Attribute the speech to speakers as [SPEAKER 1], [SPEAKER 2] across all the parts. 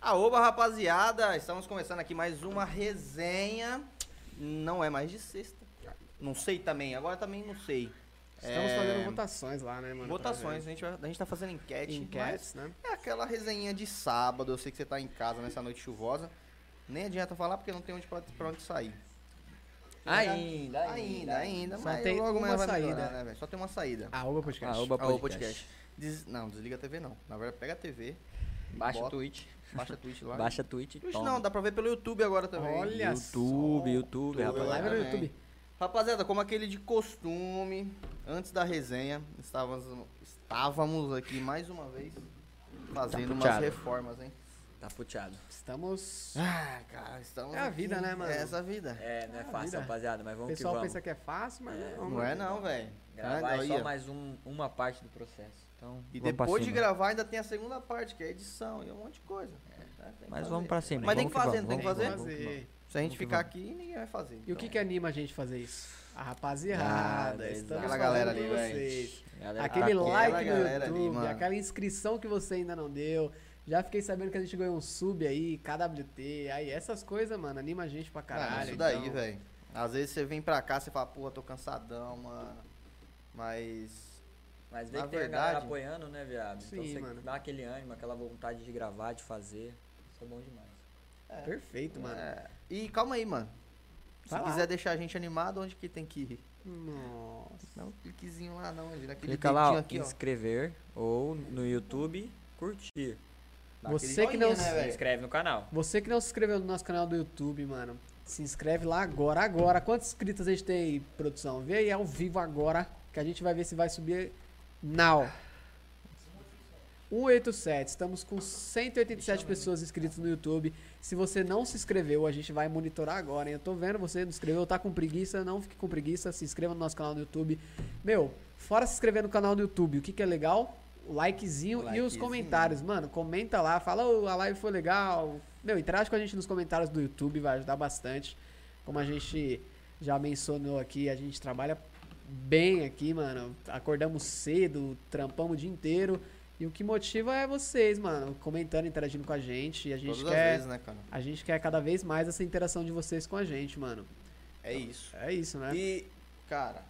[SPEAKER 1] Aoba, rapaziada! Estamos começando aqui mais uma resenha. Não é mais de sexta. Não sei também, agora também não sei.
[SPEAKER 2] Estamos
[SPEAKER 1] É,
[SPEAKER 2] fazendo votações lá, né, mano?
[SPEAKER 1] Votações, a
[SPEAKER 2] pra
[SPEAKER 1] gente, vai- a gente tá fazendo
[SPEAKER 2] ver.
[SPEAKER 1] enquete.
[SPEAKER 2] Enquetes, né?
[SPEAKER 1] mas É aquela resenha de sábado, eu sei que você tá em casa nessa noite chuvosa. Nem adianta falar porque não tem onde pra, pra onde sair.
[SPEAKER 3] Ainda, ainda.
[SPEAKER 1] Ainda, ainda,
[SPEAKER 2] Só
[SPEAKER 1] mas
[SPEAKER 2] tem
[SPEAKER 1] logo mais
[SPEAKER 2] uma
[SPEAKER 1] vai melhorar,
[SPEAKER 2] saída.
[SPEAKER 1] né, velho? Só tem uma saída.
[SPEAKER 2] Ah, Oba Podcast.
[SPEAKER 3] Aoba
[SPEAKER 1] Ah, o
[SPEAKER 3] Podcast.
[SPEAKER 1] Des- Não, desliga a TV não. Na verdade, pega a TV,
[SPEAKER 3] Baixa o
[SPEAKER 1] Bota.
[SPEAKER 3] Twitch.
[SPEAKER 1] baixa a Twitch lá.
[SPEAKER 3] Baixa a Twitch.
[SPEAKER 1] Twitch
[SPEAKER 3] toma.
[SPEAKER 1] não, dá pra ver pelo YouTube agora também.
[SPEAKER 2] Olha
[SPEAKER 3] YouTube, YouTube,
[SPEAKER 1] Tudo,
[SPEAKER 2] só. Live
[SPEAKER 3] rapaziada.
[SPEAKER 2] no
[SPEAKER 1] Também.
[SPEAKER 2] YouTube.
[SPEAKER 1] Rapaziada, como aquele de costume, antes da resenha, estávamos, estávamos aqui mais uma vez fazendo
[SPEAKER 3] Tá
[SPEAKER 1] umas
[SPEAKER 3] puteado.
[SPEAKER 1] reformas, hein?
[SPEAKER 3] Tá puteado.
[SPEAKER 2] Estamos...
[SPEAKER 1] Ah, cara, estamos.
[SPEAKER 2] É a vida, né, mano?
[SPEAKER 1] É essa a vida.
[SPEAKER 3] É, não é
[SPEAKER 2] Ah,
[SPEAKER 3] fácil,
[SPEAKER 2] vida.
[SPEAKER 3] rapaziada, mas
[SPEAKER 2] O
[SPEAKER 3] vamos que
[SPEAKER 2] pessoal
[SPEAKER 3] vamos.
[SPEAKER 2] pensa que é fácil, mas não.
[SPEAKER 1] Não é, não, velho.
[SPEAKER 3] Gravar
[SPEAKER 1] Aí,
[SPEAKER 3] é só
[SPEAKER 1] ó.
[SPEAKER 3] mais um- uma parte do processo. Então,
[SPEAKER 1] E
[SPEAKER 3] vamos pra
[SPEAKER 1] depois de
[SPEAKER 3] cima.
[SPEAKER 1] gravar, ainda tem a segunda parte, que é edição e um monte de coisa. Tá? Tem que
[SPEAKER 3] Mas
[SPEAKER 1] fazer.
[SPEAKER 3] vamos pra cima.
[SPEAKER 1] Mas tem
[SPEAKER 3] vamos
[SPEAKER 1] que fazer, não tem
[SPEAKER 3] vamos,
[SPEAKER 1] que
[SPEAKER 3] vamos,
[SPEAKER 1] fazer?
[SPEAKER 3] vamos, vamos.
[SPEAKER 2] Fazer.
[SPEAKER 1] Se a gente
[SPEAKER 3] Vamos que
[SPEAKER 1] ficar
[SPEAKER 3] vamos.
[SPEAKER 1] aqui, ninguém vai fazer. então.
[SPEAKER 2] E o que é que anima a gente a fazer isso? A rapaziada.
[SPEAKER 3] Nada,
[SPEAKER 2] Estamos
[SPEAKER 3] exato.
[SPEAKER 2] falando
[SPEAKER 1] Aquela galera
[SPEAKER 2] de
[SPEAKER 1] ali, velho.
[SPEAKER 2] vocês.
[SPEAKER 3] Galera, tá
[SPEAKER 2] Aquele
[SPEAKER 1] aquela
[SPEAKER 2] like no
[SPEAKER 1] galera ali,
[SPEAKER 2] YouTube,
[SPEAKER 1] mano.
[SPEAKER 2] aquela inscrição que você ainda não deu. Já fiquei sabendo que a gente ganhou um sub aí, KWT, aí essas coisas, mano, anima a gente pra caralho.
[SPEAKER 1] Mano, isso daí,
[SPEAKER 2] então.
[SPEAKER 1] velho. Às vezes você vem pra cá, você fala, porra, tô cansadão, mano. Mas
[SPEAKER 3] Mas vê
[SPEAKER 1] Na
[SPEAKER 3] que tem a galera
[SPEAKER 1] verdade-
[SPEAKER 3] apoiando, né, viado? Então
[SPEAKER 2] Sim,
[SPEAKER 3] você
[SPEAKER 2] mano.
[SPEAKER 3] dá aquele ânimo, aquela vontade de gravar, de fazer. Isso é bom demais.
[SPEAKER 2] Perfeito, mano.
[SPEAKER 1] É. E calma aí, mano. Se
[SPEAKER 2] Vai lá.
[SPEAKER 1] quiser deixar a gente animado, onde que tem que ir?
[SPEAKER 2] Nossa.
[SPEAKER 1] Dá um cliquezinho lá, não, onde? Naquele
[SPEAKER 3] Clica lá,
[SPEAKER 1] dedinho
[SPEAKER 3] ó,
[SPEAKER 1] aqui, ó.
[SPEAKER 3] inscrever ou no YouTube, curtir.
[SPEAKER 1] Dá
[SPEAKER 2] Você
[SPEAKER 1] aquele
[SPEAKER 2] que não
[SPEAKER 1] joinha, né,
[SPEAKER 2] se-
[SPEAKER 1] É, velho?
[SPEAKER 3] Se inscreve no canal.
[SPEAKER 2] Você que não se inscreveu no nosso canal do YouTube, mano, se inscreve lá agora, agora. Quantos inscritos a gente tem aí, produção? Vê aí ao vivo agora, que a gente vai ver se vai subir now. 187, estamos com 187 pessoas inscritas no YouTube. Se você não se inscreveu, a gente vai monitorar agora, hein? Eu tô vendo você não se inscreveu, tá com preguiça, não fique com preguiça, se inscreva no nosso canal do YouTube. Meu, fora se inscrever no canal do YouTube, o que que é legal? O likezinho e os
[SPEAKER 1] Likezinho.
[SPEAKER 2] comentários, mano. Comenta lá, fala, "Ô, a live foi legal. Meu, interage com a gente nos comentários do YouTube, vai ajudar bastante. Como a gente já mencionou aqui, a gente trabalha bem aqui, mano. Acordamos cedo, trampamos o dia inteiro. E o que motiva é vocês, mano, comentando, interagindo com a gente. E a gente
[SPEAKER 1] Todas as
[SPEAKER 2] quer.
[SPEAKER 1] vezes, né, cara?
[SPEAKER 2] A gente quer cada vez mais essa interação de vocês com a gente, mano.
[SPEAKER 1] É isso.
[SPEAKER 2] É isso, né?
[SPEAKER 1] E, cara,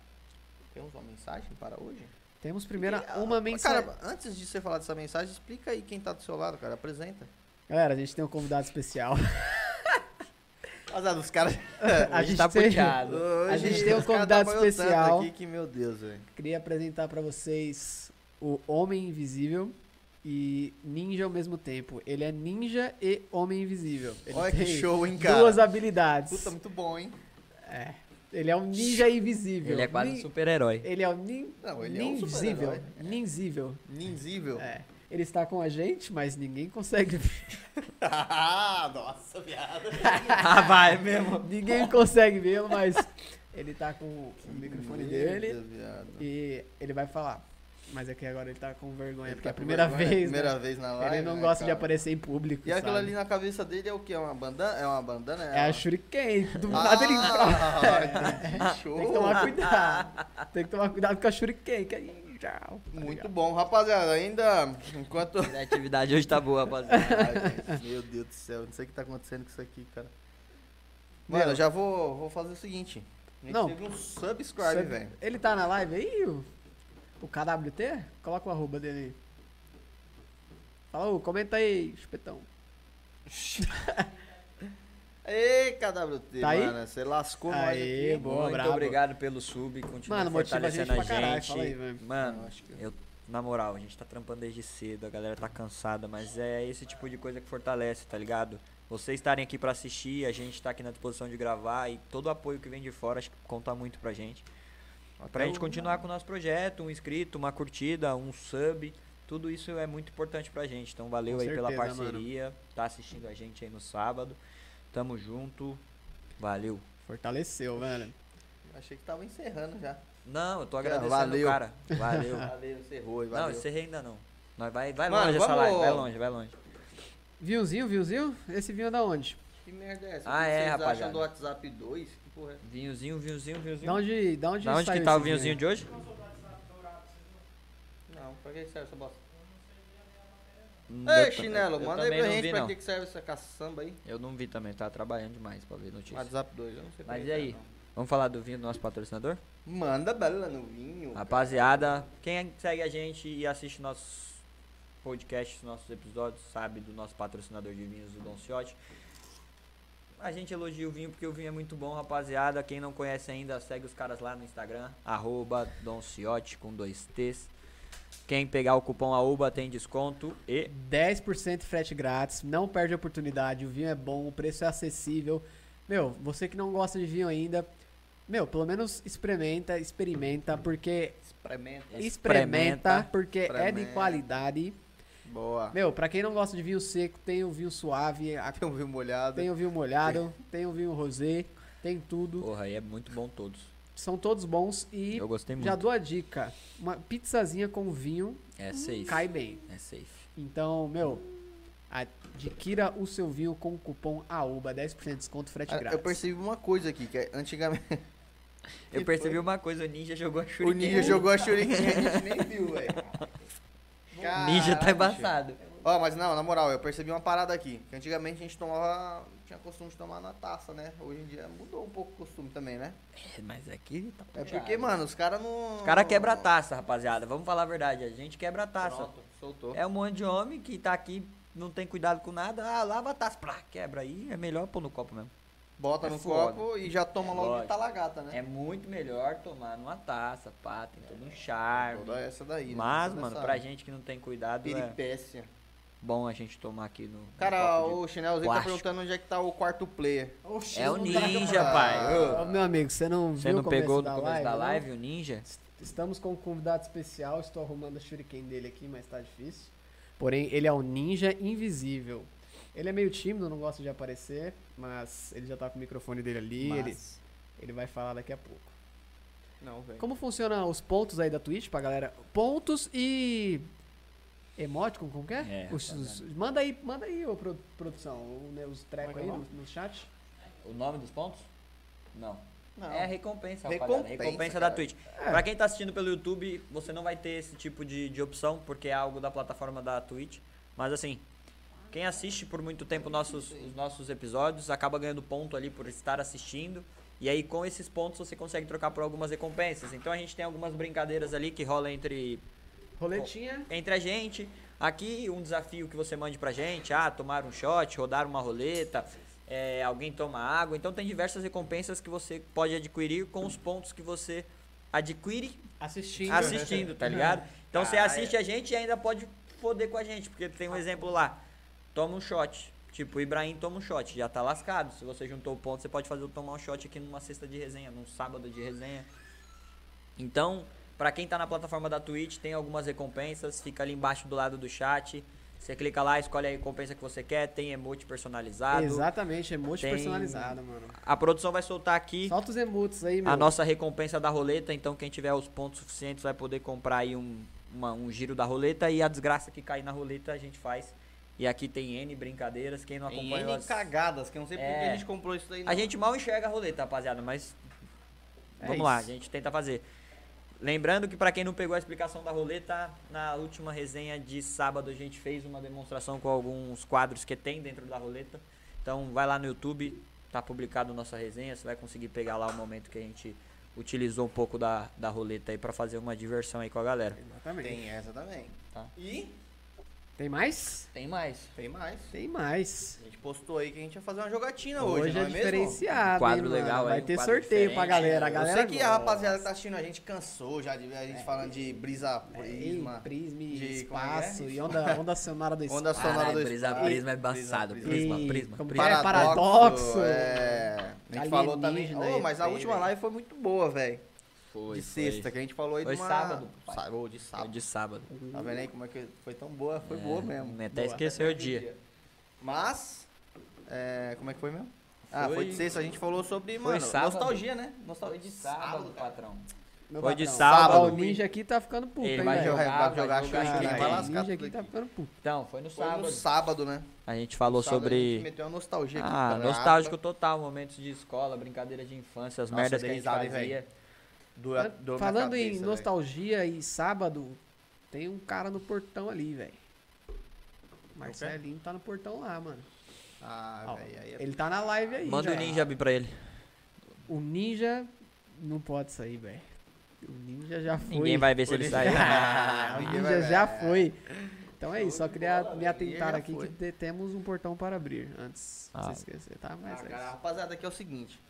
[SPEAKER 1] temos uma mensagem para hoje?
[SPEAKER 2] Temos primeiro
[SPEAKER 1] E, ah,
[SPEAKER 2] uma mensagem.
[SPEAKER 1] Cara, antes de você falar dessa mensagem, explica aí quem tá do seu lado, cara. Apresenta.
[SPEAKER 2] Galera, a gente tem um convidado especial.
[SPEAKER 1] Azar dos caras.
[SPEAKER 2] a
[SPEAKER 3] Hoje
[SPEAKER 2] gente
[SPEAKER 3] tá
[SPEAKER 2] tem-
[SPEAKER 3] puteado.
[SPEAKER 1] Hoje
[SPEAKER 2] gente tem um
[SPEAKER 1] os caras
[SPEAKER 2] convidado
[SPEAKER 1] trabalham tanto
[SPEAKER 2] especial.
[SPEAKER 1] Aqui que, meu Deus, velho.
[SPEAKER 2] Queria apresentar pra vocês o Homem Invisível e Ninja ao mesmo tempo. Ele é ninja e Homem Invisível. Ele
[SPEAKER 1] Olha que
[SPEAKER 2] tem
[SPEAKER 1] show, hein, cara.
[SPEAKER 2] Duas habilidades.
[SPEAKER 1] Puta, muito bom, hein?
[SPEAKER 2] É. Ele é um ninja invisível.
[SPEAKER 3] Ele é quase um
[SPEAKER 2] Nin-
[SPEAKER 3] super-herói.
[SPEAKER 2] Ele é um nin...
[SPEAKER 1] Não, ele é um
[SPEAKER 2] ninvisível.
[SPEAKER 1] super-herói.
[SPEAKER 2] ninvisível.
[SPEAKER 1] Ninzível.
[SPEAKER 2] É. Ele está com a gente, mas ninguém consegue ver.
[SPEAKER 1] Ah, Nossa, viado.
[SPEAKER 3] ah, vai mesmo.
[SPEAKER 2] ninguém consegue vê-lo, mas ele tá com o microfone dele
[SPEAKER 1] Merda, viado.
[SPEAKER 2] e ele vai falar. Mas é que agora ele tá com vergonha,
[SPEAKER 1] Ele
[SPEAKER 2] porque é a
[SPEAKER 1] tá com
[SPEAKER 2] primeira
[SPEAKER 1] vergonha,
[SPEAKER 2] vez. né?
[SPEAKER 1] Primeira vez na live.
[SPEAKER 2] ele não
[SPEAKER 1] né,
[SPEAKER 2] gosta de
[SPEAKER 1] cara?
[SPEAKER 2] aparecer em público.
[SPEAKER 1] E aquilo
[SPEAKER 2] sabe?
[SPEAKER 1] ali na cabeça dele é o quê? É uma bandana? É uma bandana?
[SPEAKER 2] É a
[SPEAKER 1] uma-
[SPEAKER 2] Shuriken. Do
[SPEAKER 1] Ah,
[SPEAKER 2] nada ele.
[SPEAKER 1] entendi, show.
[SPEAKER 2] Ah, Tem que tomar cuidado. Tem que tomar cuidado com a Shuriken. Que é aí, tchau. tá
[SPEAKER 1] Muito
[SPEAKER 2] ligado?
[SPEAKER 1] bom, rapaziada. Ainda enquanto.
[SPEAKER 3] A atividade hoje tá boa, rapaziada.
[SPEAKER 1] Ai, gente, meu Deus do céu, não sei o que tá acontecendo com isso aqui, cara. Mano,
[SPEAKER 2] Meu.
[SPEAKER 1] eu já vou, vou fazer o seguinte. A gente
[SPEAKER 2] Não.
[SPEAKER 1] teve um subscribe,
[SPEAKER 2] Sabe-
[SPEAKER 1] velho.
[SPEAKER 2] Ele tá na live aí, o, o KWT? Coloca o arroba dele aí. Fala, ô, comenta aí, espetão.
[SPEAKER 1] Ei, KWT,
[SPEAKER 2] Tá aí?
[SPEAKER 1] mano. Você lascou nós
[SPEAKER 2] Aê,
[SPEAKER 1] aqui.
[SPEAKER 2] boa,
[SPEAKER 3] Muito
[SPEAKER 2] brabo.
[SPEAKER 3] obrigado pelo sub, continua
[SPEAKER 2] Mano, motiva a gente
[SPEAKER 3] fortalecendo
[SPEAKER 2] pra
[SPEAKER 3] a
[SPEAKER 2] caralho,
[SPEAKER 3] gente.
[SPEAKER 2] fala aí, velho.
[SPEAKER 1] Eu
[SPEAKER 3] Mano,
[SPEAKER 1] acho que-
[SPEAKER 3] eu, na moral, a gente tá trampando desde cedo, a galera tá cansada, mas é esse tipo de coisa que fortalece, tá ligado? Vocês estarem aqui pra assistir, a gente tá aqui na disposição de gravar e todo o apoio que vem de fora acho que conta muito pra gente. Pra
[SPEAKER 1] Até
[SPEAKER 3] gente
[SPEAKER 1] o-
[SPEAKER 3] continuar com o nosso projeto, um inscrito, uma curtida, um sub, tudo isso é muito importante pra gente. Então valeu
[SPEAKER 2] Com
[SPEAKER 3] aí pela
[SPEAKER 2] certeza, mano.
[SPEAKER 3] parceria, tá assistindo a gente aí no sábado. Tamo junto. Valeu.
[SPEAKER 2] Fortaleceu, velho.
[SPEAKER 1] Achei que tava encerrando já.
[SPEAKER 3] Não, eu tô
[SPEAKER 1] É,
[SPEAKER 3] agradecendo
[SPEAKER 1] valeu.
[SPEAKER 3] o cara. Valeu.
[SPEAKER 2] Ah.
[SPEAKER 1] Valeu, encerrou.
[SPEAKER 3] não,
[SPEAKER 1] Valeu.
[SPEAKER 3] encerrei ainda não. Nós vai vai
[SPEAKER 1] Mano,
[SPEAKER 3] longe essa
[SPEAKER 1] vamos-
[SPEAKER 3] live, vai longe, vai longe.
[SPEAKER 2] Vinhozinho, vinhozinho? Esse vinho é da onde?
[SPEAKER 1] Que merda é essa?
[SPEAKER 3] Ah,
[SPEAKER 1] O que
[SPEAKER 3] é,
[SPEAKER 1] vocês
[SPEAKER 3] rapaziada.
[SPEAKER 1] acham do WhatsApp 2? Que porra é?
[SPEAKER 3] Vinhozinho, vinhozinho, vinhozinho.
[SPEAKER 2] Da onde, da onde,
[SPEAKER 3] da onde
[SPEAKER 2] saiu
[SPEAKER 3] que tá o
[SPEAKER 2] esse
[SPEAKER 3] vinhozinho de hoje?
[SPEAKER 1] Não, pra que serve essa bosta?
[SPEAKER 3] Não deu
[SPEAKER 1] Hum, Ei,
[SPEAKER 3] tanto-
[SPEAKER 1] chinelo,
[SPEAKER 3] eu
[SPEAKER 1] manda aí
[SPEAKER 3] também
[SPEAKER 1] pra
[SPEAKER 3] não
[SPEAKER 1] gente
[SPEAKER 3] vi,
[SPEAKER 1] pra
[SPEAKER 3] não.
[SPEAKER 1] que que serve essa caçamba aí.
[SPEAKER 3] Eu não vi também, tava trabalhando demais pra ver notícias.
[SPEAKER 1] WhatsApp 2, eu não sei pra
[SPEAKER 3] Mas
[SPEAKER 1] que
[SPEAKER 3] e
[SPEAKER 1] serve,
[SPEAKER 3] aí?
[SPEAKER 1] não.
[SPEAKER 3] Vamos falar do vinho do nosso patrocinador?
[SPEAKER 1] Manda bela no vinho.
[SPEAKER 3] Rapaziada, quem é segue a gente e assiste nossos podcasts, nossos episódios, sabe do nosso patrocinador de vinhos, o Don Ciotti. A gente elogia o vinho porque o vinho é muito bom, rapaziada. Quem não conhece ainda, segue os caras lá no Instagram, arroba Don Ciotti, com dois T's. Quem pegar o cupom AUBA tem desconto e
[SPEAKER 2] 10% frete grátis, não perde a oportunidade, o vinho é bom, o preço é acessível. Meu, você que não gosta de vinho ainda, meu, pelo menos experimenta, experimenta, porque
[SPEAKER 1] Experimenta.
[SPEAKER 2] experimenta,
[SPEAKER 3] Experimenta.
[SPEAKER 2] porque é de
[SPEAKER 1] Experimenta.
[SPEAKER 2] qualidade.
[SPEAKER 1] Boa.
[SPEAKER 2] Meu, pra quem não gosta de vinho seco, tem o vinho suave, a-
[SPEAKER 1] Tem um vinho molhado.
[SPEAKER 2] tem o vinho molhado, tem o vinho rosé, tem tudo.
[SPEAKER 3] porra, e é muito bom todos.
[SPEAKER 2] São todos bons e
[SPEAKER 3] Eu gostei muito.
[SPEAKER 2] já dou a dica, uma pizzazinha com vinho
[SPEAKER 3] É safe.
[SPEAKER 2] cai bem.
[SPEAKER 3] É safe.
[SPEAKER 2] Então, meu, adquira o seu vinho com o cupom AUBA, 10% de desconto, frete
[SPEAKER 1] Ah,
[SPEAKER 2] grátis.
[SPEAKER 1] Eu percebi uma coisa aqui, que é, antigamente
[SPEAKER 3] Eu
[SPEAKER 1] Que
[SPEAKER 3] percebi
[SPEAKER 1] foi?
[SPEAKER 3] uma coisa, o Ninja jogou a
[SPEAKER 1] o
[SPEAKER 3] shuriken.
[SPEAKER 1] Ninja jogou a Shuriken e a gente nem viu, velho.
[SPEAKER 3] Ninja tá
[SPEAKER 1] Caralho,
[SPEAKER 3] embaçado.
[SPEAKER 1] Ó, mas não, na moral, eu percebi uma parada aqui. Que antigamente a gente tomava. Tinha costume de tomar na taça, né? Hoje em dia mudou um pouco o costume também, né?
[SPEAKER 3] É, Mas aqui tá
[SPEAKER 1] É porque, mano, os caras não.
[SPEAKER 3] O cara quebra a taça, rapaziada. Vamos falar a verdade, a gente quebra a taça.
[SPEAKER 1] Pronto, soltou.
[SPEAKER 3] É um monte de homem que tá aqui, não tem cuidado com nada. Ah, lava a taça, plá, quebra aí. É melhor pôr no copo mesmo.
[SPEAKER 1] Bota
[SPEAKER 3] é
[SPEAKER 1] no
[SPEAKER 3] foda.
[SPEAKER 1] copo e já toma
[SPEAKER 3] É
[SPEAKER 1] logo de
[SPEAKER 3] lógico.
[SPEAKER 1] talagata, né?
[SPEAKER 3] É muito melhor tomar numa taça, pá, tem todo um charme.
[SPEAKER 1] É, Toda essa daí. né?
[SPEAKER 3] Mas,
[SPEAKER 1] Toda
[SPEAKER 3] mano,
[SPEAKER 1] essa
[SPEAKER 3] pra gente que não tem cuidado, é
[SPEAKER 1] Peripécia.
[SPEAKER 3] bom a gente tomar aqui no. no
[SPEAKER 1] Cara,
[SPEAKER 3] copo
[SPEAKER 1] o Chinelzinho tá
[SPEAKER 3] plástico.
[SPEAKER 1] perguntando onde é que tá o quarto player.
[SPEAKER 2] Oxi,
[SPEAKER 3] É o
[SPEAKER 2] não tá
[SPEAKER 3] Ninja,
[SPEAKER 2] acabando.
[SPEAKER 3] pai.
[SPEAKER 2] Ô, meu amigo, você não
[SPEAKER 3] de... Você
[SPEAKER 2] viu
[SPEAKER 3] não
[SPEAKER 2] o começo
[SPEAKER 3] pegou no
[SPEAKER 2] da
[SPEAKER 3] começo
[SPEAKER 2] live,
[SPEAKER 3] da
[SPEAKER 2] não?
[SPEAKER 3] live o Ninja?
[SPEAKER 2] Est- Estamos com um convidado especial, estou arrumando o shuriken dele aqui, mas tá difícil. Porém, ele é um ninja invisível. Ele é meio tímido, não gosta de aparecer, mas ele já tá com o microfone dele ali, ele,
[SPEAKER 1] Mas-
[SPEAKER 2] ele vai falar daqui a pouco.
[SPEAKER 1] Não, velho.
[SPEAKER 2] Como funcionam os pontos aí da Twitch pra galera? Pontos e. Emoticon, como que é?
[SPEAKER 3] É,
[SPEAKER 2] Os- os- manda aí, manda aí, ô, produ- produção, o, né, os trecos
[SPEAKER 1] Como é
[SPEAKER 2] aí
[SPEAKER 1] que é o
[SPEAKER 2] no, no chat.
[SPEAKER 3] O nome dos pontos? Não.
[SPEAKER 1] Não.
[SPEAKER 3] É a recompensa, rapaziada.
[SPEAKER 1] Recompensa,
[SPEAKER 3] Recompensa, da
[SPEAKER 1] cara. É.
[SPEAKER 3] Twitch. Pra quem tá assistindo pelo YouTube, você não vai ter esse tipo de, de opção, porque é algo da plataforma da Twitch. Mas assim, quem assiste por muito tempo nossos, os nossos episódios acaba ganhando ponto ali por estar assistindo. E aí, com esses pontos, você consegue trocar por algumas recompensas. Então a gente tem algumas brincadeiras ali que rola entre
[SPEAKER 2] Roletinha.
[SPEAKER 3] entre a gente. Aqui, um desafio que você mande pra gente: ah, tomar um shot, rodar uma roleta, é, alguém toma água. Então, tem diversas recompensas que você pode adquirir com os pontos que você adquire
[SPEAKER 2] Assistindo.
[SPEAKER 3] assistindo, tá ligado? Então, você assiste a gente e ainda pode foder com a gente, porque tem um exemplo lá: toma um shot. Tipo, o Ibrahim toma um shot, já tá lascado. Se você juntou o ponto, você pode fazer o tomar um shot aqui numa sexta de resenha, num sábado de resenha. Então, pra quem tá na plataforma da Twitch, tem algumas recompensas, fica ali embaixo do lado do chat. Você clica lá, escolhe a recompensa que você quer, tem emote personalizado.
[SPEAKER 2] Exatamente, emote
[SPEAKER 3] Tem-
[SPEAKER 2] personalizado, mano.
[SPEAKER 3] A produção vai soltar aqui
[SPEAKER 2] Solta os emotes aí,
[SPEAKER 3] a
[SPEAKER 2] mano.
[SPEAKER 3] nossa recompensa da roleta, então quem tiver os pontos suficientes vai poder comprar aí um, uma- um giro da roleta e a desgraça que cair na roleta a gente faz. E aqui tem N brincadeiras, quem não
[SPEAKER 1] Tem
[SPEAKER 3] acompanha
[SPEAKER 1] N
[SPEAKER 3] as...
[SPEAKER 1] cagadas, que eu não sei por que
[SPEAKER 3] É.
[SPEAKER 1] a gente comprou isso daí.
[SPEAKER 3] A
[SPEAKER 1] não.
[SPEAKER 3] gente mal enxerga a roleta, rapaziada, mas
[SPEAKER 2] É
[SPEAKER 3] vamos lá, a
[SPEAKER 2] isso.
[SPEAKER 3] gente tenta fazer. Lembrando que pra quem não pegou a explicação da roleta, na última resenha de sábado a gente fez uma demonstração com alguns quadros que tem dentro da roleta. Então vai lá no YouTube, tá publicado nossa resenha, você vai conseguir pegar lá o momento que a gente utilizou um pouco da, da roleta aí pra fazer uma diversão aí com a galera.
[SPEAKER 2] Exatamente. Tem.
[SPEAKER 1] Tem essa também.
[SPEAKER 3] Tá.
[SPEAKER 1] E
[SPEAKER 2] mais?
[SPEAKER 3] Tem mais.
[SPEAKER 1] tem mais.
[SPEAKER 2] Tem mais.
[SPEAKER 1] A gente postou aí que a gente ia fazer uma jogatina hoje,
[SPEAKER 2] Hoje,
[SPEAKER 1] não
[SPEAKER 2] é,
[SPEAKER 1] é mesmo?
[SPEAKER 2] diferenciado,
[SPEAKER 3] Quadro
[SPEAKER 2] hein, mano?
[SPEAKER 3] legal aí,
[SPEAKER 2] Vai
[SPEAKER 3] um
[SPEAKER 2] ter
[SPEAKER 3] quadro
[SPEAKER 2] sorteio pra
[SPEAKER 3] diferente.
[SPEAKER 2] galera. A galera
[SPEAKER 1] eu sei que a
[SPEAKER 2] gosta.
[SPEAKER 1] rapaziada que tá assistindo a gente cansou já de ver a
[SPEAKER 3] É.
[SPEAKER 1] gente falando de brisa
[SPEAKER 2] Ei,
[SPEAKER 1] prisma.
[SPEAKER 2] prisma,
[SPEAKER 1] de- como é que é?
[SPEAKER 2] espaço e onda, onda sonora do espaço.
[SPEAKER 1] Onda sonora
[SPEAKER 3] Caralho,
[SPEAKER 1] do
[SPEAKER 3] brisa-
[SPEAKER 1] espaço.
[SPEAKER 3] prisma é embaçado,
[SPEAKER 1] Brisa-
[SPEAKER 3] prisma,
[SPEAKER 2] E-
[SPEAKER 3] prisma,
[SPEAKER 2] como
[SPEAKER 3] prisma.
[SPEAKER 2] que é? paradoxo.
[SPEAKER 1] É. A gente falou também.
[SPEAKER 2] Alienígena,
[SPEAKER 1] Ô, mas a
[SPEAKER 2] ET,
[SPEAKER 1] última
[SPEAKER 2] velho.
[SPEAKER 1] live foi muito boa, velho.
[SPEAKER 3] Foi,
[SPEAKER 1] De sexta, que a gente falou aí
[SPEAKER 3] Foi
[SPEAKER 1] de uma...
[SPEAKER 3] sábado, pai.
[SPEAKER 1] Sa- ô, de
[SPEAKER 3] Foi
[SPEAKER 1] sábado.
[SPEAKER 3] de sábado.
[SPEAKER 1] Tá vendo aí como é que foi tão boa? Foi boa mesmo.
[SPEAKER 3] Até
[SPEAKER 2] Boa.
[SPEAKER 3] esqueceu o dia.
[SPEAKER 1] Mas, é, como é que foi mesmo? Ah, foi,
[SPEAKER 3] Foi-
[SPEAKER 1] de sexta, a gente falou sobre,
[SPEAKER 3] Foi
[SPEAKER 1] mano,
[SPEAKER 3] sábado.
[SPEAKER 1] nostalgia, né? Nostalgia
[SPEAKER 3] Foi de sábado,
[SPEAKER 1] cara.
[SPEAKER 3] patrão.
[SPEAKER 2] Meu
[SPEAKER 3] Foi de
[SPEAKER 2] patrão.
[SPEAKER 3] sábado.
[SPEAKER 2] Ó, O ninja aqui tá ficando puto,
[SPEAKER 3] Ele
[SPEAKER 2] hein,
[SPEAKER 3] vai
[SPEAKER 2] velho?
[SPEAKER 1] Vai jogar, vai jogar,
[SPEAKER 3] vai
[SPEAKER 1] jogar,
[SPEAKER 3] jogar,
[SPEAKER 1] vai
[SPEAKER 3] vai
[SPEAKER 1] lascar
[SPEAKER 2] ninja
[SPEAKER 1] tudo
[SPEAKER 2] aqui tá
[SPEAKER 1] aqui.
[SPEAKER 2] ficando puto.
[SPEAKER 3] Então, foi no
[SPEAKER 1] Foi
[SPEAKER 3] sábado.
[SPEAKER 1] no sábado, né?
[SPEAKER 3] A gente falou
[SPEAKER 1] Sábado A gente
[SPEAKER 3] sobre.
[SPEAKER 1] meteu uma nostalgia aqui.
[SPEAKER 3] Ah,
[SPEAKER 1] cara.
[SPEAKER 3] nostálgico total, momentos de escola, brincadeira de infância, as
[SPEAKER 1] Nossa,
[SPEAKER 3] merdas que
[SPEAKER 1] dei
[SPEAKER 3] a gente
[SPEAKER 1] risada, hein,
[SPEAKER 3] fazia.
[SPEAKER 1] Do, do
[SPEAKER 2] Falando em nostalgia e sábado, tem um cara no portão ali, velho. Marcelinho tá no portão lá, mano.
[SPEAKER 1] Ah,
[SPEAKER 2] Ó,
[SPEAKER 1] velho, aí é...
[SPEAKER 2] Ele tá na live aí.
[SPEAKER 3] Manda o
[SPEAKER 2] já.
[SPEAKER 3] ninja pra ele.
[SPEAKER 2] O ninja não pode sair, velho. O ninja já foi.
[SPEAKER 3] Ninguém vai ver se
[SPEAKER 1] O
[SPEAKER 3] ele
[SPEAKER 1] ninja-
[SPEAKER 3] sair.
[SPEAKER 2] Ah, o
[SPEAKER 1] Ninguém
[SPEAKER 2] ninja
[SPEAKER 1] vai ver.
[SPEAKER 2] já foi. Então é isso, só
[SPEAKER 1] de
[SPEAKER 2] queria
[SPEAKER 1] bola,
[SPEAKER 2] me
[SPEAKER 1] ninja
[SPEAKER 2] atentar
[SPEAKER 1] já
[SPEAKER 2] aqui que
[SPEAKER 1] foi.
[SPEAKER 2] te- temos um portão para abrir antes. Pra
[SPEAKER 3] Ah.
[SPEAKER 2] você esquecer, tá?
[SPEAKER 1] Ah,
[SPEAKER 2] Mas é
[SPEAKER 1] cara,
[SPEAKER 2] isso.
[SPEAKER 1] rapaziada, aqui é o seguinte.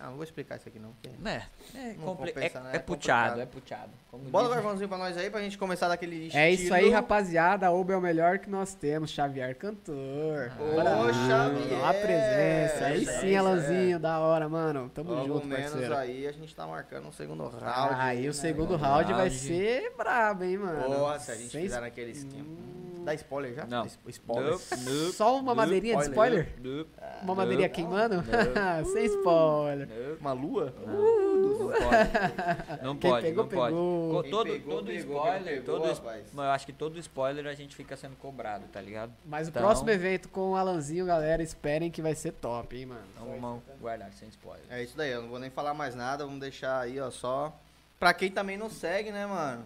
[SPEAKER 1] Ah, não vou explicar isso aqui não. porque-
[SPEAKER 3] Né? É,
[SPEAKER 1] Não
[SPEAKER 3] compli-
[SPEAKER 1] compensa,
[SPEAKER 3] é-
[SPEAKER 1] né?
[SPEAKER 3] é
[SPEAKER 1] É
[SPEAKER 3] puteado,
[SPEAKER 1] complicado.
[SPEAKER 3] é puteado. Como
[SPEAKER 1] Bola o
[SPEAKER 3] diz-
[SPEAKER 1] garvãozinho pra nós aí pra gente começar daquele estilo.
[SPEAKER 2] É isso aí, rapaziada. Oba é o melhor que nós temos. Xavier
[SPEAKER 3] Ah.
[SPEAKER 2] cantor.
[SPEAKER 1] Ô,
[SPEAKER 2] Bravo.
[SPEAKER 1] Xavier.
[SPEAKER 2] A presença. Aí
[SPEAKER 1] É isso
[SPEAKER 2] sim,
[SPEAKER 1] aí,
[SPEAKER 2] Alanzinho. Da hora, mano. Tamo
[SPEAKER 1] Pelo
[SPEAKER 2] junto,
[SPEAKER 1] menos
[SPEAKER 2] parceiro. Ah,
[SPEAKER 1] aí a gente tá marcando um segundo round.
[SPEAKER 2] aí o
[SPEAKER 1] né,
[SPEAKER 2] segundo
[SPEAKER 1] velho?
[SPEAKER 2] round vai
[SPEAKER 3] Round.
[SPEAKER 2] ser brabo, hein, mano.
[SPEAKER 1] Porra, se a gente
[SPEAKER 2] Sem
[SPEAKER 1] fizer naquele esquema.
[SPEAKER 2] Hum.
[SPEAKER 1] Dá spoiler já?
[SPEAKER 3] Não.
[SPEAKER 1] Dá spo- Spoiler.
[SPEAKER 3] Nope,
[SPEAKER 2] Só uma
[SPEAKER 3] nope,
[SPEAKER 2] madeirinha de
[SPEAKER 3] nope,
[SPEAKER 2] spoiler?
[SPEAKER 3] nope,
[SPEAKER 2] Uma madeirinha
[SPEAKER 3] Não.
[SPEAKER 2] queimando?
[SPEAKER 3] Não.
[SPEAKER 2] Sem spoiler.
[SPEAKER 3] nope.
[SPEAKER 1] Uma lua?
[SPEAKER 3] Não, não pode. Não
[SPEAKER 2] Quem
[SPEAKER 3] pode,
[SPEAKER 2] pegou,
[SPEAKER 3] não pode.
[SPEAKER 2] pegou.
[SPEAKER 3] Co-
[SPEAKER 1] Quem
[SPEAKER 3] todo
[SPEAKER 1] pegou,
[SPEAKER 3] todo
[SPEAKER 1] pegou, quem
[SPEAKER 3] spoiler,
[SPEAKER 1] não pegou,
[SPEAKER 3] todo es-
[SPEAKER 1] rapaz.
[SPEAKER 3] Mas eu acho que todo spoiler a gente fica sendo cobrado, tá ligado?
[SPEAKER 2] Mas o
[SPEAKER 3] Então-
[SPEAKER 2] próximo evento com o Alanzinho, galera, esperem que vai ser top, hein, mano.
[SPEAKER 3] Então vamos
[SPEAKER 1] tá?
[SPEAKER 3] guardar sem spoiler.
[SPEAKER 1] É isso daí, eu não vou nem falar mais nada, vamos deixar aí, ó, só. Pra quem também não segue, né, mano?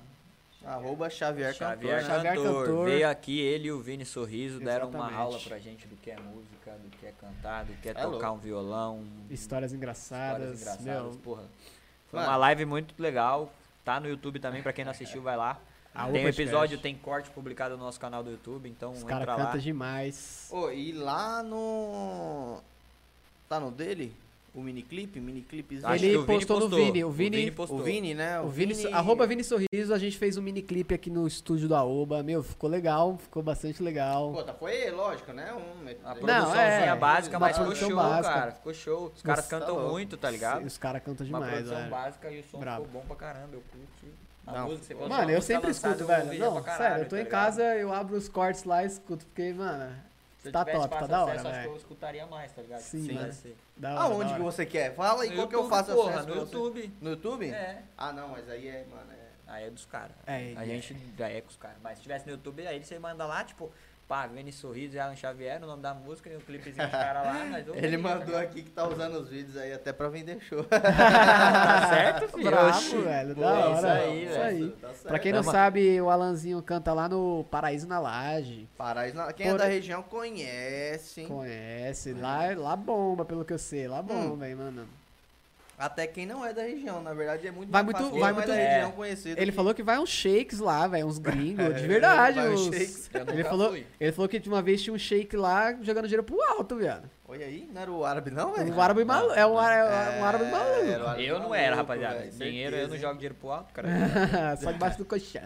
[SPEAKER 1] Arroba Xavier,
[SPEAKER 3] Xavier
[SPEAKER 1] Cantor, né?
[SPEAKER 2] Xavier
[SPEAKER 3] cantor.
[SPEAKER 2] Cantor.
[SPEAKER 3] Veio aqui, ele e o Vini Sorriso deram uma
[SPEAKER 2] Exatamente.
[SPEAKER 3] aula pra gente do que é música, do que é cantar, do que é,
[SPEAKER 1] É
[SPEAKER 3] tocar
[SPEAKER 1] louco.
[SPEAKER 3] um violão.
[SPEAKER 2] Histórias
[SPEAKER 3] Histórias
[SPEAKER 2] engraçadas.
[SPEAKER 3] engraçadas, Então,
[SPEAKER 2] meu.
[SPEAKER 3] porra. Foi
[SPEAKER 1] Mano.
[SPEAKER 3] uma live muito legal. Tá no YouTube também, pra quem não assistiu, vai lá.
[SPEAKER 2] Ah, o
[SPEAKER 3] tem um
[SPEAKER 2] podcast.
[SPEAKER 3] episódio, tem corte publicado no nosso canal do YouTube, então
[SPEAKER 2] Os
[SPEAKER 3] entra
[SPEAKER 2] caras
[SPEAKER 3] lá.
[SPEAKER 2] cantam demais.
[SPEAKER 1] Ô, e lá no. Tá no dele? O miniclipe? Miniclipezinho?
[SPEAKER 3] Acho
[SPEAKER 2] Ele
[SPEAKER 3] que o Vini
[SPEAKER 2] postou no Vini, o Vini-
[SPEAKER 3] postou.
[SPEAKER 1] O Vini, né?
[SPEAKER 2] O Vini, arroba Vini Sorriso, a gente fez um miniclipe aqui no estúdio da Oba. Meu, ficou legal, ficou bastante legal.
[SPEAKER 1] Pô, tá, foi lógico, né? Um...
[SPEAKER 3] A
[SPEAKER 1] Não,
[SPEAKER 3] produçãozinha
[SPEAKER 2] é,
[SPEAKER 3] básica,
[SPEAKER 2] uma
[SPEAKER 3] mas ficou
[SPEAKER 2] produção
[SPEAKER 3] show,
[SPEAKER 2] básica.
[SPEAKER 3] cara. Ficou show. Os caras
[SPEAKER 1] tá
[SPEAKER 3] cantam
[SPEAKER 1] louco.
[SPEAKER 3] muito, tá ligado?
[SPEAKER 2] Os caras cantam
[SPEAKER 3] Uma
[SPEAKER 2] demais,
[SPEAKER 3] produção
[SPEAKER 2] velho.
[SPEAKER 3] básica e o som
[SPEAKER 2] Brabo.
[SPEAKER 3] ficou bom pra caramba, eu curti. A
[SPEAKER 1] Não,
[SPEAKER 3] música, você bota
[SPEAKER 2] Mano,
[SPEAKER 3] uma
[SPEAKER 2] eu
[SPEAKER 3] música
[SPEAKER 2] sempre
[SPEAKER 3] lançada,
[SPEAKER 2] escuto,
[SPEAKER 3] eu ouvi
[SPEAKER 2] velho.
[SPEAKER 3] já um pra
[SPEAKER 2] Não,
[SPEAKER 3] caralho,
[SPEAKER 2] sério, eu tô
[SPEAKER 3] tá
[SPEAKER 2] em
[SPEAKER 3] ligado?
[SPEAKER 2] casa, eu abro os cortes lá e escuto, porque, mano,
[SPEAKER 3] Se eu
[SPEAKER 2] tá
[SPEAKER 3] tivesse
[SPEAKER 2] top, tá
[SPEAKER 3] fácil
[SPEAKER 2] da hora,
[SPEAKER 3] acesso, acho que eu
[SPEAKER 2] velho.
[SPEAKER 3] escutaria mais, tá ligado?
[SPEAKER 2] Sim,
[SPEAKER 1] Sim,
[SPEAKER 2] mano.
[SPEAKER 1] né?
[SPEAKER 2] Da hora,
[SPEAKER 1] Aonde
[SPEAKER 2] da
[SPEAKER 1] que
[SPEAKER 2] hora.
[SPEAKER 1] você quer? Fala aí
[SPEAKER 3] No
[SPEAKER 1] qual que eu
[SPEAKER 3] YouTube,
[SPEAKER 1] faço
[SPEAKER 3] porra,
[SPEAKER 1] acesso
[SPEAKER 3] no
[SPEAKER 1] pra você?
[SPEAKER 3] YouTube.
[SPEAKER 1] No YouTube?
[SPEAKER 3] É.
[SPEAKER 1] Ah, não, mas aí é, mano, é...
[SPEAKER 3] Aí é dos caras.
[SPEAKER 2] É,
[SPEAKER 3] a
[SPEAKER 2] é.
[SPEAKER 3] gente já é com os caras. Mas se tivesse no YouTube, aí você manda lá, tipo, pá, Vene Sorriso e Alan Xavier, o nome da música e o clipezinho dos caras lá. Mas eu
[SPEAKER 1] Ele
[SPEAKER 3] ouvi,
[SPEAKER 1] mandou
[SPEAKER 3] tá ligado?
[SPEAKER 1] aqui que tá usando os vídeos aí até pra vender show. É
[SPEAKER 3] tá certo, filho? Oxi.
[SPEAKER 2] Bravo, velho, da
[SPEAKER 3] Pô,
[SPEAKER 2] hora.
[SPEAKER 3] isso aí, É
[SPEAKER 2] isso
[SPEAKER 3] velho.
[SPEAKER 2] aí.
[SPEAKER 1] Tá certo.
[SPEAKER 2] Pra quem não
[SPEAKER 3] Tamo-
[SPEAKER 2] sabe, o Alanzinho canta lá no Paraíso na Laje.
[SPEAKER 1] Paraíso, na- quem
[SPEAKER 2] Por-
[SPEAKER 1] é da região conhece, hein?
[SPEAKER 3] É.
[SPEAKER 2] Conhece, lá, lá bomba, pelo que eu sei.
[SPEAKER 3] Hum.
[SPEAKER 2] Lá bomba, hein, mano.
[SPEAKER 1] Até quem não é da região, na verdade é muito
[SPEAKER 2] Vai
[SPEAKER 1] mais
[SPEAKER 2] muito-
[SPEAKER 1] fácil
[SPEAKER 2] vai
[SPEAKER 1] quem não
[SPEAKER 2] muito-
[SPEAKER 1] é da
[SPEAKER 3] é.
[SPEAKER 1] região conhecida.
[SPEAKER 2] Ele falou que vai uns shakes lá, velho, uns gringos, de verdade.
[SPEAKER 1] vai uns
[SPEAKER 2] uns-
[SPEAKER 1] shakes.
[SPEAKER 3] Eu nunca
[SPEAKER 2] Ele falou,
[SPEAKER 3] fui.
[SPEAKER 2] ele falou que de uma vez tinha um shake lá jogando dinheiro pro alto, viado.
[SPEAKER 1] Olha aí, não era o árabe não, velho?
[SPEAKER 2] Um árabe maluco. É um, ára- é um
[SPEAKER 1] É,
[SPEAKER 2] árabe
[SPEAKER 1] era o
[SPEAKER 2] maluco.
[SPEAKER 1] árabe
[SPEAKER 3] Eu não era,
[SPEAKER 1] maluco,
[SPEAKER 3] rapaziada.
[SPEAKER 1] velho,
[SPEAKER 3] dinheiro, eu
[SPEAKER 1] certeza,
[SPEAKER 3] não
[SPEAKER 1] hein?
[SPEAKER 3] jogo dinheiro pro alto, cara. um
[SPEAKER 2] Só debaixo do colchão.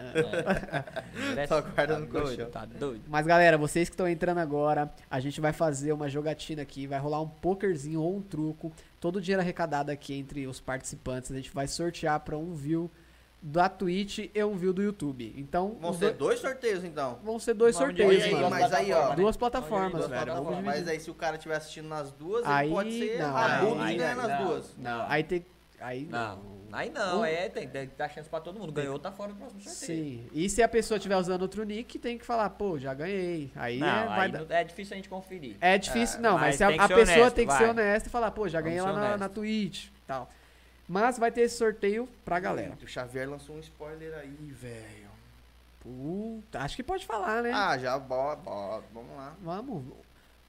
[SPEAKER 3] É.
[SPEAKER 1] Só guarda no
[SPEAKER 3] tá doido,
[SPEAKER 1] colchão.
[SPEAKER 3] Tá doido.
[SPEAKER 2] Mas galera, vocês que estão entrando agora, a gente vai fazer uma jogatina aqui, vai rolar um pokerzinho ou um truco. Todo o dinheiro arrecadado aqui entre os participantes, a gente vai sortear pra um view da Twitch e um view do YouTube. Então,
[SPEAKER 1] Vão
[SPEAKER 2] os
[SPEAKER 1] ser
[SPEAKER 2] do-
[SPEAKER 1] dois sorteios então.
[SPEAKER 2] vão ser dois
[SPEAKER 3] Mas onde é
[SPEAKER 2] sorteios,
[SPEAKER 1] isso?
[SPEAKER 2] mano.
[SPEAKER 1] Mas aí, ó,
[SPEAKER 2] Duas
[SPEAKER 3] Onde
[SPEAKER 2] plataformas,
[SPEAKER 3] é isso?
[SPEAKER 2] velho.
[SPEAKER 3] Duas
[SPEAKER 2] Vamos
[SPEAKER 3] plataformas.
[SPEAKER 2] dividir.
[SPEAKER 1] Mas aí se o cara estiver assistindo nas duas,
[SPEAKER 2] Aí
[SPEAKER 1] ele pode ser
[SPEAKER 2] não.
[SPEAKER 1] rabudo
[SPEAKER 3] Não,
[SPEAKER 1] e
[SPEAKER 3] aí
[SPEAKER 1] ganhar nas
[SPEAKER 3] não.
[SPEAKER 1] duas.
[SPEAKER 2] Não, aí tem aí
[SPEAKER 3] Não,
[SPEAKER 2] não.
[SPEAKER 3] aí não, é, tem que dar chance pra todo mundo. Ganhou, tá fora do próximo sorteio.
[SPEAKER 2] Sim. E se a pessoa estiver usando outro nick, tem que falar, pô, já ganhei. Aí
[SPEAKER 3] Não,
[SPEAKER 2] é,
[SPEAKER 3] aí
[SPEAKER 2] vai dar-
[SPEAKER 3] não- é difícil a gente conferir.
[SPEAKER 2] É difícil, não, mas,
[SPEAKER 3] mas
[SPEAKER 2] se a,
[SPEAKER 3] tem que
[SPEAKER 2] a
[SPEAKER 3] ser
[SPEAKER 2] pessoa
[SPEAKER 3] honesto,
[SPEAKER 2] tem que
[SPEAKER 3] vai.
[SPEAKER 2] ser honesta e falar, pô, já
[SPEAKER 3] Vamos
[SPEAKER 2] ganhei
[SPEAKER 3] ser
[SPEAKER 2] lá na,
[SPEAKER 3] honesto.
[SPEAKER 2] na Twitch e tal. Mas vai ter esse sorteio pra galera.
[SPEAKER 1] O Xavier lançou um spoiler aí, velho.
[SPEAKER 2] Puta, acho que pode falar, né?
[SPEAKER 1] Ah, já bora, bora, vamos lá.
[SPEAKER 2] Vamos.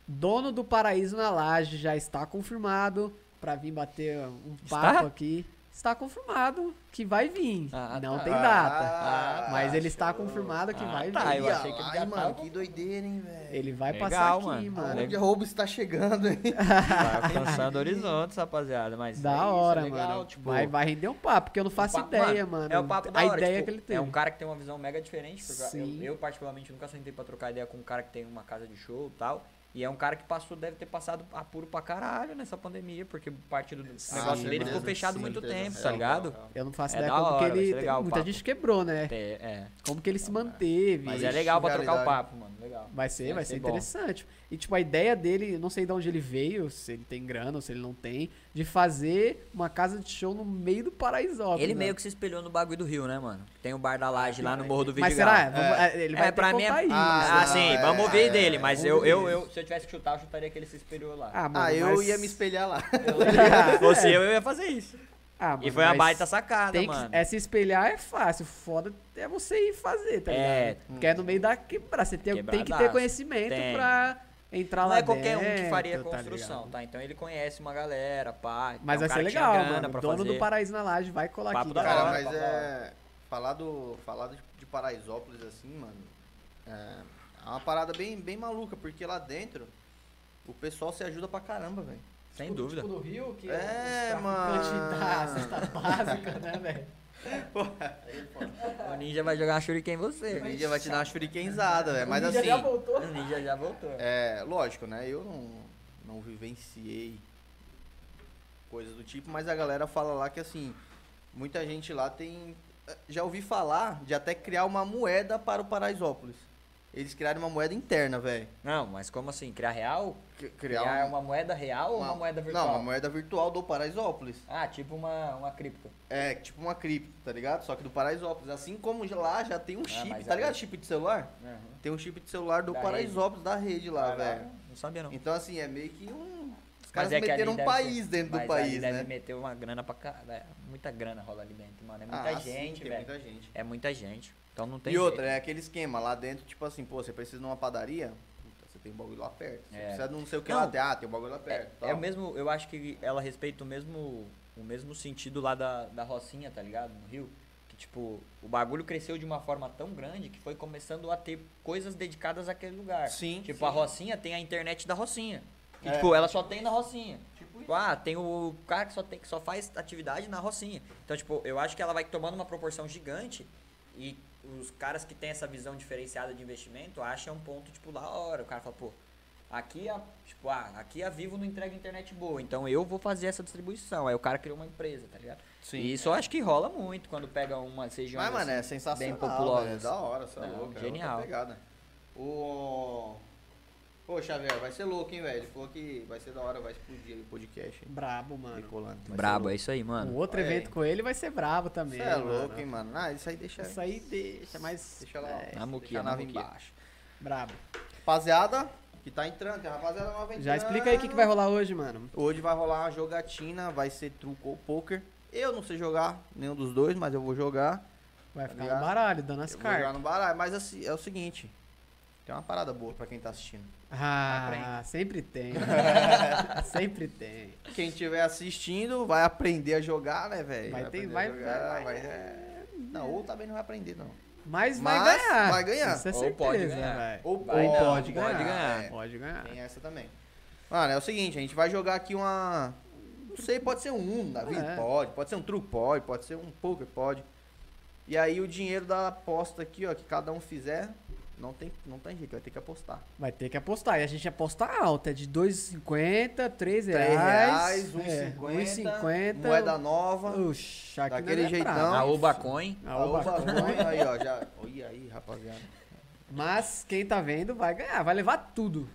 [SPEAKER 2] Dono do Paraíso na Laje já está confirmado pra vir bater um
[SPEAKER 3] Está?
[SPEAKER 2] papo aqui. Está confirmado que vai vir.
[SPEAKER 3] Ah,
[SPEAKER 2] não
[SPEAKER 3] tá.
[SPEAKER 2] tem data.
[SPEAKER 1] Ah,
[SPEAKER 2] mas ele está
[SPEAKER 1] show.
[SPEAKER 2] confirmado que
[SPEAKER 3] Ah,
[SPEAKER 2] vai
[SPEAKER 3] tá,
[SPEAKER 2] vir.
[SPEAKER 3] eu achei que ele já
[SPEAKER 1] Ai, mano,
[SPEAKER 3] tava-
[SPEAKER 1] que doideira, hein, velho.
[SPEAKER 2] Ele né? vai
[SPEAKER 3] Legal,
[SPEAKER 2] passar aqui,
[SPEAKER 3] mano.
[SPEAKER 2] mano.
[SPEAKER 1] Onde a roubo está chegando, hein?
[SPEAKER 3] Vai alcançando horizontes, rapaziada. Mas é
[SPEAKER 2] Da
[SPEAKER 3] isso, é
[SPEAKER 2] hora,
[SPEAKER 3] legal,
[SPEAKER 2] mano.
[SPEAKER 3] tipo,
[SPEAKER 2] vai, vai render um papo, porque eu não
[SPEAKER 3] o
[SPEAKER 2] faço
[SPEAKER 3] papo-
[SPEAKER 2] ideia, mano.
[SPEAKER 3] É o papo da
[SPEAKER 2] A
[SPEAKER 3] hora,
[SPEAKER 2] ideia
[SPEAKER 3] tipo,
[SPEAKER 2] que ele tem.
[SPEAKER 3] É um cara que tem uma visão mega diferente. Porque eu-
[SPEAKER 2] Sim.
[SPEAKER 3] eu, particularmente, nunca sentei pra trocar ideia com um cara que tem uma casa de show e tal. E é um cara que passou, deve ter passado apuro pra caralho nessa pandemia, porque parte do
[SPEAKER 1] Ah,
[SPEAKER 3] negócio dele
[SPEAKER 1] certeza,
[SPEAKER 3] ficou fechado
[SPEAKER 1] sim,
[SPEAKER 3] muito
[SPEAKER 1] certeza.
[SPEAKER 3] tempo,
[SPEAKER 1] É,
[SPEAKER 3] tá ligado?
[SPEAKER 1] é,
[SPEAKER 2] Eu não faço
[SPEAKER 3] É
[SPEAKER 2] ideia
[SPEAKER 3] da
[SPEAKER 2] como
[SPEAKER 3] hora,
[SPEAKER 2] que
[SPEAKER 3] vai
[SPEAKER 2] ele.
[SPEAKER 3] ser legal o
[SPEAKER 2] muita
[SPEAKER 3] papo.
[SPEAKER 2] gente quebrou, né?
[SPEAKER 3] É, é.
[SPEAKER 2] Como que ele se manteve.
[SPEAKER 3] Mas é
[SPEAKER 1] Vixe,
[SPEAKER 3] legal pra trocar o
[SPEAKER 1] realidade.
[SPEAKER 3] papo, mano. Legal.
[SPEAKER 2] Vai ser,
[SPEAKER 3] Deve
[SPEAKER 2] vai ser,
[SPEAKER 3] bom.
[SPEAKER 2] interessante. E, tipo, a ideia dele, não sei de onde ele veio, se ele tem grana ou se ele não tem, de fazer uma casa de show no meio do Paraisópolis.
[SPEAKER 3] Ele
[SPEAKER 2] né?
[SPEAKER 3] meio que se espelhou no bagulho do Rio, né, mano? Tem o bar da laje lá no Morro do Vidigal.
[SPEAKER 2] Mas será? Vamos-
[SPEAKER 1] É.
[SPEAKER 2] é, Ele
[SPEAKER 3] É,
[SPEAKER 2] vai ter
[SPEAKER 3] pra
[SPEAKER 2] que
[SPEAKER 3] mim é-
[SPEAKER 2] contar isso,
[SPEAKER 1] Ah,
[SPEAKER 3] Ah,
[SPEAKER 2] né?
[SPEAKER 1] não,
[SPEAKER 3] sim,
[SPEAKER 1] é,
[SPEAKER 3] vamos ouvir
[SPEAKER 1] é,
[SPEAKER 3] dele, mas
[SPEAKER 1] vamos
[SPEAKER 3] eu,
[SPEAKER 1] ver
[SPEAKER 3] eu,
[SPEAKER 1] dele.
[SPEAKER 3] eu, se eu tivesse que chutar, eu Ah, chutaria que ele se espelhou lá.
[SPEAKER 2] Ah, mano,
[SPEAKER 1] Ah, eu
[SPEAKER 2] mas-
[SPEAKER 1] ia me espelhar lá.
[SPEAKER 3] Você, eu ia fazer isso.
[SPEAKER 2] Ah, mano,
[SPEAKER 3] E foi uma
[SPEAKER 2] mas
[SPEAKER 3] baita sacada,
[SPEAKER 2] tem que-
[SPEAKER 3] mano.
[SPEAKER 2] é se espelhar é fácil, foda é você ir fazer, tá
[SPEAKER 3] É.
[SPEAKER 2] ligado? Porque é no meio da quebrada, você tem, tem que ter
[SPEAKER 3] Quebradaço.
[SPEAKER 2] conhecimento
[SPEAKER 3] Tem.
[SPEAKER 2] pra entrar
[SPEAKER 3] Não
[SPEAKER 2] lá
[SPEAKER 3] é qualquer um que
[SPEAKER 2] dentro,
[SPEAKER 3] faria a
[SPEAKER 2] tá
[SPEAKER 3] construção,
[SPEAKER 2] ligado?
[SPEAKER 3] tá? Então ele conhece uma galera, pá. é
[SPEAKER 2] Mas
[SPEAKER 3] um
[SPEAKER 2] vai
[SPEAKER 3] cara
[SPEAKER 2] ser
[SPEAKER 3] que tinha
[SPEAKER 2] legal,
[SPEAKER 3] grana
[SPEAKER 2] mano.
[SPEAKER 3] pra
[SPEAKER 2] Dono do
[SPEAKER 3] fazer.
[SPEAKER 2] Paraíso na Laje, vai colar
[SPEAKER 3] Papo
[SPEAKER 2] aqui.
[SPEAKER 3] da
[SPEAKER 1] Cara,
[SPEAKER 3] hora,
[SPEAKER 1] mas
[SPEAKER 2] tá
[SPEAKER 3] papo
[SPEAKER 1] é. Falar, do, falar de, de Paraisópolis assim, mano. É, é uma parada bem, bem maluca, porque lá dentro o pessoal se ajuda pra caramba, velho.
[SPEAKER 3] Sem dúvida.
[SPEAKER 2] do Rio, que
[SPEAKER 1] é É, os traficantes mano. da cesta
[SPEAKER 3] tá
[SPEAKER 2] básica, né, velho?
[SPEAKER 3] O ninja vai jogar uma shuriken em você.
[SPEAKER 1] O ninja vai te dar uma shuriquenzada, velho. Mas assim.
[SPEAKER 2] voltou.
[SPEAKER 3] né? O é ninja já voltou.
[SPEAKER 1] É, lógico, né? Eu não, não vivenciei coisas do tipo, mas a galera fala lá que assim, muita gente lá tem. Já ouvi falar de até criar uma moeda para o Paraisópolis. Eles criaram uma moeda interna, velho.
[SPEAKER 3] Não, mas como assim? Criar real?
[SPEAKER 1] Criar, um-
[SPEAKER 3] Criar, uma moeda real ou uma moeda virtual?
[SPEAKER 1] Não, uma moeda virtual do Paraisópolis.
[SPEAKER 3] Ah, tipo uma, uma cripto.
[SPEAKER 1] É, tipo uma cripto, tá ligado? Só que do Paraisópolis. Assim como lá já tem um chip,
[SPEAKER 3] Ah, mas
[SPEAKER 1] tá
[SPEAKER 3] aí-
[SPEAKER 1] ligado? Chip de celular? Tem um chip de celular do
[SPEAKER 3] Da rede. um
[SPEAKER 1] Paraisópolis, da rede lá,
[SPEAKER 3] Caraca,
[SPEAKER 1] velho.
[SPEAKER 3] Não sabia não.
[SPEAKER 1] Então, assim, é meio que um. Os
[SPEAKER 3] Mas
[SPEAKER 1] caras
[SPEAKER 3] é que ali
[SPEAKER 1] meteram um
[SPEAKER 3] deve
[SPEAKER 1] país
[SPEAKER 3] ter-
[SPEAKER 1] dentro do
[SPEAKER 3] mas ali
[SPEAKER 1] país,
[SPEAKER 3] deve
[SPEAKER 1] né?
[SPEAKER 3] meter uma grana pra caralho. Muita grana rola ali dentro, mano. É muita
[SPEAKER 1] Ah, sim,
[SPEAKER 3] gente,
[SPEAKER 1] tem
[SPEAKER 3] velho.
[SPEAKER 1] muita gente.
[SPEAKER 3] É muita gente. Então não tem
[SPEAKER 1] E outra,
[SPEAKER 3] jeito.
[SPEAKER 1] é aquele esquema lá dentro, tipo assim, pô, você precisa de uma padaria, puta, você tem um bagulho lá perto. Você
[SPEAKER 3] É.
[SPEAKER 1] precisa de um não sei o que
[SPEAKER 3] Não.
[SPEAKER 1] lá dentro, ah, tem um bagulho lá perto.
[SPEAKER 3] É,
[SPEAKER 1] tal.
[SPEAKER 3] é o mesmo, eu acho que ela respeita o mesmo, o mesmo sentido lá da, da Rocinha, tá ligado? No Rio. Que, tipo, o bagulho cresceu de uma forma tão grande que foi começando a ter coisas dedicadas àquele lugar.
[SPEAKER 1] Sim,
[SPEAKER 3] Tipo,
[SPEAKER 1] sim.
[SPEAKER 3] a Rocinha tem a internet da Rocinha. Que,
[SPEAKER 1] É.
[SPEAKER 3] tipo, ela só tem na Rocinha.
[SPEAKER 1] Tipo
[SPEAKER 3] Tipo, ah, tem o cara que só, tem, que só faz atividade na Rocinha. Então, tipo, eu acho que ela vai tomando uma proporção gigante e os caras que têm essa visão diferenciada de investimento acham um ponto, tipo, da hora. O cara fala, pô, aqui a, tipo, ah, aqui a Vivo não entrega internet boa, então eu vou fazer essa distribuição. Aí o cara criou uma empresa, tá ligado?
[SPEAKER 1] Sim.
[SPEAKER 3] E isso eu acho que rola muito quando pega umas regiões
[SPEAKER 1] Mas, mano, é
[SPEAKER 3] assim,
[SPEAKER 1] sensacional.
[SPEAKER 3] bem
[SPEAKER 1] velho, É
[SPEAKER 3] populosas.
[SPEAKER 1] da hora, você é
[SPEAKER 3] Não,
[SPEAKER 1] louco. É
[SPEAKER 3] genial.
[SPEAKER 1] outra pegada. O. Pô, Xavier, vai ser louco, hein, velho? Ele falou que vai ser da hora, vai explodir aí o podcast. hein?
[SPEAKER 2] Brabo, mano.
[SPEAKER 1] Decolando. Vai ser
[SPEAKER 3] Brabo,
[SPEAKER 1] louco.
[SPEAKER 3] é isso aí,
[SPEAKER 2] Um
[SPEAKER 3] mano.
[SPEAKER 2] outro
[SPEAKER 1] Olha aí.
[SPEAKER 2] evento com ele vai ser brabo também.
[SPEAKER 1] Você é
[SPEAKER 2] mano.
[SPEAKER 1] louco, hein, mano? Ah, isso aí deixa.
[SPEAKER 2] Isso aí deixa, mas.
[SPEAKER 1] Deixa lá,
[SPEAKER 2] É,
[SPEAKER 1] ó.
[SPEAKER 3] Na
[SPEAKER 1] deixa
[SPEAKER 3] muquia,
[SPEAKER 1] a
[SPEAKER 3] na
[SPEAKER 1] nave
[SPEAKER 3] muquia.
[SPEAKER 1] embaixo.
[SPEAKER 2] brabo.
[SPEAKER 1] Rapaziada, que tá entrando, que a rapaziada nova entrando.
[SPEAKER 2] Já explica aí o que, que vai rolar hoje, mano.
[SPEAKER 1] Hoje vai rolar uma jogatina, vai ser truco ou poker. Eu não sei jogar nenhum dos dois, mas eu vou jogar.
[SPEAKER 2] Vai ficar no
[SPEAKER 1] Tá ligado?
[SPEAKER 2] baralho, dando as
[SPEAKER 1] eu vou jogar
[SPEAKER 2] cartas.
[SPEAKER 1] no baralho. Mas assim, é o seguinte, tem uma parada boa pra quem tá assistindo.
[SPEAKER 2] Ah, sempre tem. sempre tem.
[SPEAKER 1] Quem estiver assistindo vai aprender a jogar, né, velho?
[SPEAKER 2] Vai ter-
[SPEAKER 1] aprender a
[SPEAKER 2] vai-
[SPEAKER 1] jogar,
[SPEAKER 2] vai-
[SPEAKER 1] vai- é. Não, ou também não vai aprender, não.
[SPEAKER 2] Mas vai
[SPEAKER 1] Mas
[SPEAKER 2] ganhar.
[SPEAKER 1] vai ganhar.
[SPEAKER 2] Isso é
[SPEAKER 3] Ou pode
[SPEAKER 2] certeza,
[SPEAKER 3] ganhar.
[SPEAKER 2] velho.
[SPEAKER 1] Ou
[SPEAKER 3] Vai,
[SPEAKER 1] ou
[SPEAKER 3] não,
[SPEAKER 2] pode ganhar.
[SPEAKER 3] Pode ganhar.
[SPEAKER 1] É,
[SPEAKER 2] Pode ganhar.
[SPEAKER 1] Tem essa também. Mano, é o seguinte, a gente vai jogar aqui uma. Não sei, pode ser um Uno da vida,
[SPEAKER 2] É.
[SPEAKER 1] pode, pode ser um truco, pode, pode ser um poker, pode. E aí o dinheiro da aposta aqui, ó, que cada um fizer, não tem, não tem jeito, vai ter que apostar.
[SPEAKER 2] Vai ter que apostar. E a gente aposta alta. É de 2,50,
[SPEAKER 1] 3
[SPEAKER 2] 3 reais.
[SPEAKER 1] reais, 1,50,
[SPEAKER 2] É, 1,50.
[SPEAKER 1] moeda nova.
[SPEAKER 2] Oxa, aqui
[SPEAKER 1] Daquele
[SPEAKER 2] não é
[SPEAKER 1] jeitão.
[SPEAKER 2] prato.
[SPEAKER 3] A Oba Coin.
[SPEAKER 2] A Oba
[SPEAKER 1] Oba,
[SPEAKER 2] Coin.
[SPEAKER 1] Coin, aí, ó, já. Olha aí, rapaziada.
[SPEAKER 2] Mas quem tá vendo vai ganhar. Vai levar tudo.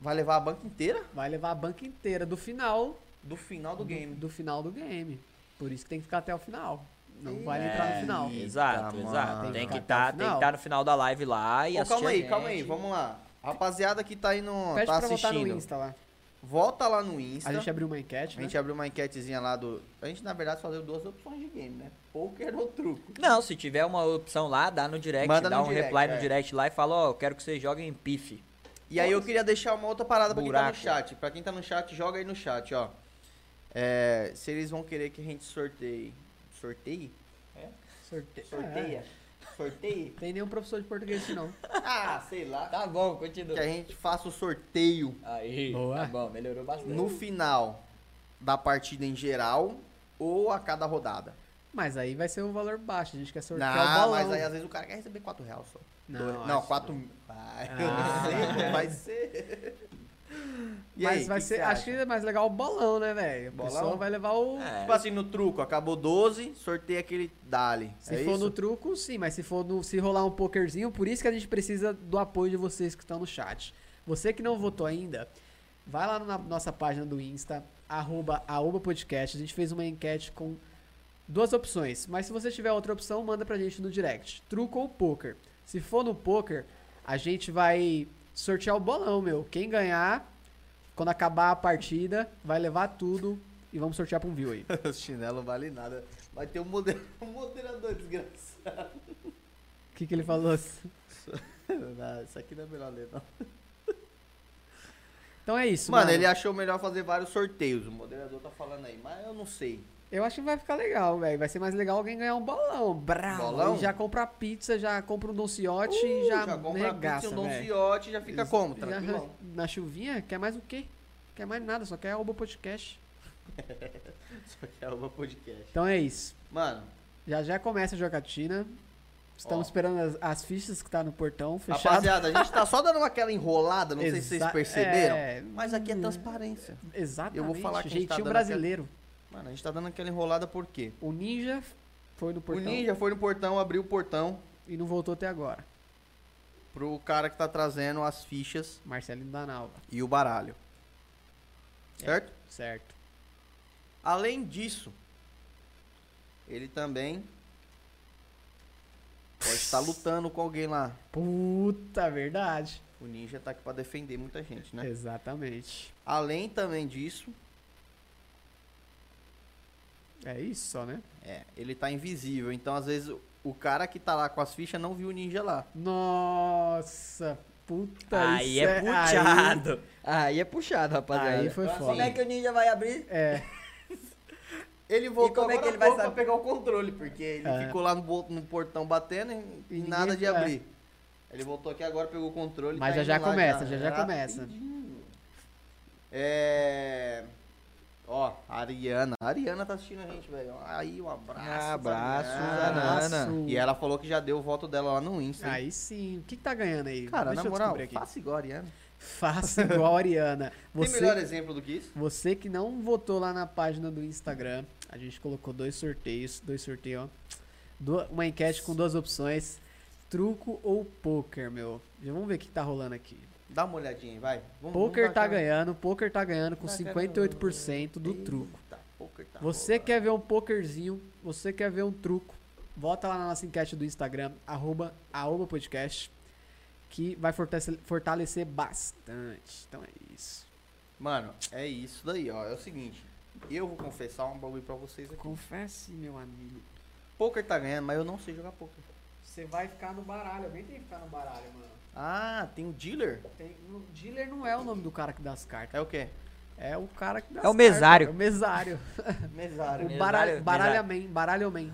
[SPEAKER 1] Vai levar a banca inteira
[SPEAKER 2] Vai levar a banca inteira do final
[SPEAKER 1] do final do game.
[SPEAKER 2] Do final do game. Por isso que tem que ficar até o final. Não vale entrar no
[SPEAKER 1] É,
[SPEAKER 2] final.
[SPEAKER 1] Eita,
[SPEAKER 3] Exato,
[SPEAKER 1] mano.
[SPEAKER 3] exato. Tem que
[SPEAKER 2] Tem que tá
[SPEAKER 3] estar
[SPEAKER 2] no
[SPEAKER 3] tem que
[SPEAKER 2] final.
[SPEAKER 3] tá no final da live lá e
[SPEAKER 1] Ô,
[SPEAKER 3] assistir.
[SPEAKER 1] calma
[SPEAKER 3] a
[SPEAKER 1] aí,
[SPEAKER 3] gente.
[SPEAKER 1] calma aí, vamos lá. Rapaziada que tá aí no.
[SPEAKER 2] Pede
[SPEAKER 1] tá
[SPEAKER 2] pra votar no
[SPEAKER 1] assistindo.
[SPEAKER 2] Insta lá.
[SPEAKER 1] Volta lá no Insta.
[SPEAKER 2] A gente abriu uma enquete,
[SPEAKER 1] A
[SPEAKER 2] né?
[SPEAKER 1] gente abriu uma enquetezinha lá do. A gente, na verdade, só deu duas opções de game, né? Poker ou truco.
[SPEAKER 3] Não, se tiver uma opção lá, dá no direct,
[SPEAKER 1] Manda
[SPEAKER 3] dá
[SPEAKER 1] no
[SPEAKER 3] um
[SPEAKER 1] direct,
[SPEAKER 3] reply
[SPEAKER 1] é.
[SPEAKER 3] no direct lá e fala, ó, eu quero que vocês joguem em pife.
[SPEAKER 1] E aí eu queria deixar uma outra parada pra quem tá no
[SPEAKER 3] Buraco.
[SPEAKER 1] chat. Pra quem tá no chat, joga aí no chat, ó. É, se eles vão querer que a gente sorteie. Sorteie?
[SPEAKER 2] Sorteio.
[SPEAKER 1] Sorteia? Sorteie?
[SPEAKER 2] É, Tem nenhum professor de português aqui, não.
[SPEAKER 1] Ah, sei lá.
[SPEAKER 3] Tá bom,
[SPEAKER 1] Que
[SPEAKER 3] continua.
[SPEAKER 1] a gente faça o sorteio
[SPEAKER 3] Aí,
[SPEAKER 2] Boa.
[SPEAKER 3] tá bom, melhorou bastante.
[SPEAKER 4] É.
[SPEAKER 1] no final da partida em geral ou a cada rodada.
[SPEAKER 2] Mas aí vai ser um valor baixo. A gente quer sortear o
[SPEAKER 1] Não,
[SPEAKER 2] balão.
[SPEAKER 1] mas aí às vezes o cara quer receber 4 reais só.
[SPEAKER 2] Não,
[SPEAKER 1] Dois-
[SPEAKER 2] acho
[SPEAKER 1] não
[SPEAKER 2] que
[SPEAKER 1] 4 mil. Vai, eu
[SPEAKER 2] Ah.
[SPEAKER 1] não sei, pô, vai ser. E
[SPEAKER 2] mas
[SPEAKER 1] aí,
[SPEAKER 2] vai
[SPEAKER 1] que
[SPEAKER 2] ser.
[SPEAKER 1] você
[SPEAKER 2] Acho
[SPEAKER 1] acha?
[SPEAKER 2] que é mais legal o bolão, né, velho? O
[SPEAKER 1] Bolão?
[SPEAKER 2] pessoal vai levar o.
[SPEAKER 4] É.
[SPEAKER 1] Tipo assim, no truco, acabou 12, sorteia aquele Dali.
[SPEAKER 2] Se
[SPEAKER 1] é
[SPEAKER 2] for
[SPEAKER 1] isso?
[SPEAKER 2] no truco, sim, mas se for no, se rolar um pokerzinho, por isso que a gente precisa do apoio de vocês que estão no chat. Você que não votou ainda, vai lá na nossa página do Insta, arroba Aoba Podcast. A gente fez uma enquete com duas opções, mas se você tiver outra opção, manda pra gente no direct. Truco ou poker. Se for no poker, a gente vai sortear o bolão, meu. Quem ganhar, quando acabar a partida, vai levar tudo e vamos sortear pra um view aí.
[SPEAKER 1] Os chinelos não vale nada. Vai ter um moder- um moderador desgraçado.
[SPEAKER 2] O que, que ele falou?
[SPEAKER 1] Não, isso aqui não é melhor ler, não.
[SPEAKER 2] Então é isso.
[SPEAKER 1] Mano, ele achou melhor fazer vários sorteios. O moderador tá falando aí, mas eu não sei.
[SPEAKER 2] Eu acho que vai ficar legal, velho. Vai ser mais legal alguém ganhar um bolão. Brau,
[SPEAKER 1] Bolão? Uh,
[SPEAKER 2] E já compra a pizza, já compra um donciote e já,
[SPEAKER 1] compra a
[SPEAKER 2] regaça,
[SPEAKER 1] pizza, um
[SPEAKER 2] velho.
[SPEAKER 1] donciote, já fica como?
[SPEAKER 2] Já arran-
[SPEAKER 1] Tranquilão.
[SPEAKER 2] Na chuvinha, quer mais o quê? Quer mais nada, só quer o podcast.
[SPEAKER 1] Isso aqui é uma podcast.
[SPEAKER 2] Então é isso.
[SPEAKER 1] Mano,
[SPEAKER 2] Já já começa a jogatina. Estamos
[SPEAKER 1] Ó.
[SPEAKER 2] esperando as, as fichas que tá no portão, fechado.
[SPEAKER 1] rapaziada, a gente tá só dando aquela enrolada, não sei se vocês
[SPEAKER 2] Exa-
[SPEAKER 1] perceberam.
[SPEAKER 2] é,
[SPEAKER 1] Mas aqui é transparência.
[SPEAKER 2] Exatamente.
[SPEAKER 1] Eu vou falar que a gente tá
[SPEAKER 2] Jeitinho
[SPEAKER 1] dando
[SPEAKER 2] brasileiro.
[SPEAKER 1] Mano, a gente tá dando aquela enrolada por quê?
[SPEAKER 2] O ninja foi no portão
[SPEAKER 1] O ninja foi no portão, abriu o portão
[SPEAKER 2] e não voltou até agora.
[SPEAKER 1] pro cara que tá trazendo as fichas
[SPEAKER 2] Marcelino Danalva.
[SPEAKER 1] e o baralho.
[SPEAKER 2] É.
[SPEAKER 1] Certo?
[SPEAKER 2] Certo.
[SPEAKER 1] Além disso, ele também pode estar lutando com alguém lá.
[SPEAKER 2] Puta verdade.
[SPEAKER 1] O ninja tá aqui pra defender muita gente,
[SPEAKER 2] É.
[SPEAKER 1] né?
[SPEAKER 2] Exatamente.
[SPEAKER 1] Além também disso,
[SPEAKER 2] É isso só, né?
[SPEAKER 1] é, ele tá invisível. Então, às vezes, o- o cara que tá lá com as fichas não viu o ninja lá.
[SPEAKER 2] Nossa, puta
[SPEAKER 4] Aí
[SPEAKER 2] isso
[SPEAKER 4] é puxado. Aí é puxado, rapaziada.
[SPEAKER 2] Aí foi
[SPEAKER 4] Então,
[SPEAKER 2] foda.
[SPEAKER 4] Como é que o ninja vai abrir?
[SPEAKER 2] Aí, é,
[SPEAKER 1] Ele voltou
[SPEAKER 4] como é
[SPEAKER 1] agora
[SPEAKER 4] que ele
[SPEAKER 1] há
[SPEAKER 4] vai
[SPEAKER 1] pouco
[SPEAKER 4] saber?
[SPEAKER 1] pra pegar o controle, porque ele
[SPEAKER 2] É.
[SPEAKER 1] ficou lá no, bo- no portão batendo
[SPEAKER 2] E
[SPEAKER 1] e, e
[SPEAKER 2] ninguém-
[SPEAKER 1] nada de
[SPEAKER 2] é.
[SPEAKER 1] abrir. Ele voltou aqui agora, pegou o controle.
[SPEAKER 2] Mas
[SPEAKER 1] tá
[SPEAKER 2] já já
[SPEAKER 1] indo lá
[SPEAKER 2] começa, já já começa.
[SPEAKER 1] rapidinho. É... Ó, a Ariana. A Ariana tá assistindo a gente, velho. Aí, um abraço.
[SPEAKER 4] Abraço,
[SPEAKER 1] Ariana.
[SPEAKER 4] Ariana.
[SPEAKER 2] abraço.
[SPEAKER 1] E ela falou que já deu o voto dela lá no Insta. hein?
[SPEAKER 2] aí sim. O que, que tá ganhando aí?
[SPEAKER 1] Cara,
[SPEAKER 2] Deixa
[SPEAKER 1] na
[SPEAKER 2] eu
[SPEAKER 1] moral,
[SPEAKER 2] descobrir aqui.
[SPEAKER 1] faça igual a Ariana.
[SPEAKER 2] Faça igual a Ariana.
[SPEAKER 1] Tem melhor
[SPEAKER 2] Você,
[SPEAKER 1] exemplo do que isso?
[SPEAKER 2] você que não votou lá na página do Instagram, a gente colocou dois sorteios, dois sorteios, ó. Du- uma enquete com duas opções, truco ou poker, meu. Já vamos ver o que tá rolando aqui.
[SPEAKER 1] Dá uma olhadinha, aí, vai. Vamos,
[SPEAKER 2] Poker
[SPEAKER 1] vamos dar
[SPEAKER 2] tá
[SPEAKER 1] aquela-
[SPEAKER 2] ganhando, poker tá ganhando com
[SPEAKER 1] Tá
[SPEAKER 2] 58% do
[SPEAKER 1] Eita,
[SPEAKER 2] truco.
[SPEAKER 1] poker tá
[SPEAKER 2] Você
[SPEAKER 1] rolando.
[SPEAKER 2] quer ver um pokerzinho, você quer ver um truco, volta lá na nossa enquete do Instagram, arroba, arroba podcast, que vai fortalecer, fortalecer bastante. Então é isso.
[SPEAKER 1] Mano, é isso daí, ó. É o seguinte. Eu vou confessar um bagulho pra vocês aqui.
[SPEAKER 2] Confesse, meu amigo.
[SPEAKER 1] Poker tá ganhando, mas eu não sei jogar poker.
[SPEAKER 2] Você vai ficar no baralho. Alguém tem que ficar no baralho, mano.
[SPEAKER 1] Ah, tem o dealer?
[SPEAKER 2] Tem, no, dealer não é o nome do cara que dá as cartas.
[SPEAKER 1] É o quê?
[SPEAKER 2] É o cara que dá
[SPEAKER 4] É o
[SPEAKER 2] as
[SPEAKER 4] mesário.
[SPEAKER 2] Cartas, é o mesário.
[SPEAKER 1] Mesário.
[SPEAKER 2] O
[SPEAKER 4] Mesário,
[SPEAKER 2] baralho,
[SPEAKER 4] mesário.
[SPEAKER 2] baralhaman, baralhoman.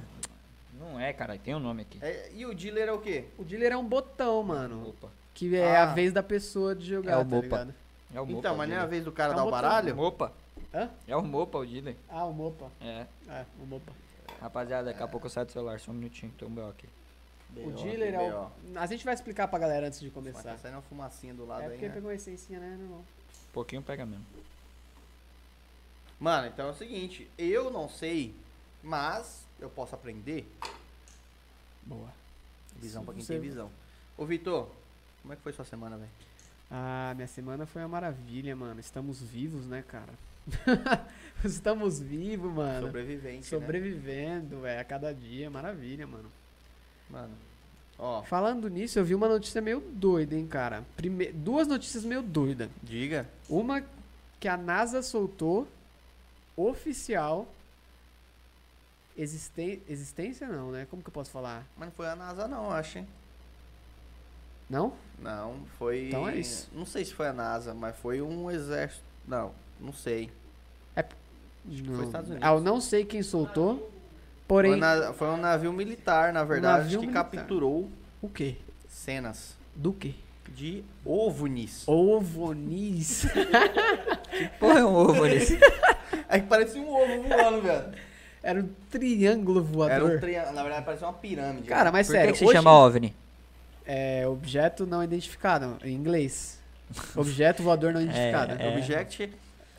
[SPEAKER 4] Não é, cara. Tem um nome aqui.
[SPEAKER 1] É, e o dealer é o quê?
[SPEAKER 2] O dealer é um botão, mano.
[SPEAKER 4] Opa.
[SPEAKER 2] Que é a
[SPEAKER 1] Ah.
[SPEAKER 2] vez da pessoa de jogar,
[SPEAKER 4] É o
[SPEAKER 2] tá
[SPEAKER 4] Mopa.
[SPEAKER 2] ligado?
[SPEAKER 4] É o Mopa.
[SPEAKER 1] então,
[SPEAKER 4] o
[SPEAKER 1] mas não é a
[SPEAKER 4] dealer.
[SPEAKER 1] vez do cara
[SPEAKER 2] É um
[SPEAKER 1] dar o
[SPEAKER 2] botão.
[SPEAKER 1] baralho?
[SPEAKER 4] Mopa.
[SPEAKER 2] Hã?
[SPEAKER 4] É o Mopa, o dealer.
[SPEAKER 2] Ah, o Mopa.
[SPEAKER 4] É.
[SPEAKER 2] É, o Mopa.
[SPEAKER 4] Rapaziada,
[SPEAKER 1] É.
[SPEAKER 4] daqui a pouco eu saio do celular. Só um minutinho. Tem um B.O. aqui.
[SPEAKER 2] O dealer é o. A gente vai explicar pra galera antes de
[SPEAKER 1] Mas tá
[SPEAKER 2] começar.
[SPEAKER 1] saindo uma fumacinha do lado
[SPEAKER 2] É
[SPEAKER 1] aí,
[SPEAKER 2] porque
[SPEAKER 1] né?
[SPEAKER 2] pegou a essencinha, né, meu irmão?
[SPEAKER 4] Pouquinho pega mesmo.
[SPEAKER 1] Mano, então é o seguinte. Eu não sei, mas eu posso aprender.
[SPEAKER 2] Boa.
[SPEAKER 1] Visão pra quem
[SPEAKER 2] Você-
[SPEAKER 1] tem visão. Ô, Vitor, como é que foi sua semana, velho?
[SPEAKER 2] Ah, minha semana foi uma maravilha, mano. Estamos vivos, né, cara? Estamos vivos, mano.
[SPEAKER 1] Sobrevivente, né?
[SPEAKER 2] Sobrevivendo, velho, a cada dia. Maravilha, mano.
[SPEAKER 1] Mano, ó,
[SPEAKER 2] Falando nisso, eu vi uma notícia meio doida, hein, cara. Prime... Duas notícias meio doidas.
[SPEAKER 1] diga.
[SPEAKER 2] Uma que a NASA soltou, oficial. Existen... Existência não, né? Como que eu posso falar?
[SPEAKER 1] Mas não foi a NASA não, eu acho, hein?
[SPEAKER 2] Não?
[SPEAKER 1] Não, foi...
[SPEAKER 2] Então é isso.
[SPEAKER 1] Não sei se foi a NASA, mas foi um exército... Não, não sei.
[SPEAKER 2] não.
[SPEAKER 1] Estados Unidos.
[SPEAKER 2] Ah, eu não sei quem soltou, porém. um
[SPEAKER 1] Foi, na- foi um navio militar, na verdade,
[SPEAKER 2] navio
[SPEAKER 1] que
[SPEAKER 2] militar.
[SPEAKER 1] capturou
[SPEAKER 2] O quê?
[SPEAKER 1] cenas
[SPEAKER 2] Do quê?
[SPEAKER 1] de ovnis.
[SPEAKER 2] Ovonis.
[SPEAKER 4] Porra, é um ovo ali.
[SPEAKER 1] É que parecia um ovo voando, velho.
[SPEAKER 2] Era um triângulo voador.
[SPEAKER 1] Era um triângulo, na verdade parecia uma pirâmide.
[SPEAKER 2] Cara, mas
[SPEAKER 4] Por
[SPEAKER 2] sério,
[SPEAKER 4] que, que se
[SPEAKER 2] hoje-
[SPEAKER 4] chama OVNI?
[SPEAKER 2] É, objeto não identificado, em inglês. Objeto voador não identificado.
[SPEAKER 4] é.
[SPEAKER 1] Object,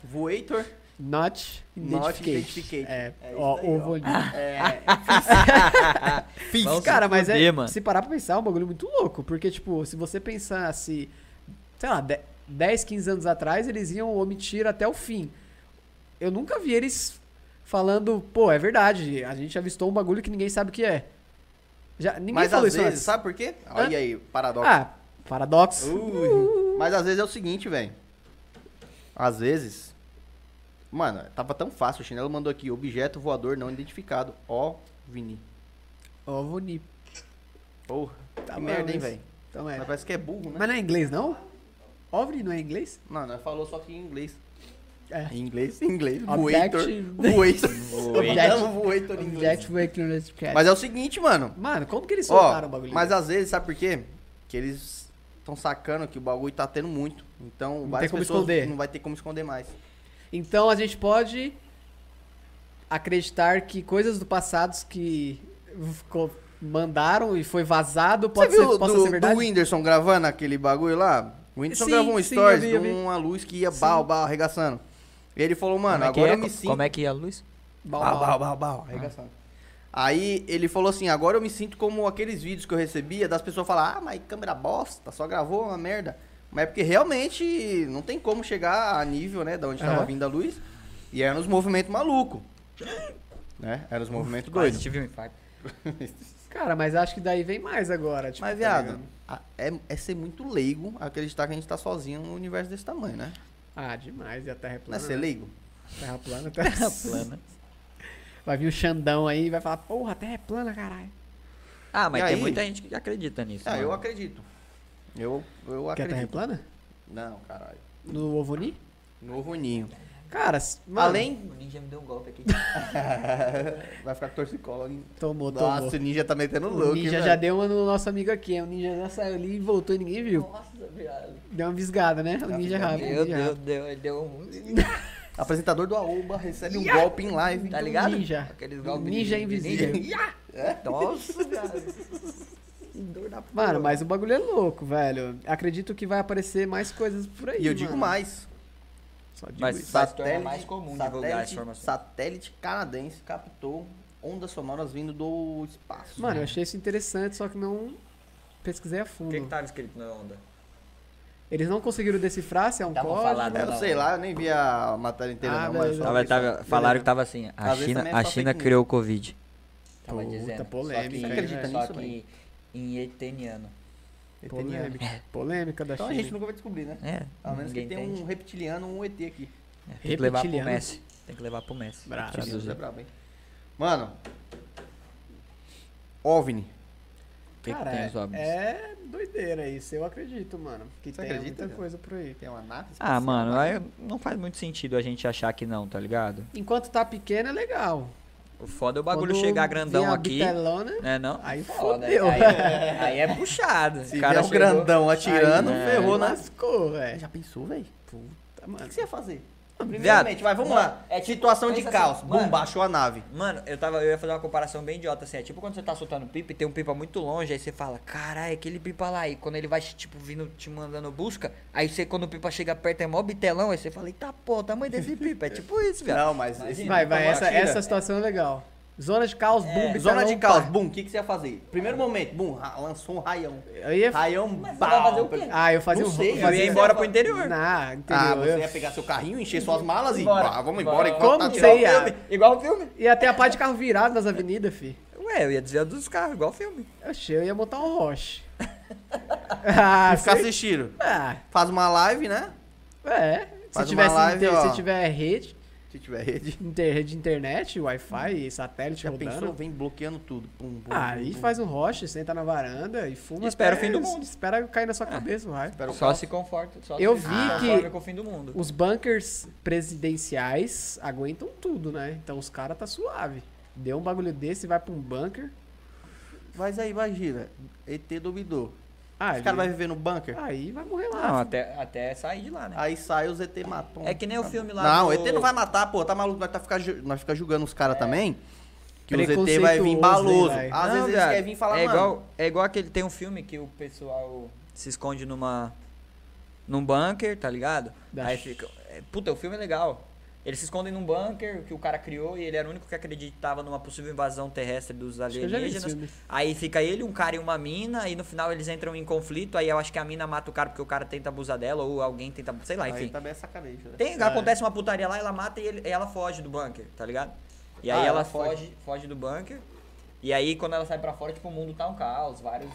[SPEAKER 1] Voator,
[SPEAKER 2] Not
[SPEAKER 1] Not
[SPEAKER 2] identified.
[SPEAKER 1] Identified.
[SPEAKER 2] É,
[SPEAKER 1] É isso
[SPEAKER 2] ó,
[SPEAKER 1] daí, ó.
[SPEAKER 2] ovoni.
[SPEAKER 1] é,
[SPEAKER 2] Ah,
[SPEAKER 1] Fiz.
[SPEAKER 4] Vamos-
[SPEAKER 2] Cara, mas é,
[SPEAKER 4] fuder, mano.
[SPEAKER 2] se parar pra pensar, é um bagulho muito louco. Porque, tipo, se você pensasse, sei lá, de- 10, 15 anos atrás, eles iam omitir até o fim. Eu nunca vi eles falando, pô, é verdade, a gente avistou um bagulho que ninguém sabe o que é. Já, ninguém
[SPEAKER 1] Mas às
[SPEAKER 2] falou isso
[SPEAKER 1] vezes,
[SPEAKER 2] antes.
[SPEAKER 1] sabe Uh. por quê? Olha aí, paradoxo.
[SPEAKER 2] Ah, paradoxo.
[SPEAKER 1] Ui. Mas às vezes é o seguinte, velho. Às vezes, Mano, tava tão fácil. O chinelo mandou aqui, objeto voador não identificado. Ó, Vini.
[SPEAKER 2] Ó, Voni.
[SPEAKER 1] Porra,
[SPEAKER 2] Tá
[SPEAKER 1] que
[SPEAKER 2] bom,
[SPEAKER 1] merda, hein,
[SPEAKER 2] mas-
[SPEAKER 1] velho?
[SPEAKER 2] Então é.
[SPEAKER 1] Mas parece que é burro, né?
[SPEAKER 2] Mas não é inglês, não? OVNI não é inglês?
[SPEAKER 1] Não, nós falou só que em inglês.
[SPEAKER 2] É.
[SPEAKER 1] Em inglês? Em inglês. Voator.
[SPEAKER 2] Object-
[SPEAKER 1] Voator.
[SPEAKER 2] Object-
[SPEAKER 1] Voator. Voator em é inglês.
[SPEAKER 2] Object Ignorance Cat.
[SPEAKER 1] Mas é o seguinte, mano.
[SPEAKER 2] Mano, como que eles soltaram
[SPEAKER 1] Ó,
[SPEAKER 2] é o bagulho? né?
[SPEAKER 1] mas às vezes, sabe por quê? Que eles estão sacando que o bagulho tá tendo muito. Então,
[SPEAKER 2] tem
[SPEAKER 1] várias
[SPEAKER 2] como
[SPEAKER 1] pessoas
[SPEAKER 2] esconder.
[SPEAKER 1] não vai ter como esconder mais.
[SPEAKER 2] Então a gente pode acreditar que coisas do passado que ficou- mandaram e foi vazado pode
[SPEAKER 1] Você
[SPEAKER 2] ser,
[SPEAKER 1] viu
[SPEAKER 2] possa
[SPEAKER 1] do,
[SPEAKER 2] ser verdade?
[SPEAKER 1] do Whindersson gravando aquele bagulho lá? O Whindersson
[SPEAKER 2] Sim,
[SPEAKER 1] gravou um
[SPEAKER 2] sim,
[SPEAKER 1] stories
[SPEAKER 2] eu vi, eu
[SPEAKER 1] de
[SPEAKER 2] vi.
[SPEAKER 1] uma luz que ia bal, bal, arregaçando. E ele falou, mano,
[SPEAKER 3] Como é que
[SPEAKER 1] agora
[SPEAKER 3] é?
[SPEAKER 1] eu me
[SPEAKER 3] Co-
[SPEAKER 1] sinto...
[SPEAKER 3] Como é que é a luz?
[SPEAKER 2] Bau,
[SPEAKER 1] Bal,
[SPEAKER 2] bau.
[SPEAKER 1] bal, bal, bal, arregaçando. Aí ele falou assim, agora eu me sinto como aqueles vídeos que eu recebia das pessoas falar, ah, mas câmera bosta, só gravou uma merda. Mas é porque realmente não tem como chegar a nível, né, da onde tava
[SPEAKER 2] Aham.
[SPEAKER 1] vindo a luz. E era nos movimentos maluco. né? Era os movimentos
[SPEAKER 3] Quase
[SPEAKER 1] doidos.
[SPEAKER 3] tive um infarto.
[SPEAKER 2] Cara, mas acho que daí vem mais agora. Tipo,
[SPEAKER 1] Mas,
[SPEAKER 2] tá
[SPEAKER 1] viado,
[SPEAKER 2] ligado?
[SPEAKER 1] a- é, é ser muito leigo acreditar que a gente tá sozinho num universo desse tamanho, né?
[SPEAKER 2] ah, demais. E a Terra é
[SPEAKER 1] Não é
[SPEAKER 2] plana.
[SPEAKER 1] ser
[SPEAKER 2] né?
[SPEAKER 1] leigo?
[SPEAKER 2] Terra plana, terra,
[SPEAKER 3] Terra plana.
[SPEAKER 2] Vai vir o Xandão aí e vai falar, porra, a Terra é plana, caralho.
[SPEAKER 3] Ah, mas
[SPEAKER 1] E
[SPEAKER 3] tem
[SPEAKER 1] aí?
[SPEAKER 3] muita gente que acredita nisso.
[SPEAKER 1] Ah, eu
[SPEAKER 3] mano.
[SPEAKER 1] acredito. Eu, eu
[SPEAKER 2] Que a Terra é
[SPEAKER 1] acredito.
[SPEAKER 2] plana?
[SPEAKER 1] Não, caralho.
[SPEAKER 2] No OVNI?
[SPEAKER 1] Novo ninho.
[SPEAKER 2] Cara, s- mano,
[SPEAKER 1] Além.
[SPEAKER 3] O ninja me deu um golpe aqui.
[SPEAKER 1] Vai ficar torcicolo ainda.
[SPEAKER 2] Tomou, tomou.
[SPEAKER 1] Nossa, o ninja tá metendo louco.
[SPEAKER 2] o Ninja
[SPEAKER 1] hein,
[SPEAKER 2] já
[SPEAKER 1] velho?
[SPEAKER 2] deu uma no nosso amigo aqui. hein? O Ninja já saiu ali e voltou e ninguém viu.
[SPEAKER 3] Nossa, viado.
[SPEAKER 2] Deu uma visgada, né? O
[SPEAKER 1] Tá
[SPEAKER 2] Ninja
[SPEAKER 1] ficando-
[SPEAKER 2] rápido.
[SPEAKER 3] Meu
[SPEAKER 2] ninja rápido.
[SPEAKER 3] Deus, deu, ele deu um.
[SPEAKER 1] Apresentador do Aoba recebe um golpe em live.
[SPEAKER 3] Tá ligado?
[SPEAKER 2] Ninja.
[SPEAKER 3] Aqueles
[SPEAKER 2] Do
[SPEAKER 3] golpes de-
[SPEAKER 2] ninja
[SPEAKER 3] de
[SPEAKER 2] invisível.
[SPEAKER 3] ninja. É? Nossa, viado. Que dor da porra.
[SPEAKER 2] Mano, mas o bagulho é louco, velho. Acredito que vai aparecer mais coisas por aí.
[SPEAKER 1] E eu digo
[SPEAKER 2] mano.
[SPEAKER 1] mais.
[SPEAKER 2] Só digo
[SPEAKER 3] Mas-
[SPEAKER 2] isso.
[SPEAKER 3] Vai se tornar mais comum divulgar
[SPEAKER 1] satélite-
[SPEAKER 3] essa informação.
[SPEAKER 1] Satélite canadense captou ondas sonoras vindo do espaço.
[SPEAKER 2] Mano, eu achei isso interessante, só que não pesquisei a
[SPEAKER 3] O
[SPEAKER 2] fundo.
[SPEAKER 3] que
[SPEAKER 1] tá?
[SPEAKER 3] que tava escrito na onda?
[SPEAKER 2] Eles não conseguiram decifrar se é um
[SPEAKER 3] Tava
[SPEAKER 2] código.
[SPEAKER 3] falado,
[SPEAKER 1] Eu
[SPEAKER 3] Não.
[SPEAKER 1] sei lá, eu nem vi a matéria inteira
[SPEAKER 2] Ah,
[SPEAKER 1] não, mas
[SPEAKER 2] beleza.
[SPEAKER 1] só
[SPEAKER 3] Tava,
[SPEAKER 1] vi isso.
[SPEAKER 3] tava- falaram que tava assim, a
[SPEAKER 1] Às vezes
[SPEAKER 3] China,
[SPEAKER 1] também é
[SPEAKER 3] a
[SPEAKER 1] só
[SPEAKER 3] China
[SPEAKER 1] fake news.
[SPEAKER 3] criou o Covid. Tava
[SPEAKER 2] Puta,
[SPEAKER 3] dizendo. Só que-
[SPEAKER 2] polêmica,
[SPEAKER 3] Só
[SPEAKER 2] hein,
[SPEAKER 3] que,
[SPEAKER 1] velho?
[SPEAKER 3] só
[SPEAKER 1] Acredita
[SPEAKER 3] que
[SPEAKER 1] nisso,
[SPEAKER 3] em eteniano.
[SPEAKER 1] Eteniano.
[SPEAKER 2] Polêmica. Polêmica da
[SPEAKER 1] Então a
[SPEAKER 2] China.
[SPEAKER 1] gente nunca vai descobrir, né?
[SPEAKER 3] É,
[SPEAKER 1] Pelo menos que
[SPEAKER 3] ninguém
[SPEAKER 1] tem
[SPEAKER 3] entende.
[SPEAKER 1] um reptiliano, um ET aqui.
[SPEAKER 3] É, tem que levar pro
[SPEAKER 2] reptiliano.
[SPEAKER 3] Messi. Tem que levar pro Messi.
[SPEAKER 2] Bravo.
[SPEAKER 3] Pra
[SPEAKER 1] Deus é
[SPEAKER 3] traduzir.
[SPEAKER 1] brabo, hein? Mano. OVNI.
[SPEAKER 3] O que, que
[SPEAKER 2] Cara,
[SPEAKER 3] tem os homens?
[SPEAKER 2] é doideira isso, eu acredito, mano. Que
[SPEAKER 1] Você
[SPEAKER 2] tem
[SPEAKER 1] acredita,
[SPEAKER 2] muita
[SPEAKER 1] cara?
[SPEAKER 2] coisa por aí.
[SPEAKER 1] Tem uma nave?
[SPEAKER 3] Ah,
[SPEAKER 1] espacial,
[SPEAKER 3] mano,
[SPEAKER 1] né?
[SPEAKER 3] aí não faz muito sentido a gente achar que não, tá ligado?
[SPEAKER 2] Enquanto tá pequeno é legal.
[SPEAKER 3] O foda é o bagulho
[SPEAKER 2] Quando
[SPEAKER 3] chegar
[SPEAKER 2] vem
[SPEAKER 3] grandão
[SPEAKER 2] a
[SPEAKER 3] aqui.
[SPEAKER 2] Bitelona,
[SPEAKER 3] Né, não?
[SPEAKER 2] Aí
[SPEAKER 3] Foda,
[SPEAKER 2] fodeu.
[SPEAKER 3] Aí, aí é puxado.
[SPEAKER 1] né? Se
[SPEAKER 3] o cara
[SPEAKER 1] vier um
[SPEAKER 3] chegou-
[SPEAKER 1] grandão atirando,
[SPEAKER 3] Aí, né?
[SPEAKER 1] ferrou, né?
[SPEAKER 2] Lascou, velho.
[SPEAKER 1] Já pensou, velho?
[SPEAKER 2] Puta,
[SPEAKER 1] O
[SPEAKER 2] mano.
[SPEAKER 1] que você ia fazer?
[SPEAKER 3] Viado,
[SPEAKER 1] Primeiramente, mas vamos
[SPEAKER 3] mano,
[SPEAKER 1] lá.
[SPEAKER 3] é tipo-
[SPEAKER 1] Situação de
[SPEAKER 3] pensa
[SPEAKER 1] caos.
[SPEAKER 3] assim,
[SPEAKER 1] Bum,
[SPEAKER 3] mano.
[SPEAKER 1] baixou a nave.
[SPEAKER 3] Mano, eu, tava, eu ia fazer uma comparação bem idiota, assim. É tipo quando você tá soltando pipa e tem um pipa muito longe, aí você fala, caralho, aquele pipa lá. E quando ele vai, tipo, vindo, te mandando busca, aí você, quando o pipa chega perto, é mó bitelão, aí você fala, eita pô, o tamanho desse pipa. É tipo isso, viado.
[SPEAKER 1] Não, mas esse
[SPEAKER 2] Vai, vai,
[SPEAKER 1] tomara
[SPEAKER 2] essa,
[SPEAKER 1] tira.
[SPEAKER 2] essa situação é legal. Zona de caos, boom,
[SPEAKER 1] É,
[SPEAKER 2] bitelão,
[SPEAKER 1] Zona de
[SPEAKER 2] pá.
[SPEAKER 1] caos, bum, o que, que você ia fazer? Primeiro momento, bum, ra- lançou um raião.
[SPEAKER 2] Eu ia...
[SPEAKER 1] Raião
[SPEAKER 3] Mas você
[SPEAKER 1] bau.
[SPEAKER 3] vai fazer o quê?
[SPEAKER 2] Ah, eu fazia
[SPEAKER 1] Não
[SPEAKER 2] um...
[SPEAKER 1] sei,
[SPEAKER 2] eu
[SPEAKER 1] eu
[SPEAKER 2] fazia
[SPEAKER 3] ia
[SPEAKER 2] um-
[SPEAKER 3] embora pro interior.
[SPEAKER 2] Na, entendeu?
[SPEAKER 1] Ah, você
[SPEAKER 2] Eu-
[SPEAKER 1] ia pegar seu carrinho, encher suas malas e
[SPEAKER 3] Bora.
[SPEAKER 1] pá, vamos embora.
[SPEAKER 3] Bora.
[SPEAKER 1] enquanto
[SPEAKER 2] Como
[SPEAKER 1] tá
[SPEAKER 2] que
[SPEAKER 1] tirando-
[SPEAKER 2] você ia?
[SPEAKER 3] Igual o filme.
[SPEAKER 2] Ia até a parte de carro virado nas avenidas, fi.
[SPEAKER 3] Ué, eu ia desviando dos carros, igual o filme.
[SPEAKER 2] Oxe, eu ia montar um roche. ah,
[SPEAKER 1] Vai Ficar
[SPEAKER 2] sei-
[SPEAKER 1] assistindo.
[SPEAKER 2] Ah,
[SPEAKER 1] Faz uma live, né?
[SPEAKER 2] é. Se
[SPEAKER 1] Faz
[SPEAKER 2] tiver,
[SPEAKER 1] uma live,
[SPEAKER 2] inter...
[SPEAKER 1] ó.
[SPEAKER 2] se tiver rede,
[SPEAKER 1] Se tiver rede.
[SPEAKER 2] inter... rede de internet, wi-fi, satélite
[SPEAKER 1] Já
[SPEAKER 2] rodando...
[SPEAKER 1] pensou? Vem bloqueando tudo. Pum, pum, pum,
[SPEAKER 2] Ah, aí
[SPEAKER 1] pum.
[SPEAKER 2] faz um roche, senta na varanda e fuma.
[SPEAKER 3] E espera
[SPEAKER 2] até-
[SPEAKER 3] o fim do mundo. É.
[SPEAKER 2] Espera cair na sua cabeça o raio.
[SPEAKER 1] Espera o
[SPEAKER 3] Só
[SPEAKER 1] caos.
[SPEAKER 3] se conforta. Só
[SPEAKER 2] Eu vi
[SPEAKER 3] se conforme
[SPEAKER 2] que-
[SPEAKER 3] com o fim do mundo.
[SPEAKER 2] Os bunkers presidenciais aguentam tudo, né? Então os caras tá suave. Deu um bagulho desse, vai pra um bunker.
[SPEAKER 1] Mas aí, imagina. ET duvidou.
[SPEAKER 2] Ah,
[SPEAKER 1] Os caras vão
[SPEAKER 2] ele-
[SPEAKER 1] viver no bunker.
[SPEAKER 2] Aí vai morrer lá.
[SPEAKER 3] Não,
[SPEAKER 2] fi.
[SPEAKER 3] Ah, até, até sair de
[SPEAKER 2] Ah.
[SPEAKER 3] lá, né?
[SPEAKER 1] Aí sai os ET matam. Tá.
[SPEAKER 3] É que nem o filme lá
[SPEAKER 1] Não,
[SPEAKER 3] do-
[SPEAKER 1] ET não vai matar, pô. Tá maluco? Nós tá ficar, ju- nós fica julgando os caras também. Que os ET vai
[SPEAKER 2] É. Preconceituoso,
[SPEAKER 1] vir
[SPEAKER 2] hein,
[SPEAKER 1] baloso.
[SPEAKER 2] velho?
[SPEAKER 1] Às
[SPEAKER 3] Não,
[SPEAKER 1] vezes eles
[SPEAKER 3] viado,
[SPEAKER 1] querem vir falar,
[SPEAKER 3] é
[SPEAKER 1] mano.
[SPEAKER 3] Igual, é igual aquele. Tem um filme que o pessoal se esconde numa. num bunker, tá ligado?
[SPEAKER 2] Da
[SPEAKER 3] Aí
[SPEAKER 2] ch-
[SPEAKER 3] fica. é, Puta, o filme é legal. Eles se escondem num bunker que o cara criou e ele era o único que acreditava numa possível invasão terrestre dos
[SPEAKER 2] Acho que eu já vi esse
[SPEAKER 3] alienígenas.
[SPEAKER 2] filme.
[SPEAKER 3] Aí fica ele, um cara e uma mina, e no final eles entram em conflito, aí eu acho que a mina mata o cara porque o cara tenta abusar dela, ou alguém tenta. Sei lá,
[SPEAKER 1] Aí
[SPEAKER 3] enfim.
[SPEAKER 1] também é sacanagem, né?
[SPEAKER 3] Tem, acontece uma putaria lá, ela mata e ele- ela foge do bunker, tá ligado? E aí
[SPEAKER 1] Ah,
[SPEAKER 3] ela,
[SPEAKER 1] ela
[SPEAKER 3] foge, foge do bunker. E aí quando ela sai pra fora, tipo, o mundo tá um caos, vários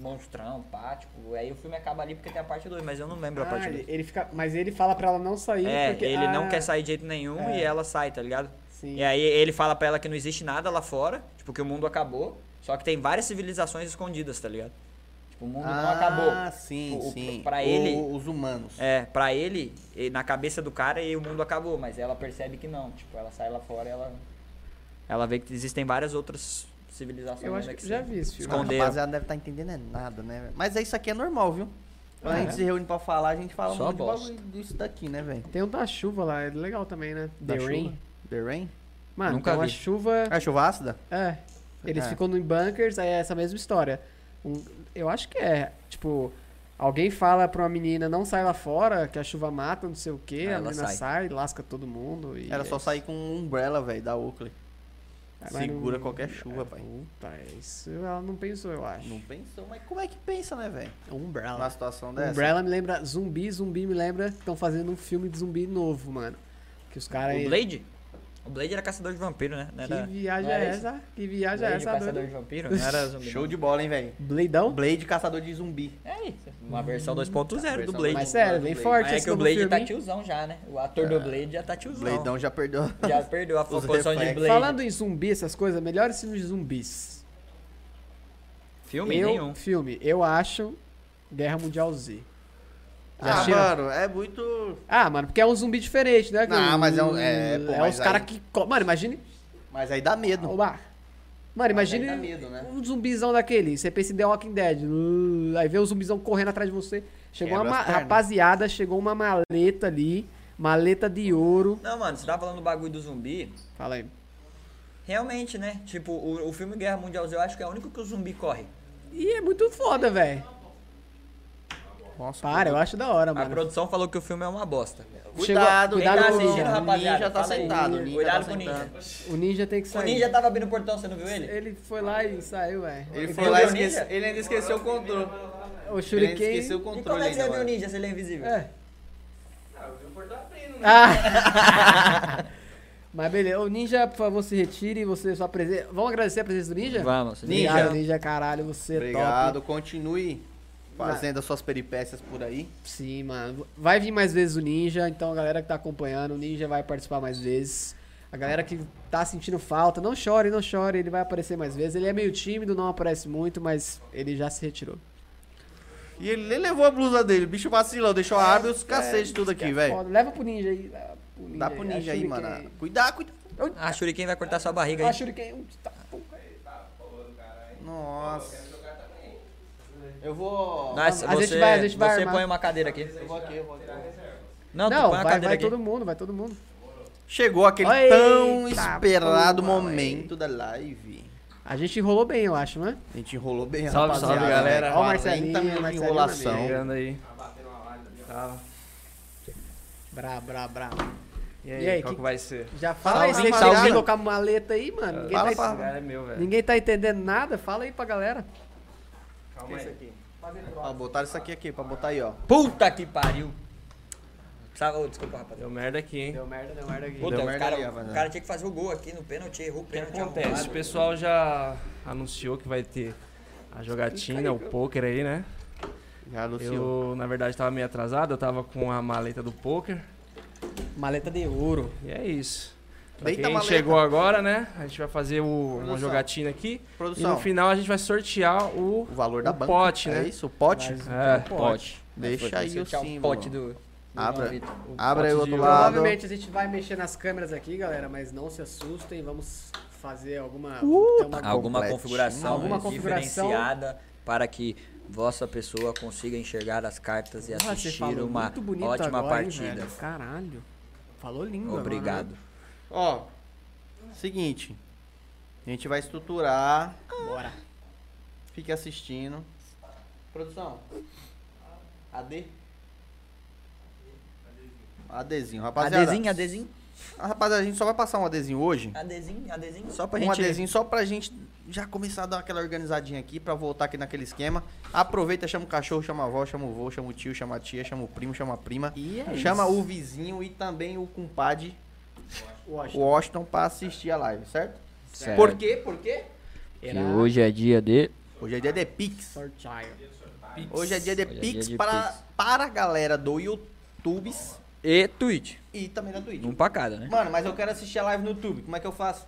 [SPEAKER 3] monstrão, pático. Aí o filme acaba ali porque tem a parte 2, mas eu não lembro a parte
[SPEAKER 2] Ah,
[SPEAKER 3] 2.
[SPEAKER 2] ele, ele fica, mas ele fala pra ela não sair.
[SPEAKER 3] É,
[SPEAKER 2] porque,
[SPEAKER 3] ele não
[SPEAKER 2] ah,
[SPEAKER 3] quer sair de jeito nenhum
[SPEAKER 2] É.
[SPEAKER 3] e ela sai, tá ligado?
[SPEAKER 2] Sim.
[SPEAKER 3] E aí ele fala pra ela que não existe nada lá fora, tipo, que o mundo acabou, só que tem várias civilizações escondidas, tá ligado? Tipo, o mundo
[SPEAKER 2] Ah,
[SPEAKER 3] não acabou.
[SPEAKER 1] Ah, sim,
[SPEAKER 3] O- o-
[SPEAKER 1] sim.
[SPEAKER 3] pra ele-
[SPEAKER 1] O- os humanos.
[SPEAKER 3] É, pra ele, e- na cabeça do cara, e o mundo acabou, mas ela percebe que não. Tipo, ela sai lá fora e ela. Ela vê que existem várias outras civilizações
[SPEAKER 2] Eu acho
[SPEAKER 3] né,
[SPEAKER 2] que já vi esse filme.
[SPEAKER 1] Mas
[SPEAKER 3] Esconderam.
[SPEAKER 1] A rapaziada deve estar entendendo é nada, né? velho? Mas isso aqui é normal, viu? Quando a
[SPEAKER 2] Ah,
[SPEAKER 1] gente
[SPEAKER 2] é?
[SPEAKER 1] se reúne pra falar, a gente fala
[SPEAKER 3] Só
[SPEAKER 1] muito de
[SPEAKER 3] bosta.
[SPEAKER 1] bagulho disso daqui, né, velho?
[SPEAKER 2] Tem um da chuva lá, é legal também, né?
[SPEAKER 1] Da
[SPEAKER 2] The
[SPEAKER 1] chuva?
[SPEAKER 2] Rain.
[SPEAKER 1] The Rain?
[SPEAKER 2] Mano,
[SPEAKER 3] Nunca
[SPEAKER 2] então a
[SPEAKER 3] vi.
[SPEAKER 2] chuva.
[SPEAKER 1] É a chuva ácida?
[SPEAKER 2] É. Eles
[SPEAKER 1] É.
[SPEAKER 2] ficam no bunkers, aí é essa mesma história. Um- eu acho que é. Tipo, alguém fala pra uma menina não sai lá fora, que a chuva mata, não sei o quê.
[SPEAKER 3] Aí
[SPEAKER 2] a
[SPEAKER 3] ela
[SPEAKER 2] menina sai.
[SPEAKER 3] sai.
[SPEAKER 2] lasca todo mundo. E
[SPEAKER 1] Era
[SPEAKER 2] é
[SPEAKER 1] só
[SPEAKER 2] isso. Ah,
[SPEAKER 1] sair com um umbrella, velho, da Oakley.
[SPEAKER 2] Mas
[SPEAKER 1] Segura
[SPEAKER 2] não-
[SPEAKER 1] qualquer chuva,
[SPEAKER 2] é,
[SPEAKER 1] pai.
[SPEAKER 2] Puta, isso ela não pensou, eu acho.
[SPEAKER 1] Não pensou, mas como é que pensa, né, velho?
[SPEAKER 2] Umbrella. Um
[SPEAKER 1] Numa situação dessa.
[SPEAKER 2] Umbrella me lembra zumbi, zumbi me lembra que estão fazendo um filme de zumbi novo, mano. Que os caras.
[SPEAKER 3] O Blade? O Blade era caçador de vampiro, né? Não
[SPEAKER 2] Que
[SPEAKER 3] era...
[SPEAKER 2] viagem
[SPEAKER 3] não
[SPEAKER 2] é
[SPEAKER 3] era
[SPEAKER 2] essa? Que viagem é
[SPEAKER 3] Blade,
[SPEAKER 2] essa,
[SPEAKER 3] caçador
[SPEAKER 2] doido?
[SPEAKER 3] de vampiro? Não era zumbi.
[SPEAKER 1] Show
[SPEAKER 3] não.
[SPEAKER 1] de bola, hein, velho?
[SPEAKER 2] Bladão?
[SPEAKER 1] Blade caçador de zumbi.
[SPEAKER 3] É isso. Uma versão 2.0 do
[SPEAKER 1] Versão
[SPEAKER 3] Blade.
[SPEAKER 2] Mas
[SPEAKER 1] Blade.
[SPEAKER 2] sério, bem
[SPEAKER 1] Blade.
[SPEAKER 2] forte
[SPEAKER 3] Mas é
[SPEAKER 2] esse
[SPEAKER 3] que o
[SPEAKER 2] novo
[SPEAKER 3] Blade
[SPEAKER 2] filme,
[SPEAKER 3] tá
[SPEAKER 2] hein?
[SPEAKER 3] tiozão já, né? O ator do Blade já tá tiozão.
[SPEAKER 1] É. Bladeão já perdeu.
[SPEAKER 3] Já perdeu a
[SPEAKER 1] Os
[SPEAKER 3] proporção de
[SPEAKER 1] reflexos.
[SPEAKER 3] Blade.
[SPEAKER 2] Falando em zumbi, essas coisas, melhores filmes de zumbis.
[SPEAKER 3] Filme
[SPEAKER 2] eu,
[SPEAKER 3] nenhum.
[SPEAKER 2] Filme, eu acho Guerra Mundial Z. Já
[SPEAKER 1] Ah,
[SPEAKER 2] assistiram?
[SPEAKER 1] mano, é muito.
[SPEAKER 2] Ah, mano, porque é um zumbi diferente, né?
[SPEAKER 1] Não, mas é um- é, pô, mas
[SPEAKER 2] os caras
[SPEAKER 1] aí-
[SPEAKER 2] que. co- Mano, imagine.
[SPEAKER 1] Mas aí dá medo.
[SPEAKER 2] Oba. Mano, imagine
[SPEAKER 1] Aí dá medo, né?
[SPEAKER 2] um zumbizão daquele. Você pensa em The Walking Dead. Uh, Aí vê o zumbizão correndo atrás de você. Chegou
[SPEAKER 1] Quebra
[SPEAKER 2] uma
[SPEAKER 1] as
[SPEAKER 2] ma-
[SPEAKER 1] pernas.
[SPEAKER 2] rapaziada, chegou uma maleta ali. Maleta de ouro.
[SPEAKER 3] Não, mano, você tá falando do bagulho do zumbi.
[SPEAKER 2] Fala aí.
[SPEAKER 3] Realmente, né? Tipo, o, o filme Guerra Mundial Z, eu acho que é o único que o zumbi corre.
[SPEAKER 2] E é muito foda, velho.
[SPEAKER 1] Nossa,
[SPEAKER 2] Para, eu acho da hora,
[SPEAKER 3] A
[SPEAKER 2] mano.
[SPEAKER 3] produção falou que o filme é uma bosta. tá
[SPEAKER 1] Cuidado, tá
[SPEAKER 2] Chegou- cuidado
[SPEAKER 1] cuidado,
[SPEAKER 2] com o
[SPEAKER 1] o
[SPEAKER 2] ninja,
[SPEAKER 1] ninja tá
[SPEAKER 3] fala aí.
[SPEAKER 1] sentado. o ninja
[SPEAKER 3] Cuidado
[SPEAKER 1] tá
[SPEAKER 3] com o ninja.
[SPEAKER 1] sentado.
[SPEAKER 2] O ninja tem que
[SPEAKER 3] O
[SPEAKER 2] sair.
[SPEAKER 1] tá-
[SPEAKER 3] ninja tava abrindo o portão, você não viu ele?
[SPEAKER 2] Ele foi lá e saiu, velho.
[SPEAKER 1] Ele
[SPEAKER 3] viu
[SPEAKER 1] foi lá e
[SPEAKER 3] o ninja?
[SPEAKER 1] esqueceu. Ele ainda esqueceu o controle.
[SPEAKER 2] O
[SPEAKER 1] Ele ainda
[SPEAKER 2] Shuriken.
[SPEAKER 1] esqueceu o
[SPEAKER 3] E
[SPEAKER 1] controle.
[SPEAKER 3] como é que você
[SPEAKER 1] ainda,
[SPEAKER 3] viu o
[SPEAKER 1] mano.
[SPEAKER 3] ninja se ele é invisível?
[SPEAKER 2] É.
[SPEAKER 5] Ah, eu vi o portão abrindo, né?
[SPEAKER 2] Ah. Mas beleza, o Ninja, por favor, se retire. Você sua presença. Vamos agradecer a presença do Ninja?
[SPEAKER 3] Vamos,
[SPEAKER 1] Ninja.
[SPEAKER 2] Obrigado, Ninja, caralho, você é
[SPEAKER 1] Obrigado,
[SPEAKER 2] top.
[SPEAKER 1] continue fazendo as suas peripécias por aí.
[SPEAKER 2] Sim, mano. Vai vir mais vezes o Ninja, então a galera que tá acompanhando, o Ninja vai participar mais vezes. A galera que tá sentindo falta, não chore, não chore, ele vai aparecer mais vezes. Ele é meio tímido, não aparece muito, mas ele já se retirou.
[SPEAKER 1] E ele nem levou a blusa dele, bicho vacilou, deixou a árvore e os cacete tudo aqui, velho.
[SPEAKER 2] Foda. Leva pro Ninja aí. Leva pro
[SPEAKER 1] é
[SPEAKER 2] Ninja
[SPEAKER 1] Dá pro ninja aí,
[SPEAKER 2] Shuriken
[SPEAKER 1] mano. Cuidado, cuidado.
[SPEAKER 3] A Shuriken vai cortar sua barriga
[SPEAKER 2] Ah,
[SPEAKER 3] aí.
[SPEAKER 2] Shuriken. um, tá, pum.
[SPEAKER 1] Nossa. Eu vou.
[SPEAKER 3] Nossa,
[SPEAKER 2] A
[SPEAKER 3] você,
[SPEAKER 2] gente vai- a gente vai
[SPEAKER 3] você
[SPEAKER 2] armar.
[SPEAKER 3] põe uma cadeira aqui.
[SPEAKER 1] Eu vou aqui, eu vou aqui.
[SPEAKER 3] Não, tu
[SPEAKER 2] Não,
[SPEAKER 3] põe a
[SPEAKER 2] vai,
[SPEAKER 3] cadeira
[SPEAKER 2] vai
[SPEAKER 3] aqui.
[SPEAKER 2] todo mundo, vai todo mundo.
[SPEAKER 1] Chegou aquele
[SPEAKER 2] Eita,
[SPEAKER 1] tão esperado
[SPEAKER 2] porra,
[SPEAKER 1] momento da live.
[SPEAKER 2] A gente enrolou bem, eu acho, né?
[SPEAKER 1] A gente enrolou bem,
[SPEAKER 5] Salve,
[SPEAKER 1] rapaziada.
[SPEAKER 5] salve, galera.
[SPEAKER 1] Ó, o
[SPEAKER 2] 40
[SPEAKER 1] Marcelinho,
[SPEAKER 2] minutos de
[SPEAKER 1] Marcelinho
[SPEAKER 2] enrolação.
[SPEAKER 1] enrolação.
[SPEAKER 5] Chegando aí. Tá.
[SPEAKER 2] Bra, bra, bra.
[SPEAKER 5] E aí,
[SPEAKER 2] E aí,
[SPEAKER 5] qual
[SPEAKER 2] que-
[SPEAKER 5] que... vai ser?
[SPEAKER 2] Já fala aí,
[SPEAKER 1] Salve,
[SPEAKER 2] você
[SPEAKER 1] rapaziada.
[SPEAKER 2] chegou com a maleta aí, mano. Ninguém,
[SPEAKER 1] Fala
[SPEAKER 2] tá,
[SPEAKER 1] pra-
[SPEAKER 5] Esse lugar é meu, velho.
[SPEAKER 2] ninguém tá entendendo nada, fala aí pra galera.
[SPEAKER 5] Calma aí.
[SPEAKER 1] Ó, botaram isso aqui aqui, pra botar aí, ó.
[SPEAKER 3] Puta que pariu. Sabe, ô, desculpa, rapaziada.
[SPEAKER 5] Deu merda aqui, hein?
[SPEAKER 2] Deu merda, deu merda aqui.
[SPEAKER 3] Puta,
[SPEAKER 1] Deu
[SPEAKER 3] o
[SPEAKER 1] merda
[SPEAKER 3] cara,
[SPEAKER 1] ali,
[SPEAKER 3] o
[SPEAKER 1] rapaziada.
[SPEAKER 3] cara tinha que fazer o gol aqui no pênalti, errou o
[SPEAKER 5] O que
[SPEAKER 3] pênalti.
[SPEAKER 5] acontece? O
[SPEAKER 3] arrombado.
[SPEAKER 5] pessoal já anunciou que vai ter a jogatina, o poker aí, né?
[SPEAKER 1] Já anunciou.
[SPEAKER 5] Eu, na verdade, tava meio atrasado, eu tava com a maleta do poker.
[SPEAKER 2] Maleta de ouro.
[SPEAKER 5] E é isso. Pra
[SPEAKER 1] Deita a
[SPEAKER 5] quem
[SPEAKER 1] maleta.
[SPEAKER 5] chegou agora, né? A gente vai fazer o- uma
[SPEAKER 1] Produção.
[SPEAKER 5] jogatina aqui. E
[SPEAKER 1] Produção,
[SPEAKER 5] no final a gente vai sortear o.
[SPEAKER 1] o valor da
[SPEAKER 5] o
[SPEAKER 1] banca.
[SPEAKER 5] pote,
[SPEAKER 1] É
[SPEAKER 5] né?
[SPEAKER 1] isso, o pote?
[SPEAKER 2] Mas-
[SPEAKER 5] É,
[SPEAKER 3] Pote.
[SPEAKER 1] Deixa aí é o
[SPEAKER 3] Sortear
[SPEAKER 1] símbolo.
[SPEAKER 3] pote do... do
[SPEAKER 1] Abra.
[SPEAKER 3] João Vitor.
[SPEAKER 1] Abre aí o
[SPEAKER 5] pote
[SPEAKER 1] outro
[SPEAKER 5] de-
[SPEAKER 1] lado.
[SPEAKER 2] Provavelmente a gente vai mexer nas câmeras aqui, galera, mas não se assustem, vamos fazer alguma... ter uma-
[SPEAKER 1] tá
[SPEAKER 3] alguma
[SPEAKER 1] Completinho.
[SPEAKER 3] configuração eh,
[SPEAKER 2] Alguma configuração.
[SPEAKER 3] diferenciada para que vossa pessoa consiga enxergar as cartas e
[SPEAKER 2] Porra, Ah, você
[SPEAKER 3] assistir
[SPEAKER 2] falou
[SPEAKER 3] uma
[SPEAKER 2] muito bonito
[SPEAKER 3] ótima
[SPEAKER 2] agora, hein,
[SPEAKER 3] partida.
[SPEAKER 2] velho? Caralho. Falou lindo agora,
[SPEAKER 3] Obrigado.
[SPEAKER 2] né?
[SPEAKER 1] Ó, seguinte. A gente vai estruturar.
[SPEAKER 2] Bora.
[SPEAKER 1] Fique assistindo. Produção. AD. Adezinho, rapaziada.
[SPEAKER 3] Adesinho, adesinho,
[SPEAKER 1] Ah, Rapaziada, a gente só vai passar um adesinho hoje.
[SPEAKER 3] adesinho, adesinho, só É, pra
[SPEAKER 1] um
[SPEAKER 3] gente...
[SPEAKER 1] adesinho só pra gente já começar a dar aquela organizadinha aqui, pra voltar aqui naquele esquema. Aproveita, chama o cachorro, chama a avó, chama o vô, chama o tio, chama a tia, chama o primo, chama a prima.
[SPEAKER 2] E é
[SPEAKER 1] chama
[SPEAKER 2] isso.
[SPEAKER 1] o vizinho e também o compadre, o
[SPEAKER 2] Washington.
[SPEAKER 1] Washington, pra assistir a live, certo?
[SPEAKER 3] Certo.
[SPEAKER 1] Por quê? Por quê?
[SPEAKER 3] Que
[SPEAKER 2] Era-
[SPEAKER 3] hoje é dia de...
[SPEAKER 1] Hoje é dia de Pix.
[SPEAKER 2] Sorteio.
[SPEAKER 1] Hoje é dia de
[SPEAKER 3] Hoje é
[SPEAKER 1] Pix
[SPEAKER 3] dia de
[SPEAKER 1] para,
[SPEAKER 3] Pix.
[SPEAKER 1] para a galera do YouTube
[SPEAKER 3] E Twitch.
[SPEAKER 1] e também da Twitch.
[SPEAKER 3] Um pra cada, né?
[SPEAKER 1] Mano, mas eu quero assistir a live no YouTube. Como é que eu faço?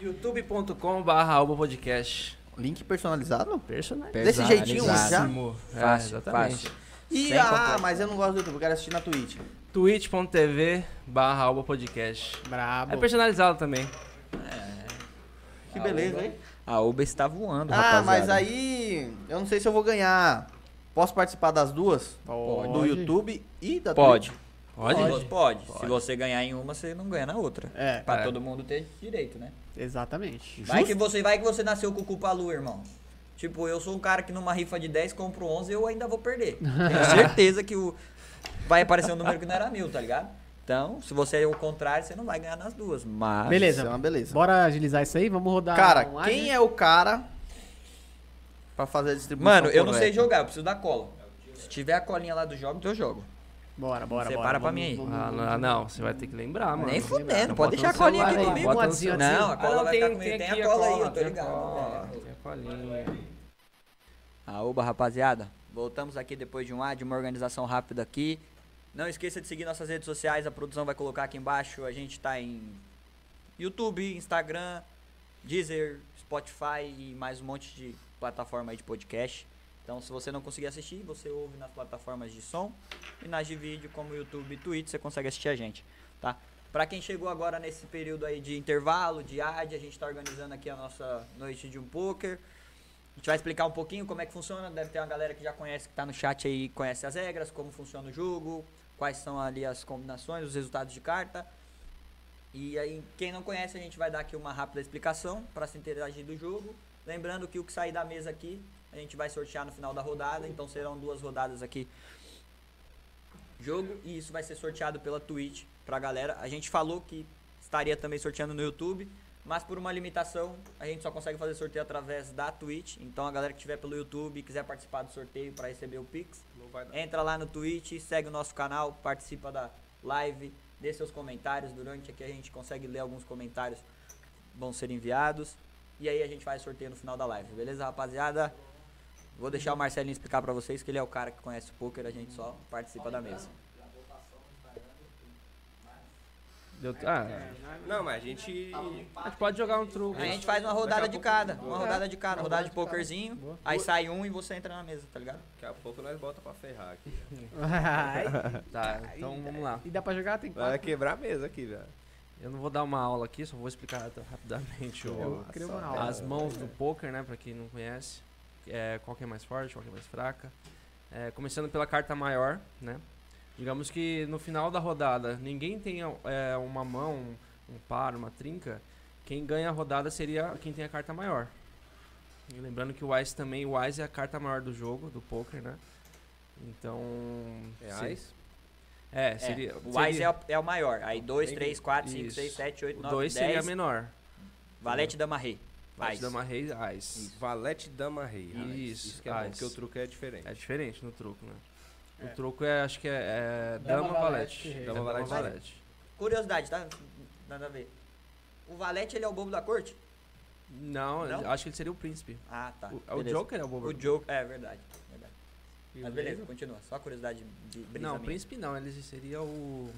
[SPEAKER 5] youtube.com.br Alba Podcast.
[SPEAKER 1] Link personalizado?
[SPEAKER 5] Personalizado.
[SPEAKER 1] Desse jeitinho
[SPEAKER 3] Personalizado.
[SPEAKER 1] já?
[SPEAKER 3] Fácil,
[SPEAKER 5] um É, exatamente.
[SPEAKER 3] fácil.
[SPEAKER 1] E,
[SPEAKER 3] Sem
[SPEAKER 1] ah,
[SPEAKER 3] complexo.
[SPEAKER 1] mas eu não gosto do YouTube, eu quero assistir na Twitch.
[SPEAKER 5] twitch.tv barra Alba Podcast. É
[SPEAKER 2] Brabo.
[SPEAKER 5] personalizado também.
[SPEAKER 1] Que beleza, hein?
[SPEAKER 3] A Uber está voando,
[SPEAKER 1] Ah,
[SPEAKER 3] Ah, rapaziada.
[SPEAKER 1] mas aí eu não sei se eu vou ganhar. Posso participar das duas?
[SPEAKER 2] Pode.
[SPEAKER 1] Do YouTube e da
[SPEAKER 3] Pode.
[SPEAKER 1] Twitch?
[SPEAKER 5] Pode?
[SPEAKER 3] Pode. Pode. Se você ganhar em uma, você não ganha na outra.
[SPEAKER 2] É.
[SPEAKER 3] Pra
[SPEAKER 5] É.
[SPEAKER 3] todo mundo ter direito, né?
[SPEAKER 2] Exatamente.
[SPEAKER 3] Vai que, você, vai que você nasceu com o cu pra lua, irmão. Tipo, eu sou um cara que numa rifa de 10 compro 11 eu ainda vou perder. Tenho certeza que o... vai aparecer um número que não era mil, tá ligado? Então, se você é o contrário, você não vai ganhar nas duas. Mas.
[SPEAKER 2] Beleza.
[SPEAKER 1] Isso é uma beleza.
[SPEAKER 2] Bora agilizar isso aí? Vamos rodar.
[SPEAKER 1] Cara,
[SPEAKER 2] online,
[SPEAKER 1] quem
[SPEAKER 2] né?
[SPEAKER 1] é o cara pra fazer a distribuição?
[SPEAKER 3] Mano, eu não sei
[SPEAKER 1] correta?
[SPEAKER 3] jogar, eu preciso da cola. Se tiver a colinha lá dos jogos, eu jogo.
[SPEAKER 2] Bora, bora,
[SPEAKER 3] Separa
[SPEAKER 2] bora.
[SPEAKER 3] pra mim aí.
[SPEAKER 5] Ah, não, ah, não, você vai ter que lembrar, Ah, mano.
[SPEAKER 3] Nem
[SPEAKER 5] Não,
[SPEAKER 3] fudendo,
[SPEAKER 5] bota
[SPEAKER 3] pode deixar a
[SPEAKER 5] no
[SPEAKER 3] colinha aqui
[SPEAKER 5] celular aí,
[SPEAKER 3] comigo.
[SPEAKER 5] bota no
[SPEAKER 2] Adzinho,
[SPEAKER 5] celular.
[SPEAKER 2] adzinho.
[SPEAKER 3] Não, a
[SPEAKER 5] Ah,
[SPEAKER 3] cola
[SPEAKER 5] não,
[SPEAKER 3] vai
[SPEAKER 5] tem,
[SPEAKER 3] ficar
[SPEAKER 5] tem
[SPEAKER 3] comigo. Tem
[SPEAKER 5] aqui
[SPEAKER 3] a cola aí, eu tô
[SPEAKER 5] tem a
[SPEAKER 3] ligado. É.
[SPEAKER 5] cola, Tem a colinha.
[SPEAKER 3] Aoba, rapaziada. Voltamos aqui depois de um ad, uma organização rápida aqui. Não esqueça de seguir nossas redes sociais, a produção vai colocar aqui embaixo. A gente tá em YouTube, Instagram, Deezer, Spotify e mais um monte de plataforma aí de podcast. Então, se você não conseguir assistir, você ouve nas plataformas de som e nas de vídeo, como YouTube e Twitch, você consegue assistir a gente, tá? Pra quem chegou agora nesse período aí de intervalo, de ad, a gente tá organizando aqui a nossa noite de um poker. A gente vai explicar um pouquinho como é que funciona. Deve ter uma galera que já conhece, que tá no chat aí, conhece as regras, como funciona o jogo, quais são ali as combinações, os resultados de carta. E aí, quem não conhece, a gente vai dar aqui uma rápida explicação para se interagir do jogo. Lembrando que o que sair da mesa aqui, a gente vai sortear no final da rodada, então serão duas rodadas aqui jogo e isso vai ser sorteado pela Twitch pra galera. A gente falou que estaria também sorteando no YouTube, mas por uma limitação, a gente só consegue fazer sorteio através da Twitch. Então a galera que tiver pelo YouTube e quiser participar do sorteio pra receber o Pix, entra lá no Twitch, segue o nosso canal, participa da live, dê seus comentários durante aqui a gente consegue ler alguns comentários que vão ser enviados. E aí a gente faz sorteio no final da live, beleza, rapaziada? Vou deixar o Marcelinho explicar pra vocês que ele é o cara que conhece o poker, a gente só participa da mesa.
[SPEAKER 5] Deu- Ah,
[SPEAKER 6] Não, mas a gente.
[SPEAKER 1] Tá
[SPEAKER 5] a gente pode jogar um truco.
[SPEAKER 3] A gente faz uma rodada de cada, uma rodada de cada, uma rodada de pokerzinho, aí sai um e você entra na mesa, tá ligado?
[SPEAKER 6] Daqui a pouco nós bota pra ferrar aqui.
[SPEAKER 2] Ai,
[SPEAKER 5] Tá, então vamos lá.
[SPEAKER 2] e dá pra jogar? Tem
[SPEAKER 6] Vai
[SPEAKER 2] quatro.
[SPEAKER 6] quebrar a mesa aqui, velho.
[SPEAKER 5] Eu não vou dar uma aula aqui, só vou explicar rap- rapidamente o-
[SPEAKER 2] Eu queria uma aula.
[SPEAKER 5] as mãos do poker, né? Pra quem não conhece, É, qual que é mais forte, qual que é mais fraca. É, começando pela carta maior, né? Digamos que no final da rodada ninguém tenha é, uma mão, um par, uma trinca. Quem ganha a rodada seria quem tem a carta maior. E lembrando que o Ice também, o Ice é a carta maior do jogo, do poker, né? Então.
[SPEAKER 6] É
[SPEAKER 5] se-
[SPEAKER 6] Ice?
[SPEAKER 5] É,
[SPEAKER 3] É,
[SPEAKER 5] seria.
[SPEAKER 3] o Ice
[SPEAKER 5] seria-
[SPEAKER 3] é o, é o maior, aí 2,
[SPEAKER 5] Tem-
[SPEAKER 3] 3, 4, 5,
[SPEAKER 5] isso.
[SPEAKER 3] 6, 7, 8,
[SPEAKER 5] o
[SPEAKER 3] 9,
[SPEAKER 5] 2 seria a
[SPEAKER 3] 10,
[SPEAKER 5] menor.
[SPEAKER 3] valete dama rei,
[SPEAKER 5] Ice.
[SPEAKER 3] Ice.
[SPEAKER 5] Dama Reis, Ice.
[SPEAKER 6] Valete dama rei. Alex.
[SPEAKER 5] Isso,
[SPEAKER 6] Isso que é bom,
[SPEAKER 5] Ice.
[SPEAKER 6] porque o truque é diferente.
[SPEAKER 5] É diferente no truco, né?
[SPEAKER 2] É.
[SPEAKER 5] O truco é, acho que é, é dama,
[SPEAKER 2] Dama,
[SPEAKER 5] valete.
[SPEAKER 2] valete,
[SPEAKER 5] É
[SPEAKER 6] Dama, valete,
[SPEAKER 3] Curiosidade, tá? Nada a ver. O valete, ele é o bobo da corte?
[SPEAKER 5] Não,
[SPEAKER 3] Não?
[SPEAKER 5] acho que ele seria o príncipe.
[SPEAKER 3] Ah, tá.
[SPEAKER 5] O- o,
[SPEAKER 3] beleza.
[SPEAKER 5] Joker é o bobo.
[SPEAKER 3] O Joker, é verdade, verdade.
[SPEAKER 6] E
[SPEAKER 3] Mas
[SPEAKER 6] o
[SPEAKER 3] beleza, continua, só curiosidade de brisa
[SPEAKER 5] Não, o
[SPEAKER 3] minha.
[SPEAKER 5] príncipe não, ele seria o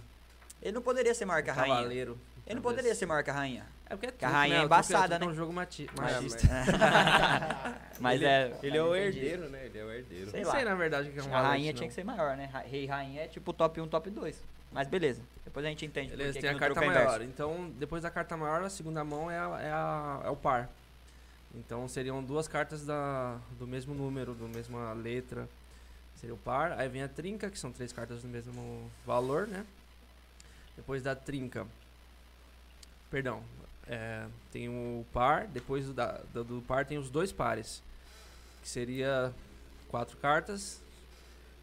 [SPEAKER 3] Ele não poderia ser maior que a rainha.
[SPEAKER 5] cavaleiro.
[SPEAKER 3] Ele não
[SPEAKER 5] talvez.
[SPEAKER 3] poderia ser maior que a rainha.
[SPEAKER 5] É porque é
[SPEAKER 3] a
[SPEAKER 5] truco,
[SPEAKER 3] rainha
[SPEAKER 5] né?
[SPEAKER 3] é
[SPEAKER 5] O truco
[SPEAKER 3] embaçada,
[SPEAKER 5] truco
[SPEAKER 3] né?
[SPEAKER 5] É um jogo mati- é,
[SPEAKER 6] Mas-
[SPEAKER 5] machista.
[SPEAKER 3] Mas é.
[SPEAKER 6] Ele é o
[SPEAKER 3] entendi.
[SPEAKER 6] herdeiro, né? Ele é o herdeiro.
[SPEAKER 3] Sei
[SPEAKER 5] Não sei,
[SPEAKER 3] lá.
[SPEAKER 5] na verdade, o que é um
[SPEAKER 3] a
[SPEAKER 5] valete,
[SPEAKER 3] rainha
[SPEAKER 5] não.
[SPEAKER 3] tinha que ser maior, né? Ra- Rei e rainha é tipo top 1, top 2. Mas beleza, depois a gente entende. por
[SPEAKER 5] Beleza,
[SPEAKER 3] que que
[SPEAKER 5] tem a
[SPEAKER 3] no truco
[SPEAKER 5] carta
[SPEAKER 3] é inverso.
[SPEAKER 5] maior. Então, depois da carta maior, a segunda mão é, a- é, a- é o par. Então, seriam duas cartas da, do mesmo número, da mesma letra. Seria o par. Aí vem a trinca, que são três cartas do mesmo valor, né? Depois da trinca. Perdão. é, tem o par. Depois do, da- do- do par, tem os dois pares. Que seria quatro cartas.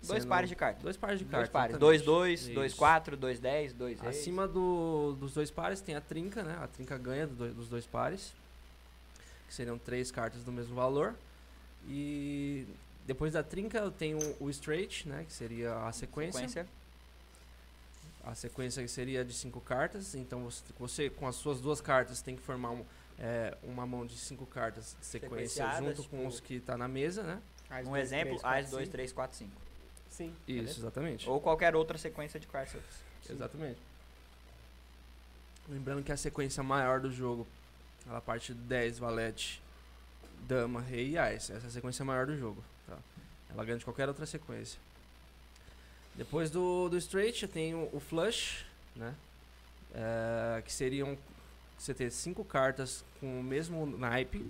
[SPEAKER 3] Dois
[SPEAKER 5] sendo-
[SPEAKER 3] pares de cartas.
[SPEAKER 5] é Dois pares de
[SPEAKER 3] Dois
[SPEAKER 5] cartas.
[SPEAKER 3] pares. 2,
[SPEAKER 5] exatamente.
[SPEAKER 3] 2,
[SPEAKER 5] Isso.
[SPEAKER 3] 2, 4, 2, 10, 2, reis.
[SPEAKER 5] Acima do- dos dois pares tem a trinca, né? A trinca ganha do- dos dois pares, que seriam três cartas do mesmo valor. E depois da trinca eu tenho o straight, né? Que seria a sequência.
[SPEAKER 3] sequência.
[SPEAKER 5] A sequência seria de cinco cartas. Então você, você, com as suas duas cartas tem que formar um- é, uma mão de cinco cartas de sequência
[SPEAKER 3] Sequenciadas,
[SPEAKER 5] junto com
[SPEAKER 3] tipo-
[SPEAKER 5] os que tá na mesa, né?
[SPEAKER 2] As
[SPEAKER 3] Um
[SPEAKER 2] dois,
[SPEAKER 3] exemplo,
[SPEAKER 2] três, quatro,
[SPEAKER 3] as 2, 3, 4, 5.
[SPEAKER 2] cinco. Sim.
[SPEAKER 5] Isso, exatamente.
[SPEAKER 3] Ou qualquer outra sequência de cartas.
[SPEAKER 5] Exatamente. Lembrando que a sequência maior do jogo, ela parte de 10, valete, dama, rei e ás. Essa é a sequência maior do jogo. Tá? Ela ganha de qualquer outra sequência. Depois do, do straight, eu tenho o flush, né? É, que seriam você ter cinco cartas com o mesmo naipe.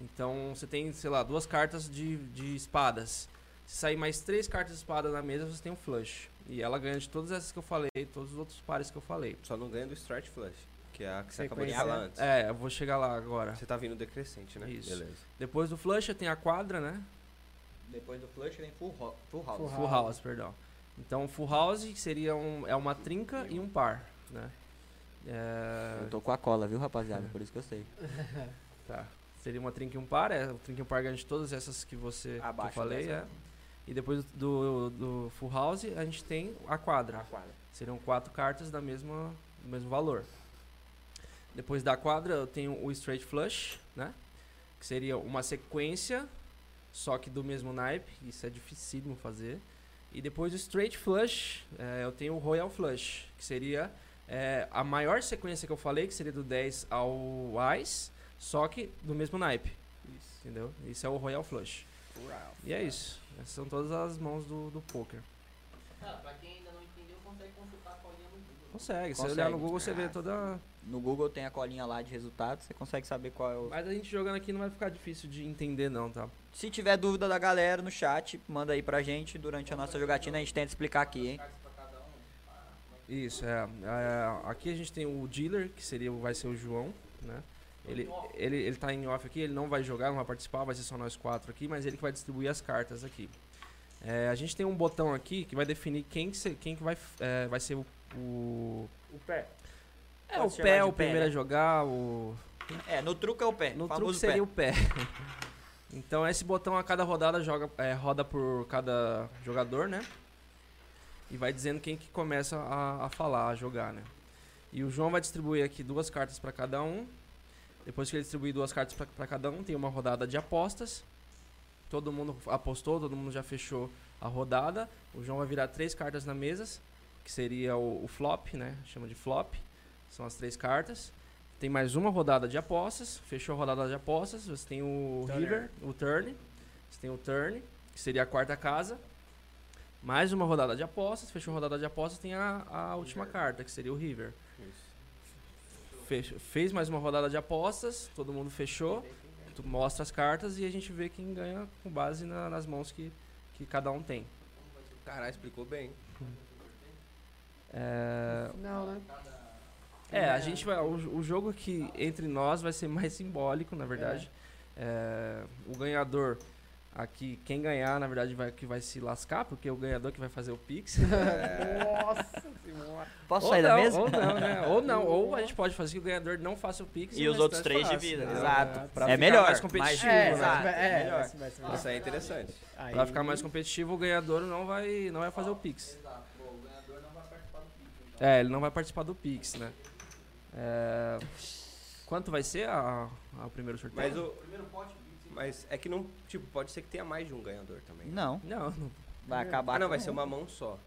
[SPEAKER 5] Então você tem, sei lá, duas cartas de, de espadas. Se sair mais três cartas de espada na mesa, você tem um flush. E ela ganha de todas essas que eu falei, todos os outros pares que eu falei.
[SPEAKER 1] Só não ganha do Strike Flush, que é a que você acabou de
[SPEAKER 2] Sequência.
[SPEAKER 1] falar antes.
[SPEAKER 5] É, eu vou chegar lá agora.
[SPEAKER 1] Você tá vindo decrescente, né?
[SPEAKER 5] Isso.
[SPEAKER 1] Beleza.
[SPEAKER 5] Depois do flush, tem a quadra, né?
[SPEAKER 3] Depois do flush vem full, ho- full house.
[SPEAKER 2] Full
[SPEAKER 5] Full
[SPEAKER 2] house.
[SPEAKER 5] house, perdão. Então, full house que seria um, é uma trinca e um par, né? É,
[SPEAKER 3] Eu tô com a cola, viu, rapaziada? Por isso que eu sei.
[SPEAKER 5] Tá. Seria uma trinca e um par, é. O trinca e um par ganha de todas essas que você que eu
[SPEAKER 3] Abaixo
[SPEAKER 5] falei,
[SPEAKER 3] dessa. né?
[SPEAKER 5] é. E depois do, do full house, a gente tem a quadra. Seriam quatro cartas da mesma, do mesmo valor. Depois da quadra, eu tenho o straight flush, né? Que seria uma sequência, só que do mesmo naipe. Isso é dificílimo fazer. E depois do straight flush, eh, eu tenho o royal flush, que seria eh, a maior sequência que eu falei, que seria do 10 ao Ais, só que do mesmo naipe. Entendeu? Isso é o royal flush. E é isso. Essas são todas as mãos do, do poker.
[SPEAKER 7] pra quem ainda não entendeu, consegue consultar a colinha no Google.
[SPEAKER 5] Consegue. Se você
[SPEAKER 3] Consegue.
[SPEAKER 5] olhar no Google, você vê toda.
[SPEAKER 3] No Google tem a colinha lá de resultado, você consegue saber qual é o.
[SPEAKER 5] Mas a gente jogando aqui não vai ficar difícil de entender, não, tá?
[SPEAKER 3] Se tiver dúvida da galera no chat, manda aí pra gente. Durante a nossa jogatina a gente tenta explicar aqui, hein?
[SPEAKER 5] Isso, é. É, Aqui a gente tem o dealer, que seria, o- vai ser o João, né? Ele, ele, ele tá em off aqui, ele não vai jogar, não vai participar, vai ser só nós quatro aqui, mas ele que vai distribuir as cartas aqui. É, a gente tem um botão aqui que vai definir quem que, se- quem que vai, f- é, vai ser o. o-
[SPEAKER 2] O pé.
[SPEAKER 5] é, o
[SPEAKER 3] Pode chamar
[SPEAKER 5] pé,
[SPEAKER 3] de
[SPEAKER 5] o
[SPEAKER 3] pé,
[SPEAKER 5] primeiro
[SPEAKER 3] né?
[SPEAKER 5] a jogar, o.
[SPEAKER 3] É, no truque é o pé.
[SPEAKER 5] No truque
[SPEAKER 3] famoso
[SPEAKER 5] seria
[SPEAKER 3] pé.
[SPEAKER 5] o pé. Então esse botão a cada rodada joga, é, roda por cada jogador, né? E vai dizendo quem que começa a, a falar, a jogar, né? E o João vai distribuir aqui duas cartas pra cada um. Depois que ele distribuir duas cartas pra- pra cada um, tem uma rodada de apostas. Todo mundo apostou, todo mundo já fechou a rodada. O João vai virar três cartas na mesa, que seria o, o flop, né? Chama de flop. São as três cartas. Tem mais uma rodada de apostas. Fechou a rodada de apostas. Você tem o
[SPEAKER 2] Turner.
[SPEAKER 5] River, o Turn. Você tem o Turn, que seria a quarta casa. Mais uma rodada de apostas. Fechou a rodada de apostas, tem a, a última carta, que seria o River. Fech- fez mais uma rodada de apostas, todo mundo fechou. Tu mostra as cartas e a gente vê quem ganha com base na- nas mãos que, que cada um tem.
[SPEAKER 1] Caralho, explicou bem.
[SPEAKER 5] É,
[SPEAKER 2] Não, né?
[SPEAKER 5] é, a gente vai. O, o jogo aqui entre nós vai ser mais simbólico, na verdade. É, o ganhador aqui, quem ganhar, na verdade, vai, que vai se lascar, porque é o ganhador que vai fazer o Pix.
[SPEAKER 2] Nossa senhora.
[SPEAKER 3] Posso
[SPEAKER 5] ou
[SPEAKER 3] sair
[SPEAKER 5] não,
[SPEAKER 3] da mesa?
[SPEAKER 5] Ou não, né? Ou não, ou a gente pode fazer que o ganhador não faça o Pix
[SPEAKER 3] E
[SPEAKER 5] o
[SPEAKER 3] os outros
[SPEAKER 5] restante
[SPEAKER 3] três de
[SPEAKER 5] faça.
[SPEAKER 3] vida.
[SPEAKER 5] É,
[SPEAKER 3] Exato.
[SPEAKER 2] exato.
[SPEAKER 3] Pra
[SPEAKER 5] É
[SPEAKER 3] ficar
[SPEAKER 5] melhor,
[SPEAKER 3] mais
[SPEAKER 5] mais-
[SPEAKER 3] competitivo,
[SPEAKER 2] É,
[SPEAKER 3] né?
[SPEAKER 2] exato, é,
[SPEAKER 3] melhor.
[SPEAKER 2] esse vai ser melhor.
[SPEAKER 1] Isso aí é interessante.
[SPEAKER 2] Aí-
[SPEAKER 5] Pra ficar mais competitivo, o ganhador não vai, não vai fazer o Pix. É, ele não vai participar do Pix, né? É, Quanto vai ser a, a- o primeiro sorteio?
[SPEAKER 1] Mas o. Mas é que não. Tipo, pode ser que tenha mais de um ganhador também. né?
[SPEAKER 3] Não,
[SPEAKER 5] Não, não,
[SPEAKER 3] vai acabar.
[SPEAKER 1] Ah, não, vai
[SPEAKER 3] com- um.
[SPEAKER 1] ser uma mão só.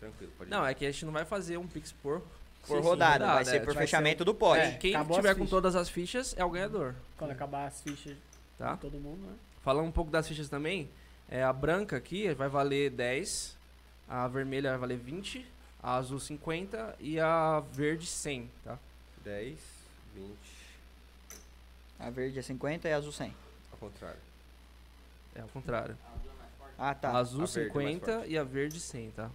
[SPEAKER 1] Tranquilo, pode
[SPEAKER 5] não, é que a gente não vai fazer um Pix por,
[SPEAKER 3] por rodada, vai
[SPEAKER 5] é,
[SPEAKER 3] ser por
[SPEAKER 5] tipo,
[SPEAKER 3] fechamento do pod.
[SPEAKER 5] é, quem
[SPEAKER 2] Acabou
[SPEAKER 5] tiver
[SPEAKER 2] as
[SPEAKER 5] com
[SPEAKER 2] fichas.
[SPEAKER 5] todas as fichas é o ganhador,
[SPEAKER 2] Quando acabar as fichas
[SPEAKER 5] tá?
[SPEAKER 2] de todo mundo, né?
[SPEAKER 5] Falando um pouco das fichas também, é, a branca aqui vai valer 10, a vermelha vai valer 20, a azul 50 e a verde 100, tá?
[SPEAKER 1] 10, 20.
[SPEAKER 3] A verde é 50 e a azul 100.
[SPEAKER 1] Ao contrário.
[SPEAKER 5] É ao contrário.
[SPEAKER 3] Ah, tá.
[SPEAKER 5] A azul
[SPEAKER 1] A verde é mais
[SPEAKER 5] 50 e a verde 100, tá?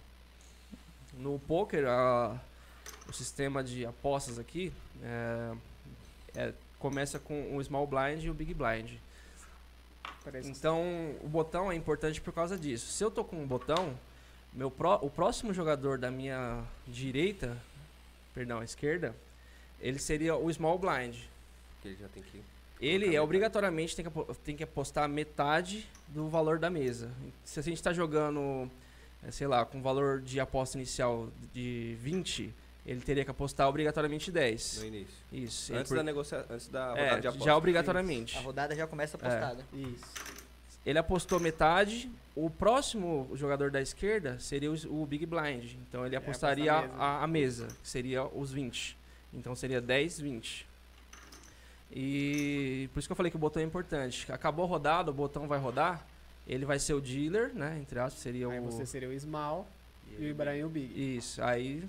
[SPEAKER 5] No poker, a- o sistema de apostas aqui é- é- começa com o small blind e o big blind.
[SPEAKER 2] Parece
[SPEAKER 5] Então, o botão é importante por causa disso. Se eu tô com um botão, meu pró- o próximo jogador da minha direita, perdão, esquerda, ele seria o small blind.
[SPEAKER 1] Porque ele já tem que.
[SPEAKER 5] Ele é
[SPEAKER 1] metade.
[SPEAKER 5] obrigatoriamente tem que, apo- tem que apostar metade do valor da mesa. Se a tá um gente está jogando, eh, sei lá, com valor de aposta inicial de 20, ele teria que apostar obrigatoriamente
[SPEAKER 1] no
[SPEAKER 5] 10.
[SPEAKER 1] início.
[SPEAKER 5] Isso.
[SPEAKER 1] Antes
[SPEAKER 5] ele
[SPEAKER 1] da negociação, antes da
[SPEAKER 5] por-
[SPEAKER 1] rodada
[SPEAKER 5] é,
[SPEAKER 1] de aposta.
[SPEAKER 5] já obrigatoriamente.
[SPEAKER 3] A rodada já
[SPEAKER 5] é.
[SPEAKER 3] começa apostada.
[SPEAKER 2] Isso.
[SPEAKER 5] Ele apostou metade. O próximo jogador da esquerda seria os- o Big Blind. Então ele apostaria
[SPEAKER 2] apostar a mesa.
[SPEAKER 5] a, a mesa, que seria os 20. Então seria 10, 20. E por isso que eu falei que o botão é importante. Acabou a rodada, o botão vai rodar. Ele vai ser o dealer, né? Entre aspas, seria
[SPEAKER 2] Aí
[SPEAKER 5] o.
[SPEAKER 2] você seria o Ismal e o Ibrahim o Big.
[SPEAKER 5] Isso, aí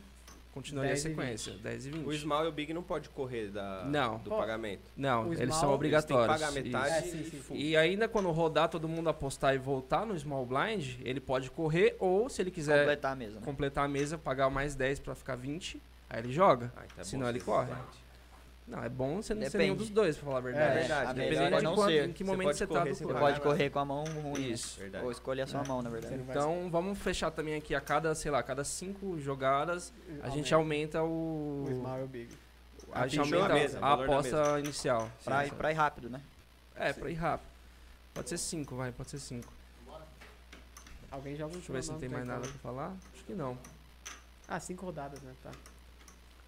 [SPEAKER 5] continuaria a
[SPEAKER 2] 10 e
[SPEAKER 5] sequência. 10 e 20.
[SPEAKER 1] O Small e o Big não pode correr da,
[SPEAKER 5] Não.
[SPEAKER 1] do
[SPEAKER 2] Pô,
[SPEAKER 1] pagamento.
[SPEAKER 5] Não,
[SPEAKER 2] o
[SPEAKER 5] eles
[SPEAKER 1] Eles
[SPEAKER 2] small,
[SPEAKER 5] são
[SPEAKER 1] têm que
[SPEAKER 5] obrigatórios.
[SPEAKER 1] pagar
[SPEAKER 5] isso.
[SPEAKER 1] metade
[SPEAKER 2] Isso. É, sim, sim.
[SPEAKER 1] e full.
[SPEAKER 5] E ainda quando rodar todo mundo apostar e voltar no small blind, ele pode correr ou se ele quiser completar,
[SPEAKER 3] Completar mesmo. né?
[SPEAKER 5] a mesa, pagar mais 10 pra ficar 20, aí ele joga.
[SPEAKER 1] Ah, então é
[SPEAKER 5] Senão
[SPEAKER 1] bom
[SPEAKER 5] ele
[SPEAKER 1] ser
[SPEAKER 5] corre.
[SPEAKER 1] Blind.
[SPEAKER 5] Não, é bom você não ser nenhum
[SPEAKER 3] Depende.
[SPEAKER 5] dos dois, pra falar a
[SPEAKER 2] É,
[SPEAKER 5] verdade.
[SPEAKER 1] verdade,
[SPEAKER 3] A
[SPEAKER 1] depende
[SPEAKER 3] melhor
[SPEAKER 1] de
[SPEAKER 3] é não
[SPEAKER 5] quando-
[SPEAKER 3] ser.
[SPEAKER 5] em que
[SPEAKER 1] Você
[SPEAKER 5] momento
[SPEAKER 1] pode
[SPEAKER 5] você tá
[SPEAKER 1] correr sem
[SPEAKER 5] do
[SPEAKER 3] Você
[SPEAKER 5] corpo.
[SPEAKER 1] pagar.
[SPEAKER 3] pode correr com a mão ruim.
[SPEAKER 5] Isso.
[SPEAKER 3] né?
[SPEAKER 1] Verdade.
[SPEAKER 3] Ou escolher a sua
[SPEAKER 2] É.
[SPEAKER 3] mão, na
[SPEAKER 2] Você
[SPEAKER 3] verdade.
[SPEAKER 2] não vai
[SPEAKER 5] Então vamos fechar também aqui. A cada, sei lá, a cada cinco jogadas,
[SPEAKER 2] ser-
[SPEAKER 5] a gente é um aumenta o.
[SPEAKER 2] o Ismal e o Big.
[SPEAKER 5] A gente
[SPEAKER 1] Fechou a
[SPEAKER 5] aumenta
[SPEAKER 1] mesa, o
[SPEAKER 5] a
[SPEAKER 1] valor da
[SPEAKER 5] aposta inicial.
[SPEAKER 3] Pra,
[SPEAKER 5] Sim.
[SPEAKER 3] ir- pra ir rápido, né?
[SPEAKER 5] É, pra ir rápido. Pode ser 5, vai, pode ser 5.
[SPEAKER 2] Alguém joga um o
[SPEAKER 5] Deixa eu ver se não tem mais nada pra falar. Acho que não.
[SPEAKER 2] Ah, cinco rodadas, né? Tá.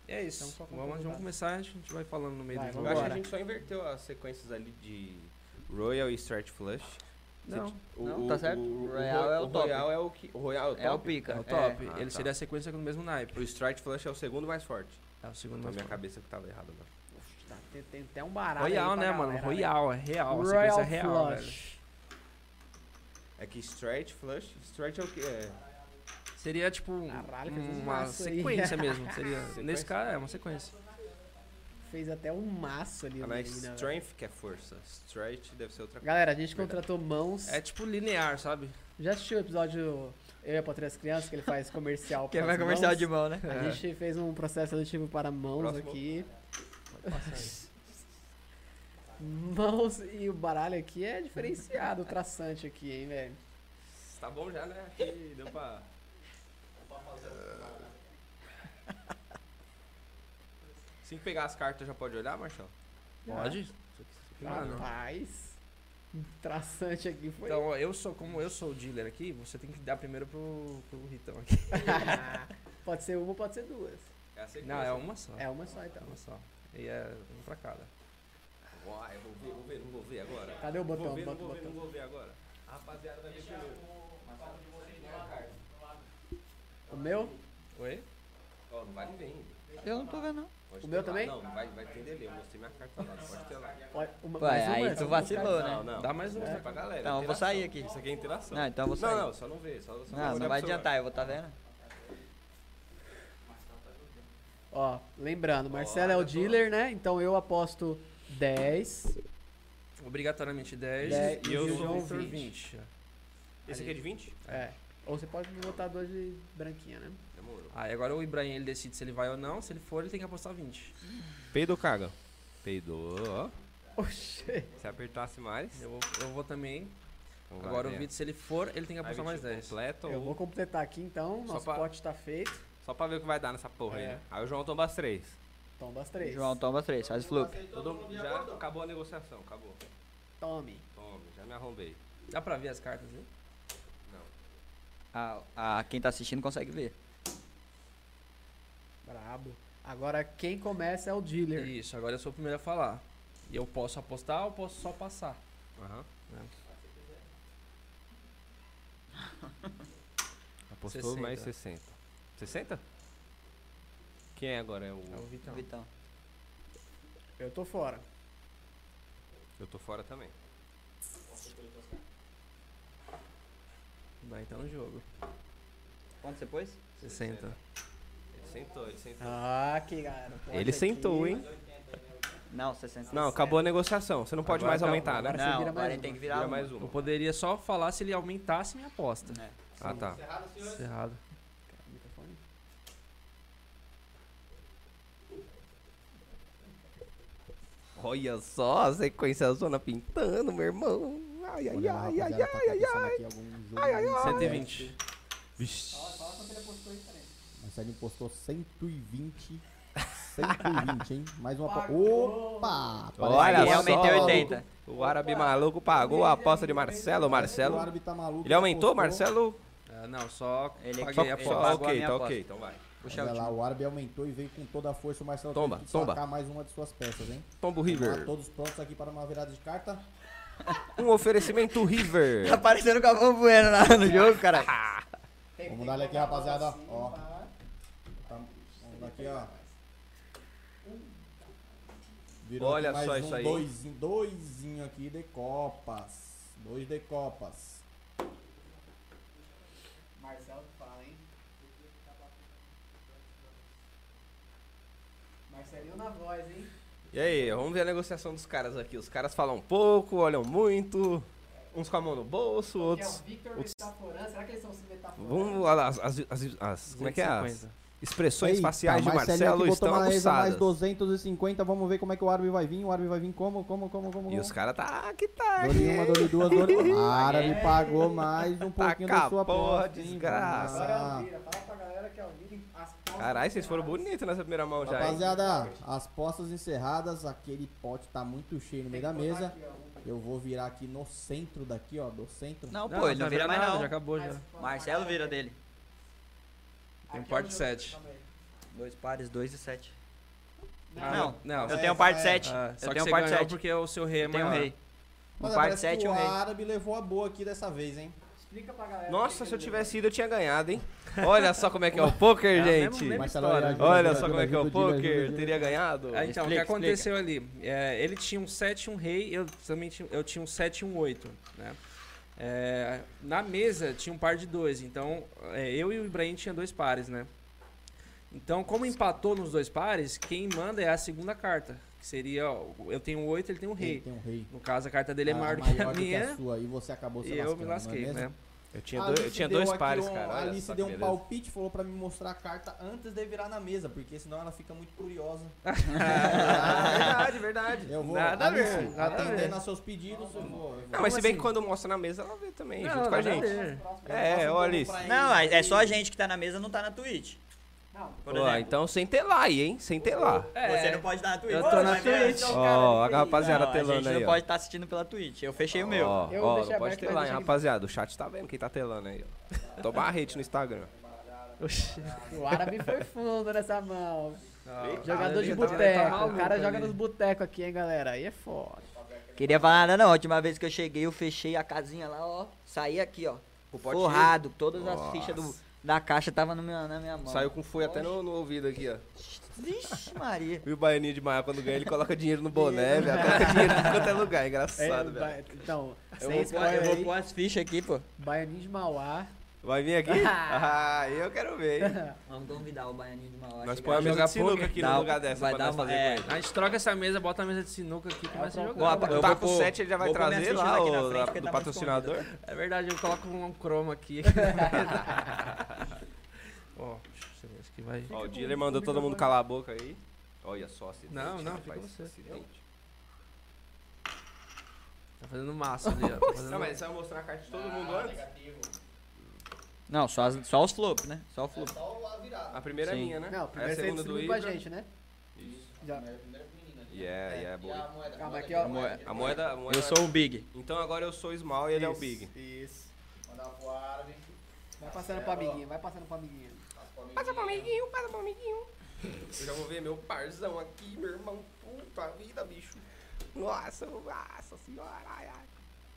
[SPEAKER 5] É isso.
[SPEAKER 2] Então, só conta
[SPEAKER 5] vamos,
[SPEAKER 2] os
[SPEAKER 5] vamos
[SPEAKER 2] dados.
[SPEAKER 5] começar, a gente vai falando no meio
[SPEAKER 2] Vai,
[SPEAKER 5] do
[SPEAKER 1] Eu
[SPEAKER 5] jogo.
[SPEAKER 1] acho
[SPEAKER 2] vambora.
[SPEAKER 1] que a gente só inverteu as sequências ali de Royal e Start Flush.
[SPEAKER 5] Não,
[SPEAKER 1] O,
[SPEAKER 3] Não,
[SPEAKER 1] o-
[SPEAKER 3] tá certo.
[SPEAKER 1] O,
[SPEAKER 3] Royal é o top.
[SPEAKER 1] Royal é o que? O Royal
[SPEAKER 3] É o
[SPEAKER 1] top?
[SPEAKER 3] pica.
[SPEAKER 5] é o top.
[SPEAKER 3] É. tá.
[SPEAKER 1] Ah,
[SPEAKER 5] Ele
[SPEAKER 1] tá.
[SPEAKER 5] seria a sequência com o mesmo naipe.
[SPEAKER 1] O Strike Flush é o segundo mais forte.
[SPEAKER 5] É o segundo
[SPEAKER 1] Na
[SPEAKER 5] mais
[SPEAKER 1] minha
[SPEAKER 5] forte.
[SPEAKER 1] cabeça que tava errado, mano.
[SPEAKER 2] Uf, tá. Tem, tem até um baralho.
[SPEAKER 5] Royal,
[SPEAKER 2] aí pra
[SPEAKER 5] né, mano?
[SPEAKER 2] galera,
[SPEAKER 5] Royal, é real. A
[SPEAKER 2] Royal
[SPEAKER 5] sequência é real, velho.
[SPEAKER 2] Flush.
[SPEAKER 1] É que Strike Flush. Strike é o que? É.
[SPEAKER 5] Seria tipo um-
[SPEAKER 2] Caralho, fez um
[SPEAKER 5] uma
[SPEAKER 2] maço aí.
[SPEAKER 5] sequência mesmo. Seria.
[SPEAKER 1] Sequência.
[SPEAKER 5] Nesse cara é uma sequência.
[SPEAKER 2] Fez até um maço ali.
[SPEAKER 1] Ah,
[SPEAKER 2] o
[SPEAKER 1] não, é
[SPEAKER 2] menino, velho.
[SPEAKER 1] Strength que é força. Strike deve ser outra coisa.
[SPEAKER 2] Galera, a gente
[SPEAKER 1] Verdade.
[SPEAKER 2] contratou mãos.
[SPEAKER 5] É tipo linear, sabe?
[SPEAKER 2] Já assistiu o episódio Eu e a Patrícia Crianças, que ele faz comercial
[SPEAKER 3] Quem
[SPEAKER 2] pras
[SPEAKER 3] vai comercial
[SPEAKER 2] mãos?
[SPEAKER 3] de mão, né?
[SPEAKER 5] É.
[SPEAKER 2] A gente fez um processo seletivo para mãos
[SPEAKER 1] Próximo.
[SPEAKER 2] aqui. mãos e o baralho aqui é diferenciado, o traçante aqui, hein, velho?
[SPEAKER 1] Tá bom já, né? Aqui deu pra. Assim que pegar as cartas, já pode olhar, Marchão?
[SPEAKER 5] Pode? Mano.
[SPEAKER 2] Rapaz, o traçante aqui foi.
[SPEAKER 5] Ah, Então, eu sou, como eu sou o dealer aqui, você tem que dar primeiro pro, pro Ritão aqui.
[SPEAKER 2] Ah, pode ser uma ou pode ser duas.
[SPEAKER 1] É a sequência.
[SPEAKER 5] Não, é uma só.
[SPEAKER 2] É uma só,
[SPEAKER 5] É
[SPEAKER 2] então.
[SPEAKER 5] uma só. E é um pra cada.
[SPEAKER 1] Uai, vou ver, vou ver, não vou ver agora.
[SPEAKER 2] Cadê o botão?
[SPEAKER 1] Vou ver, não
[SPEAKER 2] Bota o
[SPEAKER 1] vou ver, não
[SPEAKER 2] botão.
[SPEAKER 1] vou ver agora. A rapaziada vai ver primeiro.
[SPEAKER 2] O meu?
[SPEAKER 5] Oi?
[SPEAKER 1] Ó, não vai nem ver ainda.
[SPEAKER 3] Eu não tô vendo, não.
[SPEAKER 1] Pode ter
[SPEAKER 2] O meu
[SPEAKER 1] lá.
[SPEAKER 2] também?
[SPEAKER 1] Não, vai, vai ter delay. Eu mostrei minha carta lá, pode ter lá.
[SPEAKER 2] Olha, uma,
[SPEAKER 3] Ué,
[SPEAKER 2] mais uma,
[SPEAKER 3] aí
[SPEAKER 2] essa
[SPEAKER 3] tu
[SPEAKER 2] eu vou buscar.
[SPEAKER 3] vacilou, né?
[SPEAKER 1] Não, não.
[SPEAKER 5] Dá mais um.
[SPEAKER 1] Isso
[SPEAKER 5] uma.
[SPEAKER 1] é pra galera.
[SPEAKER 3] Não, eu vou
[SPEAKER 1] interação.
[SPEAKER 3] sair aqui.
[SPEAKER 1] Isso aqui é interação.
[SPEAKER 3] Não, então eu vou sair.
[SPEAKER 1] Não, não, só não vê. é Só, só
[SPEAKER 3] Não, não vai adiantar, eu vou tá vendo.
[SPEAKER 1] Então,
[SPEAKER 2] Ó, lembrando, Marcelo é o
[SPEAKER 1] Olha só.
[SPEAKER 2] dealer, né? Então eu aposto 10.
[SPEAKER 5] Obrigatoriamente 10.
[SPEAKER 2] Dez,
[SPEAKER 1] e eu
[SPEAKER 5] o
[SPEAKER 1] sou
[SPEAKER 5] Victor
[SPEAKER 2] 20.
[SPEAKER 5] 20.
[SPEAKER 1] Esse aqui é de 20?
[SPEAKER 2] É. Ou você pode botar duas de branquinha, né?
[SPEAKER 1] Demorou.
[SPEAKER 5] Aí agora o Ibrahim ele decide se ele vai ou não. Se ele for, ele tem que apostar 20.
[SPEAKER 1] Peido caga? Peidou, ó.
[SPEAKER 2] Oxê.
[SPEAKER 1] Se apertasse mais.
[SPEAKER 5] Eu vou, eu vou também.
[SPEAKER 1] então vai,
[SPEAKER 5] Agora o
[SPEAKER 1] né?
[SPEAKER 5] Vitor, se ele for, ele tem que
[SPEAKER 1] Aí
[SPEAKER 5] apostar mais
[SPEAKER 1] Vitinho
[SPEAKER 5] 10.
[SPEAKER 1] Completa
[SPEAKER 2] Eu
[SPEAKER 1] ou-
[SPEAKER 2] vou completar aqui então.
[SPEAKER 1] Só
[SPEAKER 2] Nosso
[SPEAKER 1] pra-
[SPEAKER 2] pote tá feito.
[SPEAKER 1] Só pra ver o que vai dar nessa porra
[SPEAKER 2] É.
[SPEAKER 1] aí. né? Aí o João tomba as três.
[SPEAKER 2] Tomba as três.
[SPEAKER 3] João, toma três, faz flup.
[SPEAKER 1] Todo mundo já acabou a negociação, acabou.
[SPEAKER 2] Tome.
[SPEAKER 1] Tome, já me arrombei.
[SPEAKER 5] Dá pra ver as cartas, né?
[SPEAKER 3] A, a- quem tá assistindo consegue ver.
[SPEAKER 2] Brabo. Agora quem começa é o dealer.
[SPEAKER 5] Isso, agora eu sou o primeiro a falar. E eu posso apostar ou posso só passar? Né?
[SPEAKER 1] Aham.
[SPEAKER 5] Não.
[SPEAKER 1] Apostou
[SPEAKER 5] 60.
[SPEAKER 1] mais 60. 60? Quem é agora? É o...
[SPEAKER 5] É o Vitão.
[SPEAKER 3] Vitão.
[SPEAKER 2] Eu tô fora.
[SPEAKER 1] Eu tô fora também.
[SPEAKER 5] Vai entrar no jogo.
[SPEAKER 3] Quanto você pôs?
[SPEAKER 5] 60.
[SPEAKER 1] Ele sentou, ele sentou.
[SPEAKER 2] Ah, que garoto.
[SPEAKER 1] ele sentou, hein?
[SPEAKER 3] Não, 60.
[SPEAKER 1] Não, acabou a negociação. Você não pode
[SPEAKER 5] Agora
[SPEAKER 1] mais
[SPEAKER 5] acabou,
[SPEAKER 1] aumentar, né?
[SPEAKER 2] agora- você
[SPEAKER 3] Não,
[SPEAKER 2] vira mais
[SPEAKER 3] agora ele
[SPEAKER 2] uma.
[SPEAKER 3] tem que virar
[SPEAKER 1] Vira
[SPEAKER 3] uma.
[SPEAKER 1] mais uma.
[SPEAKER 5] Eu poderia só falar se ele aumentasse minha aposta.
[SPEAKER 3] É.
[SPEAKER 1] Ah, tá.
[SPEAKER 5] Errado.
[SPEAKER 2] Microfone.
[SPEAKER 1] Olha só a sequência zona pintando, meu irmão. Ai, ai, ai, ai, ai,
[SPEAKER 8] tá
[SPEAKER 1] ai, ai.
[SPEAKER 8] ai. Ai, ai,
[SPEAKER 5] 120.
[SPEAKER 1] Vixe.
[SPEAKER 8] Marcelinho impostou 120. 120, hein? Mais uma. pa- Opa! parece
[SPEAKER 1] Olha
[SPEAKER 8] que
[SPEAKER 3] Ele
[SPEAKER 8] o
[SPEAKER 1] só,
[SPEAKER 3] aumentou
[SPEAKER 8] árabe-
[SPEAKER 3] 80.
[SPEAKER 1] O árabe maluco pagou a aposta de Marcelo.
[SPEAKER 8] O
[SPEAKER 1] Marcelo.
[SPEAKER 8] árabe tá maluco.
[SPEAKER 1] Ele aumentou,
[SPEAKER 8] apostou.
[SPEAKER 1] Marcelo?
[SPEAKER 5] Ah, não, só
[SPEAKER 3] Ele
[SPEAKER 5] paguei
[SPEAKER 1] Só,
[SPEAKER 5] a
[SPEAKER 3] ele
[SPEAKER 1] só
[SPEAKER 5] aposta.
[SPEAKER 3] pagou a
[SPEAKER 1] ok,
[SPEAKER 3] minha
[SPEAKER 1] tá
[SPEAKER 3] aposta.
[SPEAKER 1] ok. Então vai.
[SPEAKER 3] Puxar
[SPEAKER 8] Olha
[SPEAKER 3] o
[SPEAKER 8] lá,
[SPEAKER 3] time.
[SPEAKER 8] o árabe aumentou e veio com toda a força. O Marcelo
[SPEAKER 5] Tomba,
[SPEAKER 8] teve que
[SPEAKER 5] tomba.
[SPEAKER 8] sacar mais uma de suas peças, hein?
[SPEAKER 5] Tombo
[SPEAKER 8] Vamos lá,
[SPEAKER 5] River.
[SPEAKER 8] todos prontos aqui para uma virada de carta.
[SPEAKER 5] Um oferecimento River.
[SPEAKER 3] Tá parecendo o Galvão Bueno lá no jogo, cara.
[SPEAKER 8] Vamos dar aqui, rapaziada. Ó. Tá- vamos dar aqui, ó. Virou
[SPEAKER 5] Olha
[SPEAKER 8] aqui mais
[SPEAKER 5] só
[SPEAKER 8] um,
[SPEAKER 5] isso aí.
[SPEAKER 8] Doisinho, doisinho aqui de copas. Dois de copas.
[SPEAKER 2] Marcelo fala, hein? Marcelinho na voz, hein? é
[SPEAKER 5] E aí, vamos ver a negociação dos caras aqui. Os caras falam pouco, olham muito, uns com a mão no bolso, outros.
[SPEAKER 2] Victor
[SPEAKER 5] outros-
[SPEAKER 2] Metaforã. Será que eles são se metaforando?
[SPEAKER 5] Vamos lá, as, as- as- as- como é que é? As
[SPEAKER 1] 250.
[SPEAKER 5] expressões
[SPEAKER 8] Eita,
[SPEAKER 5] faciais de
[SPEAKER 8] Marcelinho
[SPEAKER 5] Marcelo
[SPEAKER 8] aqui botou
[SPEAKER 5] estão
[SPEAKER 8] mais, mais
[SPEAKER 5] aguçadas.
[SPEAKER 8] 250, vamos ver como é que o árabe vai vir. O árabe vai vir como, como, como, como.
[SPEAKER 5] E
[SPEAKER 8] como.
[SPEAKER 5] os Ah, caras tá que tá.
[SPEAKER 8] Dole uma, dole duas, dole... O
[SPEAKER 5] é.
[SPEAKER 8] árabe pagou mais um
[SPEAKER 5] Tá
[SPEAKER 8] pouquinho
[SPEAKER 5] com
[SPEAKER 8] da
[SPEAKER 5] a
[SPEAKER 8] sua
[SPEAKER 5] porra,
[SPEAKER 8] aposta, hein,
[SPEAKER 5] desgraça.
[SPEAKER 2] Agora é a
[SPEAKER 8] vamos lá.
[SPEAKER 2] Alvira. Fala pra galera que é a Alvira as
[SPEAKER 5] Caralho, vocês foram bonitos nessa primeira mão já. hein?
[SPEAKER 8] Rapaziada, as postas encerradas, aquele pote tá muito cheio no meio da mesa.
[SPEAKER 2] um
[SPEAKER 8] Eu vou virar aqui no centro daqui, ó, do centro.
[SPEAKER 3] Não, pô, ele não vira mais
[SPEAKER 1] Já
[SPEAKER 3] não.
[SPEAKER 1] acabou, já.
[SPEAKER 3] Marcelo vira dele.
[SPEAKER 2] é um
[SPEAKER 1] Tem par de 7.
[SPEAKER 3] Dois pares, dois e sete.
[SPEAKER 5] Ah,
[SPEAKER 1] Não, não.
[SPEAKER 3] Eu
[SPEAKER 8] É,
[SPEAKER 3] tenho um par de
[SPEAKER 8] é.
[SPEAKER 3] sete.
[SPEAKER 1] Ah,
[SPEAKER 3] Eu
[SPEAKER 1] só que
[SPEAKER 3] tenho um
[SPEAKER 1] você
[SPEAKER 3] par de
[SPEAKER 1] ganhou
[SPEAKER 3] sete.
[SPEAKER 1] porque o seu rei é
[SPEAKER 3] Eu tenho um
[SPEAKER 1] maior.
[SPEAKER 3] rei. Um
[SPEAKER 8] Mas
[SPEAKER 3] par de
[SPEAKER 8] parece que
[SPEAKER 3] sete e um
[SPEAKER 8] o
[SPEAKER 3] rei.
[SPEAKER 8] árabe levou a boa aqui dessa vez, hein?
[SPEAKER 2] Explica pra galera. é
[SPEAKER 5] Nossa, se eu tivesse ido, eu tinha ganhado, hein? Olha só como é que é o poker,
[SPEAKER 1] É a
[SPEAKER 5] gente.
[SPEAKER 1] mesma- mesma
[SPEAKER 8] Marcelo,
[SPEAKER 1] história.
[SPEAKER 8] ajuda,
[SPEAKER 5] Olha
[SPEAKER 8] ajuda,
[SPEAKER 5] só como é que é
[SPEAKER 8] ajuda,
[SPEAKER 5] o
[SPEAKER 8] ajuda, ajuda,
[SPEAKER 5] poker.
[SPEAKER 8] ajuda.
[SPEAKER 5] Teria ganhado.
[SPEAKER 1] Ah, então, o que
[SPEAKER 5] Explica, explica.
[SPEAKER 1] aconteceu ali? É, ele tinha um 7 um rei, eu também tinha, eu tinha um 7 e um 8, né? É, na mesa tinha um par de dois, então é, eu e o Ibrahim tinha dois pares, né? Então, como empatou nos dois pares, quem manda é a segunda carta, que seria, ó, eu tenho um 8, ele tem um
[SPEAKER 8] Ele
[SPEAKER 1] rei.
[SPEAKER 8] tem um rei.
[SPEAKER 1] No caso, a carta dele é
[SPEAKER 8] Ah,
[SPEAKER 1] maior do que a
[SPEAKER 8] do que
[SPEAKER 1] minha
[SPEAKER 8] sua, e você acabou se
[SPEAKER 1] e eu me
[SPEAKER 8] lascando, não é
[SPEAKER 1] lasquei,
[SPEAKER 8] mesmo?
[SPEAKER 1] né?
[SPEAKER 5] Eu tinha
[SPEAKER 8] A
[SPEAKER 5] dois, eu
[SPEAKER 8] Alice
[SPEAKER 5] tinha
[SPEAKER 8] deu
[SPEAKER 5] dois
[SPEAKER 8] aqui
[SPEAKER 5] pares,
[SPEAKER 8] um-
[SPEAKER 5] cara.
[SPEAKER 8] A
[SPEAKER 5] Olha
[SPEAKER 8] Alice
[SPEAKER 5] só que
[SPEAKER 8] deu um
[SPEAKER 5] beleza.
[SPEAKER 8] palpite, falou pra me mostrar a carta antes de virar na mesa, porque senão ela fica muito curiosa.
[SPEAKER 5] Ah, verdade, verdade.
[SPEAKER 8] Eu vou
[SPEAKER 5] Nada a
[SPEAKER 8] Alice,
[SPEAKER 5] ver. Nada a ver.
[SPEAKER 8] atendendo aos seus pedidos, eu vou. Eu vou.
[SPEAKER 5] Não, mas se bem que quando mostra na mesa, ela vê também, junto com a
[SPEAKER 1] nada
[SPEAKER 5] gente.
[SPEAKER 1] ver.
[SPEAKER 5] É,
[SPEAKER 8] Eu
[SPEAKER 5] ô
[SPEAKER 8] faço um
[SPEAKER 5] Alice.
[SPEAKER 8] bolo pra
[SPEAKER 3] Não,
[SPEAKER 8] ele.
[SPEAKER 3] mas é só a gente que tá na mesa, não tá na Twitch.
[SPEAKER 2] Não.
[SPEAKER 3] Por
[SPEAKER 5] Ó,
[SPEAKER 3] exemplo,
[SPEAKER 5] então sem telar aí, hein? Sem telar.
[SPEAKER 3] você não pode estar na Twitch.
[SPEAKER 1] eu tô na
[SPEAKER 3] mas é-
[SPEAKER 1] Twitch.
[SPEAKER 3] Não,
[SPEAKER 5] Ó, a rapaziada
[SPEAKER 3] a
[SPEAKER 5] telando
[SPEAKER 3] gente
[SPEAKER 5] aí,
[SPEAKER 3] não
[SPEAKER 5] ó.
[SPEAKER 3] pode estar assistindo pela Twitch. Eu fechei o meu.
[SPEAKER 5] Ó,
[SPEAKER 2] Eu
[SPEAKER 5] ó,
[SPEAKER 2] deixei
[SPEAKER 5] não pode
[SPEAKER 2] aberto, mas
[SPEAKER 5] telar, hein,
[SPEAKER 2] deixa ele-
[SPEAKER 5] rapaziada. O chat tá vendo quem tá telando aí, ó. Toma a rede no Instagram.
[SPEAKER 2] O árabe foi fundo nessa mão.
[SPEAKER 1] cara,
[SPEAKER 2] Jogador de
[SPEAKER 1] ele tá- ele tá
[SPEAKER 2] boteco.
[SPEAKER 1] maluco
[SPEAKER 2] O cara joga
[SPEAKER 1] ali.
[SPEAKER 2] nos botecos aqui, hein, galera. Aí é foda.
[SPEAKER 3] Queria falar nada não. A última vez que eu cheguei, eu fechei a casinha lá, ó. Saí aqui, ó.
[SPEAKER 5] pote
[SPEAKER 3] Forrado. Todas as
[SPEAKER 5] Nossa.
[SPEAKER 3] fichas do- da caixa tava no meu- na minha mão.
[SPEAKER 5] Saiu com foi até no, no ouvido aqui, ó.
[SPEAKER 3] Vixe Maria.
[SPEAKER 5] E o baianinho de Maia, quando ganha, ele coloca dinheiro no boné, velho. Coloca dinheiro em qualquer lugar. Engraçado,
[SPEAKER 2] É,
[SPEAKER 5] velho.
[SPEAKER 2] vai- então,
[SPEAKER 3] Eu
[SPEAKER 2] sem
[SPEAKER 3] vou, pôr, eu vou
[SPEAKER 2] spoiler
[SPEAKER 3] pôr
[SPEAKER 2] aí.
[SPEAKER 3] as fichas aqui, pô.
[SPEAKER 2] Baianinho de Mauá.
[SPEAKER 5] Vai vir aqui? Ah, eu quero ver, hein?
[SPEAKER 3] Vamos convidar o Baianinho de uma hora.
[SPEAKER 5] Nós
[SPEAKER 3] chegar.
[SPEAKER 5] põe a mesa
[SPEAKER 1] Jogar
[SPEAKER 5] de sinuca
[SPEAKER 1] poker?
[SPEAKER 5] aqui no
[SPEAKER 3] Dá-
[SPEAKER 5] lugar dessa
[SPEAKER 3] vai
[SPEAKER 5] pra
[SPEAKER 3] dar
[SPEAKER 5] nós
[SPEAKER 3] uma-
[SPEAKER 5] fazer
[SPEAKER 3] é.
[SPEAKER 5] com ele.
[SPEAKER 1] A gente troca essa mesa, bota a mesa de sinuca aqui e começa a
[SPEAKER 5] Ó,
[SPEAKER 1] jogar.
[SPEAKER 5] o
[SPEAKER 3] vou
[SPEAKER 5] taco
[SPEAKER 3] pôr-
[SPEAKER 5] 7 tá ele já vai
[SPEAKER 3] vou pôr minhas
[SPEAKER 5] trazer
[SPEAKER 3] fichas
[SPEAKER 5] lá
[SPEAKER 3] aqui na
[SPEAKER 5] o
[SPEAKER 3] frente,
[SPEAKER 5] da-
[SPEAKER 3] porque
[SPEAKER 5] do
[SPEAKER 3] tá mais
[SPEAKER 5] patrocinador.
[SPEAKER 1] É verdade, eu coloco um croma aqui. Ó, deixa eu ver, acho que vai.
[SPEAKER 5] Ó, o dealer mandou todo mundo calar a boca aí. Olha só, acidente.
[SPEAKER 1] Não, não,
[SPEAKER 5] rapaz,
[SPEAKER 1] fica você.
[SPEAKER 5] Acidente.
[SPEAKER 1] Tá fazendo massa ali, ó. Tá fazendo-
[SPEAKER 5] Não, mas você vai mostrar a carta de todo mundo antes?
[SPEAKER 3] Não, só, as- só os flops, né? Só o flop.
[SPEAKER 5] A primeira é
[SPEAKER 3] Sim.
[SPEAKER 5] minha, né?
[SPEAKER 2] Não,
[SPEAKER 5] Aí a
[SPEAKER 2] primeiro você
[SPEAKER 5] segunda do
[SPEAKER 2] distribuiu com a
[SPEAKER 5] Ibra.
[SPEAKER 2] gente, né?
[SPEAKER 5] Isso.
[SPEAKER 2] Já.
[SPEAKER 5] Yeah, yeah, boy.
[SPEAKER 2] Calma aqui, ó.
[SPEAKER 5] A moeda, a moeda...
[SPEAKER 3] Eu sou o Big.
[SPEAKER 5] Então agora eu sou o Small e ele é o Big.
[SPEAKER 2] Isso. Vai passando pro amiguinho, vai passando pro amiguinho.
[SPEAKER 5] Eu já vou ver meu parzão aqui, meu irmão. Puta vida, bicho. Nossa, nossa senhora. Ai, ai.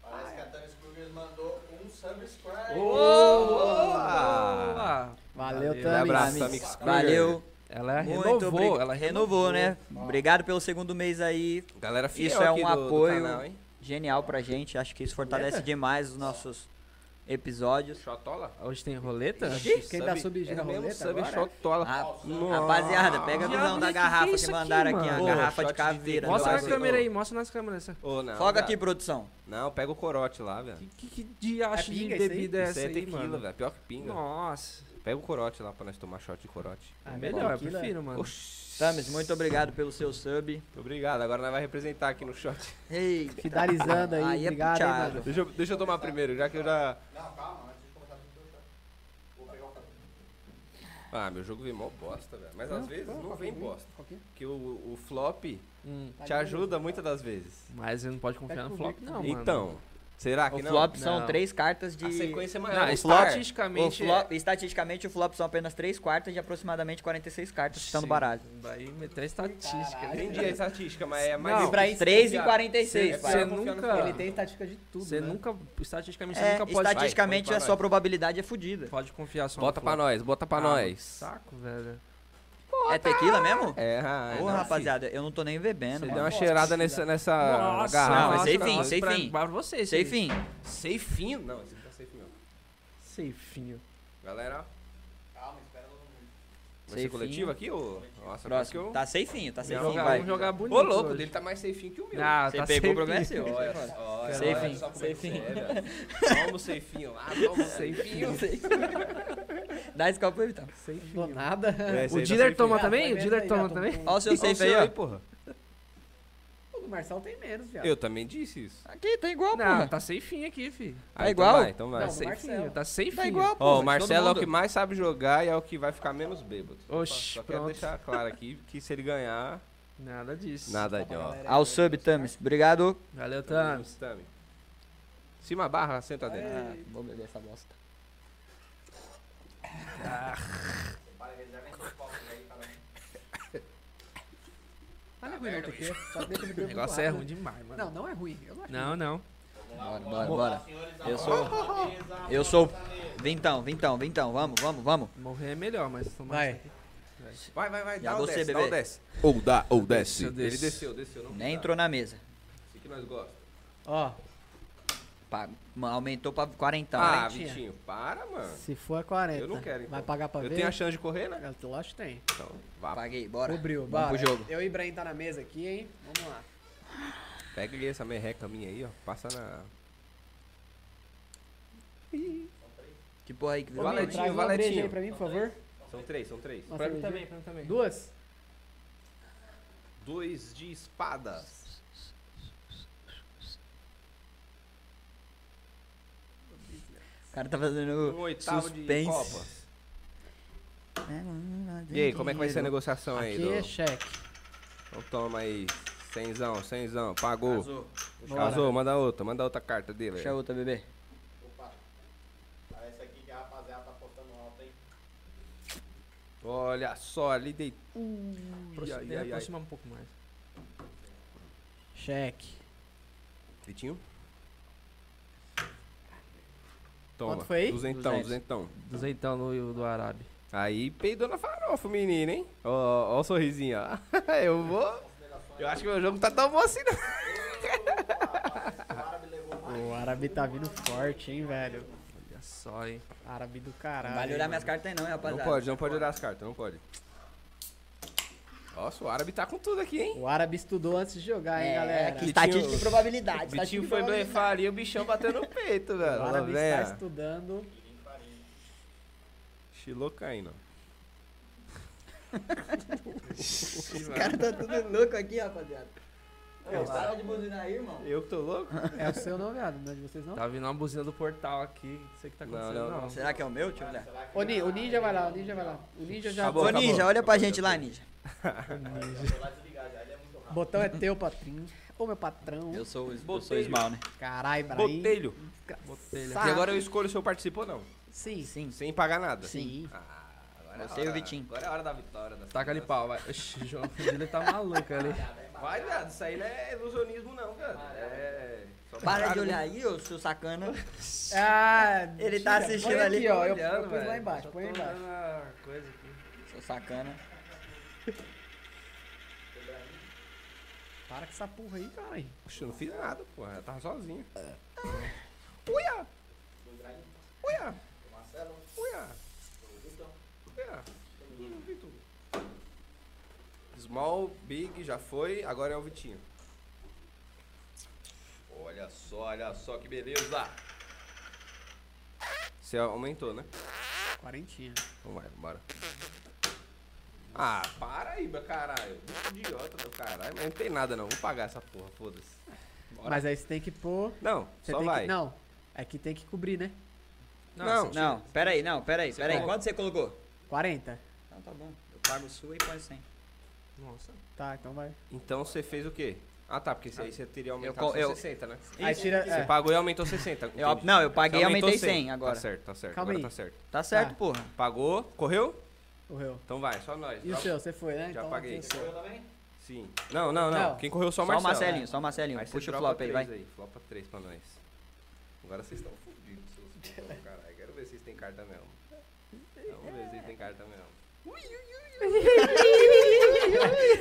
[SPEAKER 9] Parece que a Thames Kruger mandou um subscribe.
[SPEAKER 5] Boa!
[SPEAKER 1] Boa!
[SPEAKER 2] Valeu,
[SPEAKER 1] Valeu.
[SPEAKER 2] Tami.
[SPEAKER 5] abraço,
[SPEAKER 2] Tami.
[SPEAKER 5] Tamix Kruger.
[SPEAKER 3] Valeu.
[SPEAKER 1] Ela
[SPEAKER 3] Muito
[SPEAKER 1] renovou,
[SPEAKER 3] obri-
[SPEAKER 1] ela
[SPEAKER 3] renovou, né? Obrigado pelo segundo mês aí.
[SPEAKER 5] Galera, fiel
[SPEAKER 3] Isso é
[SPEAKER 5] aqui
[SPEAKER 3] um
[SPEAKER 5] do- do
[SPEAKER 3] apoio.
[SPEAKER 5] canal, hein?
[SPEAKER 3] Genial pra gente. Acho que isso fortalece demais os nossos episódios.
[SPEAKER 5] Xotola?
[SPEAKER 1] Hoje tem roleta?
[SPEAKER 2] Quem tá subindo
[SPEAKER 5] É
[SPEAKER 2] a
[SPEAKER 5] mesmo
[SPEAKER 2] roleta
[SPEAKER 5] sub é
[SPEAKER 2] agora?
[SPEAKER 5] Xotola.
[SPEAKER 3] Ra-
[SPEAKER 5] Nossa.
[SPEAKER 3] Rapaziada, pega a visão
[SPEAKER 1] Diabo,
[SPEAKER 3] da
[SPEAKER 1] que
[SPEAKER 3] garrafa
[SPEAKER 1] que é
[SPEAKER 3] que,
[SPEAKER 1] isso aqui,
[SPEAKER 3] mandaram aqui,
[SPEAKER 1] mano?
[SPEAKER 3] a
[SPEAKER 5] Ô,
[SPEAKER 3] garrafa de
[SPEAKER 5] shot de
[SPEAKER 3] caveira.
[SPEAKER 5] vidro.
[SPEAKER 1] Mostra
[SPEAKER 3] do
[SPEAKER 1] na
[SPEAKER 5] Vai,
[SPEAKER 3] bagulho.
[SPEAKER 1] câmera
[SPEAKER 5] ô.
[SPEAKER 1] aí, mostra nas câmeras. essa.
[SPEAKER 5] Ô, não,
[SPEAKER 3] Foca
[SPEAKER 5] viado.
[SPEAKER 3] aqui, produção.
[SPEAKER 5] Não, pega o corote lá, velho.
[SPEAKER 1] Que, que, que diacho
[SPEAKER 2] É
[SPEAKER 1] de
[SPEAKER 2] pinga isso aí?
[SPEAKER 1] bebida é
[SPEAKER 5] Isso
[SPEAKER 1] essa
[SPEAKER 5] é
[SPEAKER 1] aí,
[SPEAKER 5] tequila,
[SPEAKER 1] mano?
[SPEAKER 5] velho. Pior que pinga.
[SPEAKER 1] Nossa.
[SPEAKER 5] Pega o corote lá pra nós tomar shot de corote.
[SPEAKER 2] Ah, é
[SPEAKER 1] Melhor, eu
[SPEAKER 2] tequila.
[SPEAKER 1] prefiro, mano.
[SPEAKER 5] Oxi.
[SPEAKER 3] Thames, muito obrigado pelo seu sub.
[SPEAKER 5] Obrigado, agora nós vai representar aqui no shot.
[SPEAKER 3] Ei,
[SPEAKER 2] Finalizando aí,
[SPEAKER 3] Aí é
[SPEAKER 2] obrigado, hein,
[SPEAKER 3] puxado.
[SPEAKER 2] mano.
[SPEAKER 5] Deixa eu, deixa eu tomar primeiro, já que eu já. Ah, meu jogo vem mó bosta, velho. Mas às vezes não vem bosta. Porque o, o flop
[SPEAKER 1] Hum,
[SPEAKER 5] te ajuda muitas das vezes. É
[SPEAKER 1] Mas você não pode confiar no flop, não, mano.
[SPEAKER 5] então, Será
[SPEAKER 3] O
[SPEAKER 5] que não?
[SPEAKER 3] flop são
[SPEAKER 1] Não.
[SPEAKER 3] três cartas de.
[SPEAKER 5] A sequência é
[SPEAKER 1] Não,
[SPEAKER 5] maior. O flop-
[SPEAKER 3] O
[SPEAKER 1] estatisticamente.
[SPEAKER 3] flop, estatisticamente, o flop são apenas três quartas de aproximadamente 46 cartas que estão no baralho.
[SPEAKER 1] Daí meter a estatística. né?
[SPEAKER 5] Entendi a estatística, mas é mais
[SPEAKER 1] Não,
[SPEAKER 5] difícil
[SPEAKER 1] pra
[SPEAKER 5] de
[SPEAKER 3] 3 em
[SPEAKER 5] confiar.
[SPEAKER 3] 46,
[SPEAKER 5] É
[SPEAKER 3] pai.
[SPEAKER 5] pra
[SPEAKER 1] Você
[SPEAKER 5] confiar no
[SPEAKER 1] nunca-
[SPEAKER 5] flop.
[SPEAKER 2] Ele tem estatística de tudo.
[SPEAKER 1] Você
[SPEAKER 2] né?
[SPEAKER 1] nunca. Estatisticamente
[SPEAKER 3] É,
[SPEAKER 1] você nunca pode,
[SPEAKER 3] estatisticamente,
[SPEAKER 5] Vai,
[SPEAKER 3] a
[SPEAKER 5] põe pra
[SPEAKER 3] sua
[SPEAKER 5] nós.
[SPEAKER 3] probabilidade é fodida.
[SPEAKER 1] pode confiar só no
[SPEAKER 5] Bota pra
[SPEAKER 1] flop.
[SPEAKER 5] nós, bota pra
[SPEAKER 1] Ah,
[SPEAKER 5] nós.
[SPEAKER 1] Saco, velho.
[SPEAKER 3] É tequila mesmo?
[SPEAKER 5] É, ah,
[SPEAKER 3] Ô,
[SPEAKER 5] não,
[SPEAKER 3] rapaziada, eu não tô nem
[SPEAKER 5] Você
[SPEAKER 3] bebendo,
[SPEAKER 5] deu uma
[SPEAKER 3] mano.
[SPEAKER 5] cheirada nessa, nessa
[SPEAKER 3] Não,
[SPEAKER 5] garrafa.
[SPEAKER 3] mas sem fim,
[SPEAKER 1] nossa,
[SPEAKER 3] sem
[SPEAKER 1] pra-
[SPEAKER 3] fim.
[SPEAKER 1] Pra vocês.
[SPEAKER 3] Sei fim.
[SPEAKER 5] Seifinho? Não, esse não tá safe não.
[SPEAKER 1] Seifinho.
[SPEAKER 5] Galera, vai ser
[SPEAKER 3] Seifinho.
[SPEAKER 5] coletivo aqui ou... Nossa,
[SPEAKER 3] Próximo.
[SPEAKER 5] parece
[SPEAKER 3] Tá seifinho, tá
[SPEAKER 1] Vamos
[SPEAKER 3] seifinho,
[SPEAKER 1] jogar-
[SPEAKER 3] vai.
[SPEAKER 1] Vamos jogar
[SPEAKER 5] que eu...
[SPEAKER 1] bonito.
[SPEAKER 5] Ô, louco,
[SPEAKER 1] hoje.
[SPEAKER 5] dele tá mais seifinho que o meu.
[SPEAKER 1] Ah,
[SPEAKER 3] Você
[SPEAKER 1] tá
[SPEAKER 3] pegou, o problema é
[SPEAKER 1] safe.
[SPEAKER 3] seu.
[SPEAKER 5] Olha só, olha
[SPEAKER 3] Seifinho,
[SPEAKER 5] só como é que
[SPEAKER 3] seifinho.
[SPEAKER 5] você é, velho. Toma o seifinho lá, toma o seifinho.
[SPEAKER 3] Dá esse copo aí, então.
[SPEAKER 2] Do nada.
[SPEAKER 3] É,
[SPEAKER 1] O dealer toma também? O
[SPEAKER 2] Ah,
[SPEAKER 1] dealer
[SPEAKER 2] tá
[SPEAKER 1] toma
[SPEAKER 2] vendo
[SPEAKER 1] também?
[SPEAKER 2] aí, tá
[SPEAKER 3] Ó o seu
[SPEAKER 5] Olha o
[SPEAKER 3] safe
[SPEAKER 5] seu
[SPEAKER 3] tá aí, ó.
[SPEAKER 5] porra.
[SPEAKER 2] tomando. O Marçal tem menos, viado.
[SPEAKER 5] Eu também disse isso.
[SPEAKER 3] Aqui, tá igual,
[SPEAKER 1] Não,
[SPEAKER 3] porra.
[SPEAKER 1] tá seifinho aqui, filho.
[SPEAKER 5] Ah,
[SPEAKER 3] É
[SPEAKER 5] então
[SPEAKER 3] igual?
[SPEAKER 5] vai, Então vai.
[SPEAKER 2] Não,
[SPEAKER 1] Seifinho,
[SPEAKER 2] Marcelo.
[SPEAKER 1] tá seifinho.
[SPEAKER 3] Tá igual, porra.
[SPEAKER 5] Ó, o
[SPEAKER 3] todo
[SPEAKER 5] Marcelo é o
[SPEAKER 3] mundo.
[SPEAKER 5] que mais sabe jogar e é o que vai ficar menos bêbado.
[SPEAKER 1] Oxi,
[SPEAKER 5] Só quero
[SPEAKER 1] pronto.
[SPEAKER 5] deixar claro aqui que se ele ganhar,
[SPEAKER 1] Nada disso.
[SPEAKER 5] nada
[SPEAKER 2] Só
[SPEAKER 5] de
[SPEAKER 2] pra
[SPEAKER 5] ó.
[SPEAKER 2] galera
[SPEAKER 3] Ao
[SPEAKER 2] ver.
[SPEAKER 3] sub, Thames. Obrigado.
[SPEAKER 1] Valeu, Thanos.
[SPEAKER 5] Tami. Cima barra, senta dentro.
[SPEAKER 3] Ah, vou beber essa bosta.
[SPEAKER 2] Mas não é ruim, não, Tequê. Só que dentro do
[SPEAKER 1] O
[SPEAKER 2] grupo
[SPEAKER 1] negócio
[SPEAKER 2] lá,
[SPEAKER 1] é
[SPEAKER 2] né?
[SPEAKER 1] ruim demais, mano.
[SPEAKER 2] Não, não é ruim. Eu não acho
[SPEAKER 1] Não, não.
[SPEAKER 3] Bora, bora, bora. Eu sou. Eu sou. Vintão, vintão, vintão. Vamos, vamos, vamos.
[SPEAKER 1] Morrer é melhor, mas tomar.
[SPEAKER 2] Vai.
[SPEAKER 5] Vai, vai, vai.
[SPEAKER 3] E a você,
[SPEAKER 5] dá
[SPEAKER 3] bebê?
[SPEAKER 5] o desce.
[SPEAKER 10] Ou dá ou desce.
[SPEAKER 5] Ele desceu, desceu. Não
[SPEAKER 3] Nem
[SPEAKER 5] dá.
[SPEAKER 3] entrou na mesa.
[SPEAKER 5] Esse que nós gostamos.
[SPEAKER 2] Ó,
[SPEAKER 3] Pá, ma- aumentou pra 40.
[SPEAKER 5] Ah,
[SPEAKER 2] Valentinha.
[SPEAKER 5] Vitinho, para, mano.
[SPEAKER 2] se for é 40.
[SPEAKER 5] Eu não quero, então.
[SPEAKER 2] Vai pagar pra
[SPEAKER 5] Eu
[SPEAKER 2] ver?
[SPEAKER 5] tenho a chance de correr, né?
[SPEAKER 2] É, Eu acho que tem.
[SPEAKER 5] Então, vá.
[SPEAKER 3] Paguei, bora.
[SPEAKER 2] Ô, Bril,
[SPEAKER 3] Vamos
[SPEAKER 2] bora.
[SPEAKER 3] pro jogo.
[SPEAKER 2] Eu e Ibrahim tá na mesa aqui, hein? Vamos lá.
[SPEAKER 5] Pega ali essa merreca minha aí, ó. Passa na...
[SPEAKER 3] Que porra aí que virou?
[SPEAKER 5] Valentinho,
[SPEAKER 2] Traz uma breja
[SPEAKER 5] Valentinho.
[SPEAKER 2] um aí pra mim, por favor.
[SPEAKER 5] São três, são três.
[SPEAKER 2] Uma
[SPEAKER 1] Pra mim também,
[SPEAKER 2] cervejinha.
[SPEAKER 1] pra mim também.
[SPEAKER 2] Duas?
[SPEAKER 5] Dois de espadas.
[SPEAKER 3] O cara tá fazendo.
[SPEAKER 5] Um oitavo de
[SPEAKER 3] suspense.
[SPEAKER 5] copa.
[SPEAKER 2] É,
[SPEAKER 5] E aí, como é que vai ser a negociação aí,
[SPEAKER 2] Aqui é
[SPEAKER 5] do...
[SPEAKER 2] cheque.
[SPEAKER 5] Então toma aí. Cenzão, cenzão. Pagou. Casou,
[SPEAKER 2] Bora.
[SPEAKER 5] manda outra. Manda outra carta dele.
[SPEAKER 3] Puxa
[SPEAKER 5] aí.
[SPEAKER 3] outra, bebê.
[SPEAKER 11] Parece aqui que a rapaziada tá postando alto, hein?
[SPEAKER 5] Olha só, ali deitou.
[SPEAKER 1] Aproxima,
[SPEAKER 5] ai, ai, ai.
[SPEAKER 1] aproxima um pouco mais.
[SPEAKER 2] Cheque.
[SPEAKER 5] Vitinho. Toma.
[SPEAKER 2] Quanto foi aí?
[SPEAKER 5] Duzentão,
[SPEAKER 3] Duzentos.
[SPEAKER 5] duzentão.
[SPEAKER 3] Então,
[SPEAKER 1] Duzeitão do, do Arabe.
[SPEAKER 5] Aí peidou na farofa, menino, hein? Ó, ó o sorrisinho, ó. Eu vou. Eu acho que meu jogo tá tão bom assim, não.
[SPEAKER 2] O árabe tá vindo forte, hein, velho?
[SPEAKER 1] Olha só, hein.
[SPEAKER 2] Árabe do caralho.
[SPEAKER 3] Não vale olhar minhas cartas aí não, hein,
[SPEAKER 5] Não
[SPEAKER 3] rapaziada.
[SPEAKER 5] pode, não pode olhar as cartas, não pode. Nossa, o árabe tá com tudo aqui, hein?
[SPEAKER 2] O árabe estudou antes de jogar, hein,
[SPEAKER 3] É,
[SPEAKER 2] galera?
[SPEAKER 3] que estatística e probabilidade. tá
[SPEAKER 5] O
[SPEAKER 3] estatística
[SPEAKER 5] Vitinho
[SPEAKER 3] e
[SPEAKER 5] foi
[SPEAKER 3] probabilidade.
[SPEAKER 5] blefar ali, o bichão bateu no peito, velho.
[SPEAKER 2] O
[SPEAKER 5] Lá
[SPEAKER 2] árabe está
[SPEAKER 5] vem.
[SPEAKER 2] estudando.
[SPEAKER 5] Xilocaína.
[SPEAKER 3] Os caras tá tudo louco aqui, rapaziada. Ô, para de buzinar aí, irmão.
[SPEAKER 5] Eu que tô louco?
[SPEAKER 2] É o seu não, viado? Não é de vocês, não?
[SPEAKER 1] Tá vindo uma buzina do portal aqui. Não sei o que tá
[SPEAKER 5] Não,
[SPEAKER 1] acontecendo,
[SPEAKER 5] não,
[SPEAKER 1] não.
[SPEAKER 5] não.
[SPEAKER 3] Será que é o meu? Deixa eu olhar.
[SPEAKER 2] Ô, Ni- o ninja vai lá, o ninja vai lá. O ninja já...
[SPEAKER 5] Acabou,
[SPEAKER 3] Ô,
[SPEAKER 5] acabou.
[SPEAKER 3] Ninja, olha pra
[SPEAKER 5] Acabou,
[SPEAKER 3] gente lá, Ninja.
[SPEAKER 2] O botão é teu, patrinho. Ô, meu patrão.
[SPEAKER 3] Eu sou, eu sou
[SPEAKER 5] Botelho.
[SPEAKER 3] Ismael, né?
[SPEAKER 2] Caralho, Ibrahim.
[SPEAKER 5] Botelho.
[SPEAKER 1] Botei ele
[SPEAKER 2] Sa-
[SPEAKER 1] aqui.
[SPEAKER 5] E agora eu escolho se eu participo ou não.
[SPEAKER 2] Sim.
[SPEAKER 3] Sim.
[SPEAKER 5] Sem pagar nada.
[SPEAKER 3] Sim.
[SPEAKER 5] Ah, agora é
[SPEAKER 3] Você e o
[SPEAKER 5] hora.
[SPEAKER 3] Vitinho.
[SPEAKER 5] Agora é a hora da vitória. Da
[SPEAKER 1] Taca ali pau, vai. Oxi, o João Fusilha tá maluco ali.
[SPEAKER 5] Vai, viado, isso aí não é ilusionismo, não, cara. É. só
[SPEAKER 3] Para de
[SPEAKER 5] parado.
[SPEAKER 3] olhar aí, ô seu sacana.
[SPEAKER 2] Ah,
[SPEAKER 3] Ele tá
[SPEAKER 2] tira.
[SPEAKER 3] assistindo
[SPEAKER 2] Põe
[SPEAKER 3] ali.
[SPEAKER 2] aqui, ó. Eu,
[SPEAKER 1] Olhando,
[SPEAKER 2] eu pus lá
[SPEAKER 1] velho.
[SPEAKER 2] embaixo,
[SPEAKER 1] Só
[SPEAKER 2] põe
[SPEAKER 1] tô
[SPEAKER 2] lá embaixo.
[SPEAKER 1] olhando a coisa aqui.
[SPEAKER 3] Seu sacana.
[SPEAKER 2] Para com essa porra aí, caralho.
[SPEAKER 5] Puxa, eu não fiz nada, porra. Eu tava sozinho. Uia! Uia! Uia! Uia! Hum, Vitor. Small, big, já foi, agora é o Vitinho. Olha só, olha só que beleza! Você aumentou, né?
[SPEAKER 2] Quarentinha.
[SPEAKER 5] Então vai, bora. Ah, para aí, meu caralho. Bicho idiota do caralho. Mas não tem nada não. Vou pagar essa porra, foda-se.
[SPEAKER 2] Mas aí você tem que pôr...
[SPEAKER 5] Não,
[SPEAKER 2] Você
[SPEAKER 5] só
[SPEAKER 2] tem
[SPEAKER 5] vai.
[SPEAKER 2] que... Não. É que tem que cobrir, né?
[SPEAKER 5] Não.
[SPEAKER 3] Não, pera aí, não, pera aí, pera aí.
[SPEAKER 5] coloca.
[SPEAKER 3] Quanto você colocou?
[SPEAKER 2] 40.
[SPEAKER 3] Então tá bom. Eu pago sua e põe 100.
[SPEAKER 1] Nossa.
[SPEAKER 2] Tá, então vai.
[SPEAKER 5] Então você fez o quê? Ah, tá, porque aí você teria
[SPEAKER 3] Eu
[SPEAKER 5] aumentado
[SPEAKER 3] co-
[SPEAKER 5] só
[SPEAKER 3] eu-
[SPEAKER 5] 60, né?
[SPEAKER 2] Aí tira.
[SPEAKER 5] Você
[SPEAKER 2] É.
[SPEAKER 5] pagou e aumentou 60.
[SPEAKER 3] Eu-
[SPEAKER 5] entendi.
[SPEAKER 3] não, eu paguei e
[SPEAKER 5] Você aumentou
[SPEAKER 3] aumentei 100 agora.
[SPEAKER 5] Tá certo, tá certo.
[SPEAKER 2] Calma
[SPEAKER 5] agora
[SPEAKER 2] aí.
[SPEAKER 5] tá certo.
[SPEAKER 3] Tá certo,
[SPEAKER 2] Tá.
[SPEAKER 3] porra.
[SPEAKER 5] Pagou, correu?
[SPEAKER 2] Correu.
[SPEAKER 5] Então vai, só nós.
[SPEAKER 2] E o
[SPEAKER 5] Tá-
[SPEAKER 2] seu, você foi, né?
[SPEAKER 5] Já
[SPEAKER 2] tem
[SPEAKER 5] paguei.
[SPEAKER 2] o seu.
[SPEAKER 5] Sim. Não, não, não,
[SPEAKER 2] Não.
[SPEAKER 5] Quem correu só
[SPEAKER 3] Só
[SPEAKER 5] o Marcelo.
[SPEAKER 3] o Marcelinho, só o Marcelinho.
[SPEAKER 5] Aí você
[SPEAKER 3] Puxa o
[SPEAKER 5] dropa
[SPEAKER 3] flop aí,
[SPEAKER 5] três
[SPEAKER 3] vai.
[SPEAKER 5] Flopa 3 pra nós. Agora vocês estão fodidos, seus fodão, caralho. Quero ver se vocês têm carta mesmo. Vamos ver se vocês têm carta mesmo.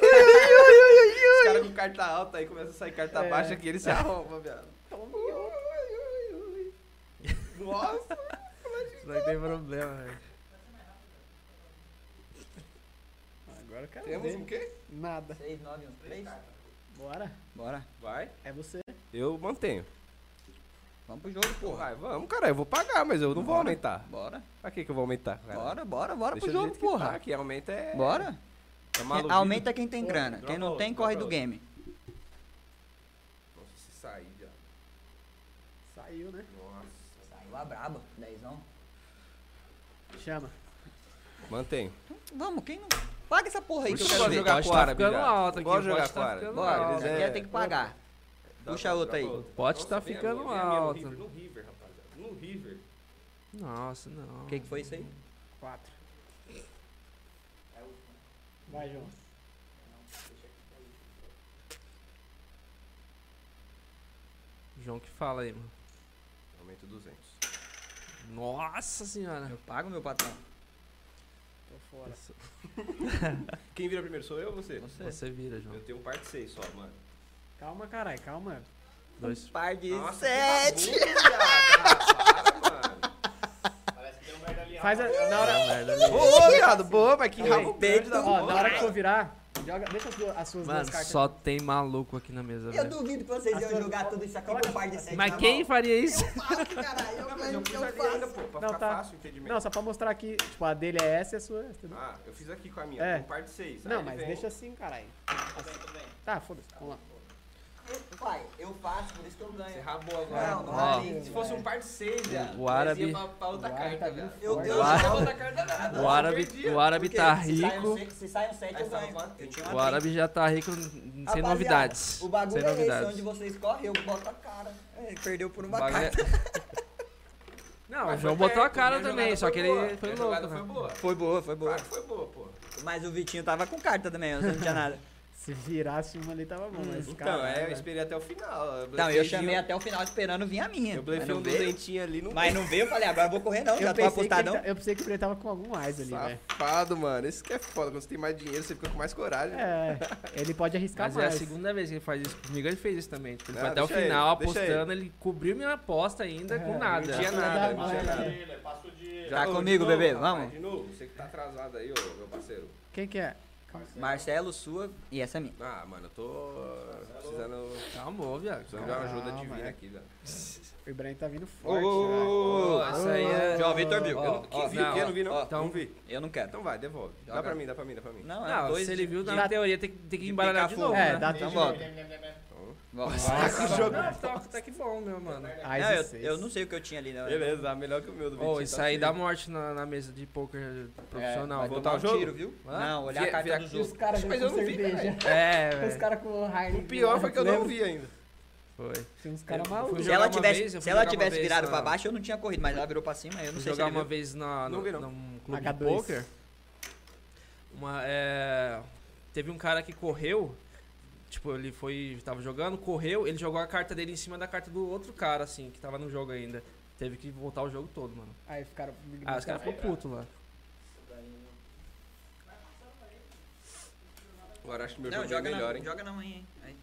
[SPEAKER 5] Os caras com carta alta aí começam a sair carta
[SPEAKER 2] É.
[SPEAKER 5] Tá baixa que eles se arrombam, viado. Nossa!
[SPEAKER 12] Isso daí tem problema, velho.
[SPEAKER 2] Agora eu quero
[SPEAKER 5] Temos
[SPEAKER 2] ver.
[SPEAKER 5] o quê?
[SPEAKER 2] Nada.
[SPEAKER 3] 6, 9, 1, 3.
[SPEAKER 2] Bora.
[SPEAKER 3] Bora.
[SPEAKER 5] Vai.
[SPEAKER 2] É você.
[SPEAKER 5] Eu mantenho.
[SPEAKER 3] Vamos pro jogo, porra.
[SPEAKER 5] Vai, vamos, cara. Eu vou pagar, mas eu não vou
[SPEAKER 3] Bora.
[SPEAKER 5] aumentar.
[SPEAKER 3] Bora.
[SPEAKER 5] Pra que que eu vou aumentar? cara?
[SPEAKER 3] Bora, bora, bora
[SPEAKER 5] Deixa
[SPEAKER 3] pro
[SPEAKER 5] do
[SPEAKER 3] jogo,
[SPEAKER 5] jeito que
[SPEAKER 3] porra.
[SPEAKER 5] Tá, que aumenta é...
[SPEAKER 3] Bora.
[SPEAKER 5] é maluco.
[SPEAKER 3] Aumenta quem tem grana.
[SPEAKER 5] dropa
[SPEAKER 3] Quem não
[SPEAKER 5] outro,
[SPEAKER 3] tem,
[SPEAKER 5] dropa
[SPEAKER 3] corre do
[SPEAKER 5] outro.
[SPEAKER 3] game.
[SPEAKER 5] Nossa, se sair, viado.
[SPEAKER 2] Saiu, né?
[SPEAKER 5] Nossa.
[SPEAKER 3] Saiu a braba. Dezão.
[SPEAKER 2] Chama.
[SPEAKER 5] Mantenho.
[SPEAKER 3] Vamos, quem não... Paga essa porra aí
[SPEAKER 5] Puxa
[SPEAKER 3] que
[SPEAKER 5] o
[SPEAKER 3] eu quero
[SPEAKER 5] jogo
[SPEAKER 3] ver.
[SPEAKER 5] jogar
[SPEAKER 12] Pode
[SPEAKER 5] com
[SPEAKER 12] tá
[SPEAKER 5] árabe,
[SPEAKER 12] ficando
[SPEAKER 5] já.
[SPEAKER 12] alto aqui.
[SPEAKER 5] Bora
[SPEAKER 12] o pote
[SPEAKER 5] jogar com
[SPEAKER 12] tá
[SPEAKER 5] árabe.
[SPEAKER 12] ficando
[SPEAKER 5] Bora,
[SPEAKER 12] alto.
[SPEAKER 3] Bora,
[SPEAKER 5] eles
[SPEAKER 3] essa aqui
[SPEAKER 5] é-
[SPEAKER 3] tem que pagar. Puxa outra aí.
[SPEAKER 12] O pote tá ficando alto.
[SPEAKER 5] No River, no River, rapaziada. No River.
[SPEAKER 12] Nossa, não.
[SPEAKER 3] O que, que foi isso aí?
[SPEAKER 2] Quatro. Vai, João.
[SPEAKER 12] João que fala aí, mano.
[SPEAKER 5] Aumento 200.
[SPEAKER 12] Nossa
[SPEAKER 1] É
[SPEAKER 12] senhora.
[SPEAKER 3] Eu pago, meu patrão.
[SPEAKER 2] Tô fora.
[SPEAKER 5] Quem vira primeiro, sou eu ou você?
[SPEAKER 1] é?
[SPEAKER 3] Você.
[SPEAKER 12] Você vira, João.
[SPEAKER 5] Eu tenho um par de 6 só, mano.
[SPEAKER 2] Calma, caralho, calma.
[SPEAKER 12] Dois.
[SPEAKER 3] Par de
[SPEAKER 5] Nossa,
[SPEAKER 3] sete.
[SPEAKER 5] que bagunça, Para, mano.
[SPEAKER 2] Faz a. Na hora.
[SPEAKER 5] Ô, ô, viado, boa, mas que rabo grande da
[SPEAKER 2] Ó, na hora que
[SPEAKER 5] porra.
[SPEAKER 2] for virar, joga. Deixa as, duas, as suas
[SPEAKER 12] Mano,
[SPEAKER 2] duas cartas.
[SPEAKER 12] só tem maluco aqui na mesa,
[SPEAKER 3] Eu
[SPEAKER 12] velho.
[SPEAKER 3] duvido que vocês iam jogar tudo isso aqui com par de sete.
[SPEAKER 12] Mas
[SPEAKER 3] na
[SPEAKER 12] quem
[SPEAKER 3] mão.
[SPEAKER 12] faria isso?
[SPEAKER 3] tá Eu faço, caralho. Eu
[SPEAKER 5] Mas eu
[SPEAKER 3] ganho
[SPEAKER 5] fiz
[SPEAKER 3] que eu
[SPEAKER 5] ali
[SPEAKER 3] faço.
[SPEAKER 5] ainda, pô, pra
[SPEAKER 2] Não,
[SPEAKER 5] ficar
[SPEAKER 2] tá.
[SPEAKER 5] fácil o entendimento.
[SPEAKER 2] Não, só pra mostrar aqui. Tipo, a dele é essa e a sua é essa. entendeu?
[SPEAKER 5] Ah, eu fiz aqui com a minha.
[SPEAKER 2] É.
[SPEAKER 5] tem Um par de 6.
[SPEAKER 2] não, mas deixa assim, caralho. Tá, foda-se. Vamos lá.
[SPEAKER 3] Pai, eu faço, por isso que eu
[SPEAKER 5] Você
[SPEAKER 3] ganho.
[SPEAKER 5] rabou agora.
[SPEAKER 3] Não, é não
[SPEAKER 12] Ó.
[SPEAKER 3] vale.
[SPEAKER 5] Se fosse um par de 6, viado.
[SPEAKER 12] O
[SPEAKER 5] nós ia
[SPEAKER 12] árabe-
[SPEAKER 5] pra- pra outra
[SPEAKER 2] O árabe tá
[SPEAKER 5] carta,
[SPEAKER 2] vindo
[SPEAKER 5] velho.
[SPEAKER 3] Eu,
[SPEAKER 2] forte.
[SPEAKER 3] eu
[SPEAKER 12] O
[SPEAKER 3] não
[SPEAKER 12] árabe-
[SPEAKER 3] vou dar carta nada.
[SPEAKER 12] O árabe,
[SPEAKER 5] perdi.
[SPEAKER 12] o árabe
[SPEAKER 3] Porque
[SPEAKER 12] tá
[SPEAKER 3] se sai um
[SPEAKER 12] rico.
[SPEAKER 3] se- Se sai um 7, eu
[SPEAKER 5] Aí
[SPEAKER 3] ganho.
[SPEAKER 5] tava
[SPEAKER 3] Eu tinha uma
[SPEAKER 12] O árabe já tá rico n- sem
[SPEAKER 3] Rapaziada,
[SPEAKER 12] novidades.
[SPEAKER 3] O bagulho
[SPEAKER 12] sem
[SPEAKER 3] é esse, onde
[SPEAKER 12] novidades.
[SPEAKER 3] vocês correm, eu boto a cara. É, perdeu por
[SPEAKER 12] O
[SPEAKER 3] uma
[SPEAKER 12] bagulho é-
[SPEAKER 3] carta.
[SPEAKER 12] Não,
[SPEAKER 5] Mas foi
[SPEAKER 12] o João botou a
[SPEAKER 5] perto,
[SPEAKER 12] cara
[SPEAKER 5] minha
[SPEAKER 12] também,
[SPEAKER 5] jogada
[SPEAKER 12] só que ele
[SPEAKER 5] boa.
[SPEAKER 12] foi
[SPEAKER 5] Minha
[SPEAKER 12] louco.
[SPEAKER 5] jogada foi
[SPEAKER 12] né?
[SPEAKER 5] boa.
[SPEAKER 3] Foi boa, foi boa.
[SPEAKER 5] Claro que foi boa, pô.
[SPEAKER 3] é Mas o Vitinho tava com carta também, eu não tinha nada.
[SPEAKER 2] Se virasse uma ali, tava bom. Mas,
[SPEAKER 5] Então, é, eu
[SPEAKER 2] caralho,
[SPEAKER 5] esperei até o final.
[SPEAKER 3] Não, eu
[SPEAKER 5] blefei
[SPEAKER 3] chamei
[SPEAKER 5] um-
[SPEAKER 3] até o final esperando vir a minha.
[SPEAKER 5] Eu
[SPEAKER 3] mas
[SPEAKER 5] blefei
[SPEAKER 3] não
[SPEAKER 5] um
[SPEAKER 3] veio.
[SPEAKER 5] dentinho ali no.
[SPEAKER 3] Mas não veio, eu falei, agora eu vou correr não, já
[SPEAKER 2] eu, pensei
[SPEAKER 3] tô
[SPEAKER 2] que ele
[SPEAKER 3] apostadão.
[SPEAKER 2] ta- eu pensei que ele tava com algum mais ali, velho.
[SPEAKER 5] Safado, mano. Esse que é foda. Quando você tem mais dinheiro, você fica com mais coragem.
[SPEAKER 2] É, ele pode arriscar
[SPEAKER 12] Mas é a
[SPEAKER 2] mais.
[SPEAKER 12] segunda vez que ele faz isso comigo, ele fez isso também. Tipo, ele foi
[SPEAKER 5] Ah,
[SPEAKER 12] até o
[SPEAKER 5] deixa ele,
[SPEAKER 12] final
[SPEAKER 5] deixa
[SPEAKER 12] apostando, ele. cobriu minha aposta ainda com
[SPEAKER 2] É,
[SPEAKER 12] nada.
[SPEAKER 5] Não tinha
[SPEAKER 2] Filha
[SPEAKER 5] nada,
[SPEAKER 2] da
[SPEAKER 5] não tinha
[SPEAKER 2] mãe.
[SPEAKER 5] nada.
[SPEAKER 3] Tá
[SPEAKER 5] Ô, de
[SPEAKER 3] comigo,
[SPEAKER 5] novo,
[SPEAKER 3] bebê,
[SPEAKER 5] rapaz,
[SPEAKER 3] vamos?
[SPEAKER 5] De novo, você que tá atrasado aí, ô, meu parceiro.
[SPEAKER 2] Quem que é?
[SPEAKER 3] Marcelo, sua e essa é minha.
[SPEAKER 5] Ah, mano, eu tô precisando,
[SPEAKER 12] Calmou, viado.
[SPEAKER 5] precisando de uma ajuda
[SPEAKER 2] Calma,
[SPEAKER 5] divina
[SPEAKER 2] é.
[SPEAKER 5] aqui, velho.
[SPEAKER 2] O Ibrahim tá vindo forte. velho.
[SPEAKER 3] Ô,
[SPEAKER 12] Ó, isso aí é.
[SPEAKER 3] João Vitor viu.
[SPEAKER 12] Ó,
[SPEAKER 5] Eu não,
[SPEAKER 3] ó,
[SPEAKER 5] que vi, que eu não vi, não.
[SPEAKER 3] ó,
[SPEAKER 5] Então, não vi.
[SPEAKER 3] Eu não quero.
[SPEAKER 5] Então vai, devolve. Dá
[SPEAKER 3] Joga.
[SPEAKER 5] pra mim, dá pra mim, dá pra mim.
[SPEAKER 3] Não, é
[SPEAKER 12] Não,
[SPEAKER 3] dois
[SPEAKER 12] se ele
[SPEAKER 3] de-
[SPEAKER 12] viu,
[SPEAKER 3] de-
[SPEAKER 12] na teoria tem que, tem que
[SPEAKER 3] picar
[SPEAKER 12] embaralhar de
[SPEAKER 3] fogo,
[SPEAKER 12] novo.
[SPEAKER 2] É,
[SPEAKER 12] né?
[SPEAKER 2] dá
[SPEAKER 3] Então
[SPEAKER 2] tempo.
[SPEAKER 3] volta. Volta.
[SPEAKER 12] Esse jogo tá, tá que bom, meu mano.
[SPEAKER 2] Ais
[SPEAKER 3] Não,
[SPEAKER 2] e
[SPEAKER 3] eu,
[SPEAKER 2] seis.
[SPEAKER 3] eu não sei o que eu tinha ali, não.
[SPEAKER 5] Beleza, melhor que o meu do
[SPEAKER 12] Ô,
[SPEAKER 5] Vitinho,
[SPEAKER 12] isso
[SPEAKER 5] tá
[SPEAKER 12] aí
[SPEAKER 5] feio.
[SPEAKER 12] É, dá assim. morte na, na mesa de poker profissional.
[SPEAKER 3] vai
[SPEAKER 12] viu?
[SPEAKER 5] voltar
[SPEAKER 3] tomar um
[SPEAKER 5] o jogo?
[SPEAKER 3] tiro, viu?
[SPEAKER 12] Hã?
[SPEAKER 3] Não, olhar
[SPEAKER 5] Vi-
[SPEAKER 3] a carta
[SPEAKER 5] vi-
[SPEAKER 3] do
[SPEAKER 5] vi-
[SPEAKER 3] jogo.
[SPEAKER 2] caras
[SPEAKER 5] Mas eu não vi, velho.
[SPEAKER 12] É, velho.
[SPEAKER 2] caras com Harley.
[SPEAKER 5] O pior foi que eu não vi ainda.
[SPEAKER 12] Foi.
[SPEAKER 2] Tem uns
[SPEAKER 12] caras
[SPEAKER 2] caras
[SPEAKER 12] Eu fui malucos.
[SPEAKER 2] malucos.
[SPEAKER 3] Se
[SPEAKER 12] jogar
[SPEAKER 3] ela
[SPEAKER 12] uma
[SPEAKER 3] tivesse,
[SPEAKER 12] vez, eu fui
[SPEAKER 3] se ela
[SPEAKER 12] jogar uma
[SPEAKER 3] tivesse
[SPEAKER 12] vez
[SPEAKER 3] virado
[SPEAKER 12] na-
[SPEAKER 3] pra baixo, eu não tinha corrido, mas ela virou pra cima, eu não
[SPEAKER 12] Fui
[SPEAKER 3] sei se
[SPEAKER 12] jogar
[SPEAKER 3] ela
[SPEAKER 12] uma
[SPEAKER 3] virou.
[SPEAKER 12] vez na,
[SPEAKER 5] Não
[SPEAKER 12] no-
[SPEAKER 5] vi, Ah, não.
[SPEAKER 12] num clube de
[SPEAKER 2] H2.
[SPEAKER 12] poker. Uma, é, teve um cara que correu. Tipo, ele foi. Tava jogando, correu, ele jogou a carta dele em cima da carta do outro cara, assim, que tava no jogo ainda. Teve que voltar o jogo todo, mano.
[SPEAKER 2] Aí ficaram.
[SPEAKER 12] Ah, os caras
[SPEAKER 2] é,
[SPEAKER 12] ficou puto lá.
[SPEAKER 5] Agora acho que meu
[SPEAKER 3] Não,
[SPEAKER 5] jogo é
[SPEAKER 3] joga
[SPEAKER 5] melhor,
[SPEAKER 3] na,
[SPEAKER 5] hein.
[SPEAKER 3] joga na manhã, hein? Aí.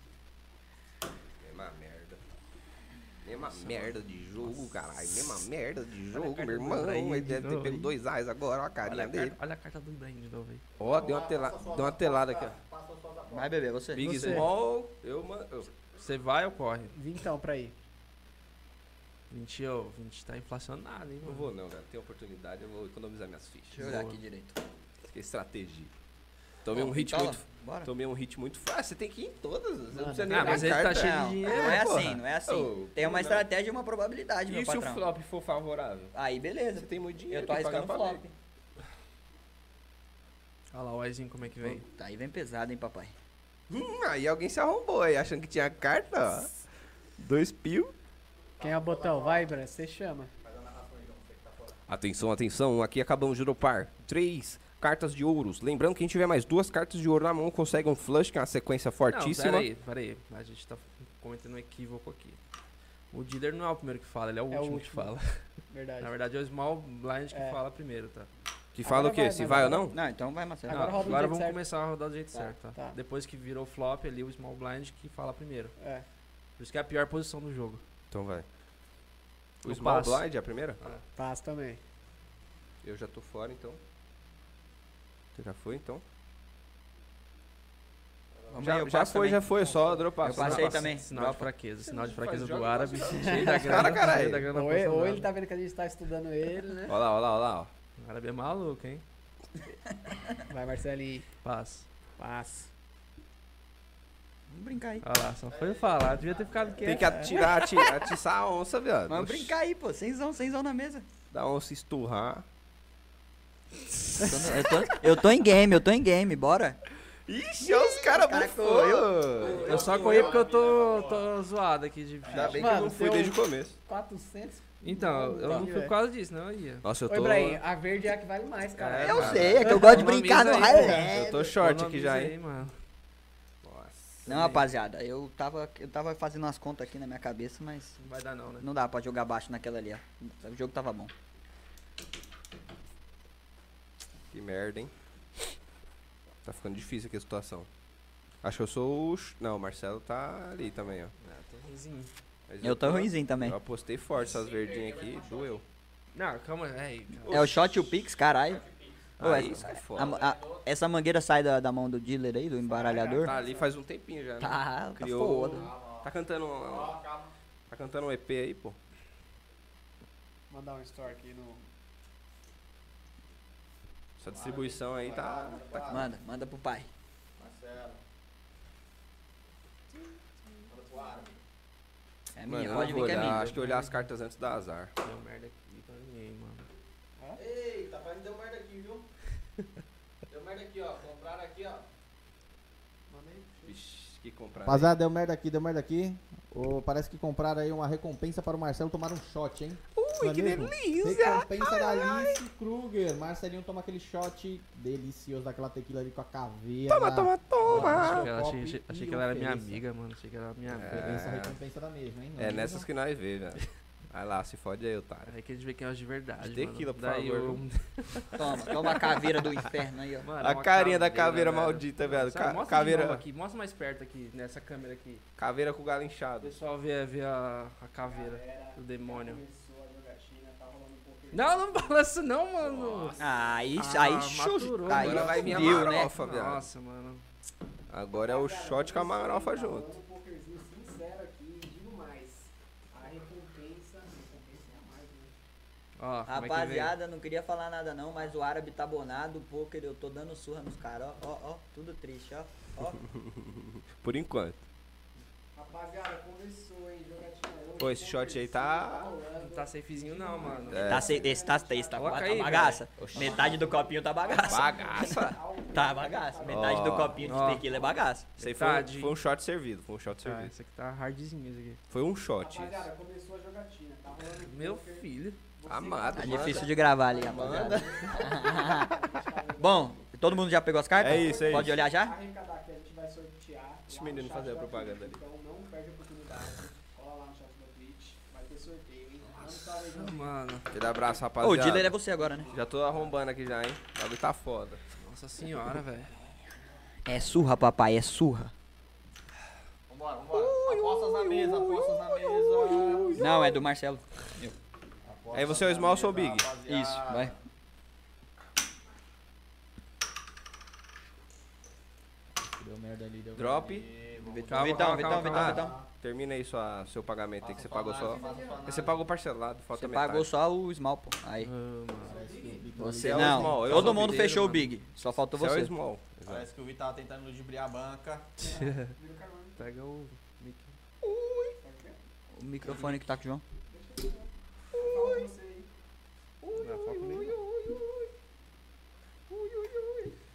[SPEAKER 5] Mesma merda. Mesma merda de jogo, caralho. Mesma merda de jogo,
[SPEAKER 12] carta
[SPEAKER 5] meu
[SPEAKER 12] do
[SPEAKER 5] irmão.
[SPEAKER 12] Ibrahim
[SPEAKER 5] Ele
[SPEAKER 12] de
[SPEAKER 5] deve
[SPEAKER 12] novo,
[SPEAKER 5] ter pego
[SPEAKER 12] hein?
[SPEAKER 5] dois reais agora, ó a
[SPEAKER 12] Olha
[SPEAKER 5] carinha
[SPEAKER 12] a, carta,
[SPEAKER 5] dele.
[SPEAKER 12] olha a carta do Ibrahim de novo, velho.
[SPEAKER 5] Ó, deu uma, tela, deu uma telada aqui, ó.
[SPEAKER 3] Vai, bebê, você.
[SPEAKER 5] Big
[SPEAKER 2] Você.
[SPEAKER 5] Small, eu, mano.
[SPEAKER 12] Você vai ou corre?
[SPEAKER 2] Vim então pra aí.
[SPEAKER 12] 20, ô, 20 tá inflacionado, hein,
[SPEAKER 5] Não
[SPEAKER 12] mano.
[SPEAKER 5] vou não, velho. Tem oportunidade, eu vou economizar minhas
[SPEAKER 3] Deixa eu
[SPEAKER 5] fichas.
[SPEAKER 3] olhar
[SPEAKER 12] Boa.
[SPEAKER 3] aqui direito.
[SPEAKER 5] Que é estratégia. Tomei
[SPEAKER 3] Bom,
[SPEAKER 5] um hit
[SPEAKER 3] então,
[SPEAKER 5] muito.
[SPEAKER 3] Bora.
[SPEAKER 5] Tomei um hit muito fácil. Você tem que ir em todas. Você não
[SPEAKER 2] Mano.
[SPEAKER 5] precisa nem
[SPEAKER 12] Ah,
[SPEAKER 5] dar
[SPEAKER 12] mas ele tá
[SPEAKER 5] carta.
[SPEAKER 12] cheio de
[SPEAKER 3] Não,
[SPEAKER 12] dinheiro,
[SPEAKER 3] não é
[SPEAKER 5] porra.
[SPEAKER 3] assim, não é assim.
[SPEAKER 5] Ô,
[SPEAKER 3] Tem uma
[SPEAKER 5] não.
[SPEAKER 3] estratégia e uma probabilidade, meu
[SPEAKER 5] E se o
[SPEAKER 3] patrão.
[SPEAKER 5] flop for favorável?
[SPEAKER 3] Aí, beleza.
[SPEAKER 5] Você tem muito dinheiro.
[SPEAKER 3] Eu tô
[SPEAKER 5] tem que
[SPEAKER 3] arriscando
[SPEAKER 5] pagar pra
[SPEAKER 3] flop.
[SPEAKER 5] ver.
[SPEAKER 12] Olha lá o Aizinho como é que vem.
[SPEAKER 3] Tá, aí vem pesado, hein, papai.
[SPEAKER 5] Hum, aí alguém se arrombou aí, achando que tinha carta, ó. Dois pio.
[SPEAKER 2] Quem é o botão? Vai, Bran, você chama.
[SPEAKER 5] Atenção, atenção, aqui acabamos de dropar três cartas de ouros. Lembrando que quem tiver mais duas cartas de ouro na mão consegue um flush, que é uma sequência fortíssima.
[SPEAKER 12] Não, peraí, peraí. A gente tá cometendo um equívoco aqui. O dealer não é o primeiro que fala, ele é o,
[SPEAKER 2] É o
[SPEAKER 12] último, que
[SPEAKER 2] último.
[SPEAKER 12] fala.
[SPEAKER 2] Verdade.
[SPEAKER 12] Na verdade é o Small Blind que
[SPEAKER 2] É.
[SPEAKER 12] fala primeiro, tá?
[SPEAKER 5] que fala o
[SPEAKER 2] Agora
[SPEAKER 5] quê?
[SPEAKER 2] vai,
[SPEAKER 5] Se
[SPEAKER 2] mas
[SPEAKER 5] vai ou
[SPEAKER 2] agora-
[SPEAKER 5] não?
[SPEAKER 3] Não, então vai, Marcelo.
[SPEAKER 2] Agora roda do
[SPEAKER 12] Agora
[SPEAKER 2] jeito
[SPEAKER 12] vamos
[SPEAKER 2] certo.
[SPEAKER 12] começar a rodar do jeito
[SPEAKER 2] Tá,
[SPEAKER 12] certo, tá?
[SPEAKER 2] tá.
[SPEAKER 12] Depois que virou flop ali, o Small Blind que fala primeiro.
[SPEAKER 2] É.
[SPEAKER 12] Por isso que é a pior posição do jogo.
[SPEAKER 5] Então vai. O
[SPEAKER 12] Eu
[SPEAKER 5] Small
[SPEAKER 12] passo.
[SPEAKER 5] Blind é a primeira?
[SPEAKER 2] Passa também.
[SPEAKER 5] Eu já tô fora, então. Você já foi, então?
[SPEAKER 3] Vamos
[SPEAKER 5] Já,
[SPEAKER 3] aí, eu
[SPEAKER 5] já
[SPEAKER 3] passo
[SPEAKER 5] foi,
[SPEAKER 3] também.
[SPEAKER 5] já foi, só dropar.
[SPEAKER 3] Eu
[SPEAKER 5] só
[SPEAKER 3] passei
[SPEAKER 5] dropar.
[SPEAKER 3] também.
[SPEAKER 12] Sinal de
[SPEAKER 3] Dropa.
[SPEAKER 12] fraqueza, sinal de
[SPEAKER 5] não faz
[SPEAKER 12] fraqueza do é
[SPEAKER 5] jogo,
[SPEAKER 12] árabe.
[SPEAKER 5] você
[SPEAKER 12] Cheio da grana,
[SPEAKER 5] Cara, caralho.
[SPEAKER 12] cheio da grana
[SPEAKER 2] Ou ele, ou ele
[SPEAKER 12] concentrada.
[SPEAKER 2] tá vendo que a gente tá estudando ele, né?
[SPEAKER 5] Olha lá, olha lá, olha lá. ó.
[SPEAKER 12] O árabe é maluco, hein?
[SPEAKER 2] Vai, Marcelinho.
[SPEAKER 12] Passa.
[SPEAKER 2] Passa.
[SPEAKER 3] Vamos brincar aí.
[SPEAKER 12] Olha lá, só foi falar. Devia ter ficado
[SPEAKER 5] Tem
[SPEAKER 12] quieto.
[SPEAKER 5] que atirar, ati- atiçar a onça, viado.
[SPEAKER 3] Vamos brincar aí, pô. Semzão, semzão na mesa.
[SPEAKER 5] Da onça esturrar.
[SPEAKER 1] Eu tô, eu tô em game, eu tô em game, bora.
[SPEAKER 5] Ixi, olha os caras
[SPEAKER 3] cara
[SPEAKER 5] bufou.
[SPEAKER 12] Eu só corri porque eu tô, tô zoado aqui de
[SPEAKER 5] Ainda bem que eu
[SPEAKER 2] Mano,
[SPEAKER 5] não fui
[SPEAKER 2] deu-
[SPEAKER 5] desde o começo.
[SPEAKER 2] 400.
[SPEAKER 12] Então, eu não fui por causa disso, não eu ia.
[SPEAKER 5] Nossa, eu
[SPEAKER 2] Ô, Ibrahim, a verde é a que vale mais, cara.
[SPEAKER 12] É,
[SPEAKER 1] Eu
[SPEAKER 12] cara.
[SPEAKER 1] sei, é que eu gosto de
[SPEAKER 12] Economiza
[SPEAKER 1] brincar no
[SPEAKER 12] aí,
[SPEAKER 1] high
[SPEAKER 12] pô.
[SPEAKER 1] level.
[SPEAKER 3] é?
[SPEAKER 5] Eu tô short aqui
[SPEAKER 12] Economiza
[SPEAKER 5] já, hein?
[SPEAKER 12] aí, mano.
[SPEAKER 1] Nossa.
[SPEAKER 3] Não, rapaziada, eu tava, eu tava fazendo umas contas aqui na minha cabeça, mas
[SPEAKER 12] Não vai dar não, né?
[SPEAKER 3] não dá pra jogar baixo naquela ali, ó. O jogo tava bom.
[SPEAKER 5] Que merda, hein? Tá ficando difícil aqui a situação. Acho que eu sou o. ch- Não, o Marcelo tá ali também, ó.
[SPEAKER 12] Ah, tô ruimzinho.
[SPEAKER 5] Mas
[SPEAKER 1] Eu tô ruimzinho
[SPEAKER 3] né?
[SPEAKER 1] também.
[SPEAKER 5] Eu apostei forte essas verdinhas aqui, doeu.
[SPEAKER 12] Não, calma aí.
[SPEAKER 3] É o shot e o pix, caralho. Ué,
[SPEAKER 5] Aí é sai
[SPEAKER 3] A
[SPEAKER 5] fora.
[SPEAKER 3] ma- a- essa mangueira sai da, da mão do dealer aí, do embaralhador.
[SPEAKER 5] Tá ali faz um tempinho já, né?
[SPEAKER 3] Tá, tá
[SPEAKER 5] Criou.
[SPEAKER 3] foda.
[SPEAKER 5] Tá cantando. um- Tá cantando um EP aí, pô.
[SPEAKER 2] Mandar um story aqui no.
[SPEAKER 5] Essa distribuição aí tá. tá-
[SPEAKER 3] Manda, manda pro pai. É
[SPEAKER 5] Mano,
[SPEAKER 3] minha,
[SPEAKER 5] eu
[SPEAKER 3] pode
[SPEAKER 5] não vou
[SPEAKER 3] vir que é
[SPEAKER 5] olhar,
[SPEAKER 3] minha.
[SPEAKER 5] Acho que olhar as cartas antes dá azar.
[SPEAKER 12] Deu merda aqui pra ninguém, mano.
[SPEAKER 8] Eita, pai, deu merda aqui, viu? Deu merda aqui, ó. Compraram aqui, ó.
[SPEAKER 5] Vixe, que comprar.
[SPEAKER 8] Rapaziada, deu merda aqui, deu merda aqui. Ô, parece que compraram aí uma recompensa para o Marcelo tomar um shot, hein? é Ui, que delícia! Recompensa da Alice Kruger. Marcelinho toma aquele shot delicioso daquela tequila ali com a caveira. Toma, toma,
[SPEAKER 5] Ah,
[SPEAKER 12] achei que ela, achei- achei- achei que ela era minha amiga, mano. Achei que ela era minha amiga.
[SPEAKER 8] Essa recompensa da mesma, hein?
[SPEAKER 5] É nessas que nós vê, velho. Vai lá, se fode aí, otário.
[SPEAKER 12] Aí que a gente vê quem é os de verdade.
[SPEAKER 5] De tequila,
[SPEAKER 12] mano.
[SPEAKER 5] por
[SPEAKER 12] Daí
[SPEAKER 5] favor.
[SPEAKER 12] eu-
[SPEAKER 3] É. Toma, toma a caveira do inferno aí, ó.
[SPEAKER 12] Mano,
[SPEAKER 5] A
[SPEAKER 12] uma
[SPEAKER 5] carinha da caveira
[SPEAKER 12] velho.
[SPEAKER 5] maldita, velho.
[SPEAKER 12] Sabe,
[SPEAKER 5] Ca-
[SPEAKER 12] mostra de novo
[SPEAKER 5] Caveira,
[SPEAKER 12] aqui, mostra mais perto aqui, nessa câmera aqui.
[SPEAKER 5] caveira com o galo
[SPEAKER 12] O
[SPEAKER 5] inchado.
[SPEAKER 12] pessoal vê, vê a, a caveira do demônio. Não, não balança não, mano.
[SPEAKER 3] Ah, Aí,
[SPEAKER 12] Ah,
[SPEAKER 3] aí, chu,
[SPEAKER 12] maturou,
[SPEAKER 3] aí
[SPEAKER 5] Agora vai vir a
[SPEAKER 3] fudeu, né?
[SPEAKER 5] marofa, velho.
[SPEAKER 12] Nossa, mano.
[SPEAKER 5] Agora é o shot com a marofa junto.
[SPEAKER 2] um pokerzinho sincero aqui, digo mais. A recompensa. recompensa é a mais, né?
[SPEAKER 12] Ó,
[SPEAKER 3] é
[SPEAKER 12] é
[SPEAKER 3] Rapaziada, não queria falar nada não, mas o árabe tá bonado, o poker, eu tô dando surra nos caras, ó, ó, ó, tudo triste, ó, ó.
[SPEAKER 5] Por enquanto.
[SPEAKER 2] Rapaziada, começou, hein? Jogatina hoje. né?
[SPEAKER 5] Pô, esse shot aí tá.
[SPEAKER 12] Não tá safezinho não, mano.
[SPEAKER 5] É.
[SPEAKER 3] Tá, se- esse tá, esse tá,
[SPEAKER 12] Coloca
[SPEAKER 3] tá
[SPEAKER 12] aí,
[SPEAKER 3] bagaça. Metade do copinho tá
[SPEAKER 2] assim,
[SPEAKER 3] bagaça.
[SPEAKER 5] Bagaça.
[SPEAKER 3] Tá bagaça. Metade do
[SPEAKER 5] Ó.
[SPEAKER 3] copinho de
[SPEAKER 12] Ó.
[SPEAKER 3] tequila é bagaça.
[SPEAKER 5] Isso aí foi, um-
[SPEAKER 12] Metade.
[SPEAKER 5] foi um shot servido. Foi um shot
[SPEAKER 12] Ah,
[SPEAKER 5] servido.
[SPEAKER 12] esse aqui tá hardzinho, esse aqui.
[SPEAKER 5] Foi um shot. isso.
[SPEAKER 2] Rapaziada, começou a jogatina. Tá rolando
[SPEAKER 12] Meu filho.
[SPEAKER 5] Amado.
[SPEAKER 3] Tá
[SPEAKER 5] mano.
[SPEAKER 3] difícil de gravar ali, rapaziada. Bom, todo mundo já pegou as cartas?
[SPEAKER 5] É isso, é
[SPEAKER 3] Pode
[SPEAKER 5] isso.
[SPEAKER 3] olhar já?
[SPEAKER 2] arrecadar que a gente vai sortear. lá
[SPEAKER 5] Deixa o
[SPEAKER 2] no
[SPEAKER 5] menino
[SPEAKER 2] chat
[SPEAKER 5] fazer a
[SPEAKER 2] da Twitch,
[SPEAKER 5] propaganda ali.
[SPEAKER 2] Então não perde a oportunidade. Cola lá no chat da Twitch. Vai ter sorteio, hein? Manda um salve aí,
[SPEAKER 12] Ah, Mano,
[SPEAKER 5] Aquele abraço,
[SPEAKER 3] Ô, o
[SPEAKER 5] rapaziada.
[SPEAKER 3] dealer é você agora, né?
[SPEAKER 5] Já tô arrombando aqui já, hein? O bagulho tá foda.
[SPEAKER 12] nossa senhora, velho.
[SPEAKER 3] É surra, papai, é surra.
[SPEAKER 8] Vambora, vambora. Apostas na mesa, apostas na mesa.
[SPEAKER 3] Não, é do Marcelo.
[SPEAKER 5] Aí você é o small, sou o big.
[SPEAKER 3] Isso, vai.
[SPEAKER 8] Deu merda ali, deu
[SPEAKER 5] Drop.
[SPEAKER 3] Vitão,
[SPEAKER 12] Calma,
[SPEAKER 3] Vitão,
[SPEAKER 12] calma,
[SPEAKER 3] Vitão,
[SPEAKER 12] calma,
[SPEAKER 3] Vitão,
[SPEAKER 12] calma.
[SPEAKER 3] Vitão.
[SPEAKER 5] Ah, Termina aí sua, seu pagamento aí que você pagou só. Você pagou parcelado, falta
[SPEAKER 3] Você
[SPEAKER 5] metade.
[SPEAKER 3] pagou só o Small, pô. Aí.
[SPEAKER 12] Ah, mano.
[SPEAKER 3] Você
[SPEAKER 5] é o
[SPEAKER 3] não.
[SPEAKER 5] small, eu sou
[SPEAKER 3] Todo mundo
[SPEAKER 5] bideiro,
[SPEAKER 3] fechou o
[SPEAKER 12] mano.
[SPEAKER 3] Big. Só faltou
[SPEAKER 5] Você é o
[SPEAKER 3] você.
[SPEAKER 5] small. Exato.
[SPEAKER 8] que o Vi
[SPEAKER 12] tá
[SPEAKER 8] tava tentando ludibriar a banca.
[SPEAKER 12] Pega o mic.
[SPEAKER 3] O microfone que tá com o João.
[SPEAKER 12] Não, foca nele.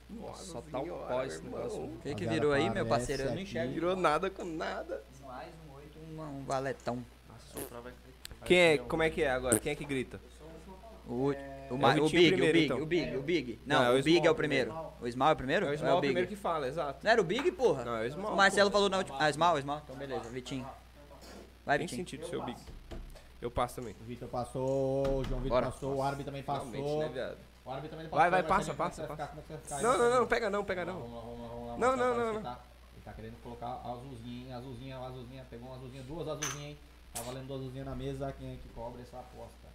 [SPEAKER 5] Nossa,
[SPEAKER 12] Só tá um pó esse negócio.
[SPEAKER 4] O que, que
[SPEAKER 8] Agora
[SPEAKER 4] virou aí, meu
[SPEAKER 8] aparece
[SPEAKER 4] parceiro? Eu não
[SPEAKER 8] aqui.
[SPEAKER 4] enxergo.
[SPEAKER 5] Virou nada com nada.
[SPEAKER 4] Mais um oito, um, um valetão.
[SPEAKER 12] Nossa, soprar vai...
[SPEAKER 5] Quem é, como é que é agora? Quem é que grita?
[SPEAKER 4] O, o, ma-
[SPEAKER 5] o
[SPEAKER 4] o
[SPEAKER 5] Vitinho
[SPEAKER 4] Big, o
[SPEAKER 5] primeiro,
[SPEAKER 4] Big,
[SPEAKER 5] então.
[SPEAKER 4] o Big, o Big. Não,
[SPEAKER 5] Não, é o
[SPEAKER 4] o Big
[SPEAKER 5] Small
[SPEAKER 4] é o primeiro. O Small é o primeiro?
[SPEAKER 5] É o
[SPEAKER 4] Ou
[SPEAKER 5] Small
[SPEAKER 4] o Big?
[SPEAKER 5] primeiro que fala, exato.
[SPEAKER 4] Não era o Big, porra?
[SPEAKER 5] Não, é o Small,
[SPEAKER 4] O Marcelo falou na última. Ah, Small, Small. Então beleza, Vitinho. Vai,
[SPEAKER 5] Tem
[SPEAKER 4] Vitinho.
[SPEAKER 5] sentido seu Big. Eu passo também.
[SPEAKER 8] O Vitor passou, o João Vitor
[SPEAKER 5] Bora.
[SPEAKER 8] passou, o árbitro também
[SPEAKER 5] Finalmente,
[SPEAKER 8] passou.
[SPEAKER 5] né, viado?
[SPEAKER 8] O árbitro também passou.
[SPEAKER 5] Vai, vai,
[SPEAKER 8] Marcelinho,
[SPEAKER 5] passa,
[SPEAKER 8] como
[SPEAKER 5] passa,
[SPEAKER 8] é que vai ficar? Como é que vai ficar?
[SPEAKER 5] Não, não, não, pega não, pega não.
[SPEAKER 8] Vamos lá, vamos lá, vamos
[SPEAKER 5] Não,
[SPEAKER 8] lá. Marcelo,
[SPEAKER 5] não,
[SPEAKER 8] parece
[SPEAKER 5] não,
[SPEAKER 8] que Tá, ele tá querendo colocar a azulzinha, hein? Azulzinha, azulzinha. Pegou uma azulzinha, duas azulzinhas, hein? Tá valendo duas azulzinhas na mesa. Quem é que cobra essa aposta?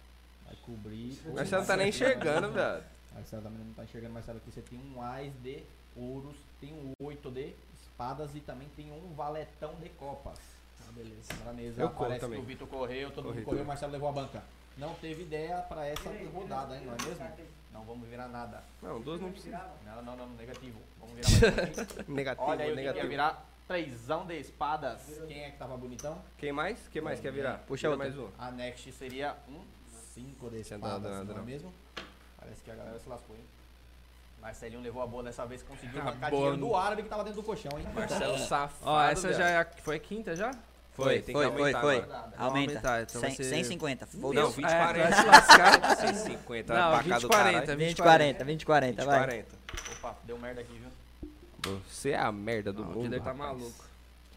[SPEAKER 8] Vai cobrir. o
[SPEAKER 5] Mas você não tá nem enxergando, viado.
[SPEAKER 8] Marcelo também não tá enxergando, Marcelo, aqui você tem um Ás de ouros, tem um oito de espadas e também tem um valetão de copas. Ah, beleza. Na mesa
[SPEAKER 5] Eu corro
[SPEAKER 8] parece
[SPEAKER 5] também.
[SPEAKER 8] que o Vitor correu, todo
[SPEAKER 5] Corri
[SPEAKER 8] mundo correu,
[SPEAKER 5] também.
[SPEAKER 8] o Marcelo levou a banca. Não teve ideia pra essa rodada, hein, não é mesmo? Não vamos virar nada.
[SPEAKER 5] Não, duas não precisa.
[SPEAKER 8] Não, não, não, negativo. Vamos virar mais um pouquinho.
[SPEAKER 5] Negativo,
[SPEAKER 8] Olha aí o que que ia
[SPEAKER 5] negativo.
[SPEAKER 8] virar. Trêsão de espadas. Quem é que tava bonitão?
[SPEAKER 5] Quem mais? Quem mais quer virar?
[SPEAKER 4] Puxa
[SPEAKER 5] Vira
[SPEAKER 4] outra.
[SPEAKER 5] mais um.
[SPEAKER 8] A next seria um 5 de
[SPEAKER 5] Tinha dado né,
[SPEAKER 8] espadas,
[SPEAKER 5] nada,
[SPEAKER 8] não é
[SPEAKER 5] não.
[SPEAKER 8] mesmo? Parece que a galera se lascou, hein? Marcelinho levou a boa dessa vez, conseguiu
[SPEAKER 12] A
[SPEAKER 8] arrancar
[SPEAKER 12] boa
[SPEAKER 8] dinheiro
[SPEAKER 12] no-
[SPEAKER 8] do árabe que tava dentro do colchão, hein?
[SPEAKER 5] Marcelo safado.
[SPEAKER 12] Ó, essa
[SPEAKER 5] viado.
[SPEAKER 12] já é a... Foi a quinta já?
[SPEAKER 5] Foi, tem que aumentar agora.
[SPEAKER 8] Rodada.
[SPEAKER 12] Vamos
[SPEAKER 4] Aumenta.
[SPEAKER 12] aumentar, então vai
[SPEAKER 4] Cem-
[SPEAKER 12] ser-
[SPEAKER 4] 150.
[SPEAKER 5] Não,
[SPEAKER 4] Foda-se.
[SPEAKER 5] 20,
[SPEAKER 12] É,
[SPEAKER 5] 40.
[SPEAKER 12] vai se lascar.
[SPEAKER 5] 150,
[SPEAKER 12] Não,
[SPEAKER 5] abacado
[SPEAKER 12] 20,
[SPEAKER 5] Tá do
[SPEAKER 12] 40.
[SPEAKER 5] caralho.
[SPEAKER 4] 20, 40, 20, 40,
[SPEAKER 5] 20,
[SPEAKER 4] vai.
[SPEAKER 5] 40.
[SPEAKER 8] Opa, deu merda aqui, viu?
[SPEAKER 5] Você é a merda do
[SPEAKER 12] Não, o
[SPEAKER 5] mundo.
[SPEAKER 12] Diller tá
[SPEAKER 5] rapaz.
[SPEAKER 12] maluco.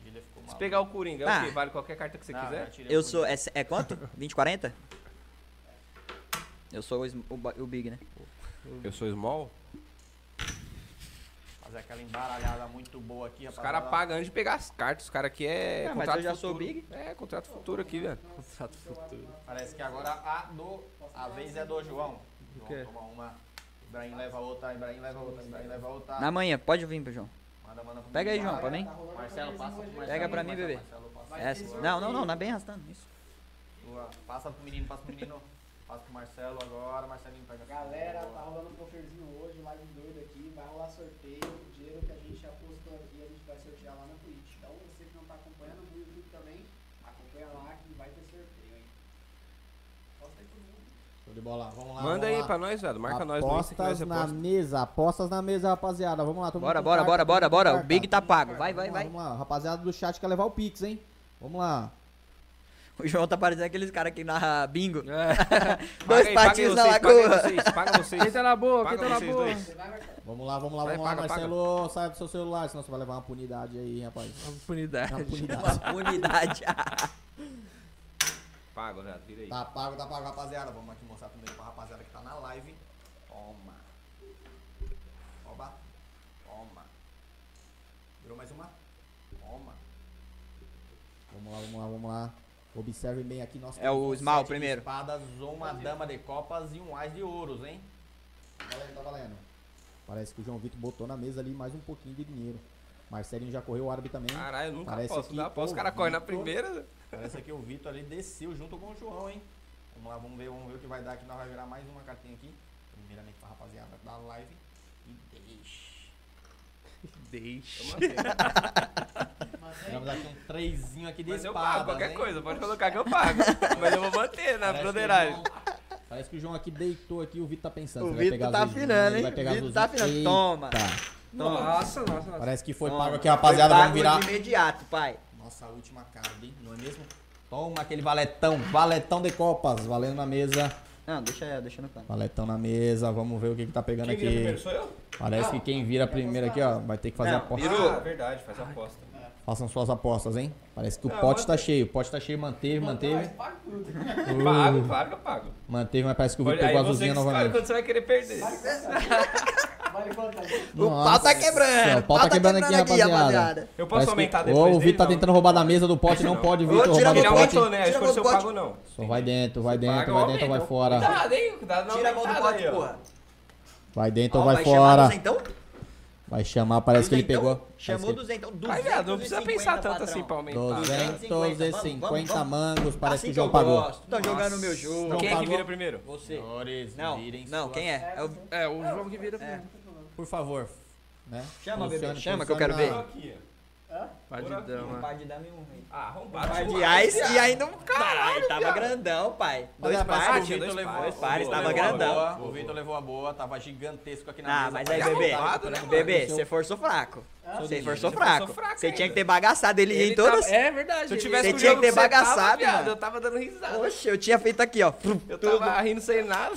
[SPEAKER 8] O Guilherme ficou
[SPEAKER 5] Se
[SPEAKER 8] maluco.
[SPEAKER 5] pegar o Coringa, é o
[SPEAKER 4] Ah.
[SPEAKER 5] quê? Vale qualquer carta que você
[SPEAKER 8] Não,
[SPEAKER 5] quiser?
[SPEAKER 8] não, tirei
[SPEAKER 4] Eu
[SPEAKER 8] o
[SPEAKER 4] sou. É, é quanto? 20, 40? Eu sou o, sm- o, ba- o Big, né?
[SPEAKER 5] Eu sou small?
[SPEAKER 8] Guilherme. Fazer aquela embaralhada muito boa aqui,
[SPEAKER 5] Os caras pagam antes de pegar as cartas. Os caras aqui é
[SPEAKER 4] Ah, mas
[SPEAKER 5] contrato
[SPEAKER 4] eu já sou
[SPEAKER 5] futuro.
[SPEAKER 4] big.
[SPEAKER 5] É, contrato futuro aqui, velho.
[SPEAKER 12] Contrato futuro.
[SPEAKER 8] Parece que agora a do. A vez é do João.
[SPEAKER 12] quê?
[SPEAKER 8] João toma uma. Ibrahim leva outra, Ibrahim leva outra, Ibrahim leva outra.
[SPEAKER 4] Na manhã, pode vir, João.
[SPEAKER 8] Manda, manda pro
[SPEAKER 4] Pega aí,
[SPEAKER 8] Guilherme.
[SPEAKER 4] João, pra
[SPEAKER 2] Tá
[SPEAKER 4] mim.
[SPEAKER 2] um
[SPEAKER 8] Marcelo, passa pro Marcelo.
[SPEAKER 4] Pega pra mim, bebê.
[SPEAKER 8] Marcelo, passa.
[SPEAKER 4] Essa. Não, não, não, não é bem arrastando. Isso.
[SPEAKER 8] Boa. Passa pro menino, passa pro menino. Passa pro Marcelo agora, Marcelinho pega.
[SPEAKER 2] Galera, tá rolando um pokerzinho hoje, live doido aqui, vai rolar sorteio, o dinheiro que a gente apostou aqui, a gente vai sortear lá na Twitch. Então você que não tá acompanhando no YouTube também, acompanha lá que vai ter sorteio, hein? Posta aí todo mundo.
[SPEAKER 8] Show de bola, vamos lá.
[SPEAKER 5] Manda aí
[SPEAKER 8] vamos
[SPEAKER 5] pra
[SPEAKER 8] lá.
[SPEAKER 5] nós, velho. Marca nós no Insta que nós
[SPEAKER 8] Apostas na
[SPEAKER 5] reposta.
[SPEAKER 8] mesa, apostas na mesa, rapaziada. Vamos lá, todo
[SPEAKER 4] Bora,
[SPEAKER 8] mundo com
[SPEAKER 4] bora,
[SPEAKER 8] carta,
[SPEAKER 4] bora,
[SPEAKER 8] todo
[SPEAKER 4] bora,
[SPEAKER 8] mundo com
[SPEAKER 4] bora. O
[SPEAKER 8] carta.
[SPEAKER 4] Big tá pago. Vai,
[SPEAKER 8] Vamos
[SPEAKER 4] vai,
[SPEAKER 8] lá,
[SPEAKER 4] vai.
[SPEAKER 8] Vamos lá, rapaziada do chat quer levar o Pix, hein? Vamos lá.
[SPEAKER 4] O João tá parecendo aqueles caras que narra bingo.
[SPEAKER 12] É.
[SPEAKER 4] Dois
[SPEAKER 5] Paga aí, paga aí
[SPEAKER 4] patinhos na
[SPEAKER 5] vocês, paga aí
[SPEAKER 4] lagoa.
[SPEAKER 5] vocês, Paga vocês.
[SPEAKER 12] Quem tá na boa? Quem
[SPEAKER 5] Paga
[SPEAKER 12] tá na
[SPEAKER 5] vocês
[SPEAKER 12] boa?
[SPEAKER 5] dois.
[SPEAKER 8] Vamos lá, vamos lá,
[SPEAKER 5] Vai,
[SPEAKER 8] vamos lá,
[SPEAKER 5] paga, paga.
[SPEAKER 8] Marcelo. Sai do seu celular, senão você vai levar uma punidade aí, rapaz. Uma
[SPEAKER 12] Oportunidade.
[SPEAKER 8] punidade.
[SPEAKER 4] Uma unidade.
[SPEAKER 3] Ah,
[SPEAKER 5] Paga, velho. Vira aí.
[SPEAKER 8] tá pago, tá pago, rapaziada. Vamos aqui mostrar primeiro pra rapaziada que tá na live. Toma. Oba. Toma. Virou mais uma? Toma. Vamos lá, vamos lá, vamos lá. Observem bem aqui nosso.
[SPEAKER 4] É o Small
[SPEAKER 8] sete
[SPEAKER 4] primeiro.
[SPEAKER 8] Espadas, uma dama de copas e um ás de ouros, hein? Tá valendo, tá valendo. Parece que o João Vitor botou na mesa ali mais um pouquinho de dinheiro. Marcelinho já correu o árbitro também.
[SPEAKER 5] Caralho, eu nunca
[SPEAKER 8] Parece
[SPEAKER 5] posso.
[SPEAKER 8] que
[SPEAKER 5] Não aposto, o
[SPEAKER 8] o
[SPEAKER 5] cara corre na
[SPEAKER 8] Vitor-
[SPEAKER 5] primeira. velho.
[SPEAKER 8] Parece que Então, o Vitor ali desceu junto com o João, hein? Vamos lá, vamos ver, vamos ver o que vai dar aqui. Nós vai virar mais uma cartinha aqui. Primeiramente pra rapaziada da live. E deixa.
[SPEAKER 5] Eu mandei.
[SPEAKER 8] Tivemos aqui um trezinho aqui de
[SPEAKER 5] Mas eu
[SPEAKER 8] espadas,
[SPEAKER 5] pago qualquer
[SPEAKER 8] hein?
[SPEAKER 5] coisa. né, Pode colocar que eu pago. Mas eu vou manter na
[SPEAKER 8] né? Parece que o
[SPEAKER 5] broderagem.
[SPEAKER 8] João- Parece que o João aqui deitou aqui, o Vitor tá pensando.
[SPEAKER 4] O
[SPEAKER 8] se vai
[SPEAKER 4] Vitor
[SPEAKER 8] pegar
[SPEAKER 4] tá
[SPEAKER 8] as luzinhas,
[SPEAKER 4] afinando,
[SPEAKER 8] ele vai
[SPEAKER 4] hein?
[SPEAKER 8] pegar as
[SPEAKER 4] Vitor tá
[SPEAKER 8] luzinhas.
[SPEAKER 4] afinando. Toma.
[SPEAKER 8] Eita.
[SPEAKER 12] Nossa, nossa, nossa.
[SPEAKER 8] Parece que foi
[SPEAKER 4] Toma.
[SPEAKER 8] pago aqui, rapaziada.
[SPEAKER 4] Foi
[SPEAKER 8] Vamos
[SPEAKER 4] pago
[SPEAKER 8] virar.
[SPEAKER 4] de imediato, pai.
[SPEAKER 8] Nossa última carta, hein? Não é mesmo? Toma aquele valetão, valetão de copas, valendo na mesa.
[SPEAKER 4] Não, deixa, deixa no canto.
[SPEAKER 8] Valetão na mesa, vamos ver o que, que tá pegando aqui.
[SPEAKER 5] Sou eu?
[SPEAKER 8] Parece que quem vira primeiro aqui, ó, vai ter que fazer
[SPEAKER 4] Não,
[SPEAKER 8] aposta.
[SPEAKER 5] Virou. Ah, verdade. Faz aposta.
[SPEAKER 8] Façam suas apostas, hein? Parece que o pote tá cheio. O pote tá cheio, manteve, manteve. Uh,
[SPEAKER 5] Pago, claro que eu pago.
[SPEAKER 8] Manteve, mas parece que o Vitor
[SPEAKER 5] Olha,
[SPEAKER 8] pegou
[SPEAKER 5] Aí
[SPEAKER 8] a
[SPEAKER 5] você
[SPEAKER 8] azulzinha
[SPEAKER 5] que escolhe
[SPEAKER 8] novamente.
[SPEAKER 5] quando você vai querer perder.
[SPEAKER 4] O pau tá quebrando.
[SPEAKER 8] O pau tá quebrando aqui, rapaziada.
[SPEAKER 5] Eu
[SPEAKER 8] Parece
[SPEAKER 5] posso
[SPEAKER 8] que-
[SPEAKER 5] aumentar
[SPEAKER 8] Ô,
[SPEAKER 5] depois
[SPEAKER 8] o Vitor tá
[SPEAKER 5] dele?
[SPEAKER 8] tentando roubar da mesa do pote, não
[SPEAKER 5] Não.
[SPEAKER 8] pode,
[SPEAKER 4] Ô,
[SPEAKER 8] Vitor,
[SPEAKER 4] tira
[SPEAKER 8] roubar do
[SPEAKER 5] Tirar
[SPEAKER 4] meu
[SPEAKER 5] o
[SPEAKER 8] pote.
[SPEAKER 5] botão, né? A
[SPEAKER 4] Tira
[SPEAKER 5] escolha se eu
[SPEAKER 4] meu
[SPEAKER 5] pago ou não.
[SPEAKER 8] Só vai dentro, vai
[SPEAKER 5] Paga
[SPEAKER 8] dentro,
[SPEAKER 5] ou
[SPEAKER 8] vai dentro ou vai
[SPEAKER 5] aumenta.
[SPEAKER 8] fora.
[SPEAKER 5] Cuidado, hein? Cuidado, não.
[SPEAKER 4] Tira a mão do
[SPEAKER 5] aumentada aí,
[SPEAKER 4] pote,
[SPEAKER 5] ó.
[SPEAKER 4] porra.
[SPEAKER 8] Vai dentro
[SPEAKER 4] Ó,
[SPEAKER 8] ou vai
[SPEAKER 4] chamar
[SPEAKER 8] fora.
[SPEAKER 4] duzentão?
[SPEAKER 8] Vai chamar, parece que ele
[SPEAKER 1] então
[SPEAKER 4] Duzentão?
[SPEAKER 8] pegou.
[SPEAKER 4] Chamou
[SPEAKER 8] Parece
[SPEAKER 4] duzentão.
[SPEAKER 5] Vai, viado, não precisa
[SPEAKER 4] 250,
[SPEAKER 5] pensar tanto
[SPEAKER 4] patrão.
[SPEAKER 5] assim pra aumentar.
[SPEAKER 4] 250, vamos,
[SPEAKER 8] 250
[SPEAKER 4] vamos.
[SPEAKER 8] mangos, parece
[SPEAKER 4] Assim
[SPEAKER 8] que o João
[SPEAKER 4] eu
[SPEAKER 8] pagou.
[SPEAKER 4] gosto. Tá jogando o meu jogo.
[SPEAKER 8] João
[SPEAKER 5] Quem é que
[SPEAKER 8] pagou.
[SPEAKER 5] vira primeiro?
[SPEAKER 4] Você. Não, não, quem é? É o-
[SPEAKER 12] É, o João que vira.
[SPEAKER 8] Por favor. Né?
[SPEAKER 4] Chama, bebê,
[SPEAKER 8] Funcione,
[SPEAKER 4] chama que eu quero
[SPEAKER 8] funcione
[SPEAKER 4] ver.
[SPEAKER 8] na-
[SPEAKER 5] Aqui, ó.
[SPEAKER 12] Vai, Par de dama.
[SPEAKER 3] de dama e um rei.
[SPEAKER 5] Ah, arrombado.
[SPEAKER 3] Par de
[SPEAKER 5] demais,
[SPEAKER 3] ais e aí não. Caralho, tava grandão, pai. Dois
[SPEAKER 5] Ah,
[SPEAKER 3] pares,
[SPEAKER 5] tinha dois
[SPEAKER 3] dois
[SPEAKER 5] pares.
[SPEAKER 3] pares,
[SPEAKER 5] O
[SPEAKER 3] tava
[SPEAKER 5] Vitor levou a
[SPEAKER 3] grandão.
[SPEAKER 5] boa, O Vitor levou a boa, tava gigantesco aqui na
[SPEAKER 3] Ah,
[SPEAKER 5] mesa.
[SPEAKER 3] mas aí,
[SPEAKER 5] pai.
[SPEAKER 3] bebê.
[SPEAKER 5] Arrombado, né, mano?
[SPEAKER 3] Bebê, você forçou fraco. Você forçou
[SPEAKER 5] Você forçou
[SPEAKER 3] fraco.
[SPEAKER 5] fraco
[SPEAKER 3] Você tinha
[SPEAKER 5] ainda.
[SPEAKER 3] que ter bagaçado ele, em
[SPEAKER 12] Ele
[SPEAKER 3] todas.
[SPEAKER 12] tava- É verdade.
[SPEAKER 5] Se eu
[SPEAKER 12] ele-
[SPEAKER 5] tivesse
[SPEAKER 3] Você
[SPEAKER 5] com o
[SPEAKER 3] tinha
[SPEAKER 5] jogo
[SPEAKER 3] que ter
[SPEAKER 5] você tava,
[SPEAKER 3] bagaçado,
[SPEAKER 5] viado,
[SPEAKER 3] mano.
[SPEAKER 5] Eu tava dando risada.
[SPEAKER 3] Oxe, eu tinha feito aqui, ó.
[SPEAKER 5] Eu
[SPEAKER 3] tudo.
[SPEAKER 5] tava rindo sem nada.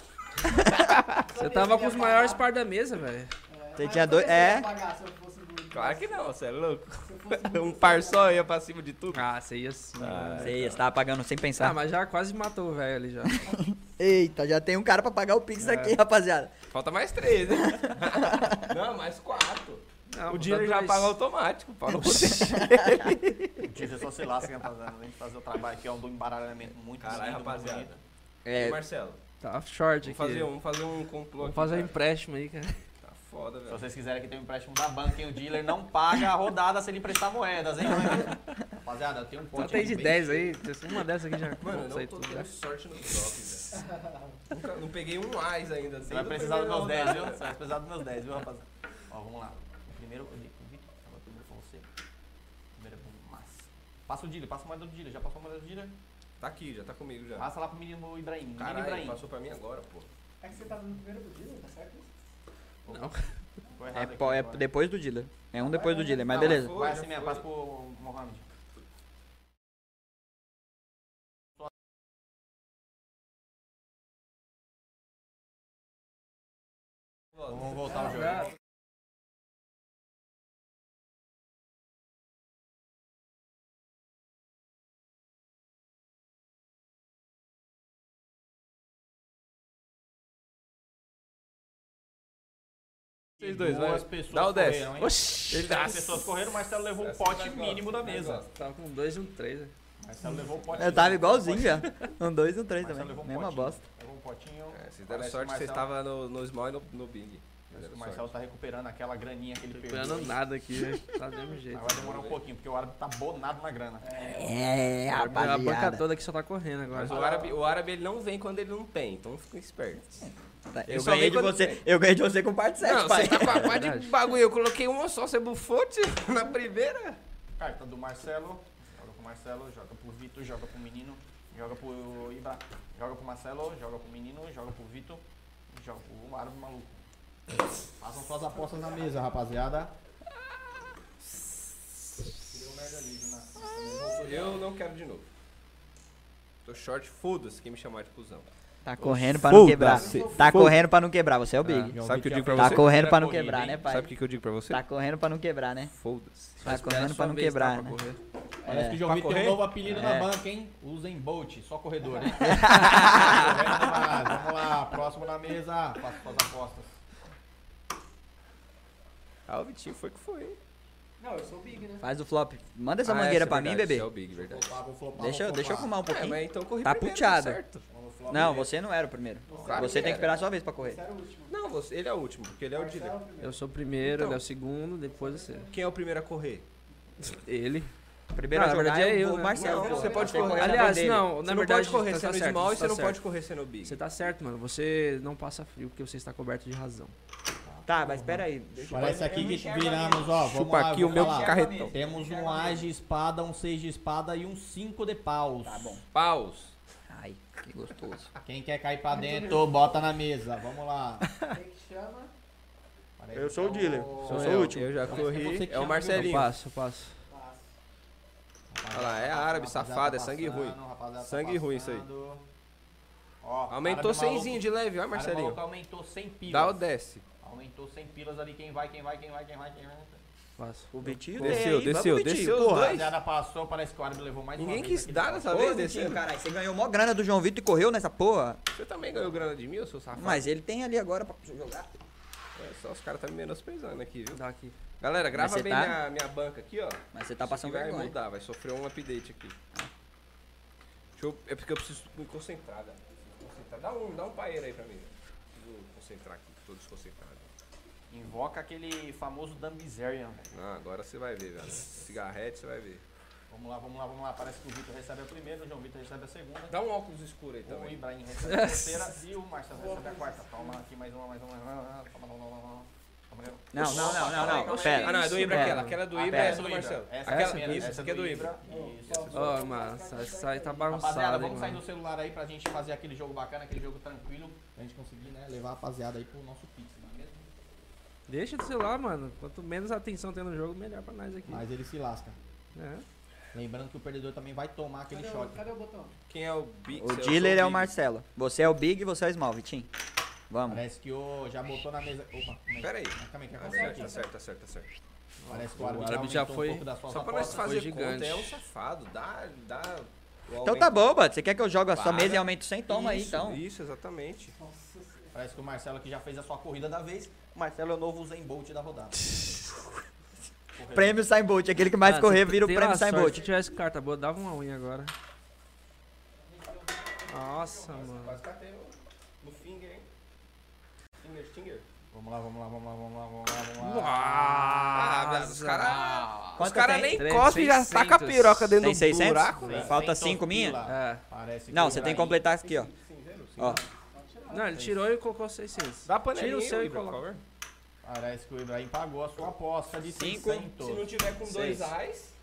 [SPEAKER 12] Você tava com os maiores par da mesa, velho.
[SPEAKER 3] Você tinha dois. É.
[SPEAKER 5] Claro que não, você é louco. Um par só ia pra cima de tudo.
[SPEAKER 12] Ah, você ia sim. mano.
[SPEAKER 8] É.
[SPEAKER 3] Você você tava pagando sem
[SPEAKER 12] Ah,
[SPEAKER 3] pensar.
[SPEAKER 12] mas já quase matou o velho ali já.
[SPEAKER 3] Eita, já tem um cara pra pagar o Pix
[SPEAKER 12] É.
[SPEAKER 3] aqui, rapaziada.
[SPEAKER 5] Falta mais três, né? não, mais quatro.
[SPEAKER 12] Não,
[SPEAKER 5] o dinheiro
[SPEAKER 12] tá
[SPEAKER 5] já
[SPEAKER 12] dois.
[SPEAKER 5] paga automático. Paulo.
[SPEAKER 8] Tive só sei lá, se rapaziada. A gente fazer o trabalho aqui, é um embaralhamento muito
[SPEAKER 5] Caralho,
[SPEAKER 8] lindo, muito
[SPEAKER 5] rapaziada.
[SPEAKER 8] bonito.
[SPEAKER 3] É.
[SPEAKER 5] Marcelo,
[SPEAKER 12] Tá short
[SPEAKER 5] vamos
[SPEAKER 12] aqui.
[SPEAKER 5] fazer um, fazer um complô
[SPEAKER 12] Vamos
[SPEAKER 5] aqui,
[SPEAKER 12] fazer um
[SPEAKER 5] cara.
[SPEAKER 12] empréstimo aí, cara.
[SPEAKER 5] Tá foda,
[SPEAKER 8] Se
[SPEAKER 5] velho.
[SPEAKER 8] vocês quiserem que tenha um empréstimo da banca, hein? O dealer não paga a rodada se ele emprestar moedas, hein? Rapaziada, tem um
[SPEAKER 12] Só
[SPEAKER 8] pote
[SPEAKER 12] tem de
[SPEAKER 8] aqui bem
[SPEAKER 12] 10 aí. Uma dessa aqui já.
[SPEAKER 5] Mano, eu
[SPEAKER 12] sai
[SPEAKER 5] não tô
[SPEAKER 12] tudo,
[SPEAKER 5] tendo
[SPEAKER 12] né?
[SPEAKER 5] sorte no top, velho. Nunca- Não peguei um AIS ainda.
[SPEAKER 8] Você vai precisar dos meus 10, viu? Você vai precisar dos meus 10, viu, rapaziada? Ó, vamos lá. O primeiro eu dei pro Vitor, agora o primeiro foi você. O primeiro é pro Massa. Passa o Dila, passa a moeda do Dila. Já passou a moeda do Dila?
[SPEAKER 5] Tá aqui, já tá comigo já.
[SPEAKER 8] Passa lá pro menino Ibrahim. Menino
[SPEAKER 5] Caralho,
[SPEAKER 8] Ibrahim.
[SPEAKER 5] passou pra mim agora, pô.
[SPEAKER 13] É que você tá no primeiro do dia, tá certo?
[SPEAKER 8] Ficou errado
[SPEAKER 3] É,
[SPEAKER 8] aqui
[SPEAKER 3] pô- é
[SPEAKER 8] agora.
[SPEAKER 3] depois do dealer. É um depois do dealer, mas
[SPEAKER 5] Não,
[SPEAKER 3] beleza.
[SPEAKER 5] mas
[SPEAKER 8] Vai
[SPEAKER 5] já
[SPEAKER 8] assim mesmo,
[SPEAKER 5] foi.
[SPEAKER 8] passa pro Mohamed. Vamos voltar ao jogo.
[SPEAKER 5] Vocês dois, vai.
[SPEAKER 8] Duas pessoas
[SPEAKER 5] Dá o 10.
[SPEAKER 8] correram, hein?
[SPEAKER 5] Oxi! Ele dá.
[SPEAKER 8] tá- As pessoas correram, o Marcelo levou o
[SPEAKER 5] Essa tá
[SPEAKER 8] pote
[SPEAKER 5] eu gosto,
[SPEAKER 8] mínimo da
[SPEAKER 5] eu
[SPEAKER 8] mesa.
[SPEAKER 5] gosto.
[SPEAKER 12] Tava com dois e um três. né?
[SPEAKER 8] Marcelo levou o pote
[SPEAKER 3] Eu É, tava
[SPEAKER 8] mínimo.
[SPEAKER 3] igualzinho já. Um dois e um três
[SPEAKER 8] Marcelo
[SPEAKER 3] também.
[SPEAKER 8] levou um
[SPEAKER 3] Mesma
[SPEAKER 8] potinho.
[SPEAKER 3] bosta.
[SPEAKER 8] Levou um potinho.
[SPEAKER 5] É, vocês deram
[SPEAKER 8] Parece
[SPEAKER 5] sorte que vocês
[SPEAKER 8] Marcelo-
[SPEAKER 5] estavam no, no small e no, no big.
[SPEAKER 8] parece que
[SPEAKER 5] Deram
[SPEAKER 8] O Marcelo
[SPEAKER 5] sorte.
[SPEAKER 8] tá recuperando aquela graninha que ele
[SPEAKER 12] Tô
[SPEAKER 8] perdeu.
[SPEAKER 12] esperando nada aqui, velho. Tá do mesmo jeito.
[SPEAKER 8] Mas vai demorar um pouquinho, porque o árabe tá bonado na grana.
[SPEAKER 3] É,
[SPEAKER 12] A banca
[SPEAKER 3] rapaziada.
[SPEAKER 12] toda aqui só tá correndo agora.
[SPEAKER 5] Mas o árabe, o árabe ele não vem quando ele não tem, então fiquem espertos.
[SPEAKER 3] Tá,
[SPEAKER 5] Eu
[SPEAKER 3] Eu
[SPEAKER 5] só
[SPEAKER 3] ganhei
[SPEAKER 5] vi
[SPEAKER 3] de
[SPEAKER 5] quando-
[SPEAKER 3] você. Eu ganhei de você com parte 7, pai.
[SPEAKER 5] tá com a pá
[SPEAKER 12] Verdade.
[SPEAKER 5] bagulho. Eu coloquei uma só, você bufou tio, na primeira.
[SPEAKER 8] Carta então do Marcelo. Joga pro Marcelo, joga pro Vitor, joga pro menino, joga pro Ibra. Joga pro Marcelo, joga pro menino, joga pro Vitor, joga pro árabe maluco. um
[SPEAKER 1] Façam suas apostas na mesa, rapaziada.
[SPEAKER 5] Eu não quero de novo. Tô short, foda-se quem me chamar de cuzão.
[SPEAKER 3] Tá correndo pra não quebrar.
[SPEAKER 5] Foda-se.
[SPEAKER 3] Tá correndo pra não quebrar, você é o
[SPEAKER 12] Ah.
[SPEAKER 3] Big.
[SPEAKER 5] Sabe o que eu digo pra
[SPEAKER 3] Tá
[SPEAKER 5] você?
[SPEAKER 3] correndo pra
[SPEAKER 8] Era
[SPEAKER 3] não
[SPEAKER 8] corrida,
[SPEAKER 3] quebrar,
[SPEAKER 8] hein?
[SPEAKER 3] né,
[SPEAKER 5] Sabe o
[SPEAKER 3] pai?
[SPEAKER 5] que que eu digo pra você?
[SPEAKER 3] Tá correndo pra não quebrar, né?
[SPEAKER 5] Foda-se.
[SPEAKER 3] Tá
[SPEAKER 12] Espera
[SPEAKER 3] correndo pra
[SPEAKER 12] a sua
[SPEAKER 3] não
[SPEAKER 12] vez, tá,
[SPEAKER 3] quebrar,
[SPEAKER 12] pra
[SPEAKER 3] né?
[SPEAKER 12] correr.
[SPEAKER 1] Parece
[SPEAKER 3] É.
[SPEAKER 1] que o João
[SPEAKER 5] Pra
[SPEAKER 1] Vitor tem um
[SPEAKER 5] correr?
[SPEAKER 1] novo apelido na
[SPEAKER 3] É.
[SPEAKER 1] banca, hein? Usem Bolt, só corredor, hein? Correndo mais, Vamos lá, próximo na mesa.
[SPEAKER 8] Faço suas apostas.
[SPEAKER 5] Ah, o Vitinho foi que foi.
[SPEAKER 13] Não, eu sou big, né?
[SPEAKER 3] Faz o flop. Manda essa
[SPEAKER 5] Ah,
[SPEAKER 3] mangueira
[SPEAKER 5] é
[SPEAKER 3] pra mim,
[SPEAKER 5] verdade,
[SPEAKER 3] bebê.
[SPEAKER 5] É o Big, verdade.
[SPEAKER 1] Flopar, vou flopar,
[SPEAKER 3] Deixa eu,
[SPEAKER 1] vou
[SPEAKER 3] deixa eu
[SPEAKER 1] flopar.
[SPEAKER 3] fumar um
[SPEAKER 5] É,
[SPEAKER 3] pouquinho.
[SPEAKER 5] mas então corri
[SPEAKER 3] Tá
[SPEAKER 5] primeiro,
[SPEAKER 3] puteado.
[SPEAKER 5] certo.
[SPEAKER 1] Vamos flopar.
[SPEAKER 3] Não, você não era o primeiro.
[SPEAKER 5] Claro
[SPEAKER 3] Você tem
[SPEAKER 5] que
[SPEAKER 3] que
[SPEAKER 5] era.
[SPEAKER 3] esperar a sua vez pra correr.
[SPEAKER 5] Não, você, ele é o último, porque ele é o dealer.
[SPEAKER 12] Eu sou o primeiro,
[SPEAKER 5] Então.
[SPEAKER 12] ele é o segundo, depois você.
[SPEAKER 5] Quem é o primeiro a correr?
[SPEAKER 12] Ele.
[SPEAKER 3] Primeiro
[SPEAKER 12] Não,
[SPEAKER 3] a
[SPEAKER 12] na
[SPEAKER 3] jogar
[SPEAKER 12] verdade é
[SPEAKER 3] é
[SPEAKER 12] eu,
[SPEAKER 3] o
[SPEAKER 12] né?
[SPEAKER 3] Marcelo.
[SPEAKER 5] Não,
[SPEAKER 3] pô.
[SPEAKER 5] você pode
[SPEAKER 3] tem que
[SPEAKER 5] correr.
[SPEAKER 3] na mão
[SPEAKER 12] Aliás,
[SPEAKER 3] dele.
[SPEAKER 12] não,
[SPEAKER 5] você
[SPEAKER 12] na
[SPEAKER 5] não
[SPEAKER 12] verdade.
[SPEAKER 5] pode correr
[SPEAKER 12] tá
[SPEAKER 5] sendo
[SPEAKER 12] certo,
[SPEAKER 5] small e
[SPEAKER 12] tá
[SPEAKER 5] você não
[SPEAKER 12] certo.
[SPEAKER 5] pode correr sendo big.
[SPEAKER 12] Você tá certo, mano. Você não passa frio porque você está coberto de razão.
[SPEAKER 3] Tá, mas espera aí. Deixa eu-
[SPEAKER 1] Parece aqui que viramos, ó. vamos
[SPEAKER 5] Chupa
[SPEAKER 1] lá,
[SPEAKER 5] aqui
[SPEAKER 1] vou
[SPEAKER 5] o meu
[SPEAKER 1] falar.
[SPEAKER 5] carretão.
[SPEAKER 1] Temos um as de espada, um seis de espada e um cinco de paus.
[SPEAKER 3] Tá bom.
[SPEAKER 5] Paus.
[SPEAKER 3] Ai, que gostoso.
[SPEAKER 1] Quem quer cair pra dentro, bota na mesa. Vamos lá.
[SPEAKER 13] Quem que chama?
[SPEAKER 1] Parece
[SPEAKER 3] Eu sou o
[SPEAKER 8] tá
[SPEAKER 1] que é
[SPEAKER 3] dealer.
[SPEAKER 5] Sou
[SPEAKER 3] eu.
[SPEAKER 5] eu, eu já
[SPEAKER 1] Mas é você
[SPEAKER 5] corri.
[SPEAKER 1] que
[SPEAKER 5] É o
[SPEAKER 1] chama,
[SPEAKER 12] Eu
[SPEAKER 5] Marcelinho.
[SPEAKER 12] passo, eu passo.
[SPEAKER 5] Olha lá, é árabe,
[SPEAKER 8] tá
[SPEAKER 5] safado, é sangue ruim. Sangue ruim isso aí.
[SPEAKER 8] Ó,
[SPEAKER 5] Aumentou
[SPEAKER 8] árabe maluco.
[SPEAKER 5] 100 de leve, ó,
[SPEAKER 8] Árabe
[SPEAKER 5] Marcelinho.
[SPEAKER 8] maluco aumentou 100 pilas.
[SPEAKER 5] Dá ou desce?
[SPEAKER 8] Aumentou 100 pilas ali. Quem vai, quem vai, quem vai, quem vai, quem vai.
[SPEAKER 12] Passo.
[SPEAKER 3] O Vitinho
[SPEAKER 5] Desceu,
[SPEAKER 3] tem aí,
[SPEAKER 5] desceu,
[SPEAKER 3] vamos, Vitinho,
[SPEAKER 5] desceu os
[SPEAKER 3] porra.
[SPEAKER 5] dois.
[SPEAKER 8] Rapaziada passou, parece que o árabe levou mais uma
[SPEAKER 5] Ninguém
[SPEAKER 8] vez
[SPEAKER 5] quis
[SPEAKER 8] aqui
[SPEAKER 5] dar
[SPEAKER 8] no
[SPEAKER 5] nessa
[SPEAKER 3] Ô,
[SPEAKER 5] vez,
[SPEAKER 3] Vitinho,
[SPEAKER 5] desceu.
[SPEAKER 3] caralho, você ganhou mó grana do João Vitor e correu nessa porra.
[SPEAKER 5] Você também ganhou grana de mil, seu safado?
[SPEAKER 3] Mas ele tem ali agora pra jogar.
[SPEAKER 5] É, só os caras tá me menosprezando aqui, viu?
[SPEAKER 12] Dá aqui.
[SPEAKER 5] Galera,
[SPEAKER 3] Mas
[SPEAKER 5] grava
[SPEAKER 3] você
[SPEAKER 5] bem
[SPEAKER 3] tá?
[SPEAKER 5] minha, minha banca aqui, ó.
[SPEAKER 3] Mas você tá
[SPEAKER 5] Isso
[SPEAKER 3] passando
[SPEAKER 5] aqui vai
[SPEAKER 3] vergonha.
[SPEAKER 5] mudar, vai sofrer um update aqui. Deixa eu, é porque eu preciso me concentrar, né? Preciso me concentrar. Dá um, dá um paeiro aí pra mim. Preciso concentrar aqui, tô desconcentrado.
[SPEAKER 8] Invoca aquele famoso Dumbizerian, velho.
[SPEAKER 5] Não, Ah, agora você vai ver, velho. Cigarrete, você vai ver.
[SPEAKER 8] Vamos lá, vamos lá, vamos lá. Parece que o Vitor recebe a primeira, o João Vitor recebe a segunda.
[SPEAKER 5] Dá um óculos escuro aí
[SPEAKER 8] O
[SPEAKER 5] também.
[SPEAKER 8] Ibrahim recebe a terceira e o Marcelo recebe a quarta. Toma aqui mais uma, mais uma. mais uma. Toma, toma, toma, toma.
[SPEAKER 3] Não, não, não, não, não. Pera.
[SPEAKER 5] Ah, não, é do Ibra
[SPEAKER 3] Pera.
[SPEAKER 5] aquela. Aquela é do Ibra
[SPEAKER 3] Ah,
[SPEAKER 5] é
[SPEAKER 3] pera.
[SPEAKER 5] essa do Marcelo.
[SPEAKER 8] Essa
[SPEAKER 5] Aquela-
[SPEAKER 8] é a primeira,
[SPEAKER 5] isso,
[SPEAKER 8] essa
[SPEAKER 5] que é do
[SPEAKER 8] Isso, essa é do
[SPEAKER 12] Ó,
[SPEAKER 8] Ibra.
[SPEAKER 12] massa, essa aí tá
[SPEAKER 8] Rapaziada,
[SPEAKER 12] bagunçada, hein,
[SPEAKER 8] vamos sair
[SPEAKER 12] mano.
[SPEAKER 8] do celular aí pra gente fazer aquele jogo bacana, aquele jogo tranquilo, pra gente conseguir, né, levar a rapaziada aí pro nosso pix, não é mesmo?
[SPEAKER 12] Deixa do celular, mano. Quanto menos atenção tem no jogo, melhor pra nós aqui.
[SPEAKER 14] Mas ele se lasca.
[SPEAKER 12] É.
[SPEAKER 8] Lembrando que o perdedor também vai tomar aquele shot.
[SPEAKER 2] cadê o botão?
[SPEAKER 5] Quem é o Big?
[SPEAKER 3] O dealer é o Marcelo. Você é o Big e você é o Small, Vitinho. Vamos.
[SPEAKER 8] Parece que o já botou na mesa. Opa, calma aí.
[SPEAKER 5] Pera aí.
[SPEAKER 8] Calma aí, que
[SPEAKER 5] Tá
[SPEAKER 8] aconteceu
[SPEAKER 5] certo,
[SPEAKER 8] aqui.
[SPEAKER 5] tá certo, tá certo, tá certo.
[SPEAKER 8] Parece que o
[SPEAKER 12] O
[SPEAKER 8] árbitro,
[SPEAKER 12] árbitro já
[SPEAKER 8] aumentou
[SPEAKER 12] foi-
[SPEAKER 8] um pouco da sua
[SPEAKER 5] Só pra nós
[SPEAKER 8] aposta.
[SPEAKER 12] foi
[SPEAKER 5] fazer conta,
[SPEAKER 12] gigante.
[SPEAKER 5] é o safado. Dá, dá. o
[SPEAKER 3] Então tá
[SPEAKER 5] aumento.
[SPEAKER 3] bom, bud. Você quer que eu jogue a sua
[SPEAKER 5] Para.
[SPEAKER 3] mesa e aumente 100? Toma aí,
[SPEAKER 5] Isso,
[SPEAKER 3] então.
[SPEAKER 5] Isso, exatamente.
[SPEAKER 8] Parece que o Marcelo aqui já fez a sua corrida da vez. O Marcelo é o novo Zen Bolt da rodada. Corredor.
[SPEAKER 3] Prêmio Sign Bolt. Aquele que mais
[SPEAKER 12] Ah,
[SPEAKER 3] correr
[SPEAKER 12] se
[SPEAKER 3] vira o
[SPEAKER 12] tem
[SPEAKER 3] prêmio
[SPEAKER 12] uma
[SPEAKER 3] Sign
[SPEAKER 12] sorte,
[SPEAKER 3] Bolt.
[SPEAKER 12] Se tivesse carta boa, dava uma unha agora. Nossa, mano.
[SPEAKER 5] Quase catei o- no finger, hein? Finger, stinger.
[SPEAKER 8] Vamos lá, vamos lá, vamos lá, vamos lá, vamos lá, vamos lá.
[SPEAKER 5] Ah,
[SPEAKER 12] Ah,
[SPEAKER 5] velho, os caras. Os
[SPEAKER 3] Quanto
[SPEAKER 5] caras
[SPEAKER 3] tem?
[SPEAKER 5] nem
[SPEAKER 12] Três,
[SPEAKER 5] cospem e já
[SPEAKER 12] seiscentos.
[SPEAKER 5] saca a piroca dentro
[SPEAKER 3] Tem
[SPEAKER 5] do
[SPEAKER 3] 600?
[SPEAKER 5] buraco.
[SPEAKER 3] Falta
[SPEAKER 8] 600
[SPEAKER 3] cinco minha?
[SPEAKER 8] pila.
[SPEAKER 12] É.
[SPEAKER 8] Parece que
[SPEAKER 3] Não,
[SPEAKER 8] o
[SPEAKER 3] você tem que
[SPEAKER 8] Ibrahim-
[SPEAKER 3] completar aqui, ó. Ó,
[SPEAKER 12] Não, ele tirou e colocou 600.
[SPEAKER 5] Dá panelinha,
[SPEAKER 12] Tira o seu e
[SPEAKER 5] Ibra, por
[SPEAKER 12] coloca.
[SPEAKER 5] favor.
[SPEAKER 8] Parece que o Ibrahim pagou a sua aposta de
[SPEAKER 3] Cinco.
[SPEAKER 8] 600.
[SPEAKER 5] Se não tiver com dois
[SPEAKER 3] Seis.
[SPEAKER 5] reais,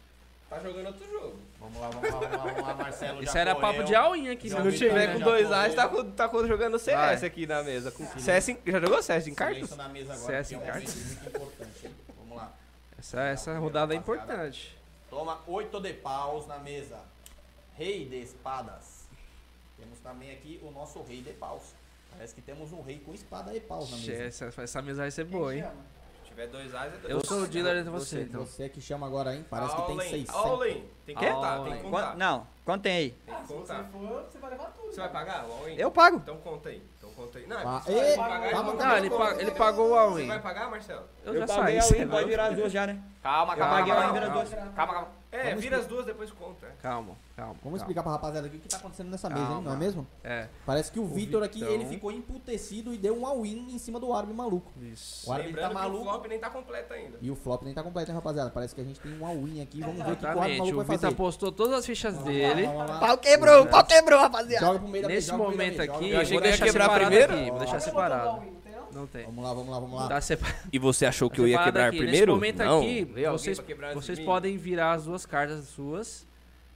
[SPEAKER 5] tá jogando outro jogo.
[SPEAKER 8] Vamos lá, vamos lá, vamos lá, vamos lá, Marcelo.
[SPEAKER 12] Isso
[SPEAKER 8] já
[SPEAKER 12] era
[SPEAKER 8] correu.
[SPEAKER 12] papo de alwin aqui,
[SPEAKER 8] Já vi
[SPEAKER 12] né?
[SPEAKER 5] Se tiver com
[SPEAKER 8] Já
[SPEAKER 5] dois
[SPEAKER 8] foi.
[SPEAKER 5] reais, tá, co- tá co- jogando CS
[SPEAKER 12] Vai.
[SPEAKER 5] aqui na mesa. Com CS em- já jogou CS em cartas?
[SPEAKER 8] Silêncio na mesa agora,
[SPEAKER 12] CS
[SPEAKER 8] que é um
[SPEAKER 12] assim, em cartas.
[SPEAKER 8] momento muito importante. Vamos lá.
[SPEAKER 12] Essa, essa rodada é importante.
[SPEAKER 8] Toma 8 de paus na mesa. Rei de espadas. Temos também aqui o nosso rei de paus. Parece que temos um rei com espada e paus na
[SPEAKER 12] Che,
[SPEAKER 8] mesa.
[SPEAKER 12] Essa, essa mesa vai ser boa, hein?
[SPEAKER 5] Se tiver dois reais, é dois
[SPEAKER 12] Eu sou o dealer de
[SPEAKER 14] Você,
[SPEAKER 12] você, então.
[SPEAKER 14] você que chama agora, hein? Parece que tem
[SPEAKER 5] All in,
[SPEAKER 14] 600.
[SPEAKER 5] All in. Tem que contar, tem
[SPEAKER 12] All
[SPEAKER 5] que
[SPEAKER 12] in.
[SPEAKER 5] contar.
[SPEAKER 3] quanto- não. Quanto tem aí?
[SPEAKER 5] Tem que contar.
[SPEAKER 2] for, Ah, você vai levar tudo.
[SPEAKER 5] Você vai pagar o all in?
[SPEAKER 3] Eu pago.
[SPEAKER 5] Então conta aí. Então conta aí. Não,
[SPEAKER 14] Ah,
[SPEAKER 5] você vai
[SPEAKER 14] e-
[SPEAKER 5] pagar,
[SPEAKER 14] tá
[SPEAKER 5] ele
[SPEAKER 14] bom,
[SPEAKER 5] vai-
[SPEAKER 14] tá
[SPEAKER 12] Ah, ele, pa- ele pagou o
[SPEAKER 5] Você
[SPEAKER 12] all-in.
[SPEAKER 5] vai pagar, Marcelo?
[SPEAKER 12] Eu já
[SPEAKER 3] paguei
[SPEAKER 12] saí.
[SPEAKER 3] a
[SPEAKER 12] você é
[SPEAKER 3] win,
[SPEAKER 12] vai-
[SPEAKER 3] pode virar as duas já, né?
[SPEAKER 8] Calma,
[SPEAKER 3] Eu paguei a win,
[SPEAKER 12] Calma,
[SPEAKER 3] vira as duas.
[SPEAKER 12] calma,
[SPEAKER 8] calma, calma.
[SPEAKER 5] É, vira as duas, depois conta.
[SPEAKER 12] calma. calma,
[SPEAKER 14] Vamos
[SPEAKER 12] calma.
[SPEAKER 14] explicar pra rapaziada aqui o que tá acontecendo nessa mesa, hein? Não é
[SPEAKER 12] Calma.
[SPEAKER 14] mesmo?
[SPEAKER 12] É,
[SPEAKER 14] Parece que o, Vitor aqui,
[SPEAKER 12] Vitão.
[SPEAKER 14] ele ficou emputecido e deu um all-in em cima do árbitro maluco.
[SPEAKER 12] isso.
[SPEAKER 14] O árbitro tá
[SPEAKER 5] Lembrando que o
[SPEAKER 14] maluco.
[SPEAKER 5] flop nem tá completo ainda.
[SPEAKER 14] E o flop nem tá completo, hein, rapaziada? Parece que a gente tem um all-in aqui. Vamos ver o que que o árbitro
[SPEAKER 12] Exatamente.
[SPEAKER 14] maluco
[SPEAKER 12] O
[SPEAKER 14] vai
[SPEAKER 12] Vita
[SPEAKER 14] fazer.
[SPEAKER 12] postou todas as
[SPEAKER 8] Ah.
[SPEAKER 12] fichas dele.
[SPEAKER 14] Vamos lá.
[SPEAKER 3] Pau quebrou, o pau quebrou, rapaziada.
[SPEAKER 14] Joga pro meio da mesa,
[SPEAKER 12] Nesse
[SPEAKER 14] joga pro meio da
[SPEAKER 12] momento
[SPEAKER 14] mesa, joga
[SPEAKER 12] aqui,
[SPEAKER 14] pro meio da
[SPEAKER 5] achei
[SPEAKER 12] vou
[SPEAKER 5] que ia
[SPEAKER 12] deixar
[SPEAKER 5] quebrar
[SPEAKER 12] separado
[SPEAKER 5] primeiro.
[SPEAKER 12] aqui. Vou deixar separado. Não
[SPEAKER 14] mesa.
[SPEAKER 12] tem.
[SPEAKER 14] Vamos lá, vamos lá, vamos lá.
[SPEAKER 12] Tá separado.
[SPEAKER 15] E você achou que eu ia
[SPEAKER 12] separado
[SPEAKER 15] quebrar
[SPEAKER 12] aqui. Nesse
[SPEAKER 15] primeiro?
[SPEAKER 12] momento
[SPEAKER 15] não.
[SPEAKER 12] aqui,
[SPEAKER 5] Veio alguém
[SPEAKER 12] vocês,
[SPEAKER 5] pra quebrar antes
[SPEAKER 12] vocês
[SPEAKER 5] de mim?
[SPEAKER 12] podem virar as duas cartas suas.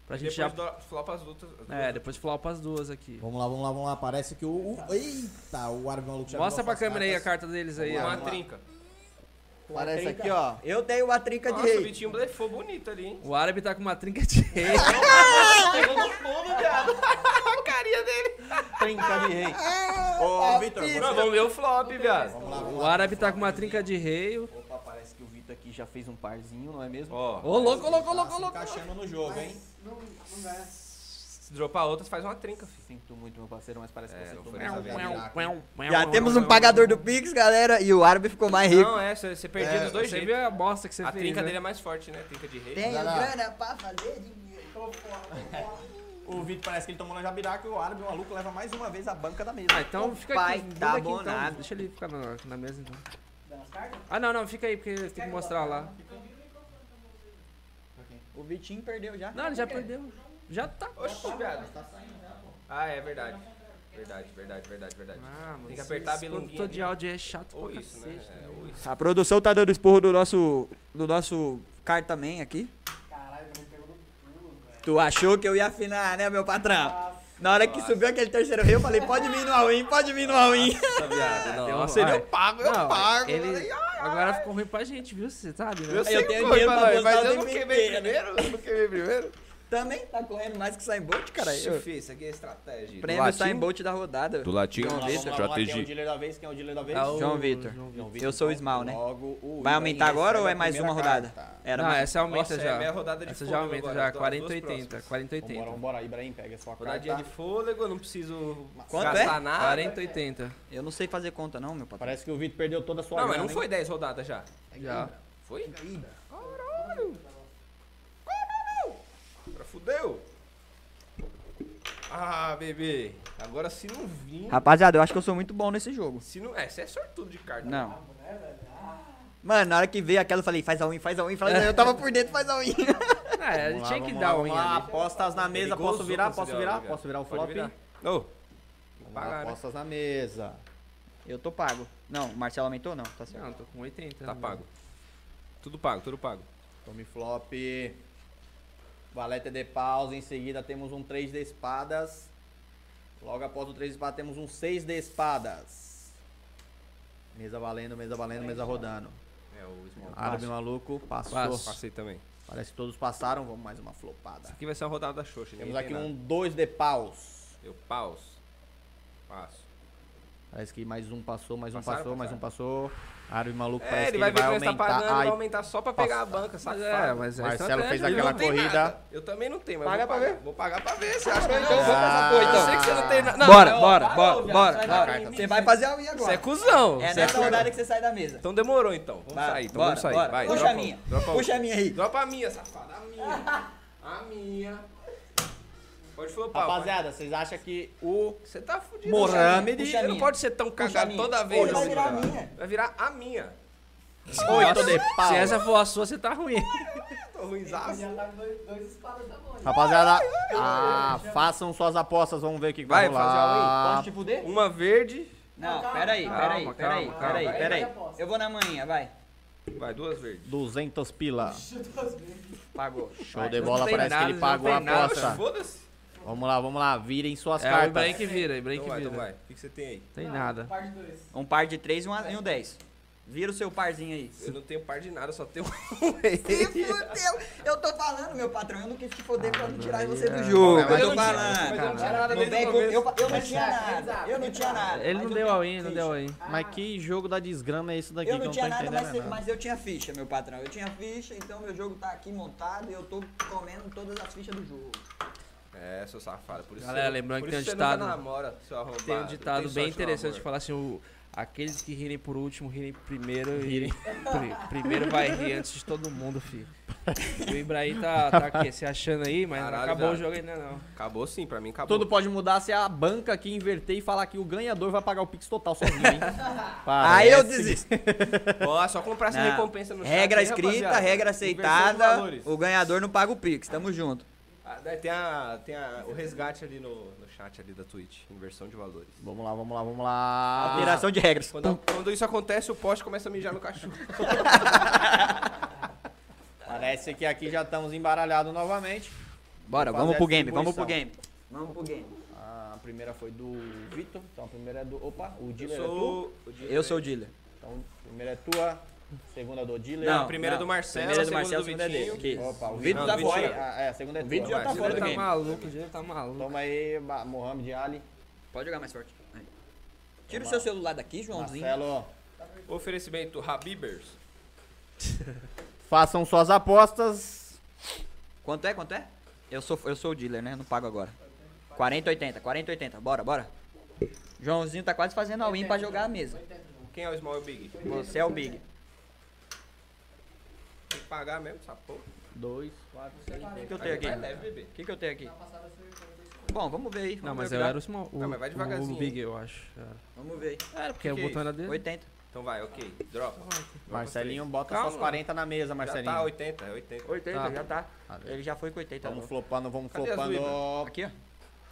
[SPEAKER 12] Pra gente já.
[SPEAKER 5] Depois do- flopa as outras. as
[SPEAKER 12] É,
[SPEAKER 5] duas.
[SPEAKER 12] depois flopa as duas aqui.
[SPEAKER 14] Vamos lá, vamos lá, vamos lá. Parece que o. o- Eita, o árbitro maluco já
[SPEAKER 12] Mostra
[SPEAKER 14] virou
[SPEAKER 12] pra
[SPEAKER 14] as
[SPEAKER 12] câmera aí a
[SPEAKER 14] cartas.
[SPEAKER 12] carta deles aí.
[SPEAKER 5] Uma
[SPEAKER 12] ó.
[SPEAKER 5] trinca.
[SPEAKER 1] Parece aqui, ó.
[SPEAKER 3] Eu dei uma trinca de
[SPEAKER 5] Nossa, o
[SPEAKER 3] rei.
[SPEAKER 5] Vitinho blefou bonito ali, hein?
[SPEAKER 12] O árabe tá com uma trinca de rei.
[SPEAKER 8] Pegou no fundo, viado.
[SPEAKER 5] A carinha dele.
[SPEAKER 8] Trinca de rei. Ô, Vitor. você-
[SPEAKER 5] Não, vamos ver o flop, viado.
[SPEAKER 8] Vamos lá, vamos
[SPEAKER 12] O
[SPEAKER 8] lá.
[SPEAKER 12] árabe tá com uma trinca de rei.
[SPEAKER 8] Opa, parece que o Vitor aqui já fez um parzinho, não é mesmo?
[SPEAKER 5] Ó,
[SPEAKER 12] Ô, louco, louco,
[SPEAKER 8] Tá
[SPEAKER 12] louco,
[SPEAKER 8] se
[SPEAKER 12] louco.
[SPEAKER 8] encaixando no jogo, hein?
[SPEAKER 5] se dropar outras, faz uma trinca, filho.
[SPEAKER 8] Sinto muito, meu parceiro, mas parece que
[SPEAKER 5] É,
[SPEAKER 8] você
[SPEAKER 5] não
[SPEAKER 8] tomou
[SPEAKER 5] foi
[SPEAKER 8] essa
[SPEAKER 5] dessa vez.
[SPEAKER 8] virada.
[SPEAKER 3] Já temos um pagador do Pix, galera. E o árabe ficou mais rico.
[SPEAKER 5] Não, é, você você perdia dos dois
[SPEAKER 12] Você
[SPEAKER 5] jeitos.
[SPEAKER 12] viu a bosta que você
[SPEAKER 5] A
[SPEAKER 12] fez.
[SPEAKER 5] trinca
[SPEAKER 12] né?
[SPEAKER 5] dele é mais forte, né? Trinca de rei.
[SPEAKER 3] Tenho
[SPEAKER 14] Galera.
[SPEAKER 3] grana pra fazer dinheiro.
[SPEAKER 8] O Vitor parece que ele tomou na jabiraca e o árabe maluco leva mais uma vez a banca da mesa.
[SPEAKER 12] Ah, então fica
[SPEAKER 3] pai
[SPEAKER 12] aqui.
[SPEAKER 3] da
[SPEAKER 12] muda aqui, então.
[SPEAKER 3] bonada.
[SPEAKER 12] Deixa ele ficar na, na mesa então. Ah, não, não, fica aí, porque tem que mostrar lá.
[SPEAKER 3] O Vitinho perdeu já.
[SPEAKER 12] Não, ele já perdeu. Já tá.
[SPEAKER 5] Oxi, viado. Ah, é verdade. Verdade, verdade, verdade, verdade.
[SPEAKER 12] Ah, mano,
[SPEAKER 5] Tem que apertar a
[SPEAKER 12] esse
[SPEAKER 5] bilonguinha
[SPEAKER 12] produtor de
[SPEAKER 5] ali.
[SPEAKER 12] áudio é chato
[SPEAKER 5] Ou
[SPEAKER 12] pra
[SPEAKER 5] isso, né?
[SPEAKER 12] cacete,
[SPEAKER 5] É, ou isso.
[SPEAKER 3] A produção tá dando esporro do nosso. do nosso cartaman aqui. Tu achou que eu ia afinar, né, meu patrão? Na hora que subiu aquele terceiro rei, eu falei, pode vir no all-in, pode vir no all-in.
[SPEAKER 5] Nossa, viado.
[SPEAKER 12] Deu
[SPEAKER 5] Nossa,
[SPEAKER 3] então.
[SPEAKER 12] uma-
[SPEAKER 5] eu pago, eu
[SPEAKER 12] Não,
[SPEAKER 5] pago.
[SPEAKER 1] né?
[SPEAKER 12] Ele... Agora ficou ruim pra gente, viu? Você sabe, né?
[SPEAKER 5] Eu sei
[SPEAKER 3] eu
[SPEAKER 5] que
[SPEAKER 3] tenho
[SPEAKER 5] foi,
[SPEAKER 3] dinheiro pra
[SPEAKER 5] mas-
[SPEAKER 3] botar
[SPEAKER 5] mas
[SPEAKER 3] o
[SPEAKER 5] eu não
[SPEAKER 3] tempo
[SPEAKER 5] queimei
[SPEAKER 3] inteiro.
[SPEAKER 5] primeiro? Eu não queimei primeiro?
[SPEAKER 3] Também tá correndo mais que o Sain Bolt, cara.
[SPEAKER 5] Ixi,
[SPEAKER 3] Eu,
[SPEAKER 5] filho, isso aqui é estratégia.
[SPEAKER 1] tá
[SPEAKER 3] prêmio Sain
[SPEAKER 15] latim?
[SPEAKER 3] Bolt da rodada.
[SPEAKER 15] Do latim,
[SPEAKER 1] um
[SPEAKER 8] Vamos lá, vamos lá, vamos lá. Quem é o
[SPEAKER 15] estratégia.
[SPEAKER 8] dealer da vez? Quem é o dealer da vez?
[SPEAKER 12] É o
[SPEAKER 3] João Vitor.
[SPEAKER 12] João
[SPEAKER 8] João
[SPEAKER 3] Eu sou o
[SPEAKER 8] então,
[SPEAKER 3] Small, né?
[SPEAKER 8] logo o
[SPEAKER 3] Vai
[SPEAKER 8] Ibrahim
[SPEAKER 3] aumentar agora
[SPEAKER 8] recebe
[SPEAKER 3] ou é
[SPEAKER 8] a
[SPEAKER 3] mais
[SPEAKER 8] primeira
[SPEAKER 3] uma rodada?
[SPEAKER 8] carta.
[SPEAKER 3] Era
[SPEAKER 12] Não,
[SPEAKER 3] mais-
[SPEAKER 12] essa aumenta
[SPEAKER 5] Nossa, é a minha
[SPEAKER 12] já.
[SPEAKER 5] rodada de
[SPEAKER 12] essa já
[SPEAKER 5] fôlego
[SPEAKER 12] aumenta
[SPEAKER 5] agora, então,
[SPEAKER 12] já,
[SPEAKER 5] as duas
[SPEAKER 12] 40
[SPEAKER 5] próximas.
[SPEAKER 12] 80. 40
[SPEAKER 8] Vambora,
[SPEAKER 12] 80.
[SPEAKER 8] vambora, Ibrahim, pega a sua
[SPEAKER 5] Rodadinha de
[SPEAKER 8] carta.
[SPEAKER 5] fôlego, eu não preciso
[SPEAKER 3] Quanto é?
[SPEAKER 5] gastar nada.
[SPEAKER 12] 40 80.
[SPEAKER 3] Eu não sei fazer conta, não, meu patrão.
[SPEAKER 8] Parece que o Vitor perdeu toda a sua
[SPEAKER 5] Não, mas
[SPEAKER 8] grana,
[SPEAKER 5] não
[SPEAKER 8] hein?
[SPEAKER 5] foi 10 rodadas já.
[SPEAKER 12] Já.
[SPEAKER 5] Foi? Caralho! Caralho! Fudeu! Ah, bebê. Agora se não vir.
[SPEAKER 3] Rapaziada, eu acho que eu sou muito bom nesse jogo.
[SPEAKER 5] Se não. É, você é sortudo de carta. né?
[SPEAKER 3] Não. Mano, na hora que veio aquela, eu falei, faz a win, faz a win, faz a win. Eu tava por dentro, faz a win.
[SPEAKER 12] É, ele
[SPEAKER 8] Vamos lá,
[SPEAKER 12] tinha que
[SPEAKER 8] vamos
[SPEAKER 12] dar
[SPEAKER 8] lá,
[SPEAKER 12] um
[SPEAKER 8] vamos lá,
[SPEAKER 12] ali.
[SPEAKER 8] apostas na
[SPEAKER 5] Ele
[SPEAKER 8] mesa,
[SPEAKER 5] gozou
[SPEAKER 8] posso virar,
[SPEAKER 5] quando você
[SPEAKER 8] posso
[SPEAKER 5] deu a
[SPEAKER 8] virar,
[SPEAKER 5] liga.
[SPEAKER 8] posso virar o
[SPEAKER 5] Pode
[SPEAKER 8] flop?
[SPEAKER 5] virar.
[SPEAKER 15] Ô,
[SPEAKER 8] Vamos lá,
[SPEAKER 5] Pagaram.
[SPEAKER 8] Apostas na mesa.
[SPEAKER 3] Eu tô pago. Não, o Marcelo aumentou? Não, tá certo.
[SPEAKER 12] Não, tô com 80.
[SPEAKER 5] Tá
[SPEAKER 12] né?
[SPEAKER 5] pago. Tudo pago, tudo pago.
[SPEAKER 1] Tome flop. Valete de paus. Em seguida temos um 3 de espadas. Logo após o 3 de espadas temos um 6 de espadas. Mesa valendo, mesa valendo, mesa rodando.
[SPEAKER 16] É o Small.
[SPEAKER 1] Árabe maluco, passou.
[SPEAKER 5] Passei também.
[SPEAKER 1] Parece que todos passaram. Vamos mais uma flopada.
[SPEAKER 5] Isso aqui vai ser a rodada da Xoxa.
[SPEAKER 1] Temos aqui um 2 de paus.
[SPEAKER 5] Eu paus. Passo.
[SPEAKER 1] Parece que mais um passou, mais um
[SPEAKER 5] Passaram,
[SPEAKER 1] passou, mais um passou. Árabe maluco
[SPEAKER 5] É,
[SPEAKER 1] parece
[SPEAKER 5] ele
[SPEAKER 1] que
[SPEAKER 5] vai ver que nós tá
[SPEAKER 1] aumentar.
[SPEAKER 5] pagando,
[SPEAKER 1] Ai,
[SPEAKER 5] vai aumentar só pra pegar a
[SPEAKER 1] passa.
[SPEAKER 5] banca,
[SPEAKER 12] Mas
[SPEAKER 5] safado.
[SPEAKER 12] é, mas é
[SPEAKER 1] Marcelo fez
[SPEAKER 12] estratégia,
[SPEAKER 1] aquela
[SPEAKER 5] não tem
[SPEAKER 1] corrida.
[SPEAKER 5] nada. Eu também não tenho, mas
[SPEAKER 3] Paga
[SPEAKER 5] eu vou
[SPEAKER 3] pra
[SPEAKER 5] pagar. Vou pagar pra ver, você acha que
[SPEAKER 3] Bora,
[SPEAKER 5] eu
[SPEAKER 3] então,
[SPEAKER 5] vou?
[SPEAKER 3] vamos pra essa porra,
[SPEAKER 5] Eu sei que
[SPEAKER 3] então.
[SPEAKER 5] você não tem nada. Não,
[SPEAKER 12] Bora,
[SPEAKER 5] não, é
[SPEAKER 12] bora,
[SPEAKER 5] para,
[SPEAKER 12] bora,
[SPEAKER 5] ô, viado,
[SPEAKER 12] bora,
[SPEAKER 5] sai da
[SPEAKER 12] bora.
[SPEAKER 5] minha
[SPEAKER 3] Você vai fazer a UI
[SPEAKER 5] Você
[SPEAKER 3] agora.
[SPEAKER 5] é cuzão.
[SPEAKER 3] É
[SPEAKER 5] Você é
[SPEAKER 3] nessa
[SPEAKER 5] cuzão.
[SPEAKER 3] rodada que você sai da mesa.
[SPEAKER 5] Então demorou então. Vamos
[SPEAKER 3] Vai,
[SPEAKER 5] sair, então
[SPEAKER 3] bora,
[SPEAKER 5] vamos sair.
[SPEAKER 3] bora.
[SPEAKER 5] Vai,
[SPEAKER 3] Puxa
[SPEAKER 5] dropa
[SPEAKER 3] a minha.
[SPEAKER 5] um, Dropa um.
[SPEAKER 3] Puxa a minha aí.
[SPEAKER 5] Dropa a minha, safada. A minha. A minha. Pode flopar.
[SPEAKER 1] Rapaziada, vocês acham que o
[SPEAKER 5] pai. Você tá fudido.
[SPEAKER 3] Mohamed-
[SPEAKER 5] Você não pode ser tão
[SPEAKER 3] Puxa a
[SPEAKER 5] cagado
[SPEAKER 3] minha.
[SPEAKER 5] toda
[SPEAKER 3] Ô,
[SPEAKER 5] vez.
[SPEAKER 3] Vai
[SPEAKER 5] assim,
[SPEAKER 3] virar a
[SPEAKER 5] cara.
[SPEAKER 3] minha.
[SPEAKER 5] Vai virar a minha.
[SPEAKER 1] oito de pau.
[SPEAKER 12] Se essa for a sua, você tá ruim.
[SPEAKER 5] É Tô ruimzaço.
[SPEAKER 1] Rapaziada, ah, façam suas apostas, vamos ver o que vai
[SPEAKER 5] Vai,
[SPEAKER 1] rolar.
[SPEAKER 16] te fuder?
[SPEAKER 5] Uma verde.
[SPEAKER 3] Não, peraí, peraí,
[SPEAKER 12] calma,
[SPEAKER 3] peraí,
[SPEAKER 12] calma,
[SPEAKER 3] peraí,
[SPEAKER 12] calma.
[SPEAKER 3] peraí. Eu vou na manhã, vai.
[SPEAKER 5] Vai, duas verdes.
[SPEAKER 1] 200 pila.
[SPEAKER 3] Pagou.
[SPEAKER 1] Show
[SPEAKER 3] Vai.
[SPEAKER 1] de bola,
[SPEAKER 12] tem
[SPEAKER 1] parece
[SPEAKER 12] nada,
[SPEAKER 1] que ele
[SPEAKER 12] não
[SPEAKER 1] pagou a
[SPEAKER 12] tem nada.
[SPEAKER 1] aposta.
[SPEAKER 5] Foda-se.
[SPEAKER 1] Vamos lá, vamos lá, virem suas
[SPEAKER 12] É o
[SPEAKER 1] cartas.
[SPEAKER 12] break vira, o break
[SPEAKER 5] Então vai, então
[SPEAKER 12] vira.
[SPEAKER 5] vai. O que que você tem aí?
[SPEAKER 12] Tem nada.
[SPEAKER 3] Um par de três e um, a- e um dez. Vira o seu parzinho aí.
[SPEAKER 5] Eu não tenho par de nada, eu só tenho um
[SPEAKER 3] Se fudeu. Eu tô falando, meu patrão. Eu não quis te foder pra não tirar você do
[SPEAKER 5] Pô,
[SPEAKER 3] jogo.
[SPEAKER 1] mas
[SPEAKER 3] Eu
[SPEAKER 1] eu
[SPEAKER 3] tô
[SPEAKER 1] não tinha-
[SPEAKER 3] falando.
[SPEAKER 5] mas eu não tinha nada
[SPEAKER 3] Não
[SPEAKER 5] desde
[SPEAKER 3] vem
[SPEAKER 5] o
[SPEAKER 3] com-
[SPEAKER 5] começo.
[SPEAKER 3] eu, eu não tinha nada. Eu não tinha nada. mas
[SPEAKER 12] Ele não
[SPEAKER 3] eu
[SPEAKER 12] deu
[SPEAKER 3] tenho
[SPEAKER 12] all-in, não
[SPEAKER 3] ficha.
[SPEAKER 12] deu all-in.
[SPEAKER 1] Mas que jogo da desgrama é esse daqui que
[SPEAKER 3] Eu
[SPEAKER 1] eu
[SPEAKER 3] não
[SPEAKER 1] não tô
[SPEAKER 3] tinha nada,
[SPEAKER 1] entendendo
[SPEAKER 3] mas,
[SPEAKER 1] nada?
[SPEAKER 3] mas eu tinha ficha, meu patrão. Eu tinha ficha, então meu jogo tá aqui montado e eu tô comendo todas as fichas do jogo.
[SPEAKER 5] É, seu safado. Por isso
[SPEAKER 12] Galera,
[SPEAKER 5] você-
[SPEAKER 12] lembrando
[SPEAKER 5] por
[SPEAKER 12] que tem
[SPEAKER 5] isso
[SPEAKER 12] um
[SPEAKER 5] você nunca
[SPEAKER 12] ditado-
[SPEAKER 5] namora, seu arrombado.
[SPEAKER 12] Tem um ditado
[SPEAKER 5] Tem
[SPEAKER 12] bem
[SPEAKER 5] sorte no
[SPEAKER 12] interessante
[SPEAKER 5] amor.
[SPEAKER 12] que fala assim: o- aqueles que rirem por último, rirem primeiro e. pri- primeiro vai rir antes de todo mundo, filho. E o Ibrahim tá, tá aqui, se achando aí, mas não
[SPEAKER 5] Caralho,
[SPEAKER 12] acabou o
[SPEAKER 5] viado.
[SPEAKER 12] jogo ainda não.
[SPEAKER 5] Acabou sim, pra mim acabou.
[SPEAKER 1] Tudo pode mudar se é a banca aqui inverter e falar que o ganhador vai pagar o Pix total sozinho, hein? Parece.
[SPEAKER 3] Aí eu desisto.
[SPEAKER 5] Ó, é só comprar Ah, é assim. essa
[SPEAKER 3] Não.
[SPEAKER 5] recompensa no chat.
[SPEAKER 3] Regra
[SPEAKER 5] aí,
[SPEAKER 3] escrita,
[SPEAKER 5] rapaziada.
[SPEAKER 3] regra
[SPEAKER 5] Inversão de
[SPEAKER 3] aceitada.
[SPEAKER 5] valores.
[SPEAKER 3] O ganhador não paga o Pix, tamo junto.
[SPEAKER 5] Ah, daí tem a, tem a, o resgate ali no, no chat ali da Twitch. Inversão de valores.
[SPEAKER 1] Vamos lá, vamos lá, vamos lá.
[SPEAKER 3] Alteração de regras.
[SPEAKER 5] Ah. Quando, quando isso acontece, o poste começa a mijar no cachorro.
[SPEAKER 1] Parece que aqui já estamos embaralhados novamente.
[SPEAKER 3] Bora,
[SPEAKER 1] Fazer
[SPEAKER 3] vamos pro
[SPEAKER 1] a
[SPEAKER 3] game, vamos pro
[SPEAKER 1] distribuição.
[SPEAKER 3] game. Vamos pro game.
[SPEAKER 1] A primeira foi do Vitor, então a primeira é do... Opa, o
[SPEAKER 5] Eu
[SPEAKER 1] dealer é tu.
[SPEAKER 5] sou. o
[SPEAKER 3] Eu sou o dealer.
[SPEAKER 1] Então a primeira é tua, segunda é do dealer.
[SPEAKER 3] Não,
[SPEAKER 5] A primeira é do Marcelo,
[SPEAKER 3] Primeira é do
[SPEAKER 5] a
[SPEAKER 3] Marcelo,
[SPEAKER 5] segunda
[SPEAKER 3] segunda
[SPEAKER 5] do
[SPEAKER 3] é dele.
[SPEAKER 5] Vitinho.
[SPEAKER 3] Que isso.
[SPEAKER 1] Opa, o vídeo
[SPEAKER 5] Vitor
[SPEAKER 1] já
[SPEAKER 5] tá
[SPEAKER 1] foi.
[SPEAKER 5] fora.
[SPEAKER 1] Ah, é, a segunda é
[SPEAKER 3] O
[SPEAKER 1] tua.
[SPEAKER 3] vídeo já
[SPEAKER 1] vai.
[SPEAKER 3] tá
[SPEAKER 12] O
[SPEAKER 3] fora
[SPEAKER 12] Gil
[SPEAKER 3] do
[SPEAKER 12] tá
[SPEAKER 3] game.
[SPEAKER 12] maluco, o Gil tá maluco.
[SPEAKER 1] Toma aí, Ba- Mohamed Ali.
[SPEAKER 3] Pode jogar mais forte. Aí. Tira o seu celular daqui, Joãozinho.
[SPEAKER 1] Marcelo.
[SPEAKER 5] Oferecimento Habibers.
[SPEAKER 1] Façam suas apostas.
[SPEAKER 3] Quanto é, quanto é? Eu sou, eu sou o dealer, né? Não pago agora. 40, 80, 40, 80. Bora, bora. Joãozinho tá quase fazendo all-in pra jogar a mesa.
[SPEAKER 5] Quem é o Small e o Big? Tem
[SPEAKER 3] Você é o Big.
[SPEAKER 5] que pagar mesmo, essa porra.
[SPEAKER 1] Dois, quatro, seis.
[SPEAKER 3] O que, que eu tenho aqui?
[SPEAKER 5] Vai leve, bebê.
[SPEAKER 3] O que, que eu tenho aqui? Bom, vamos ver aí. Vamos
[SPEAKER 12] Não, mas
[SPEAKER 3] ver o
[SPEAKER 12] eu
[SPEAKER 3] que dá.
[SPEAKER 12] era o small. O,
[SPEAKER 5] Não, mas vai devagarzinho.
[SPEAKER 12] O Big, eu acho. Era,
[SPEAKER 3] Vamos ver
[SPEAKER 12] era porque o
[SPEAKER 5] que é
[SPEAKER 12] botão era
[SPEAKER 3] aí.
[SPEAKER 12] dele.
[SPEAKER 3] 80.
[SPEAKER 5] Então vai, ok. Dropa.
[SPEAKER 1] Marcelinho, bota
[SPEAKER 5] Calma.
[SPEAKER 1] suas 40 na mesa,
[SPEAKER 5] Já
[SPEAKER 1] Marcelinho.
[SPEAKER 5] tá 80, é 80.
[SPEAKER 3] 80,
[SPEAKER 12] Tá.
[SPEAKER 3] já tá.
[SPEAKER 1] Ah, beleza.
[SPEAKER 3] Ele já foi com 80.
[SPEAKER 1] Vamos
[SPEAKER 3] agora.
[SPEAKER 1] flopando, vamos
[SPEAKER 5] Cadê as
[SPEAKER 1] flopando. é
[SPEAKER 3] Aqui, ó.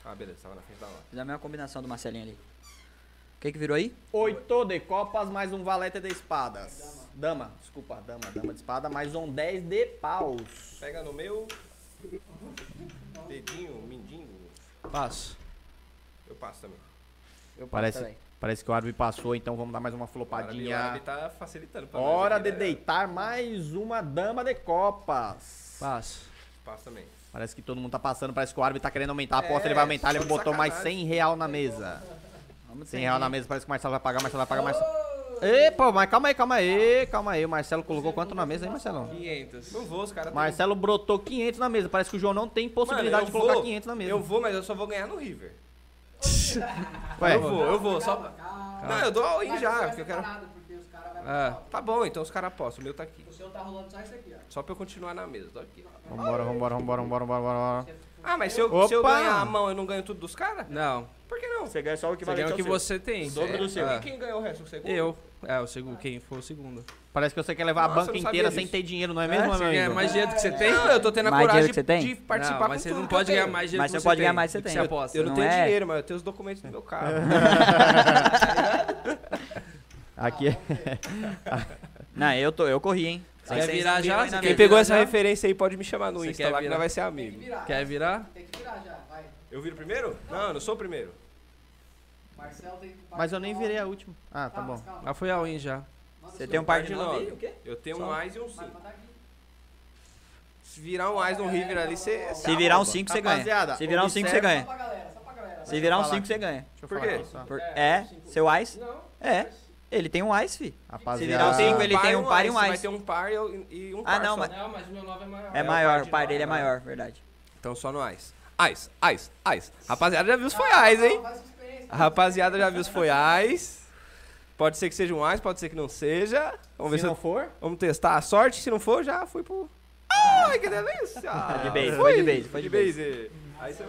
[SPEAKER 5] Ah, beleza, tava na frente da hora.
[SPEAKER 3] Fiz a mesma combinação do Marcelinho ali. O que que virou aí?
[SPEAKER 1] Oito de copas, mais um valete de espadas. Dama, desculpa, dama, dama de espada, mais um 10 de paus.
[SPEAKER 5] Pega no meu. Dedinho, mindinho.
[SPEAKER 12] Passo.
[SPEAKER 5] Eu passo também.
[SPEAKER 3] Eu passo
[SPEAKER 1] Parece,
[SPEAKER 3] também.
[SPEAKER 1] parece que o árabe passou, então vamos dar mais uma
[SPEAKER 5] O árabe- O árabe
[SPEAKER 1] flopadinha.
[SPEAKER 5] tá facilitando pra nós
[SPEAKER 1] Hora
[SPEAKER 5] aqui,
[SPEAKER 1] de
[SPEAKER 5] né?
[SPEAKER 1] deitar mais uma dama de copas.
[SPEAKER 12] Passo.
[SPEAKER 5] Passo também.
[SPEAKER 1] Parece que todo mundo tá passando, parece que o árabe tá querendo aumentar a aposta,
[SPEAKER 5] É,
[SPEAKER 1] ele vai aumentar, ele
[SPEAKER 5] só de
[SPEAKER 1] botou mais
[SPEAKER 5] sacanagem.
[SPEAKER 1] 100 real na mesa.
[SPEAKER 3] Vamos
[SPEAKER 1] 100
[SPEAKER 3] ver.
[SPEAKER 1] real na mesa, parece que o Marcelo vai pagar, o Marcelo vai pagar, Marcelo... Ei, pô, mas calma aí, calma aí, calma aí, o Marcelo colocou quanto na mesa aí, Marcelão?
[SPEAKER 12] 500.
[SPEAKER 5] Não vou, os caras tão-
[SPEAKER 1] Marcelo brotou 500 na mesa, parece que o João não tem possibilidade
[SPEAKER 5] Mano, eu
[SPEAKER 1] de colocar
[SPEAKER 5] vou-
[SPEAKER 1] 500 na mesa.
[SPEAKER 5] Eu vou, mas eu só vou ganhar no River.
[SPEAKER 12] É.
[SPEAKER 1] Ué,
[SPEAKER 5] Eu vou, eu vou, só. Não, eu dou all in já, porque eu quero.
[SPEAKER 12] Ah,
[SPEAKER 5] Tá bom, então os caras apostam, o meu tá aqui.
[SPEAKER 17] seu tá rolando só isso aqui, ó.
[SPEAKER 5] Só pra eu continuar na mesa, tô aqui.
[SPEAKER 1] vambora, vambora, vambora, vambora, vambora, vambora.
[SPEAKER 5] Ah, mas se eu, se eu ganhar a mão, eu não ganho tudo dos caras?
[SPEAKER 12] Não.
[SPEAKER 5] Por que é não?
[SPEAKER 12] É,
[SPEAKER 18] Você ganha só o
[SPEAKER 12] Você
[SPEAKER 18] equivalente
[SPEAKER 12] ganha o
[SPEAKER 18] ao
[SPEAKER 12] que
[SPEAKER 18] seu.
[SPEAKER 12] você tem.
[SPEAKER 18] O dobro do seu.
[SPEAKER 12] Ah,
[SPEAKER 18] E quem ganhou o resto? O segundo?
[SPEAKER 12] eu. É, o segundo, quem for o segundo.
[SPEAKER 1] Parece que você quer levar
[SPEAKER 5] Nossa,
[SPEAKER 1] a banca
[SPEAKER 5] eu não
[SPEAKER 1] inteira
[SPEAKER 5] sabia
[SPEAKER 1] sem
[SPEAKER 5] disso.
[SPEAKER 1] ter dinheiro, não é mesmo,
[SPEAKER 12] Você
[SPEAKER 1] meu
[SPEAKER 12] ganha
[SPEAKER 1] amigo?
[SPEAKER 12] mais dinheiro do que você tem?
[SPEAKER 5] Não, eu tô tendo a
[SPEAKER 3] Mais dinheiro
[SPEAKER 5] coragem
[SPEAKER 3] que você tem?
[SPEAKER 5] de participar
[SPEAKER 12] não,
[SPEAKER 5] com
[SPEAKER 12] mas você
[SPEAKER 5] tudo
[SPEAKER 12] não
[SPEAKER 5] que eu
[SPEAKER 12] pode ganhar
[SPEAKER 5] tenho.
[SPEAKER 12] mais dinheiro
[SPEAKER 3] Mas
[SPEAKER 12] do que
[SPEAKER 3] você pode ganhar
[SPEAKER 12] tem,
[SPEAKER 3] mais que
[SPEAKER 12] do
[SPEAKER 3] você
[SPEAKER 12] que
[SPEAKER 3] tem.
[SPEAKER 12] aposta.
[SPEAKER 5] Eu não,
[SPEAKER 3] Não
[SPEAKER 5] tenho
[SPEAKER 3] é?
[SPEAKER 5] dinheiro, mas eu tenho os documentos no meu carro.
[SPEAKER 19] Aqui
[SPEAKER 3] Não, eu, tô, eu corri, hein?
[SPEAKER 12] Você quer virar já? Você
[SPEAKER 5] Quem
[SPEAKER 12] quer
[SPEAKER 5] pegou
[SPEAKER 12] virar
[SPEAKER 5] essa
[SPEAKER 12] já?
[SPEAKER 5] referência aí pode me chamar no
[SPEAKER 12] Você
[SPEAKER 5] Insta
[SPEAKER 12] quer
[SPEAKER 5] lá que
[SPEAKER 12] virar?
[SPEAKER 5] nós vai ser amigo.
[SPEAKER 12] Quer virar?
[SPEAKER 2] Tem que virar já, vai.
[SPEAKER 5] Eu viro primeiro? Não, eu não sou o primeiro.
[SPEAKER 2] Marcelo tem que
[SPEAKER 1] Mas eu nem virei a última. Ah, tá bom.
[SPEAKER 12] Ah, foi a win já.
[SPEAKER 3] Você tem um par de nove.
[SPEAKER 5] nove. Eu tenho um AIS e um 5. Se virar um AIS no River ali, você.
[SPEAKER 3] Se virar um 5, você ganha.
[SPEAKER 1] Rapaziada,
[SPEAKER 3] Se virar um 5, você ganha.
[SPEAKER 2] pra galera, só pra galera.
[SPEAKER 3] Se virar um
[SPEAKER 1] falar
[SPEAKER 3] 5, você ganha.
[SPEAKER 1] Deixa eu
[SPEAKER 5] Por
[SPEAKER 1] falar
[SPEAKER 5] quê?
[SPEAKER 1] aqui só.
[SPEAKER 3] Por- É, seu ice? É. Ele tem um ice, fi.
[SPEAKER 1] Rapaziada. Ah.
[SPEAKER 3] Se
[SPEAKER 5] Ah.
[SPEAKER 3] virar o cinco, ele tem um par e um
[SPEAKER 5] Você
[SPEAKER 3] AIS.
[SPEAKER 5] Vai ter um par e um- e um
[SPEAKER 3] Ah,
[SPEAKER 5] par
[SPEAKER 3] não,
[SPEAKER 5] só.
[SPEAKER 3] mas-
[SPEAKER 12] Não, mas o meu 9 é maior.
[SPEAKER 3] É maior, o par dele é maior, verdade.
[SPEAKER 5] Então só no AIS. AIS, AIS, AIS. Rapaziada, já viu os foi AIS, hein? A rapaziada já viu os foi AIS. Pode ser que seja um AIS, pode ser que não seja. Vamos ver
[SPEAKER 1] Se
[SPEAKER 5] se
[SPEAKER 1] não
[SPEAKER 5] eu-
[SPEAKER 1] for,
[SPEAKER 5] Vamos testar a sorte, se não for, já fui pro. Ai, que delícia!
[SPEAKER 3] De base,
[SPEAKER 5] Fui.
[SPEAKER 3] foi de base, foi de
[SPEAKER 5] base. Aí você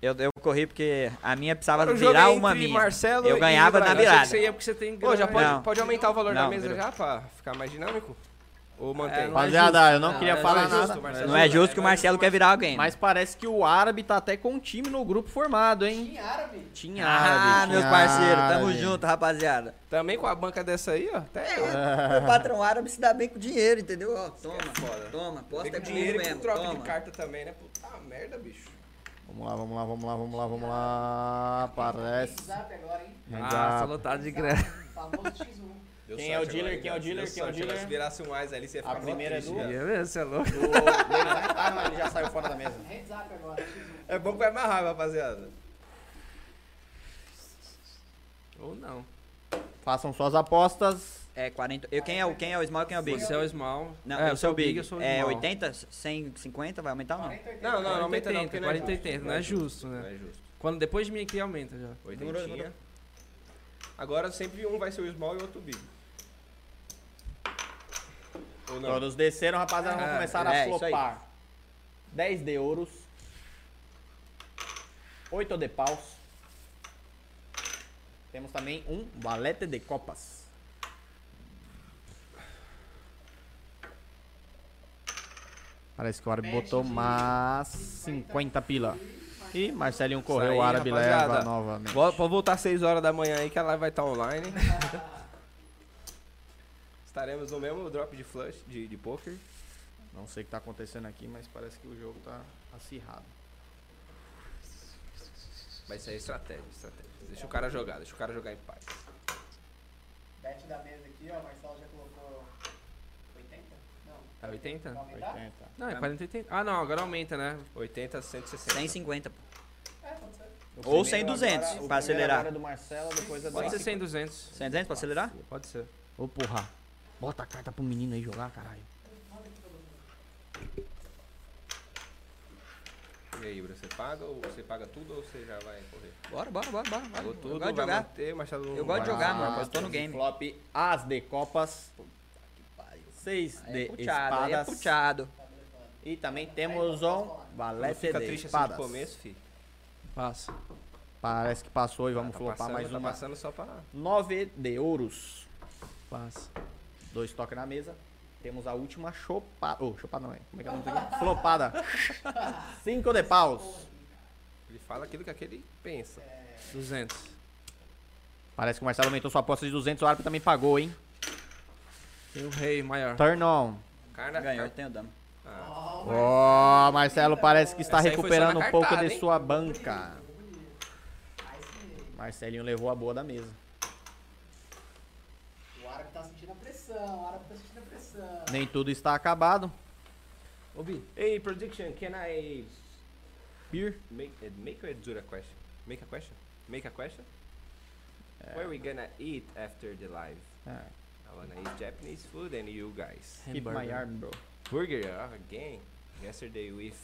[SPEAKER 3] Eu, eu corri porque a minha precisava
[SPEAKER 5] Era o jogo
[SPEAKER 3] virar
[SPEAKER 5] entre
[SPEAKER 3] uma minha.
[SPEAKER 5] Marcelo
[SPEAKER 3] Eu
[SPEAKER 5] e
[SPEAKER 3] ganhava na
[SPEAKER 5] Brian.
[SPEAKER 3] virada.
[SPEAKER 12] Isso aí é porque você tem
[SPEAKER 5] Pô, já
[SPEAKER 12] grana,
[SPEAKER 5] pode,
[SPEAKER 3] Não.
[SPEAKER 5] pode aumentar o valor da
[SPEAKER 3] Não,
[SPEAKER 5] mesa
[SPEAKER 3] virou.
[SPEAKER 5] já pra ficar mais dinâmico? Ou mantém?
[SPEAKER 12] não é
[SPEAKER 1] rapaziada, eu não,
[SPEAKER 12] Não,
[SPEAKER 1] queria
[SPEAKER 12] não é
[SPEAKER 1] falar
[SPEAKER 5] justo,
[SPEAKER 1] nada.
[SPEAKER 5] Marcelo.
[SPEAKER 3] Não é justo que o Marcelo quer virar alguém. né?
[SPEAKER 1] Mas parece que o árabe tá até com um time no grupo formado, hein?
[SPEAKER 2] Em árabe.
[SPEAKER 1] Tinha árabe.
[SPEAKER 3] Ah, meus
[SPEAKER 1] tinha
[SPEAKER 3] parceiros, tamo
[SPEAKER 1] árabe.
[SPEAKER 3] junto, rapaziada.
[SPEAKER 5] Também com a banca dessa aí, ó. Até
[SPEAKER 3] É,
[SPEAKER 5] eu.
[SPEAKER 3] O patrão árabe se dá bem com dinheiro, entendeu? Ó, toma, toma, posta
[SPEAKER 5] Tem
[SPEAKER 3] é
[SPEAKER 5] com dinheiro
[SPEAKER 3] dinheiro
[SPEAKER 5] e com
[SPEAKER 3] mesmo,
[SPEAKER 5] troca
[SPEAKER 3] toma.
[SPEAKER 5] de carta também, né? Puta merda, bicho.
[SPEAKER 1] Vamos lá, vamos lá, vamos lá, vamos lá, vamos lá. Parece.
[SPEAKER 2] Zap agora, hein?
[SPEAKER 12] Ah, tá lotado de grana.
[SPEAKER 2] Famoso X1.
[SPEAKER 5] Deu
[SPEAKER 1] Quem é o
[SPEAKER 5] sorte
[SPEAKER 1] dealer?
[SPEAKER 5] agora,
[SPEAKER 1] Quem é o
[SPEAKER 5] hein?
[SPEAKER 1] dealer?
[SPEAKER 5] Deu
[SPEAKER 1] Quem é o
[SPEAKER 5] sorte,
[SPEAKER 1] dealer?
[SPEAKER 5] agora, Se virasse um AIS ali, você ia ficar né?
[SPEAKER 1] A primeira é
[SPEAKER 5] do...
[SPEAKER 1] do.
[SPEAKER 12] Ia mesmo, você é louco.
[SPEAKER 1] do- Ah, não, ele já saiu fora da mesa.
[SPEAKER 2] Zap agora, X1.
[SPEAKER 5] É bom que vai mais raiva, rapaziada.
[SPEAKER 12] Ou não.
[SPEAKER 1] Façam suas apostas.
[SPEAKER 3] É 40. Eu, quem, é o, quem é o small e quem é o big?
[SPEAKER 12] Você é o small.
[SPEAKER 3] Não,
[SPEAKER 12] é,
[SPEAKER 3] eu sou o big.
[SPEAKER 12] eu sou o
[SPEAKER 3] É
[SPEAKER 12] small.
[SPEAKER 3] 80, 150, vai aumentar ou não?
[SPEAKER 5] Não, não, não
[SPEAKER 12] 40,
[SPEAKER 5] aumenta não,
[SPEAKER 12] 80,
[SPEAKER 5] porque não é
[SPEAKER 12] 40
[SPEAKER 5] justo.
[SPEAKER 12] 80, não é justo,
[SPEAKER 5] Não
[SPEAKER 12] né?
[SPEAKER 5] é justo.
[SPEAKER 12] Quando depois de mim aqui aumenta já.
[SPEAKER 5] Oitentinha. Agora sempre um vai ser o small e o outro big. Ou não?
[SPEAKER 1] Todos desceram, rapaziada, vão
[SPEAKER 12] É,
[SPEAKER 1] começar
[SPEAKER 3] é,
[SPEAKER 1] a
[SPEAKER 3] isso aí.
[SPEAKER 1] flopar. 10 de ouros. 8 de paus. Temos também um valete de copas. Parece que o árabe botou mais 50 pila. E Marcelinho correu,
[SPEAKER 5] aí,
[SPEAKER 1] o árabe
[SPEAKER 5] rapaziada.
[SPEAKER 1] leva novamente.
[SPEAKER 5] Vol- Pode voltar às 6 horas da manhã aí que a live vai estar online. Estaremos no mesmo drop de flush, de, de poker.
[SPEAKER 1] Não sei o que tá acontecendo aqui, mas parece que o jogo tá acirrado.
[SPEAKER 5] Mas isso aí é estratégia, estratégia. Deixa o cara jogar, deixa o cara jogar em paz.
[SPEAKER 2] Bet da mesa aqui, ó. Marcelo já colocou 80? Não.
[SPEAKER 12] É
[SPEAKER 3] Tá
[SPEAKER 12] 80?
[SPEAKER 2] Vai aumentar?
[SPEAKER 1] 80.
[SPEAKER 12] Não, é 40 80. Ah, não, agora aumenta, né?
[SPEAKER 5] 80, 160.
[SPEAKER 3] 150. pô.
[SPEAKER 2] É, pode ser.
[SPEAKER 3] Ou 100, 200, pra acelerar.
[SPEAKER 1] é do Marcelo, depois a
[SPEAKER 12] Pode
[SPEAKER 1] do-
[SPEAKER 12] ser 100, 200.
[SPEAKER 3] 100, 200 pra acelerar?
[SPEAKER 12] Pode ser.
[SPEAKER 1] Ô, porra. Bota a carta pro menino aí jogar, caralho.
[SPEAKER 5] E aí, Bruno, você paga ou você paga tudo ou você já vai correr?
[SPEAKER 3] Bora, bora, bora, bora.
[SPEAKER 5] Pagou
[SPEAKER 3] Eu
[SPEAKER 5] tudo,
[SPEAKER 3] gosto de
[SPEAKER 5] vai
[SPEAKER 3] jogar.
[SPEAKER 5] manter, tá Machado não
[SPEAKER 3] Eu gosto de
[SPEAKER 5] vai-
[SPEAKER 3] jogar,
[SPEAKER 5] vai
[SPEAKER 3] mano.
[SPEAKER 5] manter.
[SPEAKER 3] Eu tô Ah, no game.
[SPEAKER 1] Flop, as de copas. Seis
[SPEAKER 3] Aí
[SPEAKER 1] de
[SPEAKER 3] é puxado, aí é
[SPEAKER 1] espadas.
[SPEAKER 3] puxado.
[SPEAKER 1] e também temos um
[SPEAKER 5] Não
[SPEAKER 1] valete
[SPEAKER 5] fica
[SPEAKER 1] de
[SPEAKER 5] triste assim
[SPEAKER 1] espadas.
[SPEAKER 5] no começo, fi.
[SPEAKER 12] Passa.
[SPEAKER 1] Parece que passou e vamos
[SPEAKER 5] tá
[SPEAKER 1] flopar
[SPEAKER 5] passando,
[SPEAKER 1] mais
[SPEAKER 5] tá
[SPEAKER 1] uma.
[SPEAKER 5] passando só pra...
[SPEAKER 1] Nove de ouros.
[SPEAKER 12] Passa.
[SPEAKER 1] Dois toques na mesa. Temos a última chopada. Ô, chopada não é. Como é que é o nome disso aqui? Flopada. Cinco de paus.
[SPEAKER 5] Ele fala aquilo que aquele pensa.
[SPEAKER 12] 200.
[SPEAKER 1] Parece que o Marcelo aumentou sua aposta de 200. O árbitro também pagou, hein?
[SPEAKER 12] Tem
[SPEAKER 5] um
[SPEAKER 12] o rei maior.
[SPEAKER 1] Turn on.
[SPEAKER 5] Carna,
[SPEAKER 3] Ganhou, eu
[SPEAKER 5] carta. Ah.
[SPEAKER 3] tenho dama.
[SPEAKER 1] Ó, Marcelo parece que está
[SPEAKER 5] Essa aí foi só
[SPEAKER 1] recuperando
[SPEAKER 5] na
[SPEAKER 1] um pouco
[SPEAKER 5] cartada,
[SPEAKER 1] de
[SPEAKER 5] hein?
[SPEAKER 1] sua banca. Marcelinho levou a boa da mesa.
[SPEAKER 2] O árabe tá sentindo a pressão. O árabe tá sentindo a pressão.
[SPEAKER 1] Nem tudo está acabado.
[SPEAKER 5] Ô, Bi. Hey, prediction, can I
[SPEAKER 1] Beer.
[SPEAKER 5] make, eh, make or do a question? Make a question? Make a question?
[SPEAKER 1] É.
[SPEAKER 5] Where we gonna eat after the live?
[SPEAKER 1] Ah,
[SPEAKER 5] I wanna eat Japanese food and you guys.
[SPEAKER 1] keep my arm, bro.
[SPEAKER 5] Burger ah, again. Yesterday we've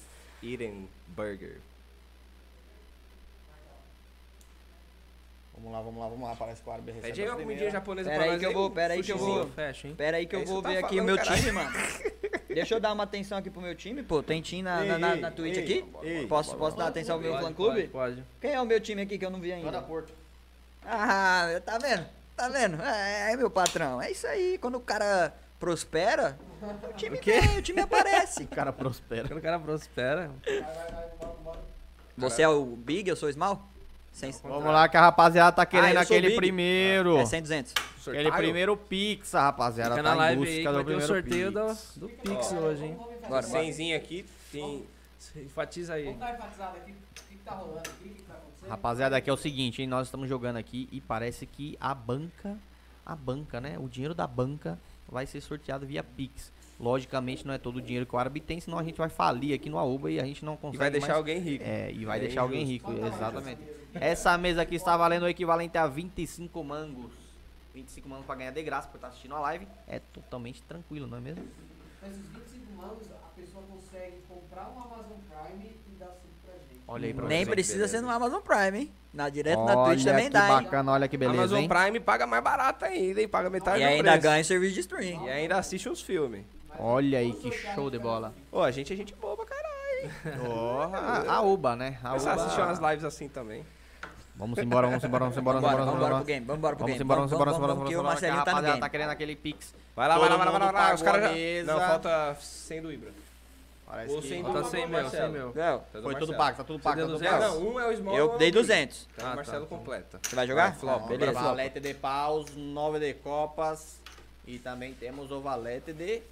[SPEAKER 5] eaten burger.
[SPEAKER 1] Vamos lá, vamos lá, vamos lá. Parece que o árbitro
[SPEAKER 5] Pede aí
[SPEAKER 1] recebeu
[SPEAKER 5] uma
[SPEAKER 1] a
[SPEAKER 5] comidinha
[SPEAKER 1] primeira.
[SPEAKER 5] japonesa
[SPEAKER 3] Pera
[SPEAKER 5] pra
[SPEAKER 3] aí
[SPEAKER 5] nós
[SPEAKER 3] que eu vou- pera aí que eu
[SPEAKER 5] sushizinho.
[SPEAKER 3] vou-
[SPEAKER 12] Fecha, hein?
[SPEAKER 3] Pera aí que
[SPEAKER 5] É
[SPEAKER 3] eu
[SPEAKER 5] isso
[SPEAKER 3] vou
[SPEAKER 5] que eu
[SPEAKER 3] ver
[SPEAKER 5] tava
[SPEAKER 3] aqui o meu
[SPEAKER 5] falando,
[SPEAKER 3] time, mano. Deixa eu dar uma atenção aqui pro meu time, pô. Tem time na, na, na, na Twitch aqui?
[SPEAKER 1] ei,
[SPEAKER 3] posso posso dar atenção ao meu fã clube?
[SPEAKER 12] Pode.
[SPEAKER 3] Quem é o meu time aqui que eu não vi
[SPEAKER 20] Manda
[SPEAKER 3] ainda?
[SPEAKER 20] Porto.
[SPEAKER 3] Ah, tá vendo? Tá vendo? É, é, meu patrão. É isso aí. Quando o cara prospera, o time vem, o time aparece.
[SPEAKER 20] O cara prospera.
[SPEAKER 12] Quando o cara assim, prospera,
[SPEAKER 3] Você é o Big, eu sou o Small? Sem...
[SPEAKER 1] Vamos lá que a rapaziada tá querendo
[SPEAKER 3] eu sou
[SPEAKER 1] aquele
[SPEAKER 3] big.
[SPEAKER 1] primeiro.
[SPEAKER 3] É 100, 200.
[SPEAKER 1] Aquele primeiro Pix, a rapaziada.
[SPEAKER 12] fica
[SPEAKER 1] Tá
[SPEAKER 12] na
[SPEAKER 1] em
[SPEAKER 12] live aí que
[SPEAKER 1] busca
[SPEAKER 12] vai
[SPEAKER 1] do
[SPEAKER 12] ter o
[SPEAKER 1] primeiro
[SPEAKER 12] sorteio
[SPEAKER 1] Pix.
[SPEAKER 12] do, do Pix hoje, hein?
[SPEAKER 3] Bora, bora.
[SPEAKER 5] Um Cenzinho aqui tem.
[SPEAKER 12] Enfatiza aí.
[SPEAKER 1] Rapaziada, aqui é o seguinte, hein? Nós estamos jogando aqui e parece que a banca, a banca, né? O dinheiro da banca vai ser sorteado via Pix. Logicamente, não é todo o dinheiro que o árabe tem, senão a gente vai falir aqui no Aoba e a gente não consegue
[SPEAKER 5] E vai deixar
[SPEAKER 1] mais...
[SPEAKER 5] alguém rico.
[SPEAKER 1] É, e vai
[SPEAKER 5] É
[SPEAKER 1] deixar alguém rico, exatamente. Essa mesa aqui está valendo o equivalente a 25 mangos. 25 mangos pra ganhar de graça por estar assistindo a live. É totalmente tranquilo, não é mesmo?
[SPEAKER 2] Mas os 25 manos, a pessoa consegue comprar um Amazon Prime e dar sub pra gente.
[SPEAKER 1] Olha aí pra
[SPEAKER 3] Nem
[SPEAKER 1] você.
[SPEAKER 3] precisa ser no Amazon Prime, hein? Na direto na
[SPEAKER 1] olha
[SPEAKER 3] Twitch também
[SPEAKER 1] que
[SPEAKER 3] dá, hein?
[SPEAKER 1] bacana, olha que beleza,
[SPEAKER 5] Amazon
[SPEAKER 1] hein?
[SPEAKER 5] Prime paga mais barato ainda, hein? Paga metade
[SPEAKER 3] E
[SPEAKER 5] do
[SPEAKER 3] ainda
[SPEAKER 5] preço.
[SPEAKER 3] ganha serviço de streaming.
[SPEAKER 5] E ainda assiste uns filmes.
[SPEAKER 1] Olha aí que show de bola.
[SPEAKER 5] Ô, a gente é gente boa pra caralho, hein?
[SPEAKER 1] A, a Uba, né? A
[SPEAKER 5] Começar a assistir
[SPEAKER 1] Uba.
[SPEAKER 5] umas lives assim também.
[SPEAKER 1] Vamos embora, vamos embora, vamos embora, vamos embora, vamos
[SPEAKER 3] Vambora, vambora pro
[SPEAKER 1] embora.
[SPEAKER 3] game, vambora pro
[SPEAKER 1] Vamos
[SPEAKER 3] game.
[SPEAKER 1] embora, vamos embora, vamos embora,
[SPEAKER 3] Porque
[SPEAKER 1] vamos
[SPEAKER 3] o
[SPEAKER 1] embora. que a
[SPEAKER 3] Marcelinho tá no
[SPEAKER 1] rapaziada
[SPEAKER 3] game.
[SPEAKER 1] tá querendo aquele pix.
[SPEAKER 5] Vai lá, vai lá,
[SPEAKER 1] Todo
[SPEAKER 5] vai lá, vai lá,
[SPEAKER 1] mundo
[SPEAKER 5] vai lá. Os
[SPEAKER 1] pagou a
[SPEAKER 5] caras já.
[SPEAKER 1] mesa.
[SPEAKER 5] Não, falta 100 do Ibra.
[SPEAKER 1] Parece
[SPEAKER 5] Ou
[SPEAKER 1] que
[SPEAKER 5] sem
[SPEAKER 1] foi
[SPEAKER 12] Falta 100 mil, 100 mil.
[SPEAKER 3] Não,
[SPEAKER 1] tudo pago, tá tudo pago, tá
[SPEAKER 12] deu
[SPEAKER 1] tudo
[SPEAKER 12] 200?
[SPEAKER 1] pago.
[SPEAKER 5] Não, um é o Small. um é
[SPEAKER 3] eu
[SPEAKER 5] o
[SPEAKER 3] dei
[SPEAKER 5] Big.
[SPEAKER 3] 200.
[SPEAKER 5] Então,
[SPEAKER 1] Tá,
[SPEAKER 5] o Marcelo completa.
[SPEAKER 3] Você vai jogar?
[SPEAKER 5] flop,
[SPEAKER 3] beleza.
[SPEAKER 1] Beleza. Valete de paus, 9 de copas e também temos o valete de,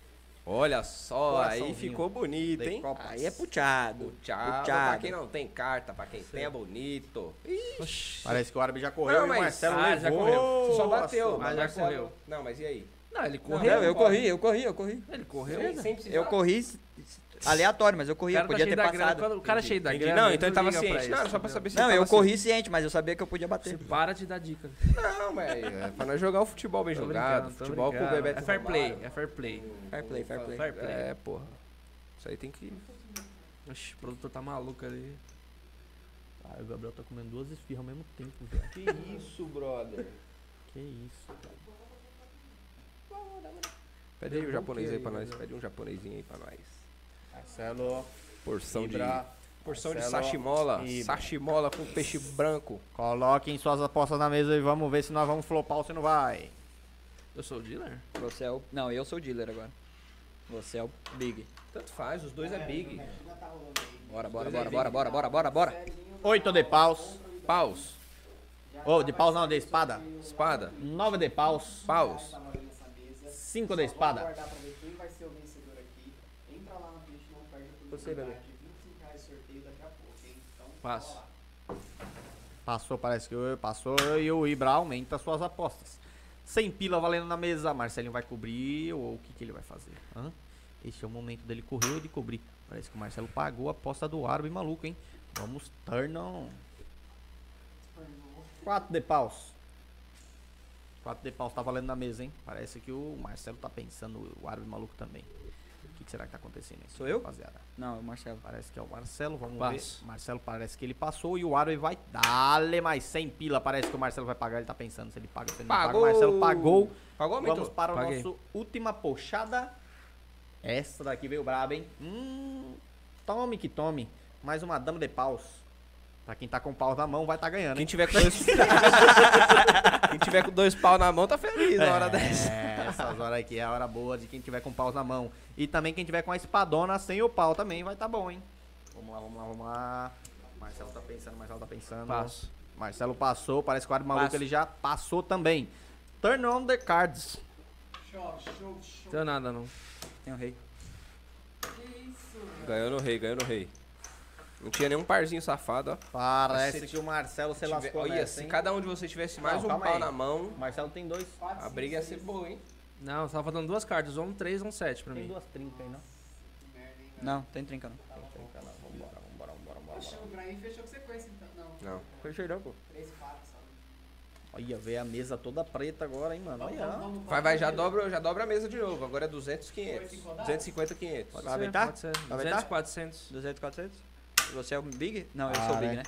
[SPEAKER 5] Olha só, aí
[SPEAKER 1] Coraçãozinho.
[SPEAKER 5] ficou bonito,
[SPEAKER 1] de
[SPEAKER 5] hein?
[SPEAKER 1] copas.
[SPEAKER 3] Aí é puxado.
[SPEAKER 5] Puxado, pra
[SPEAKER 3] Puxado.
[SPEAKER 5] quem não tem carta, pra quem tem é bonito.
[SPEAKER 1] Parece que o árabe já correu e o Marcelo
[SPEAKER 12] Ah, já
[SPEAKER 1] levou.
[SPEAKER 12] correu.
[SPEAKER 5] Só bateu.
[SPEAKER 12] Ah,
[SPEAKER 5] mas
[SPEAKER 12] já
[SPEAKER 5] Marcelo-
[SPEAKER 12] correu.
[SPEAKER 5] Não, mas e aí?
[SPEAKER 12] Não, ele
[SPEAKER 3] Não,
[SPEAKER 12] correu.
[SPEAKER 3] eu corri, eu corri, eu corri.
[SPEAKER 12] Ele correu.
[SPEAKER 5] Sem- sem precisar.
[SPEAKER 3] Eu corri s- s- aleatório, mas eu
[SPEAKER 12] O
[SPEAKER 3] corri,
[SPEAKER 12] cara
[SPEAKER 3] eu
[SPEAKER 12] tá
[SPEAKER 3] podia
[SPEAKER 12] cheio
[SPEAKER 3] ter
[SPEAKER 12] da grana,
[SPEAKER 3] passado.
[SPEAKER 12] quando o cara é cheio da
[SPEAKER 5] Entendi.
[SPEAKER 12] grana.
[SPEAKER 5] Não, então ele tava
[SPEAKER 12] liga pra
[SPEAKER 5] ciente.
[SPEAKER 12] isso,
[SPEAKER 5] Não, era só pra
[SPEAKER 12] entendeu?
[SPEAKER 5] saber se
[SPEAKER 3] Não,
[SPEAKER 5] ele
[SPEAKER 3] eu
[SPEAKER 5] tava assim.
[SPEAKER 3] corri ciente, mas eu sabia que eu podia bater.
[SPEAKER 12] Para de dar dica.
[SPEAKER 5] ciente. Não, mas é pra nós jogar o futebol bem
[SPEAKER 12] Tô
[SPEAKER 5] jogado.
[SPEAKER 12] brincando, tô
[SPEAKER 5] futebol com o
[SPEAKER 12] brincando.
[SPEAKER 5] Bebeto
[SPEAKER 12] É fair
[SPEAKER 5] Romário.
[SPEAKER 12] play, é fair play.
[SPEAKER 3] Fair play, fair play.
[SPEAKER 12] Fair play.
[SPEAKER 5] É, porra. Isso aí tem que.
[SPEAKER 12] Oxi, o produtor tá maluco ali.
[SPEAKER 1] Ah, o Gabriel tá comendo duas esfirras ao mesmo tempo, velho.
[SPEAKER 5] Que isso, brother.
[SPEAKER 1] Que é isso. cara.
[SPEAKER 5] Pede aí o japonês aí pra nós. Pede um japonesinho aí pra nós.
[SPEAKER 20] Marcelo,
[SPEAKER 5] Porção
[SPEAKER 20] Ibra,
[SPEAKER 5] de. Porção de
[SPEAKER 20] Marcelo,
[SPEAKER 5] sashimola.
[SPEAKER 20] Ibra.
[SPEAKER 5] Sashimola com peixe branco.
[SPEAKER 1] Coloquem suas apostas na mesa e vamos ver se nós vamos flopar ou se não vai.
[SPEAKER 12] Eu sou o dealer?
[SPEAKER 3] Você é o. Não, eu sou o dealer agora. Você é o Big.
[SPEAKER 5] Tanto faz, os dois é big.
[SPEAKER 3] Bora, bora, bora, bora, bora, bora, bora, bora.
[SPEAKER 1] Oito de paus.
[SPEAKER 5] Paus.
[SPEAKER 1] Oh, de paus não, de espada.
[SPEAKER 5] Espada.
[SPEAKER 1] Nove de paus.
[SPEAKER 5] Paus.
[SPEAKER 1] Cinco de espada.
[SPEAKER 2] Aguardar pra ver quem vai ser o vencedor aqui. Entra lá na Twitch, não perde a
[SPEAKER 5] Você, bebê.
[SPEAKER 2] oportunidade. 25 reais sorteio daqui a pouco, hein? Então,
[SPEAKER 12] Passo.
[SPEAKER 1] Passou, parece que eu- passou e o Ibra aumenta suas apostas. Sem pila valendo na mesa, Marcelinho vai cobrir ou o que, que ele vai fazer? Hã? Este é o momento dele correr ou de cobrir. Parece que o Marcelo pagou a aposta do árabe maluco, hein? Vamos, turn on. Quatro de paus. Quatro de paus tá valendo na mesa, hein? Parece que o Marcelo tá pensando, o árabe maluco também. O que, que será que tá acontecendo aí?
[SPEAKER 3] Sou eu?
[SPEAKER 1] Rapaziada.
[SPEAKER 3] Não, é o Marcelo.
[SPEAKER 1] Parece que é o Marcelo, vamos
[SPEAKER 12] Passo.
[SPEAKER 1] ver. Marcelo parece que ele passou e o Aro vai dale mais 100 pila. Parece que o Marcelo vai pagar, ele tá pensando se ele paga ou se ele não paga.
[SPEAKER 5] Pagou.
[SPEAKER 1] O Marcelo pagou.
[SPEAKER 5] Pagou, aumentou.
[SPEAKER 1] Vamos para a
[SPEAKER 12] Paguei.
[SPEAKER 1] nossa última pochada. Essa daqui veio braba, hein? Hum, tome que tome. Mais uma dama de paus. Pra quem tá com paus na mão, vai tá
[SPEAKER 3] né?
[SPEAKER 1] ganhando,
[SPEAKER 5] Quem
[SPEAKER 1] hein?
[SPEAKER 5] tiver com dois. quem tiver com dois pau na mão tá feliz na hora dessa.
[SPEAKER 1] É, essas horas aqui é a hora boa de quem tiver com paus na mão. E também quem tiver com a espadona sem o pau também vai tá bom, hein? Vamos lá, vamos lá, vamos lá. Marcelo tá pensando, Marcelo tá pensando.
[SPEAKER 12] Passo.
[SPEAKER 1] Marcelo passou, parece que o Ari Maluco
[SPEAKER 3] Passo.
[SPEAKER 1] ele já passou também. Turn on the cards.
[SPEAKER 12] Não tenho Então, nada, não.
[SPEAKER 3] Tem um rei.
[SPEAKER 5] Ganhou no rei, ganhou no rei. Não tinha nenhum parzinho safado, ó.
[SPEAKER 1] Parece
[SPEAKER 5] Se
[SPEAKER 1] que o Marcelo se
[SPEAKER 5] Tiver-
[SPEAKER 1] lascou
[SPEAKER 5] Olha,
[SPEAKER 1] nessa,
[SPEAKER 5] se
[SPEAKER 1] hein?
[SPEAKER 5] cada um de vocês tivesse mais
[SPEAKER 1] Não,
[SPEAKER 5] um
[SPEAKER 1] calma
[SPEAKER 5] pau
[SPEAKER 1] aí.
[SPEAKER 5] na mão,
[SPEAKER 1] O Marcelo tem dois,
[SPEAKER 5] a briga ia ser boa, hein?
[SPEAKER 12] Não, tava faltando duas cartas, ou um 3 ou um 7 pra
[SPEAKER 1] tem
[SPEAKER 12] mim.
[SPEAKER 1] duas trincas
[SPEAKER 12] né?
[SPEAKER 1] aí, não?
[SPEAKER 3] Não, tem trinca não.
[SPEAKER 1] Vambora, vambora, vambora, vambora.
[SPEAKER 2] fechou pra mim, fechou com sequência então. Não,
[SPEAKER 5] Não.
[SPEAKER 3] Fechei não, pô.
[SPEAKER 2] 3, 4 só.
[SPEAKER 1] Olha, veio a mesa toda preta agora, hein, mano?
[SPEAKER 2] então
[SPEAKER 1] Olha.
[SPEAKER 5] Vai, vai, já dobra, já dobra a mesa de novo. Agora é 200, 500. 250, 500.
[SPEAKER 1] Vai aventar?
[SPEAKER 12] Pode ser.
[SPEAKER 1] Vai
[SPEAKER 12] 200,
[SPEAKER 1] aventar?
[SPEAKER 12] 400.
[SPEAKER 3] 200, 400? Você é o Big? Não, eu sou o
[SPEAKER 1] Ah,
[SPEAKER 3] Big,
[SPEAKER 1] né?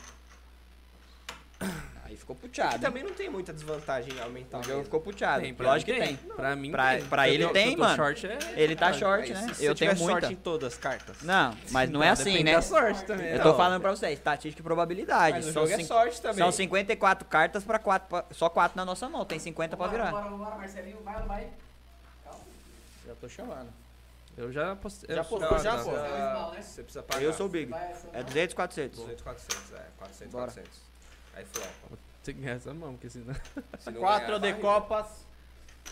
[SPEAKER 3] né? Aí ficou
[SPEAKER 21] É Que
[SPEAKER 3] puteado.
[SPEAKER 21] também não tem muita desvantagem aumentar
[SPEAKER 3] O
[SPEAKER 21] o
[SPEAKER 3] jogo
[SPEAKER 21] mesmo.
[SPEAKER 3] ficou puteado.
[SPEAKER 12] pra
[SPEAKER 3] Ah, Lógico
[SPEAKER 12] mim
[SPEAKER 3] que tem.
[SPEAKER 12] Pra mim
[SPEAKER 3] Pra-
[SPEAKER 12] tem.
[SPEAKER 3] pra
[SPEAKER 12] Se eu
[SPEAKER 3] ele
[SPEAKER 12] tô-
[SPEAKER 3] tem,
[SPEAKER 12] se eu tô
[SPEAKER 3] mano.
[SPEAKER 12] Short, é...
[SPEAKER 3] Ele tá short,
[SPEAKER 21] Aí,
[SPEAKER 3] né?
[SPEAKER 21] se- se
[SPEAKER 3] Eu tenho
[SPEAKER 21] tiver
[SPEAKER 3] muita.
[SPEAKER 21] sorte em todas as cartas.
[SPEAKER 3] Não, mas não é assim,
[SPEAKER 12] Depende
[SPEAKER 3] né?
[SPEAKER 12] da sorte também.
[SPEAKER 5] é
[SPEAKER 3] Eu tô falando pra vocês, estatística e probabilidade.
[SPEAKER 21] Mas o
[SPEAKER 3] São,
[SPEAKER 21] jogo é
[SPEAKER 3] cin-
[SPEAKER 21] sorte também.
[SPEAKER 3] são 54 cartas pra 4, só 4 na nossa mão, tem 50 pra virar.
[SPEAKER 2] Bora, bora, Marcelinho, vai, vai.
[SPEAKER 3] Já tô chamando.
[SPEAKER 12] Eu já apostei.
[SPEAKER 21] Já
[SPEAKER 12] eu sou-
[SPEAKER 21] postou, já,
[SPEAKER 12] não.
[SPEAKER 21] pô.
[SPEAKER 2] é o Ismael, né?
[SPEAKER 21] Você precisa pagar.
[SPEAKER 3] Eu sou o Big.
[SPEAKER 2] Vai, essa-
[SPEAKER 3] É 200, 400.
[SPEAKER 21] 200, 400, é. 400,
[SPEAKER 3] Bora.
[SPEAKER 21] 400. Aí flopa.
[SPEAKER 12] Tem que ganhar essa mão, porque senão...
[SPEAKER 21] Se não
[SPEAKER 22] 4
[SPEAKER 21] ganhar,
[SPEAKER 22] de
[SPEAKER 21] vai,
[SPEAKER 22] Copas,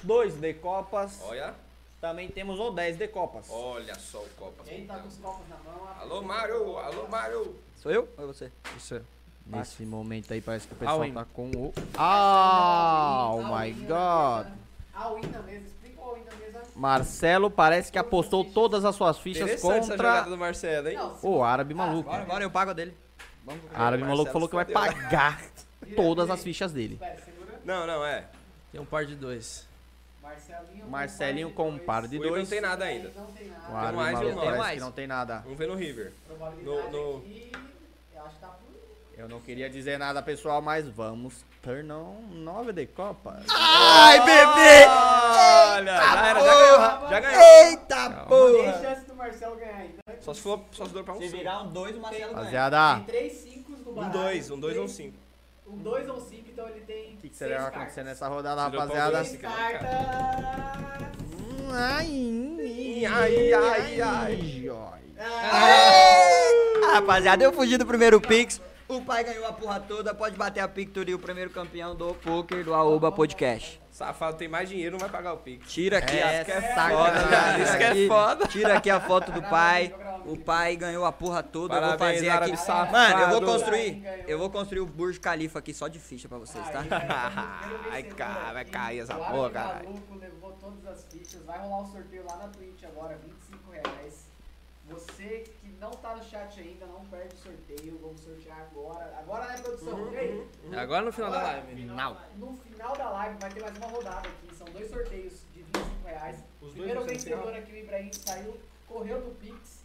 [SPEAKER 22] 2 de Copas,
[SPEAKER 21] Olha,
[SPEAKER 22] também temos o 10 de Copas.
[SPEAKER 21] olha só o Copas.
[SPEAKER 2] Quem tá com os copos na mão, a-
[SPEAKER 21] Alô, Mário! Alô, Mário!
[SPEAKER 3] Sou eu ou é você?
[SPEAKER 12] Isso é.
[SPEAKER 22] Nesse momento aí parece que o
[SPEAKER 12] pessoal
[SPEAKER 22] pessoal
[SPEAKER 12] tá
[SPEAKER 22] tá com o... Ah,
[SPEAKER 2] All
[SPEAKER 22] oh
[SPEAKER 2] in, all
[SPEAKER 22] my
[SPEAKER 2] in na
[SPEAKER 22] God!
[SPEAKER 2] mesa. All in na mesa, Ah, explica o all in na mesa.
[SPEAKER 22] Marcelo parece que apostou todas as suas fichas
[SPEAKER 21] Interessante essa jogada
[SPEAKER 22] contra
[SPEAKER 21] do Marcelo, hein?
[SPEAKER 2] Não, se-
[SPEAKER 22] o árabe maluco.
[SPEAKER 3] Bora, bora, eu pago a dele.
[SPEAKER 22] O árabe maluco falou que vai pagar todas as fichas dele.
[SPEAKER 2] Pera, segura.
[SPEAKER 21] Não, não, é.
[SPEAKER 12] Tem um par de dois.
[SPEAKER 2] Marcelinho,
[SPEAKER 22] Marcelinho com um par de
[SPEAKER 21] O Ivan não
[SPEAKER 22] dois.
[SPEAKER 21] tem nada
[SPEAKER 2] Aí
[SPEAKER 21] ainda.
[SPEAKER 2] Não tem
[SPEAKER 22] O
[SPEAKER 2] nada.
[SPEAKER 22] árabe
[SPEAKER 21] mais,
[SPEAKER 22] maluco
[SPEAKER 21] eu
[SPEAKER 3] tenho
[SPEAKER 22] parece que
[SPEAKER 3] mais.
[SPEAKER 22] não tem nada.
[SPEAKER 21] Vamos ver no River.
[SPEAKER 2] Probabilidade
[SPEAKER 21] No- no-
[SPEAKER 2] aqui, eu acho que tá por...
[SPEAKER 22] Eu não queria dizer nada, pessoal, mas vamos turn on 9 de Copas.
[SPEAKER 3] Ai, bebê!
[SPEAKER 21] Olha! Já era, já ganhou! Já ganhou!
[SPEAKER 3] Eita
[SPEAKER 2] Tem
[SPEAKER 3] porra!
[SPEAKER 2] chance do Marcelo ganhar então é ainda.
[SPEAKER 21] Só se for, só se for pra um
[SPEAKER 3] Se
[SPEAKER 21] 5.
[SPEAKER 3] virar um 2, o Marcelo ganha.
[SPEAKER 2] Tem
[SPEAKER 1] Tá.
[SPEAKER 22] Rapaziada,
[SPEAKER 2] três cinco no
[SPEAKER 21] Um
[SPEAKER 2] baralho.
[SPEAKER 21] 2, um 2 ou um
[SPEAKER 2] três-
[SPEAKER 21] 5.
[SPEAKER 2] Um 2 ou 5, então ele tem.
[SPEAKER 22] o que, que será que vai acontecer nessa rodada,
[SPEAKER 21] Tirou pra um
[SPEAKER 22] rapaziada?
[SPEAKER 21] dois.
[SPEAKER 2] Três cartas.
[SPEAKER 22] Hum, Ai, ai,
[SPEAKER 21] Ai, ai, ai!
[SPEAKER 22] ai.
[SPEAKER 3] Ah, Rapaziada, eu fugi do primeiro Pix. O pai ganhou a porra toda, pode bater a Pictory, o primeiro campeão do poker do Aoba Podcast.
[SPEAKER 21] Safado tem mais dinheiro, não vai pagar o Pix.
[SPEAKER 3] Tira aqui
[SPEAKER 22] É
[SPEAKER 3] as
[SPEAKER 22] sacanagem.
[SPEAKER 3] cara.
[SPEAKER 22] Isso
[SPEAKER 21] que é
[SPEAKER 3] Aqui,
[SPEAKER 21] foda.
[SPEAKER 3] Tira aqui a foto do pai. O pai ganhou a porra toda. eu vou
[SPEAKER 21] Parabéns,
[SPEAKER 3] fazer
[SPEAKER 21] árabe
[SPEAKER 3] aqui.
[SPEAKER 21] safado.
[SPEAKER 3] Mano, eu vou construir. Eu vou construir o Burj Khalifa aqui só de ficha pra vocês, tá?
[SPEAKER 21] Ai, cara, vai cair essa
[SPEAKER 2] O
[SPEAKER 21] porra,
[SPEAKER 2] Árabe
[SPEAKER 21] caralho.
[SPEAKER 2] maluco levou todas as fichas. Vai rolar o sorteio lá na Twitch agora, 25 reais. Você que não tá no chat ainda, não perde o sorteio. Vamos sortear agora. Agora né, produção? E aí?
[SPEAKER 12] Agora no final da
[SPEAKER 2] Agora,
[SPEAKER 12] live.
[SPEAKER 22] Final.
[SPEAKER 2] No final da live vai ter mais uma rodada aqui. São dois sorteios de 25 reais. Primeiro vencedor aqui, o Ibrahim, saiu, correu do Pix.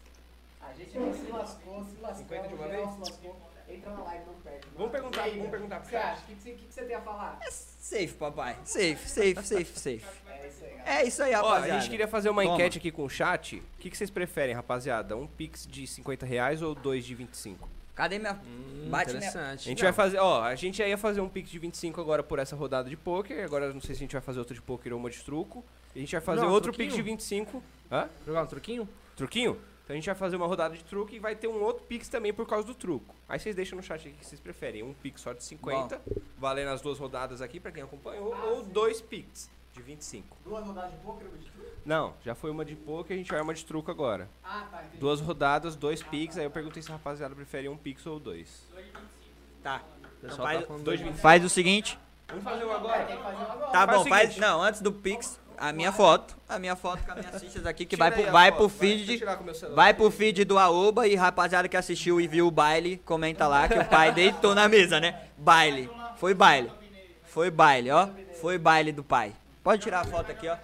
[SPEAKER 2] A gente aqui se lascou, se lascou,
[SPEAKER 21] 50 de
[SPEAKER 2] o
[SPEAKER 21] uma
[SPEAKER 2] geral se lascou. Entra na live, não perde.
[SPEAKER 21] Vamos perguntar,
[SPEAKER 2] E aí,
[SPEAKER 21] vamos perguntar
[SPEAKER 2] O que
[SPEAKER 21] pro
[SPEAKER 2] você
[SPEAKER 21] chat.
[SPEAKER 2] acha? O que, que você- o que que você tem a falar?
[SPEAKER 3] Safe, papai. Safe, safe, safe, safe.
[SPEAKER 2] É isso aí, galera.
[SPEAKER 3] É isso aí,
[SPEAKER 5] Ó, a
[SPEAKER 3] rapaziada.
[SPEAKER 5] gente queria fazer uma
[SPEAKER 3] Toma.
[SPEAKER 5] enquete aqui com o chat. O que, que vocês preferem, rapaziada? Um pix de 50 reais ou dois de 25?
[SPEAKER 3] Cadê minha.
[SPEAKER 12] Hum,
[SPEAKER 3] Bate minha-
[SPEAKER 5] A
[SPEAKER 12] interessante.
[SPEAKER 5] gente vai fazer, ó, a gente já ia fazer um pix de 25 agora por essa rodada de pôquer. Agora não sei se a gente vai fazer outro de pôquer ou uma de truco. E a gente vai fazer
[SPEAKER 12] Não,
[SPEAKER 5] outro
[SPEAKER 12] um truquinho.
[SPEAKER 5] pix de 25. Hã?
[SPEAKER 12] Jogar um truquinho?
[SPEAKER 5] Truquinho? Então a gente vai fazer uma rodada de truque e vai ter um outro pix também por causa do truco. Aí vocês deixam no chat aqui o que vocês preferem. Um pix só de 50, valendo as duas rodadas aqui pra quem acompanhou, ou dois pix de 25.
[SPEAKER 2] Duas rodadas de poker, de truque?
[SPEAKER 5] Não, já foi uma de poker, a gente vai uma de truco agora.
[SPEAKER 2] Ah, tá, entendi.
[SPEAKER 5] Duas rodadas, dois pix, aí eu perguntei se a rapaziada prefere um pix ou dois.
[SPEAKER 3] Tá.
[SPEAKER 12] O pessoal
[SPEAKER 3] Rapaz,
[SPEAKER 12] tá falando
[SPEAKER 5] dois
[SPEAKER 12] de-
[SPEAKER 5] mil.
[SPEAKER 3] Faz o seguinte.
[SPEAKER 5] Vamos fazer um
[SPEAKER 2] É,
[SPEAKER 5] agora?
[SPEAKER 2] tem que fazer um agora.
[SPEAKER 3] Tá
[SPEAKER 5] Faz
[SPEAKER 3] bom,
[SPEAKER 5] o
[SPEAKER 3] faz.
[SPEAKER 5] seguinte.
[SPEAKER 3] Não, antes do Pix, a minha foto. A minha foto com as minhas fichas aqui, que
[SPEAKER 5] Tira
[SPEAKER 3] vai
[SPEAKER 5] aí
[SPEAKER 3] pro,
[SPEAKER 5] a
[SPEAKER 3] vai
[SPEAKER 5] foto,
[SPEAKER 3] pro
[SPEAKER 5] Deixa eu
[SPEAKER 3] feed.
[SPEAKER 5] tirar com o meu celular.
[SPEAKER 3] Vai pro feed do Aoba e rapaziada que assistiu e viu o baile, comenta lá que o pai deitou na mesa, né? Baile. Foi baile. Foi baile, ó. Foi baile do pai. Pode tirar a foto aqui, ó.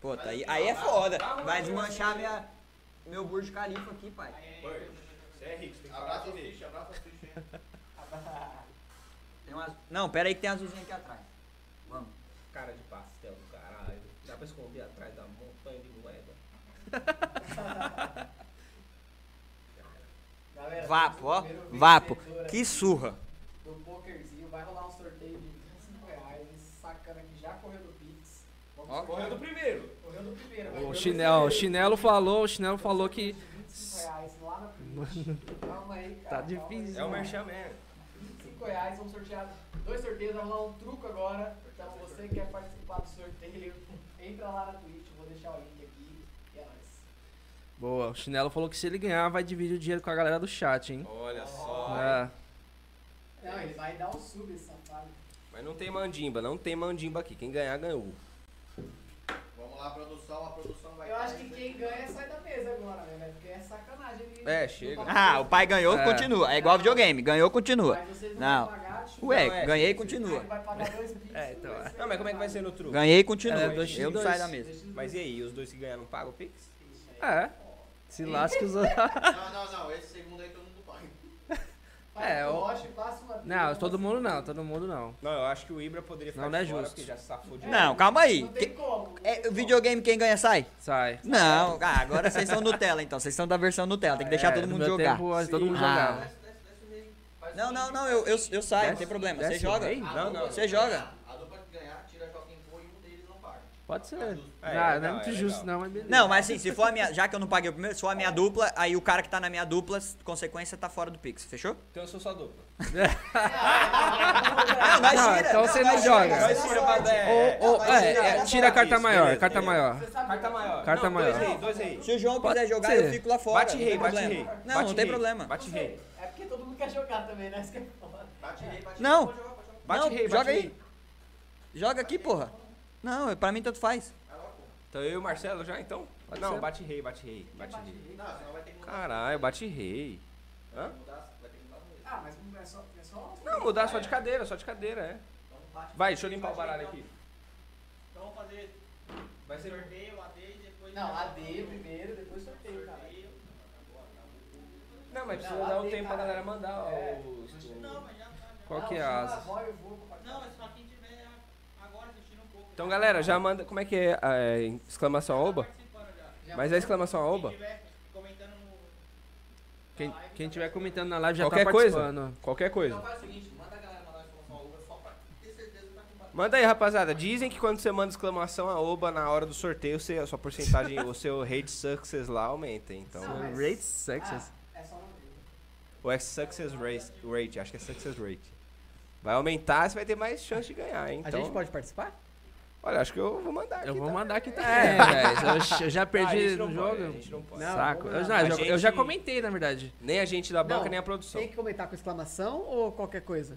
[SPEAKER 3] Pô, tá aí, aí é foda. Vai desmanchar minha, meu Burj Khalifa aqui, pai.
[SPEAKER 5] é
[SPEAKER 3] Tem umas- Não, pera aí que tem azulzinha aqui atrás. Vamos.
[SPEAKER 21] Cara de pastel do caralho. Dá pra esconder atrás da montanha de moeda.
[SPEAKER 2] Galera,
[SPEAKER 3] Vapo, ó.
[SPEAKER 2] primeiro vencedor
[SPEAKER 3] Vapo.
[SPEAKER 2] aqui
[SPEAKER 3] Que surra.
[SPEAKER 2] Do pokerzinho, vai rolar um sorteio de 25 reais. Esse sacana que já correu do Pix. Vamos sortear.
[SPEAKER 21] Correu do primeiro.
[SPEAKER 2] Correu do primeiro. vai
[SPEAKER 12] O
[SPEAKER 2] correr do
[SPEAKER 12] chinelo, o
[SPEAKER 2] primeiro.
[SPEAKER 12] chinelo falou, o chinelo falou que.
[SPEAKER 2] 25 reais lá na Twitch. Calma aí, cara.
[SPEAKER 12] Tá
[SPEAKER 2] calma aí.
[SPEAKER 12] difícil.
[SPEAKER 21] É o Merchan mesmo.
[SPEAKER 2] 25 reais, vamos sortear dois sorteios, vai rolar um truco agora. Então você que quer participar do sorteio, entra lá na Twitch, eu vou deixar o link aqui. E é nóis.
[SPEAKER 12] Boa, o chinelo falou que se ele ganhar, vai dividir o dinheiro com a galera do chat, hein?
[SPEAKER 21] Olha só.
[SPEAKER 3] É.
[SPEAKER 12] Ah,
[SPEAKER 2] Não, ele vai dar um sub esse safado.
[SPEAKER 5] Mas não tem mandimba, não tem mandimba aqui. Quem ganhar, ganhou.
[SPEAKER 8] Vamos lá, produção. A produção vai.
[SPEAKER 2] Eu acho que quem ganha sai da mesa agora, né, velho? Porque é sacanagem. Ele
[SPEAKER 5] É, chega.
[SPEAKER 3] Ah, o pai ganhou,
[SPEAKER 12] É.
[SPEAKER 3] continua. É igual videogame, ganhou, continua.
[SPEAKER 2] Mas vocês
[SPEAKER 3] Não.
[SPEAKER 2] não, vão pagar, chupa.
[SPEAKER 21] Não,
[SPEAKER 3] Ué,
[SPEAKER 21] é,
[SPEAKER 3] ganhei,
[SPEAKER 2] Aí
[SPEAKER 3] continua.
[SPEAKER 2] ele vai pagar dois pix.
[SPEAKER 12] É, então, é.
[SPEAKER 5] Não, mas como é que vai ser no truco?
[SPEAKER 3] Ganhei e continua.
[SPEAKER 12] É, dois
[SPEAKER 3] Eu não
[SPEAKER 12] x dois.
[SPEAKER 3] saio da mesa.
[SPEAKER 5] Mas e aí, os dois que ganharam pagam o pix?
[SPEAKER 12] é. Se lasca os outros.
[SPEAKER 8] Não, não, não. Esse segundo aí todo mundo paga.
[SPEAKER 12] É, eu... Não, todo mundo não, todo mundo não.
[SPEAKER 5] Não, eu acho que o Ibra poderia ficar
[SPEAKER 12] Não, não é
[SPEAKER 5] de fora,
[SPEAKER 12] justo.
[SPEAKER 5] porque já se safou de
[SPEAKER 3] Não, calma aí. Que- É, videogame quem ganha sai?
[SPEAKER 12] Sai.
[SPEAKER 3] Não, ah, agora vocês são Nutella então, vocês são da versão Nutella, tem que deixar
[SPEAKER 12] É,
[SPEAKER 3] todo
[SPEAKER 12] no
[SPEAKER 3] mundo
[SPEAKER 12] meu
[SPEAKER 3] jogar.
[SPEAKER 12] tempo, antes todo mundo
[SPEAKER 3] Ah.
[SPEAKER 12] jogava.
[SPEAKER 3] Não, não, não, eu, eu, eu saio, não tem problema. Você
[SPEAKER 12] desce
[SPEAKER 3] joga?
[SPEAKER 12] bem?
[SPEAKER 3] Não, não. Você joga?
[SPEAKER 1] A dupla que ganhar, tira quem for e um deles não paga.
[SPEAKER 12] Pode ser.
[SPEAKER 5] É,
[SPEAKER 12] ah, não é
[SPEAKER 5] legal,
[SPEAKER 12] muito
[SPEAKER 5] é
[SPEAKER 12] justo,
[SPEAKER 5] legal.
[SPEAKER 12] não, mas beleza.
[SPEAKER 3] Não, mas assim, se for a minha. Já que eu não paguei o primeiro, se for a minha dupla, aí o cara que tá na minha dupla, consequência, tá fora do Pix, fechou?
[SPEAKER 5] Então eu sou só dupla.
[SPEAKER 3] Não, Ah, nós
[SPEAKER 12] Não,
[SPEAKER 3] tira.
[SPEAKER 12] então você não
[SPEAKER 3] nós
[SPEAKER 12] joga.
[SPEAKER 3] nós
[SPEAKER 5] Mas tira pra
[SPEAKER 12] Ou- ou- é, é, tira a carta
[SPEAKER 5] Isso,
[SPEAKER 12] maior,
[SPEAKER 5] beleza,
[SPEAKER 12] carta
[SPEAKER 5] beleza.
[SPEAKER 12] maior.
[SPEAKER 5] Carta maior.
[SPEAKER 12] Carta
[SPEAKER 5] Não,
[SPEAKER 12] maior.
[SPEAKER 5] Dois rei, dois rei.
[SPEAKER 3] Se o João
[SPEAKER 12] Pode
[SPEAKER 3] quiser jogar,
[SPEAKER 12] ser.
[SPEAKER 3] eu fico lá fora.
[SPEAKER 5] Bate
[SPEAKER 3] não tem
[SPEAKER 5] rei, bate
[SPEAKER 3] problema.
[SPEAKER 5] rei.
[SPEAKER 3] Não,
[SPEAKER 5] Bate
[SPEAKER 3] não tem
[SPEAKER 5] rei,
[SPEAKER 3] problema.
[SPEAKER 5] Bate rei.
[SPEAKER 21] É porque todo mundo quer jogar também, né? Isso que é foda.
[SPEAKER 3] Não,
[SPEAKER 5] Bate
[SPEAKER 3] não,
[SPEAKER 5] rei, bate
[SPEAKER 3] joga aí.
[SPEAKER 5] rei.
[SPEAKER 3] Joga aqui, porra. Não, é- pra mim tanto faz.
[SPEAKER 5] Então eu e o Marcelo já, então? não, bate rei, bate rei, bate rei. Caralho, bate rei. Hã?
[SPEAKER 21] Ah, mas não é só. É só...
[SPEAKER 5] Não, mudar só de cadeira, só de cadeira, é. Vai, deixa eu limpar o baralho aqui.
[SPEAKER 1] Então vamos fazer
[SPEAKER 5] Vai ser
[SPEAKER 1] sorteio, AD e depois.
[SPEAKER 21] Não, AD primeiro, depois sorteio, cara.
[SPEAKER 5] Não, mas precisa dar um tempo pra galera mandar
[SPEAKER 1] É,
[SPEAKER 5] o.
[SPEAKER 21] Ah,
[SPEAKER 12] Qual que é a asa?
[SPEAKER 1] Não, é só quem tiver agora assistindo um pouco.
[SPEAKER 5] Então, galera, já manda. Como é que é? é exclamação
[SPEAKER 1] Tá
[SPEAKER 5] oba? Mas é exclamação oba?
[SPEAKER 1] Comentando no.
[SPEAKER 12] Quem, quem tiver comentando na live já
[SPEAKER 5] Qualquer
[SPEAKER 12] tá
[SPEAKER 5] coisa.
[SPEAKER 12] participando.
[SPEAKER 5] Qualquer coisa.
[SPEAKER 1] Então faz o seguinte, manda a galera mandar a informação ao Uber só pra ter certeza que tá com
[SPEAKER 5] Manda aí, rapaziada. Dizem que quando você manda exclamação a oba na hora do sorteio, você- a sua porcentagem, o seu rate success lá aumenta. Então,
[SPEAKER 12] Rate
[SPEAKER 3] assim.
[SPEAKER 12] Sexas.
[SPEAKER 21] É
[SPEAKER 5] ou é success rate, rate, acho que é success rate. Vai aumentar, você vai ter mais chance de ganhar, hein?
[SPEAKER 2] A
[SPEAKER 5] Então,
[SPEAKER 2] gente pode participar?
[SPEAKER 5] olha, acho que eu vou mandar aqui.
[SPEAKER 12] Eu vou
[SPEAKER 5] tá?
[SPEAKER 12] mandar
[SPEAKER 3] É.
[SPEAKER 12] aqui também, velho. Eu, eu já
[SPEAKER 5] Ah, a
[SPEAKER 12] perdi
[SPEAKER 5] gente não
[SPEAKER 12] no
[SPEAKER 5] pode,
[SPEAKER 12] jogo.
[SPEAKER 5] a gente não pode.
[SPEAKER 2] Ah,
[SPEAKER 12] Saco. Eu já,
[SPEAKER 5] A
[SPEAKER 12] eu já- eu já
[SPEAKER 5] gente-
[SPEAKER 12] comentei, na verdade.
[SPEAKER 5] Nem a gente da banca,
[SPEAKER 2] Não,
[SPEAKER 5] nem a produção.
[SPEAKER 2] Tem que comentar com exclamação ou qualquer coisa?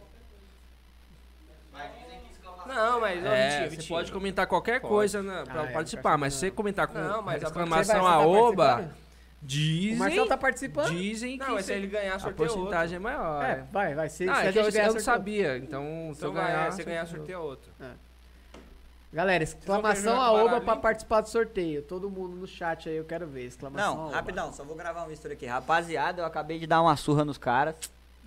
[SPEAKER 5] Não, mas ó,
[SPEAKER 12] É,
[SPEAKER 5] Vitinho,
[SPEAKER 12] você
[SPEAKER 5] Vitinho.
[SPEAKER 12] pode comentar qualquer
[SPEAKER 5] Pode.
[SPEAKER 12] coisa na, pra
[SPEAKER 2] Ah, é,
[SPEAKER 12] participar, mas se você comentar com
[SPEAKER 5] Não, mas a
[SPEAKER 12] exclamação
[SPEAKER 2] Você vai-
[SPEAKER 12] a
[SPEAKER 2] você tá
[SPEAKER 12] oba,
[SPEAKER 2] participando?
[SPEAKER 12] dizem,
[SPEAKER 2] O Marcelo tá participando?
[SPEAKER 12] dizem que
[SPEAKER 5] Não, mas se
[SPEAKER 12] você-
[SPEAKER 5] ele ganhar,
[SPEAKER 12] a
[SPEAKER 5] sorteio outro.
[SPEAKER 12] porcentagem é maior.
[SPEAKER 2] É, vai, vai. Se,
[SPEAKER 12] Não,
[SPEAKER 2] se
[SPEAKER 12] é
[SPEAKER 2] a
[SPEAKER 12] que eu,
[SPEAKER 2] gente ganhar,
[SPEAKER 12] eu não
[SPEAKER 2] sorteio.
[SPEAKER 12] sabia, então se
[SPEAKER 5] Então
[SPEAKER 12] eu ganhar...
[SPEAKER 5] ganhar, você ganhar, sorteia outro.
[SPEAKER 2] Galera, exclamação
[SPEAKER 5] jogar
[SPEAKER 2] a
[SPEAKER 5] com
[SPEAKER 2] oba
[SPEAKER 5] baralho,
[SPEAKER 2] pra
[SPEAKER 5] hein?
[SPEAKER 2] participar do sorteio. Todo mundo no chat aí, eu quero ver. Exclamação
[SPEAKER 3] Não,
[SPEAKER 2] aoba.
[SPEAKER 3] rapidão, só vou gravar um history aqui. Rapaziada, eu acabei de dar uma surra nos caras.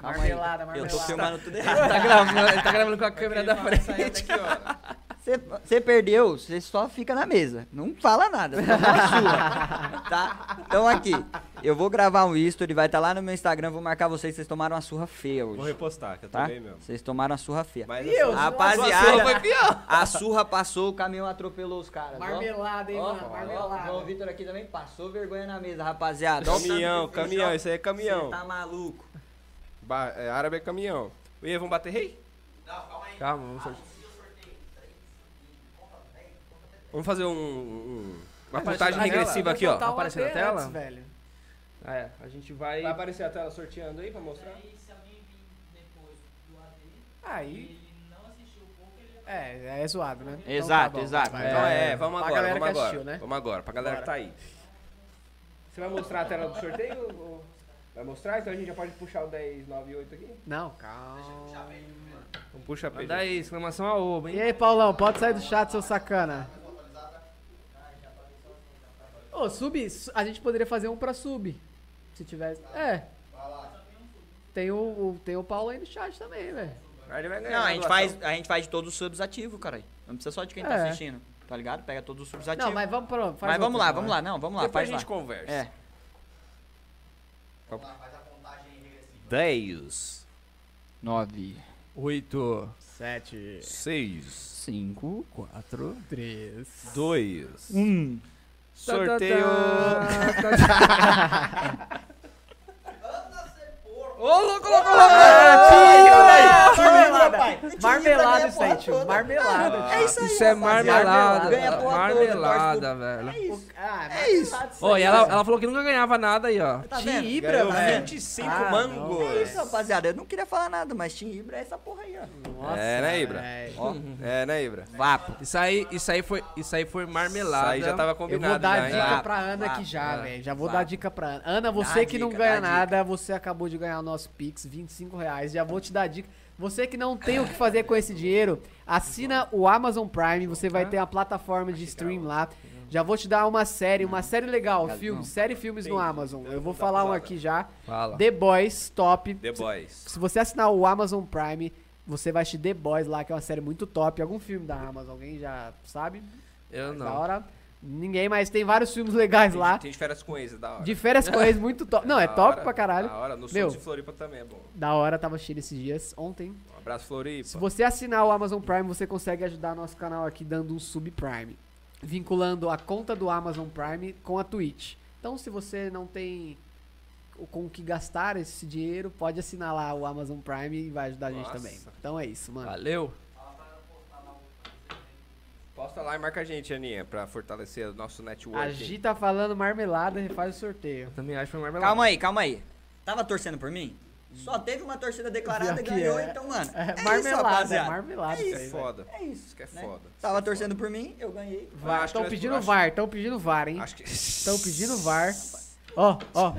[SPEAKER 3] Calma
[SPEAKER 2] Marmelada,
[SPEAKER 3] aí. Eu tô
[SPEAKER 2] marmelada.
[SPEAKER 3] filmando tudo
[SPEAKER 12] Ele
[SPEAKER 3] errado.
[SPEAKER 12] tá gravando, ele tá gravando com a câmera da frente.
[SPEAKER 3] Você perdeu, você só fica na mesa. Não fala nada, só dá uma surra. Tá? Então aqui, eu vou gravar um history, vai estar lá no meu Instagram, vou marcar vocês, vocês tomaram uma surra feia
[SPEAKER 5] Vou
[SPEAKER 3] hoje.
[SPEAKER 5] repostar, que eu tô
[SPEAKER 3] Tá?
[SPEAKER 5] bem mesmo.
[SPEAKER 3] Vocês tomaram uma surra feia.
[SPEAKER 5] Mas assim,
[SPEAKER 2] E eu?
[SPEAKER 3] Rapaziada,
[SPEAKER 12] Sua foi pior.
[SPEAKER 3] a surra passou, o caminhão atropelou os caras. ó.
[SPEAKER 2] Marmelada, hein,
[SPEAKER 3] Ó,
[SPEAKER 2] mano?
[SPEAKER 3] ó, João
[SPEAKER 2] Marmelada.
[SPEAKER 3] Vitor aqui também passou vergonha na mesa, rapaziada. Ó,
[SPEAKER 5] Caminhão,
[SPEAKER 3] tá-
[SPEAKER 5] caminhão, isso aí é caminhão.
[SPEAKER 3] Cê tá maluco.
[SPEAKER 5] Ba- é, árabe é caminhão. E aí, vamos bater rei?
[SPEAKER 12] Calma, vamos sortear.
[SPEAKER 5] Vamos fazer um, um- uma
[SPEAKER 12] Apareceu
[SPEAKER 5] contagem
[SPEAKER 12] na tela?
[SPEAKER 5] regressiva aqui,
[SPEAKER 2] Tá
[SPEAKER 3] um
[SPEAKER 5] ó.
[SPEAKER 12] Apareceu
[SPEAKER 2] aparecendo
[SPEAKER 12] na
[SPEAKER 2] na
[SPEAKER 12] tela?
[SPEAKER 2] tela? velho.
[SPEAKER 12] Ah, é, a gente vai...
[SPEAKER 5] Vai aparecer a tela sorteando aí pra mostrar?
[SPEAKER 2] Aí. É, é zoado, né? Então
[SPEAKER 3] Exato,
[SPEAKER 2] tá bom,
[SPEAKER 3] exato.
[SPEAKER 2] vai,
[SPEAKER 5] Então
[SPEAKER 2] vai.
[SPEAKER 5] é, vamos
[SPEAKER 2] Pra
[SPEAKER 5] agora,
[SPEAKER 2] galera
[SPEAKER 5] vamos
[SPEAKER 2] que
[SPEAKER 5] agora.
[SPEAKER 2] assistiu, né?
[SPEAKER 5] Vamos agora, pra galera
[SPEAKER 2] Bora.
[SPEAKER 5] que tá aí. Você vai mostrar a tela do sorteio? ou- Vai mostrar? Então a gente já pode puxar o 10, 9 e 8 aqui?
[SPEAKER 2] Não, calma.
[SPEAKER 5] Então puxa a
[SPEAKER 12] Manda aí, exclamação a oba, hein?
[SPEAKER 2] E aí, Paulão, pode sair do chat, seu sacana. Ô, sub, su- a gente poderia fazer um pra sub. Se tivesse. É. Tem o, o- tem o Paulo aí no chat também, velho.
[SPEAKER 5] Aí ele vai ganhar.
[SPEAKER 3] Não, a
[SPEAKER 5] uma
[SPEAKER 3] gente,
[SPEAKER 5] doação.
[SPEAKER 3] faz, a gente faz de todos os subs ativos, caralho. Não precisa só de quem tá
[SPEAKER 2] É.
[SPEAKER 3] assistindo, tá ligado? Pega todos os subs ativos.
[SPEAKER 2] Não, mas vamos pro. faz
[SPEAKER 3] Mas
[SPEAKER 2] outro,
[SPEAKER 3] vamos lá,
[SPEAKER 2] então,
[SPEAKER 3] vamos
[SPEAKER 2] vai.
[SPEAKER 3] lá, não, vamos lá,
[SPEAKER 5] né?
[SPEAKER 3] faz
[SPEAKER 5] Depois a
[SPEAKER 3] lá.
[SPEAKER 5] gente conversa.
[SPEAKER 3] É.
[SPEAKER 5] 10,
[SPEAKER 3] 9,
[SPEAKER 5] 8,
[SPEAKER 2] Sete,
[SPEAKER 5] 6,
[SPEAKER 3] 5, 4,
[SPEAKER 2] três.
[SPEAKER 5] 2.
[SPEAKER 3] 1.
[SPEAKER 5] Sorteio!
[SPEAKER 12] Ô, louco, louco, louco!
[SPEAKER 3] Marmelada,
[SPEAKER 2] Marmelada, gente. Marmelada.
[SPEAKER 3] É isso aí,
[SPEAKER 12] Isso é marmelada,
[SPEAKER 3] Ganha a porra toda,
[SPEAKER 12] marmelada, velho.
[SPEAKER 2] O- Ah, é isso.
[SPEAKER 12] Ô, e ela, ela falou que nunca ganhava nada aí, ó.
[SPEAKER 3] Tá
[SPEAKER 2] Tim
[SPEAKER 3] vendo?
[SPEAKER 2] Ibra, velho.
[SPEAKER 5] 25
[SPEAKER 2] Ah,
[SPEAKER 5] mangos!
[SPEAKER 3] É isso, rapaziada. Eu não queria falar nada, mas Tim Ibra é essa porra aí, ó.
[SPEAKER 2] Nossa,
[SPEAKER 5] É, né, Ibra?
[SPEAKER 2] velho.
[SPEAKER 5] É, né, Ibra?
[SPEAKER 3] Vapo.
[SPEAKER 12] Isso aí, isso aí foi, isso aí foi marmelada.
[SPEAKER 5] Isso aí já tava
[SPEAKER 2] Eu
[SPEAKER 5] combinado.
[SPEAKER 2] vou dar
[SPEAKER 5] já, hein? Ah,
[SPEAKER 2] dica
[SPEAKER 3] Vapo,
[SPEAKER 2] pra Ana
[SPEAKER 3] vapo,
[SPEAKER 2] aqui já,
[SPEAKER 3] vapo,
[SPEAKER 2] velho. Já vou
[SPEAKER 3] vapo.
[SPEAKER 2] dar dica pra Ana. Ana,
[SPEAKER 3] Dá
[SPEAKER 2] você que não
[SPEAKER 3] dica,
[SPEAKER 2] ganha
[SPEAKER 3] dá
[SPEAKER 2] nada, você acabou de ganhar o nosso Pix, 25 reais. Já vou te dar dica. Você que não tem o que fazer com esse dinheiro, assina o Amazon Prime, você vai ter a plataforma de stream lá. Já vou te dar uma série, uma série legal, filme, série filmes no Amazon. Eu vou falar um aqui já.
[SPEAKER 1] Fala.
[SPEAKER 2] The Boys, top.
[SPEAKER 5] The Boys.
[SPEAKER 2] Se você assinar o Amazon Prime, você vai assistir The Boys lá, que é uma série muito top. Algum filme da Amazon, alguém já sabe?
[SPEAKER 12] Eu
[SPEAKER 2] Da
[SPEAKER 12] não.
[SPEAKER 2] hora. Ninguém, mas tem vários filmes legais lá.
[SPEAKER 5] Tem de férias com ex, é da hora.
[SPEAKER 2] De férias com eles, muito top. Não, é
[SPEAKER 5] Da
[SPEAKER 2] top
[SPEAKER 5] hora,
[SPEAKER 2] pra caralho.
[SPEAKER 5] Da hora. No
[SPEAKER 2] Meu.
[SPEAKER 5] sul de Floripa também é bom.
[SPEAKER 2] Da hora, tava assistindo esses dias, ontem.
[SPEAKER 5] Um abraço, Floripa.
[SPEAKER 2] Se você assinar o Amazon Prime, você consegue ajudar nosso canal aqui dando um subprime, vinculando a conta do Amazon Prime com a Twitch. Então, se você não tem o- com o que gastar esse dinheiro, pode assinar lá o Amazon Prime e vai ajudar a gente
[SPEAKER 5] Nossa.
[SPEAKER 2] também. Então é isso, mano.
[SPEAKER 12] Valeu.
[SPEAKER 5] Posta lá e marca a gente, Aninha, pra fortalecer o nosso network.
[SPEAKER 2] A Gi tá falando marmelada, refaz o sorteio.
[SPEAKER 12] Eu também acho que foi marmelada.
[SPEAKER 3] Calma aí, calma aí. Tava torcendo por mim? Só teve uma torcida declarada
[SPEAKER 2] Pior
[SPEAKER 3] e
[SPEAKER 2] que
[SPEAKER 3] ganhou,
[SPEAKER 2] é.
[SPEAKER 3] então, mano.
[SPEAKER 2] É,
[SPEAKER 3] É, isso,
[SPEAKER 2] marmelada,
[SPEAKER 3] rapaziada.
[SPEAKER 2] marmelada.
[SPEAKER 5] Isso
[SPEAKER 2] isso aí,
[SPEAKER 5] é
[SPEAKER 2] velho.
[SPEAKER 5] foda.
[SPEAKER 3] É isso.
[SPEAKER 5] Isso que é
[SPEAKER 3] né?
[SPEAKER 5] foda.
[SPEAKER 3] Tava torcendo por mim, eu ganhei.
[SPEAKER 2] VAR,
[SPEAKER 5] acho que
[SPEAKER 2] estão
[SPEAKER 5] nós-
[SPEAKER 2] pedindo
[SPEAKER 5] acho-
[SPEAKER 2] VAR, estão pedindo VAR, hein?
[SPEAKER 5] Acho que...
[SPEAKER 2] Estão pedindo VAR. Ó, ó.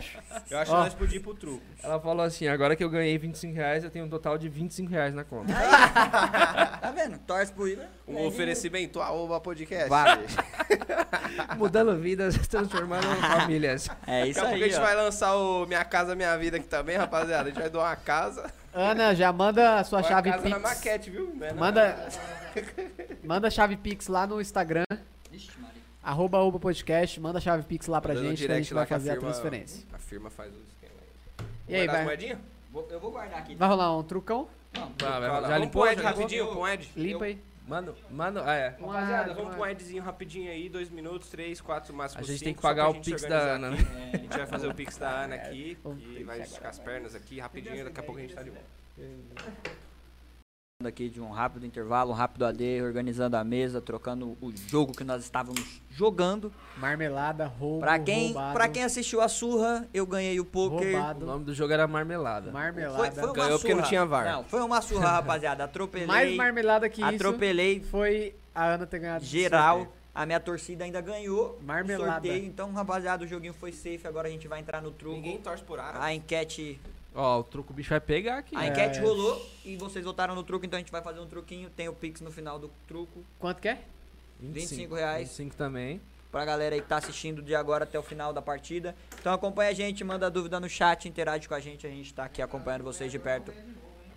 [SPEAKER 5] Eu acho
[SPEAKER 2] Ó.
[SPEAKER 5] que nós podíamos ir pro truco.
[SPEAKER 12] Ela falou assim, agora que eu ganhei 25 reais, eu tenho um total de 25 reais na conta.
[SPEAKER 3] Tá vendo? Torce pro River.
[SPEAKER 5] Um oferecimento a Oba Podcast.
[SPEAKER 12] Mudando vidas, transformando famílias.
[SPEAKER 3] É
[SPEAKER 5] Daqui
[SPEAKER 3] isso
[SPEAKER 5] a pouco a
[SPEAKER 3] aí,
[SPEAKER 5] gente
[SPEAKER 3] ó.
[SPEAKER 5] vai lançar o Minha Casa Minha Vida aqui também, rapaziada. A gente vai doar uma casa.
[SPEAKER 2] Ana, já manda a sua
[SPEAKER 5] Uma
[SPEAKER 2] chave
[SPEAKER 5] casa
[SPEAKER 2] Pix.
[SPEAKER 5] na maquete, viu? Não é na-
[SPEAKER 2] Manda. manda a chave Pix lá no Instagram. Arroba Oba Podcast, manda a chave Pix lá pra
[SPEAKER 5] Manda no
[SPEAKER 2] gente, que a
[SPEAKER 5] direct
[SPEAKER 2] gente
[SPEAKER 5] lá
[SPEAKER 2] vai
[SPEAKER 5] que a
[SPEAKER 2] fazer a
[SPEAKER 5] firma-
[SPEAKER 2] transferência.
[SPEAKER 5] A firma faz o esquema aí.
[SPEAKER 2] E aí,
[SPEAKER 5] Guardar as
[SPEAKER 2] vai,
[SPEAKER 5] moedinhas?
[SPEAKER 3] Vou- Eu vou guardar aqui.
[SPEAKER 2] vai rolar um trucão?
[SPEAKER 12] Tá, vai-
[SPEAKER 5] Fala,
[SPEAKER 12] já
[SPEAKER 5] vamos
[SPEAKER 12] limpou?
[SPEAKER 5] pro
[SPEAKER 12] já
[SPEAKER 5] Ed
[SPEAKER 12] limpou?
[SPEAKER 5] rapidinho, vamos pro Ed.
[SPEAKER 2] Limpa aí.
[SPEAKER 12] Mano, mano, ah, é.
[SPEAKER 2] Um
[SPEAKER 5] Rapaziada,
[SPEAKER 2] ar,
[SPEAKER 5] vamos
[SPEAKER 2] um
[SPEAKER 5] pro
[SPEAKER 2] ar.
[SPEAKER 5] Edzinho rapidinho aí, dois minutos, três, quatro, máximo
[SPEAKER 12] A gente
[SPEAKER 5] cinco,
[SPEAKER 12] tem que
[SPEAKER 5] só pra
[SPEAKER 12] pagar o
[SPEAKER 5] gente se
[SPEAKER 12] Pix da
[SPEAKER 5] organizar
[SPEAKER 12] Ana, né?
[SPEAKER 5] aqui. né? A gente vai fazer o Pix da Ana aqui
[SPEAKER 2] Vamos
[SPEAKER 5] e vai esticar as pernas aqui rapidinho, daqui a pouco a gente tá de volta.
[SPEAKER 3] aqui de um rápido intervalo, um rápido AD, organizando a mesa, trocando o jogo que nós estávamos jogando.
[SPEAKER 2] Marmelada, roubo,
[SPEAKER 3] Pra quem,
[SPEAKER 2] roubado,
[SPEAKER 3] pra quem assistiu a surra, eu ganhei o poker.
[SPEAKER 12] O
[SPEAKER 2] roubado,
[SPEAKER 12] nome do jogo era Marmelada.
[SPEAKER 3] Foi,
[SPEAKER 2] marmelada.
[SPEAKER 3] foi uma
[SPEAKER 5] Ganhou porque não
[SPEAKER 3] surra.
[SPEAKER 5] tinha VAR.
[SPEAKER 3] Não, foi uma surra, rapaziada. Atropelei.
[SPEAKER 2] Mais marmelada que
[SPEAKER 3] atropelei
[SPEAKER 2] isso foi a Ana ter ganhado. esse
[SPEAKER 3] geral.
[SPEAKER 2] sorteio.
[SPEAKER 3] A minha torcida ainda ganhou. o
[SPEAKER 2] Marmelada.
[SPEAKER 3] Sorteio. Então, rapaziada, o joguinho foi safe. Agora a gente vai entrar no truco.
[SPEAKER 5] Ninguém torce por Ara.
[SPEAKER 3] A enquete,
[SPEAKER 12] Ó, o truco o bicho vai pegar aqui. né?
[SPEAKER 3] a
[SPEAKER 2] É.
[SPEAKER 3] enquete rolou e vocês votaram no truco, então a gente vai fazer um truquinho. Tem o Pix no final do truco.
[SPEAKER 2] Quanto que é?
[SPEAKER 3] 25 reais.
[SPEAKER 12] 25 também.
[SPEAKER 3] pra galera aí que tá assistindo de agora até o final da partida. Então acompanha a gente, manda dúvida no chat, interage com a gente, a gente tá aqui acompanhando vocês de perto.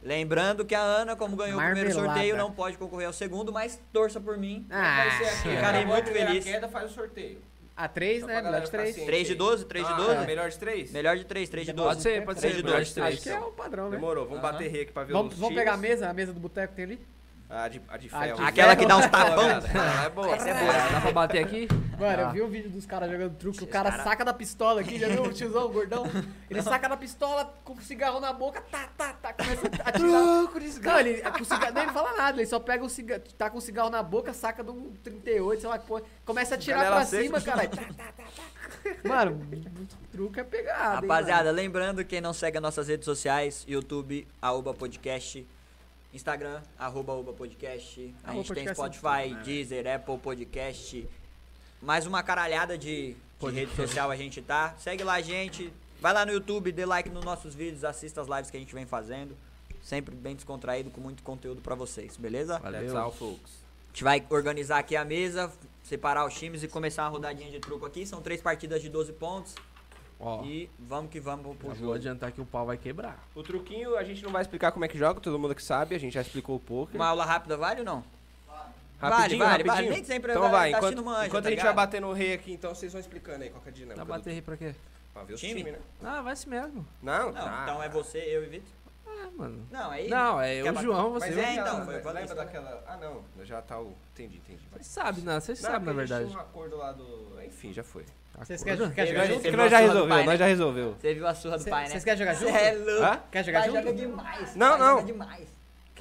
[SPEAKER 3] Lembrando que a Ana, como ganhou o primeiro
[SPEAKER 2] Marmelada.
[SPEAKER 3] sorteio, não pode concorrer ao segundo, mas torça por mim.
[SPEAKER 2] Ah,
[SPEAKER 5] é
[SPEAKER 3] Ficarei muito feliz.
[SPEAKER 5] A queda faz o sorteio.
[SPEAKER 2] a 3,
[SPEAKER 5] Só
[SPEAKER 2] né?
[SPEAKER 5] pra
[SPEAKER 2] Melhor
[SPEAKER 5] galera
[SPEAKER 2] de
[SPEAKER 5] ficar
[SPEAKER 2] 3.
[SPEAKER 5] ciente.
[SPEAKER 3] 3 de 12, 3 de
[SPEAKER 5] Ah,
[SPEAKER 3] 12?
[SPEAKER 2] É.
[SPEAKER 5] Melhor de três?
[SPEAKER 3] Melhor de 3, 3 de 12.
[SPEAKER 12] Pode ser, pode
[SPEAKER 3] Três
[SPEAKER 12] ser.
[SPEAKER 3] de
[SPEAKER 12] melhor
[SPEAKER 3] dois.
[SPEAKER 12] de
[SPEAKER 2] Acho
[SPEAKER 12] três.
[SPEAKER 2] que é o padrão, né?
[SPEAKER 5] então. Demorou, vamos
[SPEAKER 12] Aham.
[SPEAKER 5] bater rei aqui pra ver
[SPEAKER 2] Vamos,
[SPEAKER 5] os
[SPEAKER 2] vamos
[SPEAKER 5] times.
[SPEAKER 2] pegar a mesa, a mesa do boteco que tem ali?
[SPEAKER 5] A Ah, de, a de
[SPEAKER 2] A
[SPEAKER 5] ferro.
[SPEAKER 2] de
[SPEAKER 3] Aquela que dá uns
[SPEAKER 5] Boa,
[SPEAKER 3] tapão.
[SPEAKER 5] galera. Ah, é boa.
[SPEAKER 3] Essa é boa.
[SPEAKER 12] Dá pra bater aqui?
[SPEAKER 2] Mano,
[SPEAKER 5] Ah.
[SPEAKER 2] eu vi o vídeo dos caras jogando truque, o cara, saca da pistola aqui, já viu o tiozão, o gordão? Ele saca da pistola com o cigarro na boca, tá, tá, tá, começa a atirar. Truco, Não, ele, é com o cigarro, não, ele fala nada, ele só pega o cigarro, tá com o cigarro na boca, saca de um 38, sei lá, que porra, começa a atirar
[SPEAKER 5] Galera
[SPEAKER 2] pra
[SPEAKER 5] seca.
[SPEAKER 2] cima, caralho. Tá, tá, tá, tá. Mano, truque é pegado,
[SPEAKER 3] Rapaziada, lembrando, quem não segue as nossas redes sociais, YouTube, arroba podcast, Instagram, arroba arroba podcast, a
[SPEAKER 2] Arroba
[SPEAKER 3] gente tem
[SPEAKER 2] podcast né,
[SPEAKER 3] Spotify, Deezer, Apple Podcast, mais uma caralhada de, de rede social a gente tá. Segue lá a gente, vai lá no YouTube, dê like nos nossos vídeos, assista as lives que a gente vem fazendo. Sempre bem descontraído, com muito conteúdo pra vocês, beleza?
[SPEAKER 5] That's all, folks.
[SPEAKER 3] A gente vai organizar aqui a mesa, separar os times e começar uma rodadinha de truco aqui. São três partidas de 12 pontos
[SPEAKER 12] Ó,
[SPEAKER 3] e vamos que vamos
[SPEAKER 12] já
[SPEAKER 3] pro
[SPEAKER 12] vou
[SPEAKER 3] jogo.
[SPEAKER 12] adiantar que o pau vai quebrar.
[SPEAKER 5] O truquinho a gente não vai explicar como é que joga, todo mundo que sabe, a gente já explicou o poker.
[SPEAKER 3] Uma aula rápida vale ou não?
[SPEAKER 5] Rapidinho,
[SPEAKER 3] vale, vale,
[SPEAKER 5] rapidinho.
[SPEAKER 3] Nem que sempre a
[SPEAKER 5] então
[SPEAKER 3] galera
[SPEAKER 5] vai,
[SPEAKER 3] tá
[SPEAKER 5] enquanto,
[SPEAKER 3] assistindo manja,
[SPEAKER 5] enquanto
[SPEAKER 3] tá
[SPEAKER 5] a gente vai
[SPEAKER 3] ligado?
[SPEAKER 5] bater no rei aqui, então vocês vão explicando aí qual que é a dinâmica.
[SPEAKER 12] Dá
[SPEAKER 5] do-
[SPEAKER 12] bater rei pra quê?
[SPEAKER 5] Pra ver os
[SPEAKER 3] Time?
[SPEAKER 5] time, né?
[SPEAKER 12] Ah, vai se mesmo.
[SPEAKER 5] Não,
[SPEAKER 3] Não,
[SPEAKER 5] tá.
[SPEAKER 3] então é você, eu e Vitor.
[SPEAKER 12] Ah, mano.
[SPEAKER 3] Não, é ele.
[SPEAKER 12] Não, é
[SPEAKER 3] Quer
[SPEAKER 12] eu,
[SPEAKER 3] bater?
[SPEAKER 12] João,
[SPEAKER 5] Mas
[SPEAKER 12] você.
[SPEAKER 3] é,
[SPEAKER 5] é,
[SPEAKER 3] então,
[SPEAKER 5] então,
[SPEAKER 3] foi- foi
[SPEAKER 5] lembra
[SPEAKER 3] isso.
[SPEAKER 5] daquela... Ah, não, já tá o... Entendi, entendi. vai.
[SPEAKER 12] Vocês sabem, né? Vocês sabem, na
[SPEAKER 5] porque a gente
[SPEAKER 12] verdade.
[SPEAKER 5] tinha um acordo lá do... Enfim, já foi.
[SPEAKER 2] Vocês
[SPEAKER 12] querem-
[SPEAKER 2] querem,
[SPEAKER 12] Acordo?
[SPEAKER 3] querem jogar
[SPEAKER 2] jogar
[SPEAKER 3] Ele- junto?
[SPEAKER 2] junto?
[SPEAKER 3] ele- Nós já resolveu, nós
[SPEAKER 5] já resolveu.
[SPEAKER 3] Você viu a surra do pai, né?
[SPEAKER 2] Vocês querem jogar
[SPEAKER 3] Cê
[SPEAKER 2] junto?
[SPEAKER 3] é louco.
[SPEAKER 5] Hã?
[SPEAKER 2] Quer jogar
[SPEAKER 3] Pai joga
[SPEAKER 2] junto?
[SPEAKER 3] demais.
[SPEAKER 5] Não,
[SPEAKER 3] pai
[SPEAKER 5] não.
[SPEAKER 3] Joga demais.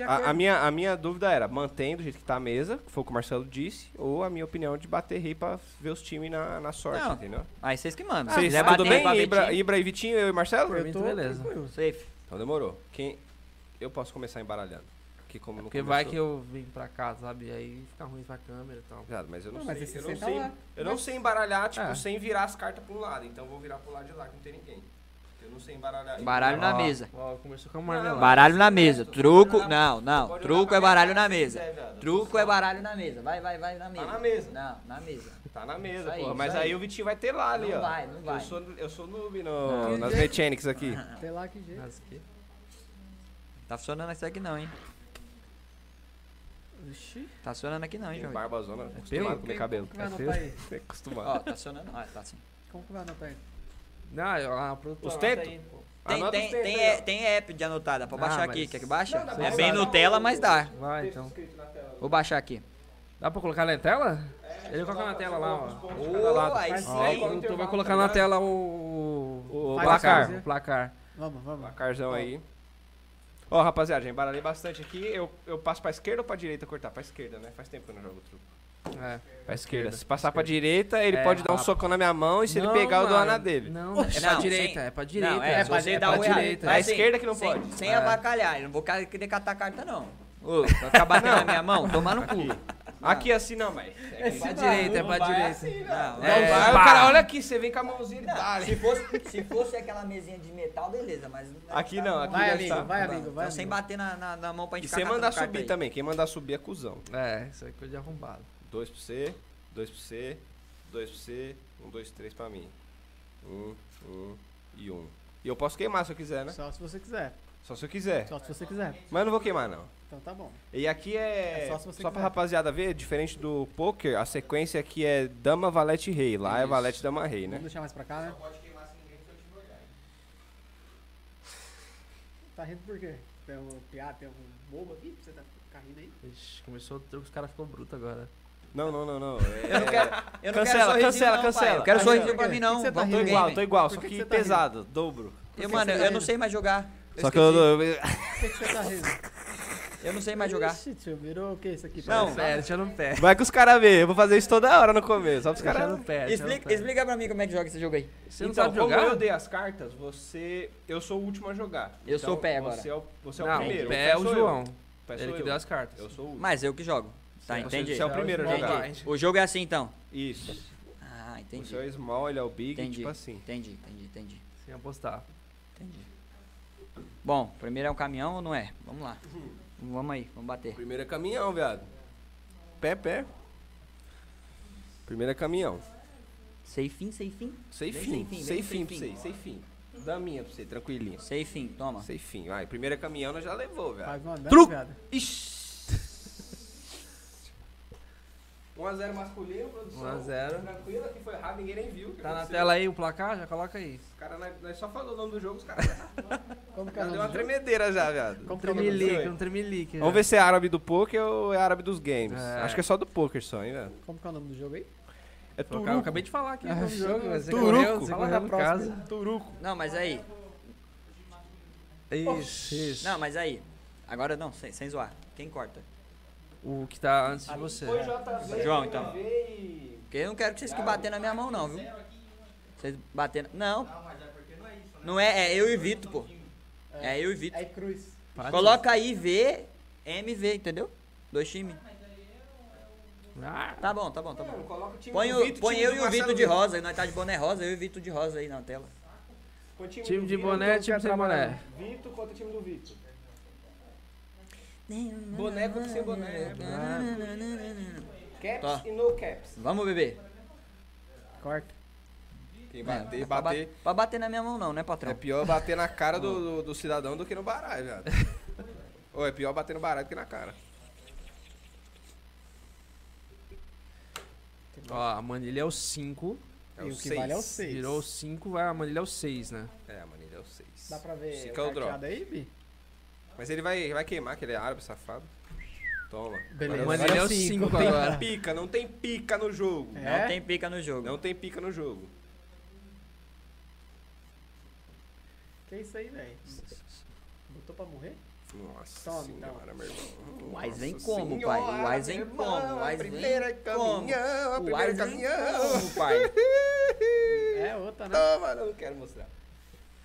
[SPEAKER 5] A, a minha, a minha dúvida era, mantém do jeito que tá a mesa, que foi o que o Marcelo disse, ou a minha opinião de bater rei pra ver os times na, na sorte,
[SPEAKER 3] Não.
[SPEAKER 5] entendeu?
[SPEAKER 3] Aí vocês que mandam.
[SPEAKER 5] Vocês,
[SPEAKER 3] Quiser
[SPEAKER 5] tudo
[SPEAKER 3] bater pra
[SPEAKER 5] bem? Ibra,
[SPEAKER 3] Betinho,
[SPEAKER 5] Ibra e Vitinho, eu e Marcelo?
[SPEAKER 12] Por mim, tá beleza.
[SPEAKER 3] Safe.
[SPEAKER 5] Então demorou. Quem... Eu posso começar embaralhando. Porque como
[SPEAKER 3] É
[SPEAKER 5] não
[SPEAKER 12] Porque vai que
[SPEAKER 5] começou-
[SPEAKER 12] eu vim pra cá, sabe? Aí fica ruim pra câmera e tal.
[SPEAKER 5] Viado, mas eu não,
[SPEAKER 2] Não, Ah, mas
[SPEAKER 5] sei.
[SPEAKER 2] esse
[SPEAKER 5] Eu não,
[SPEAKER 2] senta
[SPEAKER 5] sei
[SPEAKER 2] lá.
[SPEAKER 5] eu não sei embaralhar, tipo,
[SPEAKER 3] Ah.
[SPEAKER 12] É.
[SPEAKER 5] sem virar as cartas pra um lado. Então eu vou virar pro lado de lá que não tem ninguém. Eu não sei embaralhar.
[SPEAKER 3] Baralho na
[SPEAKER 12] Ó,
[SPEAKER 3] mesa.
[SPEAKER 12] Ó, começou com a marmelada.
[SPEAKER 3] Baralho na mesa. Truco, não, não.
[SPEAKER 5] Pode
[SPEAKER 3] Truco
[SPEAKER 5] jogar
[SPEAKER 3] é
[SPEAKER 5] pra
[SPEAKER 3] baralho
[SPEAKER 5] cá,
[SPEAKER 3] na
[SPEAKER 5] se
[SPEAKER 3] mesa.
[SPEAKER 5] quiser, viado.
[SPEAKER 3] Truco é baralho na mesa. Vai, vai, vai Tá na mesa.
[SPEAKER 5] Tá na mesa. né?
[SPEAKER 3] Não, na mesa.
[SPEAKER 5] Tá na mesa,
[SPEAKER 3] Isso aí,
[SPEAKER 5] porra.
[SPEAKER 3] isso
[SPEAKER 5] Mas
[SPEAKER 3] aí.
[SPEAKER 5] aí. o Vitinho vai ter lá ali,
[SPEAKER 3] Não
[SPEAKER 5] ó.
[SPEAKER 3] vai, não vai. Ah,
[SPEAKER 5] Eu sou, eu sou noob no-
[SPEAKER 2] Não.
[SPEAKER 5] nas mechanics aqui.
[SPEAKER 2] Sei lá que jeito.
[SPEAKER 12] Mas que-
[SPEAKER 3] Tá funcionando isso aqui não, hein?
[SPEAKER 2] Oxi.
[SPEAKER 3] Tá funcionando aqui não, É hein,
[SPEAKER 5] Tem
[SPEAKER 3] João? Vitor?
[SPEAKER 5] barba zona, acostumado a comer cabelo.
[SPEAKER 2] Como que vai anotar aí?
[SPEAKER 5] É acostumado.
[SPEAKER 3] Ó, tá funcionando. Ó, tá sim.
[SPEAKER 2] Como que vai anotar aí?
[SPEAKER 12] Não, a produtora.
[SPEAKER 5] Os
[SPEAKER 12] anota
[SPEAKER 5] teto?
[SPEAKER 12] aí, pô.
[SPEAKER 3] Tem,
[SPEAKER 5] Anota
[SPEAKER 3] tem,
[SPEAKER 5] os teto
[SPEAKER 3] tem,
[SPEAKER 5] aí, ó.
[SPEAKER 3] é- tem app de anotar, dá pra
[SPEAKER 12] Ah,
[SPEAKER 3] baixar
[SPEAKER 12] mas-
[SPEAKER 3] aqui. Quer que baixa?
[SPEAKER 5] dá
[SPEAKER 3] é bem
[SPEAKER 5] pra baixar.
[SPEAKER 3] Nutella, mas dá.
[SPEAKER 12] Vai, então.
[SPEAKER 3] Vou baixar aqui.
[SPEAKER 12] Dá pra colocar na tela? Ele coloca na tela lá, ó.
[SPEAKER 3] Oh, aí
[SPEAKER 12] Ó, o
[SPEAKER 3] sim.
[SPEAKER 12] produtor vai colocar na tela o.
[SPEAKER 5] O
[SPEAKER 2] Faz
[SPEAKER 5] placar.
[SPEAKER 2] assim.
[SPEAKER 12] O placar.
[SPEAKER 2] Vamos, vamos.
[SPEAKER 5] Placarzão aí. Ó, rapaziada, já embaralhei bastante aqui. Eu, eu passo pra esquerda ou pra direita cortar? Pra esquerda, né? Faz tempo que eu não jogo truco.
[SPEAKER 12] É.
[SPEAKER 5] Pra esquerda. Se passar pra direita, ele
[SPEAKER 12] É,
[SPEAKER 5] pode dar um
[SPEAKER 12] rapa-
[SPEAKER 5] socão na minha mão e se
[SPEAKER 12] Não,
[SPEAKER 5] ele pegar, eu dou uma na
[SPEAKER 12] mano.
[SPEAKER 5] dele.
[SPEAKER 12] Não,
[SPEAKER 3] Oxi.
[SPEAKER 12] é pra
[SPEAKER 3] Não,
[SPEAKER 12] direita,
[SPEAKER 3] sem-
[SPEAKER 12] é pra direita.
[SPEAKER 3] Não, é, se
[SPEAKER 12] pra-
[SPEAKER 3] você
[SPEAKER 12] é
[SPEAKER 3] dá
[SPEAKER 12] pra
[SPEAKER 3] um errado.
[SPEAKER 12] direita.
[SPEAKER 3] Mas
[SPEAKER 5] É
[SPEAKER 3] assim,
[SPEAKER 5] esquerda que não
[SPEAKER 3] sem-
[SPEAKER 5] pode.
[SPEAKER 3] Sem
[SPEAKER 12] É.
[SPEAKER 3] avacalhar, eu não vou ca- querer catar carta, não. Ô, se acabar batendo na minha mão, tomar no cu.
[SPEAKER 5] Aqui assim não, mas. É
[SPEAKER 12] É pra direita, é pra direita.
[SPEAKER 3] Não,
[SPEAKER 12] É,
[SPEAKER 3] não
[SPEAKER 5] Aí
[SPEAKER 3] vai.
[SPEAKER 5] o cara, olha aqui, você vem com a mãozinha e
[SPEAKER 3] Não,
[SPEAKER 5] dá.
[SPEAKER 3] se, fosse, se fosse aquela mesinha de metal, beleza, mas.
[SPEAKER 5] Aqui não, aqui
[SPEAKER 2] Vai,
[SPEAKER 5] já
[SPEAKER 2] amigo,
[SPEAKER 5] está.
[SPEAKER 2] vai, amigo,
[SPEAKER 3] Então,
[SPEAKER 2] vai.
[SPEAKER 3] sem
[SPEAKER 2] amigo.
[SPEAKER 3] bater na, na, na mão pra
[SPEAKER 5] E
[SPEAKER 3] gente
[SPEAKER 5] sem mandar subir também. Quem mandar subir é cuzão.
[SPEAKER 12] É, isso aí é coisa de arrombado.
[SPEAKER 5] Dois pra você, dois pra você, dois pra você, um, dois, três pra mim. Um, um e um. E eu posso queimar se eu quiser, né?
[SPEAKER 2] Só se você quiser.
[SPEAKER 5] Só se eu quiser.
[SPEAKER 2] Só se você quiser.
[SPEAKER 5] Mas eu não vou queimar, não.
[SPEAKER 2] Então tá bom.
[SPEAKER 5] E aqui é.
[SPEAKER 2] É só
[SPEAKER 5] só
[SPEAKER 2] se você
[SPEAKER 5] pra
[SPEAKER 2] quiser.
[SPEAKER 5] rapaziada ver, diferente do poker, a sequência aqui é dama, valete, rei. Lá é
[SPEAKER 2] Isso.
[SPEAKER 5] valete, dama, rei,
[SPEAKER 2] Vamos
[SPEAKER 5] né?
[SPEAKER 2] deixar mais pra cá, né? Tá rindo por quê? Tem algum piada, tem algum bobo aqui pra você tá ficar rindo aí?
[SPEAKER 12] Ixi, começou o truque, os caras ficou bruto agora.
[SPEAKER 5] Não, não, não, não. É...
[SPEAKER 3] Eu não quero. Eu não
[SPEAKER 5] Cancela,
[SPEAKER 3] quero sorrisinho,
[SPEAKER 5] cancela,
[SPEAKER 3] não,
[SPEAKER 5] cancela.
[SPEAKER 3] Pai. Eu quero
[SPEAKER 2] Aí,
[SPEAKER 3] sorrisinho
[SPEAKER 2] ó.
[SPEAKER 3] pra mim,
[SPEAKER 2] Por
[SPEAKER 3] não.
[SPEAKER 2] que que você tá
[SPEAKER 3] Vamos pro
[SPEAKER 5] Tô
[SPEAKER 2] rindo?
[SPEAKER 3] game.
[SPEAKER 5] igual, tô igual,
[SPEAKER 2] Por
[SPEAKER 5] só
[SPEAKER 2] que
[SPEAKER 5] que,
[SPEAKER 2] que você tá
[SPEAKER 5] pesado, dobro.
[SPEAKER 3] Eu,
[SPEAKER 2] que você
[SPEAKER 3] mano, eu
[SPEAKER 2] tá
[SPEAKER 3] não
[SPEAKER 2] rindo?
[SPEAKER 3] sei mais jogar.
[SPEAKER 5] Só que eu.
[SPEAKER 2] Por que, que você tá rindo?
[SPEAKER 3] Eu não sei mais jogar.
[SPEAKER 2] Ixi, tio, virou o que isso aqui?
[SPEAKER 3] Não,
[SPEAKER 12] É, deixa no pé.
[SPEAKER 5] Vai com os caras ver, eu vou fazer isso toda hora no começo, só pros
[SPEAKER 12] Deixa
[SPEAKER 5] caras.
[SPEAKER 12] no pé. deixa no
[SPEAKER 3] Explica,
[SPEAKER 12] pé.
[SPEAKER 3] explica pra mim como é que joga esse jogo aí.
[SPEAKER 12] Você não
[SPEAKER 5] então,
[SPEAKER 12] sabe
[SPEAKER 5] como eu
[SPEAKER 12] jogar?
[SPEAKER 5] dei as cartas, você. Eu sou o último a jogar.
[SPEAKER 3] Eu
[SPEAKER 5] Então,
[SPEAKER 3] sou o pé agora.
[SPEAKER 5] Você é o, você é o
[SPEAKER 12] Não,
[SPEAKER 5] primeiro.
[SPEAKER 12] o pé é o
[SPEAKER 5] sou eu.
[SPEAKER 12] João.
[SPEAKER 5] O pé sou
[SPEAKER 12] Ele que
[SPEAKER 5] eu. então.
[SPEAKER 12] deu as cartas.
[SPEAKER 5] Eu sou o último.
[SPEAKER 3] Mas eu que jogo. Tá,
[SPEAKER 12] Você-
[SPEAKER 3] entendi.
[SPEAKER 5] Você é o primeiro a
[SPEAKER 12] Entendi.
[SPEAKER 5] jogar.
[SPEAKER 3] O jogo é assim então.
[SPEAKER 5] Isso.
[SPEAKER 3] Ah,
[SPEAKER 5] Você é
[SPEAKER 3] entendi.
[SPEAKER 5] o small, ele é o big,
[SPEAKER 3] Entendi.
[SPEAKER 5] tipo assim.
[SPEAKER 3] Entendi, entendi, entendi.
[SPEAKER 12] Sem apostar.
[SPEAKER 3] Entendi. Bom, primeiro é um caminhão ou não é? Vamos lá. Vamos aí, vamos bater.
[SPEAKER 5] Primeiro é caminhão, viado. Pé, pé. Primeiro é caminhão.
[SPEAKER 3] Seifim, seifim.
[SPEAKER 5] Sem
[SPEAKER 3] Bem
[SPEAKER 5] fim,
[SPEAKER 3] sem fim,
[SPEAKER 5] sem
[SPEAKER 3] bem sem
[SPEAKER 5] fim pra
[SPEAKER 3] fim.
[SPEAKER 5] vocês, sem fim. Dá minha pra você, tranquilinho.
[SPEAKER 3] Seifim, toma.
[SPEAKER 5] Sem fim, vai. Primeiro é caminhão, nós já levou,
[SPEAKER 2] Vai
[SPEAKER 5] viado.
[SPEAKER 2] mandando,
[SPEAKER 5] é Truco!
[SPEAKER 2] né, viado.
[SPEAKER 5] Ixi. 1x0 masculino, produção.
[SPEAKER 12] 1x0.
[SPEAKER 5] Tranquilo, aqui foi errado, ninguém nem viu.
[SPEAKER 12] Tá na tela aí o placar? Já coloca aí.
[SPEAKER 5] Os caras, nós nós só falou o nome do jogo, os caras. já
[SPEAKER 2] Como que é o
[SPEAKER 5] deu uma
[SPEAKER 2] nome?
[SPEAKER 5] tremedeira já, viado.
[SPEAKER 2] Como que é o nome? do
[SPEAKER 12] Tremelique,
[SPEAKER 5] jogo?
[SPEAKER 12] um tremelique.
[SPEAKER 5] Vamos ver se é árabe do poker ou é árabe dos games.
[SPEAKER 12] É.
[SPEAKER 5] Acho que é só do poker só, hein, velho.
[SPEAKER 2] jogo? Como que é o nome do jogo aí?
[SPEAKER 5] É
[SPEAKER 12] Pô, cara, eu
[SPEAKER 5] Turuco.
[SPEAKER 12] acabei de falar aqui. no jogo, é mas você
[SPEAKER 5] Turuco.
[SPEAKER 12] correu, Você
[SPEAKER 2] Fala
[SPEAKER 12] correu
[SPEAKER 2] da
[SPEAKER 12] em
[SPEAKER 2] próxima.
[SPEAKER 12] casa.
[SPEAKER 5] Turuco.
[SPEAKER 3] Não, mas aí.
[SPEAKER 12] Isso, isso.
[SPEAKER 3] Não, mas aí. Agora não, sem, sem zoar. Quem corta?
[SPEAKER 12] O que tá antes de você.
[SPEAKER 3] João, então. Porque eu não quero que vocês fiquem batendo na minha mão, não, viu? Vocês batendo. Não. Não é, é eu e Vito, pô. É eu e Vito.
[SPEAKER 2] É Cruz.
[SPEAKER 12] Pátio.
[SPEAKER 3] Coloca aí V, MV, entendeu? Dois times.
[SPEAKER 12] Ah,
[SPEAKER 3] Tá bom, tá bom, tá bom. Põe, o- põe eu e o Vito de rosa, nós tá de boné rosa, eu e o Vito de rosa aí na tela.
[SPEAKER 12] time de boné, time sem boné.
[SPEAKER 5] é Vito contra o time do Vito. Boneco sem boné. Caps
[SPEAKER 3] Tá.
[SPEAKER 5] e no caps.
[SPEAKER 3] Vamos, bebê.
[SPEAKER 2] Corta.
[SPEAKER 5] Quem
[SPEAKER 3] Não,
[SPEAKER 5] bater,
[SPEAKER 3] não é pra ba-
[SPEAKER 5] bater.
[SPEAKER 3] Pra bater na minha mão, não, né,
[SPEAKER 5] É
[SPEAKER 3] patrão?
[SPEAKER 5] pior bater na cara do, do, do cidadão do que no baralho, viado. Ou é pior bater no baralho do que na cara.
[SPEAKER 12] Ó, a manilha é o 5.
[SPEAKER 5] É
[SPEAKER 2] e
[SPEAKER 5] o
[SPEAKER 2] o que vale é o
[SPEAKER 5] 6.
[SPEAKER 2] 6.
[SPEAKER 12] Virou o 5, vai a manilha é o 6, né?
[SPEAKER 5] É, mano, ele é o 6.
[SPEAKER 2] Dá pra ver
[SPEAKER 5] Fica o drop.
[SPEAKER 2] carteado aí, Bi?
[SPEAKER 5] Mas ele vai, vai queimar, que ele é árabe, safado. Toma.
[SPEAKER 2] Beleza.
[SPEAKER 5] Agora-
[SPEAKER 12] Manilha é o
[SPEAKER 2] cinco,
[SPEAKER 12] 5
[SPEAKER 2] tem-
[SPEAKER 12] agora.
[SPEAKER 5] Pica, não tem pica no jogo.
[SPEAKER 2] É?
[SPEAKER 3] Não tem pica no jogo.
[SPEAKER 5] Não tem pica no jogo.
[SPEAKER 2] Que isso aí, velho? Botou pra morrer?
[SPEAKER 5] Nossa
[SPEAKER 2] Toma,
[SPEAKER 5] senhora, meu irmão.
[SPEAKER 3] O Ais vem
[SPEAKER 5] Nossa
[SPEAKER 3] como,
[SPEAKER 5] senhora,
[SPEAKER 3] pai? O Ais
[SPEAKER 5] meu
[SPEAKER 3] vem
[SPEAKER 5] irmão,
[SPEAKER 3] como? O
[SPEAKER 5] a
[SPEAKER 3] Ais vem
[SPEAKER 5] primeira
[SPEAKER 3] como?
[SPEAKER 5] caminhão, a
[SPEAKER 3] O
[SPEAKER 5] primeira
[SPEAKER 3] Ais vem
[SPEAKER 5] caminhão.
[SPEAKER 3] como, pai?
[SPEAKER 2] É outra, né?
[SPEAKER 5] Toma, não quero mostrar.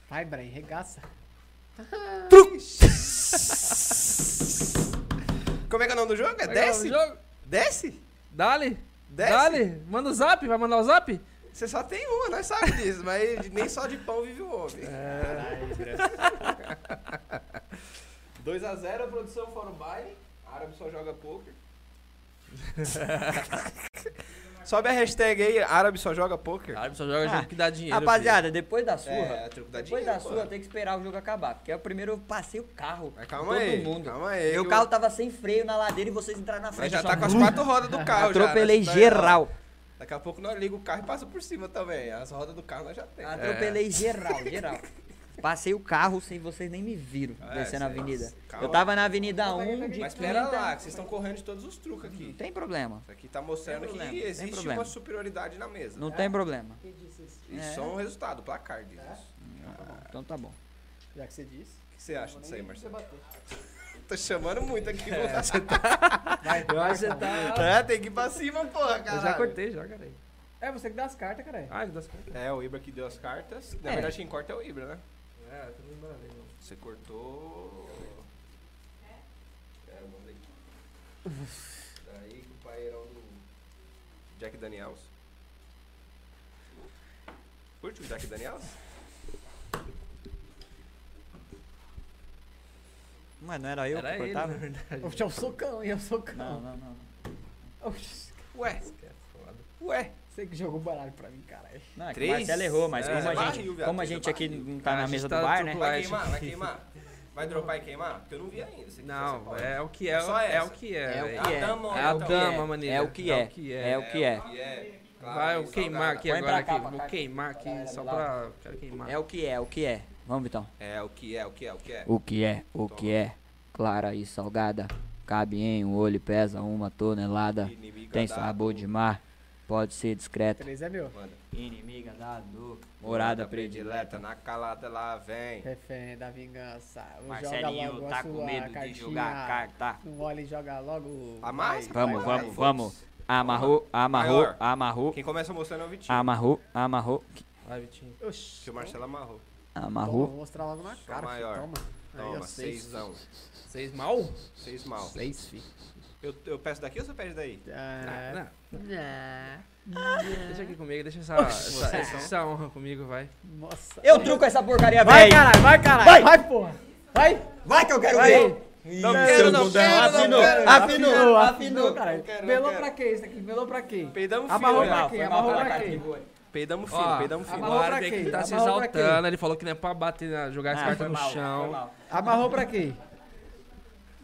[SPEAKER 2] Vai, Brian, regaça.
[SPEAKER 5] Como é que é o nome do jogo? É
[SPEAKER 12] Legal,
[SPEAKER 5] desce?
[SPEAKER 12] um jogo.
[SPEAKER 5] Desce?
[SPEAKER 12] Dali,
[SPEAKER 5] Desce?
[SPEAKER 12] dali. Manda o zap, vai mandar o zap?
[SPEAKER 5] Você só tem uma, nós sabemos disso, mas nem só de pão vive o homem. É. 2x0, a produção fora o baile. Árabe só joga poker. Sobe a hashtag aí, árabe só joga poker.
[SPEAKER 12] Árabe só joga jogo que dá dinheiro.
[SPEAKER 3] Rapaziada, depois da surra,
[SPEAKER 5] É, truco da
[SPEAKER 3] depois da
[SPEAKER 5] dinheiro, pô.
[SPEAKER 3] surra tem que esperar o jogo acabar, porque eu primeiro eu passei o carro.
[SPEAKER 5] Mas calma
[SPEAKER 3] todo
[SPEAKER 5] aí,
[SPEAKER 3] mundo.
[SPEAKER 5] calma aí.
[SPEAKER 3] Meu
[SPEAKER 5] que
[SPEAKER 3] carro tava sem freio na ladeira e vocês entraram na
[SPEAKER 5] Nós
[SPEAKER 3] frente.
[SPEAKER 5] já
[SPEAKER 3] eu
[SPEAKER 5] tá
[SPEAKER 3] só-
[SPEAKER 5] com as quatro rodas do carro já.
[SPEAKER 3] Atropelei
[SPEAKER 5] nós tá-
[SPEAKER 3] geral.
[SPEAKER 5] Daqui a pouco nós liga o carro e passa por cima também. As rodas do carro nós já tem.
[SPEAKER 3] Atropelei geral, geral. Passei o carro sem vocês nem me viram
[SPEAKER 5] É,
[SPEAKER 3] descendo a
[SPEAKER 5] cê-
[SPEAKER 3] avenida.
[SPEAKER 5] calma.
[SPEAKER 3] Eu tava na avenida 1 de
[SPEAKER 5] É. Mas espera lá,
[SPEAKER 3] quinta.
[SPEAKER 5] que vocês estão correndo de todos os truques
[SPEAKER 3] tá- Não
[SPEAKER 5] aqui.
[SPEAKER 3] tem problema.
[SPEAKER 5] Isso aqui tá mostrando
[SPEAKER 3] Tem problema,
[SPEAKER 5] que
[SPEAKER 3] tem
[SPEAKER 5] existe
[SPEAKER 3] problema.
[SPEAKER 5] uma superioridade na mesa.
[SPEAKER 3] Não tem problema.
[SPEAKER 5] Isso
[SPEAKER 3] É.
[SPEAKER 5] é só um resultado, o placar diz isso.
[SPEAKER 3] Então tá bom.
[SPEAKER 2] Já que você disse.
[SPEAKER 5] O que você acha disso aí, Marcelo? Tô chamando muito aqui.
[SPEAKER 3] É.
[SPEAKER 5] você
[SPEAKER 2] Eu acho que você tá.
[SPEAKER 5] tá... tem que ir pra cima, porra,
[SPEAKER 12] Eu
[SPEAKER 5] cara.
[SPEAKER 12] já cortei, já, cara.
[SPEAKER 2] É você que dá as cartas, caralho.
[SPEAKER 12] Ah, ele dá as cartas.
[SPEAKER 5] É, o Ibra que deu as cartas. Na
[SPEAKER 3] É.
[SPEAKER 5] verdade, quem corta é o Ibra, né?
[SPEAKER 12] É, eu tô me embaralhando.
[SPEAKER 5] Você cortou. É, manda aí. Daí que o pai era o do Jack Daniels. Curte o Jack Daniels?
[SPEAKER 3] Mas não era eu
[SPEAKER 12] Era
[SPEAKER 3] que
[SPEAKER 5] né?
[SPEAKER 12] ele, né?
[SPEAKER 3] cortava?
[SPEAKER 12] na verdade.
[SPEAKER 2] Oxe, é o socão, hein? É o
[SPEAKER 3] Não,
[SPEAKER 2] socão.
[SPEAKER 3] não, não.
[SPEAKER 2] Oxe,
[SPEAKER 3] é
[SPEAKER 5] Ué, ué.
[SPEAKER 2] você que jogou baralho pra mim, caralho.
[SPEAKER 3] Não, é que o
[SPEAKER 5] Três?
[SPEAKER 3] Marcelo errou, mas
[SPEAKER 5] É,
[SPEAKER 3] como, a
[SPEAKER 5] barril,
[SPEAKER 3] gente,
[SPEAKER 5] viado,
[SPEAKER 3] como a
[SPEAKER 5] três
[SPEAKER 3] gente aqui
[SPEAKER 5] barril.
[SPEAKER 3] não tá
[SPEAKER 12] Ah, a
[SPEAKER 3] na
[SPEAKER 12] gente
[SPEAKER 3] mesa
[SPEAKER 12] tá
[SPEAKER 3] do bar, né?
[SPEAKER 12] truculado.
[SPEAKER 5] Vai queimar, vai queimar. Vai dropar e queimar? Porque eu não vi ainda. Você
[SPEAKER 12] Não,
[SPEAKER 5] você
[SPEAKER 12] é o que é,
[SPEAKER 5] Só
[SPEAKER 12] é
[SPEAKER 5] essa.
[SPEAKER 12] o que é.
[SPEAKER 3] É o
[SPEAKER 12] velho.
[SPEAKER 3] que é.
[SPEAKER 5] A dama,
[SPEAKER 12] É o
[SPEAKER 5] então.
[SPEAKER 12] dama,
[SPEAKER 3] é.
[SPEAKER 12] maneira.
[SPEAKER 3] É o que é. É o que é.
[SPEAKER 5] E é. claro,
[SPEAKER 12] Vai, eu
[SPEAKER 5] isso,
[SPEAKER 12] queimar
[SPEAKER 5] cara.
[SPEAKER 12] aqui
[SPEAKER 3] Põe pra
[SPEAKER 12] agora.
[SPEAKER 3] cá,
[SPEAKER 12] aqui.
[SPEAKER 3] pra
[SPEAKER 12] Vou
[SPEAKER 3] cá.
[SPEAKER 12] queimar aqui
[SPEAKER 3] Galera,
[SPEAKER 12] só
[SPEAKER 3] do lado.
[SPEAKER 12] pra. Quero queimar.
[SPEAKER 3] É o que é, o que é. Vamos então.
[SPEAKER 5] É o que é, o que é, o que é.
[SPEAKER 3] O que é, o que é. Clara e salgada. Cabe em um olho, pesa uma tonelada.
[SPEAKER 5] Inimiga
[SPEAKER 3] Tem
[SPEAKER 5] da-
[SPEAKER 3] sabor de mar. Pode ser discreta.
[SPEAKER 2] Três é meu.
[SPEAKER 5] Manda.
[SPEAKER 3] Inimiga da dor.
[SPEAKER 5] Morada
[SPEAKER 3] Morada
[SPEAKER 5] predileta,
[SPEAKER 3] predileta.
[SPEAKER 5] na calada lá vem.
[SPEAKER 2] Refém da vingança. joga
[SPEAKER 3] Marcelinho
[SPEAKER 2] logo
[SPEAKER 3] tá
[SPEAKER 2] a
[SPEAKER 3] com
[SPEAKER 2] sua
[SPEAKER 3] medo de
[SPEAKER 2] cartinha.
[SPEAKER 3] jogar a carta.
[SPEAKER 2] Não olha e joga logo.
[SPEAKER 5] Amassa,
[SPEAKER 2] Vai,
[SPEAKER 3] Vamos,
[SPEAKER 2] vai,
[SPEAKER 3] vamos,
[SPEAKER 2] vai.
[SPEAKER 3] vamos. Amarrou, amarrou,
[SPEAKER 5] Maior.
[SPEAKER 3] amarrou.
[SPEAKER 5] Quem começa mostrando é o Vitinho,
[SPEAKER 3] Amarrou, amarrou,
[SPEAKER 12] Vai, Vitinho.
[SPEAKER 2] Oxi.
[SPEAKER 5] que o Marcelo amarrou.
[SPEAKER 2] Toma,
[SPEAKER 3] amarrou.
[SPEAKER 2] Vou mostrar logo na cara. filho,
[SPEAKER 5] maior.
[SPEAKER 2] Toma. Aí, ó,
[SPEAKER 5] Toma,
[SPEAKER 2] seis.
[SPEAKER 5] seisão.
[SPEAKER 12] Seis mal?
[SPEAKER 5] Seis mal.
[SPEAKER 2] Seis, filho.
[SPEAKER 5] Eu, eu peço daqui ou você pede daí?
[SPEAKER 2] Ah,
[SPEAKER 12] Não, deixa
[SPEAKER 2] ah,
[SPEAKER 12] aqui comigo, deixa essa, essa,
[SPEAKER 3] é
[SPEAKER 12] essa
[SPEAKER 3] um
[SPEAKER 12] honra comigo, vai.
[SPEAKER 2] Nossa.
[SPEAKER 3] Eu truco essa porcaria,
[SPEAKER 2] Vai,
[SPEAKER 3] velho.
[SPEAKER 2] caralho, vai, caralho. Vai, porra. Vai.
[SPEAKER 3] Vai que eu quero
[SPEAKER 2] Vai.
[SPEAKER 3] ver.
[SPEAKER 5] Não quero, não quero, não quero.
[SPEAKER 2] Afinou,
[SPEAKER 3] afinou.
[SPEAKER 2] afinou, caralho.
[SPEAKER 5] quero, não
[SPEAKER 2] Melou
[SPEAKER 5] quero.
[SPEAKER 2] pra quem isso aqui? Melou pra quem?
[SPEAKER 5] Peidamos
[SPEAKER 2] Amarrou
[SPEAKER 5] fino,
[SPEAKER 2] pra
[SPEAKER 5] né?
[SPEAKER 2] quem? Amarrou pra quem?
[SPEAKER 5] Peidamos fino,
[SPEAKER 3] um
[SPEAKER 5] peidamos fino.
[SPEAKER 2] amarrou
[SPEAKER 12] agora
[SPEAKER 2] pra
[SPEAKER 12] tem
[SPEAKER 2] quem?
[SPEAKER 12] que tá se
[SPEAKER 2] Amarrou pra
[SPEAKER 12] exaltando. Ele falou que não é pra bater, na- jogar as
[SPEAKER 3] Ah,
[SPEAKER 12] cartas
[SPEAKER 3] foi
[SPEAKER 12] no
[SPEAKER 3] mal, foi
[SPEAKER 12] chão.
[SPEAKER 3] mal,
[SPEAKER 2] Amarrou pra quem?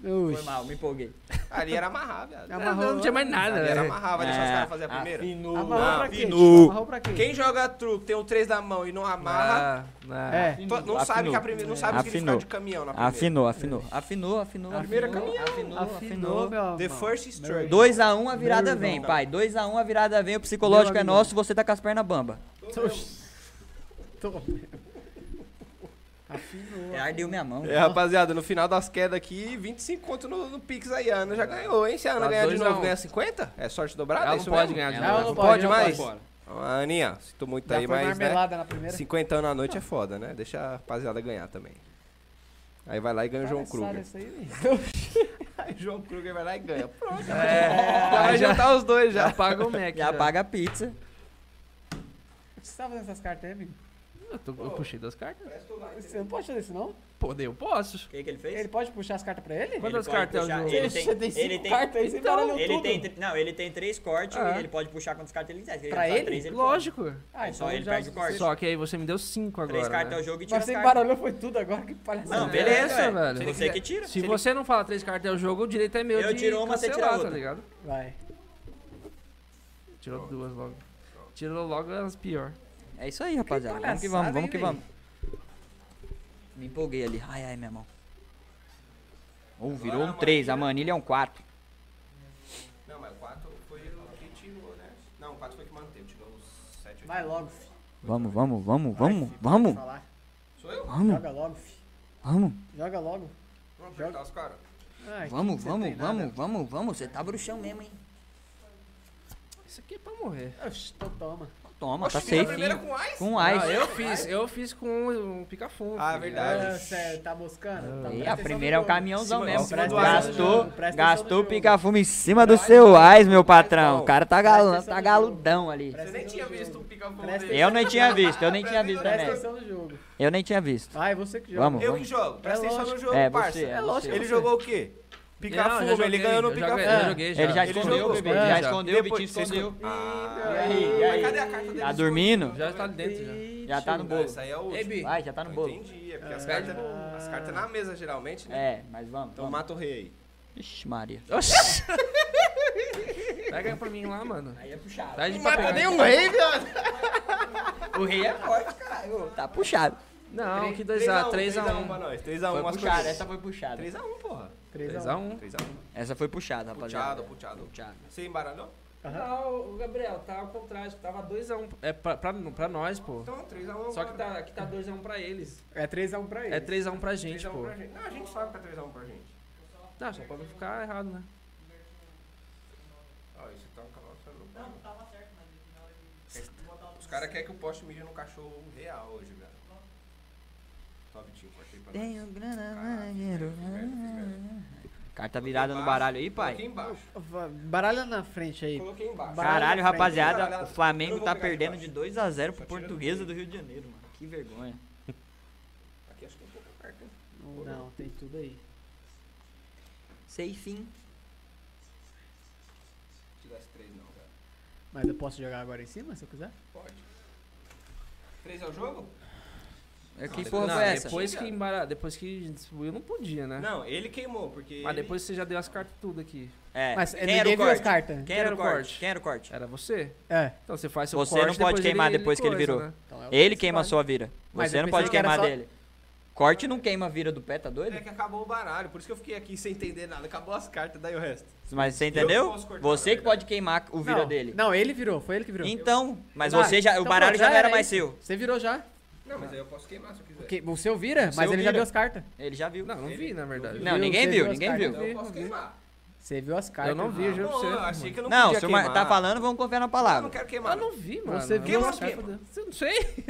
[SPEAKER 3] foi
[SPEAKER 2] Oxi.
[SPEAKER 3] mal, me empolguei.
[SPEAKER 5] Ali era amarrar, viado.
[SPEAKER 12] Tá Não, não tinha mais nada, né?
[SPEAKER 5] Ali era
[SPEAKER 12] velho.
[SPEAKER 5] amarrar, vai deixar os
[SPEAKER 3] É,
[SPEAKER 5] caras fazer a primeira.
[SPEAKER 2] Amarrou pra quem?
[SPEAKER 3] Afinou.
[SPEAKER 2] Amarrou pra quem?
[SPEAKER 5] Quem joga truco, tem o três na mão e não amarra,
[SPEAKER 12] Ah, não.
[SPEAKER 2] É.
[SPEAKER 5] to- não sabe que a primeira, não sabe o significado
[SPEAKER 3] Afinou.
[SPEAKER 5] de caminhão na primeira.
[SPEAKER 3] Afinou, afinou.
[SPEAKER 12] Ah,
[SPEAKER 3] Afinou, afinou. A
[SPEAKER 2] primeira
[SPEAKER 3] Afinou,
[SPEAKER 2] Afinou,
[SPEAKER 3] afinou.
[SPEAKER 2] meu amor.
[SPEAKER 5] The first strike.
[SPEAKER 3] 2x1 a, virada vem, pai. 2x1 a, virada vem. O psicológico
[SPEAKER 2] Meu
[SPEAKER 3] é
[SPEAKER 2] amigo.
[SPEAKER 3] nosso, você tá com as pernas bamba.
[SPEAKER 2] Toma. Afinou.
[SPEAKER 3] É, ardeu minha mão.
[SPEAKER 5] É, rapaziada, no final das quedas aqui, 25 conto no, no Pix aí. A Ana já ganhou, hein? Se a Ana
[SPEAKER 12] Tá
[SPEAKER 5] ganhar de
[SPEAKER 12] dois a
[SPEAKER 5] novo,
[SPEAKER 12] um.
[SPEAKER 5] ganha 50? É sorte dobrada?
[SPEAKER 12] Ela
[SPEAKER 5] é
[SPEAKER 12] não
[SPEAKER 5] isso
[SPEAKER 12] pode
[SPEAKER 5] mesmo?
[SPEAKER 12] ganhar de
[SPEAKER 2] Ela
[SPEAKER 12] novo.
[SPEAKER 2] não
[SPEAKER 12] ela
[SPEAKER 2] pode,
[SPEAKER 5] pode
[SPEAKER 2] não
[SPEAKER 5] mais?
[SPEAKER 2] pode.
[SPEAKER 5] Ah, Aninha, sinto muito
[SPEAKER 3] Tá
[SPEAKER 2] Já
[SPEAKER 5] aí,
[SPEAKER 2] foi
[SPEAKER 5] mas né,
[SPEAKER 2] marmelada na primeira.
[SPEAKER 5] 50 anos à noite é foda, né? Deixa a rapaziada ganhar também. Aí vai lá e
[SPEAKER 3] é
[SPEAKER 5] ganha o João
[SPEAKER 2] Palhaçada
[SPEAKER 5] Kruger.
[SPEAKER 2] essa aí, velho.
[SPEAKER 5] Aí o João Kruger vai lá e ganha. Pronto,
[SPEAKER 12] É,
[SPEAKER 5] vai jantar os dois já.
[SPEAKER 12] já paga o Mac.
[SPEAKER 3] Já paga a pizza.
[SPEAKER 2] Você tá fazendo essas cartas aí, amigo?
[SPEAKER 12] Eu, tô- eu puxei duas cartas.
[SPEAKER 2] Você não pode fazer isso, não?
[SPEAKER 12] Pô, eu posso.
[SPEAKER 3] O que, que ele fez?
[SPEAKER 2] Ele pode puxar as cartas pra ele?
[SPEAKER 12] Quantas
[SPEAKER 3] pode
[SPEAKER 12] cartas é o
[SPEAKER 3] puxar.
[SPEAKER 12] jogo?
[SPEAKER 3] Ele tem-
[SPEAKER 2] Você tem cinco
[SPEAKER 3] ele tem-
[SPEAKER 2] cartas aí, você
[SPEAKER 12] Então,
[SPEAKER 2] baralhou
[SPEAKER 3] Ele
[SPEAKER 2] tudo.
[SPEAKER 3] tem, tr- não, ele tem três cortes
[SPEAKER 12] Ah.
[SPEAKER 3] e ele pode puxar quantos cartas ele quiser. Se ele
[SPEAKER 2] Pra
[SPEAKER 3] puxar
[SPEAKER 2] ele?
[SPEAKER 3] Três, ele
[SPEAKER 12] Lógico.
[SPEAKER 2] Ah,
[SPEAKER 3] Só ele
[SPEAKER 2] já-
[SPEAKER 3] perde o corte.
[SPEAKER 12] Só que aí você me deu cinco
[SPEAKER 3] Pode. Três
[SPEAKER 12] agora.
[SPEAKER 3] cartas
[SPEAKER 12] né?
[SPEAKER 3] é o jogo e tira
[SPEAKER 2] Mas
[SPEAKER 3] as
[SPEAKER 2] você
[SPEAKER 3] cartas.
[SPEAKER 2] embaralhou foi tudo agora, que palhaçada.
[SPEAKER 3] Não, beleza,
[SPEAKER 12] É,
[SPEAKER 3] velho.
[SPEAKER 12] velho.
[SPEAKER 3] Você que tira.
[SPEAKER 12] Se
[SPEAKER 3] ele-
[SPEAKER 12] você não fala três cartas é o jogo, o direito é meu
[SPEAKER 3] Eu
[SPEAKER 12] de
[SPEAKER 3] tiro uma, você
[SPEAKER 12] cancelar,
[SPEAKER 3] tira outra.
[SPEAKER 12] tá ligado?
[SPEAKER 2] Vai.
[SPEAKER 12] Tirou duas logo. Tirou logo as pior.
[SPEAKER 3] É isso aí, rapaziada. Vamos que
[SPEAKER 2] palhaçada,
[SPEAKER 3] vamos, vamos
[SPEAKER 2] hein,
[SPEAKER 3] que
[SPEAKER 2] velho?
[SPEAKER 3] vamos. Me empolguei ali. Ai, ai, minha mão. Ou virou um 3, a manilha é um 4.
[SPEAKER 5] Não, mas o 4 foi o que tirou, né? Não, o 4 foi o que manteve, tirou os 7,
[SPEAKER 2] Vai logo, fi.
[SPEAKER 3] Vamos, vamos, vamos,
[SPEAKER 2] Vai,
[SPEAKER 3] vamos,
[SPEAKER 2] fi, para de
[SPEAKER 3] vamos,
[SPEAKER 2] falar.
[SPEAKER 5] Sou eu?
[SPEAKER 3] vamos,
[SPEAKER 2] Joga logo, fi.
[SPEAKER 3] vamos,
[SPEAKER 2] Joga logo.
[SPEAKER 5] Vamos apertar os caras.
[SPEAKER 12] Tá
[SPEAKER 2] Ai,
[SPEAKER 3] vamos,
[SPEAKER 2] você
[SPEAKER 3] vamos,
[SPEAKER 2] tem nada.
[SPEAKER 3] vamos, vamos, vamos. Você tá bruxão mesmo, hein?
[SPEAKER 12] Isso aqui é pra morrer.
[SPEAKER 2] Oxi, então toma.
[SPEAKER 3] Toma, tá
[SPEAKER 5] Fiz a
[SPEAKER 3] safe.
[SPEAKER 5] primeira com ice?
[SPEAKER 3] Com
[SPEAKER 12] Não,
[SPEAKER 3] ice.
[SPEAKER 12] Ah, eu fiz, eu fiz com um, um pica-fundo.
[SPEAKER 5] Ah,
[SPEAKER 12] É.
[SPEAKER 5] verdade.
[SPEAKER 2] Ah, sério, tá moscando? Tá,
[SPEAKER 3] E
[SPEAKER 2] presta
[SPEAKER 3] a
[SPEAKER 2] atenção
[SPEAKER 3] primeira é
[SPEAKER 2] no
[SPEAKER 3] o
[SPEAKER 2] jogo.
[SPEAKER 3] caminhãozão
[SPEAKER 5] Cima-
[SPEAKER 3] mesmo.
[SPEAKER 5] cima do
[SPEAKER 3] Gastou,
[SPEAKER 2] ice, presta atenção
[SPEAKER 3] gastou o
[SPEAKER 2] no jogo.
[SPEAKER 3] pica-fumo em cima do seu ás, meu patrão. O cara tá galão,
[SPEAKER 2] atenção
[SPEAKER 3] tá
[SPEAKER 2] no
[SPEAKER 3] galudão ali.
[SPEAKER 2] Presta
[SPEAKER 5] Você nem
[SPEAKER 2] atenção
[SPEAKER 5] tinha
[SPEAKER 2] no
[SPEAKER 5] visto
[SPEAKER 2] jogo.
[SPEAKER 5] um pica-fogo
[SPEAKER 2] Presta
[SPEAKER 12] é
[SPEAKER 5] dele.
[SPEAKER 3] Eu nem tinha visto, eu nem tinha visto
[SPEAKER 2] Presta
[SPEAKER 3] também.
[SPEAKER 2] atenção no jogo.
[SPEAKER 3] Eu nem tinha visto.
[SPEAKER 2] Vai, você que joga.
[SPEAKER 3] Vamos,
[SPEAKER 5] Eu que
[SPEAKER 3] vamos.
[SPEAKER 5] jogo. Presta
[SPEAKER 2] É
[SPEAKER 5] atenção no
[SPEAKER 2] lógico.
[SPEAKER 5] jogo,
[SPEAKER 3] É,
[SPEAKER 5] parça.
[SPEAKER 3] você, é lógico,
[SPEAKER 5] Ele
[SPEAKER 3] você.
[SPEAKER 5] jogou o quê?
[SPEAKER 12] Não, eu
[SPEAKER 5] Pica-fumo,
[SPEAKER 12] já
[SPEAKER 5] ele
[SPEAKER 12] joguei,
[SPEAKER 5] ganhou no
[SPEAKER 12] eu já
[SPEAKER 5] pica-fumo.
[SPEAKER 12] ganhei, eu joguei
[SPEAKER 3] Ele já
[SPEAKER 5] Ele
[SPEAKER 3] escondeu,
[SPEAKER 5] jogou,
[SPEAKER 3] bebê.
[SPEAKER 5] é,
[SPEAKER 3] Já
[SPEAKER 12] já.
[SPEAKER 3] escondeu, o Vitinho
[SPEAKER 5] você
[SPEAKER 3] escondeu.
[SPEAKER 5] Ah,
[SPEAKER 3] E aí, e aí?
[SPEAKER 5] Mas cadê a carta dele?
[SPEAKER 3] Tá dormindo?
[SPEAKER 12] Já tá dentro, já.
[SPEAKER 3] Já tá no
[SPEAKER 5] Ah,
[SPEAKER 3] bolo.
[SPEAKER 5] isso aí é o
[SPEAKER 12] Ei,
[SPEAKER 5] último.
[SPEAKER 12] Bi,
[SPEAKER 3] Vai, já tá no
[SPEAKER 5] Não
[SPEAKER 3] bolo.
[SPEAKER 5] Entendi, é porque as
[SPEAKER 2] Ah.
[SPEAKER 5] cartas as cartas na mesa geralmente, né?
[SPEAKER 3] É, mas vamos.
[SPEAKER 5] Então
[SPEAKER 3] vamos.
[SPEAKER 5] mata o rei aí.
[SPEAKER 3] Ixi, Maria.
[SPEAKER 12] pega pra mim lá, mano.
[SPEAKER 3] Aí é puxado.
[SPEAKER 12] Dá Tá de pra pegar.
[SPEAKER 5] rei, viado!
[SPEAKER 3] O rei é forte, cara. Tá puxado.
[SPEAKER 12] Não, que
[SPEAKER 5] 3x1,
[SPEAKER 12] 2x1,
[SPEAKER 5] 3x1 pra
[SPEAKER 12] 3x1.
[SPEAKER 5] nós. 3x1,
[SPEAKER 3] Foi
[SPEAKER 5] umas
[SPEAKER 3] puxada,
[SPEAKER 5] coisas.
[SPEAKER 3] essa foi puxada.
[SPEAKER 5] 3x1, porra.
[SPEAKER 12] 3x1.
[SPEAKER 5] 3x1.
[SPEAKER 3] Essa foi puxada, rapaziada.
[SPEAKER 5] Puxado, puxado, puxado. Você embaralhou?
[SPEAKER 12] Não, o Gabriel, tá ao contrário, tava 2x1 é pra, pra, pra nós, pô.
[SPEAKER 5] Então, 3x1.
[SPEAKER 12] Só que tá, aqui tá 2x1 pra eles.
[SPEAKER 2] É 3x1 pra ele.
[SPEAKER 12] É 3x1 pra gente,
[SPEAKER 5] 3x1
[SPEAKER 12] pô.
[SPEAKER 5] pra gente. Não, a gente sabe que é 3x1 pra gente.
[SPEAKER 12] Não, só pode ficar errado, né?
[SPEAKER 5] Ó, isso tá um cavalo celular. Não, tava certo, mas no final ele. tá- Os caras querem que o poste mídia no cachorro real hoje, velho. Só Vitinho, cortei pra nós.
[SPEAKER 3] Tenho grana,
[SPEAKER 5] Caralho,
[SPEAKER 3] dinheiro.
[SPEAKER 5] fiz merda, fiz merda.
[SPEAKER 3] Carta virada tá no baralho aí,
[SPEAKER 5] Coloquei
[SPEAKER 3] pai.
[SPEAKER 5] embaixo.
[SPEAKER 2] Va- Baralha na frente aí.
[SPEAKER 5] Coloquei embaixo. um
[SPEAKER 2] Baralho
[SPEAKER 3] Caralho,
[SPEAKER 2] na frente.
[SPEAKER 3] rapaziada, o
[SPEAKER 5] Baralhado. Eu
[SPEAKER 3] Flamengo
[SPEAKER 5] não
[SPEAKER 3] tá
[SPEAKER 5] vou pegar Tá
[SPEAKER 3] perdendo
[SPEAKER 5] de
[SPEAKER 3] de 2 a 0 pro
[SPEAKER 5] Só tira do
[SPEAKER 3] Portuguesa
[SPEAKER 5] meio.
[SPEAKER 3] do Rio de Janeiro, mano. Que vergonha.
[SPEAKER 5] Aqui acho que tem pouca carta.
[SPEAKER 2] Não, não, tem tudo aí.
[SPEAKER 3] Sei fim.
[SPEAKER 5] Se tivesse 3 não, velho.
[SPEAKER 2] Mas eu posso jogar agora em cima, se eu quiser?
[SPEAKER 5] Pode. 3 é o jogo?
[SPEAKER 3] É Que
[SPEAKER 5] Não,
[SPEAKER 3] porra
[SPEAKER 12] não,
[SPEAKER 3] foi essa?
[SPEAKER 12] depois que, embara... depois que distribuiu, não podia, né?
[SPEAKER 5] Não, ele queimou, porque.
[SPEAKER 12] Mas
[SPEAKER 5] ele-
[SPEAKER 12] depois você já deu as cartas tudo aqui.
[SPEAKER 3] É.
[SPEAKER 2] Mas
[SPEAKER 3] Quem era
[SPEAKER 2] ninguém
[SPEAKER 3] o
[SPEAKER 2] viu as
[SPEAKER 3] corte?
[SPEAKER 2] cartas.
[SPEAKER 3] Quem era o
[SPEAKER 12] Quem
[SPEAKER 3] corte? Quem era o corte?
[SPEAKER 12] Era você.
[SPEAKER 2] É.
[SPEAKER 12] Então você faz seu
[SPEAKER 3] Você
[SPEAKER 12] corte,
[SPEAKER 3] não pode
[SPEAKER 12] depois
[SPEAKER 3] queimar
[SPEAKER 12] ele-
[SPEAKER 3] depois que ele
[SPEAKER 12] coisa,
[SPEAKER 3] virou.
[SPEAKER 12] né?
[SPEAKER 2] Então é o
[SPEAKER 3] Ele
[SPEAKER 2] que
[SPEAKER 3] queima a
[SPEAKER 2] se
[SPEAKER 3] sua vira.
[SPEAKER 2] Mas
[SPEAKER 3] Você
[SPEAKER 2] eu
[SPEAKER 3] não
[SPEAKER 2] pensei
[SPEAKER 3] pode
[SPEAKER 2] que era
[SPEAKER 3] queimar
[SPEAKER 2] só-
[SPEAKER 3] dele. Corte não queima a vira do pé, tá doido?
[SPEAKER 5] É que acabou o baralho, por isso que eu fiquei aqui sem entender nada. Acabou as cartas, daí o resto.
[SPEAKER 3] Mas você
[SPEAKER 5] Eu
[SPEAKER 3] entendeu?
[SPEAKER 5] posso cortar, tá
[SPEAKER 3] Você
[SPEAKER 5] na
[SPEAKER 3] que
[SPEAKER 5] verdade.
[SPEAKER 3] pode queimar o
[SPEAKER 2] faz.
[SPEAKER 3] vira
[SPEAKER 2] não,
[SPEAKER 3] dele.
[SPEAKER 2] Não, ele virou, foi ele que virou.
[SPEAKER 3] Então, mas
[SPEAKER 2] Vai,
[SPEAKER 3] você já. O
[SPEAKER 2] então
[SPEAKER 3] baralho
[SPEAKER 2] pronto,
[SPEAKER 3] já
[SPEAKER 2] já
[SPEAKER 3] não era
[SPEAKER 2] era
[SPEAKER 3] mais seu.
[SPEAKER 2] Você virou já?
[SPEAKER 5] Não, mas aí eu posso queimar se eu quiser.
[SPEAKER 2] Que- o seu vira, mas ele já viu as cartas.
[SPEAKER 3] Ele já viu.
[SPEAKER 12] Não, não vi, na verdade.
[SPEAKER 3] Não,
[SPEAKER 2] Viu,
[SPEAKER 3] ninguém
[SPEAKER 2] você
[SPEAKER 3] viu,
[SPEAKER 2] viu as
[SPEAKER 3] ninguém
[SPEAKER 2] cartas.
[SPEAKER 3] viu.
[SPEAKER 5] Então eu posso queimar.
[SPEAKER 2] Você viu as cartas.
[SPEAKER 12] Eu não vi, eu juro pra
[SPEAKER 5] Não,
[SPEAKER 12] você.
[SPEAKER 5] eu achei que eu não,
[SPEAKER 3] Não,
[SPEAKER 5] podia
[SPEAKER 3] se o Mar-
[SPEAKER 5] queimar.
[SPEAKER 3] tá falando, Ah, vamos confiar na
[SPEAKER 5] Eu
[SPEAKER 3] palavra.
[SPEAKER 5] não quero queimar.
[SPEAKER 12] Eu não vi, mano.
[SPEAKER 2] Você viu,
[SPEAKER 12] Eu
[SPEAKER 5] mas
[SPEAKER 12] não-
[SPEAKER 5] queima.
[SPEAKER 12] Eu não sei.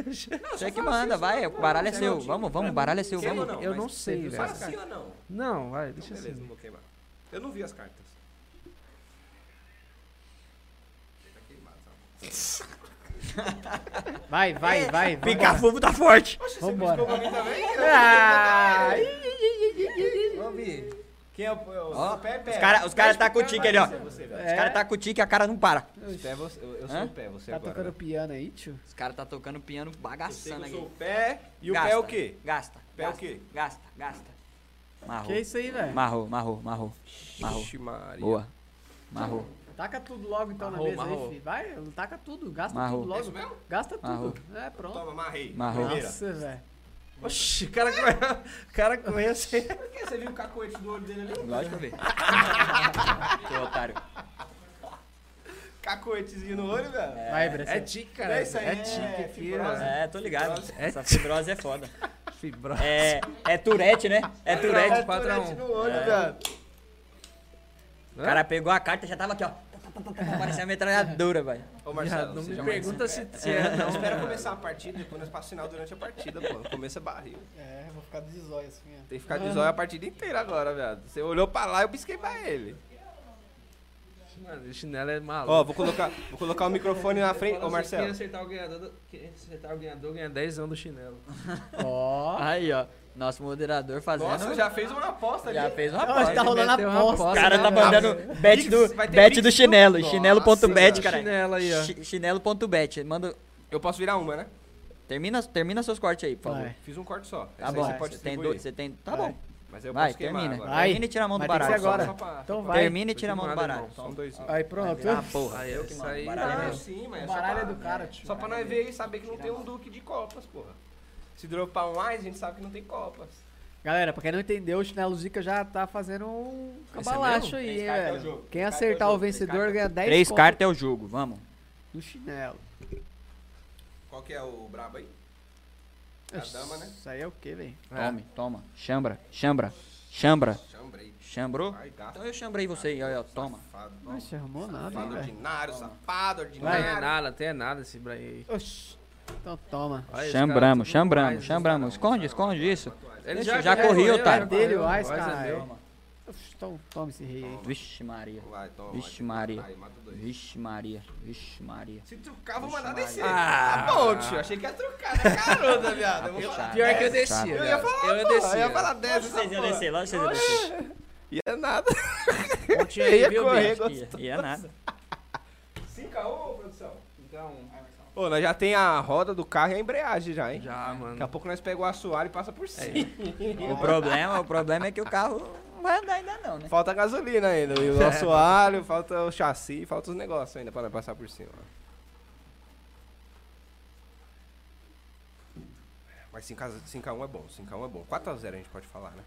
[SPEAKER 3] Você que manda, vai. O baralho é
[SPEAKER 5] você
[SPEAKER 3] seu.
[SPEAKER 5] não tira.
[SPEAKER 3] Vamos, vamos, o baralho é seu,
[SPEAKER 5] Queima
[SPEAKER 3] vamos.
[SPEAKER 5] ou não?
[SPEAKER 12] Eu
[SPEAKER 5] mas
[SPEAKER 12] não sei,
[SPEAKER 5] Faz
[SPEAKER 12] velho.
[SPEAKER 5] assim ou não?
[SPEAKER 12] Não, vai,
[SPEAKER 5] Então,
[SPEAKER 12] deixa
[SPEAKER 5] beleza,
[SPEAKER 12] assim.
[SPEAKER 5] não vou queimar. Eu não vi as cartas. Tá queimado, tá bom.
[SPEAKER 2] Vai, vai, vai. vai.
[SPEAKER 3] Picar fogo tá forte.
[SPEAKER 5] Poxa, você
[SPEAKER 2] Vambora.
[SPEAKER 5] piscou pra mim também?
[SPEAKER 2] Ah,
[SPEAKER 5] Ô, Bi, Quem é o. é o-
[SPEAKER 3] Ó,
[SPEAKER 5] o pé, pé.
[SPEAKER 3] Os caras os cara tá com o tique ali, ó.
[SPEAKER 5] Você, você, velho.
[SPEAKER 3] Os caras tá com o tique e a cara não para.
[SPEAKER 5] O pé, você- Eu eu
[SPEAKER 3] Hã?
[SPEAKER 5] sou o pé, você
[SPEAKER 2] tá
[SPEAKER 5] agora.
[SPEAKER 2] tocando
[SPEAKER 5] velho.
[SPEAKER 2] piano aí, tio?
[SPEAKER 3] Os caras tá tocando piano
[SPEAKER 5] Eu sei que
[SPEAKER 3] bagaçando
[SPEAKER 5] eu
[SPEAKER 3] aqui.
[SPEAKER 5] sou o pé. E o pé
[SPEAKER 3] né? Gasta,
[SPEAKER 5] é o quê?
[SPEAKER 3] Gasta.
[SPEAKER 5] Pé é o
[SPEAKER 3] gasta,
[SPEAKER 5] quê?
[SPEAKER 3] Gasta, gasta. Marrou.
[SPEAKER 2] Que isso aí, velho?
[SPEAKER 3] Marrou, marrou, marrou. Marrou.
[SPEAKER 5] Ixi, Maria.
[SPEAKER 3] Boa. Marrou.
[SPEAKER 2] Taca tudo logo então
[SPEAKER 12] Marrou,
[SPEAKER 2] na mesa
[SPEAKER 12] marrou.
[SPEAKER 2] aí, filho. Vai, taca tudo. Gasta
[SPEAKER 3] Marrou.
[SPEAKER 2] tudo
[SPEAKER 5] É
[SPEAKER 2] logo.
[SPEAKER 5] isso mesmo?
[SPEAKER 2] Gasta tudo.
[SPEAKER 3] Marrou.
[SPEAKER 2] É, pronto.
[SPEAKER 5] Toma, amarrei.
[SPEAKER 3] Marrom.
[SPEAKER 5] Primeira.
[SPEAKER 2] Nossa, velho.
[SPEAKER 12] Oxi, o cara correu. O cara correu assim.
[SPEAKER 5] Por que você viu o cacoete do olho dele ali?
[SPEAKER 3] Lógico que eu vi. Seu otário.
[SPEAKER 5] Cacoetezinho no olho, velho.
[SPEAKER 2] Vai, Bressan.
[SPEAKER 12] É tique, cara.
[SPEAKER 5] É isso aí,
[SPEAKER 12] É
[SPEAKER 5] é
[SPEAKER 12] tique aqui,
[SPEAKER 5] fibrose.
[SPEAKER 12] velho.
[SPEAKER 3] É, tô ligado.
[SPEAKER 5] É.
[SPEAKER 3] Essa fibrose é foda.
[SPEAKER 12] Fibra.
[SPEAKER 3] É, é Tourette, né? É Tourette.
[SPEAKER 12] 4x1.
[SPEAKER 5] no tipo olho,
[SPEAKER 3] É.
[SPEAKER 5] velho.
[SPEAKER 3] O cara pegou a carta e já tava aqui, ó. Parecia uma metralhadora, velho.
[SPEAKER 5] Ô, Marcelo,
[SPEAKER 12] Não
[SPEAKER 5] você
[SPEAKER 12] me
[SPEAKER 5] já
[SPEAKER 12] pergunta se, se é.
[SPEAKER 5] Não, espera começar a partida, depois nós passamos sinal durante a partida, pô. No começo é barril.
[SPEAKER 2] É, vou ficar de zóio assim, ó.
[SPEAKER 5] Tem que ficar de zóio a partida inteira agora, viado. Você olhou pra lá e eu pisquei pra ele.
[SPEAKER 12] Mano, o chinelo é maluco. assim,
[SPEAKER 5] Ó, vou colocar, vou colocar o microfone na frente. Ô,
[SPEAKER 12] Quem
[SPEAKER 5] Marcelo.
[SPEAKER 12] acertar o ganhador, quem acertar o ganhador ganha 10 anos do chinelo.
[SPEAKER 2] Ó.
[SPEAKER 3] Aí, ó. Nosso moderador fazendo.
[SPEAKER 5] Nossa, já fez uma aposta ali.
[SPEAKER 3] já fez uma
[SPEAKER 2] Nossa,
[SPEAKER 3] aposta.
[SPEAKER 2] tá rolando
[SPEAKER 12] meteu uma
[SPEAKER 2] aposta.
[SPEAKER 3] O
[SPEAKER 12] aposta,
[SPEAKER 3] cara
[SPEAKER 12] né,
[SPEAKER 3] tá
[SPEAKER 12] velho?
[SPEAKER 3] mandando bet do,
[SPEAKER 5] Vai ter
[SPEAKER 3] bet
[SPEAKER 5] Pix,
[SPEAKER 3] do chinelo, chinelo.bet,
[SPEAKER 12] Nossa,
[SPEAKER 3] cara.
[SPEAKER 12] Chinelo aí, ó.
[SPEAKER 3] Chi- Chinelo.bet. Manda,
[SPEAKER 5] Eu posso virar uma, né?
[SPEAKER 3] termina, termina seus cortes aí, por favor.
[SPEAKER 2] Vai.
[SPEAKER 5] Fiz um corte só. Essa
[SPEAKER 3] Tá
[SPEAKER 5] aí
[SPEAKER 3] bom,
[SPEAKER 5] Você pode
[SPEAKER 3] você tem
[SPEAKER 5] distribuir.
[SPEAKER 3] dois, você tem... Tá
[SPEAKER 2] Vai.
[SPEAKER 3] bom,
[SPEAKER 5] Mas eu
[SPEAKER 3] vai,
[SPEAKER 5] posso queimar
[SPEAKER 3] termina.
[SPEAKER 5] agora.
[SPEAKER 2] Vai.
[SPEAKER 3] Termina e tira a mão do
[SPEAKER 2] Mas tem que ser
[SPEAKER 3] baralho. só.
[SPEAKER 2] agora.
[SPEAKER 5] Só pra-
[SPEAKER 2] Então vai.
[SPEAKER 3] Termina e tira a mão do
[SPEAKER 12] nada,
[SPEAKER 3] baralho.
[SPEAKER 12] irmão.
[SPEAKER 5] Só um dois.
[SPEAKER 2] Aí, pronto.
[SPEAKER 3] Ah, porra.
[SPEAKER 12] Aí,
[SPEAKER 3] eu que
[SPEAKER 12] isso
[SPEAKER 3] mando,
[SPEAKER 12] aí.
[SPEAKER 3] baralho é
[SPEAKER 5] Não,
[SPEAKER 3] meu.
[SPEAKER 5] sim, mas é
[SPEAKER 2] O
[SPEAKER 5] só
[SPEAKER 2] baralho é
[SPEAKER 5] pra-
[SPEAKER 2] do cara, tio.
[SPEAKER 5] Só pra nós ver e saber que não tem um Duque de Copas, porra. Se dropar um mais, a gente sabe que não tem Copas.
[SPEAKER 2] Galera, pra quem não entendeu, o Chinelo Zica já tá fazendo um
[SPEAKER 3] é
[SPEAKER 2] cabalacho aí, hein,
[SPEAKER 5] Três cartas é o
[SPEAKER 2] velho.
[SPEAKER 5] jogo.
[SPEAKER 2] Quem
[SPEAKER 5] Três
[SPEAKER 2] acertar
[SPEAKER 5] cartas é
[SPEAKER 2] o vencedor ganha 10
[SPEAKER 3] Três
[SPEAKER 2] conto
[SPEAKER 3] cartas é o jogo, vamos.
[SPEAKER 2] do chinelo.
[SPEAKER 5] Qual que é o brabo aí? A dama, né?
[SPEAKER 2] Isso aí é o quê, velho?
[SPEAKER 3] Tome, toma. Chambra, chambra, Chambra.
[SPEAKER 5] Chambrei.
[SPEAKER 3] Chambrou?
[SPEAKER 5] Ai, gato.
[SPEAKER 3] Então eu chambrei você aí, olha, ó, toma.
[SPEAKER 5] Safado.
[SPEAKER 2] Não se arrumou nada, hein,
[SPEAKER 5] Safado
[SPEAKER 2] velho.
[SPEAKER 5] ordinário, safado
[SPEAKER 12] Não é
[SPEAKER 5] ordinário.
[SPEAKER 12] nada, até nada esse Braí aí.
[SPEAKER 2] Então toma.
[SPEAKER 12] Olha esse cara, tudo
[SPEAKER 3] Chambramos, chambramos,
[SPEAKER 12] mais,
[SPEAKER 3] chambramos. Esconde, esconde isso.
[SPEAKER 12] Ele
[SPEAKER 3] Deixa, já corri, otário.
[SPEAKER 12] já
[SPEAKER 2] É dele o
[SPEAKER 12] correu,
[SPEAKER 2] Ais,
[SPEAKER 12] Ais é
[SPEAKER 2] cara.
[SPEAKER 12] meu.
[SPEAKER 2] Oxi, Então toma esse rei aí.
[SPEAKER 3] Vixe Maria.
[SPEAKER 5] Vai, toma.
[SPEAKER 3] Vixe Maria.
[SPEAKER 5] Aí, mata dois.
[SPEAKER 3] Vixe Maria. Vixe Maria.
[SPEAKER 5] Se trucar, vou mandar descer.
[SPEAKER 3] Ah.
[SPEAKER 5] Ah, bom, tio. Achei que ia trucar na carona, viado. Eu vou falar.
[SPEAKER 12] Pior que eu
[SPEAKER 3] Sabe.
[SPEAKER 12] descia.
[SPEAKER 5] Eu ia
[SPEAKER 12] viado.
[SPEAKER 5] falar,
[SPEAKER 12] Eu ia
[SPEAKER 5] pô,
[SPEAKER 12] descer.
[SPEAKER 5] Eu ia falar dessa,
[SPEAKER 3] Vocês iam
[SPEAKER 5] essa
[SPEAKER 3] descer, lógico que vocês iam descer.
[SPEAKER 5] Ia nada.
[SPEAKER 12] Ontem aí,
[SPEAKER 5] ia
[SPEAKER 12] viu,
[SPEAKER 5] correr,
[SPEAKER 12] bicho?
[SPEAKER 5] gostoso.
[SPEAKER 3] E é nada.
[SPEAKER 5] 5x1, produção? Então. Ô, nós já tem a roda do carro e a embreagem já, hein?
[SPEAKER 12] Já,
[SPEAKER 5] Daqui a
[SPEAKER 12] Tá, mano.
[SPEAKER 5] pouco nós pegamos o assoalho e passa por cima.
[SPEAKER 3] O problema, o problema é que o carro não vai andar ainda não, né?
[SPEAKER 5] Falta gasolina ainda, e o assoalho, falta o chassi, falta os negócios ainda pra nós passar por cima. Mas 5 a 5x1 é bom, 5x1 é bom. 4x0 a gente pode falar, né?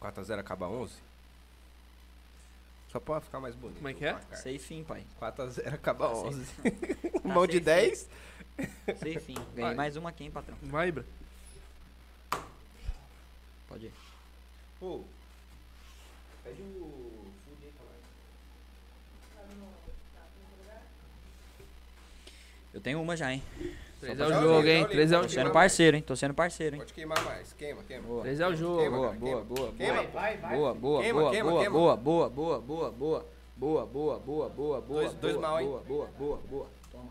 [SPEAKER 5] 4x0 acaba 11? Só pra ficar mais bonito.
[SPEAKER 12] Como é que é?
[SPEAKER 3] Sei fim, pai.
[SPEAKER 5] 4x0 acaba
[SPEAKER 3] sei.
[SPEAKER 5] 11.
[SPEAKER 3] Tá
[SPEAKER 5] Mão de
[SPEAKER 3] sem fim.
[SPEAKER 5] 10?
[SPEAKER 3] Sei fim. Ganhei mais uma aqui, hein, patrão.
[SPEAKER 12] Vai, Bra.
[SPEAKER 3] Pode ir.
[SPEAKER 5] Pô, pede o food aí pra nós.
[SPEAKER 3] Eu tenho uma já, hein?
[SPEAKER 12] 3
[SPEAKER 3] Só
[SPEAKER 12] é o
[SPEAKER 5] pra-
[SPEAKER 12] jogo, hein?
[SPEAKER 5] Olha,
[SPEAKER 12] 3 é o
[SPEAKER 3] Tô sendo
[SPEAKER 12] jogo.
[SPEAKER 3] parceiro, hein? Tô sendo parceiro, hein?
[SPEAKER 5] Pode queimar mais. Queima, queima.
[SPEAKER 3] Boa.
[SPEAKER 12] 3 é o
[SPEAKER 5] Queima,
[SPEAKER 12] jogo.
[SPEAKER 3] um, Boa,
[SPEAKER 5] cara,
[SPEAKER 3] boa,
[SPEAKER 5] queima.
[SPEAKER 3] boa,
[SPEAKER 5] Queima,
[SPEAKER 3] boa. Boa, boa,
[SPEAKER 5] Queima,
[SPEAKER 3] boa,
[SPEAKER 5] queima,
[SPEAKER 3] boa,
[SPEAKER 5] queima.
[SPEAKER 3] boa, boa, boa, boa, boa, boa, boa, boa, boa, boa,
[SPEAKER 5] Dois- dois
[SPEAKER 3] boa,
[SPEAKER 5] mal, hein?
[SPEAKER 3] boa, boa, boa, boa. Toma.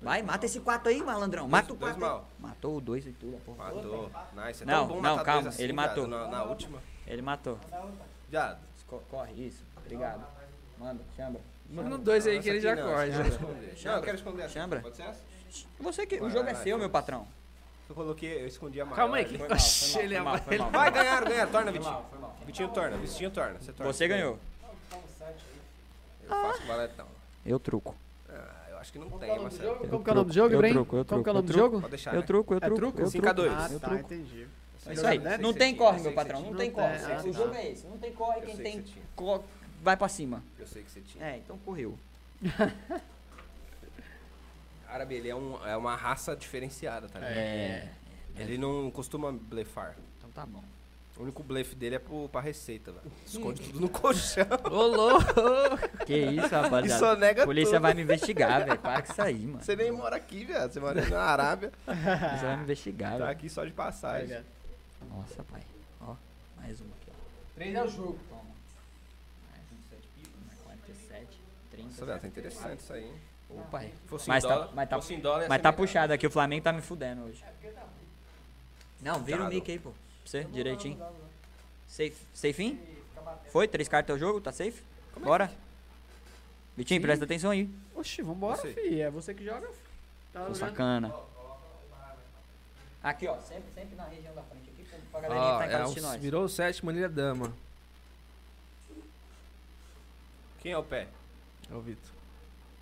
[SPEAKER 3] Vai, mata esse 4 aí, malandrão. Mata o
[SPEAKER 5] Dois- dois
[SPEAKER 3] 4. aí.
[SPEAKER 5] mal.
[SPEAKER 3] Matou o 2 e tudo, porra.
[SPEAKER 5] Matou. Nice. É
[SPEAKER 3] Não,
[SPEAKER 5] tão
[SPEAKER 3] não,
[SPEAKER 5] bom matar dois
[SPEAKER 3] calma,
[SPEAKER 5] assim,
[SPEAKER 3] ele
[SPEAKER 5] viado,
[SPEAKER 3] matou.
[SPEAKER 5] Na, na última.
[SPEAKER 3] Ele matou.
[SPEAKER 5] Viado.
[SPEAKER 3] Co- Corre, isso. Obrigado. Manda, chambra.
[SPEAKER 12] Manda no 2 aí que ele já
[SPEAKER 5] não,
[SPEAKER 12] corre.
[SPEAKER 5] essa eu
[SPEAKER 12] já.
[SPEAKER 5] quero esconder. Não, eu quero esconder essa.
[SPEAKER 3] Chambra?
[SPEAKER 5] Pode ser essa?
[SPEAKER 3] Você que. O
[SPEAKER 5] Vai,
[SPEAKER 3] jogo
[SPEAKER 5] vai,
[SPEAKER 3] é
[SPEAKER 5] vai,
[SPEAKER 3] seu,
[SPEAKER 5] vai.
[SPEAKER 3] meu patrão.
[SPEAKER 5] Eu coloquei, eu escondi a maior.
[SPEAKER 12] Calma aí, que
[SPEAKER 3] Foi mal, foi
[SPEAKER 12] ele
[SPEAKER 3] mal, foi mal, foi
[SPEAKER 5] Vai,
[SPEAKER 3] mal.
[SPEAKER 5] ganharam, ganharam. Torna, Vitinho. Vitinho torna, Vitinho torna. Você torna.
[SPEAKER 3] Você ganhou.
[SPEAKER 5] Eu faço um baletão.
[SPEAKER 3] Eu truco.
[SPEAKER 5] Ah, eu acho que não tem, Marcelo.
[SPEAKER 2] Como que é o nome do jogo,
[SPEAKER 3] eu
[SPEAKER 2] Ibrahim?
[SPEAKER 3] truco, eu
[SPEAKER 2] Como que é o
[SPEAKER 3] truco,
[SPEAKER 2] nome
[SPEAKER 3] eu
[SPEAKER 2] do jogo?
[SPEAKER 5] Pode deixar,
[SPEAKER 3] Eu
[SPEAKER 5] né?
[SPEAKER 3] truco, eu
[SPEAKER 2] É
[SPEAKER 3] truco.
[SPEAKER 2] truco?
[SPEAKER 3] eu
[SPEAKER 5] 5 a 2.
[SPEAKER 2] Ah,
[SPEAKER 3] Eu
[SPEAKER 2] tá,
[SPEAKER 3] truco.
[SPEAKER 2] entendi.
[SPEAKER 3] É isso aí. Não tem corre, meu patrão. Não
[SPEAKER 2] Não tem,
[SPEAKER 3] tem corre.
[SPEAKER 2] ah,
[SPEAKER 3] O
[SPEAKER 2] tá.
[SPEAKER 3] jogo é esse. Não tem corre.
[SPEAKER 5] Eu
[SPEAKER 3] Quem
[SPEAKER 5] sei que
[SPEAKER 3] tem.
[SPEAKER 5] você tinha.
[SPEAKER 3] co- Vai pra cima.
[SPEAKER 5] Eu sei que você tinha.
[SPEAKER 3] É, então correu.
[SPEAKER 5] Árabe, ele é, um, é uma raça diferenciada, tá ligado?
[SPEAKER 3] É.
[SPEAKER 5] Ele não costuma blefar.
[SPEAKER 3] Então tá bom.
[SPEAKER 5] O único blefe dele é pro, pra receita, velho. Esconde tudo no colchão
[SPEAKER 12] Ô, louco!
[SPEAKER 3] Que isso,
[SPEAKER 5] e
[SPEAKER 3] rapaziada.
[SPEAKER 5] só nega
[SPEAKER 3] A polícia
[SPEAKER 5] é tudo.
[SPEAKER 3] vai me investigar, velho. Para com isso aí, mano.
[SPEAKER 5] Você nem mora aqui, viado. Você mora na Arábia.
[SPEAKER 3] A polícia vai me investigar,
[SPEAKER 5] Tá
[SPEAKER 3] velho.
[SPEAKER 5] aqui só de passagem.
[SPEAKER 3] Nossa, pai. Ó, mais uma aqui, ó.
[SPEAKER 2] 3 é o jogo.
[SPEAKER 3] Toma. Mais um 7 pico, mais 47, 30.
[SPEAKER 5] Nossa, velho, tá interessante isso aí, hein?
[SPEAKER 3] Ô, pai.
[SPEAKER 5] Fosse
[SPEAKER 3] Mas
[SPEAKER 5] em
[SPEAKER 3] tá-
[SPEAKER 5] dólar,
[SPEAKER 3] mas tá-
[SPEAKER 5] fosse em dólar, ia
[SPEAKER 3] Mas
[SPEAKER 5] ser
[SPEAKER 3] tá
[SPEAKER 5] melhor.
[SPEAKER 3] puxado aqui, o Flamengo tá me fudendo hoje. Não, vira o
[SPEAKER 5] Puxado.
[SPEAKER 3] mic aí, pô. Pra Você, direitinho. Safe, safe in? Foi? Três cartas é o jogo? Tá safe? Bora. Vitinho, presta atenção aí.
[SPEAKER 2] Oxi, vambora,
[SPEAKER 5] Você.
[SPEAKER 2] fi. É você que joga. fi. Tá
[SPEAKER 3] Ô,
[SPEAKER 2] jogando.
[SPEAKER 3] sacana. Aqui, ó. Sempre, sempre na região da frente aqui, pra- pra galerinha
[SPEAKER 12] Ó,
[SPEAKER 3] que tá em
[SPEAKER 12] é
[SPEAKER 3] casa
[SPEAKER 12] o-
[SPEAKER 3] assistindo nós.
[SPEAKER 12] virou o sétimo, ele é dama.
[SPEAKER 5] Quem é o pé?
[SPEAKER 12] É o Vitor.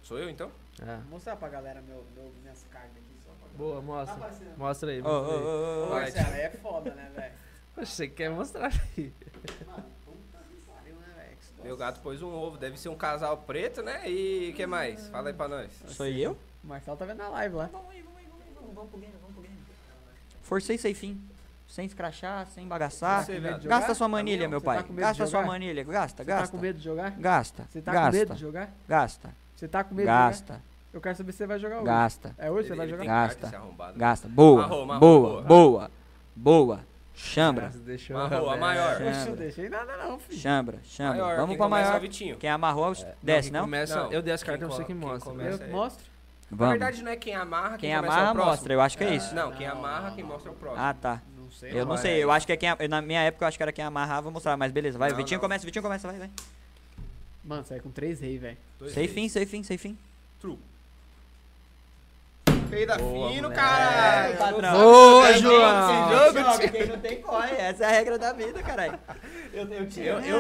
[SPEAKER 5] Sou eu, então?
[SPEAKER 12] É.
[SPEAKER 2] Vou mostrar pra galera meu, meu, minhas cargas aqui só. pra-
[SPEAKER 12] Boa,
[SPEAKER 2] Tá
[SPEAKER 12] mostra.
[SPEAKER 2] aparecendo.
[SPEAKER 12] Mostra aí.
[SPEAKER 3] Ô, ô,
[SPEAKER 12] Mostra
[SPEAKER 3] ô,
[SPEAKER 12] aí.
[SPEAKER 2] Ô,
[SPEAKER 3] ô, ô.
[SPEAKER 2] Marcelo, aí é foda, né, velho?
[SPEAKER 12] Poxa, Você quer mostrar aí?
[SPEAKER 2] Mano, puta que pariu, né, velho? Que situação.
[SPEAKER 5] Meu gato pôs um ovo. Deve ser um casal preto, né? E o que mais? Fala aí pra nós.
[SPEAKER 3] Sou eu?
[SPEAKER 2] O Marcelo tá vendo a live lá.
[SPEAKER 3] Vamos aí, vamos aí, vamos aí. Vamos, vamos pro game, vamos pro game. Forcei safe in. Sem escrachar, sem bagaçar.
[SPEAKER 5] Você,
[SPEAKER 2] tá medo de
[SPEAKER 5] viado.
[SPEAKER 2] jogar?
[SPEAKER 3] Ah, Gasta sua manilha,
[SPEAKER 2] mesmo?
[SPEAKER 3] meu
[SPEAKER 2] Você tá
[SPEAKER 3] pai.
[SPEAKER 2] com medo de
[SPEAKER 3] Gasta sua
[SPEAKER 2] jogar?
[SPEAKER 3] manilha. Gasta,
[SPEAKER 2] Você tá
[SPEAKER 3] gasta.
[SPEAKER 2] com medo de jogar?
[SPEAKER 3] Gasta.
[SPEAKER 2] Você tá com
[SPEAKER 3] gasta.
[SPEAKER 2] medo de jogar?
[SPEAKER 3] Gasta.
[SPEAKER 2] Você tá com medo de
[SPEAKER 3] Gasta.
[SPEAKER 2] jogar? Eu quero saber se você vai jogar hoje.
[SPEAKER 3] Gasta.
[SPEAKER 2] É hoje
[SPEAKER 5] Ele-
[SPEAKER 2] você vai
[SPEAKER 5] ele
[SPEAKER 2] jogar?
[SPEAKER 5] tem carta,
[SPEAKER 3] Gasta.
[SPEAKER 5] esse arrombado.
[SPEAKER 3] Gasta. Boa.
[SPEAKER 5] Marrou, marrou,
[SPEAKER 3] boa, boa.
[SPEAKER 5] boa.
[SPEAKER 3] Boa. Chambra.
[SPEAKER 12] Nossa, Deixou
[SPEAKER 5] Marrou, a
[SPEAKER 12] velho.
[SPEAKER 5] maior.
[SPEAKER 3] Chambra.
[SPEAKER 2] Oxe, eu deixei nada não, filho.
[SPEAKER 3] Chambra. Chambra.
[SPEAKER 5] Maior,
[SPEAKER 3] Vamos
[SPEAKER 5] quem
[SPEAKER 3] pra
[SPEAKER 5] começa é o
[SPEAKER 3] maior.
[SPEAKER 5] Vitinho.
[SPEAKER 3] Quem amarrou, desce,
[SPEAKER 12] quem
[SPEAKER 3] não?
[SPEAKER 12] Começa,
[SPEAKER 5] Não,
[SPEAKER 12] eu dei as
[SPEAKER 5] quem
[SPEAKER 12] cartas, você
[SPEAKER 5] co-
[SPEAKER 12] que
[SPEAKER 5] quem
[SPEAKER 12] mostra.
[SPEAKER 5] começa-
[SPEAKER 12] velho.
[SPEAKER 5] Essa
[SPEAKER 2] Eu
[SPEAKER 5] aí.
[SPEAKER 2] mostro.
[SPEAKER 5] Na
[SPEAKER 3] Vamos.
[SPEAKER 5] verdade, não é quem amarra, quem,
[SPEAKER 3] Quem
[SPEAKER 5] começa é o
[SPEAKER 3] amarra,
[SPEAKER 5] próximo.
[SPEAKER 3] mostra. Eu acho que é isso.
[SPEAKER 5] Não, quem amarra, quem mostra é o próximo.
[SPEAKER 3] Ah, tá.
[SPEAKER 2] Não sei.
[SPEAKER 3] Eu não
[SPEAKER 5] lá,
[SPEAKER 3] sei.
[SPEAKER 5] é.
[SPEAKER 3] Eu acho que é quem. a- Na minha época eu acho que era quem amarrava, vou mostrar. Mas beleza, vai.
[SPEAKER 5] Não,
[SPEAKER 3] Vitinho
[SPEAKER 5] não.
[SPEAKER 3] começa, Vitinho começa, vai, vai.
[SPEAKER 2] Mano, sai com três rei, velho.
[SPEAKER 5] Dois,
[SPEAKER 3] Safe
[SPEAKER 5] três.
[SPEAKER 3] in, safe in, safe in.
[SPEAKER 5] Peida fino,
[SPEAKER 12] moleque.
[SPEAKER 2] É,
[SPEAKER 5] caralho.
[SPEAKER 3] Boa,
[SPEAKER 5] João!
[SPEAKER 3] Quem não tem corre, essa é a regra da vida, caralho.
[SPEAKER 5] Eu, eu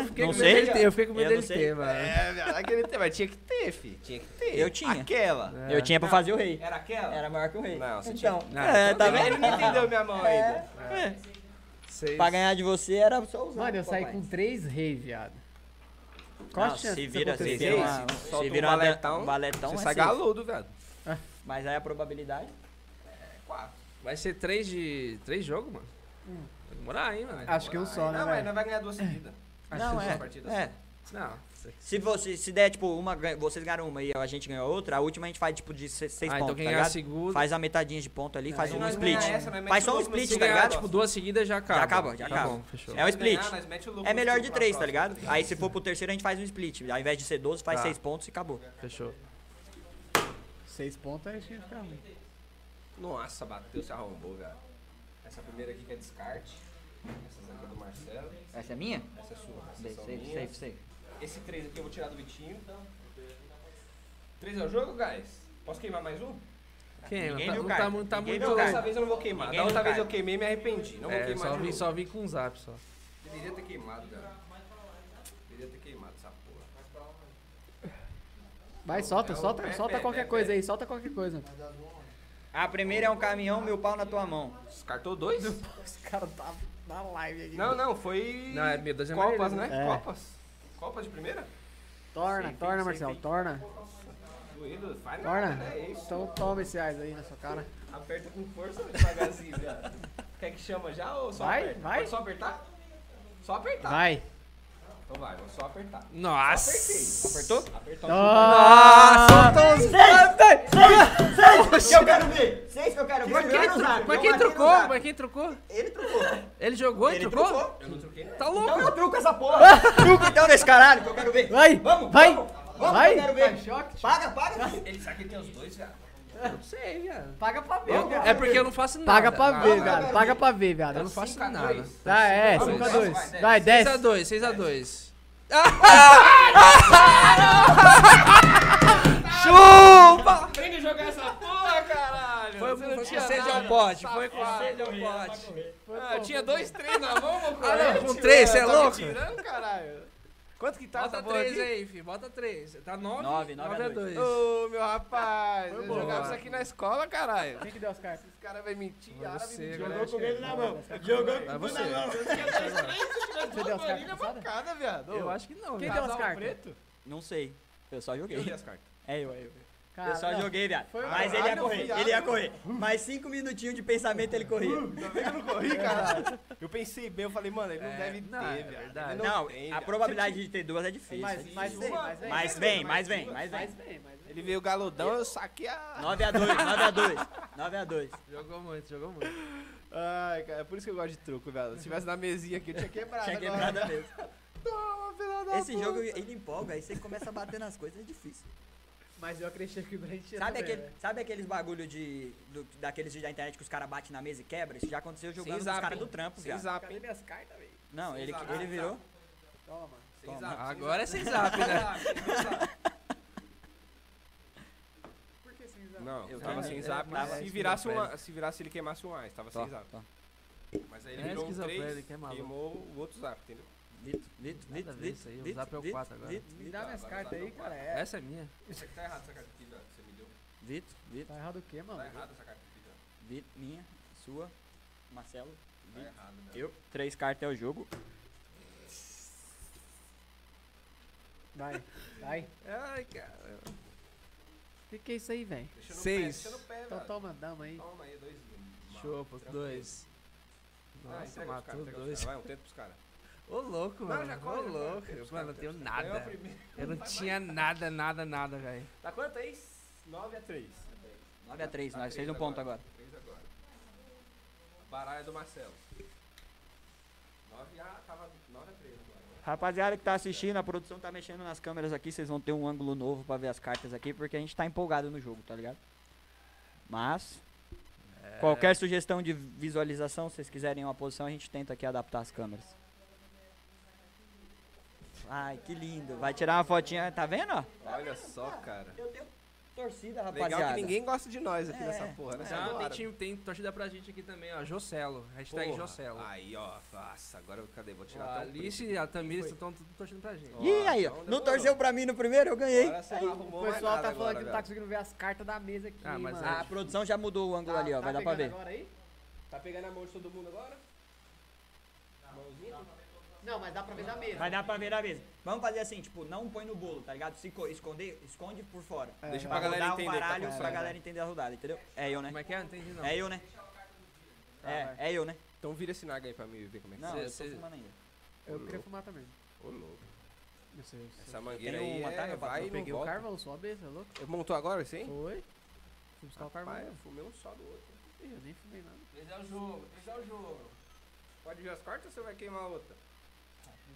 [SPEAKER 5] fiquei
[SPEAKER 3] Não sei.
[SPEAKER 5] com medo
[SPEAKER 12] Ele tem-
[SPEAKER 5] dele ter.
[SPEAKER 12] eu fiquei com medo
[SPEAKER 3] Eu
[SPEAKER 12] dele
[SPEAKER 3] não sei.
[SPEAKER 12] ter, mano.
[SPEAKER 5] É, viado, aquele tema. Tinha que ter, fi. Tinha que ter.
[SPEAKER 3] Eu tinha. É.
[SPEAKER 5] Aquela.
[SPEAKER 3] Eu tinha pra fazer o rei.
[SPEAKER 5] Era aquela?
[SPEAKER 3] Era maior que o rei.
[SPEAKER 5] Não, você
[SPEAKER 3] então,
[SPEAKER 12] tinha- Não,
[SPEAKER 3] é, tá
[SPEAKER 5] Ele
[SPEAKER 3] vendo?
[SPEAKER 5] não entendeu minha mão ainda.
[SPEAKER 3] É.
[SPEAKER 12] Seis.
[SPEAKER 3] Pra ganhar de você era só usar.
[SPEAKER 2] Mano, eu saí
[SPEAKER 3] papai.
[SPEAKER 2] com três rei, viado. Qual
[SPEAKER 3] Não,
[SPEAKER 2] a chance
[SPEAKER 3] Ah, se
[SPEAKER 2] disso
[SPEAKER 3] vira, se
[SPEAKER 2] acontecer?
[SPEAKER 3] vira, uma,
[SPEAKER 5] Seis,
[SPEAKER 3] se
[SPEAKER 5] solta
[SPEAKER 3] vira
[SPEAKER 5] um
[SPEAKER 3] uma-
[SPEAKER 5] baletão,
[SPEAKER 3] um baletão
[SPEAKER 5] Você
[SPEAKER 3] é
[SPEAKER 5] sai
[SPEAKER 3] safe.
[SPEAKER 5] galudo, velho.
[SPEAKER 3] Mas
[SPEAKER 5] É
[SPEAKER 3] aí a probabilidade. Hum.
[SPEAKER 12] Vai ser três de. três jogos, mano. Demorar, hein, mano?
[SPEAKER 2] Acho que um só, né,
[SPEAKER 5] Não, mas
[SPEAKER 2] velho?
[SPEAKER 5] nós vai ganhar duas seguidas.
[SPEAKER 3] Não,
[SPEAKER 5] duas
[SPEAKER 3] é.
[SPEAKER 5] partidas.
[SPEAKER 3] É.
[SPEAKER 12] Não.
[SPEAKER 3] Se, você, se der, tipo, uma, ganha- vocês ganham uma e a gente ganha outra, a última a gente faz, tipo, de se- seis
[SPEAKER 12] Ah,
[SPEAKER 3] pontos,
[SPEAKER 12] então quem
[SPEAKER 3] tá
[SPEAKER 12] ganhar a
[SPEAKER 3] ligado?
[SPEAKER 12] segunda.
[SPEAKER 3] Faz a metadinha de ponto ali, faz
[SPEAKER 5] Se
[SPEAKER 3] um
[SPEAKER 5] nós
[SPEAKER 3] split.
[SPEAKER 5] ganhar essa, né? nós
[SPEAKER 3] Faz
[SPEAKER 5] mete
[SPEAKER 3] só
[SPEAKER 5] o
[SPEAKER 3] um
[SPEAKER 5] lucro no
[SPEAKER 3] split,
[SPEAKER 12] Se
[SPEAKER 3] tá
[SPEAKER 5] segundo
[SPEAKER 12] ganhar,
[SPEAKER 3] ligado?
[SPEAKER 12] tipo, duas seguidas já acaba.
[SPEAKER 3] acaba, já
[SPEAKER 12] tá
[SPEAKER 3] acaba.
[SPEAKER 12] Bom, fechou.
[SPEAKER 3] É um split.
[SPEAKER 5] Ganhar, nós mete o lucro
[SPEAKER 3] É melhor
[SPEAKER 5] no
[SPEAKER 3] de
[SPEAKER 5] segundo
[SPEAKER 3] três, tá
[SPEAKER 5] Então pra
[SPEAKER 3] ligado? Aí se for pro terceiro, a gente faz um split. Ao invés de ser 12, faz
[SPEAKER 12] Tá.
[SPEAKER 3] seis pontos e acabou.
[SPEAKER 12] Fechou.
[SPEAKER 2] Seis pontos é aí tinha que ficar ruim.
[SPEAKER 5] próxima. Nossa, bateu, se arrombou, velho. Essa primeira aqui que é descarte. Essa aqui é do Marcelo.
[SPEAKER 3] Essa é minha?
[SPEAKER 5] Essa é sua. Essa
[SPEAKER 3] Safe,
[SPEAKER 5] são
[SPEAKER 3] safe,
[SPEAKER 5] minhas.
[SPEAKER 3] safe, safe.
[SPEAKER 5] Esse 3 aqui eu vou tirar do Vitinho. 3 é o jogo, guys? Posso queimar mais um?
[SPEAKER 12] Quem?
[SPEAKER 3] Ninguém
[SPEAKER 12] Não tá,
[SPEAKER 3] viu
[SPEAKER 12] não
[SPEAKER 3] carta.
[SPEAKER 12] tá, muito- tá
[SPEAKER 3] Ninguém
[SPEAKER 12] muito...
[SPEAKER 3] viu
[SPEAKER 5] Não, dessa
[SPEAKER 3] carta.
[SPEAKER 5] vez eu não vou queimar.
[SPEAKER 3] Ninguém
[SPEAKER 5] da outra
[SPEAKER 3] não
[SPEAKER 5] vez
[SPEAKER 3] cai.
[SPEAKER 5] eu queimei e me arrependi. Não vou
[SPEAKER 12] É,
[SPEAKER 5] queimar
[SPEAKER 12] só
[SPEAKER 5] de
[SPEAKER 12] vim,
[SPEAKER 5] novo.
[SPEAKER 12] só vim com o zap, só.
[SPEAKER 5] Deveria ter queimado, cara. Deveria ter queimado essa porra.
[SPEAKER 2] Vai, solta, solta,
[SPEAKER 5] pé,
[SPEAKER 2] solta
[SPEAKER 5] pé,
[SPEAKER 2] qualquer
[SPEAKER 5] pé,
[SPEAKER 2] coisa aí, solta qualquer coisa.
[SPEAKER 3] A primeira é um caminhão, meu pau na tua mão.
[SPEAKER 5] Descartou dois?
[SPEAKER 2] Os caras tá na live aqui.
[SPEAKER 5] Não, não, foi.
[SPEAKER 12] Não, é medo das
[SPEAKER 5] Copas,
[SPEAKER 12] amarelas,
[SPEAKER 5] né?
[SPEAKER 2] né? É.
[SPEAKER 5] Copas. Copas de primeira?
[SPEAKER 2] Torna,
[SPEAKER 3] Sem
[SPEAKER 2] torna,
[SPEAKER 3] fim,
[SPEAKER 2] Marcelo,
[SPEAKER 3] sem fim.
[SPEAKER 2] torna.
[SPEAKER 5] Doído, faz nada,
[SPEAKER 2] Torna.
[SPEAKER 5] né? É isso.
[SPEAKER 2] Então toma esse reais aí na sua cara.
[SPEAKER 5] Aperta com força devagarzinho, viado. Quer que chama já ou só
[SPEAKER 2] Vai,
[SPEAKER 5] aperta?
[SPEAKER 2] vai.
[SPEAKER 5] Pode só apertar? Só apertar.
[SPEAKER 2] Vai.
[SPEAKER 5] Então vai, vou só apertar.
[SPEAKER 12] Nossa!
[SPEAKER 5] Apertei. Apertou? Apertou.
[SPEAKER 2] Nossa,
[SPEAKER 3] Eu quero ver! Seis que eu quero ver!
[SPEAKER 12] Mas quem, tru- mas quem trocou? Mas quem trocou?
[SPEAKER 3] Ele trocou!
[SPEAKER 12] Ele jogou e
[SPEAKER 3] Ele
[SPEAKER 12] trocou?
[SPEAKER 3] trocou.
[SPEAKER 5] Eu não troquei nada.
[SPEAKER 12] Tá louco!
[SPEAKER 3] Então eu truco essa porra! Truco então nesse caralho que eu quero ver!
[SPEAKER 2] Vai,
[SPEAKER 3] Vamos,
[SPEAKER 2] vai,
[SPEAKER 3] vamos! Vamos que eu
[SPEAKER 2] vai.
[SPEAKER 3] quero ver! Paga, paga! filho.
[SPEAKER 5] Ele sabe que tem os dois, viado.
[SPEAKER 12] Não sei, viado.
[SPEAKER 2] Paga pra ver,
[SPEAKER 12] Eu-
[SPEAKER 2] cara.
[SPEAKER 12] é porque eu não faço nada.
[SPEAKER 2] Paga pra
[SPEAKER 12] Ah,
[SPEAKER 2] ver,
[SPEAKER 12] não.
[SPEAKER 2] viado. Paga pra ver, viado.
[SPEAKER 12] Eu não faço nada.
[SPEAKER 2] Tá, é,
[SPEAKER 12] Vamos,
[SPEAKER 2] 5 a
[SPEAKER 12] vai,
[SPEAKER 2] 2
[SPEAKER 5] vai,
[SPEAKER 2] Vai, 10.
[SPEAKER 5] É.
[SPEAKER 12] 6x2, 6x2.
[SPEAKER 5] Aprende a jogar essa porra, caralho.
[SPEAKER 12] Foi
[SPEAKER 5] Você não
[SPEAKER 12] com
[SPEAKER 5] tinha
[SPEAKER 12] sede
[SPEAKER 5] nada.
[SPEAKER 12] ao pote, foi com sede ao pote.
[SPEAKER 5] Ah, tinha dois, três na mão, meu
[SPEAKER 12] Ah, não, com
[SPEAKER 5] corante,
[SPEAKER 12] três,
[SPEAKER 5] mano.
[SPEAKER 12] cê é
[SPEAKER 5] Tá me
[SPEAKER 12] louco?
[SPEAKER 5] tirando, caralho. Quanto que tá
[SPEAKER 12] Bota
[SPEAKER 5] essa porra
[SPEAKER 12] 3
[SPEAKER 5] aqui?
[SPEAKER 12] aí, filho, bota 3. Tá 9,
[SPEAKER 3] Nove, nove a
[SPEAKER 12] 9 a 2.
[SPEAKER 5] Ô, meu rapaz, eu
[SPEAKER 12] boa.
[SPEAKER 5] jogava isso aqui na escola, caralho.
[SPEAKER 2] Quem que deu as cartas?
[SPEAKER 5] Esse cara vai mentir, árabe
[SPEAKER 12] Você,
[SPEAKER 5] mentir.
[SPEAKER 12] galera, acho que
[SPEAKER 5] né?
[SPEAKER 12] é- Vai você.
[SPEAKER 2] Você deu as cartas passadas?
[SPEAKER 5] Cada, viado.
[SPEAKER 12] Eu acho que não,
[SPEAKER 2] Quem
[SPEAKER 12] viado. é
[SPEAKER 2] deu as
[SPEAKER 5] Casal
[SPEAKER 2] cartas?
[SPEAKER 5] é preto?
[SPEAKER 3] Não sei, eu só joguei.
[SPEAKER 5] cartas.
[SPEAKER 3] É eu, é eu.
[SPEAKER 2] Cara,
[SPEAKER 3] eu só
[SPEAKER 2] não.
[SPEAKER 3] joguei, viado.
[SPEAKER 2] Foi um
[SPEAKER 3] Mas ele ia
[SPEAKER 5] caralho,
[SPEAKER 3] correr,
[SPEAKER 5] viado.
[SPEAKER 3] ele ia correr. Mais cinco minutinhos de pensamento ele corria.
[SPEAKER 5] Eu não corri, caralho. Eu pensei bem, eu falei, mano, ele não deve ter,
[SPEAKER 12] não, é
[SPEAKER 5] viado.
[SPEAKER 12] verdade.
[SPEAKER 5] Ele
[SPEAKER 3] Não,
[SPEAKER 5] tem,
[SPEAKER 3] a
[SPEAKER 5] viado.
[SPEAKER 3] probabilidade de ter duas é difícil. é
[SPEAKER 2] Mas,
[SPEAKER 3] difícil.
[SPEAKER 2] mas vem, mas vem.
[SPEAKER 3] Mas vem, mas vem, mas vem.
[SPEAKER 2] Mas vem, mas vem.
[SPEAKER 5] Ele veio galudão, eu saquei a...
[SPEAKER 3] 9 a 2 9 a 2 9 a 2
[SPEAKER 12] Jogou muito, jogou muito.
[SPEAKER 5] Ai, cara, é por isso que eu gosto de truco, velho. Se tivesse na mesinha aqui, eu tinha quebrado
[SPEAKER 3] Tinha
[SPEAKER 5] agora.
[SPEAKER 3] quebrado mesmo.
[SPEAKER 5] Toma, filha da
[SPEAKER 3] Esse
[SPEAKER 5] puta.
[SPEAKER 3] jogo ele empolga, aí você começa a bater nas coisas, é difícil.
[SPEAKER 2] Mas eu acredito que o Brent tirou.
[SPEAKER 3] Sabe,
[SPEAKER 2] também,
[SPEAKER 3] aquele,
[SPEAKER 5] né?
[SPEAKER 2] velho.
[SPEAKER 3] sabe aqueles bagulho de. do- daqueles vídeos da internet que os caras batem na mesa e quebra? Isso já aconteceu jogando com os
[SPEAKER 5] zap,
[SPEAKER 3] caras
[SPEAKER 5] hein?
[SPEAKER 3] do trampo,
[SPEAKER 5] Sem
[SPEAKER 3] viado.
[SPEAKER 5] zap,
[SPEAKER 2] Cadê
[SPEAKER 5] hein?
[SPEAKER 2] minhas cartas, velho?
[SPEAKER 3] Não,
[SPEAKER 5] sem
[SPEAKER 3] ele,
[SPEAKER 5] zap,
[SPEAKER 3] ele
[SPEAKER 5] sem
[SPEAKER 3] virou.
[SPEAKER 2] Toma.
[SPEAKER 5] Sem
[SPEAKER 3] Toma.
[SPEAKER 5] zap, sem
[SPEAKER 12] Agora é
[SPEAKER 5] zap.
[SPEAKER 12] sem zap, né?
[SPEAKER 2] Por que cinza?
[SPEAKER 5] Não,
[SPEAKER 3] Eu
[SPEAKER 5] tava
[SPEAKER 3] tava-
[SPEAKER 5] sem zap.
[SPEAKER 12] tava
[SPEAKER 5] se,
[SPEAKER 12] esquizofrênico.
[SPEAKER 5] virasse uma, se virasse, ele queimasse um AIS, tava
[SPEAKER 3] Tó,
[SPEAKER 12] Tá,
[SPEAKER 5] sem zap.
[SPEAKER 3] tó.
[SPEAKER 5] Mas aí ele
[SPEAKER 12] É
[SPEAKER 5] virou um
[SPEAKER 12] esquizofrênico,
[SPEAKER 5] 3,
[SPEAKER 12] é maluco.
[SPEAKER 5] queimou o outro zap, entendeu?
[SPEAKER 3] Vito, Vito,
[SPEAKER 12] Nada
[SPEAKER 3] Vito,
[SPEAKER 12] a ver
[SPEAKER 3] Vito.
[SPEAKER 12] isso aí, o
[SPEAKER 3] Vito,
[SPEAKER 12] zap é o
[SPEAKER 3] Vito,
[SPEAKER 12] quatro agora.
[SPEAKER 3] Vito,
[SPEAKER 2] Me dá minhas
[SPEAKER 5] Agora
[SPEAKER 2] cartas
[SPEAKER 5] tá
[SPEAKER 2] aí,
[SPEAKER 5] no
[SPEAKER 2] cara. É.
[SPEAKER 12] Essa é minha.
[SPEAKER 5] Isso aqui tá errado essa carta aqui, velho. Você me deu.
[SPEAKER 3] Vito, Vito,
[SPEAKER 2] Tá errado o quê, mano?
[SPEAKER 5] Tá errado essa carta aqui, velho.
[SPEAKER 3] Vito, minha, sua, Marcelo,
[SPEAKER 5] Tá
[SPEAKER 3] Vito,
[SPEAKER 5] errado, velho.
[SPEAKER 3] eu. Três cartas é o jogo.
[SPEAKER 2] Vai, vai.
[SPEAKER 5] Ai, cara.
[SPEAKER 2] O que, que é isso aí, velho?
[SPEAKER 5] Deixa no
[SPEAKER 12] Seis.
[SPEAKER 5] pé, deixa no pé,
[SPEAKER 2] Então
[SPEAKER 5] velho.
[SPEAKER 2] toma, dama aí.
[SPEAKER 5] Toma aí, dois.
[SPEAKER 12] Chopa, dois.
[SPEAKER 5] Ah,
[SPEAKER 12] Nossa,
[SPEAKER 5] entrega os caras,
[SPEAKER 12] matou
[SPEAKER 5] entrega os
[SPEAKER 12] dois.
[SPEAKER 5] caras. Vai, um tento pros caras.
[SPEAKER 12] Ô louco, mano.
[SPEAKER 5] já
[SPEAKER 12] Ô
[SPEAKER 5] corre, já corre.
[SPEAKER 12] louco.
[SPEAKER 5] Pega os
[SPEAKER 12] Mano, eu
[SPEAKER 5] caras,
[SPEAKER 12] tenho
[SPEAKER 5] Ganhou a
[SPEAKER 12] nada.
[SPEAKER 5] primeira.
[SPEAKER 12] Eu não tinha nada, nada, nada, velho.
[SPEAKER 5] Tá quanto aí? 9 a 3.
[SPEAKER 3] 9 a 3
[SPEAKER 5] Tá
[SPEAKER 3] nós
[SPEAKER 5] três
[SPEAKER 3] fez um ponto agora.
[SPEAKER 5] 3 agora. Baralha do Marcelo. 9 a. Tava 9 a 3 agora.
[SPEAKER 3] Rapaziada que tá assistindo, a produção tá mexendo nas câmeras aqui, vocês vão ter um ângulo novo pra ver as cartas aqui, porque a gente tá empolgado no jogo, tá ligado? Mas, qualquer sugestão de visualização, se vocês quiserem uma posição, a gente tenta aqui adaptar as câmeras. Ai, que lindo. Vai tirar uma fotinha, tá vendo? ó?
[SPEAKER 5] Olha só, cara.
[SPEAKER 3] Eu tenho torcida, rapaziada.
[SPEAKER 5] Legal que ninguém gosta de nós aqui
[SPEAKER 3] É,
[SPEAKER 5] nessa porra, né?
[SPEAKER 12] Ah, tem,
[SPEAKER 5] Adora.
[SPEAKER 12] time, tem torcida pra gente aqui também, ó. Jocelo. Hashtag
[SPEAKER 5] Porra.
[SPEAKER 12] Jocelo.
[SPEAKER 5] Aí, ó. Nossa, agora eu- cadê? Vou tirar
[SPEAKER 12] a
[SPEAKER 5] até o print.
[SPEAKER 12] Alice e a Tamires estão tudo torcendo pra gente.
[SPEAKER 3] Ih, aí,
[SPEAKER 5] Então
[SPEAKER 3] ó. Não
[SPEAKER 5] demorou.
[SPEAKER 3] torceu pra mim no primeiro, eu ganhei.
[SPEAKER 5] Agora você não arrumou
[SPEAKER 2] O
[SPEAKER 5] mais
[SPEAKER 2] pessoal
[SPEAKER 5] nada
[SPEAKER 2] tá falando
[SPEAKER 5] agora,
[SPEAKER 2] que não tá
[SPEAKER 5] velho.
[SPEAKER 2] conseguindo ver as cartas da mesa aqui,
[SPEAKER 12] Ah, mas
[SPEAKER 2] mano.
[SPEAKER 12] é-
[SPEAKER 3] A produção já mudou o ângulo
[SPEAKER 2] Tá-
[SPEAKER 3] ali, ó.
[SPEAKER 2] tá
[SPEAKER 3] Vai dar pra
[SPEAKER 2] pegando
[SPEAKER 3] ver.
[SPEAKER 2] agora aí?
[SPEAKER 5] Tá pegando a mão de todo mundo agora? Mãozinha?
[SPEAKER 2] Não, mas dá pra ver da mesa.
[SPEAKER 3] Vai dar pra ver da mesa. Vamos fazer assim, tipo, não põe no bolo, tá ligado? Se co- esconder, esconde por fora.
[SPEAKER 2] É, é.
[SPEAKER 5] Deixa pra galera
[SPEAKER 3] rodar
[SPEAKER 5] entender,
[SPEAKER 3] o
[SPEAKER 5] tá
[SPEAKER 3] baralho pra
[SPEAKER 2] consegue.
[SPEAKER 3] galera entender a rodada, entendeu? É eu,
[SPEAKER 2] Tá,
[SPEAKER 3] né?
[SPEAKER 12] Como é que é? Não entendi, não.
[SPEAKER 3] É eu, né? É, é eu, né?
[SPEAKER 5] Então vira esse naga aí pra mim e vê como é que
[SPEAKER 3] Não,
[SPEAKER 5] é.
[SPEAKER 3] eu
[SPEAKER 12] Cê-
[SPEAKER 3] tô fumando ainda.
[SPEAKER 2] Eu queria fumar também.
[SPEAKER 5] Ô, louco.
[SPEAKER 2] Não sei. se-
[SPEAKER 5] Essa mangueira
[SPEAKER 3] Tem
[SPEAKER 5] aí
[SPEAKER 3] uma,
[SPEAKER 5] é,
[SPEAKER 3] tá, meu patrão?
[SPEAKER 5] vai e
[SPEAKER 2] eu peguei
[SPEAKER 5] não
[SPEAKER 2] o
[SPEAKER 5] volta.
[SPEAKER 2] carvão, só a besta, é louco.
[SPEAKER 5] Montou agora esse aí?
[SPEAKER 2] Foi. Fui buscar o carvão.
[SPEAKER 5] Pai, eu fumei um só do outro.
[SPEAKER 2] Ih, Eu nem fumei nada.
[SPEAKER 5] Esse é o jogo, esse é o jogo. Pode ver as cartas ou você vai queimar a outra?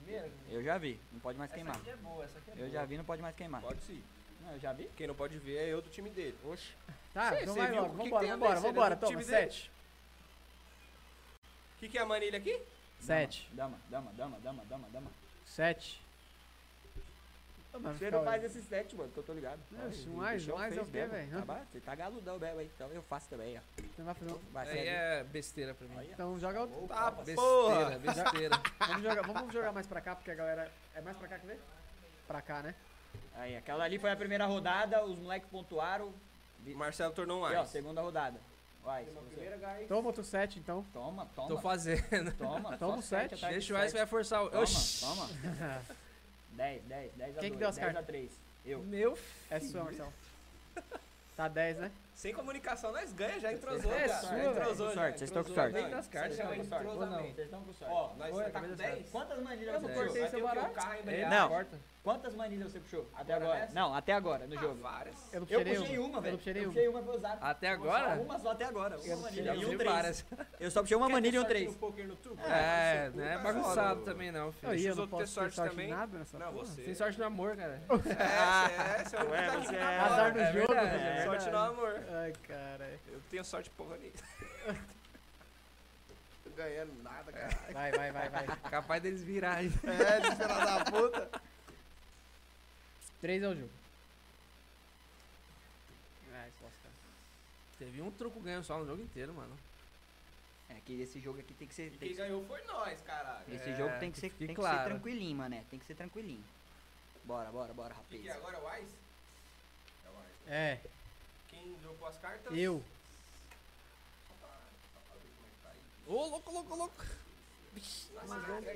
[SPEAKER 1] Primeiro,
[SPEAKER 3] Eu já vi, não pode mais queimar.
[SPEAKER 1] é boa, essa aqui é
[SPEAKER 3] Eu já vi, não pode mais queimar.
[SPEAKER 5] Pode sim.
[SPEAKER 3] Não, eu já vi.
[SPEAKER 5] Quem não pode ver é eu do time dele. Oxe.
[SPEAKER 2] Tá,
[SPEAKER 5] Cê-
[SPEAKER 2] então
[SPEAKER 5] cê
[SPEAKER 2] vai
[SPEAKER 5] viu
[SPEAKER 2] logo.
[SPEAKER 5] o que que
[SPEAKER 2] Vambora,
[SPEAKER 5] tem a ver?
[SPEAKER 2] vambora,
[SPEAKER 5] Cê é do
[SPEAKER 2] vambora. Toma,
[SPEAKER 5] time dele?
[SPEAKER 2] sete.
[SPEAKER 5] O que, que é a manilha aqui?
[SPEAKER 2] Sete.
[SPEAKER 3] Dama, dama, dama, dama, dama, dama.
[SPEAKER 2] Sete.
[SPEAKER 3] Você não faz esse set, mano, que eu tô ligado.
[SPEAKER 2] Oxe,
[SPEAKER 3] Olha,
[SPEAKER 2] um mais,
[SPEAKER 3] bichão
[SPEAKER 2] um mais é o
[SPEAKER 3] fez
[SPEAKER 2] quê,
[SPEAKER 3] mesmo.
[SPEAKER 2] velho?
[SPEAKER 3] Tá ba- Você tá galudão, Bel, aí. Então eu faço também, ó.
[SPEAKER 2] Então vai fazer um-
[SPEAKER 3] Vai
[SPEAKER 12] Aí
[SPEAKER 3] ser.
[SPEAKER 12] é besteira pra mim.
[SPEAKER 2] Então joga outro.
[SPEAKER 5] Tá,
[SPEAKER 12] Besteira, besteira.
[SPEAKER 2] Vamos jogar, vamos jogar mais pra cá, porque a galera. É mais pra cá que vê? Pra cá, né?
[SPEAKER 3] Aí, aquela ali foi a primeira rodada, os moleques pontuaram.
[SPEAKER 5] Marcelo tornou um
[SPEAKER 3] E ó,
[SPEAKER 5] Ice.
[SPEAKER 3] segunda rodada. Vai, se você-
[SPEAKER 2] Toma outro sete, então.
[SPEAKER 3] Toma, toma.
[SPEAKER 12] Tô fazendo.
[SPEAKER 3] Toma,
[SPEAKER 2] Toma
[SPEAKER 3] só
[SPEAKER 2] o
[SPEAKER 3] sete
[SPEAKER 2] sete.
[SPEAKER 3] atrás de
[SPEAKER 12] Deixa o Ice
[SPEAKER 3] sete.
[SPEAKER 12] vai forçar o.
[SPEAKER 3] Toma,
[SPEAKER 12] Oxi.
[SPEAKER 3] toma. 10, 10, 10 a
[SPEAKER 2] Quem que
[SPEAKER 3] 2,
[SPEAKER 2] deu as
[SPEAKER 3] 10 a
[SPEAKER 2] cartas?
[SPEAKER 3] 3. Eu.
[SPEAKER 12] Meu
[SPEAKER 2] É sua, Marcelo. Tá 10, né?
[SPEAKER 5] Sem comunicação nós ganha, já entrosou.
[SPEAKER 2] É
[SPEAKER 5] cara.
[SPEAKER 2] sua,
[SPEAKER 5] já
[SPEAKER 2] velho.
[SPEAKER 5] entrosou.
[SPEAKER 3] Com
[SPEAKER 5] já
[SPEAKER 3] sorte, vocês estão com
[SPEAKER 5] entrosou.
[SPEAKER 3] sorte.
[SPEAKER 5] Nem das cartas,
[SPEAKER 3] Vocês
[SPEAKER 5] já
[SPEAKER 3] estão
[SPEAKER 5] é
[SPEAKER 3] com sorte.
[SPEAKER 5] entrosamento.
[SPEAKER 3] Vocês estão com sorte.
[SPEAKER 5] Ó, nós
[SPEAKER 2] Oi,
[SPEAKER 5] já tá com
[SPEAKER 2] cabeça
[SPEAKER 5] 10.
[SPEAKER 3] Quantas manilhas
[SPEAKER 2] Eu
[SPEAKER 3] você
[SPEAKER 2] não
[SPEAKER 3] puxou?
[SPEAKER 2] cortei
[SPEAKER 3] Vai
[SPEAKER 2] seu
[SPEAKER 3] ter o quê? O
[SPEAKER 2] barato.
[SPEAKER 3] carro
[SPEAKER 12] É,
[SPEAKER 3] embreagem.
[SPEAKER 12] não.
[SPEAKER 3] Não, quantas manilhas você puxou? Até
[SPEAKER 5] Agora
[SPEAKER 3] agora?
[SPEAKER 5] nessa?
[SPEAKER 3] Não, até agora no jogo.
[SPEAKER 5] Várias.
[SPEAKER 2] Eu não
[SPEAKER 3] Eu
[SPEAKER 2] puxei
[SPEAKER 3] puxei
[SPEAKER 2] nenhum.
[SPEAKER 3] uma, velho.
[SPEAKER 2] não puxei
[SPEAKER 3] Eu
[SPEAKER 2] nenhum.
[SPEAKER 3] puxei uma pra usar.
[SPEAKER 12] Até
[SPEAKER 3] Só
[SPEAKER 12] agora?
[SPEAKER 3] Uma só até agora. Uma
[SPEAKER 2] Eu
[SPEAKER 3] manilha
[SPEAKER 2] puxei
[SPEAKER 3] e
[SPEAKER 12] Eu vi
[SPEAKER 3] um 3.
[SPEAKER 12] várias.
[SPEAKER 3] Eu só puxei uma manilha e um
[SPEAKER 5] Sorte no
[SPEAKER 3] 3.
[SPEAKER 5] poker no né? truco?
[SPEAKER 12] É,
[SPEAKER 5] Vai se
[SPEAKER 12] não é
[SPEAKER 5] fuder, cara.
[SPEAKER 12] bagunçado também não,
[SPEAKER 2] Não,
[SPEAKER 12] filho.
[SPEAKER 2] e
[SPEAKER 5] Deixa
[SPEAKER 2] eu
[SPEAKER 5] os
[SPEAKER 2] não
[SPEAKER 5] outros
[SPEAKER 2] posso
[SPEAKER 5] ter
[SPEAKER 2] ter
[SPEAKER 5] sorte
[SPEAKER 2] sorte,
[SPEAKER 5] também.
[SPEAKER 2] em nada nessa
[SPEAKER 5] Não,
[SPEAKER 2] porra.
[SPEAKER 5] você.
[SPEAKER 12] Tem sorte no amor, cara.
[SPEAKER 5] É, você é uma
[SPEAKER 3] Ué,
[SPEAKER 5] verdade
[SPEAKER 3] você
[SPEAKER 5] que
[SPEAKER 3] é-
[SPEAKER 5] namora.
[SPEAKER 2] Azar do
[SPEAKER 12] é
[SPEAKER 2] jogo,
[SPEAKER 12] verdade,
[SPEAKER 2] velho.
[SPEAKER 5] É sorte no amor.
[SPEAKER 2] Ai, caralho.
[SPEAKER 5] Eu tenho sorte porra nisso.
[SPEAKER 1] Não tô ganhando nada, cara.
[SPEAKER 2] Vai, vai, vai, vai.
[SPEAKER 12] Capaz deles virarem.
[SPEAKER 1] É, desfila da puta.
[SPEAKER 2] 3 é o jogo. Ah, isso posso, cara.
[SPEAKER 12] Teve um truco ganho só no jogo inteiro, mano.
[SPEAKER 3] É que esse jogo aqui tem que ser. tem que-
[SPEAKER 5] ganhou foi nós, caralho.
[SPEAKER 3] esse
[SPEAKER 12] É,
[SPEAKER 3] jogo tem que
[SPEAKER 12] que
[SPEAKER 3] ser,
[SPEAKER 12] fique
[SPEAKER 3] tem que
[SPEAKER 12] claro.
[SPEAKER 3] ser tranquilinho, mané. Tem que ser tranquilinho. Bora, bora, bora, rapaz.
[SPEAKER 5] agora o Ice? É o Ice.
[SPEAKER 2] É,
[SPEAKER 5] Quem jogou as cartas?
[SPEAKER 2] eu.
[SPEAKER 12] Ô, louco, louco, louco.
[SPEAKER 5] Nove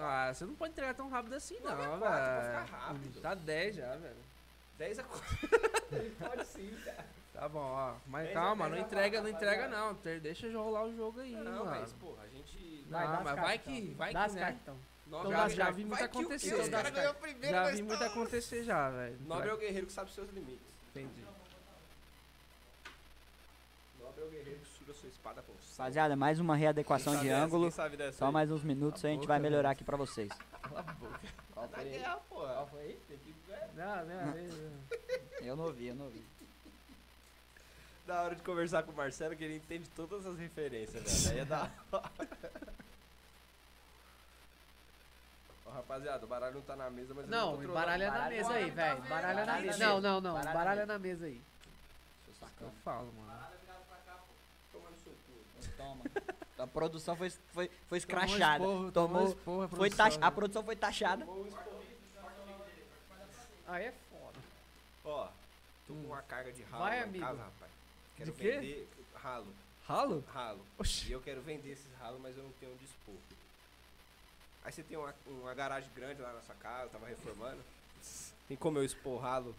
[SPEAKER 5] a
[SPEAKER 12] Ah, você não pode entregar tão rápido assim, não,
[SPEAKER 5] Nove a
[SPEAKER 12] velho.
[SPEAKER 5] quatro, pra ficar rápido.
[SPEAKER 12] Tá 10 já, velho.
[SPEAKER 5] 10 a 4. Pode sim, cara.
[SPEAKER 12] Tá bom, ó. Mas
[SPEAKER 5] Dez a
[SPEAKER 12] calma,
[SPEAKER 5] dez
[SPEAKER 12] não
[SPEAKER 5] a
[SPEAKER 12] entrega, não
[SPEAKER 5] quatro,
[SPEAKER 12] entrega
[SPEAKER 5] rapaziada.
[SPEAKER 12] não. Ter- Deixa eu rolar o jogo aí,
[SPEAKER 5] tá Não,
[SPEAKER 12] mano.
[SPEAKER 5] mas, porra, a gente.
[SPEAKER 12] Não,
[SPEAKER 2] dá as
[SPEAKER 12] mas
[SPEAKER 2] cartas,
[SPEAKER 12] vai que-
[SPEAKER 2] então.
[SPEAKER 12] vai
[SPEAKER 2] Dá
[SPEAKER 12] que,
[SPEAKER 2] as
[SPEAKER 12] né?
[SPEAKER 2] cartas, então.
[SPEAKER 5] Nove
[SPEAKER 12] já-
[SPEAKER 5] a
[SPEAKER 12] já
[SPEAKER 5] quatro.
[SPEAKER 12] vi muito
[SPEAKER 5] Vai que o
[SPEAKER 12] acontecer.
[SPEAKER 5] quê?
[SPEAKER 12] Então
[SPEAKER 5] Os
[SPEAKER 12] dá
[SPEAKER 5] caras
[SPEAKER 12] as
[SPEAKER 5] ganham
[SPEAKER 1] primeiro,
[SPEAKER 12] Já
[SPEAKER 1] mas
[SPEAKER 12] vi
[SPEAKER 1] tá-
[SPEAKER 12] muito acontecer já, velho.
[SPEAKER 5] Nobre é o guerreiro que sabe os seus limites.
[SPEAKER 12] Entendi.
[SPEAKER 5] Nobre é o guerreiro que suga sua espada com sangue.
[SPEAKER 3] Rapaziada, mais uma readequação
[SPEAKER 5] Quem
[SPEAKER 3] de
[SPEAKER 5] sabe dessa?
[SPEAKER 3] ângulo.
[SPEAKER 5] Quem sabe dessa
[SPEAKER 3] Só
[SPEAKER 5] aí?
[SPEAKER 3] mais uns minutos
[SPEAKER 12] Tá
[SPEAKER 3] aí a gente
[SPEAKER 12] bom,
[SPEAKER 3] vai
[SPEAKER 12] cara.
[SPEAKER 3] melhorar aqui pra vocês.
[SPEAKER 5] Na guerra, porra.
[SPEAKER 2] Não, não, não.
[SPEAKER 3] Eu não ouvi, eu não ouvi.
[SPEAKER 5] Da hora de conversar com o Marcelo, que ele entende todas as referências, velho. Aí é da hora. Ó, rapaziada, o baralho não tá na mesa, mas eu
[SPEAKER 2] Não,
[SPEAKER 5] tô trolando.
[SPEAKER 2] baralha na
[SPEAKER 3] Baralho
[SPEAKER 2] mesa aí,
[SPEAKER 3] na
[SPEAKER 2] velho.
[SPEAKER 3] mesa,
[SPEAKER 2] Baralha na
[SPEAKER 3] baralho
[SPEAKER 2] mesa.
[SPEAKER 3] na
[SPEAKER 2] Não,
[SPEAKER 3] mesa.
[SPEAKER 2] não, não.
[SPEAKER 3] Baralho na
[SPEAKER 2] tá Baralha
[SPEAKER 3] mesa.
[SPEAKER 2] na mesa aí.
[SPEAKER 3] Seu
[SPEAKER 12] Eu
[SPEAKER 3] sacão.
[SPEAKER 12] falo, mano.
[SPEAKER 5] Tomando seu cu.
[SPEAKER 3] Toma. A produção foi, foi,
[SPEAKER 2] Então,
[SPEAKER 3] foi
[SPEAKER 12] Tomou
[SPEAKER 3] escrachada.
[SPEAKER 12] esporro,
[SPEAKER 3] Tomou.
[SPEAKER 12] esporro, a
[SPEAKER 3] foi
[SPEAKER 12] produção,
[SPEAKER 3] taxa- a
[SPEAKER 2] né?
[SPEAKER 3] produção foi taxada.
[SPEAKER 2] Aí é foda.
[SPEAKER 5] Ó, tô com uma carga de ralo
[SPEAKER 2] Vai,
[SPEAKER 5] lá em
[SPEAKER 2] amigo.
[SPEAKER 5] casa, rapaz. Quero
[SPEAKER 12] Hum. De quê?
[SPEAKER 5] vender ralo,
[SPEAKER 12] Ralo?
[SPEAKER 5] ralo.
[SPEAKER 12] Oxi.
[SPEAKER 5] E eu quero vender esses ralos, mas eu não tenho onde expor. Aí você tem uma, uma garagem grande lá na sua casa, tava reformando. Tem como eu expor ralo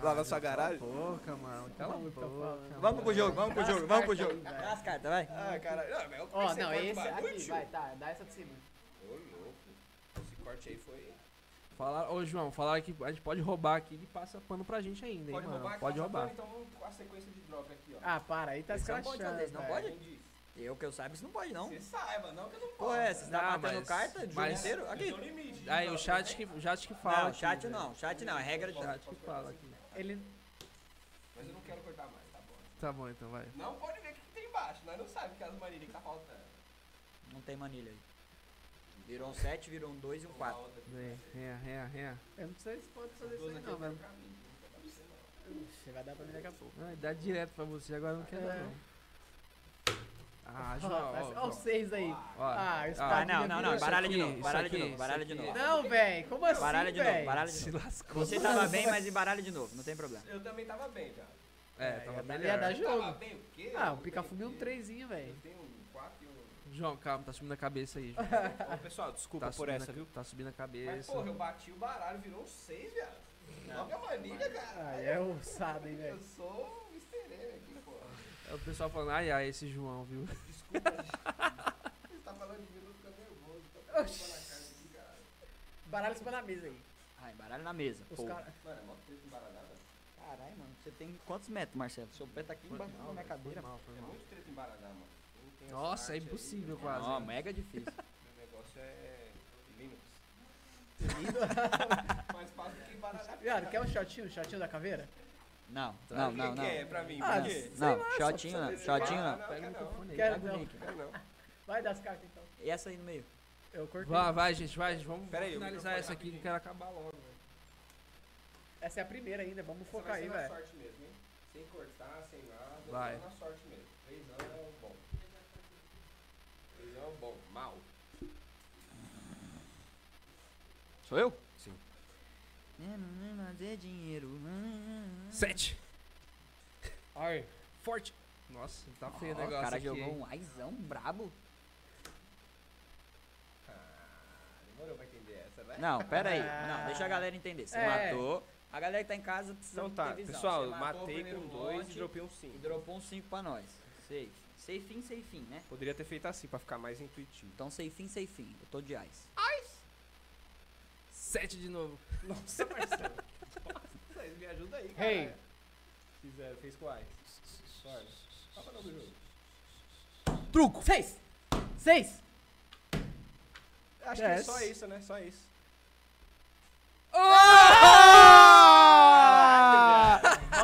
[SPEAKER 5] lá
[SPEAKER 2] Ah,
[SPEAKER 5] na
[SPEAKER 2] tá
[SPEAKER 5] sua garagem?
[SPEAKER 12] Boca, mano. Cala a boca.
[SPEAKER 3] Vamos pro jogo, vamos pro jogo, vamos pro jogo.
[SPEAKER 2] velho.
[SPEAKER 3] Dá as cartas, vai.
[SPEAKER 5] Ah, caralho. Não, mas eu
[SPEAKER 2] Ah, Ó,
[SPEAKER 5] comecei
[SPEAKER 2] não,
[SPEAKER 5] a cortar
[SPEAKER 2] esse
[SPEAKER 5] bagulho,
[SPEAKER 2] aqui,
[SPEAKER 5] tio.
[SPEAKER 2] vai, tá. Dá essa de cima.
[SPEAKER 5] Ô, louco. Esse corte aí foi.
[SPEAKER 12] Falaram, ô João, falaram que a gente pode roubar aqui e passa pano pra gente ainda, hein,
[SPEAKER 5] Pode
[SPEAKER 12] mano.
[SPEAKER 5] roubar?
[SPEAKER 12] pode
[SPEAKER 5] Passa
[SPEAKER 12] roubar.
[SPEAKER 5] pano, Então vamos com a sequência de drop aqui, ó.
[SPEAKER 2] Ah, para, aí tá
[SPEAKER 3] Esse não pode
[SPEAKER 2] escrachando.
[SPEAKER 3] fazer isso, não
[SPEAKER 2] velho.
[SPEAKER 3] pode?
[SPEAKER 5] Quem disse?
[SPEAKER 3] Eu que eu saiba, isso não pode, não.
[SPEAKER 5] Você saiba, não que eu não posso.
[SPEAKER 3] Pô, é, você tá
[SPEAKER 12] Não,
[SPEAKER 3] batendo
[SPEAKER 12] mas-
[SPEAKER 3] carta o jogo
[SPEAKER 12] mas-
[SPEAKER 3] inteiro? Aqui.
[SPEAKER 5] Esse é o limite.
[SPEAKER 12] Aí o chat que, o chat que fala.
[SPEAKER 3] Não,
[SPEAKER 12] aqui,
[SPEAKER 3] chat
[SPEAKER 5] né?
[SPEAKER 12] velho.
[SPEAKER 3] não, chat não, é regra de
[SPEAKER 12] O chat que fala aqui.
[SPEAKER 2] Ele.
[SPEAKER 5] Mas eu não quero cortar mais, tá bom.
[SPEAKER 12] Tá bom, então vai.
[SPEAKER 5] Não pode ver o que que tem embaixo, nós não sabemos que é as manilhas que tá faltando.
[SPEAKER 3] Não tem manilha aí. Virou um 7, virou um 2 e um 4.
[SPEAKER 12] Vem, venha, venha, venha.
[SPEAKER 2] Eu não sei se pode fazer isso aí, não, velho. Você vai dar pra mim daqui a pouco.
[SPEAKER 12] Ai, dá direto pra você, agora eu não quero
[SPEAKER 2] É.
[SPEAKER 12] não. Ah, João, ó,
[SPEAKER 2] Olha
[SPEAKER 12] João.
[SPEAKER 2] os seis aí.
[SPEAKER 12] Ó,
[SPEAKER 2] Ah,
[SPEAKER 12] ó,
[SPEAKER 2] esse
[SPEAKER 3] Ah,
[SPEAKER 2] tá
[SPEAKER 3] não, não, não,
[SPEAKER 12] Isso
[SPEAKER 3] baralha de
[SPEAKER 12] aqui,
[SPEAKER 3] novo,
[SPEAKER 12] isso
[SPEAKER 3] baralha de
[SPEAKER 12] aqui,
[SPEAKER 3] novo, baralha
[SPEAKER 12] isso
[SPEAKER 3] de
[SPEAKER 12] aqui.
[SPEAKER 3] novo.
[SPEAKER 2] Não, velho, como assim?
[SPEAKER 3] Baralha de novo,
[SPEAKER 2] velho?
[SPEAKER 3] baralha de
[SPEAKER 12] se
[SPEAKER 3] novo.
[SPEAKER 12] lascou.
[SPEAKER 3] Você tava bem, mas e baralha de novo, não tem problema.
[SPEAKER 5] Eu também tava bem já.
[SPEAKER 12] É, tava
[SPEAKER 2] Ia dar-
[SPEAKER 12] melhor.
[SPEAKER 2] Ia dar jogo.
[SPEAKER 5] bem o quê?
[SPEAKER 2] Ah, o Picafume é um trezinho, velho.
[SPEAKER 5] Eu tenho um 4 e um.
[SPEAKER 12] João, calma, tá subindo a cabeça aí, João.
[SPEAKER 5] Ô, pessoal, desculpa
[SPEAKER 12] Tá
[SPEAKER 5] por
[SPEAKER 12] subindo
[SPEAKER 5] essa,
[SPEAKER 12] a-
[SPEAKER 5] viu?
[SPEAKER 12] Tá subindo a
[SPEAKER 5] Mas,
[SPEAKER 12] cabeça.
[SPEAKER 5] porra, eu bati o baralho, virou um 6, viado. Logo a manilha, cara.
[SPEAKER 2] Ah, é ousado, hein,
[SPEAKER 5] Eu
[SPEAKER 2] velho.
[SPEAKER 5] sou o Mr. M aqui, porra.
[SPEAKER 12] É o pessoal falando, ai, ai, esse João, viu?
[SPEAKER 5] tá
[SPEAKER 2] Baralho em cima da mesa aí.
[SPEAKER 3] Ah, embaralho na mesa.
[SPEAKER 2] Os
[SPEAKER 3] pô.
[SPEAKER 2] cara-
[SPEAKER 5] é
[SPEAKER 1] Caralho, mano, você tem.
[SPEAKER 3] Quantos metros, Marcelo?
[SPEAKER 1] Seu pé tá aqui embaixo da minha cadeira.
[SPEAKER 12] Mal, foi mal. Nossa, é impossível quase.
[SPEAKER 3] Não, mega difícil.
[SPEAKER 5] O negócio é Linux.
[SPEAKER 2] Viado, quer um shotinho? Um shotinho da caveira?
[SPEAKER 3] Não, não, não, não.
[SPEAKER 5] É, pra mim.
[SPEAKER 2] Ah,
[SPEAKER 3] Não, shotinho não, shotinho não.
[SPEAKER 12] Pega o microfone aí.
[SPEAKER 2] Quero não. Vai dar as cartas então.
[SPEAKER 3] E essa aí no meio?
[SPEAKER 2] Eu cortei.
[SPEAKER 12] Vai, vai, gente, vai, gente, vamos
[SPEAKER 5] Pera aí, o
[SPEAKER 12] finalizar
[SPEAKER 5] microfone
[SPEAKER 12] essa aqui que eu
[SPEAKER 5] rapidinho.
[SPEAKER 12] quero acabar logo.
[SPEAKER 2] Essa é a primeira ainda, vamos focar aí,
[SPEAKER 5] na
[SPEAKER 2] velho.
[SPEAKER 5] sorte mesmo, hein? Sem cortar, sem nada.
[SPEAKER 12] Vai.
[SPEAKER 5] Vai. na sorte mesmo. Três anos é o bom. Três anos é o bom. Mal.
[SPEAKER 3] Sou eu?
[SPEAKER 5] Sim.
[SPEAKER 3] Fazer dinheiro.
[SPEAKER 12] Sete. Ai. Forte. Nossa, tá feio o
[SPEAKER 3] Ó,
[SPEAKER 12] negócio
[SPEAKER 3] O cara
[SPEAKER 12] aqui.
[SPEAKER 3] jogou
[SPEAKER 12] hein?
[SPEAKER 3] um aizão brabo.
[SPEAKER 5] Ah, Demorou pra entender essa, né?
[SPEAKER 3] Não, pera aí. Não, deixa a galera entender. Você
[SPEAKER 2] É.
[SPEAKER 3] matou. A galera que tá em casa precisa
[SPEAKER 5] Então tá,
[SPEAKER 3] ter visão.
[SPEAKER 5] pessoal,
[SPEAKER 3] Você
[SPEAKER 5] eu
[SPEAKER 3] matou o
[SPEAKER 5] matei
[SPEAKER 3] primeiro
[SPEAKER 5] com dois e
[SPEAKER 3] monte
[SPEAKER 5] dropei um
[SPEAKER 3] e
[SPEAKER 5] 5.
[SPEAKER 3] dropou um 5 pra nós. Safe. Safe in, safe in, né?
[SPEAKER 5] Poderia ter feito assim, pra ficar mais intuitivo.
[SPEAKER 3] Então safe in, safe in. Eu tô de ice.
[SPEAKER 12] Sete de novo.
[SPEAKER 5] Vocês me ajudam aí, cara.
[SPEAKER 2] Rei.
[SPEAKER 5] Fizeram, fez quais? Sorte. Qual é o nome do jogo?
[SPEAKER 2] Truco. Seis. Seis.
[SPEAKER 5] Acho que é
[SPEAKER 12] Yes.
[SPEAKER 5] só isso, né? Só isso.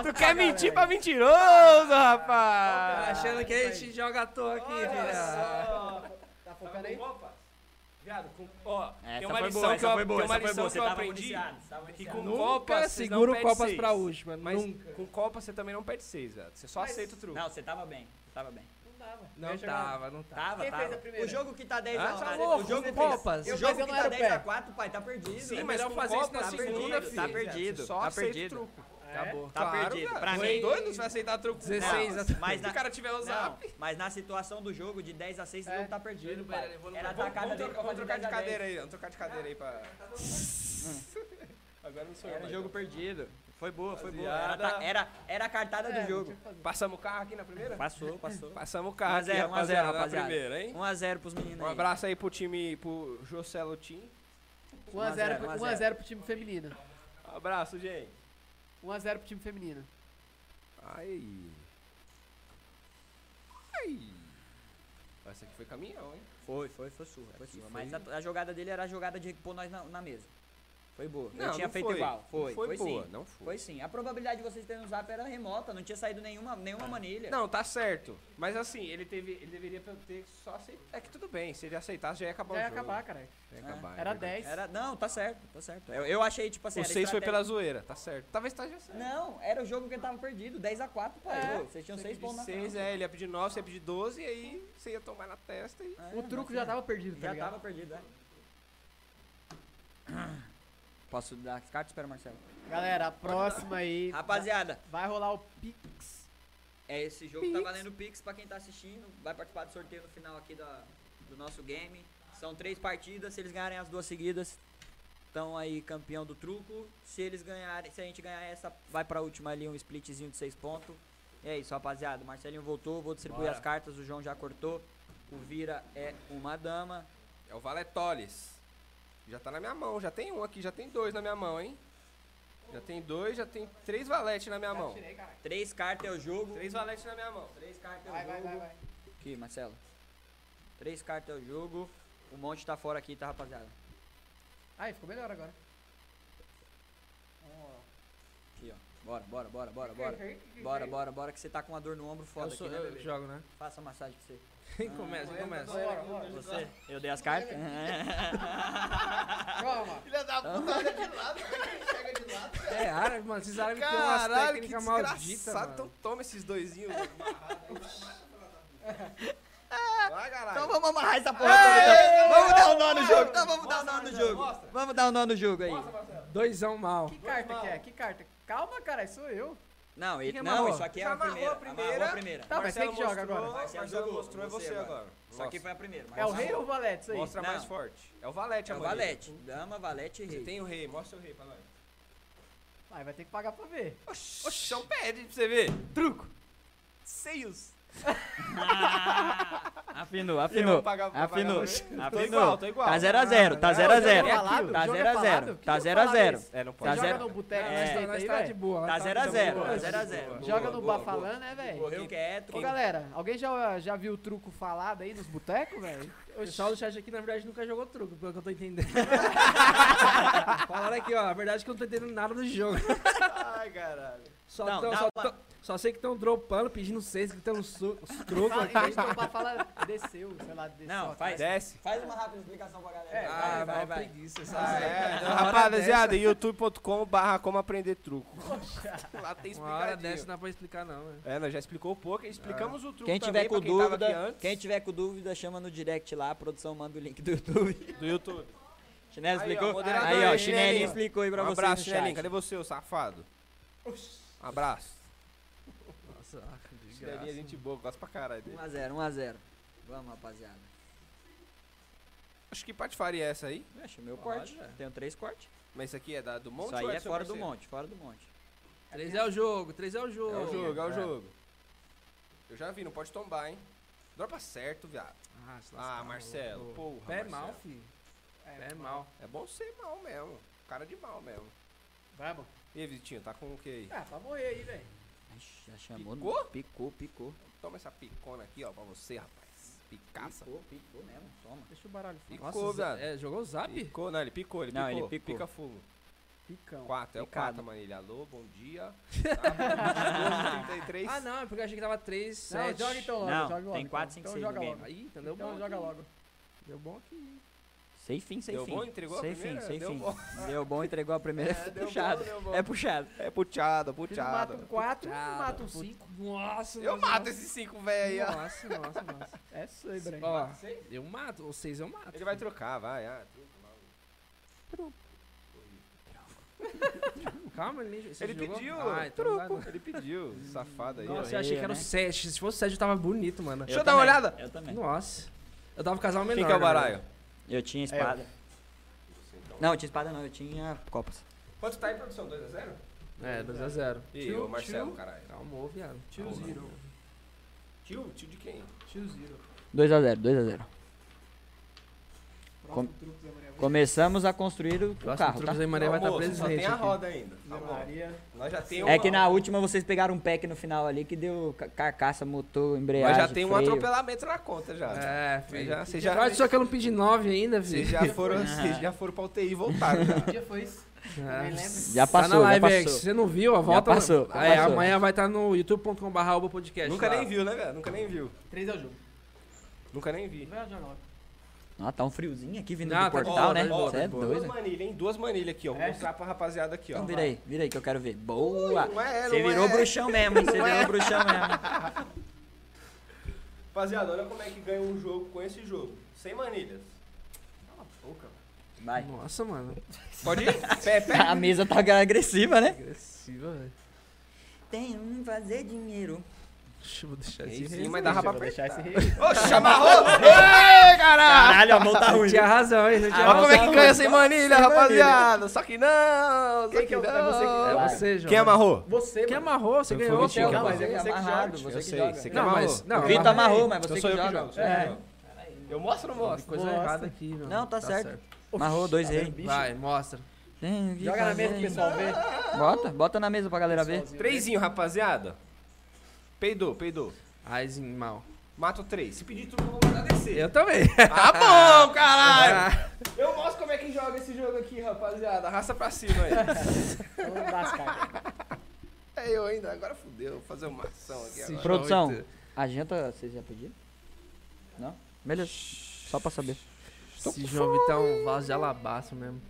[SPEAKER 2] tu quer mentir pra mim?
[SPEAKER 12] Tá achando que a
[SPEAKER 2] isso
[SPEAKER 12] gente joga à toa aqui, filha.
[SPEAKER 2] Tá focando aí?
[SPEAKER 5] Opa! Viado, com. Ó,
[SPEAKER 3] Essa
[SPEAKER 5] tem uma
[SPEAKER 3] foi
[SPEAKER 5] lição
[SPEAKER 3] boa,
[SPEAKER 5] que
[SPEAKER 3] essa
[SPEAKER 5] eu,
[SPEAKER 3] foi boa,
[SPEAKER 5] tem uma
[SPEAKER 3] essa foi
[SPEAKER 5] lição
[SPEAKER 3] boa.
[SPEAKER 5] que
[SPEAKER 3] Você
[SPEAKER 5] eu
[SPEAKER 3] tava
[SPEAKER 5] aprendi.
[SPEAKER 3] municiado, você tava
[SPEAKER 5] Que
[SPEAKER 3] municiado.
[SPEAKER 5] com
[SPEAKER 12] Nunca
[SPEAKER 5] copas, vocês não
[SPEAKER 12] segura o
[SPEAKER 5] perdem
[SPEAKER 12] Copas
[SPEAKER 5] seis.
[SPEAKER 12] pra última.
[SPEAKER 5] Mas
[SPEAKER 12] nunca.
[SPEAKER 5] com Copa você também não perde seis, velho. Você só
[SPEAKER 2] Mas-
[SPEAKER 5] aceita o truque.
[SPEAKER 3] Não, você tava bem. Você tava bem.
[SPEAKER 2] Não dava.
[SPEAKER 12] Não tá,
[SPEAKER 2] Eu jogava.
[SPEAKER 12] né? tava, não tava.
[SPEAKER 3] Tava,
[SPEAKER 2] Quem
[SPEAKER 3] tava.
[SPEAKER 2] fez a primeira?
[SPEAKER 3] Tá. O jogo que tá 10
[SPEAKER 5] Ah,
[SPEAKER 3] a 1.
[SPEAKER 5] tá
[SPEAKER 3] né?
[SPEAKER 12] louco,
[SPEAKER 3] o jogo
[SPEAKER 12] você
[SPEAKER 3] que
[SPEAKER 12] fez.
[SPEAKER 3] tá-
[SPEAKER 12] Eu
[SPEAKER 3] O
[SPEAKER 2] fazia
[SPEAKER 3] jogo que
[SPEAKER 2] no
[SPEAKER 3] tá 10 a
[SPEAKER 2] aeropé.
[SPEAKER 3] 4, pai, tá perdido. É
[SPEAKER 5] Sim, mas
[SPEAKER 3] melhor
[SPEAKER 5] com
[SPEAKER 3] fazer
[SPEAKER 5] Copa assim,
[SPEAKER 3] isso na
[SPEAKER 5] você
[SPEAKER 3] segunda,
[SPEAKER 5] muda,
[SPEAKER 3] filho.
[SPEAKER 5] filho.
[SPEAKER 3] Tá perdido.
[SPEAKER 5] Só
[SPEAKER 3] Tá
[SPEAKER 5] aceita o
[SPEAKER 3] perdido.
[SPEAKER 5] truco.
[SPEAKER 12] Acabou.
[SPEAKER 3] Tá
[SPEAKER 5] Claro,
[SPEAKER 3] perdido.
[SPEAKER 5] velho.
[SPEAKER 3] Pra
[SPEAKER 5] Tem
[SPEAKER 3] mim,
[SPEAKER 5] doido, você vai aceitar truco. com
[SPEAKER 3] Não,
[SPEAKER 12] 16 a-
[SPEAKER 3] mas
[SPEAKER 5] Copa.
[SPEAKER 3] na,
[SPEAKER 5] O cara tiver
[SPEAKER 3] não,
[SPEAKER 5] usado.
[SPEAKER 3] mas na situação do jogo, de 10 a 6,
[SPEAKER 2] É.
[SPEAKER 3] não tá perdido,
[SPEAKER 12] Pera,
[SPEAKER 3] pai.
[SPEAKER 12] eu vou no
[SPEAKER 3] Era
[SPEAKER 12] banheiro.
[SPEAKER 3] atacada
[SPEAKER 5] Vamos
[SPEAKER 3] dele pra
[SPEAKER 5] trocar, vamos
[SPEAKER 3] fazer
[SPEAKER 5] trocar
[SPEAKER 3] 10
[SPEAKER 5] de
[SPEAKER 3] a 10.
[SPEAKER 5] cadeira aí, vamos trocar de cadeira aí pra. Agora não sou eu.
[SPEAKER 3] Era
[SPEAKER 5] mais,
[SPEAKER 3] jogo
[SPEAKER 5] não.
[SPEAKER 3] perdido. Foi boa, foi boa. Era,
[SPEAKER 5] Rapaziada.
[SPEAKER 3] ta- era, era a cartada
[SPEAKER 2] É,
[SPEAKER 3] do jogo.
[SPEAKER 2] não tinha o que fazer.
[SPEAKER 5] Passamos o carro aqui na primeira?
[SPEAKER 3] Passou, passou.
[SPEAKER 5] Passamos o carro aqui,
[SPEAKER 3] 1x0, 1x0,
[SPEAKER 5] rapaziada, na
[SPEAKER 3] rapaziada.
[SPEAKER 5] primeira, hein?
[SPEAKER 3] 1x0 pros meninos
[SPEAKER 5] Um
[SPEAKER 3] aí.
[SPEAKER 5] abraço aí pro time, pro Jocelo Team.
[SPEAKER 2] 1x0 pro-
[SPEAKER 3] 1 a 0.
[SPEAKER 2] 1x0 pro time feminino.
[SPEAKER 5] Um Abraço, gente.
[SPEAKER 2] 1x0 pro time feminino.
[SPEAKER 5] Ai. Ai. Essa aqui foi caminhão, hein?
[SPEAKER 3] Foi, foi, foi surra. Foi
[SPEAKER 5] Aqui
[SPEAKER 3] surra.
[SPEAKER 5] foi-
[SPEAKER 3] Mas a, a jogada dele era a jogada de pôr nós na, na mesa. Foi boa. eu
[SPEAKER 5] Não,
[SPEAKER 3] tinha
[SPEAKER 5] não
[SPEAKER 3] feito
[SPEAKER 5] foi.
[SPEAKER 3] igual.
[SPEAKER 5] Não
[SPEAKER 3] Foi,
[SPEAKER 5] foi
[SPEAKER 3] foi,
[SPEAKER 5] boa,
[SPEAKER 3] sim.
[SPEAKER 5] não foi.
[SPEAKER 3] Foi sim. A probabilidade de vocês terem usado era remota, não tinha saído nenhuma, nenhuma manilha.
[SPEAKER 5] Não, tá certo. Mas assim, ele teve. Ele deveria ter só aceitado. É que tudo bem, se ele aceitasse já ia acabar
[SPEAKER 2] Já
[SPEAKER 5] o
[SPEAKER 2] ia
[SPEAKER 5] jogo.
[SPEAKER 2] acabar, caralho.
[SPEAKER 5] Já ia
[SPEAKER 3] É,
[SPEAKER 5] acabar, é
[SPEAKER 2] Era
[SPEAKER 5] verdade.
[SPEAKER 2] 10.
[SPEAKER 3] Era, não, tá certo, tá certo. Eu, eu achei, tipo assim,
[SPEAKER 5] O
[SPEAKER 3] era
[SPEAKER 5] 6 foi
[SPEAKER 3] estratégia-
[SPEAKER 5] pela zoeira, tá certo. Talvez esteja certo.
[SPEAKER 3] Não, era o jogo que tava perdido, 10x4, pai.
[SPEAKER 2] É.
[SPEAKER 3] Ô, Vocês tinham 6
[SPEAKER 5] De
[SPEAKER 3] pontos na
[SPEAKER 5] 6,
[SPEAKER 3] frente.
[SPEAKER 5] é, ele ia pedir 9, você ia pedir 12, e aí você ia tomar na testa e.
[SPEAKER 3] É,
[SPEAKER 2] O truco já tava perdido, tá
[SPEAKER 3] Já
[SPEAKER 2] ligado?
[SPEAKER 3] tava perdido, é. Posso dar as cartas? Espera, Marcelo.
[SPEAKER 2] Galera, a próxima aí.
[SPEAKER 3] Rapaziada,
[SPEAKER 2] Vai rolar o Pix.
[SPEAKER 3] É, esse jogo tá valendo Pix pra quem tá assistindo. Vai participar do sorteio no final aqui da, do nosso game. São três partidas, se eles ganharem as duas seguidas, estão aí campeão do truco. Se eles ganharem, se a gente ganhar essa, vai pra última ali um splitzinho de seis pontos. E é isso, rapaziada. O Marcelinho voltou, vou distribuir as cartas, o João já cortou. O Vira é uma dama.
[SPEAKER 5] É o Valetoles. Já tá na minha mão, já tem um aqui, já tem dois na minha mão, hein? Já tem dois, já tem três valetes na minha mão.
[SPEAKER 3] Três cartas é o jogo.
[SPEAKER 5] Três valetes na minha mão.
[SPEAKER 3] Três cartas é o
[SPEAKER 2] Vai, vai,
[SPEAKER 3] jogo.
[SPEAKER 2] vai, vai.
[SPEAKER 3] Aqui, Marcelo. Três cartas é o jogo. O monte tá fora aqui, tá, rapaziada?
[SPEAKER 2] Aí, ficou melhor agora.
[SPEAKER 3] Aqui, ó. Bora, bora, bora, bora, bora. Bora, bora, bora, que você tá com uma dor no ombro
[SPEAKER 12] Eu,
[SPEAKER 3] foda
[SPEAKER 12] sou,
[SPEAKER 3] aqui, né,
[SPEAKER 12] eu
[SPEAKER 3] bebê?
[SPEAKER 12] jogo, né?
[SPEAKER 3] Faça a massagem pra você.
[SPEAKER 12] começa, começa.
[SPEAKER 2] Bora, bora.
[SPEAKER 3] Você? Eu dei as cartas? É.
[SPEAKER 2] Toma.
[SPEAKER 1] Filha da puta, olha de lado, chega de lado.
[SPEAKER 12] É árabe, mano. Esses árabes têm umas
[SPEAKER 5] Caralho, que
[SPEAKER 12] técnicas malditas,
[SPEAKER 5] desgraçado. Então
[SPEAKER 12] mano.
[SPEAKER 5] toma esses doisinhos. Vai,
[SPEAKER 3] então
[SPEAKER 5] caralho.
[SPEAKER 3] vamos amarrar essa porra toda, então. Vamos dar um nó no jogo. Então vamos dar um nó no jogo. Vamos dar um nó no jogo aí.
[SPEAKER 12] Doisão mal.
[SPEAKER 2] Que carta que é? Que carta? Calma, caralho, sou eu.
[SPEAKER 3] Não, e-
[SPEAKER 12] Quem
[SPEAKER 3] não,
[SPEAKER 12] amarrou?
[SPEAKER 3] isso aqui é
[SPEAKER 5] Já
[SPEAKER 3] a primeira.
[SPEAKER 5] amarrou a primeira.
[SPEAKER 3] Amarrou a primeira.
[SPEAKER 2] Tá, mas quem que joga
[SPEAKER 5] mostrou,
[SPEAKER 2] agora?
[SPEAKER 5] Marcelo,
[SPEAKER 3] jogou,
[SPEAKER 5] mostrou, é
[SPEAKER 3] você
[SPEAKER 5] você
[SPEAKER 3] agora.
[SPEAKER 5] agora.
[SPEAKER 3] Isso aqui
[SPEAKER 5] Mostra.
[SPEAKER 3] foi a primeira.
[SPEAKER 2] É o
[SPEAKER 3] Marcelo.
[SPEAKER 2] rei ou o valete isso aí?
[SPEAKER 5] Mostra mais
[SPEAKER 3] Não.
[SPEAKER 5] forte. É o valete
[SPEAKER 3] É o
[SPEAKER 5] agora.
[SPEAKER 3] valete. Dama, valete e
[SPEAKER 5] Você
[SPEAKER 3] rei.
[SPEAKER 5] tem o rei, mostra o rei pra nós.
[SPEAKER 2] Mas vai ter que pagar pra ver.
[SPEAKER 5] é um Oxi, então pede pra você ver. Truco. Seios.
[SPEAKER 3] Afinou, afinou.
[SPEAKER 5] pagar- vai pagar
[SPEAKER 3] Afinou.
[SPEAKER 5] pra mim? Tô igual,
[SPEAKER 3] Afinou.
[SPEAKER 5] tô igual.
[SPEAKER 3] Tá 0x0, tá 0x0.
[SPEAKER 2] falado?
[SPEAKER 3] Tá
[SPEAKER 2] Jogo é
[SPEAKER 3] 0x0.
[SPEAKER 2] falado?
[SPEAKER 3] Tá
[SPEAKER 2] Que jogo
[SPEAKER 3] 0x0.
[SPEAKER 5] É, não
[SPEAKER 3] Tá
[SPEAKER 5] pode.
[SPEAKER 2] Joga
[SPEAKER 3] zero.
[SPEAKER 2] no boteco,
[SPEAKER 3] É,
[SPEAKER 2] nós tá- nós
[SPEAKER 12] Nós, nós
[SPEAKER 2] tá
[SPEAKER 12] tá
[SPEAKER 2] de
[SPEAKER 12] de boa.
[SPEAKER 3] Tá 0x0. Tá 0x0.
[SPEAKER 2] Joga no
[SPEAKER 5] boa,
[SPEAKER 2] bafalã, né, velho?
[SPEAKER 3] Correu quieto.
[SPEAKER 2] Ô
[SPEAKER 3] quem-
[SPEAKER 2] galera, alguém já, já viu o truco falado aí nos botecos, velho?
[SPEAKER 12] O pessoal do chat aqui, na verdade, nunca jogou truco, pelo que eu tô entendendo. Falaram aqui, ó. A verdade é que eu não tô entendendo nada do jogo.
[SPEAKER 5] Ai, caralho.
[SPEAKER 12] Só,
[SPEAKER 3] Não,
[SPEAKER 12] tão-
[SPEAKER 3] dá
[SPEAKER 12] só,
[SPEAKER 3] uma-
[SPEAKER 12] tão- só sei que estão dropando, pedindo seis, que estão os trucos
[SPEAKER 2] Fala, em
[SPEAKER 12] aqui.
[SPEAKER 2] vez de tombar, fala, desceu, sei lá, desceu.
[SPEAKER 3] Não, faz.
[SPEAKER 5] Desce.
[SPEAKER 3] Faz uma rápida explicação pra galera.
[SPEAKER 5] É,
[SPEAKER 12] Ah,
[SPEAKER 3] É, vai, vai, vai.
[SPEAKER 12] preguiça,
[SPEAKER 5] Ah,
[SPEAKER 12] sabe?
[SPEAKER 5] é. Rapaziada, youtube.com barra como aprender truco. Lá tem
[SPEAKER 12] Uma hora dessa
[SPEAKER 5] explicadinho.
[SPEAKER 12] não dá pra explicar, não, né? velho.
[SPEAKER 5] É, nós já explicou o poker, explicamos o truco
[SPEAKER 3] Quem
[SPEAKER 5] também
[SPEAKER 3] tiver com
[SPEAKER 5] pra quem tava aqui
[SPEAKER 3] dúvida,
[SPEAKER 5] antes
[SPEAKER 3] quem tiver com dúvida, chama no direct lá, a produção manda o link do YouTube.
[SPEAKER 5] do YouTube.
[SPEAKER 3] Chinelo
[SPEAKER 5] Aí, ó,
[SPEAKER 3] explicou?
[SPEAKER 5] moderador
[SPEAKER 3] Aí, ó,
[SPEAKER 5] aí,
[SPEAKER 3] Chinelinho
[SPEAKER 5] Chinelinho.
[SPEAKER 3] explicou aí pra
[SPEAKER 5] Um
[SPEAKER 3] vocês
[SPEAKER 5] abraço,
[SPEAKER 3] no chat.
[SPEAKER 5] Chinelinho. Cadê você, ô safado? Um Abraço.
[SPEAKER 12] Nossa,
[SPEAKER 3] ah,
[SPEAKER 5] Chinelinho é gente boa, gosto pra caralho dele.
[SPEAKER 3] 1x0, 1x0. Vamos, rapaziada.
[SPEAKER 5] Acho que patifaria é essa aí.
[SPEAKER 3] Acho meu corte. Tenho três cortes.
[SPEAKER 5] Mas isso aqui é da, do monte
[SPEAKER 3] Isso aí
[SPEAKER 5] ou
[SPEAKER 3] é
[SPEAKER 5] seu
[SPEAKER 3] fora do
[SPEAKER 5] parceiro?
[SPEAKER 3] monte, fora do monte.
[SPEAKER 12] 3 é o jogo, 3 é o jogo.
[SPEAKER 5] É o jogo, é o
[SPEAKER 3] É.
[SPEAKER 5] jogo. Eu já vi, não pode tombar, hein? Dropa certo, viado.
[SPEAKER 12] Ah, se lascar,
[SPEAKER 5] Ah, Marcelo,
[SPEAKER 12] maluco.
[SPEAKER 5] porra.
[SPEAKER 12] Pé
[SPEAKER 3] é
[SPEAKER 5] Marcelo.
[SPEAKER 12] mal, filho. Pé mal.
[SPEAKER 5] É bom ser mal mesmo. Cara de mal mesmo.
[SPEAKER 2] Vamos.
[SPEAKER 5] E aí, Vitinho, tá com o que aí?
[SPEAKER 2] Ah, pra morrer aí, velho.
[SPEAKER 3] Ixi, já chamou.
[SPEAKER 5] Picou?
[SPEAKER 3] Picou, picou.
[SPEAKER 5] Toma essa picona aqui, ó, pra você, rapaz. Picaça.
[SPEAKER 3] Picou, picou mesmo. Toma.
[SPEAKER 2] Deixa o baralho
[SPEAKER 5] Picou,
[SPEAKER 12] Nossa,
[SPEAKER 5] viado.
[SPEAKER 12] é, jogou o zap?
[SPEAKER 5] Picou, não, ele picou, ele
[SPEAKER 3] Não,
[SPEAKER 5] picou.
[SPEAKER 3] ele picou.
[SPEAKER 5] Pica fogo.
[SPEAKER 2] Picão.
[SPEAKER 5] 4, é o
[SPEAKER 3] Picado.
[SPEAKER 5] 4, Manilha. Alô, bom dia. Tá? 33.
[SPEAKER 12] Ah, não, é porque eu achei que tava 3,
[SPEAKER 2] Não,
[SPEAKER 12] 7.
[SPEAKER 2] joga então logo,
[SPEAKER 3] Não,
[SPEAKER 2] joga logo.
[SPEAKER 3] tem quatro, cinco,
[SPEAKER 2] então, então
[SPEAKER 3] seis
[SPEAKER 2] joga
[SPEAKER 3] no
[SPEAKER 2] logo.
[SPEAKER 3] game.
[SPEAKER 12] Aí, entendeu?
[SPEAKER 2] Então
[SPEAKER 12] bom
[SPEAKER 2] joga
[SPEAKER 12] aqui.
[SPEAKER 2] logo.
[SPEAKER 12] Deu bom aqui.
[SPEAKER 3] Sem fim, sem
[SPEAKER 5] Deu
[SPEAKER 3] fim.
[SPEAKER 5] bom? Entregou a
[SPEAKER 3] Sem fim,
[SPEAKER 5] primeira?
[SPEAKER 3] sem
[SPEAKER 5] é, Deu
[SPEAKER 3] fim.
[SPEAKER 5] bom.
[SPEAKER 3] Deu bom, entregou a primeira. É
[SPEAKER 5] deu bom,
[SPEAKER 3] puxado.
[SPEAKER 5] deu bom.
[SPEAKER 3] É puxado.
[SPEAKER 5] É puteado,
[SPEAKER 2] Vocês não matam
[SPEAKER 5] puteado.
[SPEAKER 2] 4,
[SPEAKER 12] Puteado,
[SPEAKER 2] matam
[SPEAKER 12] puta-
[SPEAKER 2] 5.
[SPEAKER 12] Nossa,
[SPEAKER 5] Eu
[SPEAKER 12] nossa,
[SPEAKER 5] mato esses 5 velho aí, ó.
[SPEAKER 12] Nossa, nossa, nossa.
[SPEAKER 2] É sei, Breno.
[SPEAKER 12] Ó, eu mato, ou 6 eu mato.
[SPEAKER 5] Ele vai trocar, vai. Ah, truco.
[SPEAKER 12] Calma, ele, você
[SPEAKER 5] Ele
[SPEAKER 12] jogou?
[SPEAKER 5] pediu.
[SPEAKER 12] Ah, então não vai não.
[SPEAKER 5] truco. Ele pediu, safado aí. ó.
[SPEAKER 12] Nossa, eu achei que era o
[SPEAKER 3] né?
[SPEAKER 12] 7. Se fosse o 7, eu tava bonito, mano.
[SPEAKER 5] Deixa eu dar uma
[SPEAKER 3] também,
[SPEAKER 5] olhada.
[SPEAKER 3] Eu também.
[SPEAKER 12] Nossa. Eu tava com o casal menor.
[SPEAKER 5] Quem que é o
[SPEAKER 12] né,
[SPEAKER 5] baralho?
[SPEAKER 3] Eu tinha espada.
[SPEAKER 5] É. então.
[SPEAKER 3] Não, eu tinha espada não, eu tinha copas.
[SPEAKER 5] Quanto tá aí, produção? 2x0?
[SPEAKER 12] velho? É, 2x0.
[SPEAKER 5] E o Marcelo, caralho.
[SPEAKER 12] Calmou, viado.
[SPEAKER 5] Tio Zero. Tio? Tio de quem?
[SPEAKER 3] 2x0, 2x0. Com... Começamos a construir o o
[SPEAKER 12] Próximo
[SPEAKER 3] carro,
[SPEAKER 12] truque
[SPEAKER 3] tá?
[SPEAKER 12] Zé Maria vai estar
[SPEAKER 5] Almoço, Só
[SPEAKER 12] presente
[SPEAKER 5] tem a
[SPEAKER 12] aqui.
[SPEAKER 5] roda ainda. Tá bom. Nós já tem
[SPEAKER 3] É
[SPEAKER 5] uma-
[SPEAKER 3] que na última vocês pegaram um pack no final ali que deu ca- carcaça, motor,
[SPEAKER 5] Nós
[SPEAKER 3] embreagem,
[SPEAKER 5] já tem um
[SPEAKER 3] freio.
[SPEAKER 5] atropelamento na conta já.
[SPEAKER 12] É,
[SPEAKER 5] Vocês
[SPEAKER 12] filho.
[SPEAKER 5] já, vocês já,
[SPEAKER 12] Só que eu não pedi 9 ainda,
[SPEAKER 5] vocês
[SPEAKER 12] filho.
[SPEAKER 5] já foram, vocês já foram pra UTI e voltaram já.
[SPEAKER 2] dia foi isso?
[SPEAKER 5] É.
[SPEAKER 12] Ah,
[SPEAKER 3] Já
[SPEAKER 12] Tá na
[SPEAKER 3] passou, já
[SPEAKER 12] live, é, que se
[SPEAKER 3] passou.
[SPEAKER 12] você não viu, a volta.
[SPEAKER 3] passou, já
[SPEAKER 12] Aí,
[SPEAKER 3] passou.
[SPEAKER 12] amanhã vai estar no youtube.com.br Alba Podcast.
[SPEAKER 5] Nunca
[SPEAKER 12] lá.
[SPEAKER 5] nem viu, né, velho? Nunca nem viu.
[SPEAKER 2] 3 é o jogo.
[SPEAKER 5] Nunca nem
[SPEAKER 3] É
[SPEAKER 5] vi.
[SPEAKER 2] Vai, joga logo.
[SPEAKER 3] Ah, tá um friozinho aqui vindo
[SPEAKER 12] Não,
[SPEAKER 3] do
[SPEAKER 12] tá de
[SPEAKER 3] portal,
[SPEAKER 12] boa,
[SPEAKER 3] né?
[SPEAKER 12] tá de boa,
[SPEAKER 3] Você é
[SPEAKER 5] Duas
[SPEAKER 3] doido. né?
[SPEAKER 5] manilhas, hein? Duas manilhas aqui, ó. Vou mostrar pra rapaziada aqui, ó.
[SPEAKER 3] Então vira aí, vira aí que eu quero ver. Boa!
[SPEAKER 5] Não é,
[SPEAKER 3] Você
[SPEAKER 5] não
[SPEAKER 3] virou
[SPEAKER 5] é.
[SPEAKER 3] bruxão mesmo, hein? Você virou bruxão mesmo.
[SPEAKER 5] Rapaziada, olha como é que ganha um jogo com esse jogo. Sem manilhas.
[SPEAKER 3] Vai.
[SPEAKER 12] Nossa, mano.
[SPEAKER 5] Pode ir? pé, pé.
[SPEAKER 3] A mesa tá agressiva, né?
[SPEAKER 12] Agressiva, velho.
[SPEAKER 3] Tem um fazer dinheiro.
[SPEAKER 12] Deixa eu vou deixar
[SPEAKER 5] Aí
[SPEAKER 12] esse
[SPEAKER 5] sim, mas dava pra
[SPEAKER 2] Vou
[SPEAKER 5] apertar.
[SPEAKER 2] deixar esse rei.
[SPEAKER 5] Oxe, amarrou! Ei, caralho!
[SPEAKER 3] Caralho, a mão tá ruim.
[SPEAKER 12] Você tinha razão, hein? Você tinha
[SPEAKER 5] Olha
[SPEAKER 12] razão.
[SPEAKER 5] como é que ganha sem manilha, rapaziada. Só que não, só
[SPEAKER 2] Quem
[SPEAKER 5] que,
[SPEAKER 2] que é o- é você que- é
[SPEAKER 5] não.
[SPEAKER 12] É você, João.
[SPEAKER 5] Quem amarrou?
[SPEAKER 2] Você,
[SPEAKER 12] Quem
[SPEAKER 2] mano.
[SPEAKER 12] amarrou, você
[SPEAKER 5] Foi
[SPEAKER 12] ganhou.
[SPEAKER 5] o Vitinho
[SPEAKER 12] pô.
[SPEAKER 5] que
[SPEAKER 3] Não,
[SPEAKER 5] amarrou.
[SPEAKER 3] mas é
[SPEAKER 2] você que
[SPEAKER 3] amarrado,
[SPEAKER 2] joga.
[SPEAKER 3] você
[SPEAKER 5] Eu
[SPEAKER 3] que
[SPEAKER 5] sei,
[SPEAKER 3] joga.
[SPEAKER 5] você que
[SPEAKER 12] Não,
[SPEAKER 5] amarrou.
[SPEAKER 12] mas. Não,
[SPEAKER 3] o Vitor
[SPEAKER 12] mas-
[SPEAKER 3] amarrou, mas você
[SPEAKER 5] eu
[SPEAKER 3] que
[SPEAKER 5] Então sou eu que
[SPEAKER 3] joga.
[SPEAKER 5] jogo. sou
[SPEAKER 2] É.
[SPEAKER 5] eu que jogo. Eu mostro ou não
[SPEAKER 12] Tem
[SPEAKER 5] mostro?
[SPEAKER 12] coisa
[SPEAKER 2] Mostra.
[SPEAKER 12] errada aqui, mano.
[SPEAKER 3] Não, tá certo. Amarrou dois reis.
[SPEAKER 12] Vai, mostra.
[SPEAKER 3] Tem que
[SPEAKER 2] Joga na
[SPEAKER 3] fazer.
[SPEAKER 2] mesa pro pessoal ver.
[SPEAKER 3] Bota, bota na mesa pra galera ver.
[SPEAKER 5] Trêsinho, rapaziada. Peidou, peidou.
[SPEAKER 12] Aizinho mal.
[SPEAKER 5] Mato três. Se pedir tudo, eu vou mandar descer.
[SPEAKER 12] Eu também.
[SPEAKER 5] Tá bom, caralho! Eu mostro como é que joga esse jogo aqui, rapaziada. Arrasta pra cima aí.
[SPEAKER 2] Vamos lascar.
[SPEAKER 5] é eu ainda, agora fudeu. Vou fazer uma ação aqui agora.
[SPEAKER 3] Produção, a janta vocês já pediram? Não? Beleza. Só pra saber.
[SPEAKER 12] Esse João Vitor é um vaso de alabastro mesmo.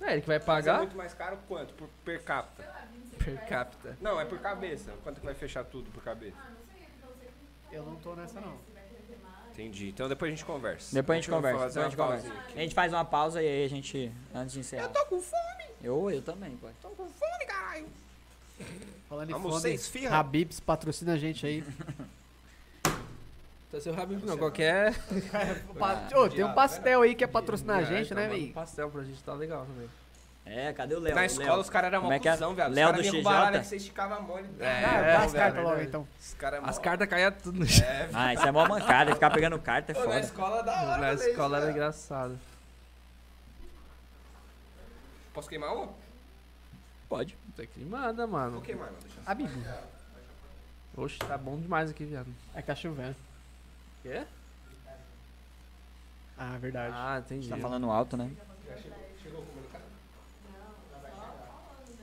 [SPEAKER 12] É, ele que vai
[SPEAKER 5] Mas é
[SPEAKER 12] pagar
[SPEAKER 5] muito mais caro quanto? Por, per capita?
[SPEAKER 12] per capita.
[SPEAKER 5] Não, é por cabeça. Quanto que vai fechar tudo por cabeça?
[SPEAKER 2] Eu não tô nessa, não.
[SPEAKER 5] Entendi. Então depois a gente conversa.
[SPEAKER 3] Depois a gente
[SPEAKER 5] Deixa eu
[SPEAKER 3] conversa,
[SPEAKER 5] fazer
[SPEAKER 3] depois
[SPEAKER 5] uma
[SPEAKER 3] a gente
[SPEAKER 5] pausinha
[SPEAKER 3] A gente faz uma pausa e aí a gente, antes de encerrar. Eu tô com fome. Eu, eu também, pai.
[SPEAKER 5] aqui. Tô com fome, caralho.
[SPEAKER 2] Falando em
[SPEAKER 5] Almocei,
[SPEAKER 2] fome,
[SPEAKER 5] esfirra.
[SPEAKER 2] Habibs patrocina a gente aí.
[SPEAKER 12] Então seu rabinho não, qualquer
[SPEAKER 2] Ô, tem um pastel aí que é patrocinar a gente, né,
[SPEAKER 12] manda um
[SPEAKER 2] velho?
[SPEAKER 12] pastel pra gente, tá legal também.
[SPEAKER 3] É, cadê o Léo?
[SPEAKER 5] Na
[SPEAKER 3] O
[SPEAKER 5] escola
[SPEAKER 3] Léo.
[SPEAKER 5] os caras eram
[SPEAKER 3] Como
[SPEAKER 5] mó
[SPEAKER 3] é que é?
[SPEAKER 5] cuzão, velho. Os
[SPEAKER 3] Léo
[SPEAKER 5] caras
[SPEAKER 3] do
[SPEAKER 5] me
[SPEAKER 3] XJ?
[SPEAKER 5] roubaram, né, que você esticava a mão. ele-
[SPEAKER 2] Ah,
[SPEAKER 5] É,
[SPEAKER 2] faz
[SPEAKER 5] velho,
[SPEAKER 2] carta
[SPEAKER 5] é
[SPEAKER 2] logo
[SPEAKER 5] verdade.
[SPEAKER 2] então.
[SPEAKER 5] Os caras
[SPEAKER 12] As
[SPEAKER 5] mó-
[SPEAKER 12] cartas caíam tudo no
[SPEAKER 5] É, velho.
[SPEAKER 3] Ah, isso é mó mancada, ficar pegando carta é
[SPEAKER 5] Pô, Na
[SPEAKER 3] foda.
[SPEAKER 5] escola da hora,
[SPEAKER 12] Na
[SPEAKER 5] velho,
[SPEAKER 12] escola é-
[SPEAKER 5] isso,
[SPEAKER 12] era
[SPEAKER 5] velho.
[SPEAKER 12] engraçado.
[SPEAKER 5] Posso queimar um?
[SPEAKER 3] Pode.
[SPEAKER 12] Puta que manda, mano.
[SPEAKER 5] Vou queimar, não. Deixa eu-
[SPEAKER 2] Abibu.
[SPEAKER 12] Oxe, tá bom demais aqui, viado.
[SPEAKER 2] É que tá chovendo.
[SPEAKER 12] Quê?
[SPEAKER 2] Ah, verdade.
[SPEAKER 12] Ah, entendi.
[SPEAKER 3] Tá falando alto, né?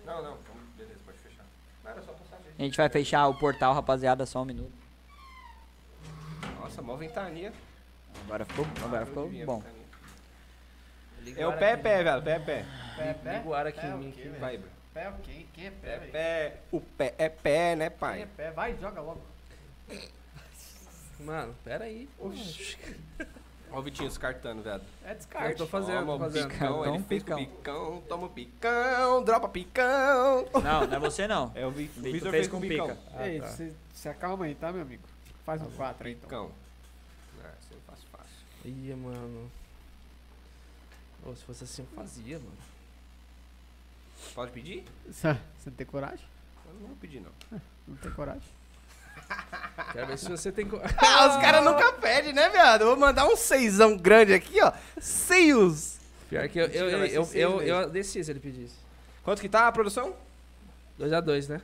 [SPEAKER 5] Não, não. então, Beleza, pode fechar. Não, era só passar gente.
[SPEAKER 3] A gente vai fechar o portal, rapaziada, só um minuto.
[SPEAKER 5] Nossa, mó ventania.
[SPEAKER 3] Agora ficou, agora ficou bom.
[SPEAKER 5] É o pé, pé, velho. Pé, pé.
[SPEAKER 12] Liga o ar aqui em mim. aqui, velho.
[SPEAKER 5] Vai, bro.
[SPEAKER 2] Ah, Pé, quem, quem é pé?
[SPEAKER 5] É
[SPEAKER 2] velho?
[SPEAKER 5] pé. O pé é pé,
[SPEAKER 2] Quem é
[SPEAKER 5] né, pai?
[SPEAKER 2] pé? Vai, joga logo.
[SPEAKER 12] Mano, pera aí.
[SPEAKER 5] Ó o Vitinho descartando, velho.
[SPEAKER 2] É
[SPEAKER 12] Eu
[SPEAKER 2] descarte.
[SPEAKER 12] tô fazendo, tô
[SPEAKER 5] Toma o
[SPEAKER 12] fazendo.
[SPEAKER 5] picão, ele
[SPEAKER 3] Cartão,
[SPEAKER 5] fez com o
[SPEAKER 3] picão.
[SPEAKER 5] picão. Toma o picão, dropa picão.
[SPEAKER 3] Não, não é você não.
[SPEAKER 5] É o Vi-
[SPEAKER 3] Vitor
[SPEAKER 5] o
[SPEAKER 3] fez
[SPEAKER 5] Vitor fez com
[SPEAKER 3] com
[SPEAKER 5] o picão.
[SPEAKER 2] Ei, você se acalma aí, Ah, tá, meu amigo? Faz um 4 aí, então.
[SPEAKER 5] Picão. Ah, isso eu faço fácil.
[SPEAKER 12] Ia, mano. Ou se fosse assim, eu fazia, mano.
[SPEAKER 5] Pode pedir?
[SPEAKER 2] Você você não tem coragem?
[SPEAKER 5] Eu não vou pedir, não.
[SPEAKER 2] Não tem coragem?
[SPEAKER 12] Quero ver se você tem. co-
[SPEAKER 5] Ah, os caras nunca pedem, né, viado? Eu Vou mandar um seisão grande aqui, ó. Seios!
[SPEAKER 12] Pior que eu, eu,
[SPEAKER 5] Mentira,
[SPEAKER 12] eu,
[SPEAKER 5] vai ser
[SPEAKER 12] eu,
[SPEAKER 5] seis
[SPEAKER 12] eu,
[SPEAKER 5] mesmo.
[SPEAKER 12] eu desci se ele pedisse.
[SPEAKER 5] Quanto que tá a produção?
[SPEAKER 12] 2x2, dois né?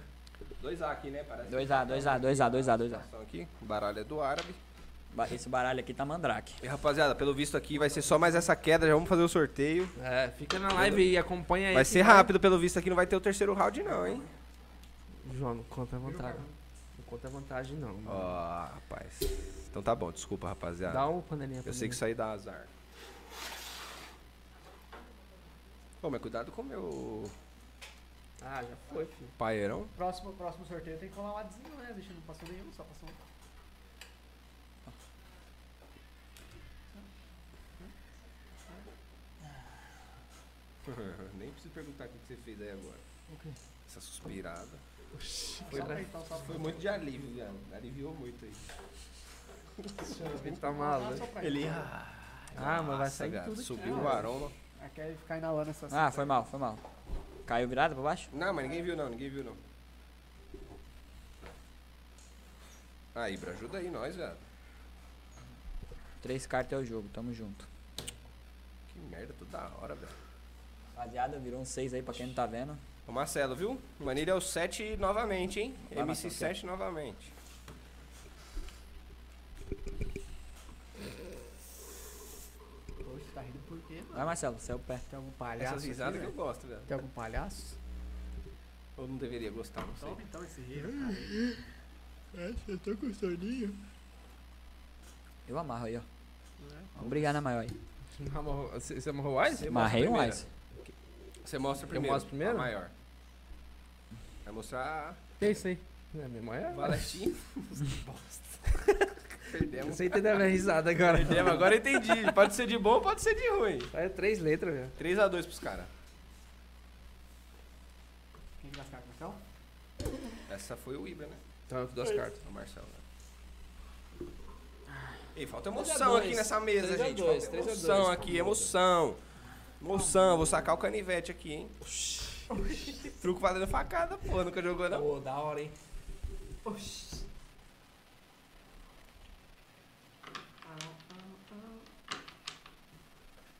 [SPEAKER 5] 2A aqui, né? Parece
[SPEAKER 3] 2A, 2A, 2A, 2A, 2A.
[SPEAKER 5] Produção aqui. O baralho é do árabe.
[SPEAKER 3] Ba- Esse baralho aqui tá mandrake.
[SPEAKER 5] E rapaziada, pelo visto aqui vai ser só mais essa queda. Já vamos fazer o sorteio.
[SPEAKER 12] É, fica na live e acompanha É aí.
[SPEAKER 5] Vai
[SPEAKER 12] que
[SPEAKER 5] ser rápido, pelo visto aqui não vai ter o terceiro round, não, hein?
[SPEAKER 12] João, não conta a vantagem. Não conta a vantagem, não.
[SPEAKER 5] Ó,
[SPEAKER 12] mano.
[SPEAKER 5] rapaz. Então tá bom, desculpa, rapaziada.
[SPEAKER 12] Dá uma panelinha pra
[SPEAKER 5] Eu sei que
[SPEAKER 12] mim.
[SPEAKER 5] isso aí dá azar. Pô, mas cuidado com o meu
[SPEAKER 12] Ah, já foi, filho.
[SPEAKER 5] paeirão.
[SPEAKER 2] Próximo, próximo sorteio tem que colar um adzinho, né? Deixa não passou nenhum, só passou um.
[SPEAKER 5] Nem preciso perguntar o que que você fez aí agora. Essa suspirada.
[SPEAKER 2] Só pra então, só pra
[SPEAKER 5] Foi muito de alívio, viado. Aliviou muito aí.
[SPEAKER 12] Ele tá maluco.
[SPEAKER 2] só pra
[SPEAKER 5] Ele
[SPEAKER 12] Ah, mas vai
[SPEAKER 5] Nossa,
[SPEAKER 12] sair
[SPEAKER 5] viado,
[SPEAKER 12] tudo.
[SPEAKER 5] Subiu o aroma.
[SPEAKER 2] Ah, quer ficar inalando essas
[SPEAKER 3] Ah, foi mal, foi mal. Caiu virada pra baixo?
[SPEAKER 5] Não, mas ninguém viu não, ninguém viu não. Aí, Ah, Ibra, ajuda aí nós, velho.
[SPEAKER 3] Três cartas é o jogo, tamo junto.
[SPEAKER 5] Que merda, toda hora, velho.
[SPEAKER 3] Rapaziada, virou um 6 aí pra quem não tá vendo.
[SPEAKER 5] Ô Marcelo, viu? Manilha é o 7 novamente, hein?
[SPEAKER 3] Vai,
[SPEAKER 12] tá
[SPEAKER 3] Marcelo,
[SPEAKER 5] MC7 novamente.
[SPEAKER 2] Poxa, tá rindo por quê, mano?
[SPEAKER 3] Vai, Marcelo, saiu o pé.
[SPEAKER 2] Tem algum palhaço?
[SPEAKER 5] Essas
[SPEAKER 2] aqui,
[SPEAKER 5] risadas que
[SPEAKER 2] velho?
[SPEAKER 5] eu
[SPEAKER 12] né?
[SPEAKER 5] gosto, velho.
[SPEAKER 2] Tem algum palhaço?
[SPEAKER 5] Eu não deveria gostar, não sei.
[SPEAKER 2] Toma então esse rio.
[SPEAKER 3] Eu amarro aí, ó.
[SPEAKER 2] Né?
[SPEAKER 3] Vamos brigar na né, maior aí.
[SPEAKER 12] Amarrou- Você você amarrou o Ice?
[SPEAKER 5] Você mostra
[SPEAKER 3] Amarrei um
[SPEAKER 5] primeiro.
[SPEAKER 3] ice.
[SPEAKER 5] Você mostra primeiro.
[SPEAKER 12] mostro primeiro?
[SPEAKER 5] A maior. Vai mostrar
[SPEAKER 2] Que isso aí?
[SPEAKER 12] É, minha mãe
[SPEAKER 5] a
[SPEAKER 12] é.
[SPEAKER 5] Valetim. Perdemos.
[SPEAKER 12] Você entendeu a minha risada agora?
[SPEAKER 5] Perdemos, agora eu entendi. Pode ser de bom, pode ser de ruim.
[SPEAKER 12] É três letras, velho.
[SPEAKER 5] 3x2 pros caras.
[SPEAKER 2] Quem que vai ficar com o céu?
[SPEAKER 5] Essa foi o Ibra, né?
[SPEAKER 12] Então eu duas cartas.
[SPEAKER 5] O Marcelo. Ei, falta emoção aqui nessa mesa,
[SPEAKER 12] Três a
[SPEAKER 5] gente.
[SPEAKER 12] dois,
[SPEAKER 5] Falta
[SPEAKER 12] três a dois.
[SPEAKER 5] emoção aqui, emoção. Emoção, vou sacar o canivete aqui, hein? Truco valendo facada, porra, nunca jogou não?
[SPEAKER 12] Pô, da hora, hein?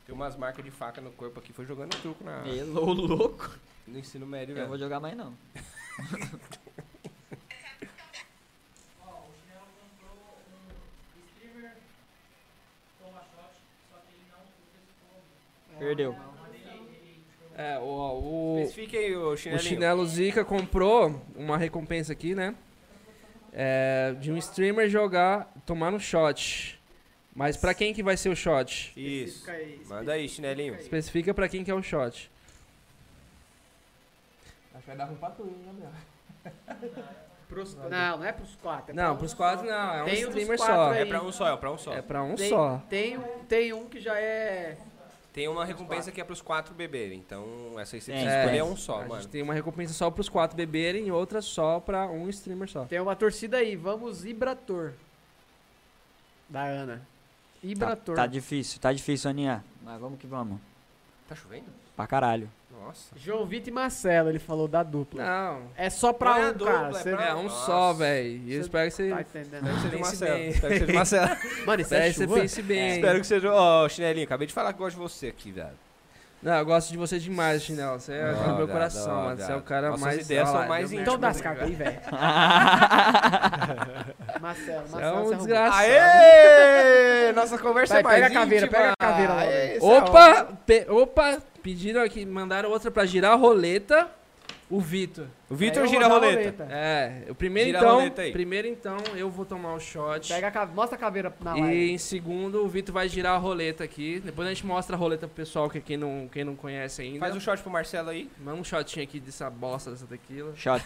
[SPEAKER 5] Tem umas marcas de faca no corpo aqui, foi jogando truco na,
[SPEAKER 3] Elô, louco.
[SPEAKER 5] no ensino médio,
[SPEAKER 3] Eu não
[SPEAKER 5] velho.
[SPEAKER 3] vou jogar mais, não. Perdeu.
[SPEAKER 12] É, o. o
[SPEAKER 5] Especifica aí, ô
[SPEAKER 12] O
[SPEAKER 5] chinelinho.
[SPEAKER 12] Chinelo Zica comprou uma recompensa aqui, né? É, de um streamer jogar, tomar um shot. Mas pra quem que vai ser o shot?
[SPEAKER 5] Isso.
[SPEAKER 2] Fica aí.
[SPEAKER 5] Manda aí, chinelinho.
[SPEAKER 12] Especifica pra quem que é o shot. Acho que vai dar ruim pra né, tu, hein, Gabriel?
[SPEAKER 2] Pros... Não, não é pros quatro. é pra
[SPEAKER 12] Não,
[SPEAKER 2] um
[SPEAKER 12] pros
[SPEAKER 2] só.
[SPEAKER 12] quatro não, é um
[SPEAKER 2] Tem um dos
[SPEAKER 12] streamer
[SPEAKER 2] quatro
[SPEAKER 12] só.
[SPEAKER 2] aí.
[SPEAKER 5] É pra um só, é pra um só.
[SPEAKER 12] É pra um
[SPEAKER 2] Tem-
[SPEAKER 12] só.
[SPEAKER 2] Tem, um- tem um que já é.
[SPEAKER 5] Tem uma recompensa que é pros quatro beberem, então essa aí você
[SPEAKER 3] Tem,
[SPEAKER 5] precisa
[SPEAKER 3] tem.
[SPEAKER 5] escolher um só,
[SPEAKER 12] É. A
[SPEAKER 5] mano.
[SPEAKER 12] gente tem uma recompensa só pros quatro beberem e outra só pra um streamer só.
[SPEAKER 2] Tem uma torcida aí. Vamos, Ibrator. Da Ana.
[SPEAKER 3] Tá,
[SPEAKER 2] Ibrator.
[SPEAKER 3] tá difícil, tá difícil aninhar. Mas vamos que vamos.
[SPEAKER 5] Tá chovendo?
[SPEAKER 3] Pra caralho.
[SPEAKER 5] Nossa.
[SPEAKER 2] João Vitor e Marcelo, ele falou da dupla.
[SPEAKER 12] Não.
[SPEAKER 2] É só pra
[SPEAKER 5] Não é
[SPEAKER 2] um,
[SPEAKER 5] a dupla,
[SPEAKER 2] cara.
[SPEAKER 5] é
[SPEAKER 2] Você
[SPEAKER 5] pra-
[SPEAKER 12] É um só, velho. E eu
[SPEAKER 2] Você
[SPEAKER 12] espero que você.
[SPEAKER 2] tá entendendo.
[SPEAKER 5] Espero que seja o
[SPEAKER 12] pense
[SPEAKER 5] Marcelo.
[SPEAKER 12] bem.
[SPEAKER 5] Espero que seja o Marcelo.
[SPEAKER 2] Mano, isso
[SPEAKER 12] Espero
[SPEAKER 2] é
[SPEAKER 12] que você
[SPEAKER 2] chuva?
[SPEAKER 12] pense bem.
[SPEAKER 5] Espero que seja. Ó, Chinelinho, acabei de falar que gosto de você aqui, velho.
[SPEAKER 12] Não, eu gosto de você demais, Chinelo. Você é do meu
[SPEAKER 5] Obrigado,
[SPEAKER 12] coração, mano. Você é o
[SPEAKER 5] obrigado.
[SPEAKER 12] cara
[SPEAKER 5] Nossas
[SPEAKER 12] mais.
[SPEAKER 5] ideias
[SPEAKER 12] Olha
[SPEAKER 5] são
[SPEAKER 12] lá,
[SPEAKER 5] mais
[SPEAKER 12] deu
[SPEAKER 2] Então
[SPEAKER 12] merda.
[SPEAKER 2] dá as cartas aí, velho. Marcelo,
[SPEAKER 12] Você é
[SPEAKER 2] Marcelo,
[SPEAKER 12] um
[SPEAKER 2] você arrumou.
[SPEAKER 12] desgraçado.
[SPEAKER 5] Aê! Nossa conversa
[SPEAKER 2] Vai,
[SPEAKER 5] é mais
[SPEAKER 2] pega a caveira,
[SPEAKER 5] íntima.
[SPEAKER 2] pega a caveira lá,
[SPEAKER 5] Aê,
[SPEAKER 2] velho.
[SPEAKER 5] esse é
[SPEAKER 12] Então, Opa! pe- opa! Pediram aqui, mandaram outra pra girar a roleta. O Vitor.
[SPEAKER 5] O
[SPEAKER 2] Aí
[SPEAKER 5] Vitor
[SPEAKER 2] eu
[SPEAKER 5] gira a
[SPEAKER 2] vou dar
[SPEAKER 5] roleta.
[SPEAKER 12] É, o primeiro
[SPEAKER 5] Gira a
[SPEAKER 12] então.
[SPEAKER 5] roleta aí.
[SPEAKER 12] primeiro então eu vou tomar o shot.
[SPEAKER 2] Pega a cave- Mostra a caveira na
[SPEAKER 12] E
[SPEAKER 2] live.
[SPEAKER 12] em segundo, o Vitor vai girar a roleta aqui. Depois a gente mostra a roleta pro pessoal, que quem não, quem não conhece ainda.
[SPEAKER 5] Faz um shot pro Marcelo aí.
[SPEAKER 12] Manda um shotinho aqui dessa bosta, dessa tequila.
[SPEAKER 3] Shot.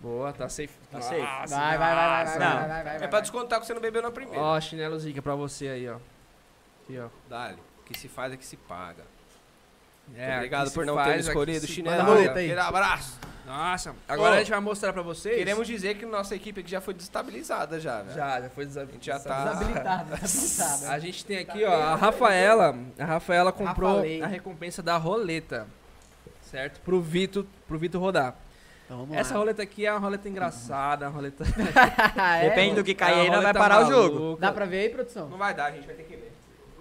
[SPEAKER 12] Boa, tá safe. Tá
[SPEAKER 3] safe.
[SPEAKER 2] Vai, vai, vai, vai, vai,
[SPEAKER 3] Não.
[SPEAKER 2] vai, vai, vai, vai,
[SPEAKER 5] É pra
[SPEAKER 2] vai.
[SPEAKER 5] descontar que você não bebeu na primeira.
[SPEAKER 12] Ó, chinelo zica pra você aí, ó. Aqui, ó.
[SPEAKER 5] Dale. O que se faz é que se paga.
[SPEAKER 12] É,
[SPEAKER 5] Obrigado
[SPEAKER 12] aqui
[SPEAKER 5] por
[SPEAKER 12] se
[SPEAKER 5] não ter
[SPEAKER 12] faz,
[SPEAKER 5] escolhido o
[SPEAKER 12] aqui se-
[SPEAKER 5] chinelo.
[SPEAKER 2] Manda a roleta aí.
[SPEAKER 5] Aquele abraço.
[SPEAKER 12] Nossa,
[SPEAKER 5] Ô,
[SPEAKER 12] agora a gente vai mostrar pra vocês.
[SPEAKER 5] Queremos dizer que nossa equipe aqui já foi desestabilizada É já, né?
[SPEAKER 12] Já, já foi
[SPEAKER 5] A
[SPEAKER 12] desabilitado.
[SPEAKER 5] gente já tá...
[SPEAKER 2] Desabilitado, desabilitado.
[SPEAKER 12] A gente tem aqui, ó, a Rafaela. A Rafaela comprou
[SPEAKER 2] Rafa Lei.
[SPEAKER 12] a recompensa da roleta. Certo? Pro Vitor, pro Vitor rodar.
[SPEAKER 2] Então vamos
[SPEAKER 12] Essa
[SPEAKER 2] lá.
[SPEAKER 12] roleta aqui é uma roleta engraçada, uma roleta.
[SPEAKER 2] É?
[SPEAKER 3] Depende do que
[SPEAKER 5] Tá,
[SPEAKER 3] cair aí,
[SPEAKER 12] é uma
[SPEAKER 3] não vai
[SPEAKER 12] roleta
[SPEAKER 3] parar o
[SPEAKER 12] maluca.
[SPEAKER 3] jogo.
[SPEAKER 2] Dá pra ver aí, produção?
[SPEAKER 5] Não vai dar, a gente vai ter que ler.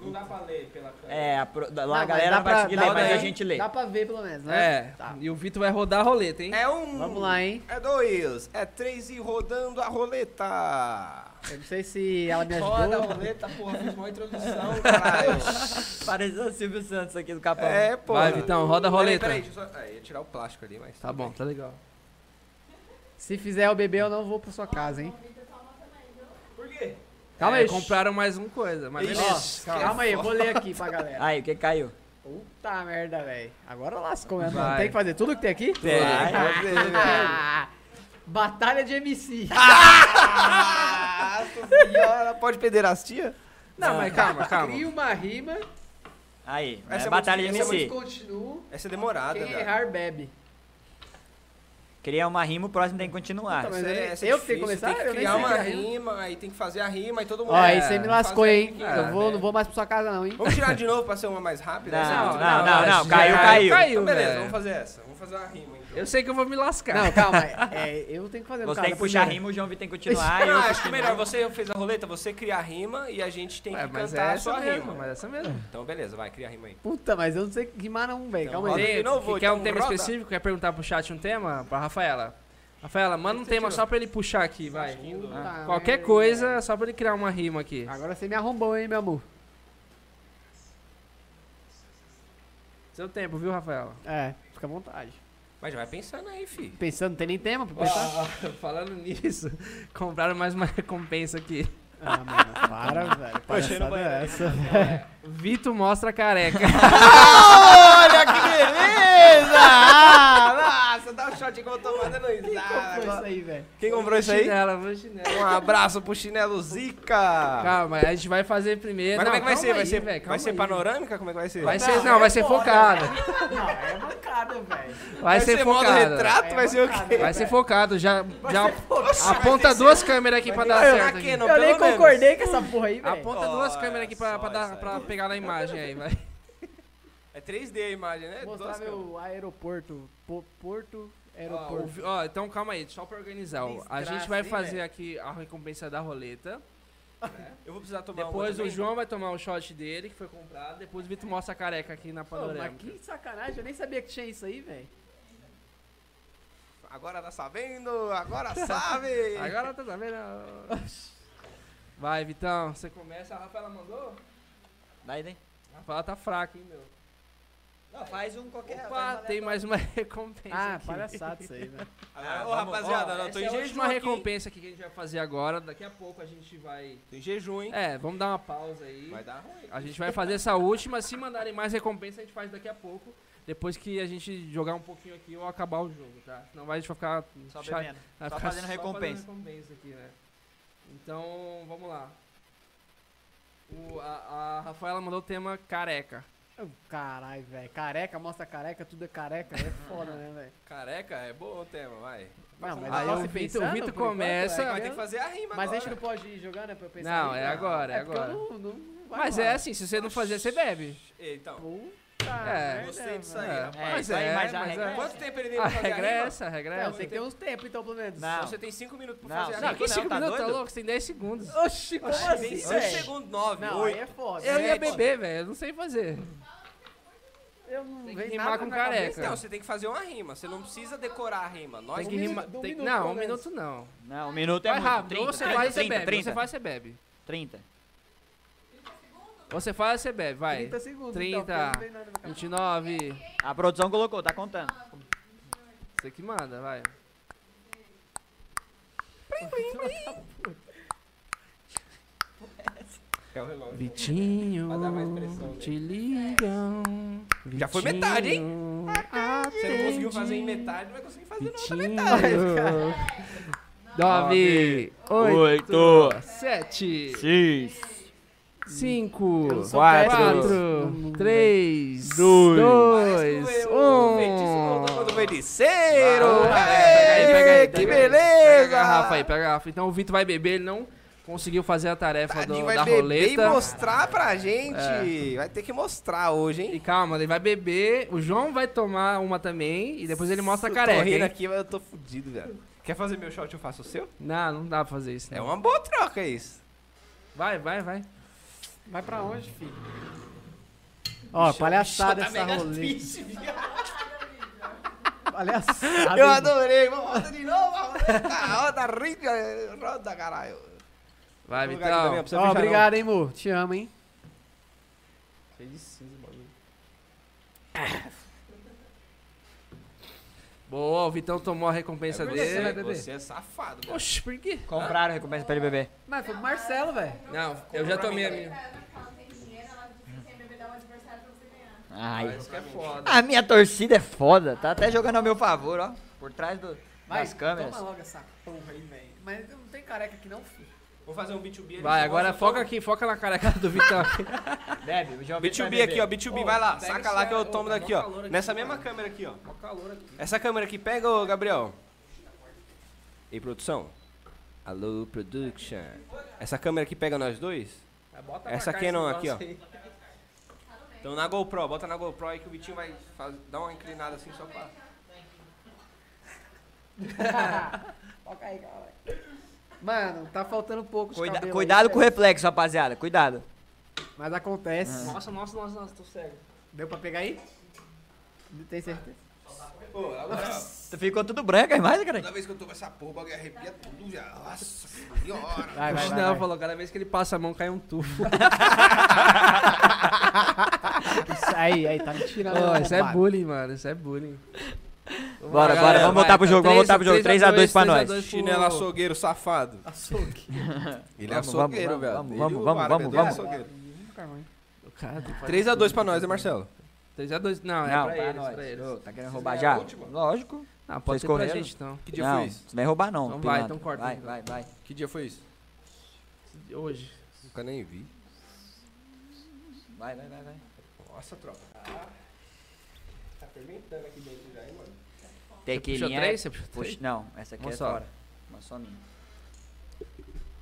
[SPEAKER 5] Não dá pra ler pela câmera.
[SPEAKER 3] É, a, pro- da-
[SPEAKER 2] Não,
[SPEAKER 3] lá a
[SPEAKER 2] mas
[SPEAKER 3] galera
[SPEAKER 2] dá
[SPEAKER 3] não vai
[SPEAKER 2] pra-
[SPEAKER 3] conseguir
[SPEAKER 2] dá
[SPEAKER 3] ler,
[SPEAKER 2] pra
[SPEAKER 3] mas a
[SPEAKER 2] ver.
[SPEAKER 3] gente lê.
[SPEAKER 2] Dá pra ver pelo menos, né?
[SPEAKER 12] É.
[SPEAKER 2] Tá.
[SPEAKER 12] E o Vitor vai rodar a roleta, hein?
[SPEAKER 5] É um.
[SPEAKER 2] Vamos lá, hein?
[SPEAKER 5] É dois. É três e rodando a roleta.
[SPEAKER 2] Eu não sei se ela me
[SPEAKER 5] Roda a
[SPEAKER 2] ajudou.
[SPEAKER 5] roleta, porra. Fiz uma introdução, caralho.
[SPEAKER 3] Parece o Silvio Santos aqui do Capão.
[SPEAKER 5] é, pô.
[SPEAKER 12] Vai, Vitão, roda a roleta.
[SPEAKER 5] Peraí, deixa eu só. É, ia tirar o plástico ali, mas.
[SPEAKER 12] Tá bom, tá legal.
[SPEAKER 2] Se fizer eu beber, eu não vou pra sua casa, hein?
[SPEAKER 5] Por quê?
[SPEAKER 2] Calma
[SPEAKER 12] É,
[SPEAKER 2] aí.
[SPEAKER 12] Compraram mais uma coisa, mas
[SPEAKER 5] Ixi.
[SPEAKER 12] beleza.
[SPEAKER 2] Ó, calma aí, eu vou ler aqui pra galera.
[SPEAKER 3] Aí, o que caiu?
[SPEAKER 2] Puta merda, velho. Agora lascou mesmo.
[SPEAKER 12] Vai.
[SPEAKER 2] Tem que fazer tudo que tem aqui?
[SPEAKER 12] É.
[SPEAKER 3] Vai.
[SPEAKER 2] Batalha de MC.
[SPEAKER 5] Ah, Ela pode pederastia?
[SPEAKER 12] Não, mas calma, calma.
[SPEAKER 5] um
[SPEAKER 2] Cria uma rima,
[SPEAKER 3] Aí,
[SPEAKER 5] Essa
[SPEAKER 3] é
[SPEAKER 5] é
[SPEAKER 3] batalha de
[SPEAKER 5] muito- essa é
[SPEAKER 3] MC.
[SPEAKER 2] descontinuo.
[SPEAKER 5] Essa é demorada,
[SPEAKER 2] Quem
[SPEAKER 5] velho.
[SPEAKER 2] errar, bebe.
[SPEAKER 3] Cria uma rima, o próximo tem que continuar.
[SPEAKER 2] Puta, mas
[SPEAKER 5] Essa é-
[SPEAKER 2] eu
[SPEAKER 5] essa é
[SPEAKER 2] eu que tenho que
[SPEAKER 5] difícil,
[SPEAKER 2] começar?
[SPEAKER 5] Tem que
[SPEAKER 2] eu nem
[SPEAKER 5] criar
[SPEAKER 2] sei
[SPEAKER 5] uma
[SPEAKER 2] criar rima.
[SPEAKER 5] rima, aí tem que fazer a rima, aí todo mundo.
[SPEAKER 2] Ó, aí
[SPEAKER 5] É,
[SPEAKER 2] você me
[SPEAKER 5] faz
[SPEAKER 2] lascou,
[SPEAKER 5] a
[SPEAKER 2] hein?
[SPEAKER 5] técnica,
[SPEAKER 2] eu vou,
[SPEAKER 5] né?
[SPEAKER 2] não vou mais pra sua casa, não, hein?
[SPEAKER 5] Vamos tirar de novo pra ser uma mais rápida? Essa é
[SPEAKER 3] Não,
[SPEAKER 5] muito
[SPEAKER 3] não,
[SPEAKER 5] rápida.
[SPEAKER 3] não, não,
[SPEAKER 12] já
[SPEAKER 3] caiu, caiu.
[SPEAKER 5] Então, beleza,
[SPEAKER 12] velho.
[SPEAKER 5] vamos fazer essa. Vamos fazer uma rima, então.
[SPEAKER 12] Eu sei que eu vou me lascar.
[SPEAKER 2] Não, calma. É, eu tenho que fazer no
[SPEAKER 3] Você
[SPEAKER 2] caso,
[SPEAKER 3] tem que puxar
[SPEAKER 2] primeiro.
[SPEAKER 3] rima, o João Vitor tem que continuar. eu
[SPEAKER 5] Ah,
[SPEAKER 3] puxo
[SPEAKER 5] acho que
[SPEAKER 3] rima.
[SPEAKER 5] melhor, você fez a roleta, você cria a rima e a gente tem
[SPEAKER 12] Ué,
[SPEAKER 5] que
[SPEAKER 12] mas é
[SPEAKER 5] cantar a
[SPEAKER 12] essa
[SPEAKER 5] sua
[SPEAKER 12] mesmo,
[SPEAKER 5] rima.
[SPEAKER 12] mas é essa mesmo.
[SPEAKER 5] Então beleza, vai, cria a rima aí.
[SPEAKER 2] Puta, mas eu não sei rimar não, velho. Calma aí.
[SPEAKER 5] roda.
[SPEAKER 12] Tem-
[SPEAKER 5] de novo,
[SPEAKER 12] quer um
[SPEAKER 5] então
[SPEAKER 12] tema
[SPEAKER 5] roda.
[SPEAKER 12] específico? Quer perguntar pro chat um tema? Pra Rafaela. Rafaela, manda um tema só pra ele puxar aqui, vai.
[SPEAKER 5] Ah,
[SPEAKER 2] Puta
[SPEAKER 12] Qualquer
[SPEAKER 5] é-
[SPEAKER 2] merda.
[SPEAKER 12] coisa, só pra ele criar uma rima aqui.
[SPEAKER 2] Agora você me arrombou, hein, meu amor.
[SPEAKER 12] Seu tempo, viu, Rafaela?
[SPEAKER 2] É, fica à vontade.
[SPEAKER 5] Mas já vai pensando aí, fi.
[SPEAKER 2] Pensando, não tem nem tema pra pensar.
[SPEAKER 12] Ó, ó, falando nisso, compraram mais uma recompensa aqui.
[SPEAKER 2] Ah, mano, para, velho. Palhaçada é essa.
[SPEAKER 12] Vitor mostra a careca.
[SPEAKER 5] Olha que beleza! Nossa, dá um shot aí que eu tô Ah. mandando
[SPEAKER 2] Foi isso
[SPEAKER 5] risada.
[SPEAKER 2] aí, velho.
[SPEAKER 5] Quem comprou isso aí?
[SPEAKER 12] Chinela, vou chinela.
[SPEAKER 5] Um abraço pro Chinelo Zica!
[SPEAKER 12] Calma, a gente vai fazer primeiro.
[SPEAKER 5] Mas
[SPEAKER 12] Não,
[SPEAKER 5] como é que vai
[SPEAKER 12] calma
[SPEAKER 5] ser? Vai
[SPEAKER 12] aí,
[SPEAKER 5] ser,
[SPEAKER 12] velho, calma
[SPEAKER 5] vai ser
[SPEAKER 12] aí.
[SPEAKER 5] panorâmica? Como é que vai ser?
[SPEAKER 12] Vai ser, não, vai ser focado.
[SPEAKER 2] Não, é mancada, velho.
[SPEAKER 12] Vai ser É
[SPEAKER 5] modo
[SPEAKER 12] focado.
[SPEAKER 5] retrato? Vai ser o quê?
[SPEAKER 12] Vai ser focado, já, já aponta duas câmeras aqui pra dar certo. aqui.
[SPEAKER 2] Eu nem concordei com essa porra aí, velho.
[SPEAKER 12] Aponta duas
[SPEAKER 5] Olha
[SPEAKER 12] câmeras aqui pra, pra,
[SPEAKER 5] só
[SPEAKER 12] dar-
[SPEAKER 5] isso aí.
[SPEAKER 12] pra pegar na imagem aí, vai.
[SPEAKER 5] É 3D a imagem, né?
[SPEAKER 2] Vou
[SPEAKER 5] Duas
[SPEAKER 2] mostrar
[SPEAKER 5] câmeras.
[SPEAKER 2] meu aeroporto. Po- Porto,
[SPEAKER 12] Ó, o
[SPEAKER 2] aeroporto.
[SPEAKER 12] vi- ó, então calma aí, só pra organizar. ó. A gente vai fazer aqui a recompensa da roleta.
[SPEAKER 5] Eu vou precisar tomar um uma
[SPEAKER 12] Depois o
[SPEAKER 5] também.
[SPEAKER 12] João vai tomar o shot dele, que foi comprado. Depois o Vitor mostra a careca aqui na
[SPEAKER 2] Pô, mas
[SPEAKER 12] panorâmica.
[SPEAKER 2] que sacanagem, eu nem sabia que tinha isso aí, velho.
[SPEAKER 5] Agora tá sabendo, agora sabe!
[SPEAKER 12] Agora tá sabendo. Vai, Vitão, você começa. A Rafaela mandou?
[SPEAKER 3] Vai, vem.
[SPEAKER 12] A Rafaela tá fraca, hein, meu.
[SPEAKER 3] Não, faz um qualquer.
[SPEAKER 12] Opa, tem mais uma recompensa.
[SPEAKER 2] Ah,
[SPEAKER 12] aqui.
[SPEAKER 2] palhaçada isso aí, velho.
[SPEAKER 5] Agora,
[SPEAKER 3] Ah,
[SPEAKER 5] Ô,
[SPEAKER 3] vamos-
[SPEAKER 5] rapaziada,
[SPEAKER 3] ó,
[SPEAKER 5] não, tô
[SPEAKER 12] Tem
[SPEAKER 5] em
[SPEAKER 12] gente
[SPEAKER 5] jejum
[SPEAKER 12] uma
[SPEAKER 5] aqui.
[SPEAKER 12] recompensa aqui que a gente vai fazer agora. Daqui a pouco a gente vai.
[SPEAKER 5] Tô em jejum, hein?
[SPEAKER 12] É, vamos dar uma pausa aí.
[SPEAKER 5] Vai dar ruim.
[SPEAKER 12] A gente vai fazer essa última. Se mandarem mais recompensa, a gente faz daqui a pouco. Depois que a gente jogar um pouquinho aqui ou acabar o jogo, tá? Senão vai, a gente vai ficar.
[SPEAKER 3] Só
[SPEAKER 12] chato.
[SPEAKER 3] bebendo.
[SPEAKER 12] Vai
[SPEAKER 3] Só
[SPEAKER 12] ficar
[SPEAKER 3] fazendo recompensa.
[SPEAKER 12] fazendo recompensa aqui, né? Então, vamos lá. O- a, a Rafaela mandou o tema careca.
[SPEAKER 2] Caralho, velho. Careca, mostra careca, tudo é careca. É foda, né, velho?
[SPEAKER 5] Careca é bom o tema, vai.
[SPEAKER 2] Não, mas
[SPEAKER 12] Aí
[SPEAKER 2] eu
[SPEAKER 12] o
[SPEAKER 2] posso ir
[SPEAKER 12] Vitor, o
[SPEAKER 2] pensando,
[SPEAKER 12] Vitor
[SPEAKER 2] por enquanto,
[SPEAKER 12] começa.
[SPEAKER 2] é
[SPEAKER 5] Vai
[SPEAKER 2] que-
[SPEAKER 5] ter que fazer a rima
[SPEAKER 2] Mas a gente
[SPEAKER 5] agora.
[SPEAKER 2] não pode ir jogar, né? Pra eu pensar.
[SPEAKER 12] Não,
[SPEAKER 2] aqui,
[SPEAKER 12] é
[SPEAKER 2] cara.
[SPEAKER 12] agora, é
[SPEAKER 2] porque
[SPEAKER 12] agora.
[SPEAKER 2] eu não- não vai
[SPEAKER 12] Mas
[SPEAKER 2] rolar.
[SPEAKER 12] é assim, se você não fazer, você bebe.
[SPEAKER 5] Então,
[SPEAKER 2] Puta.
[SPEAKER 12] É.
[SPEAKER 2] merda,
[SPEAKER 5] gostei disso aí.
[SPEAKER 2] velho.
[SPEAKER 5] rapaz.
[SPEAKER 12] É, mas
[SPEAKER 3] isso aí,
[SPEAKER 12] é,
[SPEAKER 3] mas a
[SPEAKER 12] mas
[SPEAKER 3] regra
[SPEAKER 12] é.
[SPEAKER 3] é
[SPEAKER 5] Quanto tempo ele tem
[SPEAKER 12] A
[SPEAKER 5] pra fazer a
[SPEAKER 12] regra é
[SPEAKER 5] rima?
[SPEAKER 12] essa, a regra é
[SPEAKER 2] Não,
[SPEAKER 12] essa.
[SPEAKER 2] tem que ter uns tempos, então, pelo menos.
[SPEAKER 3] Não.
[SPEAKER 5] Você tem 5 minutos pra
[SPEAKER 3] Não,
[SPEAKER 5] fazer a
[SPEAKER 12] Não,
[SPEAKER 5] rima.
[SPEAKER 12] que 5
[SPEAKER 3] tá
[SPEAKER 12] minutos, tá
[SPEAKER 3] doido?
[SPEAKER 12] louco? Você tem 10 segundos.
[SPEAKER 2] Oxi, como
[SPEAKER 5] Tem
[SPEAKER 2] assim,
[SPEAKER 5] 5
[SPEAKER 2] velho?
[SPEAKER 5] segundos, 9,
[SPEAKER 2] Não, aí
[SPEAKER 5] 8.
[SPEAKER 2] é foda.
[SPEAKER 12] Eu ia
[SPEAKER 2] Sete.
[SPEAKER 12] beber, velho. Eu não sei fazer.
[SPEAKER 2] Eu não
[SPEAKER 12] Tem que
[SPEAKER 2] vem
[SPEAKER 12] rimar
[SPEAKER 2] nada
[SPEAKER 12] com
[SPEAKER 2] na
[SPEAKER 12] careca.
[SPEAKER 2] cabeça.
[SPEAKER 5] Então, você tem que fazer uma rima. Você não precisa decorar a rima. Nós
[SPEAKER 12] Tem que
[SPEAKER 2] Um
[SPEAKER 12] rimar.
[SPEAKER 2] minuto, um
[SPEAKER 12] tem-
[SPEAKER 2] minuto,
[SPEAKER 12] Não,
[SPEAKER 2] pelo
[SPEAKER 12] um
[SPEAKER 2] menos.
[SPEAKER 12] minuto não.
[SPEAKER 3] Não, um minuto é
[SPEAKER 12] Vai
[SPEAKER 3] muito.
[SPEAKER 12] rápido.
[SPEAKER 3] 30,
[SPEAKER 12] Ou você
[SPEAKER 3] 30,
[SPEAKER 12] faz e você
[SPEAKER 3] 30,
[SPEAKER 12] bebe. ou
[SPEAKER 3] 30,
[SPEAKER 12] Você faz e você bebe.
[SPEAKER 3] 30.
[SPEAKER 12] Ou Você faz e você bebe, vai.
[SPEAKER 2] 30 segundos.
[SPEAKER 12] 30.
[SPEAKER 2] Então, porque não vem nada na cabeça.
[SPEAKER 12] 29.
[SPEAKER 3] A produção colocou, tá contando.
[SPEAKER 12] Você que manda, vai.
[SPEAKER 5] É o relógio.
[SPEAKER 12] Vitinho,
[SPEAKER 5] Vai dar mais pressão, né?
[SPEAKER 12] te ligam.
[SPEAKER 5] Já foi metade, hein? Você não conseguiu fazer em metade, não vai conseguir fazer na outra metade.
[SPEAKER 12] 9, 8, 7,
[SPEAKER 3] 6,
[SPEAKER 12] 5,
[SPEAKER 3] quatro,
[SPEAKER 12] 4, 3,
[SPEAKER 3] dois, um.
[SPEAKER 12] 2,
[SPEAKER 5] O feitiço voltou
[SPEAKER 12] 1.
[SPEAKER 5] quando foi de cero.
[SPEAKER 12] Que beleza! Pega a garrafa aí, pega a garrafa. Então o Vitor vai beber, ele não conseguiu fazer a tarefa do-
[SPEAKER 5] Tadinho
[SPEAKER 12] da
[SPEAKER 5] Ah, vai beber e
[SPEAKER 12] roleta.
[SPEAKER 5] mostrar pra gente. Vai ter que mostrar hoje,
[SPEAKER 12] E
[SPEAKER 5] hein?
[SPEAKER 12] calma, ele vai beber, o João vai tomar uma também e depois ele mostra a careca.
[SPEAKER 5] Tô rindo
[SPEAKER 12] hein?
[SPEAKER 5] aqui, mas eu tô fudido, velho. Quer fazer meu shot, eu faço o seu?
[SPEAKER 12] Não, não dá pra fazer isso.
[SPEAKER 5] É
[SPEAKER 12] não.
[SPEAKER 5] uma boa troca isso.
[SPEAKER 12] Vai, vai, vai.
[SPEAKER 2] Vai pra onde, filho? tá Ó, palhaçada essa rolê. Palhaçada.
[SPEAKER 5] eu
[SPEAKER 2] hein?
[SPEAKER 5] adorei. Vamos fazer de novo. Roda, rica, roda, caralho.
[SPEAKER 12] Vai,
[SPEAKER 5] É um Lugar aqui também,
[SPEAKER 12] Vitão.
[SPEAKER 2] Ó,
[SPEAKER 5] precisa fechar, não.
[SPEAKER 2] obrigado, hein, Mu. Te amo, hein?
[SPEAKER 12] Boa, o Vitão tomou a recompensa dele.
[SPEAKER 5] Você, você é safado, mano.
[SPEAKER 12] Oxi, por quê?
[SPEAKER 3] Compraram recompensa pra ele beber.
[SPEAKER 2] Mas foi pro Marcelo, velho.
[SPEAKER 12] Não, eu já tomei a minha.
[SPEAKER 3] Ai.
[SPEAKER 12] Isso que é foda.
[SPEAKER 3] A minha torcida é foda, tá até jogando ao meu favor, ó. Por trás do, das câmeras.
[SPEAKER 2] Toma logo essa porra aí, velho. Mas não tem careca aqui, não, filho.
[SPEAKER 5] Vou fazer um B2B ali.
[SPEAKER 12] Vai, agora foca aqui, foca na careca do Vitão aqui.
[SPEAKER 3] Bebe, o João Vitor vai
[SPEAKER 5] B2B aqui,
[SPEAKER 3] beber.
[SPEAKER 5] ó. B2B, vai lá.
[SPEAKER 12] pega
[SPEAKER 5] Saca lá
[SPEAKER 12] esse-
[SPEAKER 5] que eu
[SPEAKER 12] ô,
[SPEAKER 5] tomo
[SPEAKER 12] tá mó
[SPEAKER 5] daqui, ó.
[SPEAKER 12] calor aqui,
[SPEAKER 5] Nessa mesma câmera aqui, ó.
[SPEAKER 2] Tá
[SPEAKER 12] calor aqui.
[SPEAKER 5] Essa câmera aqui, pega, ô Gabriel. Ei, produção. Alô, production. Essa câmera aqui pega nós dois? Essa aqui não, aqui, ó. Então na GoPro, bota na GoPro aí que o Vitinho vai faz- dar uma inclinada assim só pra.
[SPEAKER 2] Mano, tá faltando pouco.
[SPEAKER 3] Cuida- cuidado com o reflexo, rapaziada. Cuidado.
[SPEAKER 2] Mas acontece.
[SPEAKER 12] Nossa, nossa, nossa, nossa, tô cego.
[SPEAKER 2] Deu pra pegar aí? Não Tem certeza?
[SPEAKER 5] Pô, agora,
[SPEAKER 3] Tu ficou tudo branco a imagem, cara?
[SPEAKER 5] toda vez que eu tomo essa porra, o bagulho arrepia tudo já. Nossa senhora.
[SPEAKER 2] Vai, vai,
[SPEAKER 12] Não,
[SPEAKER 2] vai. vai.
[SPEAKER 12] falou, cada vez que ele passa a mão cai um tufo.
[SPEAKER 2] Isso aí, aí, tá me tirando.
[SPEAKER 12] Ó,
[SPEAKER 2] da
[SPEAKER 12] isso é
[SPEAKER 2] roubada.
[SPEAKER 12] bullying, mano, isso é bullying. Vamos
[SPEAKER 3] Bora,
[SPEAKER 12] lá,
[SPEAKER 3] bora,
[SPEAKER 12] galera,
[SPEAKER 3] vamos voltar
[SPEAKER 12] vai,
[SPEAKER 3] pro
[SPEAKER 12] tá
[SPEAKER 3] jogo, vamos
[SPEAKER 12] três-
[SPEAKER 3] voltar pro jogo.
[SPEAKER 12] três
[SPEAKER 3] 3 a 2 pra
[SPEAKER 12] 3 a
[SPEAKER 3] nós.
[SPEAKER 12] 2 pro-
[SPEAKER 5] Chinelo açougueiro safado.
[SPEAKER 2] Açougue.
[SPEAKER 5] Ele é
[SPEAKER 3] Vamos, vamos,
[SPEAKER 5] açougueiro,
[SPEAKER 3] vamos,
[SPEAKER 5] velho.
[SPEAKER 3] vamos,
[SPEAKER 5] Ele é
[SPEAKER 3] vamos,
[SPEAKER 5] e o
[SPEAKER 3] vamos,
[SPEAKER 5] árabe,
[SPEAKER 3] vamos,
[SPEAKER 5] dois
[SPEAKER 3] vamos.
[SPEAKER 5] açougueiros.
[SPEAKER 12] O cara tem que fazer
[SPEAKER 5] 3x2 pra nós, né, Marcelo?
[SPEAKER 12] 3x2. Não, é
[SPEAKER 3] Não,
[SPEAKER 12] pra
[SPEAKER 3] pra
[SPEAKER 12] eles,
[SPEAKER 3] nós.
[SPEAKER 12] pra eles. é
[SPEAKER 3] Ô, tá querendo roubar já? Lógico.
[SPEAKER 12] Ah, pode
[SPEAKER 3] Vocês
[SPEAKER 12] ser pra
[SPEAKER 3] correram? É
[SPEAKER 12] gente, então.
[SPEAKER 5] Que dia
[SPEAKER 3] não,
[SPEAKER 5] foi isso?
[SPEAKER 3] Não vai roubar, não.
[SPEAKER 12] Então vai,
[SPEAKER 3] pilantra.
[SPEAKER 12] então corta.
[SPEAKER 3] Vai, vai, vai.
[SPEAKER 5] Que dia foi isso?
[SPEAKER 12] Hoje.
[SPEAKER 5] Nunca nem vi.
[SPEAKER 3] Vai, vai, vai, vai.
[SPEAKER 5] Nossa, tropa. Tá fermentando aqui dentro já, hein, mano?
[SPEAKER 12] Puxou
[SPEAKER 3] Tequilinha.
[SPEAKER 12] 3? Você puxou
[SPEAKER 3] Puxa,
[SPEAKER 12] 3?
[SPEAKER 3] não, essa aqui
[SPEAKER 12] Uma
[SPEAKER 3] é
[SPEAKER 12] só.
[SPEAKER 3] fora. Uma só minha.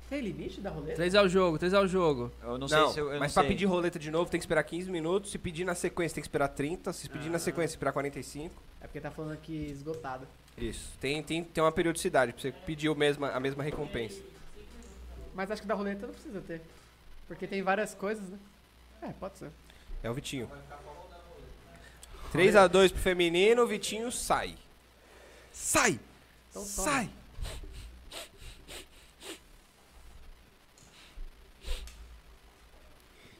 [SPEAKER 2] Tem limite da roleta?
[SPEAKER 12] 3 ao jogo, 3 ao jogo.
[SPEAKER 3] Eu não,
[SPEAKER 5] Não,
[SPEAKER 3] sei se eu, eu
[SPEAKER 5] mas
[SPEAKER 3] não
[SPEAKER 5] pra
[SPEAKER 3] sei.
[SPEAKER 5] pedir roleta de novo tem que esperar 15 minutos. Se pedir na sequência tem que esperar 30. Se pedir na sequência, esperar 45.
[SPEAKER 2] É porque tá falando aqui esgotado.
[SPEAKER 5] Isso. Tem, tem, tem uma periodicidade pra você pedir o mesma, a mesma recompensa.
[SPEAKER 2] Mas acho que da roleta não precisa ter. Porque tem várias coisas, né? É, pode ser.
[SPEAKER 5] É o Vitinho. 3x2 pro feminino, o Vitinho sai. Sai!
[SPEAKER 2] Então toma.
[SPEAKER 5] sai!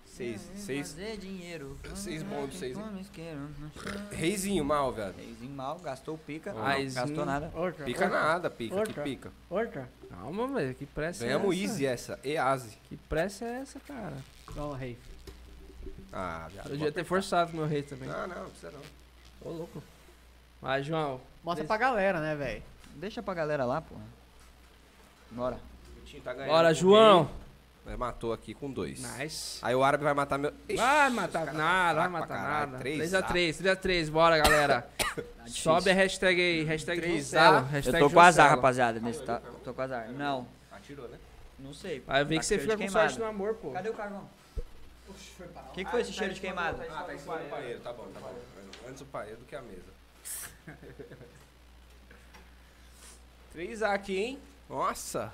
[SPEAKER 5] Seis, seis.
[SPEAKER 3] Fazer dinheiro.
[SPEAKER 5] Seis bons, seis, hein?
[SPEAKER 3] Não quero.
[SPEAKER 5] Reizinho mal, velho.
[SPEAKER 3] Reizinho mal, gastou pica. hum,
[SPEAKER 5] Ah,
[SPEAKER 3] não,
[SPEAKER 12] Aizinho.
[SPEAKER 3] gastou nada.
[SPEAKER 2] Orca.
[SPEAKER 5] Pica
[SPEAKER 2] orca,
[SPEAKER 5] nada, pica, que
[SPEAKER 2] Orca.
[SPEAKER 5] pica.
[SPEAKER 2] Orca.
[SPEAKER 12] Calma, velho, que pressa
[SPEAKER 5] Ganhamos
[SPEAKER 12] é essa?
[SPEAKER 5] easy essa, EASE.
[SPEAKER 12] Que pressa é essa, cara?
[SPEAKER 2] Não, rei.
[SPEAKER 5] Ah, viado.
[SPEAKER 12] Eu devia ter forçado meu rei também.
[SPEAKER 5] Não, não, não precisa não.
[SPEAKER 12] Ô, louco. Vai, João.
[SPEAKER 2] Mostra
[SPEAKER 3] Desse-
[SPEAKER 2] pra galera, né, velho?
[SPEAKER 3] Deixa pra galera lá, porra. Bora.
[SPEAKER 5] O Vitinho tá ganhando.
[SPEAKER 12] Bora,
[SPEAKER 5] com o
[SPEAKER 12] João.
[SPEAKER 5] rei. Mas matou aqui com dois.
[SPEAKER 12] Nice.
[SPEAKER 5] Aí o árabe vai matar meu. Ixi,
[SPEAKER 12] Vai matar
[SPEAKER 5] os caras
[SPEAKER 12] nada, vai
[SPEAKER 5] fraco pra
[SPEAKER 12] matar
[SPEAKER 5] caralho.
[SPEAKER 12] nada.
[SPEAKER 5] Três Tá
[SPEAKER 12] 3x3, 3x3, bora galera. Sobe a hashtag aí, hashtag Juscelo.
[SPEAKER 3] Eu
[SPEAKER 12] hashtag
[SPEAKER 3] tô com azar,
[SPEAKER 12] Juscelo.
[SPEAKER 3] rapaziada. Nesse tá... Tô com azar. Não,
[SPEAKER 5] Atirou, né?
[SPEAKER 3] não sei.
[SPEAKER 12] Vai ver
[SPEAKER 3] Tá
[SPEAKER 12] que você
[SPEAKER 3] cheiro
[SPEAKER 12] fica
[SPEAKER 3] de
[SPEAKER 12] com
[SPEAKER 3] queimado.
[SPEAKER 12] sorte no amor, pô.
[SPEAKER 3] Cadê o carvão? O que, que foi esse cheiro de queimado?
[SPEAKER 5] Ah, tá em cima
[SPEAKER 12] um
[SPEAKER 5] do paeiro, tá bom, tá bom. Antes o paeiro do que a mesa. 3A aqui, hein? Nossa!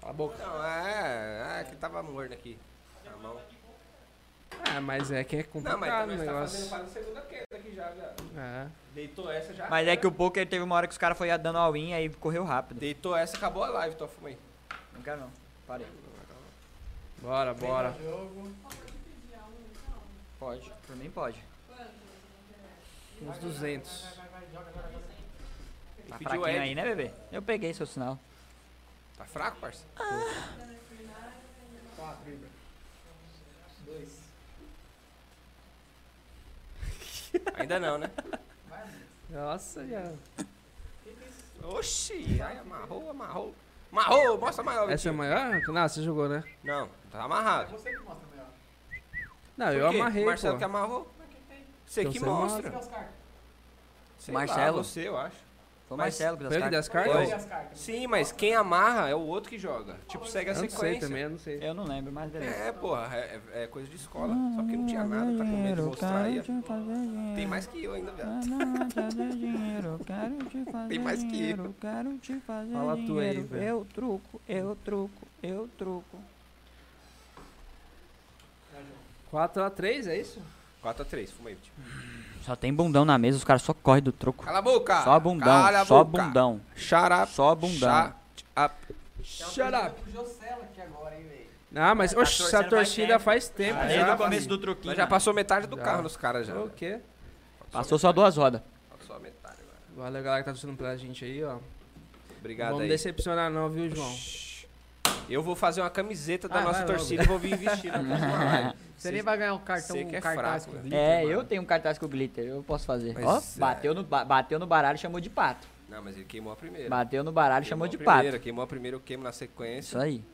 [SPEAKER 12] Cala a boca.
[SPEAKER 5] Não, é, é que tava morno aqui. Na mão.
[SPEAKER 12] Ah, mas é que é
[SPEAKER 5] Não, mas
[SPEAKER 12] complicado
[SPEAKER 5] também
[SPEAKER 12] o
[SPEAKER 5] você tá fazendo
[SPEAKER 12] negócio.
[SPEAKER 5] quase segunda queda aqui já, já.
[SPEAKER 12] É.
[SPEAKER 5] Deitou essa já.
[SPEAKER 3] Mas é que o poker teve uma hora que os caras foram dando all-in aí correu rápido.
[SPEAKER 5] Deitou essa, acabou a live, tua fuma aí.
[SPEAKER 3] Não quero não. Parei.
[SPEAKER 12] Bora, Tá, bora.
[SPEAKER 3] Pode. Por mim pode.
[SPEAKER 12] Uns 200.
[SPEAKER 3] Tá
[SPEAKER 5] pediu
[SPEAKER 3] fraquinho
[SPEAKER 5] Ed.
[SPEAKER 3] aí, né, bebê? Eu peguei seu sinal.
[SPEAKER 5] Tá fraco, parça?
[SPEAKER 12] Ah.
[SPEAKER 5] Ainda não, né?
[SPEAKER 12] Nossa, já.
[SPEAKER 5] Oxi, ai, amarrou, amarrou. Amarrou, mostra maior.
[SPEAKER 12] Essa é a maior? Não, você jogou, né?
[SPEAKER 5] Não, tá amarrado.
[SPEAKER 12] Não,
[SPEAKER 5] Por
[SPEAKER 12] eu
[SPEAKER 5] quê?
[SPEAKER 12] amarrei,
[SPEAKER 5] Marcelo
[SPEAKER 12] pô.
[SPEAKER 5] que amarrou? Você
[SPEAKER 12] Então
[SPEAKER 5] que
[SPEAKER 12] você
[SPEAKER 5] mostra. Sei lá,
[SPEAKER 3] Marcelo?
[SPEAKER 5] você, eu acho.
[SPEAKER 3] Foi o
[SPEAKER 5] Mas
[SPEAKER 3] Marcelo que
[SPEAKER 12] Foi ele que deu as cartas?
[SPEAKER 5] Foi. Sim, mas quem amarra é o outro que joga. Tipo, segue a
[SPEAKER 12] Eu não
[SPEAKER 5] sequência.
[SPEAKER 12] sei também, eu não sei.
[SPEAKER 3] Eu não lembro, mas beleza.
[SPEAKER 5] É, porra, é, é- é coisa de escola. Só porque não tinha nada, tá com medo de mostrar aí. Tem mais que eu ainda, viado. Tem mais que eu.
[SPEAKER 3] Quero te fazer
[SPEAKER 12] Fala a tua aí,
[SPEAKER 3] dinheiro.
[SPEAKER 12] velho.
[SPEAKER 3] Eu truco, eu truco, eu truco.
[SPEAKER 12] 4x3, é isso?
[SPEAKER 5] 4x3, fuma aí, tio.
[SPEAKER 3] Só tem bundão na mesa, os caras só correm do truco.
[SPEAKER 5] Cala a boca!
[SPEAKER 3] Só bundão,
[SPEAKER 5] Cala a
[SPEAKER 3] só
[SPEAKER 5] boca.
[SPEAKER 3] bundão,
[SPEAKER 5] Shut up.
[SPEAKER 3] só bundão.
[SPEAKER 5] Shut up.
[SPEAKER 12] Shut up. Ah, mas oxe,
[SPEAKER 3] Tá torcendo
[SPEAKER 12] essa
[SPEAKER 3] faz
[SPEAKER 12] torcida
[SPEAKER 3] tempo.
[SPEAKER 12] faz tempo
[SPEAKER 3] Desde
[SPEAKER 12] já.
[SPEAKER 3] o começo do truquinho.
[SPEAKER 5] Mas já passou metade do
[SPEAKER 12] Já.
[SPEAKER 5] carro nos caras já.
[SPEAKER 12] O quê?
[SPEAKER 3] Passou só duas rodas.
[SPEAKER 5] Só metade, agora.
[SPEAKER 12] Valeu, galera que tá torcendo pela gente aí, ó.
[SPEAKER 5] Obrigado
[SPEAKER 12] Vamos
[SPEAKER 5] aí.
[SPEAKER 12] decepcionar não, viu, João?
[SPEAKER 5] Eu vou fazer uma camiseta da
[SPEAKER 12] Ah,
[SPEAKER 5] nossa
[SPEAKER 12] vai logo.
[SPEAKER 5] torcida e vou vir vestir na próxima live.
[SPEAKER 2] Você nem vai ganhar um cartão,
[SPEAKER 5] você que é
[SPEAKER 2] um cartaz
[SPEAKER 5] fraco,
[SPEAKER 2] com
[SPEAKER 5] né?
[SPEAKER 2] glitter,
[SPEAKER 3] É,
[SPEAKER 2] mano.
[SPEAKER 3] eu tenho um cartaz com glitter, eu posso fazer.
[SPEAKER 5] Mas
[SPEAKER 3] Ó,
[SPEAKER 5] é.
[SPEAKER 3] bateu no, ba- bateu no baralho, chamou de pato.
[SPEAKER 5] Não, mas ele queimou a primeira.
[SPEAKER 3] Bateu no baralho, chamou
[SPEAKER 5] Queimou
[SPEAKER 3] de
[SPEAKER 5] a
[SPEAKER 3] pato.
[SPEAKER 5] primeira, Queimou a primeira, eu queimo na sequência.
[SPEAKER 3] Isso aí.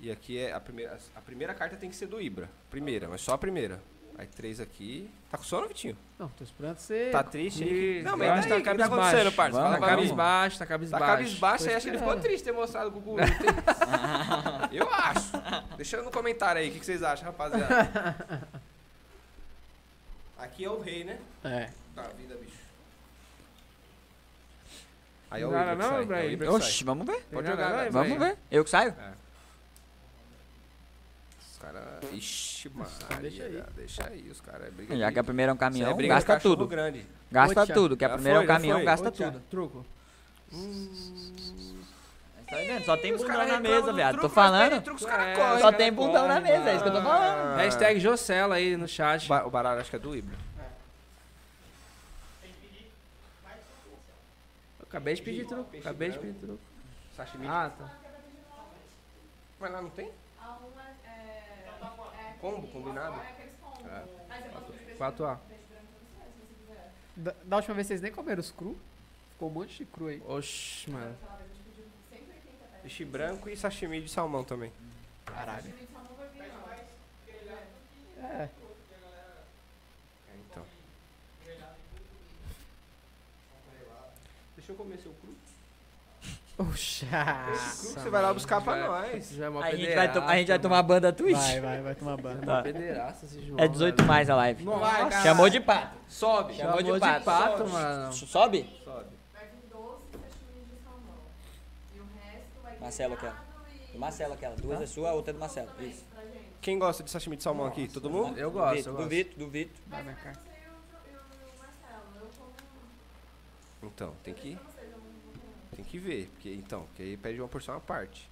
[SPEAKER 5] E aqui é a primeira. A primeira carta tem que ser do Ibra. Primeira, mas só a primeira. Aí três aqui. Tá com sono, Vitinho?
[SPEAKER 2] Não, tô esperando você.
[SPEAKER 5] Tá triste? aí?
[SPEAKER 12] Ih,
[SPEAKER 5] Não, mas
[SPEAKER 12] eu
[SPEAKER 5] tá
[SPEAKER 12] acho que tá
[SPEAKER 5] aí, o que tá
[SPEAKER 12] cabisbaixo.
[SPEAKER 5] acontecendo, parça?
[SPEAKER 3] Vamos,
[SPEAKER 5] Fala
[SPEAKER 12] Tá
[SPEAKER 5] pra mim.
[SPEAKER 12] cabisbaixo, tá
[SPEAKER 5] Tá
[SPEAKER 12] cabisbaixo.
[SPEAKER 5] cabisbaixo,
[SPEAKER 12] Tô
[SPEAKER 5] aí acho que ele ficou
[SPEAKER 12] esperando.
[SPEAKER 5] triste ter mostrado o Gugu. eu acho. Deixa no comentário aí o que que vocês acham, rapaziada. Aqui é o rei, né?
[SPEAKER 2] É.
[SPEAKER 5] Da vida, bicho. Aí é o
[SPEAKER 12] Não, não,
[SPEAKER 5] Ibra que sai,
[SPEAKER 12] não,
[SPEAKER 5] é o
[SPEAKER 12] Ibrahim.
[SPEAKER 5] Ibra que sai.
[SPEAKER 3] Oxi, vamos ver.
[SPEAKER 12] Tem
[SPEAKER 5] Pode
[SPEAKER 12] nada
[SPEAKER 5] jogar,
[SPEAKER 12] não,
[SPEAKER 5] velho.
[SPEAKER 3] Vamos
[SPEAKER 12] Ibrahim?
[SPEAKER 3] ver. Eu que saio?
[SPEAKER 5] Os caras. Ixi, mano.
[SPEAKER 2] deixa aí.
[SPEAKER 5] Deixa aí, os caras. É briga
[SPEAKER 3] Já
[SPEAKER 5] de-
[SPEAKER 3] que a primeira é um
[SPEAKER 5] Isso aí é
[SPEAKER 3] caminhão,
[SPEAKER 5] briga de
[SPEAKER 3] gasta
[SPEAKER 5] cachorro
[SPEAKER 3] tudo.
[SPEAKER 5] grande.
[SPEAKER 3] Gasta
[SPEAKER 2] Ocha.
[SPEAKER 3] tudo, que a
[SPEAKER 5] Já
[SPEAKER 3] primeira é um
[SPEAKER 5] foi, já
[SPEAKER 3] caminhão,
[SPEAKER 5] foi.
[SPEAKER 3] gasta
[SPEAKER 12] Tchau,
[SPEAKER 3] tudo.
[SPEAKER 12] Truco.
[SPEAKER 3] Tá vendo? Só tem
[SPEAKER 5] Os
[SPEAKER 3] bundão
[SPEAKER 5] caras
[SPEAKER 3] na
[SPEAKER 5] reclamam
[SPEAKER 3] mesa,
[SPEAKER 5] do
[SPEAKER 3] viado. Tô
[SPEAKER 5] truco, mas perde
[SPEAKER 3] falando.
[SPEAKER 5] truco, os caras
[SPEAKER 12] É,
[SPEAKER 5] correm.
[SPEAKER 3] Só
[SPEAKER 12] cara
[SPEAKER 3] tem bundão na
[SPEAKER 12] corre.
[SPEAKER 3] mesa, é isso que eu tô falando.
[SPEAKER 5] Ah.
[SPEAKER 12] Hashtag Jocela aí no
[SPEAKER 5] O
[SPEAKER 12] chat.
[SPEAKER 5] ba- O baralho acho que é do Ibra.
[SPEAKER 12] Eu Acabei de pedir truco. Acabei de pedir truco.
[SPEAKER 5] Sashimi.
[SPEAKER 12] Ah, tá.
[SPEAKER 5] Mas lá não tem? Combo, combinado. É.
[SPEAKER 12] 4A.
[SPEAKER 2] Da, da última vez vocês nem comeram os cru. Ficou um monte de cru aí.
[SPEAKER 12] Oxi, mano.
[SPEAKER 5] Peixe branco e sashimi de salmão também.
[SPEAKER 2] Caralho.
[SPEAKER 5] É, então. Deixa eu comer seu cru.
[SPEAKER 2] Oxa.
[SPEAKER 5] Cru que você vai lá buscar pra
[SPEAKER 12] Já-
[SPEAKER 5] nós.
[SPEAKER 12] Já é uma
[SPEAKER 3] A gente, vai
[SPEAKER 12] pederasta,
[SPEAKER 3] to- a gente vai tomar banda
[SPEAKER 2] Vai,
[SPEAKER 3] Twitch.
[SPEAKER 2] vai, vai tomar banho.
[SPEAKER 12] mano. É uma pederasta esse João.
[SPEAKER 3] É 18 mais a live.
[SPEAKER 5] Vai, cara.
[SPEAKER 3] Chamou de pato.
[SPEAKER 5] Sobe.
[SPEAKER 3] Chamou de
[SPEAKER 12] de
[SPEAKER 3] pato.
[SPEAKER 12] pato, mano.
[SPEAKER 3] Sobe?
[SPEAKER 5] Sobe.
[SPEAKER 3] Marcelo aquela. Do Marcelo aquela. Duas é sua, a outra é do Marcelo. Isso.
[SPEAKER 5] Quem gosta de sashimi de salmão aqui? Todo mundo?
[SPEAKER 12] Eu gosto, eu
[SPEAKER 3] Vito, do
[SPEAKER 12] gosto.
[SPEAKER 3] Vito, do Vito.
[SPEAKER 5] Então, tem que. Tem que ver. Porque, então, porque aí pede uma porção à parte.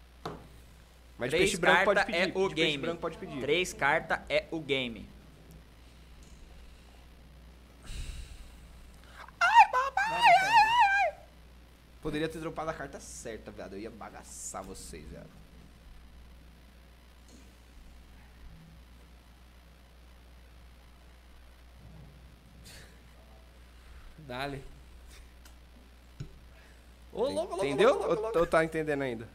[SPEAKER 5] Mas de
[SPEAKER 3] Três
[SPEAKER 5] peixe branco pode
[SPEAKER 3] carta
[SPEAKER 5] pedir.
[SPEAKER 3] é
[SPEAKER 5] de
[SPEAKER 3] o
[SPEAKER 5] peixe
[SPEAKER 3] game.
[SPEAKER 5] branco pode pedir.
[SPEAKER 3] Três cartas é o game.
[SPEAKER 5] Poderia ter dropado a carta certa, viado. Eu ia bagaçar vocês, viado.
[SPEAKER 12] Dale.
[SPEAKER 5] Entendeu? Ou, ou tá entendendo ainda?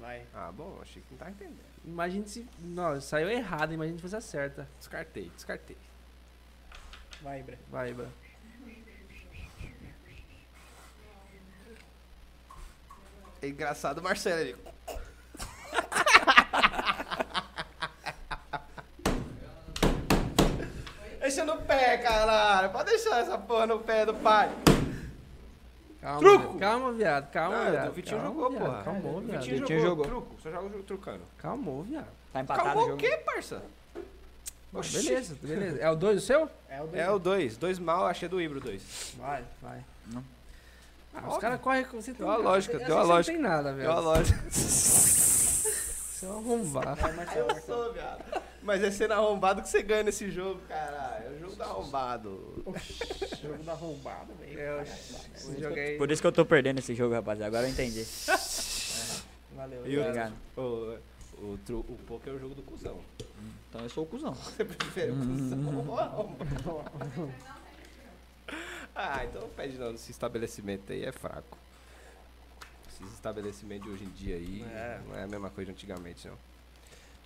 [SPEAKER 2] Vai.
[SPEAKER 5] Ah, bom, achei que não tá entendendo.
[SPEAKER 12] Imagina se. Não, saiu errado, imagina se fosse a certa.
[SPEAKER 5] Descartei, descartei.
[SPEAKER 2] Vai, Bra.
[SPEAKER 12] Vai, Bra.
[SPEAKER 3] tá.
[SPEAKER 5] É engraçado o Marcelo ali. Deixa no pé, caralho. Pode deixar essa porra no pé do pai.
[SPEAKER 12] Calma,
[SPEAKER 5] Truco!
[SPEAKER 12] viado, Calma, viado. Calma,
[SPEAKER 5] Ah,
[SPEAKER 12] viado.
[SPEAKER 5] o Vitinho
[SPEAKER 12] calma,
[SPEAKER 5] jogou,
[SPEAKER 12] viado,
[SPEAKER 5] porra.
[SPEAKER 12] Calmou, viado.
[SPEAKER 5] Vitinho
[SPEAKER 3] Vitinho jogou.
[SPEAKER 5] jogou. Truco, só joga o trucano.
[SPEAKER 12] Calmou, viado.
[SPEAKER 3] Tá empatado
[SPEAKER 5] Calma
[SPEAKER 3] o
[SPEAKER 5] o
[SPEAKER 3] jogo.
[SPEAKER 5] quê, parça? Oxi.
[SPEAKER 12] Beleza, beleza. É o 2 o seu?
[SPEAKER 2] É o dois.
[SPEAKER 5] É o 2. 2 mal, achei do Ibro 2.
[SPEAKER 12] Vai, vai.
[SPEAKER 3] Não.
[SPEAKER 12] Ah, os
[SPEAKER 5] Óbvio.
[SPEAKER 12] caras correm com você.
[SPEAKER 5] Deu a lógica,
[SPEAKER 12] assim
[SPEAKER 5] deu a
[SPEAKER 12] você
[SPEAKER 5] lógica.
[SPEAKER 12] Não tem nada, velho.
[SPEAKER 5] Deu a lógica.
[SPEAKER 12] Você é um arrombado.
[SPEAKER 2] Vai, Marcelo, Marcelo.
[SPEAKER 5] Sou, viado. Mas é sendo arrombado que você ganha nesse jogo, caralho. É o jogo do arrombado.
[SPEAKER 2] Jogo da arrombada, velho.
[SPEAKER 12] É, oxi, Esse jogo aí.
[SPEAKER 3] Por isso que eu tô perdendo esse jogo, rapaziada. Agora eu entendi.
[SPEAKER 12] Valeu.
[SPEAKER 5] E o-
[SPEAKER 3] Obrigado.
[SPEAKER 5] O, o, tru- o poker é o jogo do cuzão.
[SPEAKER 3] Então eu sou o cuzão. Uhum.
[SPEAKER 5] Você prefere o cuzão ou arrombado? Ah, então não pede não. Esse estabelecimento aí é fraco. Esses estabelecimentos de hoje em dia aí
[SPEAKER 12] É.
[SPEAKER 5] não é a mesma coisa de antigamente, não.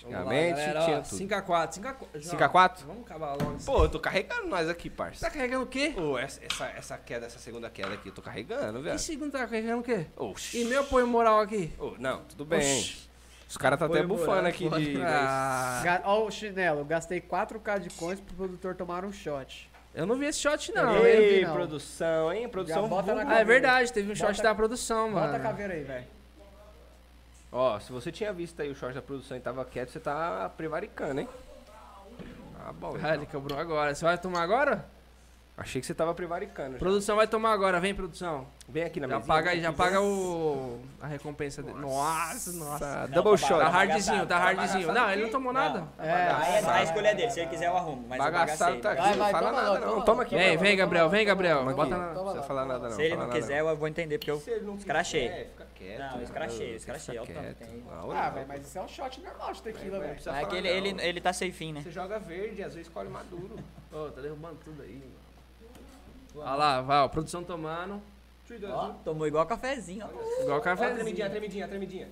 [SPEAKER 12] Vamos lá,
[SPEAKER 5] Antigamente
[SPEAKER 12] galera, ó,
[SPEAKER 5] tinha tudo.
[SPEAKER 12] 5x4. 5x4.
[SPEAKER 5] 5x4?
[SPEAKER 12] Vamos acabar logo. esse-
[SPEAKER 5] Pô, eu tô carregando nós aqui, parça.
[SPEAKER 12] Tá carregando o quê?
[SPEAKER 5] Ô, essa, essa, essa queda, essa segunda queda aqui, eu tô carregando,
[SPEAKER 12] Que
[SPEAKER 5] velho.
[SPEAKER 12] segundo tá carregando o quê?
[SPEAKER 5] Oxi.
[SPEAKER 12] E meu apoio moral aqui?
[SPEAKER 5] Ô, não, tudo bem.
[SPEAKER 12] Oxi.
[SPEAKER 5] Os caras tá até
[SPEAKER 12] Apoio
[SPEAKER 5] bufando
[SPEAKER 12] moral,
[SPEAKER 5] aqui
[SPEAKER 12] pode-
[SPEAKER 5] de... É
[SPEAKER 12] Ah,
[SPEAKER 2] Ga- Ó o chinelo, gastei 4k de coins pro produtor tomar um shot.
[SPEAKER 12] eu não vi esse shot, não.
[SPEAKER 2] Eu
[SPEAKER 12] hein?
[SPEAKER 2] vi, não.
[SPEAKER 5] produção, hein?
[SPEAKER 2] Já bota na
[SPEAKER 12] Ah, é
[SPEAKER 2] caveira.
[SPEAKER 12] verdade, teve um shot
[SPEAKER 2] Bota-
[SPEAKER 12] da produção, mano.
[SPEAKER 2] Bota a caveira aí, velho.
[SPEAKER 5] Ó, se você tinha visto aí o short da produção e tava quieto, você tá prevaricando, hein? Ah, bom.
[SPEAKER 12] Ah,
[SPEAKER 5] então.
[SPEAKER 12] ele quebrou agora. Você vai tomar agora?
[SPEAKER 5] Achei que você tava prevaricando. já.
[SPEAKER 12] Produção vai tomar agora, vem produção.
[SPEAKER 5] Vem aqui na
[SPEAKER 12] Já
[SPEAKER 5] mesinha,
[SPEAKER 12] paga aí,
[SPEAKER 5] aqui,
[SPEAKER 12] já
[SPEAKER 5] vem.
[SPEAKER 12] paga o. a recompensa dele. Nossa, nossa.
[SPEAKER 5] Tá, double shot.
[SPEAKER 12] Tá
[SPEAKER 3] Não,
[SPEAKER 12] hardzinho, tá
[SPEAKER 3] bagaçado,
[SPEAKER 12] hardzinho.
[SPEAKER 3] bagaçado
[SPEAKER 12] Não, ele não tomou nada.
[SPEAKER 2] É.
[SPEAKER 3] Aí é a escolha dele. Se ele quiser, eu arrumo. Mas
[SPEAKER 5] Bagaçado
[SPEAKER 3] eu
[SPEAKER 5] tá
[SPEAKER 3] bagacei.
[SPEAKER 5] aqui,
[SPEAKER 2] Vai, vai,
[SPEAKER 5] não fala
[SPEAKER 2] toma
[SPEAKER 5] nada
[SPEAKER 2] logo,
[SPEAKER 5] não.
[SPEAKER 2] toma
[SPEAKER 5] Toma
[SPEAKER 2] logo.
[SPEAKER 5] aqui.
[SPEAKER 12] Vem,
[SPEAKER 5] mano.
[SPEAKER 12] vem, Gabriel, vem, Gabriel.
[SPEAKER 5] Toma aqui.
[SPEAKER 12] Bota na.
[SPEAKER 5] Não precisa falar nada não.
[SPEAKER 3] Se ele
[SPEAKER 5] fala
[SPEAKER 3] não
[SPEAKER 5] nada
[SPEAKER 3] quiser, eu vou entender, porque eu escrachei.
[SPEAKER 5] É, fica quieto.
[SPEAKER 3] Não, eu escrachei, eu escrachei, olha o tanto que tem.
[SPEAKER 2] Ah, velho, mas isso é um shot normal de tequila, velho.
[SPEAKER 3] Mas é que ele, ele, ele tá sem fim, né?
[SPEAKER 5] Você joga verde, às vezes escolhe maduro.
[SPEAKER 12] Ô, tá derrubando tudo aí, mano. Olha lá, vai, ó, produção tomando.
[SPEAKER 3] Ó, tá tomou igual cafezinho, ó.
[SPEAKER 12] Igual
[SPEAKER 5] Ó,
[SPEAKER 12] café.
[SPEAKER 5] tremidinha, tremidinha, tremidinha.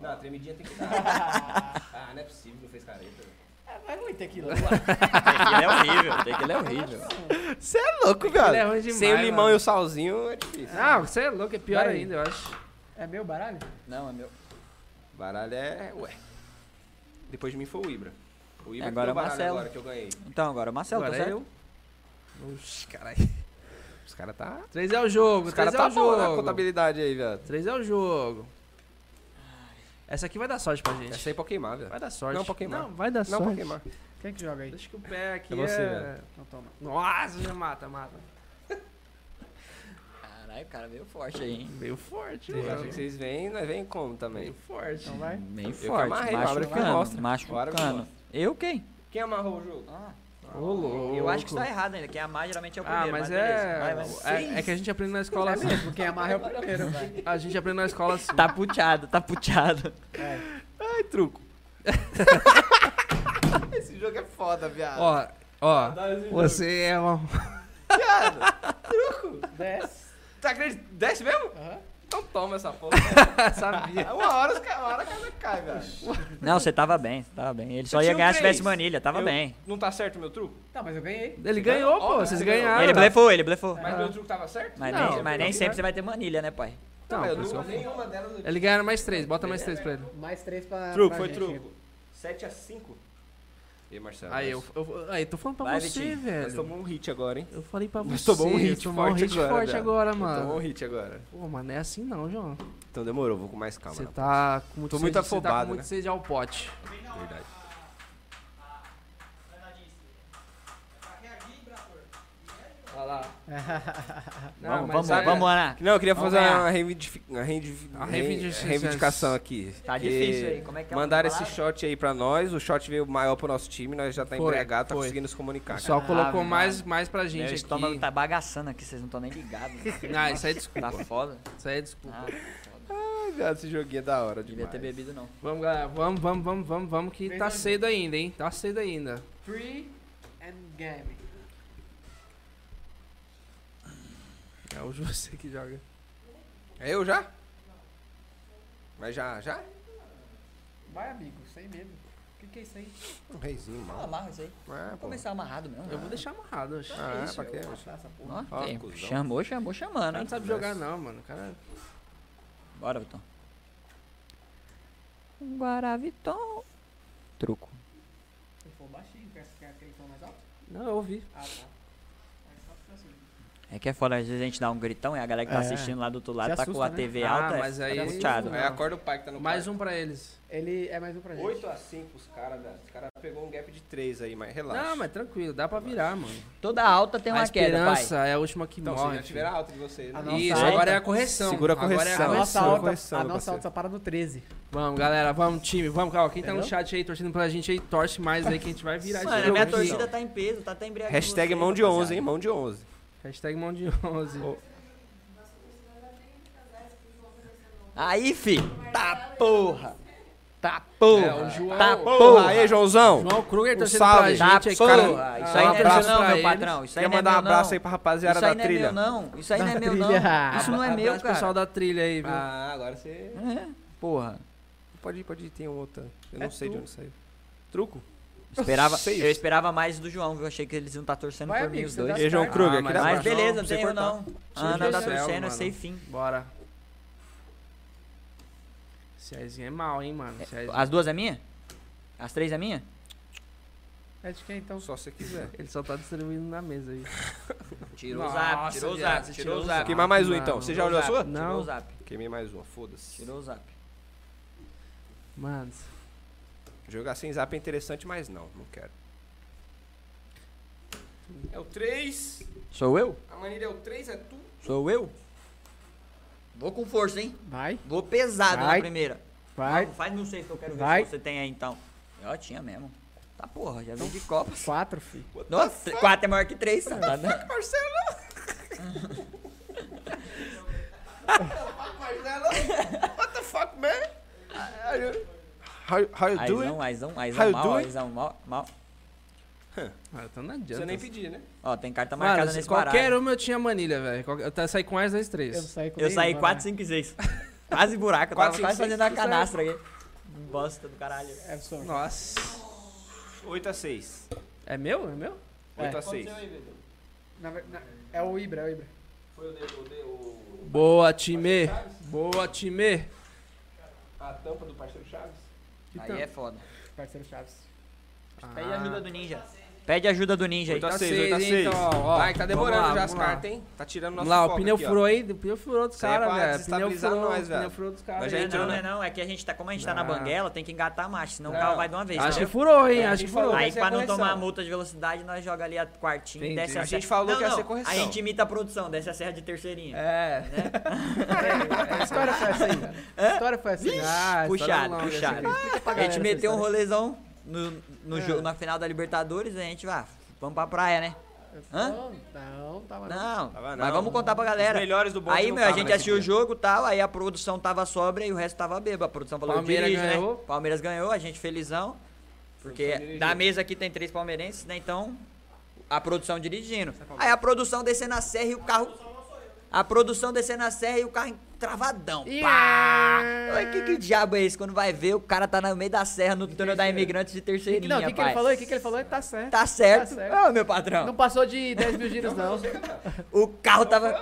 [SPEAKER 5] Não, tremidinha tem que dar. ah, não é possível, não fez careta.
[SPEAKER 2] É, Mas ruim tequila.
[SPEAKER 3] Tequila é horrível, tequila é horrível.
[SPEAKER 5] Você é louco, viado.
[SPEAKER 12] Ele é ruim demais,
[SPEAKER 5] Sem o limão
[SPEAKER 12] mano.
[SPEAKER 5] e o salzinho é difícil.
[SPEAKER 12] Ah, você é louco, é pior
[SPEAKER 2] Vai.
[SPEAKER 12] ainda, eu acho.
[SPEAKER 2] É meu baralho?
[SPEAKER 3] Não, é meu.
[SPEAKER 5] Baralho é. Ué. Depois de mim foi o Ibra. O Ibra
[SPEAKER 3] Agora
[SPEAKER 5] que deu
[SPEAKER 3] é o
[SPEAKER 5] baralho
[SPEAKER 3] Marcelo.
[SPEAKER 5] agora que eu ganhei.
[SPEAKER 3] Então agora, Marcelo,
[SPEAKER 12] Agora
[SPEAKER 3] tá
[SPEAKER 12] é
[SPEAKER 3] certo?
[SPEAKER 12] eu. Oxi, caralho.
[SPEAKER 5] Os caras tá.
[SPEAKER 12] 3 é o jogo,
[SPEAKER 5] Os
[SPEAKER 12] 3
[SPEAKER 5] caras
[SPEAKER 12] é
[SPEAKER 5] tá
[SPEAKER 12] o
[SPEAKER 5] bom na
[SPEAKER 12] jogo.
[SPEAKER 5] contabilidade aí, viado.
[SPEAKER 12] 3 é o jogo. Essa aqui vai dar sorte pra gente.
[SPEAKER 5] Essa aí é pra queimar, viado.
[SPEAKER 12] Vai dar sorte.
[SPEAKER 5] Não, pra queimar.
[SPEAKER 12] Não, vai dar
[SPEAKER 5] Não,
[SPEAKER 12] sorte.
[SPEAKER 5] pra queimar.
[SPEAKER 2] Quem que joga aí?
[SPEAKER 12] Deixa que o pé aqui
[SPEAKER 5] É você,
[SPEAKER 12] é...
[SPEAKER 2] Então toma.
[SPEAKER 12] Nossa, já mata, mata.
[SPEAKER 3] Caralho, o cara veio forte aí, hein?
[SPEAKER 12] Meio forte,
[SPEAKER 5] Tem
[SPEAKER 12] mano.
[SPEAKER 5] gente que vocês vêm, nós vem como também.
[SPEAKER 12] Meio forte.
[SPEAKER 2] Então vai.
[SPEAKER 3] Meio
[SPEAKER 5] que
[SPEAKER 3] forte,
[SPEAKER 5] amarrei, agora que mostra.
[SPEAKER 3] machucando,
[SPEAKER 5] Agora que
[SPEAKER 3] machucando. Eu quem?
[SPEAKER 5] Quem amarrou o jogo?
[SPEAKER 12] Ô, louco.
[SPEAKER 3] Eu acho que isso tá errado ainda, que amar geralmente é o
[SPEAKER 12] Ah,
[SPEAKER 3] primeiro,
[SPEAKER 12] mas
[SPEAKER 3] beleza.
[SPEAKER 12] é...
[SPEAKER 3] Vai, vai.
[SPEAKER 12] é... é que a gente aprende na escola... assim.
[SPEAKER 2] Mesmo, quem amarra é o primeiro, velho.
[SPEAKER 12] A gente aprende na escola assim.
[SPEAKER 3] Tá puteado, tá puteado.
[SPEAKER 5] Ai, é truco. Esse jogo é foda, viado.
[SPEAKER 12] Ó, ó. Você é um...
[SPEAKER 2] Desce.
[SPEAKER 5] Tá acreditando? Desce mesmo?
[SPEAKER 2] Aham.
[SPEAKER 5] Então toma essa porra.
[SPEAKER 12] Sabia.
[SPEAKER 5] É uma hora, os ca- uma hora a casa cai, velho.
[SPEAKER 3] Não, você tava bem, você tava bem. Ele só
[SPEAKER 5] Eu
[SPEAKER 3] ia
[SPEAKER 5] tinha um
[SPEAKER 3] ganhar se
[SPEAKER 5] três.
[SPEAKER 3] tivesse manilha, tava
[SPEAKER 5] Eu-
[SPEAKER 3] bem.
[SPEAKER 5] Não tá certo o meu truco?
[SPEAKER 2] Tá, mas eu ganhei.
[SPEAKER 12] Ele ganhou, pô.
[SPEAKER 5] Óbvio,
[SPEAKER 12] Vocês
[SPEAKER 5] você ganhou.
[SPEAKER 12] ganharam.
[SPEAKER 3] ele blefou, ele blefou.
[SPEAKER 5] Mas meu truco tava certo?
[SPEAKER 3] Mas,
[SPEAKER 12] Ah, tá. Não,
[SPEAKER 3] nem, mas nem
[SPEAKER 5] não.
[SPEAKER 3] sempre você vai ter manilha, né, pai?
[SPEAKER 12] Não,
[SPEAKER 5] eu
[SPEAKER 12] pessoal.
[SPEAKER 5] não, nenhuma delas eu
[SPEAKER 12] Ele ganharam mais 3. Bota mais 3 pra ele.
[SPEAKER 2] Mais três pra.
[SPEAKER 5] Truco,
[SPEAKER 2] pra
[SPEAKER 5] foi
[SPEAKER 2] gente.
[SPEAKER 5] truco. 7x5. E aí, Marcelo?
[SPEAKER 12] Aí, eu,
[SPEAKER 5] nós-
[SPEAKER 12] eu- aí, tô falando pra
[SPEAKER 3] Vai,
[SPEAKER 12] você,
[SPEAKER 3] Vitinho.
[SPEAKER 5] Nós
[SPEAKER 12] velho.
[SPEAKER 5] tomamos um hit agora, hein?
[SPEAKER 12] Eu falei pra
[SPEAKER 5] Nós
[SPEAKER 12] você.
[SPEAKER 5] tomou um hit
[SPEAKER 12] tomar
[SPEAKER 5] forte
[SPEAKER 12] um hit
[SPEAKER 5] agora,
[SPEAKER 12] forte
[SPEAKER 5] Bel.
[SPEAKER 12] agora,
[SPEAKER 5] Nós Tomamos um
[SPEAKER 12] mano.
[SPEAKER 5] hit agora.
[SPEAKER 12] Pô, mas não é assim não, João.
[SPEAKER 5] Então demorou, vou com mais calma.
[SPEAKER 12] Você
[SPEAKER 5] na
[SPEAKER 12] tá com muito
[SPEAKER 5] Tô muito
[SPEAKER 12] sede- você tá
[SPEAKER 5] afobado,
[SPEAKER 12] com muito
[SPEAKER 5] né?
[SPEAKER 12] sede ao pote.
[SPEAKER 5] Verdade.
[SPEAKER 12] Olha lá.
[SPEAKER 3] vamos, vamos, vamos lá.
[SPEAKER 5] Não, eu queria fazer
[SPEAKER 3] ganhar.
[SPEAKER 5] uma, reivindifi- uma reivindi-
[SPEAKER 12] Uma
[SPEAKER 5] rei-
[SPEAKER 12] reivindicação.
[SPEAKER 5] reivindicação aqui.
[SPEAKER 3] Tá
[SPEAKER 5] Que
[SPEAKER 3] difícil aí, como é que é a
[SPEAKER 5] Mandaram esse
[SPEAKER 3] palavra?
[SPEAKER 5] shot aí pra nós, o shot veio maior pro nosso time, nós já tá
[SPEAKER 12] Foi,
[SPEAKER 5] embriagado, tá
[SPEAKER 12] foi.
[SPEAKER 5] conseguindo nos comunicar.
[SPEAKER 12] Só colocou
[SPEAKER 3] mano.
[SPEAKER 12] mais, mais pra gente
[SPEAKER 3] Meu
[SPEAKER 12] aqui.
[SPEAKER 3] estômago tá bagaçando aqui, vocês não estão nem ligados. né?
[SPEAKER 12] Ah, isso aí é
[SPEAKER 3] Tá
[SPEAKER 12] desculpa.
[SPEAKER 3] foda.
[SPEAKER 12] Isso aí é desculpa.
[SPEAKER 3] Ah,
[SPEAKER 5] Ai, viado, esse joguinho é da hora
[SPEAKER 3] devia
[SPEAKER 5] demais.
[SPEAKER 3] ter bebido, não.
[SPEAKER 12] Vamos, galera. Vamos, vamos, vamos, vamos, vamos, que tá cedo ainda, hein? Tá cedo ainda.
[SPEAKER 2] Free and game.
[SPEAKER 12] É o José que joga.
[SPEAKER 5] É eu já? Mas já, já?
[SPEAKER 2] Vai, amigo, sem medo. O que, que é isso aí?
[SPEAKER 5] Um reizinho
[SPEAKER 3] Ah,
[SPEAKER 5] mal.
[SPEAKER 3] amarra isso aí.
[SPEAKER 5] É,
[SPEAKER 3] Vou
[SPEAKER 5] pô.
[SPEAKER 3] começar amarrado mesmo. né?
[SPEAKER 12] Eu vou deixar amarrado, acho.
[SPEAKER 5] Ah, é, pra quê?
[SPEAKER 3] Ó,
[SPEAKER 5] Ó,
[SPEAKER 3] tem.
[SPEAKER 5] cuzão.
[SPEAKER 3] Chamou, chamou,
[SPEAKER 12] O
[SPEAKER 3] chamando.
[SPEAKER 12] cara
[SPEAKER 3] hein?
[SPEAKER 12] não sabe jogar não, mano. O cara
[SPEAKER 3] Bora, Vitão. Guaraviton. Truco.
[SPEAKER 2] Se for baixinho, quer, quer aquele tom mais alto?
[SPEAKER 12] Não, eu ouvi.
[SPEAKER 2] Ah, tá. Mas só fica assim.
[SPEAKER 3] É que é foda, às vezes a gente dá um gritão e a galera que tá
[SPEAKER 2] É.
[SPEAKER 3] assistindo lá do outro lado
[SPEAKER 2] Se
[SPEAKER 3] tá com a
[SPEAKER 2] assusta, né?
[SPEAKER 3] TV
[SPEAKER 12] Ah,
[SPEAKER 3] alta.
[SPEAKER 12] mas
[SPEAKER 3] é-
[SPEAKER 12] aí-
[SPEAKER 3] tá puteado.
[SPEAKER 5] Aí acorda o pai que tá no
[SPEAKER 12] Mais
[SPEAKER 5] quarto.
[SPEAKER 12] um pra eles.
[SPEAKER 2] Ele é mais um pra gente.
[SPEAKER 5] 8 a 5 os caras, velho. Os caras pegou um gap de 3 aí, mas relaxa.
[SPEAKER 12] Não, mas tranquilo, dá pra virar, mano.
[SPEAKER 3] Toda alta tem
[SPEAKER 12] a
[SPEAKER 3] uma queda, pai.
[SPEAKER 12] esperança é a última que
[SPEAKER 5] Então, vocês
[SPEAKER 12] morre.
[SPEAKER 5] já tiveram alta de vocês, né?
[SPEAKER 2] A nossa
[SPEAKER 12] Isso,
[SPEAKER 2] alta-
[SPEAKER 12] agora é a correção.
[SPEAKER 5] Segura a
[SPEAKER 12] Agora é
[SPEAKER 5] correção.
[SPEAKER 2] A nossa
[SPEAKER 5] Segura a
[SPEAKER 2] alta,
[SPEAKER 5] correção,
[SPEAKER 2] a nossa
[SPEAKER 5] parceiro.
[SPEAKER 2] alta só para no 13.
[SPEAKER 12] Vamos, galera, vamos, time, vamos, calma. Quem tá no
[SPEAKER 2] Entendeu?
[SPEAKER 12] chat aí torcendo pela gente aí, torce mais aí que a gente vai virar
[SPEAKER 3] Mano,
[SPEAKER 12] esse
[SPEAKER 3] a minha
[SPEAKER 12] jogo,
[SPEAKER 3] torcida
[SPEAKER 12] hein?
[SPEAKER 3] tá em peso, tá até embriagada.
[SPEAKER 5] Hashtag mão de 11, hein? Mão de 11.
[SPEAKER 12] Hashtag mão de 11.
[SPEAKER 3] Aí, fi. Tá porra. Tá
[SPEAKER 12] É,
[SPEAKER 3] porra.
[SPEAKER 12] o João.
[SPEAKER 3] Tá
[SPEAKER 5] um Porra,
[SPEAKER 3] porra.
[SPEAKER 5] aí, Joãozão.
[SPEAKER 12] João Kruger
[SPEAKER 5] Um
[SPEAKER 12] torcendo
[SPEAKER 5] salve.
[SPEAKER 12] pra gente
[SPEAKER 3] Tá
[SPEAKER 12] aí,
[SPEAKER 3] porra.
[SPEAKER 12] cara.
[SPEAKER 3] Isso
[SPEAKER 12] Ah,
[SPEAKER 3] aí
[SPEAKER 12] um
[SPEAKER 3] não é meu
[SPEAKER 12] abraço
[SPEAKER 3] não,
[SPEAKER 12] pra
[SPEAKER 3] meu
[SPEAKER 12] eles.
[SPEAKER 3] patrão. Isso aí
[SPEAKER 5] Quer
[SPEAKER 3] não é
[SPEAKER 5] mandar um
[SPEAKER 3] meu
[SPEAKER 5] abraço
[SPEAKER 3] não.
[SPEAKER 5] aí pra rapaziada
[SPEAKER 3] Isso aí
[SPEAKER 5] da
[SPEAKER 3] não é meu
[SPEAKER 5] trilha.
[SPEAKER 3] não. Isso aí não é
[SPEAKER 2] Da
[SPEAKER 3] meu não.
[SPEAKER 2] trilha.
[SPEAKER 3] Isso não é
[SPEAKER 12] Abraço
[SPEAKER 3] meu,
[SPEAKER 12] pro pessoal
[SPEAKER 3] cara.
[SPEAKER 12] da trilha aí, viu?
[SPEAKER 5] Ah, agora você.
[SPEAKER 3] É, Porra.
[SPEAKER 5] Pode ir, pode ir, tem outra. Eu
[SPEAKER 12] É
[SPEAKER 5] não sei de
[SPEAKER 12] tu.
[SPEAKER 5] onde saiu. Truco?
[SPEAKER 3] Esperava,
[SPEAKER 5] Sei.
[SPEAKER 3] eu esperava mais do João, viu? Achei que eles iam estar torcendo
[SPEAKER 2] Vai,
[SPEAKER 3] por mim
[SPEAKER 2] amigo,
[SPEAKER 3] os
[SPEAKER 2] você
[SPEAKER 3] dois.
[SPEAKER 2] dá
[SPEAKER 5] E aí, João
[SPEAKER 2] Ah,
[SPEAKER 5] Kruger,
[SPEAKER 12] mas-
[SPEAKER 5] queria
[SPEAKER 3] Mas
[SPEAKER 5] abraço.
[SPEAKER 3] beleza, não
[SPEAKER 5] Pra você
[SPEAKER 3] tem erro
[SPEAKER 5] cortar.
[SPEAKER 3] não. Ana
[SPEAKER 12] Deus
[SPEAKER 3] tá
[SPEAKER 12] do céu,
[SPEAKER 3] torcendo, eu
[SPEAKER 12] mano.
[SPEAKER 3] sei fim.
[SPEAKER 12] Bora. Esse Aizinho é mal, hein, mano. Esse Aizinho-
[SPEAKER 3] As duas é minha? As três é minha?
[SPEAKER 2] É de quem então?
[SPEAKER 5] Só se quiser.
[SPEAKER 12] Ele só tá distribuindo na mesa aí.
[SPEAKER 3] Tirou
[SPEAKER 12] Nossa,
[SPEAKER 3] o zap, tirou o
[SPEAKER 12] viado,
[SPEAKER 3] zap,
[SPEAKER 12] você
[SPEAKER 3] tirou o
[SPEAKER 12] tirou o
[SPEAKER 3] zap.
[SPEAKER 5] Queimar mais um
[SPEAKER 12] mano,
[SPEAKER 5] então. Você já olhou a
[SPEAKER 12] zap.
[SPEAKER 5] sua?
[SPEAKER 3] Tirou o
[SPEAKER 12] Não.
[SPEAKER 3] zap,
[SPEAKER 5] Queimei mais uma, foda-se.
[SPEAKER 3] tirou o zap.
[SPEAKER 12] Mano,
[SPEAKER 5] Jogar sem zap é interessante, mas não, não quero. É o 3.
[SPEAKER 3] Sou eu?
[SPEAKER 5] A maneira é o 3, é tu.
[SPEAKER 3] Sou eu? Vou com força, hein?
[SPEAKER 2] Vai,
[SPEAKER 3] Vou pesado
[SPEAKER 2] Vai.
[SPEAKER 3] na primeira.
[SPEAKER 2] vai.
[SPEAKER 3] Não, faz meu safe que eu quero ver
[SPEAKER 2] Vai.
[SPEAKER 3] se você tem aí então. Eu tinha mesmo. Tá porra, já vim de copas.
[SPEAKER 2] Quatro, fi.
[SPEAKER 3] Nossa, quatro é maior que três, tá? Tá-
[SPEAKER 5] Fuck, man. How, how you doing?
[SPEAKER 3] Aizão, aizão,
[SPEAKER 5] How
[SPEAKER 3] aizão,
[SPEAKER 5] you
[SPEAKER 3] mal,
[SPEAKER 5] doing?
[SPEAKER 3] aizão, mal, mal.
[SPEAKER 12] ah, então não adianta.
[SPEAKER 5] Você nem pedir, né?
[SPEAKER 3] Ó, tem carta marcada
[SPEAKER 12] Mano, se
[SPEAKER 3] nesse
[SPEAKER 12] qualquer
[SPEAKER 3] baralho.
[SPEAKER 12] uma eu tinha manilha, velho. Qualquer- Eu tá- saí com mais das
[SPEAKER 2] Eu
[SPEAKER 12] três.
[SPEAKER 2] saí com
[SPEAKER 3] Eu saí
[SPEAKER 2] nenhuma,
[SPEAKER 3] 4,
[SPEAKER 2] né?
[SPEAKER 3] 5 e 6. Quase buraco, eu tava
[SPEAKER 5] um Quatro,
[SPEAKER 3] quase
[SPEAKER 5] cinco, seis,
[SPEAKER 3] fazendo a
[SPEAKER 5] tu saiu.
[SPEAKER 3] canastra aqui. Bosta do caralho.
[SPEAKER 2] É, só.
[SPEAKER 12] Nossa.
[SPEAKER 5] 8 a 6.
[SPEAKER 12] É meu? É meu?
[SPEAKER 5] 8 a 6.
[SPEAKER 2] Na ver- na- é o Ibra, é o Ibra.
[SPEAKER 12] Boa, time. Boa, time.
[SPEAKER 5] A tampa do parceiro Chaves? Então.
[SPEAKER 3] Aí é foda.
[SPEAKER 2] Parceiro Chaves.
[SPEAKER 3] Pede
[SPEAKER 5] Ah.
[SPEAKER 3] ajuda do ninja. Pede ajuda do ninja aí.
[SPEAKER 5] 8 a
[SPEAKER 12] Tá
[SPEAKER 5] 6,
[SPEAKER 12] seis,
[SPEAKER 5] 8 a 6.
[SPEAKER 12] então, ó.
[SPEAKER 5] Vai, que tá demorando
[SPEAKER 12] Vamos lá,
[SPEAKER 5] já as
[SPEAKER 12] vamos lá.
[SPEAKER 5] cartas, hein? Tá tirando nosso
[SPEAKER 12] Vamos lá,
[SPEAKER 5] foco
[SPEAKER 12] o pneu
[SPEAKER 5] aqui, ó.
[SPEAKER 12] furou aí, o pneu furou dos
[SPEAKER 5] Isso aí é pra
[SPEAKER 12] caras, velho. Pneu
[SPEAKER 5] desestabilizar
[SPEAKER 12] furou,
[SPEAKER 5] nós, velho.
[SPEAKER 12] pneu furou dos
[SPEAKER 5] Nós
[SPEAKER 12] caras.
[SPEAKER 5] já
[SPEAKER 12] aí,
[SPEAKER 3] É,
[SPEAKER 5] entrou,
[SPEAKER 3] não,
[SPEAKER 12] né?
[SPEAKER 3] não é não. É que a gente tá, como a gente tá na
[SPEAKER 12] Não.
[SPEAKER 3] banguela, tem que engatar mais, senão
[SPEAKER 5] Não.
[SPEAKER 3] o carro vai de uma vez.
[SPEAKER 12] Acho que
[SPEAKER 3] entendeu?
[SPEAKER 12] furou, hein?
[SPEAKER 5] É, a
[SPEAKER 12] Acho que
[SPEAKER 5] gente
[SPEAKER 12] furou.
[SPEAKER 5] falou.
[SPEAKER 3] Aí
[SPEAKER 5] essa é
[SPEAKER 3] pra
[SPEAKER 5] a
[SPEAKER 3] não
[SPEAKER 5] correção.
[SPEAKER 3] tomar multa de velocidade, nós joga ali a quartinha e
[SPEAKER 12] Entendi.
[SPEAKER 3] desce a
[SPEAKER 5] A
[SPEAKER 3] serra.
[SPEAKER 5] gente falou
[SPEAKER 3] não,
[SPEAKER 5] que ia
[SPEAKER 3] não,
[SPEAKER 5] ser correção.
[SPEAKER 3] A gente imita a produção, desce a serra de terceirinha.
[SPEAKER 12] É.
[SPEAKER 2] Que história foi essa aí, cara? Que história foi essa aí?
[SPEAKER 12] Ah, história
[SPEAKER 3] puxado,
[SPEAKER 12] longa,
[SPEAKER 3] puxado.
[SPEAKER 12] essa aqui.
[SPEAKER 3] a gente
[SPEAKER 2] essa
[SPEAKER 3] meteu um
[SPEAKER 2] história.
[SPEAKER 3] rolezão no,
[SPEAKER 5] É.
[SPEAKER 3] no jogo, na final da Libertadores, aí a gente vai, vamos pra praia, né? Hã?
[SPEAKER 2] Não, não, tá tava não.
[SPEAKER 3] Não,
[SPEAKER 5] Tava não.
[SPEAKER 3] mas vamos contar pra
[SPEAKER 5] Os
[SPEAKER 3] galera.
[SPEAKER 5] melhores do bonde
[SPEAKER 3] Aí,
[SPEAKER 5] não
[SPEAKER 3] meu, a
[SPEAKER 5] tava
[SPEAKER 3] gente
[SPEAKER 5] nesse
[SPEAKER 3] assistiu o
[SPEAKER 5] dia.
[SPEAKER 3] jogo e tal, aí a produção tava sóbria e o resto tava bêbado. A produção falou,
[SPEAKER 12] Palmeiras
[SPEAKER 3] dirige,
[SPEAKER 12] ganhou.
[SPEAKER 3] né? Palmeiras ganhou, a gente felizão. Porque da mesa aqui tem três palmeirenses, né? Então, a produção dirigindo.
[SPEAKER 5] é
[SPEAKER 3] Aí a produção descendo a serra e o carro... A produção descendo a serra e o carro travadão. Pá! Ai, que, que diabo é esse? Quando vai ver, o cara tá no meio da serra, no túnel da Imigrantes de Terceirinha,
[SPEAKER 2] Não, o que, que ele
[SPEAKER 3] pai.
[SPEAKER 2] falou? O que, que ele falou? Tá certo.
[SPEAKER 3] Tá certo.
[SPEAKER 2] Tá
[SPEAKER 3] Ô,
[SPEAKER 2] certo.
[SPEAKER 3] meu patrão.
[SPEAKER 2] Não passou de 10 mil giros, não.
[SPEAKER 3] O carro tava...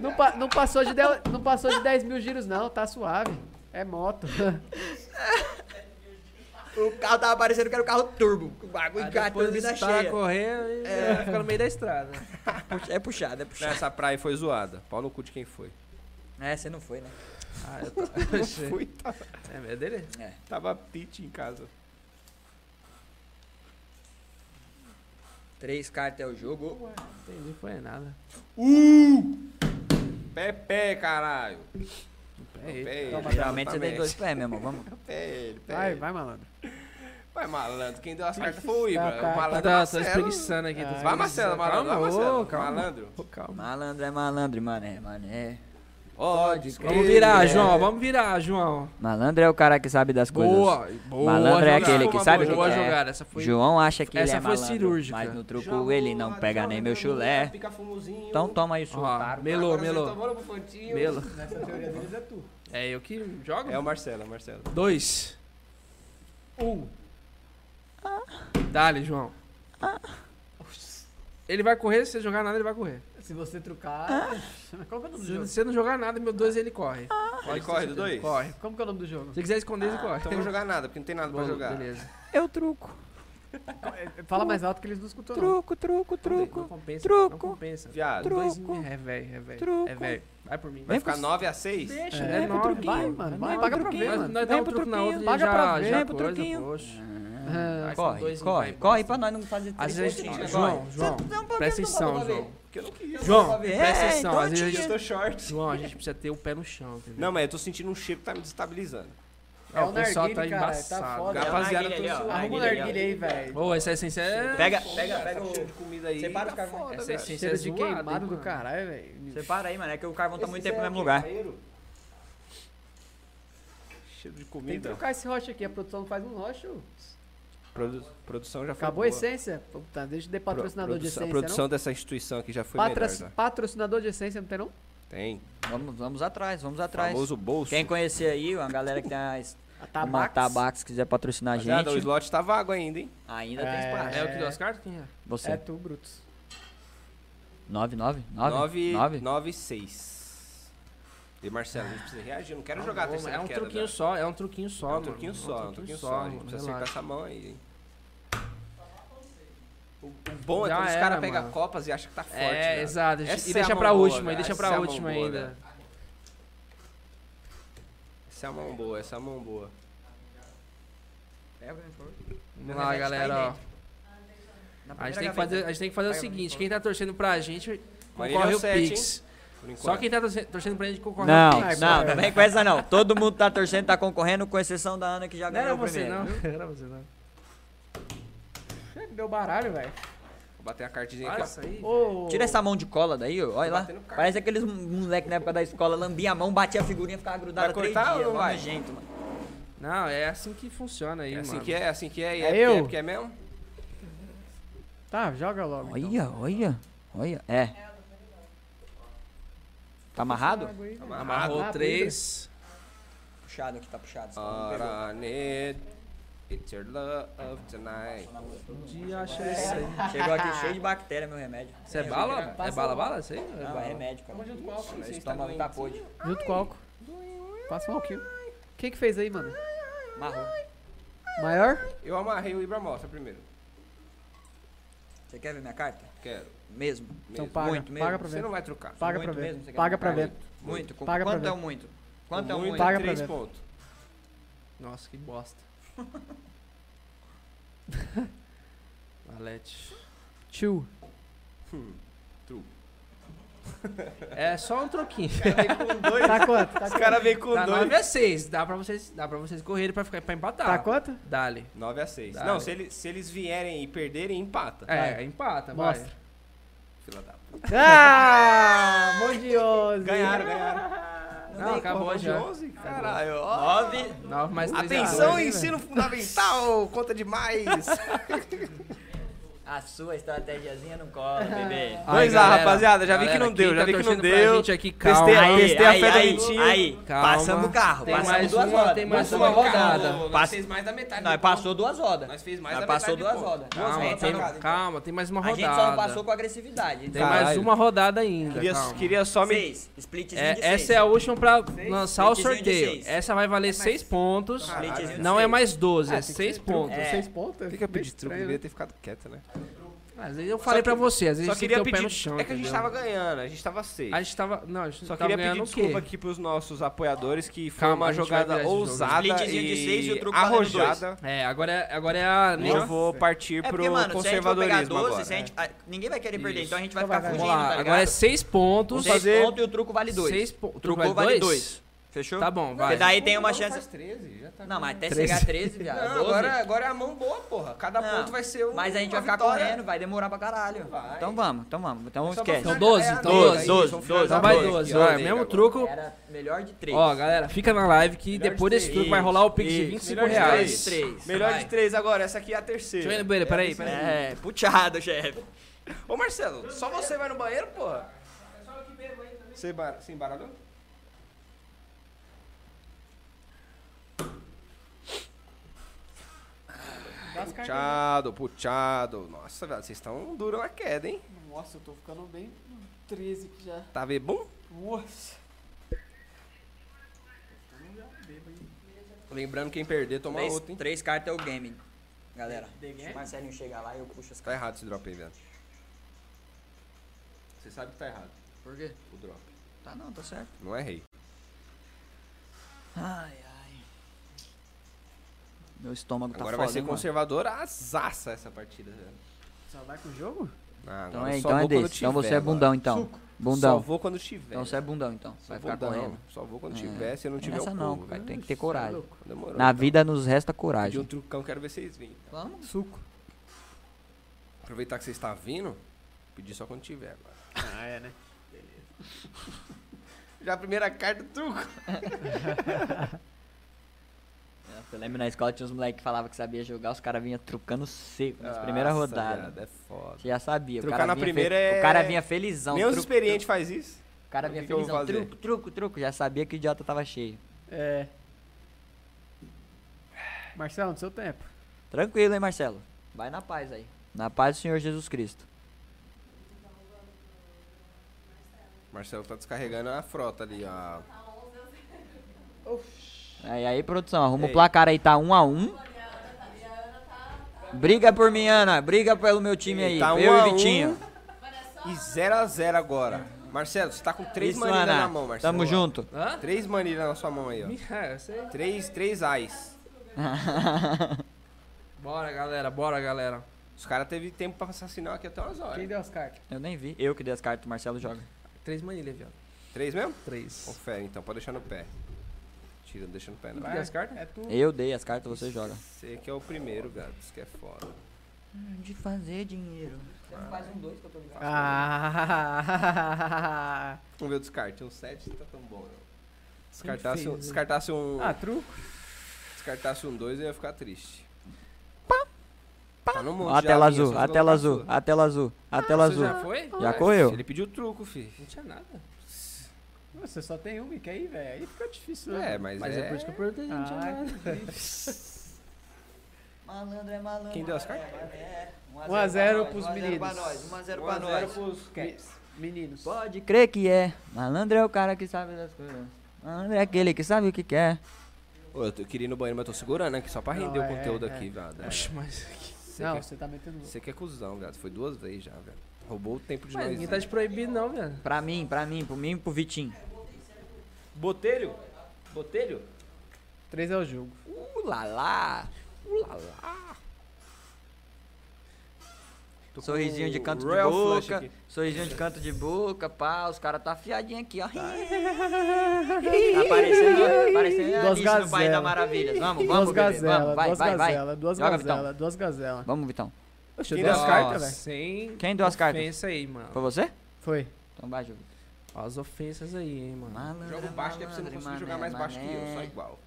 [SPEAKER 2] Não,
[SPEAKER 3] né?
[SPEAKER 2] pa- não passou de 10, não passou de 10 mil giros, não. Tá suave. É moto.
[SPEAKER 3] O carro tava parecendo que era o carro turbo. O bagulho
[SPEAKER 12] Aí
[SPEAKER 3] com a
[SPEAKER 12] depois
[SPEAKER 3] turbina
[SPEAKER 12] para
[SPEAKER 3] cheia. É.
[SPEAKER 12] correr e fica no meio da estrada.
[SPEAKER 3] Puxa- É puxado, é
[SPEAKER 5] Não,
[SPEAKER 3] puxado.
[SPEAKER 5] Essa praia foi zoada. Pau no cu de quem foi.
[SPEAKER 3] É, você não foi, né?
[SPEAKER 12] Ah, eu tava.
[SPEAKER 5] Fui, tava,
[SPEAKER 12] É, é dele?
[SPEAKER 5] tava pit em casa.
[SPEAKER 3] Três cartas é o jogo.
[SPEAKER 12] Entendi, foi nada.
[SPEAKER 5] Pé, pé, caralho.
[SPEAKER 12] É isso.
[SPEAKER 5] Pé,
[SPEAKER 3] Toma, Geralmente você tem
[SPEAKER 5] exatamente.
[SPEAKER 3] dois pés, meu irmão. Vamos.
[SPEAKER 5] Pé ele, pé
[SPEAKER 3] É.
[SPEAKER 2] Vai,
[SPEAKER 5] ele.
[SPEAKER 2] vai, malandro.
[SPEAKER 5] Vai, malandro. Quem deu as cartas foi o Ibra.
[SPEAKER 2] Tá, tá,
[SPEAKER 5] O malandro é
[SPEAKER 12] Tá, tô
[SPEAKER 5] Marcelo.
[SPEAKER 12] espreguiçando aqui. tô
[SPEAKER 2] Vai,
[SPEAKER 5] Vai, Marcelo,
[SPEAKER 12] espreguiçando.
[SPEAKER 5] malandro. Vai,
[SPEAKER 12] Calma,
[SPEAKER 5] Marcelo.
[SPEAKER 12] ô, calma.
[SPEAKER 5] Malandro.
[SPEAKER 12] Ô, calma.
[SPEAKER 3] Malandro é malandro, mané, mané.
[SPEAKER 5] Pode
[SPEAKER 12] Vamos virar, João. Vamos virar, João.
[SPEAKER 3] Malandro é o cara que sabe das coisas.
[SPEAKER 12] Boa. boa
[SPEAKER 3] Malandro é
[SPEAKER 12] jogada.
[SPEAKER 3] aquele que sabe o que
[SPEAKER 12] Boa
[SPEAKER 3] quer.
[SPEAKER 12] jogada. Essa foi
[SPEAKER 3] João acha que
[SPEAKER 12] Essa
[SPEAKER 3] ele é
[SPEAKER 12] foi
[SPEAKER 3] malandro,
[SPEAKER 12] cirúrgica.
[SPEAKER 3] mas no truco ele não pega nem meu chulé. Então toma isso.
[SPEAKER 12] Ó, melou, melou.
[SPEAKER 5] Tomou no bufantinho.
[SPEAKER 12] Melo.
[SPEAKER 2] Nessa teoria deles é tu.
[SPEAKER 12] É, É eu que jogo?
[SPEAKER 5] É o Marcelo, é o Marcelo.
[SPEAKER 12] Dois.
[SPEAKER 3] é
[SPEAKER 12] Um. Dale, João.
[SPEAKER 3] Ah.
[SPEAKER 12] Ele vai correr, se você jogar nada, ele vai correr.
[SPEAKER 2] Se você trucar. Qual que é o nome do
[SPEAKER 12] Se
[SPEAKER 2] jogo?
[SPEAKER 12] você não jogar nada, meu dois, Ah, ele corre.
[SPEAKER 3] Ah.
[SPEAKER 5] Ele corre do dois?
[SPEAKER 12] Corre.
[SPEAKER 2] Como que é o nome do jogo?
[SPEAKER 12] Se quiser esconder, ele corre.
[SPEAKER 5] Então não vou jogar nada, porque não tem nada pra
[SPEAKER 12] Bom,
[SPEAKER 5] jogar.
[SPEAKER 12] Beleza.
[SPEAKER 3] Eu truco.
[SPEAKER 2] Fala mais alto que eles não escutam. não.
[SPEAKER 3] Truco, truco,
[SPEAKER 12] Não
[SPEAKER 3] truco.
[SPEAKER 12] compensa. Não
[SPEAKER 3] Truco.
[SPEAKER 12] compensa.
[SPEAKER 5] Viado.
[SPEAKER 12] Dois
[SPEAKER 3] Truco.
[SPEAKER 12] É velho, é velho.
[SPEAKER 3] Truco.
[SPEAKER 12] É velho. Vai por mim.
[SPEAKER 5] Vai
[SPEAKER 3] Vem
[SPEAKER 5] ficar
[SPEAKER 3] pro-
[SPEAKER 5] 9 a 6?
[SPEAKER 12] Deixa,
[SPEAKER 2] É,
[SPEAKER 12] é
[SPEAKER 2] pro
[SPEAKER 12] nove.
[SPEAKER 2] truquinho, vai, mano, vai,
[SPEAKER 12] nove,
[SPEAKER 2] paga pra
[SPEAKER 12] truquinho.
[SPEAKER 2] ver,
[SPEAKER 12] Nós-
[SPEAKER 2] mano.
[SPEAKER 12] Nós dá
[SPEAKER 3] Vem
[SPEAKER 12] um
[SPEAKER 3] pro
[SPEAKER 12] truco na
[SPEAKER 3] truquinho,
[SPEAKER 12] outra e
[SPEAKER 3] paga
[SPEAKER 12] já,
[SPEAKER 3] pra ver,
[SPEAKER 12] já
[SPEAKER 3] pro
[SPEAKER 12] coisa,
[SPEAKER 3] truquinho.
[SPEAKER 12] poxa.
[SPEAKER 2] Ah,
[SPEAKER 12] Vai, são
[SPEAKER 3] Corre,
[SPEAKER 12] dois, não
[SPEAKER 3] corre,
[SPEAKER 12] vai.
[SPEAKER 3] corre pra nós não fazer
[SPEAKER 12] Às
[SPEAKER 3] três
[SPEAKER 12] vezes a
[SPEAKER 3] pontinhos.
[SPEAKER 12] gente... João, João, presta atenção, João. João,
[SPEAKER 3] ver.
[SPEAKER 12] presta
[SPEAKER 3] É,
[SPEAKER 12] atenção.
[SPEAKER 3] então
[SPEAKER 12] Às vezes a
[SPEAKER 3] tinha.
[SPEAKER 12] gente...
[SPEAKER 5] Tô short.
[SPEAKER 12] João, a gente precisa ter o pé no chão, entendeu?
[SPEAKER 5] Não, mas eu tô sentindo um cheiro que tá me desestabilizando.
[SPEAKER 12] É, o pessoal
[SPEAKER 2] narguile,
[SPEAKER 12] tá
[SPEAKER 2] cara,
[SPEAKER 12] embaçado.
[SPEAKER 2] tá foda.
[SPEAKER 12] Rapaziada,
[SPEAKER 3] Narguile ali, ó.
[SPEAKER 12] tudo
[SPEAKER 2] Arruma um
[SPEAKER 3] Narguilha
[SPEAKER 2] narguilha aí, velho.
[SPEAKER 12] Ô, essa essência é...
[SPEAKER 3] Pega, pega, pega o.
[SPEAKER 5] Cheiro de comida aí.
[SPEAKER 3] Separa os
[SPEAKER 5] tá
[SPEAKER 3] carvão.
[SPEAKER 5] foda,
[SPEAKER 12] Essa
[SPEAKER 5] velho.
[SPEAKER 12] essência é
[SPEAKER 2] Cheiro de
[SPEAKER 12] zoada, hein,
[SPEAKER 2] queimado do
[SPEAKER 12] mano.
[SPEAKER 2] caralho, velho.
[SPEAKER 3] Separa aí, mano. É que o carvão tá muito tempo no mesmo lugar.
[SPEAKER 5] Cheiro de
[SPEAKER 2] Tem que
[SPEAKER 5] comida.
[SPEAKER 2] trocar esse rocha aqui. A produção não faz um rocha. ô.
[SPEAKER 5] Produ- produção já foi
[SPEAKER 2] Acabou a
[SPEAKER 5] boa.
[SPEAKER 2] essência? Puta, deixa de ter
[SPEAKER 5] Pro-
[SPEAKER 2] patrocinador de
[SPEAKER 5] produção-
[SPEAKER 2] essência,
[SPEAKER 5] A produção dessa instituição aqui já foi
[SPEAKER 2] não? Patras-
[SPEAKER 5] melhor, já.
[SPEAKER 2] Patrocinador de essência, não tem não?
[SPEAKER 5] Tem.
[SPEAKER 3] Vamos, vamos atrás, vamos atrás.
[SPEAKER 5] Famoso bolso.
[SPEAKER 3] Quem conhecer aí, uma galera que tem uma, es-
[SPEAKER 2] A
[SPEAKER 3] uma
[SPEAKER 2] tabax.
[SPEAKER 3] tabax quiser patrocinar a
[SPEAKER 5] Rapaziada, o
[SPEAKER 3] gente,
[SPEAKER 5] slot tá vago ainda, hein?
[SPEAKER 3] ainda
[SPEAKER 2] É.
[SPEAKER 3] tem espaço.
[SPEAKER 12] É o que deu as cartas? Quem é?
[SPEAKER 2] É
[SPEAKER 3] Você.
[SPEAKER 2] tu, Brutus.
[SPEAKER 3] 9, 9? 9?
[SPEAKER 5] 9
[SPEAKER 3] 9?
[SPEAKER 5] 9 6. E Marcelo, a gente precisa reagir. Eu não quero jogar a
[SPEAKER 12] Não,
[SPEAKER 5] terceira
[SPEAKER 12] É um
[SPEAKER 5] queda,
[SPEAKER 12] truquinho
[SPEAKER 5] velho.
[SPEAKER 12] só, é um truquinho só,
[SPEAKER 5] É um
[SPEAKER 12] mano.
[SPEAKER 5] truquinho só, é um truquinho só. A gente precisa acertar
[SPEAKER 12] relaxa.
[SPEAKER 5] essa mão aí. hein? O, o bom é
[SPEAKER 12] Já
[SPEAKER 5] quando os
[SPEAKER 12] era,
[SPEAKER 5] caras pegam
[SPEAKER 12] mano.
[SPEAKER 5] copas e acham que tá forte.
[SPEAKER 12] É,
[SPEAKER 5] né?
[SPEAKER 12] exato.
[SPEAKER 5] Essa
[SPEAKER 12] E
[SPEAKER 5] é
[SPEAKER 12] deixa
[SPEAKER 5] a
[SPEAKER 12] pra
[SPEAKER 5] mão boa,
[SPEAKER 12] última, e
[SPEAKER 5] velho.
[SPEAKER 12] deixa
[SPEAKER 5] Essa
[SPEAKER 12] pra
[SPEAKER 5] é a mão
[SPEAKER 12] última
[SPEAKER 5] boa,
[SPEAKER 12] ainda.
[SPEAKER 5] velho. Essa é a mão boa, essa é a mão boa.
[SPEAKER 12] Vamos lá, galera, ó. A gente tem que fazer, a gente tem que fazer o
[SPEAKER 3] Pega,
[SPEAKER 12] seguinte, quem tá torcendo pra gente,
[SPEAKER 5] Marília
[SPEAKER 12] concorre
[SPEAKER 5] é o
[SPEAKER 12] o
[SPEAKER 5] sete,
[SPEAKER 12] Pix.
[SPEAKER 5] Por enquanto.
[SPEAKER 12] Só quem tá torce- torcendo pra gente concorre ao
[SPEAKER 3] Não,
[SPEAKER 12] Pix.
[SPEAKER 3] não, não vem com essa não. Todo mundo tá torcendo, tá concorrendo, com exceção da Ana que já
[SPEAKER 12] Não era
[SPEAKER 3] ganhou o
[SPEAKER 12] você,
[SPEAKER 3] primeiro.
[SPEAKER 12] não. Não era você, não.
[SPEAKER 2] Deu baralho, velho.
[SPEAKER 5] Vou bater a cartinha
[SPEAKER 12] Olha
[SPEAKER 5] aqui.
[SPEAKER 12] isso aí.
[SPEAKER 2] Ô,
[SPEAKER 3] Tira essa mão de cola daí, ó, olha lá.
[SPEAKER 5] batendo carta.
[SPEAKER 3] Parece aqueles moleque na época da escola, lambia a mão, batia a figurinha, ficava grudada
[SPEAKER 5] Vai
[SPEAKER 3] três
[SPEAKER 5] cortar
[SPEAKER 3] dias.
[SPEAKER 5] ou
[SPEAKER 3] mó
[SPEAKER 5] não vai?
[SPEAKER 3] nojento, mano.
[SPEAKER 12] Não, é assim que funciona aí,
[SPEAKER 5] É assim
[SPEAKER 12] mano.
[SPEAKER 5] que é, é assim que é. e
[SPEAKER 2] É
[SPEAKER 5] é, porque
[SPEAKER 2] eu?
[SPEAKER 5] é porque é mesmo?
[SPEAKER 2] Tá, joga logo.
[SPEAKER 3] Olha, olha, olha. É. Tá amarrado?
[SPEAKER 12] Amarrou
[SPEAKER 2] Ah,
[SPEAKER 12] três.
[SPEAKER 3] Puxado aqui, tá puxado. só não pegou.
[SPEAKER 5] Ora, need It's your love tonight.
[SPEAKER 12] De achar isso aí.
[SPEAKER 3] Chegou aqui cheio de bactéria, meu remédio.
[SPEAKER 12] Isso é bala? É bala, bala? Isso aí? É
[SPEAKER 3] Não,
[SPEAKER 12] bala.
[SPEAKER 3] é remédio, cara. Esse estômago tá podre.
[SPEAKER 2] Junto com o álcool. Passa um alquinho. Quem que fez aí, mano?
[SPEAKER 3] Marrom.
[SPEAKER 2] Maior?
[SPEAKER 5] Eu amarrei o Ibra Mostra primeiro.
[SPEAKER 3] Você quer ver minha carta?
[SPEAKER 5] Quero.
[SPEAKER 3] Mesmo.
[SPEAKER 2] Então
[SPEAKER 5] Mesmo.
[SPEAKER 2] paga.
[SPEAKER 3] Muito mesmo.
[SPEAKER 2] paga pra
[SPEAKER 5] Você
[SPEAKER 2] ver.
[SPEAKER 5] não vai trocar.
[SPEAKER 2] Paga
[SPEAKER 3] muito
[SPEAKER 2] pra ver.
[SPEAKER 3] mesmo, você quer
[SPEAKER 2] Paga
[SPEAKER 3] me
[SPEAKER 2] pra
[SPEAKER 3] pagar?
[SPEAKER 2] ver.
[SPEAKER 3] Muito. Com-
[SPEAKER 2] Paga pra
[SPEAKER 3] Quanto
[SPEAKER 2] ver.
[SPEAKER 3] é o muito? Quanto é o
[SPEAKER 1] um
[SPEAKER 5] muito,
[SPEAKER 3] muito?
[SPEAKER 2] Paga pra
[SPEAKER 5] três
[SPEAKER 2] ver.
[SPEAKER 5] pontos.
[SPEAKER 12] Nossa, que bosta. Valete.
[SPEAKER 2] Tio.
[SPEAKER 5] Hum.
[SPEAKER 12] É só um troquinho.
[SPEAKER 2] Tá quanto? Tá
[SPEAKER 5] Os
[SPEAKER 2] quanto?
[SPEAKER 5] caras vêm com
[SPEAKER 12] Tá
[SPEAKER 5] dois.
[SPEAKER 12] 9 a 6. Dá pra vocês, dá pra vocês correrem pra, ficar, pra empatar.
[SPEAKER 2] Tá quanto?
[SPEAKER 12] Dale.
[SPEAKER 5] 9 a 6.
[SPEAKER 12] Dá,
[SPEAKER 5] Não,
[SPEAKER 12] né?
[SPEAKER 5] se, ele- se eles vierem e perderem, empata.
[SPEAKER 12] É, empata, vai.
[SPEAKER 2] Mostra.
[SPEAKER 5] Fila da puta.
[SPEAKER 2] Ah! Mondioso!
[SPEAKER 5] Ganharam, né? ganharam.
[SPEAKER 12] Não, acabou já.
[SPEAKER 5] 11? Caralho, ó.
[SPEAKER 3] Nove.
[SPEAKER 12] 9 mais 3
[SPEAKER 5] Atenção, ensino fundamental, conta demais.
[SPEAKER 3] A sua estratégiazinha não cola, bebê.
[SPEAKER 5] Pois é, rapaziada, já vi que não deu, já vi que não deu.
[SPEAKER 12] Gente aqui, calma.
[SPEAKER 5] Testei,
[SPEAKER 3] Aí,
[SPEAKER 5] testei
[SPEAKER 3] aí,
[SPEAKER 5] a fé da
[SPEAKER 3] aí,
[SPEAKER 5] mentira.
[SPEAKER 3] aí.
[SPEAKER 12] Calma.
[SPEAKER 3] Passamos o carro.
[SPEAKER 12] Tem
[SPEAKER 3] passamos
[SPEAKER 12] mais
[SPEAKER 3] duas
[SPEAKER 12] uma,
[SPEAKER 3] rodadas.
[SPEAKER 12] tem mais
[SPEAKER 3] passamos
[SPEAKER 12] uma
[SPEAKER 3] rodada.
[SPEAKER 12] rodada.
[SPEAKER 3] Passa-
[SPEAKER 5] mais da metade.
[SPEAKER 3] Nós é, passou duas rodas.
[SPEAKER 5] Nós fez mais
[SPEAKER 3] Nós
[SPEAKER 5] da
[SPEAKER 3] passou
[SPEAKER 5] metade do
[SPEAKER 3] duas
[SPEAKER 5] ponto.
[SPEAKER 3] rodas. Duas
[SPEAKER 12] Calma,
[SPEAKER 3] rodas,
[SPEAKER 12] tem,
[SPEAKER 3] tá ligado?
[SPEAKER 12] calma, tem mais uma
[SPEAKER 3] A
[SPEAKER 12] rodada.
[SPEAKER 3] gente só não passou com agressividade.
[SPEAKER 12] Tem
[SPEAKER 3] Então,
[SPEAKER 12] mais
[SPEAKER 5] Caralho.
[SPEAKER 12] uma rodada ainda.
[SPEAKER 5] Queria,
[SPEAKER 12] calma.
[SPEAKER 5] queria só me.
[SPEAKER 3] seis. Splitzinho de
[SPEAKER 12] É,
[SPEAKER 3] seis.
[SPEAKER 12] essa é a última pra lançar o
[SPEAKER 3] Splitzinho de
[SPEAKER 12] sorteio.
[SPEAKER 3] seis.
[SPEAKER 12] Essa vai valer 6 pontos.
[SPEAKER 3] Splitzinho de
[SPEAKER 12] Não é
[SPEAKER 3] seis.
[SPEAKER 12] mais 12,
[SPEAKER 2] Ah,
[SPEAKER 12] é 6 pontos.
[SPEAKER 3] É.
[SPEAKER 2] Seis pontas?
[SPEAKER 5] Fica
[SPEAKER 2] Meio
[SPEAKER 5] pedir truco,
[SPEAKER 2] estranho,
[SPEAKER 5] deveria ter ficado quieto, né?
[SPEAKER 12] Às vezes eu falei pra você, às vezes
[SPEAKER 5] Só
[SPEAKER 12] você tem
[SPEAKER 5] queria
[SPEAKER 12] o pé
[SPEAKER 5] pedir.
[SPEAKER 12] no chão.
[SPEAKER 5] é que a gente
[SPEAKER 12] entendeu?
[SPEAKER 5] tava ganhando, a gente tava seis.
[SPEAKER 12] A gente tava. Não, a gente
[SPEAKER 5] Só
[SPEAKER 12] tava
[SPEAKER 5] queria pedir
[SPEAKER 12] ganhando o quê?
[SPEAKER 5] desculpa aqui pros nossos apoiadores que foi
[SPEAKER 12] Calma, a
[SPEAKER 5] uma
[SPEAKER 12] gente vai virar
[SPEAKER 5] jogada
[SPEAKER 12] esse jogo.
[SPEAKER 5] ousada
[SPEAKER 3] Splitzinho de seis e o
[SPEAKER 5] e
[SPEAKER 3] truco valendo dois. Tá
[SPEAKER 5] arrojada.
[SPEAKER 12] É, agora é, agora é a.
[SPEAKER 5] E Eu vou partir
[SPEAKER 3] É
[SPEAKER 5] pro
[SPEAKER 3] porque, mano, se a gente for pegar
[SPEAKER 5] conservadorismo
[SPEAKER 3] 12,
[SPEAKER 5] agora.
[SPEAKER 3] se a gente- ah, ninguém vai querer perder,
[SPEAKER 12] Isso.
[SPEAKER 3] então a gente vai
[SPEAKER 2] Então
[SPEAKER 3] ficar
[SPEAKER 2] vai, vai.
[SPEAKER 3] fugindo,
[SPEAKER 12] Vamos
[SPEAKER 3] tá
[SPEAKER 12] lá,
[SPEAKER 3] ligado?
[SPEAKER 12] agora é 6 pontos.
[SPEAKER 3] Seis
[SPEAKER 5] fazer-
[SPEAKER 3] pontos e o truco vale 2.
[SPEAKER 12] Seis pontos.
[SPEAKER 3] Truco vale 2.
[SPEAKER 12] dois?
[SPEAKER 3] Fechou?
[SPEAKER 12] Tá bom,
[SPEAKER 3] Porque
[SPEAKER 12] vai.
[SPEAKER 3] daí tem uma chance...
[SPEAKER 5] 13, já tá.
[SPEAKER 3] Não, mas até
[SPEAKER 12] Treze.
[SPEAKER 3] chegar a 13, viado.
[SPEAKER 5] Não,
[SPEAKER 3] 12.
[SPEAKER 5] agora, agora é a mão boa, porra. Cada
[SPEAKER 3] Não,
[SPEAKER 5] ponto vai ser um.
[SPEAKER 3] Mas a gente vai
[SPEAKER 5] uma
[SPEAKER 3] ficar
[SPEAKER 5] vitória.
[SPEAKER 3] correndo, vai demorar pra caralho.
[SPEAKER 5] Vai.
[SPEAKER 3] Então vamos, então vamos. Então
[SPEAKER 5] Só pra
[SPEAKER 3] esquece.
[SPEAKER 12] Então
[SPEAKER 5] finalizar,
[SPEAKER 12] 12,
[SPEAKER 5] é a
[SPEAKER 12] então
[SPEAKER 5] liga,
[SPEAKER 12] 12,
[SPEAKER 5] isso, vamos
[SPEAKER 3] 12,
[SPEAKER 12] Então
[SPEAKER 5] finalizar
[SPEAKER 12] vai
[SPEAKER 5] a liga
[SPEAKER 12] 12.
[SPEAKER 5] aqui, ó, a
[SPEAKER 12] ó, é
[SPEAKER 5] liga
[SPEAKER 12] mesmo
[SPEAKER 5] agora.
[SPEAKER 12] truco.
[SPEAKER 3] Era melhor de 3.
[SPEAKER 12] Ó, galera, fica na live que
[SPEAKER 5] Melhor de
[SPEAKER 12] depois desse
[SPEAKER 5] três.
[SPEAKER 12] truco vai rolar o Pix de
[SPEAKER 3] Isso,
[SPEAKER 12] 25
[SPEAKER 5] melhor de
[SPEAKER 12] reais.
[SPEAKER 5] três.
[SPEAKER 3] Melhor de 3.
[SPEAKER 5] Melhor de três agora, essa aqui é a terceira.
[SPEAKER 12] Deixa eu ir no banheiro, peraí,
[SPEAKER 5] Essa
[SPEAKER 12] peraí.
[SPEAKER 3] É, puteado, chefe.
[SPEAKER 5] Ô Marcelo, só você vai no banheiro, porra? Você embar- se embaralhou? Puxado, puxado. Nossa, velho, vocês estão duro na queda, hein?
[SPEAKER 23] Nossa, eu tô ficando bem 13 aqui já.
[SPEAKER 5] Tá vendo bom?
[SPEAKER 23] Nossa.
[SPEAKER 5] Lembrando, quem perder, toma
[SPEAKER 3] Três,
[SPEAKER 5] outro, hein?
[SPEAKER 3] três cartas é o game, galera.
[SPEAKER 2] The
[SPEAKER 3] Se o
[SPEAKER 2] game?
[SPEAKER 3] Marcelinho chegar lá, eu puxo as
[SPEAKER 5] Tá
[SPEAKER 3] cartas.
[SPEAKER 5] errado esse drop aí, velho. Você sabe que tá errado,
[SPEAKER 3] Por quê?
[SPEAKER 5] o drop.
[SPEAKER 3] Tá não, tá certo.
[SPEAKER 5] Não errei.
[SPEAKER 3] Ai, ai. Meu estômago tá
[SPEAKER 5] Agora
[SPEAKER 3] foda,
[SPEAKER 5] vai ser
[SPEAKER 3] hein, mano?
[SPEAKER 5] conservador azaça essa partida, velho.
[SPEAKER 2] Só vai com o jogo?
[SPEAKER 5] Ah,
[SPEAKER 3] Então
[SPEAKER 5] agora
[SPEAKER 3] é,
[SPEAKER 5] só
[SPEAKER 3] então é
[SPEAKER 5] vou quando
[SPEAKER 3] desse. Então
[SPEAKER 5] tiver,
[SPEAKER 3] você é
[SPEAKER 5] agora.
[SPEAKER 3] bundão, então.
[SPEAKER 5] Só
[SPEAKER 3] Bundão.
[SPEAKER 5] vou quando tiver.
[SPEAKER 3] Então você é bundão, então.
[SPEAKER 5] Só
[SPEAKER 3] Vai
[SPEAKER 5] vou
[SPEAKER 3] ficar
[SPEAKER 5] dar,
[SPEAKER 3] correndo.
[SPEAKER 5] Só vou quando
[SPEAKER 3] É.
[SPEAKER 5] tiver, se não tiver
[SPEAKER 3] Essa
[SPEAKER 5] eu
[SPEAKER 3] não,
[SPEAKER 5] corro,
[SPEAKER 3] cara.
[SPEAKER 5] velho.
[SPEAKER 3] Tem que ter coragem.
[SPEAKER 5] Demorou,
[SPEAKER 3] Na
[SPEAKER 5] então.
[SPEAKER 3] vida nos resta
[SPEAKER 5] De um
[SPEAKER 3] coragem.
[SPEAKER 5] trucão, quero ver vocês virem.
[SPEAKER 3] Vamos?
[SPEAKER 5] Suco. Aproveitar que você está vindo, pedir só quando tiver agora.
[SPEAKER 2] Ah, é, né?
[SPEAKER 5] Já a primeira carta, truco.
[SPEAKER 3] É, Eu lembro na escola tinha uns moleques que falavam que sabia jogar, os caras vinham trucando seco nas primeiras
[SPEAKER 5] Nossa,
[SPEAKER 3] rodadas.
[SPEAKER 5] viado, É foda.
[SPEAKER 3] Você já sabia.
[SPEAKER 5] Trucar
[SPEAKER 3] o cara
[SPEAKER 5] na
[SPEAKER 3] vinha
[SPEAKER 5] primeira
[SPEAKER 3] fe-
[SPEAKER 5] é-
[SPEAKER 3] O cara vinha felizão.
[SPEAKER 5] Nem os
[SPEAKER 3] um truco,
[SPEAKER 5] experientes faz isso.
[SPEAKER 3] truco. O cara
[SPEAKER 5] O
[SPEAKER 3] vinha
[SPEAKER 5] que que eu vou
[SPEAKER 3] felizão.
[SPEAKER 5] fazer?
[SPEAKER 3] Truco, truco, truco. Já sabia que o idiota tava cheio.
[SPEAKER 2] É. Marcelo, no seu tempo.
[SPEAKER 3] Tranquilo, hein, Marcelo? Vai na paz aí. Na paz do Senhor Jesus Cristo.
[SPEAKER 5] Marcelo tá descarregando a frota ali, ó.
[SPEAKER 3] Aí, aí, produção, arruma
[SPEAKER 5] Ei.
[SPEAKER 3] o placar aí, tá um a um. Briga por mim, Ana. Briga pelo meu time aí.
[SPEAKER 5] Tá um
[SPEAKER 3] eu
[SPEAKER 5] a
[SPEAKER 3] e Vitinho.
[SPEAKER 5] um e 0x0 agora. Marcelo, você tá com três
[SPEAKER 3] Isso,
[SPEAKER 5] manilhas
[SPEAKER 3] Ana.
[SPEAKER 5] na mão, Marcelo.
[SPEAKER 3] Tamo
[SPEAKER 5] ó.
[SPEAKER 3] junto.
[SPEAKER 12] Hã?
[SPEAKER 5] Três manilhas na sua mão aí, ó.
[SPEAKER 12] É, eu sei.
[SPEAKER 5] Três, três ais.
[SPEAKER 12] Bora, galera, bora, galera.
[SPEAKER 5] Os caras teve tempo pra assassinar aqui até umas horas.
[SPEAKER 2] Quem deu as cartas?
[SPEAKER 3] eu nem vi. Eu que dei as cartas, o Marcelo joga.
[SPEAKER 12] Três manilhas, viado.
[SPEAKER 5] Três mesmo?
[SPEAKER 12] Três.
[SPEAKER 5] Confere então, pode deixar no pé. Tira, não deixa no pé, não.
[SPEAKER 12] Vai. as cartas?
[SPEAKER 2] É tu.
[SPEAKER 3] Eu dei as cartas, você joga.
[SPEAKER 5] Você que é o primeiro, gato. Isso que é foda.
[SPEAKER 3] De fazer dinheiro.
[SPEAKER 2] Ah,
[SPEAKER 5] Vamos ver o descarte. Um 7 não tá tão bom, não. Descartasse, um, descartasse um.
[SPEAKER 2] ah truco.
[SPEAKER 5] Descartasse um 2 eu ia ficar triste. Tá no mundo
[SPEAKER 3] Ó, a
[SPEAKER 5] já,
[SPEAKER 3] tela
[SPEAKER 5] minha,
[SPEAKER 3] azul,
[SPEAKER 5] só
[SPEAKER 3] a
[SPEAKER 5] jogando
[SPEAKER 3] tela
[SPEAKER 5] pra
[SPEAKER 3] azul,
[SPEAKER 5] sua.
[SPEAKER 3] a tela azul, a tela
[SPEAKER 12] Você
[SPEAKER 3] azul.
[SPEAKER 12] já foi?
[SPEAKER 3] Já
[SPEAKER 5] Mas
[SPEAKER 3] correu.
[SPEAKER 5] Ele pediu truco, fi.
[SPEAKER 12] Não tinha nada.
[SPEAKER 2] Você só tem uma e quer ir, velho. Aí fica difícil, né? Ah.
[SPEAKER 5] É, mas,
[SPEAKER 12] Mas é,
[SPEAKER 5] é...
[SPEAKER 12] por isso que eu perguntei. Não tinha nada.
[SPEAKER 3] Malandro é malandro.
[SPEAKER 5] Quem deu as cartas?
[SPEAKER 2] 1x0
[SPEAKER 3] 1x0
[SPEAKER 2] pros
[SPEAKER 3] pra
[SPEAKER 2] meninos.
[SPEAKER 3] nós, 1x0
[SPEAKER 5] Um a
[SPEAKER 3] pra
[SPEAKER 5] zero
[SPEAKER 3] nós.
[SPEAKER 5] pros Caps.
[SPEAKER 2] Meninos.
[SPEAKER 3] Pode crer que é. Malandro é o cara que sabe das coisas. Malandro é aquele que sabe o que quer.
[SPEAKER 5] Ô, eu, tô- eu queria ir no banheiro, mas eu tô segurando aqui só pra render
[SPEAKER 2] Não,
[SPEAKER 5] o
[SPEAKER 2] é,
[SPEAKER 5] conteúdo
[SPEAKER 2] é.
[SPEAKER 5] aqui, viado.
[SPEAKER 12] Oxe, mas
[SPEAKER 2] Não, você tá metendo louco.
[SPEAKER 5] Você que é cuzão, gato. Foi duas vezes já, velho. Roubou o tempo de
[SPEAKER 12] mas
[SPEAKER 5] nós.
[SPEAKER 12] ninguém tá te proibindo, não, velho.
[SPEAKER 3] Pra mim, pra mim, pro mim e pro Vitinho.
[SPEAKER 5] Botelho? Botelho?
[SPEAKER 2] 3 é o jogo.
[SPEAKER 3] Uh, lá, lá.
[SPEAKER 5] Tô com
[SPEAKER 3] Sorrisinho de
[SPEAKER 5] o
[SPEAKER 3] canto de
[SPEAKER 5] Royal Flush
[SPEAKER 3] boca.
[SPEAKER 5] aqui.
[SPEAKER 3] Sorrisinho de canto de boca, pá. Os caras tá afiadinho aqui, ó.
[SPEAKER 12] Tá.
[SPEAKER 3] Aparecendo, ó, aparecendo
[SPEAKER 2] Duas
[SPEAKER 3] Alice no País
[SPEAKER 2] gazela.
[SPEAKER 3] das Maravilhas. Vamos,
[SPEAKER 2] Duas
[SPEAKER 3] vamos, bebê.
[SPEAKER 2] gazelas,
[SPEAKER 3] Vamos, vai,
[SPEAKER 2] duas
[SPEAKER 3] vai, vai.
[SPEAKER 2] gazelas, duas
[SPEAKER 3] Joga, Vitão.
[SPEAKER 2] gazelas, duas gazelas.
[SPEAKER 3] Vamos, Vitão.
[SPEAKER 2] Oxe, eu
[SPEAKER 5] Quem
[SPEAKER 2] dei
[SPEAKER 5] deu
[SPEAKER 2] as
[SPEAKER 5] as
[SPEAKER 2] cartas, velho.
[SPEAKER 12] Sem
[SPEAKER 3] Quem deu as cartas?
[SPEAKER 12] ofensa aí, mano.
[SPEAKER 3] Foi você?
[SPEAKER 2] Foi.
[SPEAKER 3] Então vai, Júlio.
[SPEAKER 12] Ó, As ofensas aí, hein, mano.
[SPEAKER 5] Jogo baixo que é pra você não conseguir jogar mais baixo que eu, só igual.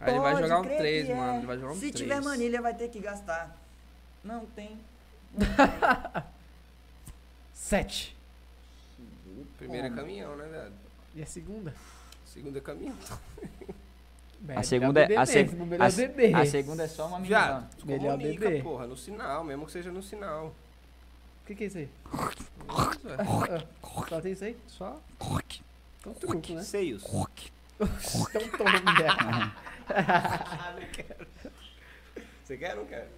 [SPEAKER 12] Aí ele vai
[SPEAKER 3] Pode
[SPEAKER 12] jogar um
[SPEAKER 3] crer que
[SPEAKER 12] 3,
[SPEAKER 3] é.
[SPEAKER 12] mano. Ele vai jogar um 3.
[SPEAKER 3] vai ter que gastar. Não tem.
[SPEAKER 2] 7.
[SPEAKER 5] Primeiro é caminhão, né, velho?
[SPEAKER 2] E a segunda?
[SPEAKER 5] Segundo é caminhão.
[SPEAKER 3] A segunda é. A, seg-
[SPEAKER 2] segunda.
[SPEAKER 3] a,
[SPEAKER 2] A
[SPEAKER 3] se- a
[SPEAKER 2] segunda.
[SPEAKER 3] segunda é só uma
[SPEAKER 5] Viado,
[SPEAKER 3] menina.
[SPEAKER 5] se
[SPEAKER 2] Melhor
[SPEAKER 5] comunica,
[SPEAKER 2] beber.
[SPEAKER 5] porra, no sinal, mesmo que seja no sinal.
[SPEAKER 2] O que que é isso aí? Ah, Só tem isso aí? Só? Então truco, né?
[SPEAKER 5] Seios.
[SPEAKER 2] Então toma, velho.
[SPEAKER 5] Você quer ou não quer?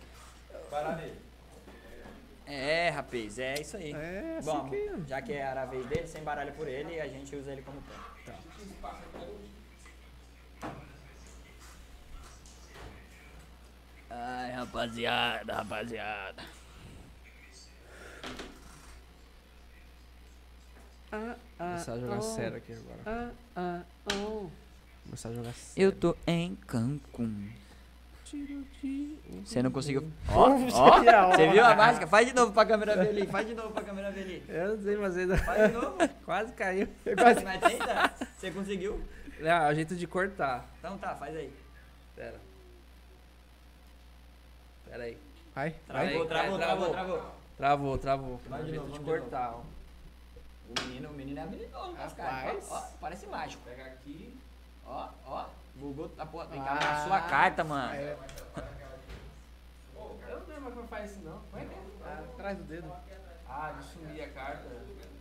[SPEAKER 5] Então
[SPEAKER 3] É, rapaz, é isso aí.
[SPEAKER 2] É, assim
[SPEAKER 3] Vamos.
[SPEAKER 2] que...
[SPEAKER 3] Já que era a vez dele, você embaralha por ele e a gente usa ele como pé.
[SPEAKER 12] Tá.
[SPEAKER 3] Ai, rapaziada, rapaziada.
[SPEAKER 2] Ah, ah,
[SPEAKER 12] Começar a jogar
[SPEAKER 2] oh,
[SPEAKER 12] sério aqui agora.
[SPEAKER 2] Ah, ah, oh.
[SPEAKER 12] Começar a jogar sério.
[SPEAKER 3] Eu tô em Cancún.
[SPEAKER 12] um
[SPEAKER 3] Você não conseguiu. Você viu a mágica? Faz de novo pra câmera ver ali. Faz de novo pra câmera ver ali.
[SPEAKER 12] Eu não sei fazer. não.
[SPEAKER 3] Faz de novo.
[SPEAKER 12] Quase caiu.
[SPEAKER 3] Mas tenta. Você conseguiu?
[SPEAKER 12] Ah, o jeito de cortar.
[SPEAKER 3] Então tá, faz aí.
[SPEAKER 12] Pera. Pera aí.
[SPEAKER 2] Vai, vai.
[SPEAKER 3] Travou,
[SPEAKER 12] Vai, vai,
[SPEAKER 3] travou, é, travou, travou.
[SPEAKER 12] Travou, travou.
[SPEAKER 3] Vai de
[SPEAKER 12] jeito
[SPEAKER 3] novo,
[SPEAKER 12] de
[SPEAKER 3] vamos de
[SPEAKER 12] cortar, ó.
[SPEAKER 3] O menino, o menino é habilidoso, com as
[SPEAKER 12] então.
[SPEAKER 3] caras. Ó, ó, parece mágico. Pega aqui.
[SPEAKER 2] Ah.
[SPEAKER 3] Ó, ó. Bugou a porra. Tem que amarrar a sua carta, mano.
[SPEAKER 12] Eu não lembro como faz isso, não. Como é que é?
[SPEAKER 2] Atrás do dedo.
[SPEAKER 12] Ah, de sumir a carta.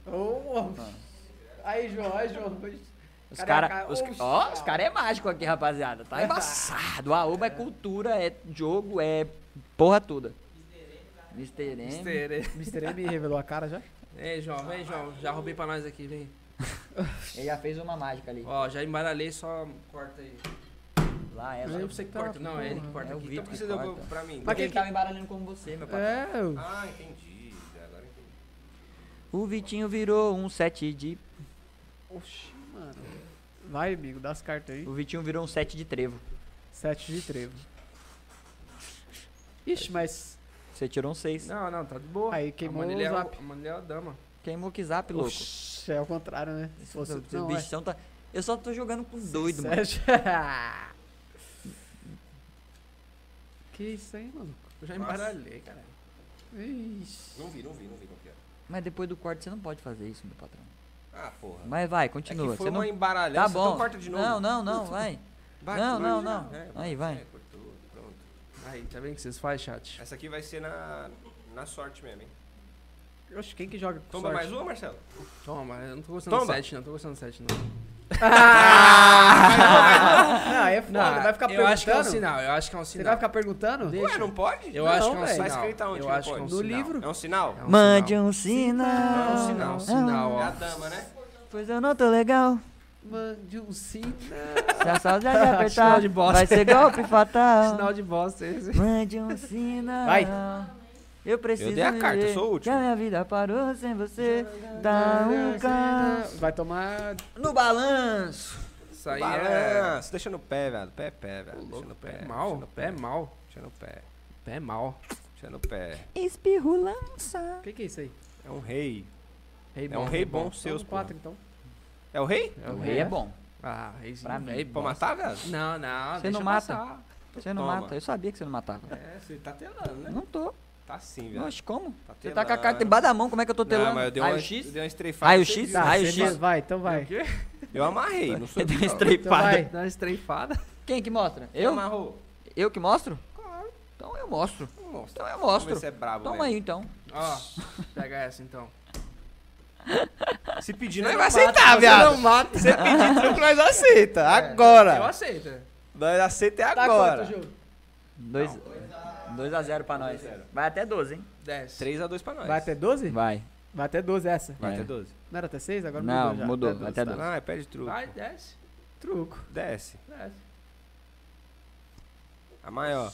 [SPEAKER 2] Ô, Aí, João, aí, João.
[SPEAKER 3] Os
[SPEAKER 2] Cadê
[SPEAKER 3] cara,
[SPEAKER 2] a ca-
[SPEAKER 3] os,
[SPEAKER 2] Oxi,
[SPEAKER 3] ó, os
[SPEAKER 2] cara.
[SPEAKER 3] cara é mágico aqui, rapaziada. Tá embaçado. A Oba é cultura, é jogo, é porra toda. Mr. M.
[SPEAKER 12] Mistere.
[SPEAKER 2] Mr. M revelou a cara já?
[SPEAKER 12] Ei, João, vem, João. Já roubei pra nós aqui, vem.
[SPEAKER 3] Ele já fez uma mágica ali.
[SPEAKER 12] Ó, já embaralhei, só corta aí.
[SPEAKER 3] Lá
[SPEAKER 12] Eu
[SPEAKER 3] ela.
[SPEAKER 12] não sei que
[SPEAKER 2] tá
[SPEAKER 12] corta. Não, é ele que
[SPEAKER 2] né?
[SPEAKER 12] corta
[SPEAKER 3] É o
[SPEAKER 12] aqui.
[SPEAKER 3] Vitor
[SPEAKER 12] Então,
[SPEAKER 3] que
[SPEAKER 12] por que você deu
[SPEAKER 3] corta.
[SPEAKER 12] pra- pra mim?
[SPEAKER 3] Porque ele tava embaralhando como você, meu papai.
[SPEAKER 2] É, eu-
[SPEAKER 5] Ah, entendi. Agora entendi.
[SPEAKER 3] O Vitinho virou um 7 de.
[SPEAKER 2] Oxi, mano. Vai, amigo, dá as cartas aí.
[SPEAKER 3] O Vitinho virou um 7 de trevo.
[SPEAKER 2] Sete de trevo. Ixi, mas
[SPEAKER 3] Você tirou um 6.
[SPEAKER 12] Não, não, tá de boa.
[SPEAKER 2] aí queimou
[SPEAKER 12] a
[SPEAKER 2] o
[SPEAKER 12] Manilha é
[SPEAKER 2] zap.
[SPEAKER 12] o- a Manilha é a dama.
[SPEAKER 3] Queimou que zap, louco.
[SPEAKER 2] Oxi, é ao contrário, né? Se fosse
[SPEAKER 3] Esse
[SPEAKER 2] não, é.
[SPEAKER 3] bichão tá. Eu só tô jogando com doido, mano.
[SPEAKER 2] Sete. é que isso aí, mano?
[SPEAKER 12] Eu já embaralhei, cara.
[SPEAKER 2] Ixi.
[SPEAKER 5] Não vi, não vi, não vi qual que era.
[SPEAKER 3] Mas depois do corte você não pode fazer isso, meu patrão.
[SPEAKER 5] Ah, porra.
[SPEAKER 3] Mas vai,
[SPEAKER 5] É
[SPEAKER 3] continua.
[SPEAKER 5] que foi
[SPEAKER 3] você
[SPEAKER 5] uma
[SPEAKER 3] não...
[SPEAKER 5] embaralhança,
[SPEAKER 3] Tá
[SPEAKER 5] então
[SPEAKER 3] bom.
[SPEAKER 5] corta de novo.
[SPEAKER 3] Não, não, não, vai.
[SPEAKER 5] Vai,
[SPEAKER 3] não,
[SPEAKER 5] corta.
[SPEAKER 3] não, não.
[SPEAKER 5] É,
[SPEAKER 3] Aí,
[SPEAKER 5] É,
[SPEAKER 3] vai.
[SPEAKER 5] cortou, pronto.
[SPEAKER 12] Aí, tá vendo o que vocês fazem, chat?
[SPEAKER 5] Essa aqui vai ser na, na sorte mesmo, hein?
[SPEAKER 2] Oxi, quem que joga com
[SPEAKER 5] Toma
[SPEAKER 2] sorte?
[SPEAKER 5] mais um? uma, Marcelo?
[SPEAKER 12] Toma, eu não tô gostando do
[SPEAKER 5] Toma.
[SPEAKER 12] 7, não. Tô gostando do 7, não.
[SPEAKER 2] Ah!
[SPEAKER 5] um.
[SPEAKER 2] Não, aí é foda, vai ficar
[SPEAKER 12] eu
[SPEAKER 2] perguntando.
[SPEAKER 12] acho que é um sinal, eu acho que é um
[SPEAKER 2] Você
[SPEAKER 12] sinal.
[SPEAKER 2] vai ficar perguntando?
[SPEAKER 5] Ué, não pode?
[SPEAKER 12] Eu
[SPEAKER 2] Não,
[SPEAKER 12] acho que é um
[SPEAKER 2] velho.
[SPEAKER 12] sinal.
[SPEAKER 5] Tá escrito aonde
[SPEAKER 12] Eu
[SPEAKER 5] que
[SPEAKER 12] acho que é um
[SPEAKER 5] pode?
[SPEAKER 2] No
[SPEAKER 12] sinal.
[SPEAKER 2] livro?
[SPEAKER 5] É um sinal?
[SPEAKER 12] É um
[SPEAKER 3] Mande
[SPEAKER 12] sinal.
[SPEAKER 3] um sinal. Ah,
[SPEAKER 12] É um sinal, um sinal,
[SPEAKER 5] É a
[SPEAKER 12] ó.
[SPEAKER 5] dama, né?
[SPEAKER 3] Pois eu não tô legal.
[SPEAKER 2] Mande um sinal.
[SPEAKER 3] Se a saudade apertar,
[SPEAKER 2] Sinal de bosta.
[SPEAKER 3] vai ser golpe
[SPEAKER 12] Ah.
[SPEAKER 3] fatal.
[SPEAKER 2] Sinal de bosta esse.
[SPEAKER 3] Mande um sinal.
[SPEAKER 2] Vai.
[SPEAKER 3] Eu preciso
[SPEAKER 5] Eu dei a carta, eu
[SPEAKER 3] viver,
[SPEAKER 5] sou o
[SPEAKER 3] que
[SPEAKER 5] último.
[SPEAKER 3] a minha vida parou sem você. Dá um caos.
[SPEAKER 2] Vai tomar.
[SPEAKER 3] No balanço.
[SPEAKER 12] Isso aí é.
[SPEAKER 5] Balança, deixa no pé, velho. Pé, pé, velho. Deixa no pé.
[SPEAKER 12] Pé
[SPEAKER 5] Deixa
[SPEAKER 12] é mal,
[SPEAKER 5] no
[SPEAKER 12] pé
[SPEAKER 5] pé.
[SPEAKER 12] mal,
[SPEAKER 5] Deixa no pé.
[SPEAKER 12] pé mal.
[SPEAKER 5] Deixa no pé.
[SPEAKER 3] Espirrulança.
[SPEAKER 2] O que, que é isso aí?
[SPEAKER 5] É um rei.
[SPEAKER 12] Rei
[SPEAKER 5] É um rei bom seus,
[SPEAKER 2] São
[SPEAKER 5] pô.
[SPEAKER 2] quatro, então.
[SPEAKER 5] É o rei?
[SPEAKER 12] É
[SPEAKER 3] O rei é bom.
[SPEAKER 12] Ah, reizinho.
[SPEAKER 3] Pra mim.
[SPEAKER 12] Rei
[SPEAKER 5] Pra
[SPEAKER 12] bom.
[SPEAKER 5] matar, velho?
[SPEAKER 12] Não, não,
[SPEAKER 3] Você
[SPEAKER 12] deixa
[SPEAKER 3] não mata?
[SPEAKER 12] passar.
[SPEAKER 3] Você não
[SPEAKER 5] Toma.
[SPEAKER 3] mata. Eu sabia que você não matava.
[SPEAKER 5] É, você tá telando, né?
[SPEAKER 3] Não tô.
[SPEAKER 5] Tá sim, velho.
[SPEAKER 3] Oxe, como?
[SPEAKER 5] Tá
[SPEAKER 3] Você tá com a
[SPEAKER 5] telando.
[SPEAKER 3] carta embaixo da mão, como é que eu tô telando?
[SPEAKER 5] Não, mas eu dei uma, eu
[SPEAKER 3] Raio-X?
[SPEAKER 5] dei uma estreifada.
[SPEAKER 3] Raio-X?
[SPEAKER 2] Tá, beleza,
[SPEAKER 3] Raio-X?
[SPEAKER 2] vai, então
[SPEAKER 5] É
[SPEAKER 2] vai.
[SPEAKER 5] Eu amarrei, não sou
[SPEAKER 3] Eu dei uma
[SPEAKER 2] Então vai.
[SPEAKER 3] estreifada.
[SPEAKER 12] Dá uma estreifada.
[SPEAKER 3] Quem que mostra?
[SPEAKER 5] Eu
[SPEAKER 3] Eu?
[SPEAKER 5] amarrou.
[SPEAKER 3] Eu que mostro? Claro. Então eu mostro. Então eu mostro.
[SPEAKER 5] Você é brabo,
[SPEAKER 3] Toma
[SPEAKER 5] velho.
[SPEAKER 3] aí então.
[SPEAKER 12] Ó, pega essa então.
[SPEAKER 5] Se pedir, nós
[SPEAKER 12] Não
[SPEAKER 5] vai
[SPEAKER 12] mata,
[SPEAKER 5] aceitar,
[SPEAKER 12] você
[SPEAKER 5] viado.
[SPEAKER 12] não mata.
[SPEAKER 5] Você pedir truco, nós aceita.
[SPEAKER 12] Eu
[SPEAKER 5] Agora.
[SPEAKER 12] aceito.
[SPEAKER 5] Nós aceita é
[SPEAKER 2] Tá
[SPEAKER 5] agora.
[SPEAKER 2] quanto, Gil?
[SPEAKER 3] 2 2 a 0 pra nós. Vai até 12, hein?
[SPEAKER 12] 10.
[SPEAKER 5] 3x2 pra nós.
[SPEAKER 2] Vai até 12?
[SPEAKER 3] Vai.
[SPEAKER 2] Vai até 12 essa.
[SPEAKER 5] Vai
[SPEAKER 3] É.
[SPEAKER 5] até 12.
[SPEAKER 2] Não era até 6? Agora
[SPEAKER 3] Não,
[SPEAKER 2] mudou
[SPEAKER 3] mudou.
[SPEAKER 2] já.
[SPEAKER 3] Vai até 12.
[SPEAKER 5] Ah, pede truco.
[SPEAKER 12] Vai,
[SPEAKER 3] é.
[SPEAKER 12] desce,
[SPEAKER 2] Truco.
[SPEAKER 5] Desce.
[SPEAKER 12] desce.
[SPEAKER 5] A maior.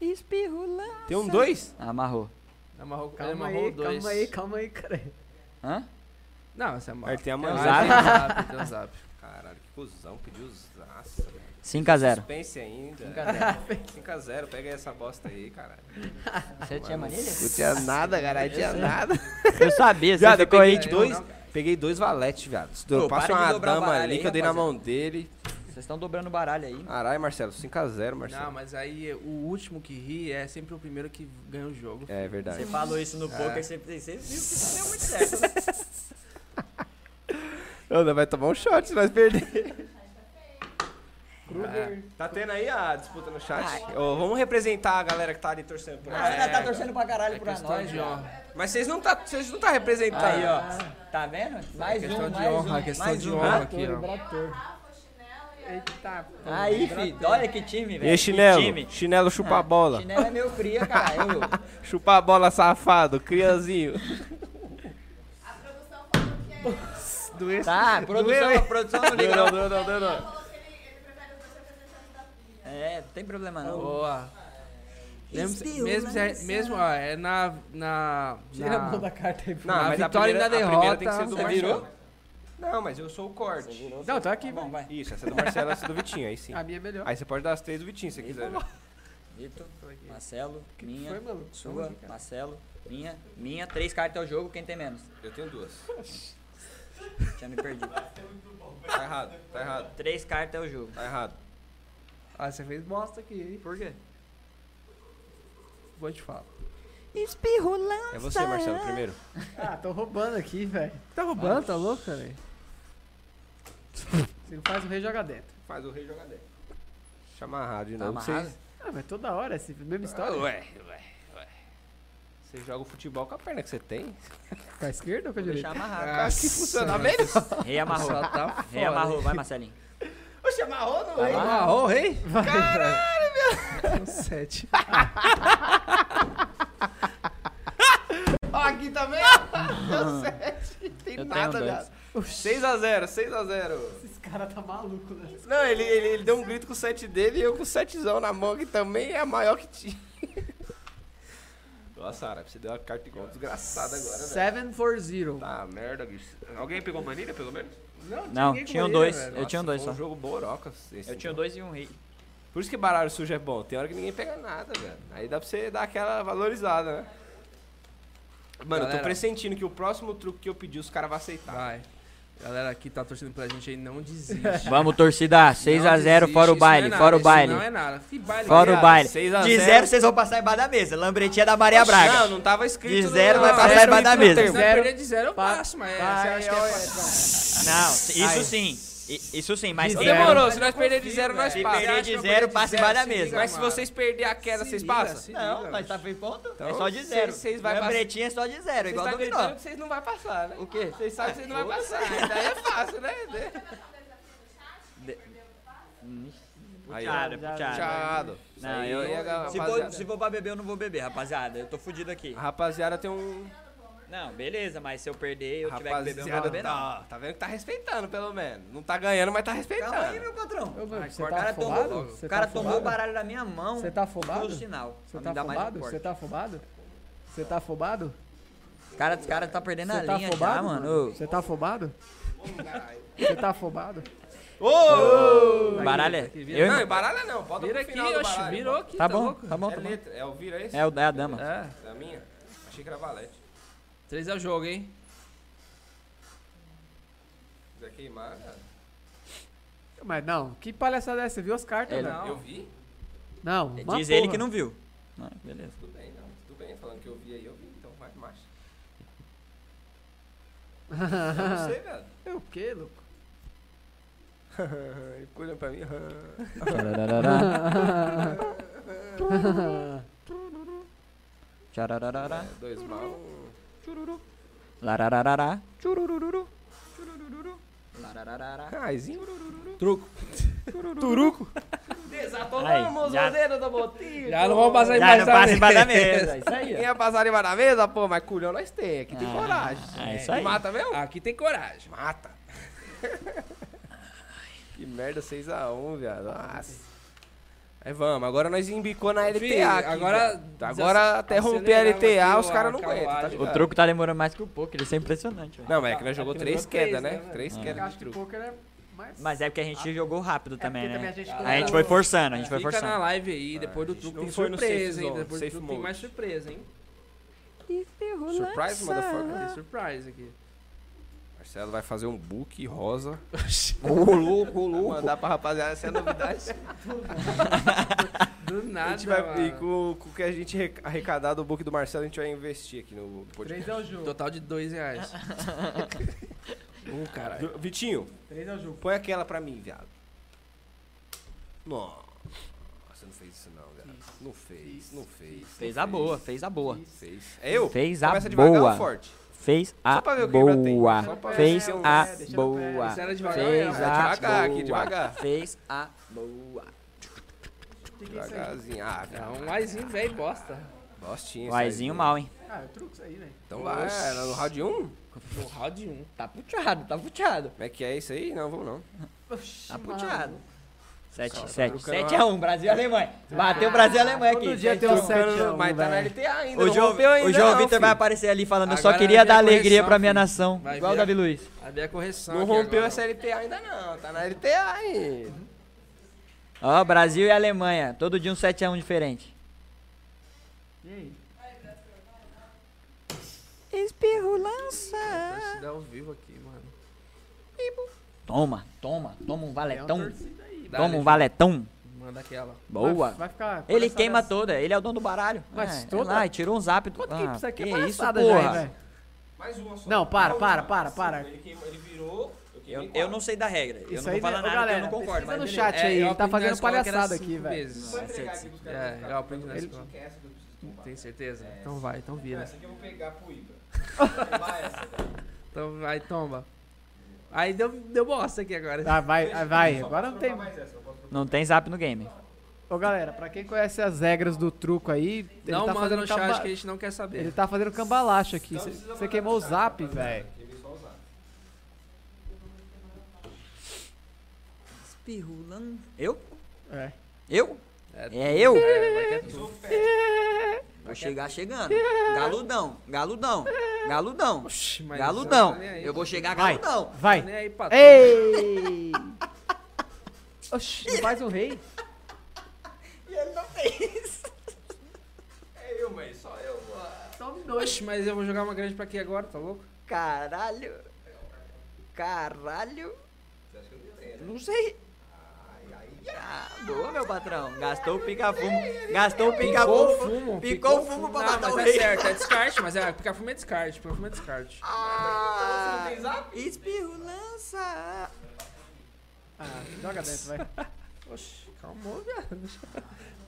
[SPEAKER 3] Espirrula.
[SPEAKER 5] Tem um 2?
[SPEAKER 3] Amarrou.
[SPEAKER 12] Amarrou, ele
[SPEAKER 2] Calma
[SPEAKER 12] amarrou
[SPEAKER 2] aí,
[SPEAKER 12] dois.
[SPEAKER 2] calma aí, calma aí, cara.
[SPEAKER 3] Hã?
[SPEAKER 12] Não, essa é mal.
[SPEAKER 5] Aí um tem a
[SPEAKER 12] Tem o
[SPEAKER 5] maior.
[SPEAKER 12] zap,
[SPEAKER 3] um
[SPEAKER 12] tem o zap.
[SPEAKER 5] Caralho, que cuzão. Pediu os zaça, velho.
[SPEAKER 3] 5 a 0.
[SPEAKER 5] Suspense ainda. 5x0. Pega aí essa bosta aí, caralho.
[SPEAKER 3] Você tinha manilha?
[SPEAKER 5] tinha nada, cara. Não tinha nada.
[SPEAKER 3] Eu sabia, você
[SPEAKER 5] Viado, eu
[SPEAKER 3] ficou aí
[SPEAKER 5] peguei
[SPEAKER 3] tipo,
[SPEAKER 5] dois... Peguei dois valetes, viado. Se
[SPEAKER 3] Pô,
[SPEAKER 5] eu passo
[SPEAKER 3] para de
[SPEAKER 5] uma
[SPEAKER 3] dobrar o
[SPEAKER 5] dama
[SPEAKER 3] baralho
[SPEAKER 5] ali
[SPEAKER 3] aí,
[SPEAKER 5] que eu dei na
[SPEAKER 3] rapaziada.
[SPEAKER 5] mão dele.
[SPEAKER 3] vocês estão dobrando o baralho aí.
[SPEAKER 5] Caralho, Marcelo. 5x0, Marcelo.
[SPEAKER 12] Não, mas aí o último que ri é sempre o primeiro que ganha o jogo.
[SPEAKER 5] É verdade.
[SPEAKER 3] Você falou isso no poker, você você viu que isso deu muito certo, né?
[SPEAKER 5] Ana, vai tomar um shot se nós perder.
[SPEAKER 2] Kruger.
[SPEAKER 5] Tá tendo aí a disputa no chat? Ô, vamos representar a galera que tá ali torcendo por
[SPEAKER 3] Você
[SPEAKER 5] nós.
[SPEAKER 3] ainda tá torcendo pra caralho
[SPEAKER 12] É
[SPEAKER 3] pra
[SPEAKER 12] questão
[SPEAKER 3] nós.
[SPEAKER 12] de
[SPEAKER 3] cara.
[SPEAKER 12] honra.
[SPEAKER 5] Mas vocês não tá, vocês não tá representando.
[SPEAKER 3] Aí, ó. Tá vendo? Mais
[SPEAKER 12] questão
[SPEAKER 3] um,
[SPEAKER 12] de
[SPEAKER 3] mais
[SPEAKER 12] honra,
[SPEAKER 3] um.
[SPEAKER 12] questão
[SPEAKER 3] mais
[SPEAKER 12] de
[SPEAKER 3] um.
[SPEAKER 12] honra.
[SPEAKER 3] Hã?
[SPEAKER 12] Aqui, ó.
[SPEAKER 2] Eita, pô.
[SPEAKER 3] Aí, filho, olha que time,
[SPEAKER 5] E
[SPEAKER 3] velho. Que
[SPEAKER 5] aí, chinelo?
[SPEAKER 3] time.
[SPEAKER 5] Chinelo chupa a bola.
[SPEAKER 3] Chinelo é meu fria, cara. Eu-
[SPEAKER 5] Chupa a bola, safado, crianzinho.
[SPEAKER 24] A produção falou que é.
[SPEAKER 3] Tá, produção, a produção não liga.
[SPEAKER 5] não, não, não, não, não.
[SPEAKER 24] Falou que ele, ele prefere os dois representantes da filha.
[SPEAKER 3] É, não tem problema não.
[SPEAKER 12] Boa. Mesmo, se- mesmo, se- mesmo, ó, é na. na,
[SPEAKER 2] Tira a mão
[SPEAKER 12] na
[SPEAKER 2] da carta aí, pô.
[SPEAKER 5] Não,
[SPEAKER 12] A
[SPEAKER 5] mas a
[SPEAKER 12] vitória
[SPEAKER 5] primeira,
[SPEAKER 12] e na
[SPEAKER 5] a primeira tem que ser
[SPEAKER 12] derrota,
[SPEAKER 5] do
[SPEAKER 12] você
[SPEAKER 5] Marcelo. Não, mas eu sou o corte.
[SPEAKER 2] Não, tá aqui,
[SPEAKER 3] Bom,
[SPEAKER 2] mano.
[SPEAKER 3] vai.
[SPEAKER 5] Isso, essa é do Marcelo, essa é do Vitinho, aí sim.
[SPEAKER 2] A minha é melhor.
[SPEAKER 5] Aí você pode dar as três do Vitinho, se você quiser. né?
[SPEAKER 3] Vitor, Marcelo, minha,
[SPEAKER 2] Foi, mano.
[SPEAKER 3] sua, Marcelo, minha, minha. Três cartas é o jogo, quem tem menos.
[SPEAKER 5] Eu tenho duas.
[SPEAKER 3] Tinha me perdido.
[SPEAKER 5] Tá errado, tá errado,
[SPEAKER 3] Três cartas é o jogo.
[SPEAKER 5] tá errado.
[SPEAKER 12] Ah, você fez bosta aqui, hein? Por quê? Vou te falar.
[SPEAKER 5] É você, Marcelo, primeiro.
[SPEAKER 2] Ah, tô roubando aqui, velho. Tá roubando? Tá louco, velho? Se não faz o rei, joga dentro.
[SPEAKER 5] Faz o rei jogar Tá dentro. Chama a rádio de
[SPEAKER 3] Tá
[SPEAKER 5] novo. pra vocês- Ah,
[SPEAKER 3] amarrado?
[SPEAKER 2] Ah, mas toda hora, essa
[SPEAKER 12] Ah,
[SPEAKER 2] mesma história.
[SPEAKER 5] Ué, ué, ué. Você joga o futebol com a perna que você tem?
[SPEAKER 2] Com a esquerda ou com a direita?
[SPEAKER 3] Deixar amarrado.
[SPEAKER 12] Ah,
[SPEAKER 5] Acho que funciona melhor.
[SPEAKER 3] Reamarrou. Reamarrou. Vai, Marcelinho.
[SPEAKER 5] Oxe, amarrou no rei.
[SPEAKER 12] Amarrou, rei?
[SPEAKER 2] Um sete.
[SPEAKER 5] Aqui também. Deu 7. Tem
[SPEAKER 3] Eu tenho
[SPEAKER 5] nada,
[SPEAKER 3] dois.
[SPEAKER 5] viado. 6x0, 6x0.
[SPEAKER 2] Esse cara tá maluco, né?
[SPEAKER 5] Não, ele, ele, ele deu um grito com o 7 dele e eu com o 7zão na mão, que também é a maior que tinha. Nossa, Ara, você deu uma carta igual desgraçada agora, velho.
[SPEAKER 2] 740.
[SPEAKER 5] Tá, merda, bicho. Alguém pegou manilha, pelo menos?
[SPEAKER 3] Não, tinham dois. Eu
[SPEAKER 5] Nossa,
[SPEAKER 3] tinha dois só.
[SPEAKER 5] foi um jogo boroca. esse.
[SPEAKER 3] Eu tinha dois e um rei.
[SPEAKER 5] Por isso que baralho sujo é bom. Tem hora que ninguém pega nada, velho. Aí dá pra você dar aquela valorizada, né? Mano, eu
[SPEAKER 12] Galera.
[SPEAKER 5] tô pressentindo que o próximo truque que eu pedir os caras vão aceitar.
[SPEAKER 12] Vai. Galera que tá torcendo pela gente aí, não desiste.
[SPEAKER 3] Vamos, torcida. 6x0,
[SPEAKER 12] Não
[SPEAKER 3] fora o
[SPEAKER 12] desiste,
[SPEAKER 3] baile,
[SPEAKER 12] isso não é
[SPEAKER 3] fora o
[SPEAKER 12] nada,
[SPEAKER 3] baile.
[SPEAKER 12] Isso não é nada. Que baile,
[SPEAKER 3] Fora o
[SPEAKER 5] Aliás,
[SPEAKER 3] baile.
[SPEAKER 5] 6 a
[SPEAKER 3] De
[SPEAKER 5] 0.
[SPEAKER 3] zero, vocês vão passar embaixo da mesa. Lambretinha da Maria Braga.
[SPEAKER 5] Não, não tava escrito.
[SPEAKER 3] De
[SPEAKER 5] no-
[SPEAKER 3] zero vai
[SPEAKER 5] não,
[SPEAKER 3] passar
[SPEAKER 5] era
[SPEAKER 3] embaixo da
[SPEAKER 5] escrito
[SPEAKER 3] mesa.
[SPEAKER 5] no termo.
[SPEAKER 12] Se não perder de zero, eu passo, mas você acha que é
[SPEAKER 3] Não, isso sim. I- Isso sim, mas
[SPEAKER 12] Não
[SPEAKER 3] tem.
[SPEAKER 12] Então demorou, se
[SPEAKER 5] um
[SPEAKER 12] nós perder de zero, nós
[SPEAKER 3] Se
[SPEAKER 12] passamos.
[SPEAKER 3] perder de zero, passa embaixo da mesa.
[SPEAKER 5] Mas se vocês perderem a queda, vocês passam?
[SPEAKER 3] Não, mas tá feio ponto. é
[SPEAKER 5] Então,
[SPEAKER 3] só de
[SPEAKER 5] cês-
[SPEAKER 3] zero.
[SPEAKER 5] cês vai passar-
[SPEAKER 3] Lambretinha é só de zero,
[SPEAKER 5] Vocês
[SPEAKER 3] igual
[SPEAKER 5] tá
[SPEAKER 3] dominó.
[SPEAKER 5] acreditando que vocês não vão passar, né?
[SPEAKER 3] O quê?
[SPEAKER 5] Vocês sabem que vocês não vão passar. Daí é fácil, né?
[SPEAKER 3] Puxada, puxada.
[SPEAKER 5] Tchado.
[SPEAKER 3] Não, eu-
[SPEAKER 5] é
[SPEAKER 3] Se for, se for pra beber, eu não vou beber, rapaziada. Eu tô fudido aqui.
[SPEAKER 5] A rapaziada tem um.
[SPEAKER 3] Não, beleza, mas se eu perder, eu tiver que beber, eu não vou
[SPEAKER 5] Rapaziada,
[SPEAKER 3] beber, não.
[SPEAKER 5] tá, tá vendo que tá respeitando, pelo menos. Não tá ganhando, mas tá respeitando.
[SPEAKER 3] Calma aí, meu patrão.
[SPEAKER 2] Ô, mano, você
[SPEAKER 3] O
[SPEAKER 2] tá
[SPEAKER 3] cara tomou,
[SPEAKER 2] afobado? Você
[SPEAKER 3] o cara
[SPEAKER 2] tá
[SPEAKER 3] tomou o
[SPEAKER 2] afobado?
[SPEAKER 3] baralho da minha mão.
[SPEAKER 2] Você tá
[SPEAKER 3] Deu o
[SPEAKER 2] afobado?
[SPEAKER 3] sinal.
[SPEAKER 2] Você
[SPEAKER 3] pra
[SPEAKER 2] tá
[SPEAKER 3] me dar mais
[SPEAKER 2] afobado?
[SPEAKER 3] suporte.
[SPEAKER 2] Você tá afobado? Você tá afobado?
[SPEAKER 3] Cara, os caras tá perdendo a
[SPEAKER 2] Você tá
[SPEAKER 3] linha já,
[SPEAKER 2] afobado?
[SPEAKER 3] mano.
[SPEAKER 2] Você tá afobado? Você tá afobado?
[SPEAKER 3] Ô, Baralho é. Eu...
[SPEAKER 5] Não, e baralha não. Bota
[SPEAKER 12] Vira
[SPEAKER 5] pro
[SPEAKER 12] aqui,
[SPEAKER 5] final do
[SPEAKER 12] oxe,
[SPEAKER 5] baralho.
[SPEAKER 12] virou aqui.
[SPEAKER 3] Tá bom, tá bom,
[SPEAKER 5] É
[SPEAKER 3] tá bom.
[SPEAKER 5] letra, é o vira esse?
[SPEAKER 3] É, o, é a dama.
[SPEAKER 12] É,
[SPEAKER 5] É a minha? Achei que era valete.
[SPEAKER 12] 3 é o jogo, hein?
[SPEAKER 5] Quiser queimar, né? cara.
[SPEAKER 2] Mas não, que palhaçada é essa? Você viu as cartas?
[SPEAKER 3] Ele-
[SPEAKER 2] né?
[SPEAKER 5] Eu vi?
[SPEAKER 2] Não,
[SPEAKER 3] Diz
[SPEAKER 2] uma
[SPEAKER 3] ele
[SPEAKER 2] porra.
[SPEAKER 3] que É não viu. Ah, beleza.
[SPEAKER 5] Tudo bem, não. Tudo bem. Falando que eu vi aí, eu vi. Então vai, marcha. Eu não sei, velho.
[SPEAKER 2] É o quê, louco?
[SPEAKER 5] Ele fica olhando pra mim.
[SPEAKER 3] Tcharararará.
[SPEAKER 5] Dois mal.
[SPEAKER 3] Larararará. Chururururu. Chururururu. Larararará.
[SPEAKER 5] Caizinho.
[SPEAKER 3] Aí, já,
[SPEAKER 12] Já não vamos passar
[SPEAKER 3] já
[SPEAKER 12] embaixo
[SPEAKER 3] não
[SPEAKER 12] da
[SPEAKER 3] passa
[SPEAKER 12] mesa.
[SPEAKER 3] embaixo da mesa. Isso aí,
[SPEAKER 5] Quem é passar embaixo da mesa, pô, mas culhão nós tem. Aqui tem coragem.
[SPEAKER 3] ó. É isso aí.
[SPEAKER 5] Mata mesmo?
[SPEAKER 12] Aqui tem coragem.
[SPEAKER 5] Mata. que merda, 6x1, viado. Nossa. Aí vamos, agora nós embicou na LTA.
[SPEAKER 12] Fih,
[SPEAKER 5] aqui,
[SPEAKER 12] agora-
[SPEAKER 5] viado. agora até romper a LTA, os caras não aguentam, tá
[SPEAKER 3] O
[SPEAKER 5] ligado?
[SPEAKER 3] truco tá demorando mais que o poker, isso é impressionante, velho.
[SPEAKER 5] Não, mas é que nós jogou
[SPEAKER 2] Aqui
[SPEAKER 5] três
[SPEAKER 2] jogou três,
[SPEAKER 5] quedas,
[SPEAKER 2] né,
[SPEAKER 5] né?
[SPEAKER 2] velho?
[SPEAKER 5] Três quedas
[SPEAKER 2] Acho
[SPEAKER 5] de
[SPEAKER 2] que
[SPEAKER 5] truco.
[SPEAKER 2] poker é mais...
[SPEAKER 3] Mas é porque a gente jogou rápido também,
[SPEAKER 2] porque também a
[SPEAKER 3] né?
[SPEAKER 2] gente
[SPEAKER 3] A gente foi forçando, a gente foi
[SPEAKER 12] É. Fica na
[SPEAKER 3] forçando.
[SPEAKER 12] live aí, depois do truque
[SPEAKER 5] não
[SPEAKER 12] tem
[SPEAKER 5] foi no
[SPEAKER 12] surpresa,
[SPEAKER 5] safe
[SPEAKER 12] hein?
[SPEAKER 5] zone,
[SPEAKER 12] Depois do
[SPEAKER 5] safe
[SPEAKER 12] truque tem
[SPEAKER 5] mode.
[SPEAKER 12] mais surpresa, hein?
[SPEAKER 5] Surprise, motherfucker.
[SPEAKER 12] Tem surprise aqui.
[SPEAKER 5] Marcelo vai fazer um book rosa.
[SPEAKER 3] Ô, louco, ô,
[SPEAKER 5] Vou mandar pra rapaziada essa é a novidade.
[SPEAKER 12] Do nada,
[SPEAKER 5] a gente vai, e
[SPEAKER 12] mano.
[SPEAKER 5] com, com o que a gente re- arrecadar do book do Marcelo, a gente vai investir aqui no podcast.
[SPEAKER 2] 3 é o jogo.
[SPEAKER 12] Total de dois reais. um, caralho.
[SPEAKER 5] Du- Vitinho,
[SPEAKER 2] 3 é o jogo.
[SPEAKER 5] põe aquela pra mim, viado. Nossa, você não fez isso não, viado. Não fez, não fez.
[SPEAKER 3] Fez a boa, fez a boa.
[SPEAKER 5] Fez. É eu?
[SPEAKER 3] Fez a
[SPEAKER 5] Começa devagar ou
[SPEAKER 3] boa.
[SPEAKER 5] forte?
[SPEAKER 3] Fez a
[SPEAKER 5] pra ver o que ainda tem.
[SPEAKER 3] boa.
[SPEAKER 5] Só pra-
[SPEAKER 3] Fez
[SPEAKER 5] Deixa eu-
[SPEAKER 3] a
[SPEAKER 2] deixa eu-
[SPEAKER 3] boa.
[SPEAKER 12] Isso era devagar,
[SPEAKER 3] Fez
[SPEAKER 12] né?
[SPEAKER 3] a
[SPEAKER 5] Devagar aqui,
[SPEAKER 3] boa.
[SPEAKER 5] devagar.
[SPEAKER 3] Fez a boa.
[SPEAKER 5] Devagarzinho. Ah,
[SPEAKER 12] É
[SPEAKER 5] viado.
[SPEAKER 12] um aizinho, velho, bosta.
[SPEAKER 5] Bostinho. isso aí.
[SPEAKER 3] Aizinho Então mal, hein?
[SPEAKER 2] Ah, é truque isso aí, velho.
[SPEAKER 5] Então vai, era no round 1?
[SPEAKER 12] No round 1. Tá puteado, tá puteado.
[SPEAKER 5] Como é que é isso aí? Não, vamos não.
[SPEAKER 3] Tá puteado. 7,
[SPEAKER 5] trocando
[SPEAKER 3] 7
[SPEAKER 5] uma-
[SPEAKER 3] a 1, Brasil e Alemanha. Bateu Brasil e Alemanha aqui.
[SPEAKER 2] Todo dia
[SPEAKER 3] Sete
[SPEAKER 2] tem um
[SPEAKER 3] a um.
[SPEAKER 2] 7 a 1,
[SPEAKER 5] Mas tá na
[SPEAKER 2] velho.
[SPEAKER 5] LTA ainda.
[SPEAKER 3] O
[SPEAKER 5] não
[SPEAKER 3] João,
[SPEAKER 5] rompeu ainda
[SPEAKER 3] o João
[SPEAKER 5] não,
[SPEAKER 3] Vitor
[SPEAKER 5] filho.
[SPEAKER 3] vai aparecer ali falando, eu só
[SPEAKER 12] Agora
[SPEAKER 3] queria
[SPEAKER 12] vai
[SPEAKER 3] dar
[SPEAKER 12] vir a
[SPEAKER 3] alegria
[SPEAKER 12] correção,
[SPEAKER 3] pra minha
[SPEAKER 12] filho.
[SPEAKER 3] nação.
[SPEAKER 12] Vai
[SPEAKER 3] Igual o
[SPEAKER 12] vir a-
[SPEAKER 3] Davi Luiz.
[SPEAKER 12] Aí vem a correção.
[SPEAKER 5] Não
[SPEAKER 12] aqui
[SPEAKER 5] rompeu
[SPEAKER 12] agora.
[SPEAKER 5] essa LTA ainda não. Tá na LTA aí.
[SPEAKER 3] Ó, Brasil e Alemanha. Todo dia um 7 a 1 diferente. E aí? Espirro lança.
[SPEAKER 12] Vai se dar é ao vivo aqui, mano.
[SPEAKER 3] Toma, toma, toma um valetão. Toma
[SPEAKER 12] Dá-lhe,
[SPEAKER 3] um valetão.
[SPEAKER 12] Manda aquela.
[SPEAKER 3] Boa.
[SPEAKER 2] Vai ficar...
[SPEAKER 3] Ele queima toda, ele é o dono do baralho.
[SPEAKER 2] Mas
[SPEAKER 3] é,
[SPEAKER 2] toda-
[SPEAKER 3] é lá, e tirou um zap. do-
[SPEAKER 2] Quanto que
[SPEAKER 3] Ah,
[SPEAKER 2] isso aqui é
[SPEAKER 3] que isso,
[SPEAKER 2] palhaçada já, hein,
[SPEAKER 3] porra.
[SPEAKER 2] velho?
[SPEAKER 5] Mais uma só.
[SPEAKER 2] Não, para, para, para, para.
[SPEAKER 5] Ele, queimou, ele virou. Eu
[SPEAKER 3] Eu, eu não sei da regra. Eu não vou falar
[SPEAKER 2] é- né, ô,
[SPEAKER 3] nada, porque eu não concordo.
[SPEAKER 2] pesquisa
[SPEAKER 3] Mas
[SPEAKER 2] no
[SPEAKER 3] beleza.
[SPEAKER 2] chat
[SPEAKER 12] É,
[SPEAKER 2] aí,
[SPEAKER 12] eu
[SPEAKER 2] ele tá
[SPEAKER 12] aprendi na
[SPEAKER 2] fazendo
[SPEAKER 12] escola que era
[SPEAKER 2] palhaçada
[SPEAKER 12] cinco
[SPEAKER 2] aqui, velho.
[SPEAKER 12] vezes.
[SPEAKER 3] Não, é certo, certo.
[SPEAKER 12] É, eu aprendi na escola. Tem certeza?
[SPEAKER 2] É.
[SPEAKER 12] Então vai, então vira.
[SPEAKER 5] aqui eu vou pegar pro Ibra.
[SPEAKER 12] Então vai, tomba. Aí deu, deu bosta aqui agora.
[SPEAKER 2] Ah, vai, ah, vai. Agora não tem.
[SPEAKER 3] Não tem zap no game.
[SPEAKER 2] Ô, galera, pra quem conhece as regras do truco aí, ele
[SPEAKER 12] não
[SPEAKER 2] tá
[SPEAKER 12] manda
[SPEAKER 2] fazendo
[SPEAKER 12] no chat
[SPEAKER 2] camba...
[SPEAKER 12] que a gente Então não quer saber.
[SPEAKER 2] Ele tá fazendo cambalacho aqui. Você queimou o zap, velho.
[SPEAKER 3] Espirrulando. Eu?
[SPEAKER 2] É.
[SPEAKER 3] Eu? É eu? Vou chegar chegando. Galudão, galudão, galudão,
[SPEAKER 12] Oxi, mas
[SPEAKER 3] galudão.
[SPEAKER 12] não tá nem aí.
[SPEAKER 3] Eu vou chegar galudão.
[SPEAKER 12] Tá
[SPEAKER 2] Vai.
[SPEAKER 12] nem aí pra tu.
[SPEAKER 2] Ei! Oxi, não faz o rei?
[SPEAKER 5] É eu, mas só eu, mano.
[SPEAKER 12] Oxi, um mas eu vou jogar uma grande pra aqui agora, tá louco?
[SPEAKER 3] Caralho. Caralho. Não sei. Ah, boa, meu patrão. Gastou o pica-fumo. Gastou o
[SPEAKER 12] Picou o
[SPEAKER 3] pica-fumo.
[SPEAKER 12] fumo.
[SPEAKER 3] Picou o fumo pra
[SPEAKER 12] Não,
[SPEAKER 3] matar
[SPEAKER 12] mas
[SPEAKER 3] o
[SPEAKER 12] tá
[SPEAKER 3] rei.
[SPEAKER 12] certo, é descarte, mas é, picar fumo é descarte, picar fumo é descarte.
[SPEAKER 3] Ah, espirrulança.
[SPEAKER 2] Ah, joga dentro, vai.
[SPEAKER 12] Oxi, calmou, viado.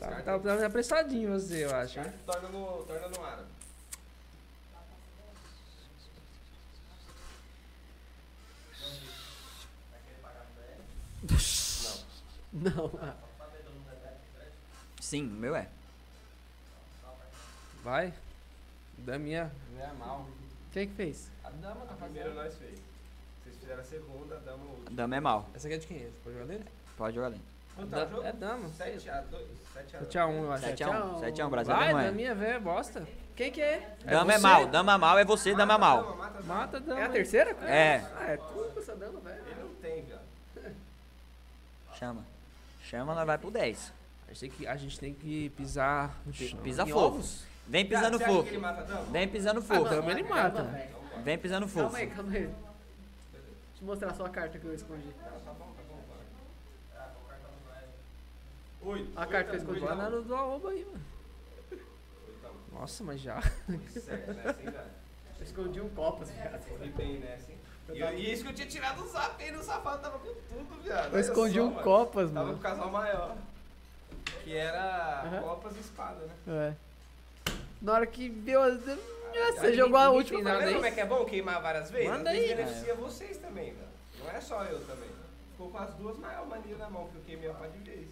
[SPEAKER 12] Tá, tá, tá apressadinho você, eu acho. hein?
[SPEAKER 5] Torna no, torna no árabe.
[SPEAKER 2] Não.
[SPEAKER 3] Sim, o meu é.
[SPEAKER 12] Vai. Da minha.
[SPEAKER 5] Não é mal.
[SPEAKER 2] Quem que fez?
[SPEAKER 5] A dama tá fazendo. Primeiro nós fez. Vocês fizeram a segunda, a dama o
[SPEAKER 3] A dama é mal.
[SPEAKER 12] Essa aqui é de quem? Você pode jogar dele?
[SPEAKER 3] Pode jogar ali.
[SPEAKER 5] tá o jogo?
[SPEAKER 12] É dama.
[SPEAKER 5] 7x2. 7x2.
[SPEAKER 12] 7x1, eu acho.
[SPEAKER 3] 7x1. 7x1, Brasil
[SPEAKER 12] um. Vai,
[SPEAKER 3] não
[SPEAKER 12] da
[SPEAKER 3] é.
[SPEAKER 12] minha, velho, bosta. Quem que é?
[SPEAKER 3] Dama é
[SPEAKER 12] você.
[SPEAKER 3] mal, dama mal é você, dama mal.
[SPEAKER 12] Mata a dama. É a terceira?
[SPEAKER 3] É.
[SPEAKER 12] Ah, é tudo essa dama, velho.
[SPEAKER 3] Chama. Chama, nós vai pro 10.
[SPEAKER 12] A gente tem que, a gente tem que pisar no
[SPEAKER 3] Pi-
[SPEAKER 12] chão.
[SPEAKER 3] Pisa
[SPEAKER 12] Em
[SPEAKER 3] fofo.
[SPEAKER 12] ovos.
[SPEAKER 3] Vem pisando fofo. Vem pisando fofo.
[SPEAKER 12] Ah, Dama é ele mata.
[SPEAKER 3] Vem pisando fofo.
[SPEAKER 2] Calma aí, calma aí. Deixa eu mostrar só a carta que eu escondi. A carta que eu escondi.
[SPEAKER 12] Vai na do arroba aí, mano. Nossa, mas já.
[SPEAKER 5] é, né,
[SPEAKER 2] Eu escondi um copo, viado.
[SPEAKER 5] assim. E eu- e isso que eu tinha tirado o zap aí no safado, tava com tudo, viado.
[SPEAKER 2] Eu
[SPEAKER 5] Olha
[SPEAKER 2] escondi
[SPEAKER 5] só,
[SPEAKER 2] um
[SPEAKER 5] mano.
[SPEAKER 2] copas,
[SPEAKER 5] Tava com
[SPEAKER 2] mano.
[SPEAKER 5] o casal maior. Que era
[SPEAKER 2] Aham.
[SPEAKER 5] copas e espada, né?
[SPEAKER 2] É. Na hora que deu as.
[SPEAKER 12] É,
[SPEAKER 2] Você jogou a
[SPEAKER 12] ninguém
[SPEAKER 2] última
[SPEAKER 12] fez
[SPEAKER 5] Tá
[SPEAKER 12] nada
[SPEAKER 2] pra
[SPEAKER 5] vendo
[SPEAKER 12] aí.
[SPEAKER 2] mim.
[SPEAKER 5] como é que é bom queimar várias vezes?
[SPEAKER 12] Manda
[SPEAKER 5] Às vezes
[SPEAKER 12] aí.
[SPEAKER 5] beneficia vocês também, velho. Não é só eu também. Ficou com as duas maiores manias na mão que eu queimei a pá de vez.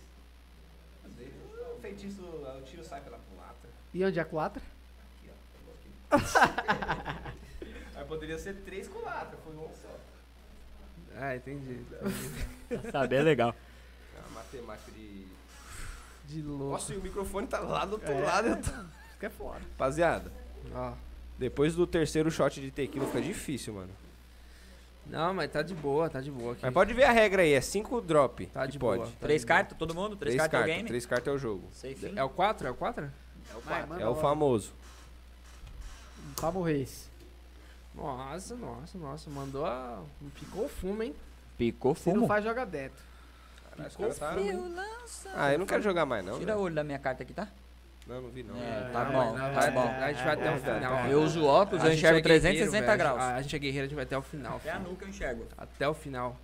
[SPEAKER 5] Às vezes o feitiço, o tiro sai pela culatra.
[SPEAKER 2] E onde é a quatro?
[SPEAKER 5] Aqui, ó. Pegou aqui. Aí poderia ser três culatras, foi um só.
[SPEAKER 12] Ah, entendi.
[SPEAKER 3] Saber é legal.
[SPEAKER 5] É uma matemática de.
[SPEAKER 12] De louco.
[SPEAKER 5] Nossa, e o microfone tá lá do outro
[SPEAKER 2] É.
[SPEAKER 5] lado. eu tô-
[SPEAKER 2] Isso que é foda.
[SPEAKER 5] Rapaziada,
[SPEAKER 12] Ó.
[SPEAKER 5] depois do terceiro shot de tequila fica difícil, mano.
[SPEAKER 12] Não, mas tá de boa, tá de boa aqui.
[SPEAKER 5] Mas pode ver a regra aí, é cinco drop.
[SPEAKER 12] Tá
[SPEAKER 5] que
[SPEAKER 12] de
[SPEAKER 5] pode.
[SPEAKER 12] boa. tá
[SPEAKER 3] Três
[SPEAKER 12] de
[SPEAKER 3] cartas, todo mundo? Três, cartas é o game?
[SPEAKER 5] Três cartas é o jogo.
[SPEAKER 3] Sei
[SPEAKER 12] boa.
[SPEAKER 3] fim.
[SPEAKER 12] É o 4? É o 4?
[SPEAKER 2] Vai,
[SPEAKER 12] Tá
[SPEAKER 2] manda
[SPEAKER 5] é o
[SPEAKER 2] logo.
[SPEAKER 5] famoso.
[SPEAKER 2] Fábio Reis.
[SPEAKER 12] Nossa, nossa, nossa. Mandou a. Picou o fumo, hein?
[SPEAKER 3] Picou
[SPEAKER 2] Se não
[SPEAKER 3] fumo.
[SPEAKER 2] faz, joga dentro.
[SPEAKER 5] Caralho, os caras tá-
[SPEAKER 3] Espirrulança.
[SPEAKER 5] Ah, eu não quero jogar mais, não.
[SPEAKER 3] Tira o
[SPEAKER 5] velho.
[SPEAKER 3] olho da minha carta aqui, tá?
[SPEAKER 5] Não, não vi, não.
[SPEAKER 3] É,
[SPEAKER 2] Não,
[SPEAKER 3] tá
[SPEAKER 2] não,
[SPEAKER 3] bom,
[SPEAKER 2] não,
[SPEAKER 3] tá
[SPEAKER 2] não,
[SPEAKER 3] bom. é,
[SPEAKER 2] não.
[SPEAKER 12] A gente vai até o final.
[SPEAKER 3] Eu uso óculos,
[SPEAKER 12] A
[SPEAKER 3] eu
[SPEAKER 12] gente
[SPEAKER 3] enxergo
[SPEAKER 12] é guerreiro,
[SPEAKER 3] 360
[SPEAKER 12] velho.
[SPEAKER 3] graus.
[SPEAKER 12] A gente é guerreiro, a gente vai até o final.
[SPEAKER 3] Até a
[SPEAKER 12] filho.
[SPEAKER 3] nuca eu enxergo.
[SPEAKER 12] Até o final.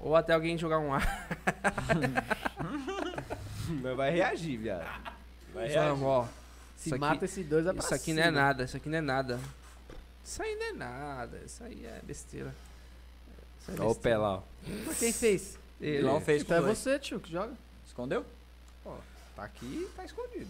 [SPEAKER 12] Ou até alguém jogar um ar.
[SPEAKER 5] Não vai reagir, viado.
[SPEAKER 12] Vamos, ó.
[SPEAKER 2] Se
[SPEAKER 12] Isso aqui-
[SPEAKER 2] mata esses dois, é
[SPEAKER 3] Tá
[SPEAKER 2] pra
[SPEAKER 12] Isso aqui não
[SPEAKER 2] cima.
[SPEAKER 12] é nada, isso aqui não é nada. Isso aí não é nada, isso aí é besteira. Isso aí é
[SPEAKER 5] Ó o
[SPEAKER 12] besteira.
[SPEAKER 5] pé lá, ó.
[SPEAKER 2] Mas Quem fez?
[SPEAKER 12] Ele.
[SPEAKER 3] Pilão fez com
[SPEAKER 2] Então é
[SPEAKER 3] dois.
[SPEAKER 2] você, tio, que joga.
[SPEAKER 3] Escondeu?
[SPEAKER 5] Tá aqui tá escondido.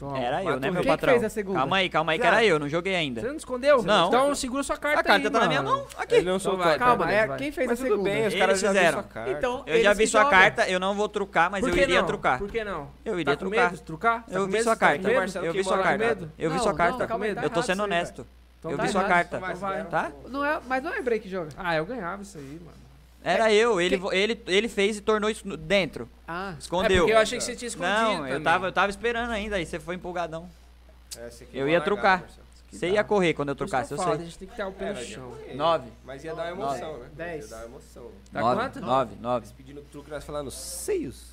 [SPEAKER 12] Toma.
[SPEAKER 3] Era eu, né, meu
[SPEAKER 2] Quem que
[SPEAKER 3] patrão?
[SPEAKER 2] fez a segunda?
[SPEAKER 3] Calma aí, calma aí, que era eu, não joguei ainda.
[SPEAKER 12] Você não escondeu?
[SPEAKER 3] Não.
[SPEAKER 12] Então segura sua carta
[SPEAKER 3] A carta
[SPEAKER 12] aí,
[SPEAKER 3] tá na minha
[SPEAKER 12] mano.
[SPEAKER 3] mão, aqui.
[SPEAKER 5] não
[SPEAKER 12] Então
[SPEAKER 5] soltou
[SPEAKER 12] vai,
[SPEAKER 5] a
[SPEAKER 12] calma,
[SPEAKER 5] carta.
[SPEAKER 2] Mas é,
[SPEAKER 12] vai.
[SPEAKER 2] quem fez
[SPEAKER 5] Mas
[SPEAKER 2] a
[SPEAKER 5] tudo
[SPEAKER 2] segunda?
[SPEAKER 5] bem, os
[SPEAKER 3] Eles
[SPEAKER 5] caras já viram
[SPEAKER 3] fizeram.
[SPEAKER 5] sua carta.
[SPEAKER 2] Então,
[SPEAKER 3] Eu já
[SPEAKER 2] eles
[SPEAKER 3] vi
[SPEAKER 2] que
[SPEAKER 3] sua
[SPEAKER 2] jogam.
[SPEAKER 3] carta, eu não vou trucar, mas
[SPEAKER 12] Por
[SPEAKER 3] eu
[SPEAKER 12] que
[SPEAKER 3] iria
[SPEAKER 12] não?
[SPEAKER 3] trucar.
[SPEAKER 12] Por que não?
[SPEAKER 3] Eu iria
[SPEAKER 12] tá com
[SPEAKER 3] trucar.
[SPEAKER 12] medo de trucar? Tá
[SPEAKER 3] Eu
[SPEAKER 12] com
[SPEAKER 3] vi
[SPEAKER 12] medo?
[SPEAKER 3] sua
[SPEAKER 12] Tá com
[SPEAKER 3] carta,
[SPEAKER 12] medo?
[SPEAKER 5] Marcelo
[SPEAKER 3] eu vi
[SPEAKER 5] queimou
[SPEAKER 3] sua
[SPEAKER 5] a
[SPEAKER 3] carta.
[SPEAKER 5] carta.
[SPEAKER 3] Eu vi
[SPEAKER 2] Não,
[SPEAKER 3] sua
[SPEAKER 2] não,
[SPEAKER 3] carta.
[SPEAKER 2] tá com medo, tá
[SPEAKER 3] Eu tô
[SPEAKER 2] errado
[SPEAKER 3] sendo
[SPEAKER 2] isso aí,
[SPEAKER 3] honesto,
[SPEAKER 12] Então
[SPEAKER 3] Eu
[SPEAKER 12] tá
[SPEAKER 3] vi sua
[SPEAKER 12] errado,
[SPEAKER 3] carta.
[SPEAKER 12] então vai.
[SPEAKER 3] tá?
[SPEAKER 2] Não é, mas não é break que joga.
[SPEAKER 12] Ah, eu ganhava isso aí, mano.
[SPEAKER 3] Era eu, ele, ele, ele fez e tornou isso no- dentro.
[SPEAKER 2] Ah,
[SPEAKER 12] É
[SPEAKER 3] Escondeu.
[SPEAKER 12] porque eu achei que você tinha escondido
[SPEAKER 3] Não, eu
[SPEAKER 12] também.
[SPEAKER 3] tava, eu tava esperando ainda, aí você foi empolgadão.
[SPEAKER 5] Essa aqui
[SPEAKER 3] Eu
[SPEAKER 5] é
[SPEAKER 3] ia
[SPEAKER 5] uma
[SPEAKER 3] trucar.
[SPEAKER 5] lagarta, Marcelo.
[SPEAKER 12] Que
[SPEAKER 3] Você
[SPEAKER 12] dá.
[SPEAKER 3] ia correr quando eu
[SPEAKER 12] Por isso
[SPEAKER 3] trucasse,
[SPEAKER 12] que
[SPEAKER 3] eu
[SPEAKER 12] falo, A
[SPEAKER 3] sei. É,
[SPEAKER 12] gente tem que ter o pé no chão.
[SPEAKER 3] Nove.
[SPEAKER 5] Mas ia dar uma emoção, né?
[SPEAKER 2] Dez.
[SPEAKER 5] Ia dar uma emoção.
[SPEAKER 12] Tá
[SPEAKER 3] nove,
[SPEAKER 12] quanto?
[SPEAKER 3] Nove, nove.
[SPEAKER 5] Eles pedindo truque, nós falando seios.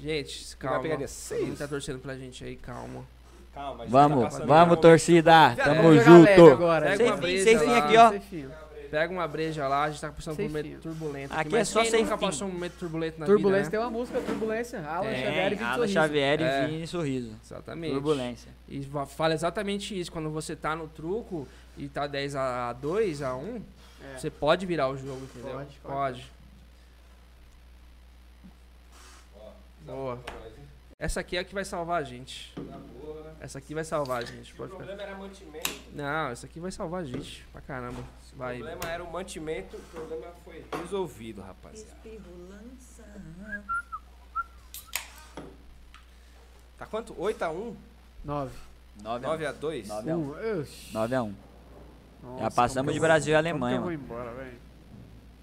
[SPEAKER 12] Gente,
[SPEAKER 5] Vai
[SPEAKER 12] calma.
[SPEAKER 5] pegar de
[SPEAKER 12] Todo mundo
[SPEAKER 5] seis.
[SPEAKER 12] tá torcendo pra gente aí, calma.
[SPEAKER 5] Calma,
[SPEAKER 3] Vamos,
[SPEAKER 5] tá
[SPEAKER 3] vamos, torcida. Tamo
[SPEAKER 2] Vamos É, jogar leve
[SPEAKER 3] junto.
[SPEAKER 2] agora.
[SPEAKER 12] Seis
[SPEAKER 2] Seis
[SPEAKER 12] fim,
[SPEAKER 2] fim,
[SPEAKER 3] seis fim aqui, ó.
[SPEAKER 2] seis fim.
[SPEAKER 12] Pega uma breja lá, a gente tá passando
[SPEAKER 2] Sem
[SPEAKER 12] por um momento
[SPEAKER 2] fio.
[SPEAKER 12] turbulento.
[SPEAKER 3] Aqui é
[SPEAKER 12] mas
[SPEAKER 3] só
[SPEAKER 12] quem
[SPEAKER 3] sem
[SPEAKER 12] nunca
[SPEAKER 3] fim.
[SPEAKER 12] passou um momento turbulento na
[SPEAKER 2] Turbulência
[SPEAKER 12] vida, né?
[SPEAKER 2] tem uma música, Turbulência, Alan
[SPEAKER 12] Tem,
[SPEAKER 2] Xavier e Vitor
[SPEAKER 3] Alan
[SPEAKER 2] Sorriso.
[SPEAKER 3] Xavier e
[SPEAKER 12] É.
[SPEAKER 3] Vini Sorriso.
[SPEAKER 12] Exatamente.
[SPEAKER 3] Turbulência.
[SPEAKER 12] E va- fala exatamente isso. Quando você tá no truco e tá 10 a 2 a 1,
[SPEAKER 2] É.
[SPEAKER 12] você pode virar o jogo, entendeu?
[SPEAKER 2] Pode, pode.
[SPEAKER 12] Boa. Essa aqui é a que vai salvar a gente.
[SPEAKER 5] Tá né?
[SPEAKER 12] Essa aqui vai salvar a gente.
[SPEAKER 5] O
[SPEAKER 12] Pode ficar.
[SPEAKER 5] problema era mantimento.
[SPEAKER 12] Não, essa aqui vai salvar a gente. Pra caramba. Vai.
[SPEAKER 5] O problema era o mantimento. O problema foi resolvido, rapaziada.
[SPEAKER 25] Espirulança.
[SPEAKER 5] Tá quanto? 8x1?
[SPEAKER 2] Nove.
[SPEAKER 3] 9 a
[SPEAKER 5] 9x2?
[SPEAKER 3] 9 a 1.
[SPEAKER 2] Um, oxi.
[SPEAKER 3] 9 a 1. Já
[SPEAKER 2] Nossa, como
[SPEAKER 3] passamos
[SPEAKER 2] que
[SPEAKER 3] de
[SPEAKER 2] eu-
[SPEAKER 3] Brasil e
[SPEAKER 2] como que
[SPEAKER 3] Alemanha,
[SPEAKER 2] eu vou
[SPEAKER 3] mano.
[SPEAKER 2] embora, velho?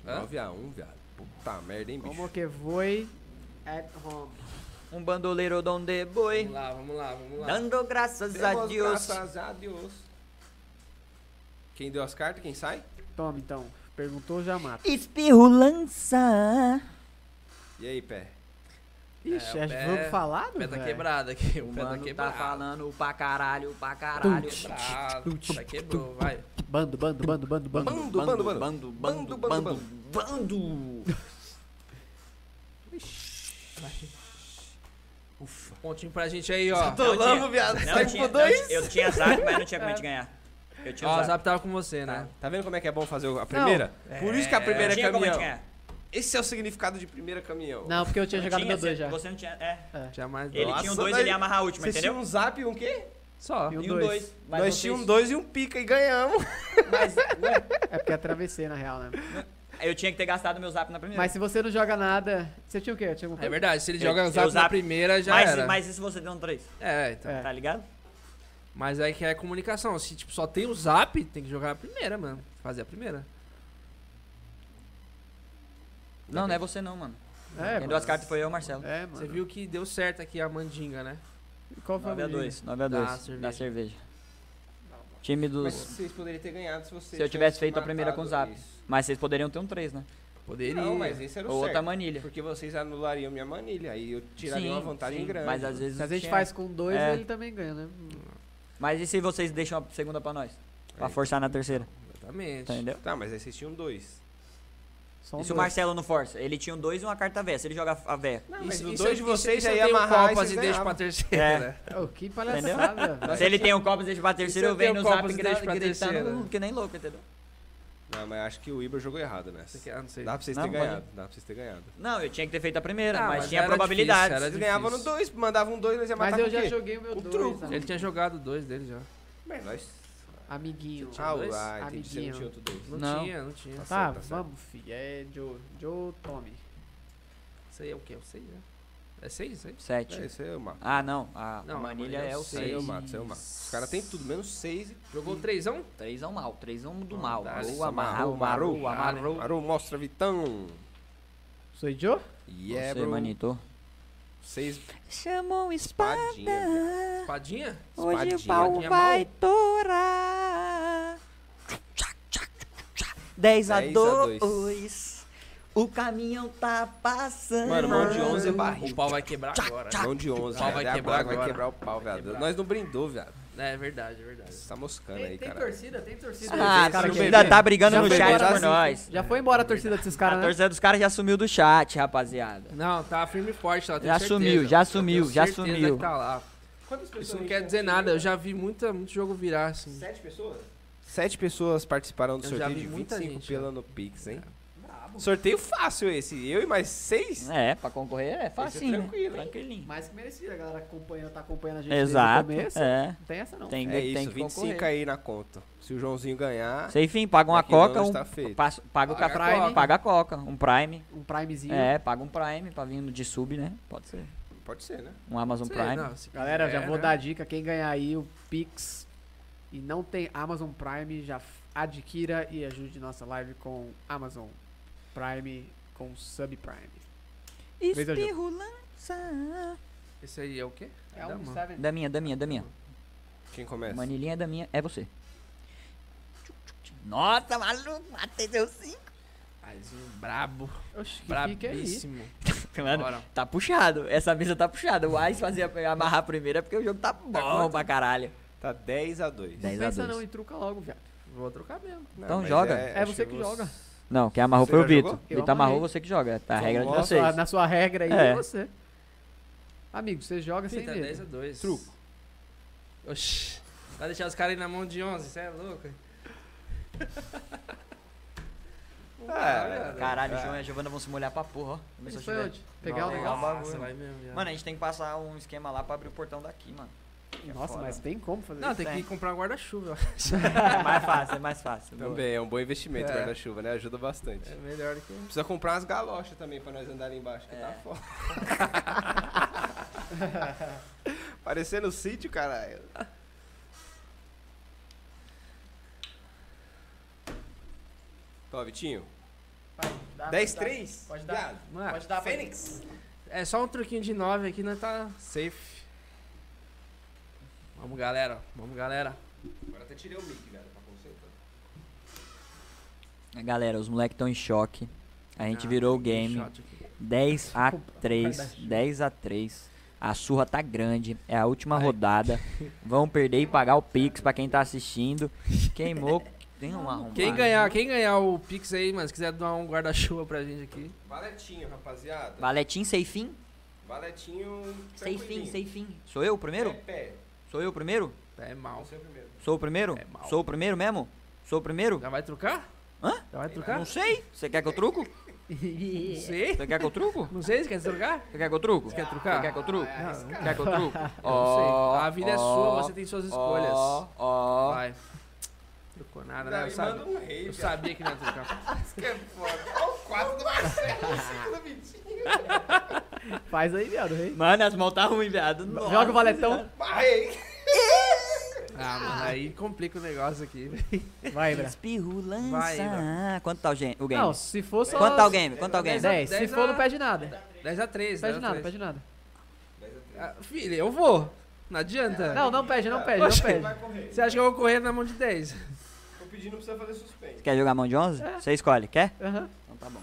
[SPEAKER 5] Hã? 9x1, viado. Puta merda, hein, bicho.
[SPEAKER 2] Como que foi at home?
[SPEAKER 3] Um bandoleiro donde boi.
[SPEAKER 12] Vamos lá, vamos lá, vamos lá.
[SPEAKER 3] Dando graças a
[SPEAKER 5] Demos
[SPEAKER 3] Deus.
[SPEAKER 5] Graças a Deus. Quem deu as cartas, quem sai?
[SPEAKER 2] Toma então. Perguntou, já mata.
[SPEAKER 3] Espirrulança.
[SPEAKER 5] E aí, pé?
[SPEAKER 2] Ixi,
[SPEAKER 12] É, o
[SPEAKER 2] acho
[SPEAKER 12] pé-
[SPEAKER 2] que vamos falar,
[SPEAKER 12] O pé
[SPEAKER 2] mano.
[SPEAKER 12] tá quebrado aqui. O
[SPEAKER 3] O
[SPEAKER 12] pé tá
[SPEAKER 3] mano tá
[SPEAKER 12] quebrado.
[SPEAKER 3] falando pra caralho, pra caralho.
[SPEAKER 12] Quebrado. Tá quebrou, vai.
[SPEAKER 2] Bando, bando, bando, bando, bando.
[SPEAKER 5] Bando, bando, bando.
[SPEAKER 3] bando, bando,
[SPEAKER 5] Bando, bando,
[SPEAKER 3] bando, bando.
[SPEAKER 12] Pontinho pra gente aí, ó.
[SPEAKER 3] Tô louco,
[SPEAKER 1] viado.
[SPEAKER 3] Não, eu tinha, não, eu tinha zap, mas não tinha como a gente ganhar. Eu tinha
[SPEAKER 12] Ó, o
[SPEAKER 3] zap.
[SPEAKER 12] Zap tava com você, né?
[SPEAKER 5] Tá vendo como é que é bom fazer a primeira? Por isso que a primeira
[SPEAKER 3] Não
[SPEAKER 5] é
[SPEAKER 3] tinha como a gente
[SPEAKER 5] caminhão.
[SPEAKER 3] ganhar.
[SPEAKER 5] Esse é o significado de primeira caminhão.
[SPEAKER 2] Não, porque eu tinha jogado
[SPEAKER 3] Tinha,
[SPEAKER 2] meu dois
[SPEAKER 3] você-
[SPEAKER 2] já.
[SPEAKER 3] Você não tinha. É.
[SPEAKER 12] Tinha mais
[SPEAKER 3] Ele
[SPEAKER 5] Nossa,
[SPEAKER 3] tinha um dois,
[SPEAKER 5] nós-
[SPEAKER 3] ele ia amarrar a última,
[SPEAKER 5] Vocês
[SPEAKER 3] entendeu?
[SPEAKER 5] tinham um zap e um quê?
[SPEAKER 12] Só.
[SPEAKER 2] E o
[SPEAKER 3] E um
[SPEAKER 2] dois.
[SPEAKER 3] dois. Mas
[SPEAKER 5] Nós
[SPEAKER 3] vocês-
[SPEAKER 5] tínhamos um dois e um pica e ganhamos.
[SPEAKER 3] Mas, ué,
[SPEAKER 2] É porque atravessei, na real, né?
[SPEAKER 3] eu tinha que ter gastado meu zap na primeira.
[SPEAKER 2] Mas se você não joga nada. Você tinha o quê? Eu tinha alguma
[SPEAKER 12] É
[SPEAKER 2] coisa?
[SPEAKER 12] verdade, se ele
[SPEAKER 3] Eu-
[SPEAKER 12] joga o
[SPEAKER 3] eu
[SPEAKER 12] zap na
[SPEAKER 3] zap-
[SPEAKER 12] primeira, já
[SPEAKER 3] mas,
[SPEAKER 12] era.
[SPEAKER 3] mas e se você deu um três?
[SPEAKER 12] É, então.
[SPEAKER 2] É.
[SPEAKER 3] Tá ligado?
[SPEAKER 12] Mas aí que é comunicação. Se tipo, só tem o zap, tem que jogar a primeira, mano. Fazer a primeira.
[SPEAKER 3] Não, não é você não, mano.
[SPEAKER 2] É,
[SPEAKER 3] Quem
[SPEAKER 2] mano.
[SPEAKER 3] deu as cartas foi eu, Marcelo.
[SPEAKER 2] É, mano.
[SPEAKER 12] Você viu que deu certo aqui a mandinga, né?
[SPEAKER 2] Qual foi
[SPEAKER 3] 9 a 2, 9 a
[SPEAKER 12] Da
[SPEAKER 3] 2
[SPEAKER 12] cerveja.
[SPEAKER 3] da cerveja. Time
[SPEAKER 5] Mas
[SPEAKER 3] dos
[SPEAKER 5] vocês poderiam ter ganhado se vocês
[SPEAKER 3] Se eu tivesse
[SPEAKER 5] tivessem
[SPEAKER 3] feito a primeira com o
[SPEAKER 5] matado
[SPEAKER 3] zap.
[SPEAKER 5] isso.
[SPEAKER 3] Mas vocês poderiam ter um 3, né?
[SPEAKER 12] Poderia.
[SPEAKER 5] Não, mas esse era o
[SPEAKER 3] Ou outra
[SPEAKER 5] certo.
[SPEAKER 3] manilha.
[SPEAKER 5] Porque vocês anulariam minha manilha. Aí eu tiraria
[SPEAKER 3] Sim,
[SPEAKER 5] uma vantagem
[SPEAKER 3] sim,
[SPEAKER 5] grande. né?
[SPEAKER 3] Mas às vezes.
[SPEAKER 2] Se a gente
[SPEAKER 3] tinha-
[SPEAKER 2] faz com dois,
[SPEAKER 3] É.
[SPEAKER 2] ele também ganha, né?
[SPEAKER 3] Mas e se vocês deixam a segunda pra nós? Pra forçar na terceira.
[SPEAKER 12] Exatamente.
[SPEAKER 3] Entendeu?
[SPEAKER 5] Tá, mas aí vocês tinham dois.
[SPEAKER 2] Só um
[SPEAKER 3] E se o
[SPEAKER 2] dois.
[SPEAKER 3] Marcelo não força? Ele tinha um 2 e uma carta véia. Se ele joga a véia.
[SPEAKER 5] Não,
[SPEAKER 12] E
[SPEAKER 5] mas
[SPEAKER 12] se
[SPEAKER 5] os
[SPEAKER 12] e
[SPEAKER 5] dois
[SPEAKER 12] se-
[SPEAKER 5] de
[SPEAKER 12] e
[SPEAKER 5] vocês
[SPEAKER 12] se eu
[SPEAKER 5] aí
[SPEAKER 12] tenho
[SPEAKER 5] amarrar
[SPEAKER 12] copas
[SPEAKER 5] e
[SPEAKER 12] e deixo pra né?
[SPEAKER 5] ganhavam.
[SPEAKER 12] terceada.
[SPEAKER 2] Oh, que palhaçada,
[SPEAKER 3] Se
[SPEAKER 2] velho.
[SPEAKER 3] ele tem um copo, deixa pra terceira,
[SPEAKER 12] eu
[SPEAKER 3] eu venho
[SPEAKER 12] tenho
[SPEAKER 3] no
[SPEAKER 12] um
[SPEAKER 3] zap
[SPEAKER 12] copo,
[SPEAKER 3] grita-
[SPEAKER 12] deixa pra
[SPEAKER 3] gritando
[SPEAKER 12] terceira.
[SPEAKER 3] que nem louco, entendeu?
[SPEAKER 5] Não, mas acho que o Ibra jogou errado nessa.
[SPEAKER 12] Você quer- ah, não sei.
[SPEAKER 5] Dá pra vocês
[SPEAKER 3] Não,
[SPEAKER 5] terem
[SPEAKER 3] pode-
[SPEAKER 5] ganhado. Dá pra vocês terem ganhado.
[SPEAKER 3] Não, eu tinha que ter feito a primeira,
[SPEAKER 12] Ah,
[SPEAKER 3] mas,
[SPEAKER 12] mas
[SPEAKER 3] tinha
[SPEAKER 12] era
[SPEAKER 3] probabilidade.
[SPEAKER 12] difícil,
[SPEAKER 5] Vocês ganhavam no
[SPEAKER 12] difícil.
[SPEAKER 5] dois, mandavam um dois, nós ia matar
[SPEAKER 2] Mas
[SPEAKER 5] com
[SPEAKER 2] eu
[SPEAKER 5] o
[SPEAKER 2] já
[SPEAKER 5] quê?
[SPEAKER 2] joguei o meu
[SPEAKER 5] O
[SPEAKER 2] dois,
[SPEAKER 5] truco.
[SPEAKER 2] amigo.
[SPEAKER 12] Ele tinha jogado dois dele já.
[SPEAKER 5] Mas nós...
[SPEAKER 2] Amiguinho.
[SPEAKER 5] Ah,
[SPEAKER 12] dois?
[SPEAKER 5] ah, entendi. Você não
[SPEAKER 2] Amiguinho.
[SPEAKER 5] tinha outro dois.
[SPEAKER 12] Não,
[SPEAKER 3] Não.
[SPEAKER 12] tinha, não tinha.
[SPEAKER 2] Tá,
[SPEAKER 5] certo, tá certo.
[SPEAKER 2] vamos, fi. É Joe, Joe Tommy.
[SPEAKER 12] Isso aí é o quê? Eu sei, né? É seis, isso aí?
[SPEAKER 3] 7.
[SPEAKER 5] É, isso aí eu mato.
[SPEAKER 3] Ah, não. A
[SPEAKER 12] Não, a
[SPEAKER 3] manilha
[SPEAKER 12] manilha
[SPEAKER 3] é o
[SPEAKER 12] é
[SPEAKER 5] Isso aí eu
[SPEAKER 3] 6.
[SPEAKER 5] mato, isso aí eu mato. Os caras têm tudo, menos seis. e-
[SPEAKER 12] Jogou trêsão?
[SPEAKER 3] 3 é um mal. 3 é um do mal.
[SPEAKER 5] Nossa,
[SPEAKER 3] Ou amarrar, ou
[SPEAKER 5] Maru,
[SPEAKER 3] amarrou, amarrou.
[SPEAKER 5] Maru, mostra, Vitão.
[SPEAKER 2] Sou Joe?
[SPEAKER 5] Yeah,
[SPEAKER 3] Você,
[SPEAKER 5] bro.
[SPEAKER 3] manito.
[SPEAKER 5] Seis
[SPEAKER 3] Chamou
[SPEAKER 5] espadinha.
[SPEAKER 12] Espadinha?
[SPEAKER 5] Hoje o pau
[SPEAKER 12] Espadinha vai
[SPEAKER 3] torar. 10
[SPEAKER 5] a
[SPEAKER 3] a
[SPEAKER 5] 2.
[SPEAKER 3] 2. O caminhão tá passando.
[SPEAKER 5] Mano, mão de 11 é
[SPEAKER 2] Ah,
[SPEAKER 5] barril.
[SPEAKER 12] O pau vai quebrar agora.
[SPEAKER 5] Mão de 11,
[SPEAKER 12] O Uhum. pau
[SPEAKER 5] velho.
[SPEAKER 12] vai
[SPEAKER 5] Até
[SPEAKER 12] quebrar
[SPEAKER 5] agora vai
[SPEAKER 12] agora.
[SPEAKER 5] quebrar o pau, velho.
[SPEAKER 12] quebrar.
[SPEAKER 5] Nós não brindou, velho.
[SPEAKER 12] É verdade, é verdade.
[SPEAKER 5] Você tá moscando aí,
[SPEAKER 2] Tem, tem
[SPEAKER 5] cara.
[SPEAKER 2] torcida, tem torcida.
[SPEAKER 3] Ah,
[SPEAKER 2] desses caras
[SPEAKER 3] você
[SPEAKER 2] aqui.
[SPEAKER 3] ainda tá brigando
[SPEAKER 2] Já
[SPEAKER 3] no
[SPEAKER 2] foi
[SPEAKER 3] chat
[SPEAKER 2] embora,
[SPEAKER 3] por
[SPEAKER 2] sim.
[SPEAKER 3] nós.
[SPEAKER 2] Já foi embora a torcida desses
[SPEAKER 3] A
[SPEAKER 2] caras, né?
[SPEAKER 3] torcida dos caras já sumiu do chat, rapaziada.
[SPEAKER 12] Não, tá firme e forte lá, tenho
[SPEAKER 3] Já
[SPEAKER 12] certeza.
[SPEAKER 3] sumiu, já
[SPEAKER 12] Eu
[SPEAKER 3] sumiu,
[SPEAKER 12] tenho
[SPEAKER 3] já
[SPEAKER 12] certeza
[SPEAKER 3] sumiu.
[SPEAKER 12] que tá lá. Isso não quer dizer nada, eu já vi muita, muito jogo virar assim.
[SPEAKER 5] Sete pessoas? Sete pessoas participaram do
[SPEAKER 12] Eu já
[SPEAKER 5] sorteio
[SPEAKER 12] vi
[SPEAKER 5] de
[SPEAKER 12] muita
[SPEAKER 5] 25
[SPEAKER 12] gente,
[SPEAKER 5] pela no Pix, hein? Sorteio fácil esse. Eu e mais seis?
[SPEAKER 3] É, pra concorrer é
[SPEAKER 12] né?
[SPEAKER 3] facinho.
[SPEAKER 5] tranquilo, hein?
[SPEAKER 3] Tranquilinho.
[SPEAKER 2] Mais que merecia, a galera acompanhando, tá acompanhando a gente
[SPEAKER 3] Exato.
[SPEAKER 2] desde o começo.
[SPEAKER 3] É,
[SPEAKER 2] Não tem essa não.
[SPEAKER 3] tem,
[SPEAKER 5] É
[SPEAKER 3] que- tem
[SPEAKER 5] isso,
[SPEAKER 3] que
[SPEAKER 5] 25
[SPEAKER 3] concorrer.
[SPEAKER 5] aí na conta. Se o Joãozinho ganhar,
[SPEAKER 3] Sei, enfim, paga uma
[SPEAKER 5] McDonald's
[SPEAKER 3] coca, um,
[SPEAKER 5] tá feito.
[SPEAKER 3] passo- paga o
[SPEAKER 12] Paga
[SPEAKER 3] café,
[SPEAKER 12] Prime.
[SPEAKER 3] paga a coca, um prime.
[SPEAKER 2] Um primezinho.
[SPEAKER 3] É, paga um prime pra vir no de sub, né? Pode ser.
[SPEAKER 5] pode ser, né?
[SPEAKER 3] Um Amazon
[SPEAKER 12] Sei,
[SPEAKER 3] Prime.
[SPEAKER 12] não, se
[SPEAKER 2] Galera,
[SPEAKER 12] quiser,
[SPEAKER 5] É,
[SPEAKER 2] já vou
[SPEAKER 12] né?
[SPEAKER 2] dar a dica. Quem ganhar aí o Pix e não tem Amazon Prime, já f- adquira e ajude nossa live com Amazon Prime, com Subprime. Beijo, Ju.
[SPEAKER 3] Espirrulança.
[SPEAKER 12] Esse aí é o quê?
[SPEAKER 2] É
[SPEAKER 12] Dá
[SPEAKER 2] um
[SPEAKER 12] uma-
[SPEAKER 2] seven.
[SPEAKER 3] Da minha, da minha, da minha.
[SPEAKER 5] Quem começa?
[SPEAKER 3] Manilhinha da minha, é você. Nossa, maluco, matei seu cinco.
[SPEAKER 12] Mas um brabo,
[SPEAKER 2] Oxe, que fica é isso?
[SPEAKER 12] brabíssimo.
[SPEAKER 3] Mano,
[SPEAKER 12] Bora.
[SPEAKER 3] tá puxado. Essa mesa tá puxada. O Ice fazia amarrar a primeira porque o jogo tá bom pra caralho.
[SPEAKER 5] Tá 10 a 2.
[SPEAKER 2] Não
[SPEAKER 3] 10 a
[SPEAKER 2] pensa
[SPEAKER 3] 2.
[SPEAKER 2] não e truca logo, viado.
[SPEAKER 12] vou trocar mesmo.
[SPEAKER 5] Não,
[SPEAKER 3] Então
[SPEAKER 5] mas
[SPEAKER 3] joga.
[SPEAKER 2] É você que
[SPEAKER 5] chegou-
[SPEAKER 2] joga.
[SPEAKER 3] Não, quem amarrou
[SPEAKER 5] Você
[SPEAKER 3] foi o
[SPEAKER 5] já
[SPEAKER 3] Vitor.
[SPEAKER 5] jogou?
[SPEAKER 2] Eu
[SPEAKER 3] Vitor amarrou,
[SPEAKER 2] amarrei.
[SPEAKER 3] você que joga. Tá a
[SPEAKER 5] Então,
[SPEAKER 3] regra de
[SPEAKER 5] nossa,
[SPEAKER 3] vocês.
[SPEAKER 2] Sua- Ah, na sua regra aí,
[SPEAKER 3] É.
[SPEAKER 2] é você. Amigo, você joga sem
[SPEAKER 12] Fita, 10 Tá a
[SPEAKER 2] medo.
[SPEAKER 12] 2. Truco. Oxi. Vai deixar os caras aí na mão de 11, você é louco?
[SPEAKER 5] Ah,
[SPEAKER 3] Caralho, o
[SPEAKER 2] é.
[SPEAKER 3] João é e a Giovana vão se molhar pra porra, ó. Começou
[SPEAKER 2] Isso
[SPEAKER 3] a
[SPEAKER 2] foi
[SPEAKER 3] chover.
[SPEAKER 2] onde? Pegar o
[SPEAKER 3] Não,
[SPEAKER 2] negócio.
[SPEAKER 3] bagulho.
[SPEAKER 12] Nossa, vai mesmo, viado.
[SPEAKER 3] Mano, a gente tem que passar um esquema lá pra abrir o portão daqui, mano. é
[SPEAKER 2] Nossa,
[SPEAKER 3] foda.
[SPEAKER 2] mas tem como fazer
[SPEAKER 12] Não,
[SPEAKER 2] isso?
[SPEAKER 12] tem que
[SPEAKER 3] tem.
[SPEAKER 12] ir comprar um guarda-chuva.
[SPEAKER 3] É mais fácil, é mais fácil. boa.
[SPEAKER 5] Também, é um bom investimento
[SPEAKER 12] É.
[SPEAKER 5] guarda-chuva, né? Ajuda bastante.
[SPEAKER 12] É melhor
[SPEAKER 2] um.
[SPEAKER 12] do que.
[SPEAKER 5] Precisa comprar umas galochas também pra nós andarem embaixo, que tá
[SPEAKER 3] É.
[SPEAKER 5] foda. Parecendo sítio, caralho. Toma, Vitinho.
[SPEAKER 2] Vai, dá,
[SPEAKER 5] 10-3?
[SPEAKER 2] Ah, Pode dar.
[SPEAKER 5] Viado.
[SPEAKER 12] Mano,
[SPEAKER 2] Pode dar pra-
[SPEAKER 5] Fênix.
[SPEAKER 12] é só um truquinho de 9 aqui, nós tá safe. Vamos, galera. Vamos, galera.
[SPEAKER 5] Agora até tirei o mic, velho, pra concentrar.
[SPEAKER 3] Galera, os moleques estão em choque. A gente
[SPEAKER 12] Ah,
[SPEAKER 3] virou o
[SPEAKER 12] tem
[SPEAKER 3] game.
[SPEAKER 12] shot aqui.
[SPEAKER 3] 10 a
[SPEAKER 2] vai
[SPEAKER 3] 3,
[SPEAKER 2] dar
[SPEAKER 3] 10 a 3. A surra tá grande, é a última rodada. Vão perder e pagar o Pix pra quem tá assistindo. Queimou. Tem um arrombado.
[SPEAKER 12] Quem ganhar, Ah, quem ganhar o Pix aí, mano, se quiser dar um guarda-chuva pra gente aqui.
[SPEAKER 5] Valetinho, rapaziada.
[SPEAKER 3] Valetim, sem fim?
[SPEAKER 5] Valetinho.
[SPEAKER 3] Sem fim,
[SPEAKER 5] tranquilinho.
[SPEAKER 3] sem fim. Sou eu o primeiro?
[SPEAKER 5] Pé, pé.
[SPEAKER 3] Sou eu o primeiro?
[SPEAKER 12] É mal.
[SPEAKER 5] Você é o primeiro.
[SPEAKER 3] Sou o primeiro?
[SPEAKER 12] É mal.
[SPEAKER 3] Sou o primeiro mesmo? Sou o primeiro?
[SPEAKER 12] Já vai trucar?
[SPEAKER 3] Hã?
[SPEAKER 12] Já vai trucar?
[SPEAKER 3] Não sei. Você quer que eu truco?
[SPEAKER 12] Não sei.
[SPEAKER 3] Você quer que eu truco?
[SPEAKER 12] Não sei, você quer trucar?
[SPEAKER 3] Você quer que eu truco?
[SPEAKER 12] Você quer
[SPEAKER 3] Você
[SPEAKER 12] trucar?
[SPEAKER 3] quer que eu truco?
[SPEAKER 12] Não, não
[SPEAKER 3] Quer que eu truco?
[SPEAKER 12] sei.
[SPEAKER 3] Ó,
[SPEAKER 12] A vida é
[SPEAKER 3] ó,
[SPEAKER 12] sua, você tem suas escolhas.
[SPEAKER 3] Ó, ó.
[SPEAKER 12] Vai. Trucou nada, né?
[SPEAKER 5] Não,
[SPEAKER 12] Eu
[SPEAKER 5] e manda
[SPEAKER 12] sabia,
[SPEAKER 5] um rei,
[SPEAKER 12] eu
[SPEAKER 5] velho.
[SPEAKER 12] sabia que não ia trucar.
[SPEAKER 5] Isso que é foda. Olha o 4 do Marcelo, o 5 do Vitinho.
[SPEAKER 2] Faz aí, viado. Rei.
[SPEAKER 3] Mano, as mãos tá ruim, viado. Nossa.
[SPEAKER 2] Joga o valetão.
[SPEAKER 5] Barrei.
[SPEAKER 12] Ah, mano, aí complica o negócio aqui.
[SPEAKER 2] Vai, Bra.
[SPEAKER 3] Espirro, lança.
[SPEAKER 12] Vai,
[SPEAKER 3] Quanto tá o, gen- o game?
[SPEAKER 2] Não, se for só. é,
[SPEAKER 3] Quanto tá o game? Quanto tá o game?
[SPEAKER 2] 10. Se
[SPEAKER 12] Dez
[SPEAKER 2] for,
[SPEAKER 12] a-
[SPEAKER 2] não perde nada.
[SPEAKER 12] 10 a 3
[SPEAKER 2] Perde nada, perde nada.
[SPEAKER 12] Ah, filho, eu vou. Não adianta.
[SPEAKER 2] Não, não perde, não perde,
[SPEAKER 12] É. Oxe.
[SPEAKER 2] não perde.
[SPEAKER 5] Vai correr.
[SPEAKER 12] Você acha que eu vou correr na mão de 10?
[SPEAKER 5] Tô pedindo pra você fazer suspense.
[SPEAKER 3] Quer jogar mão de 11?
[SPEAKER 2] É.
[SPEAKER 3] Você escolhe, quer?
[SPEAKER 2] Aham.
[SPEAKER 3] Então tá bom.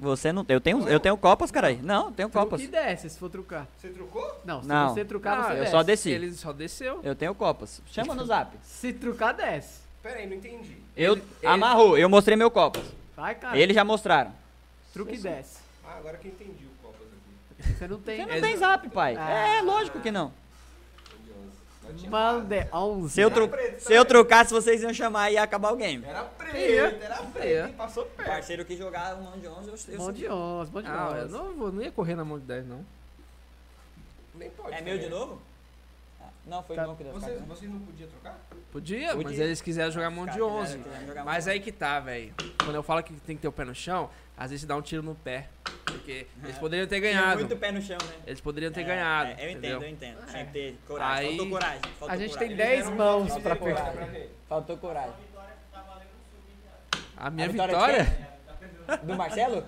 [SPEAKER 3] Você não. Eu tenho, eu tenho copas, carai. Não, eu tenho
[SPEAKER 2] Truca
[SPEAKER 3] copas.
[SPEAKER 2] e desce, se for trucar.
[SPEAKER 5] Você trucou?
[SPEAKER 2] Não, se
[SPEAKER 3] Não.
[SPEAKER 2] você trucar,
[SPEAKER 12] Ah,
[SPEAKER 2] você
[SPEAKER 3] Eu
[SPEAKER 2] desce.
[SPEAKER 3] só desci.
[SPEAKER 12] Ele só desceu.
[SPEAKER 3] Eu tenho copas. Chama no zap.
[SPEAKER 2] Se trucar, desce.
[SPEAKER 5] Pera aí, não entendi.
[SPEAKER 3] Eu amarrou, eu mostrei meu copas.
[SPEAKER 2] Vai, cara.
[SPEAKER 3] Eles já mostraram.
[SPEAKER 2] Truque e desce.
[SPEAKER 5] Ah, agora que eu entendi o Copas aqui.
[SPEAKER 2] Você não tem. Ah.
[SPEAKER 3] Você não tem zap, pai. É, lógico que não.
[SPEAKER 2] Mande 11.
[SPEAKER 3] Se eu, tru... Se eu trucasse, vocês iam chamar e ia acabar o game.
[SPEAKER 5] Era preto, era preto. e Passou perto.
[SPEAKER 3] Parceiro que jogava mão de 11, eu, eu
[SPEAKER 2] Bom de 11, bom de
[SPEAKER 12] Ah,
[SPEAKER 2] 11.
[SPEAKER 12] eu não, vou, não ia correr na mão de 10, não.
[SPEAKER 5] Nem pode.
[SPEAKER 3] É meu de
[SPEAKER 5] também.
[SPEAKER 3] novo? Ah, Não, foi
[SPEAKER 2] Tá.
[SPEAKER 3] o João que deu
[SPEAKER 5] Vocês, vocês não podiam trocar?
[SPEAKER 12] Podia, mas
[SPEAKER 3] Podia.
[SPEAKER 12] eles quiseram jogar mão de 11. Mas aí
[SPEAKER 3] aí
[SPEAKER 12] que tá, velho. Quando eu falo que tem que ter o pé no chão, às vezes dá um tiro no pé. Porque eles poderiam ter ganhado.
[SPEAKER 3] Muito pé no chão, né?
[SPEAKER 12] Eles poderiam ter
[SPEAKER 3] É,
[SPEAKER 12] ganhado.
[SPEAKER 3] é, eu entendo,
[SPEAKER 12] entendeu?
[SPEAKER 3] eu entendo. Tinha que ter coragem.
[SPEAKER 12] Aí-
[SPEAKER 3] Faltou coragem. Faltou
[SPEAKER 2] A gente tem
[SPEAKER 3] coragem.
[SPEAKER 2] 10 mãos pra
[SPEAKER 3] Faltou
[SPEAKER 2] perder.
[SPEAKER 3] coragem. Faltou coragem.
[SPEAKER 12] A minha
[SPEAKER 3] A vitória
[SPEAKER 12] vitória?
[SPEAKER 3] de Do Marcelo?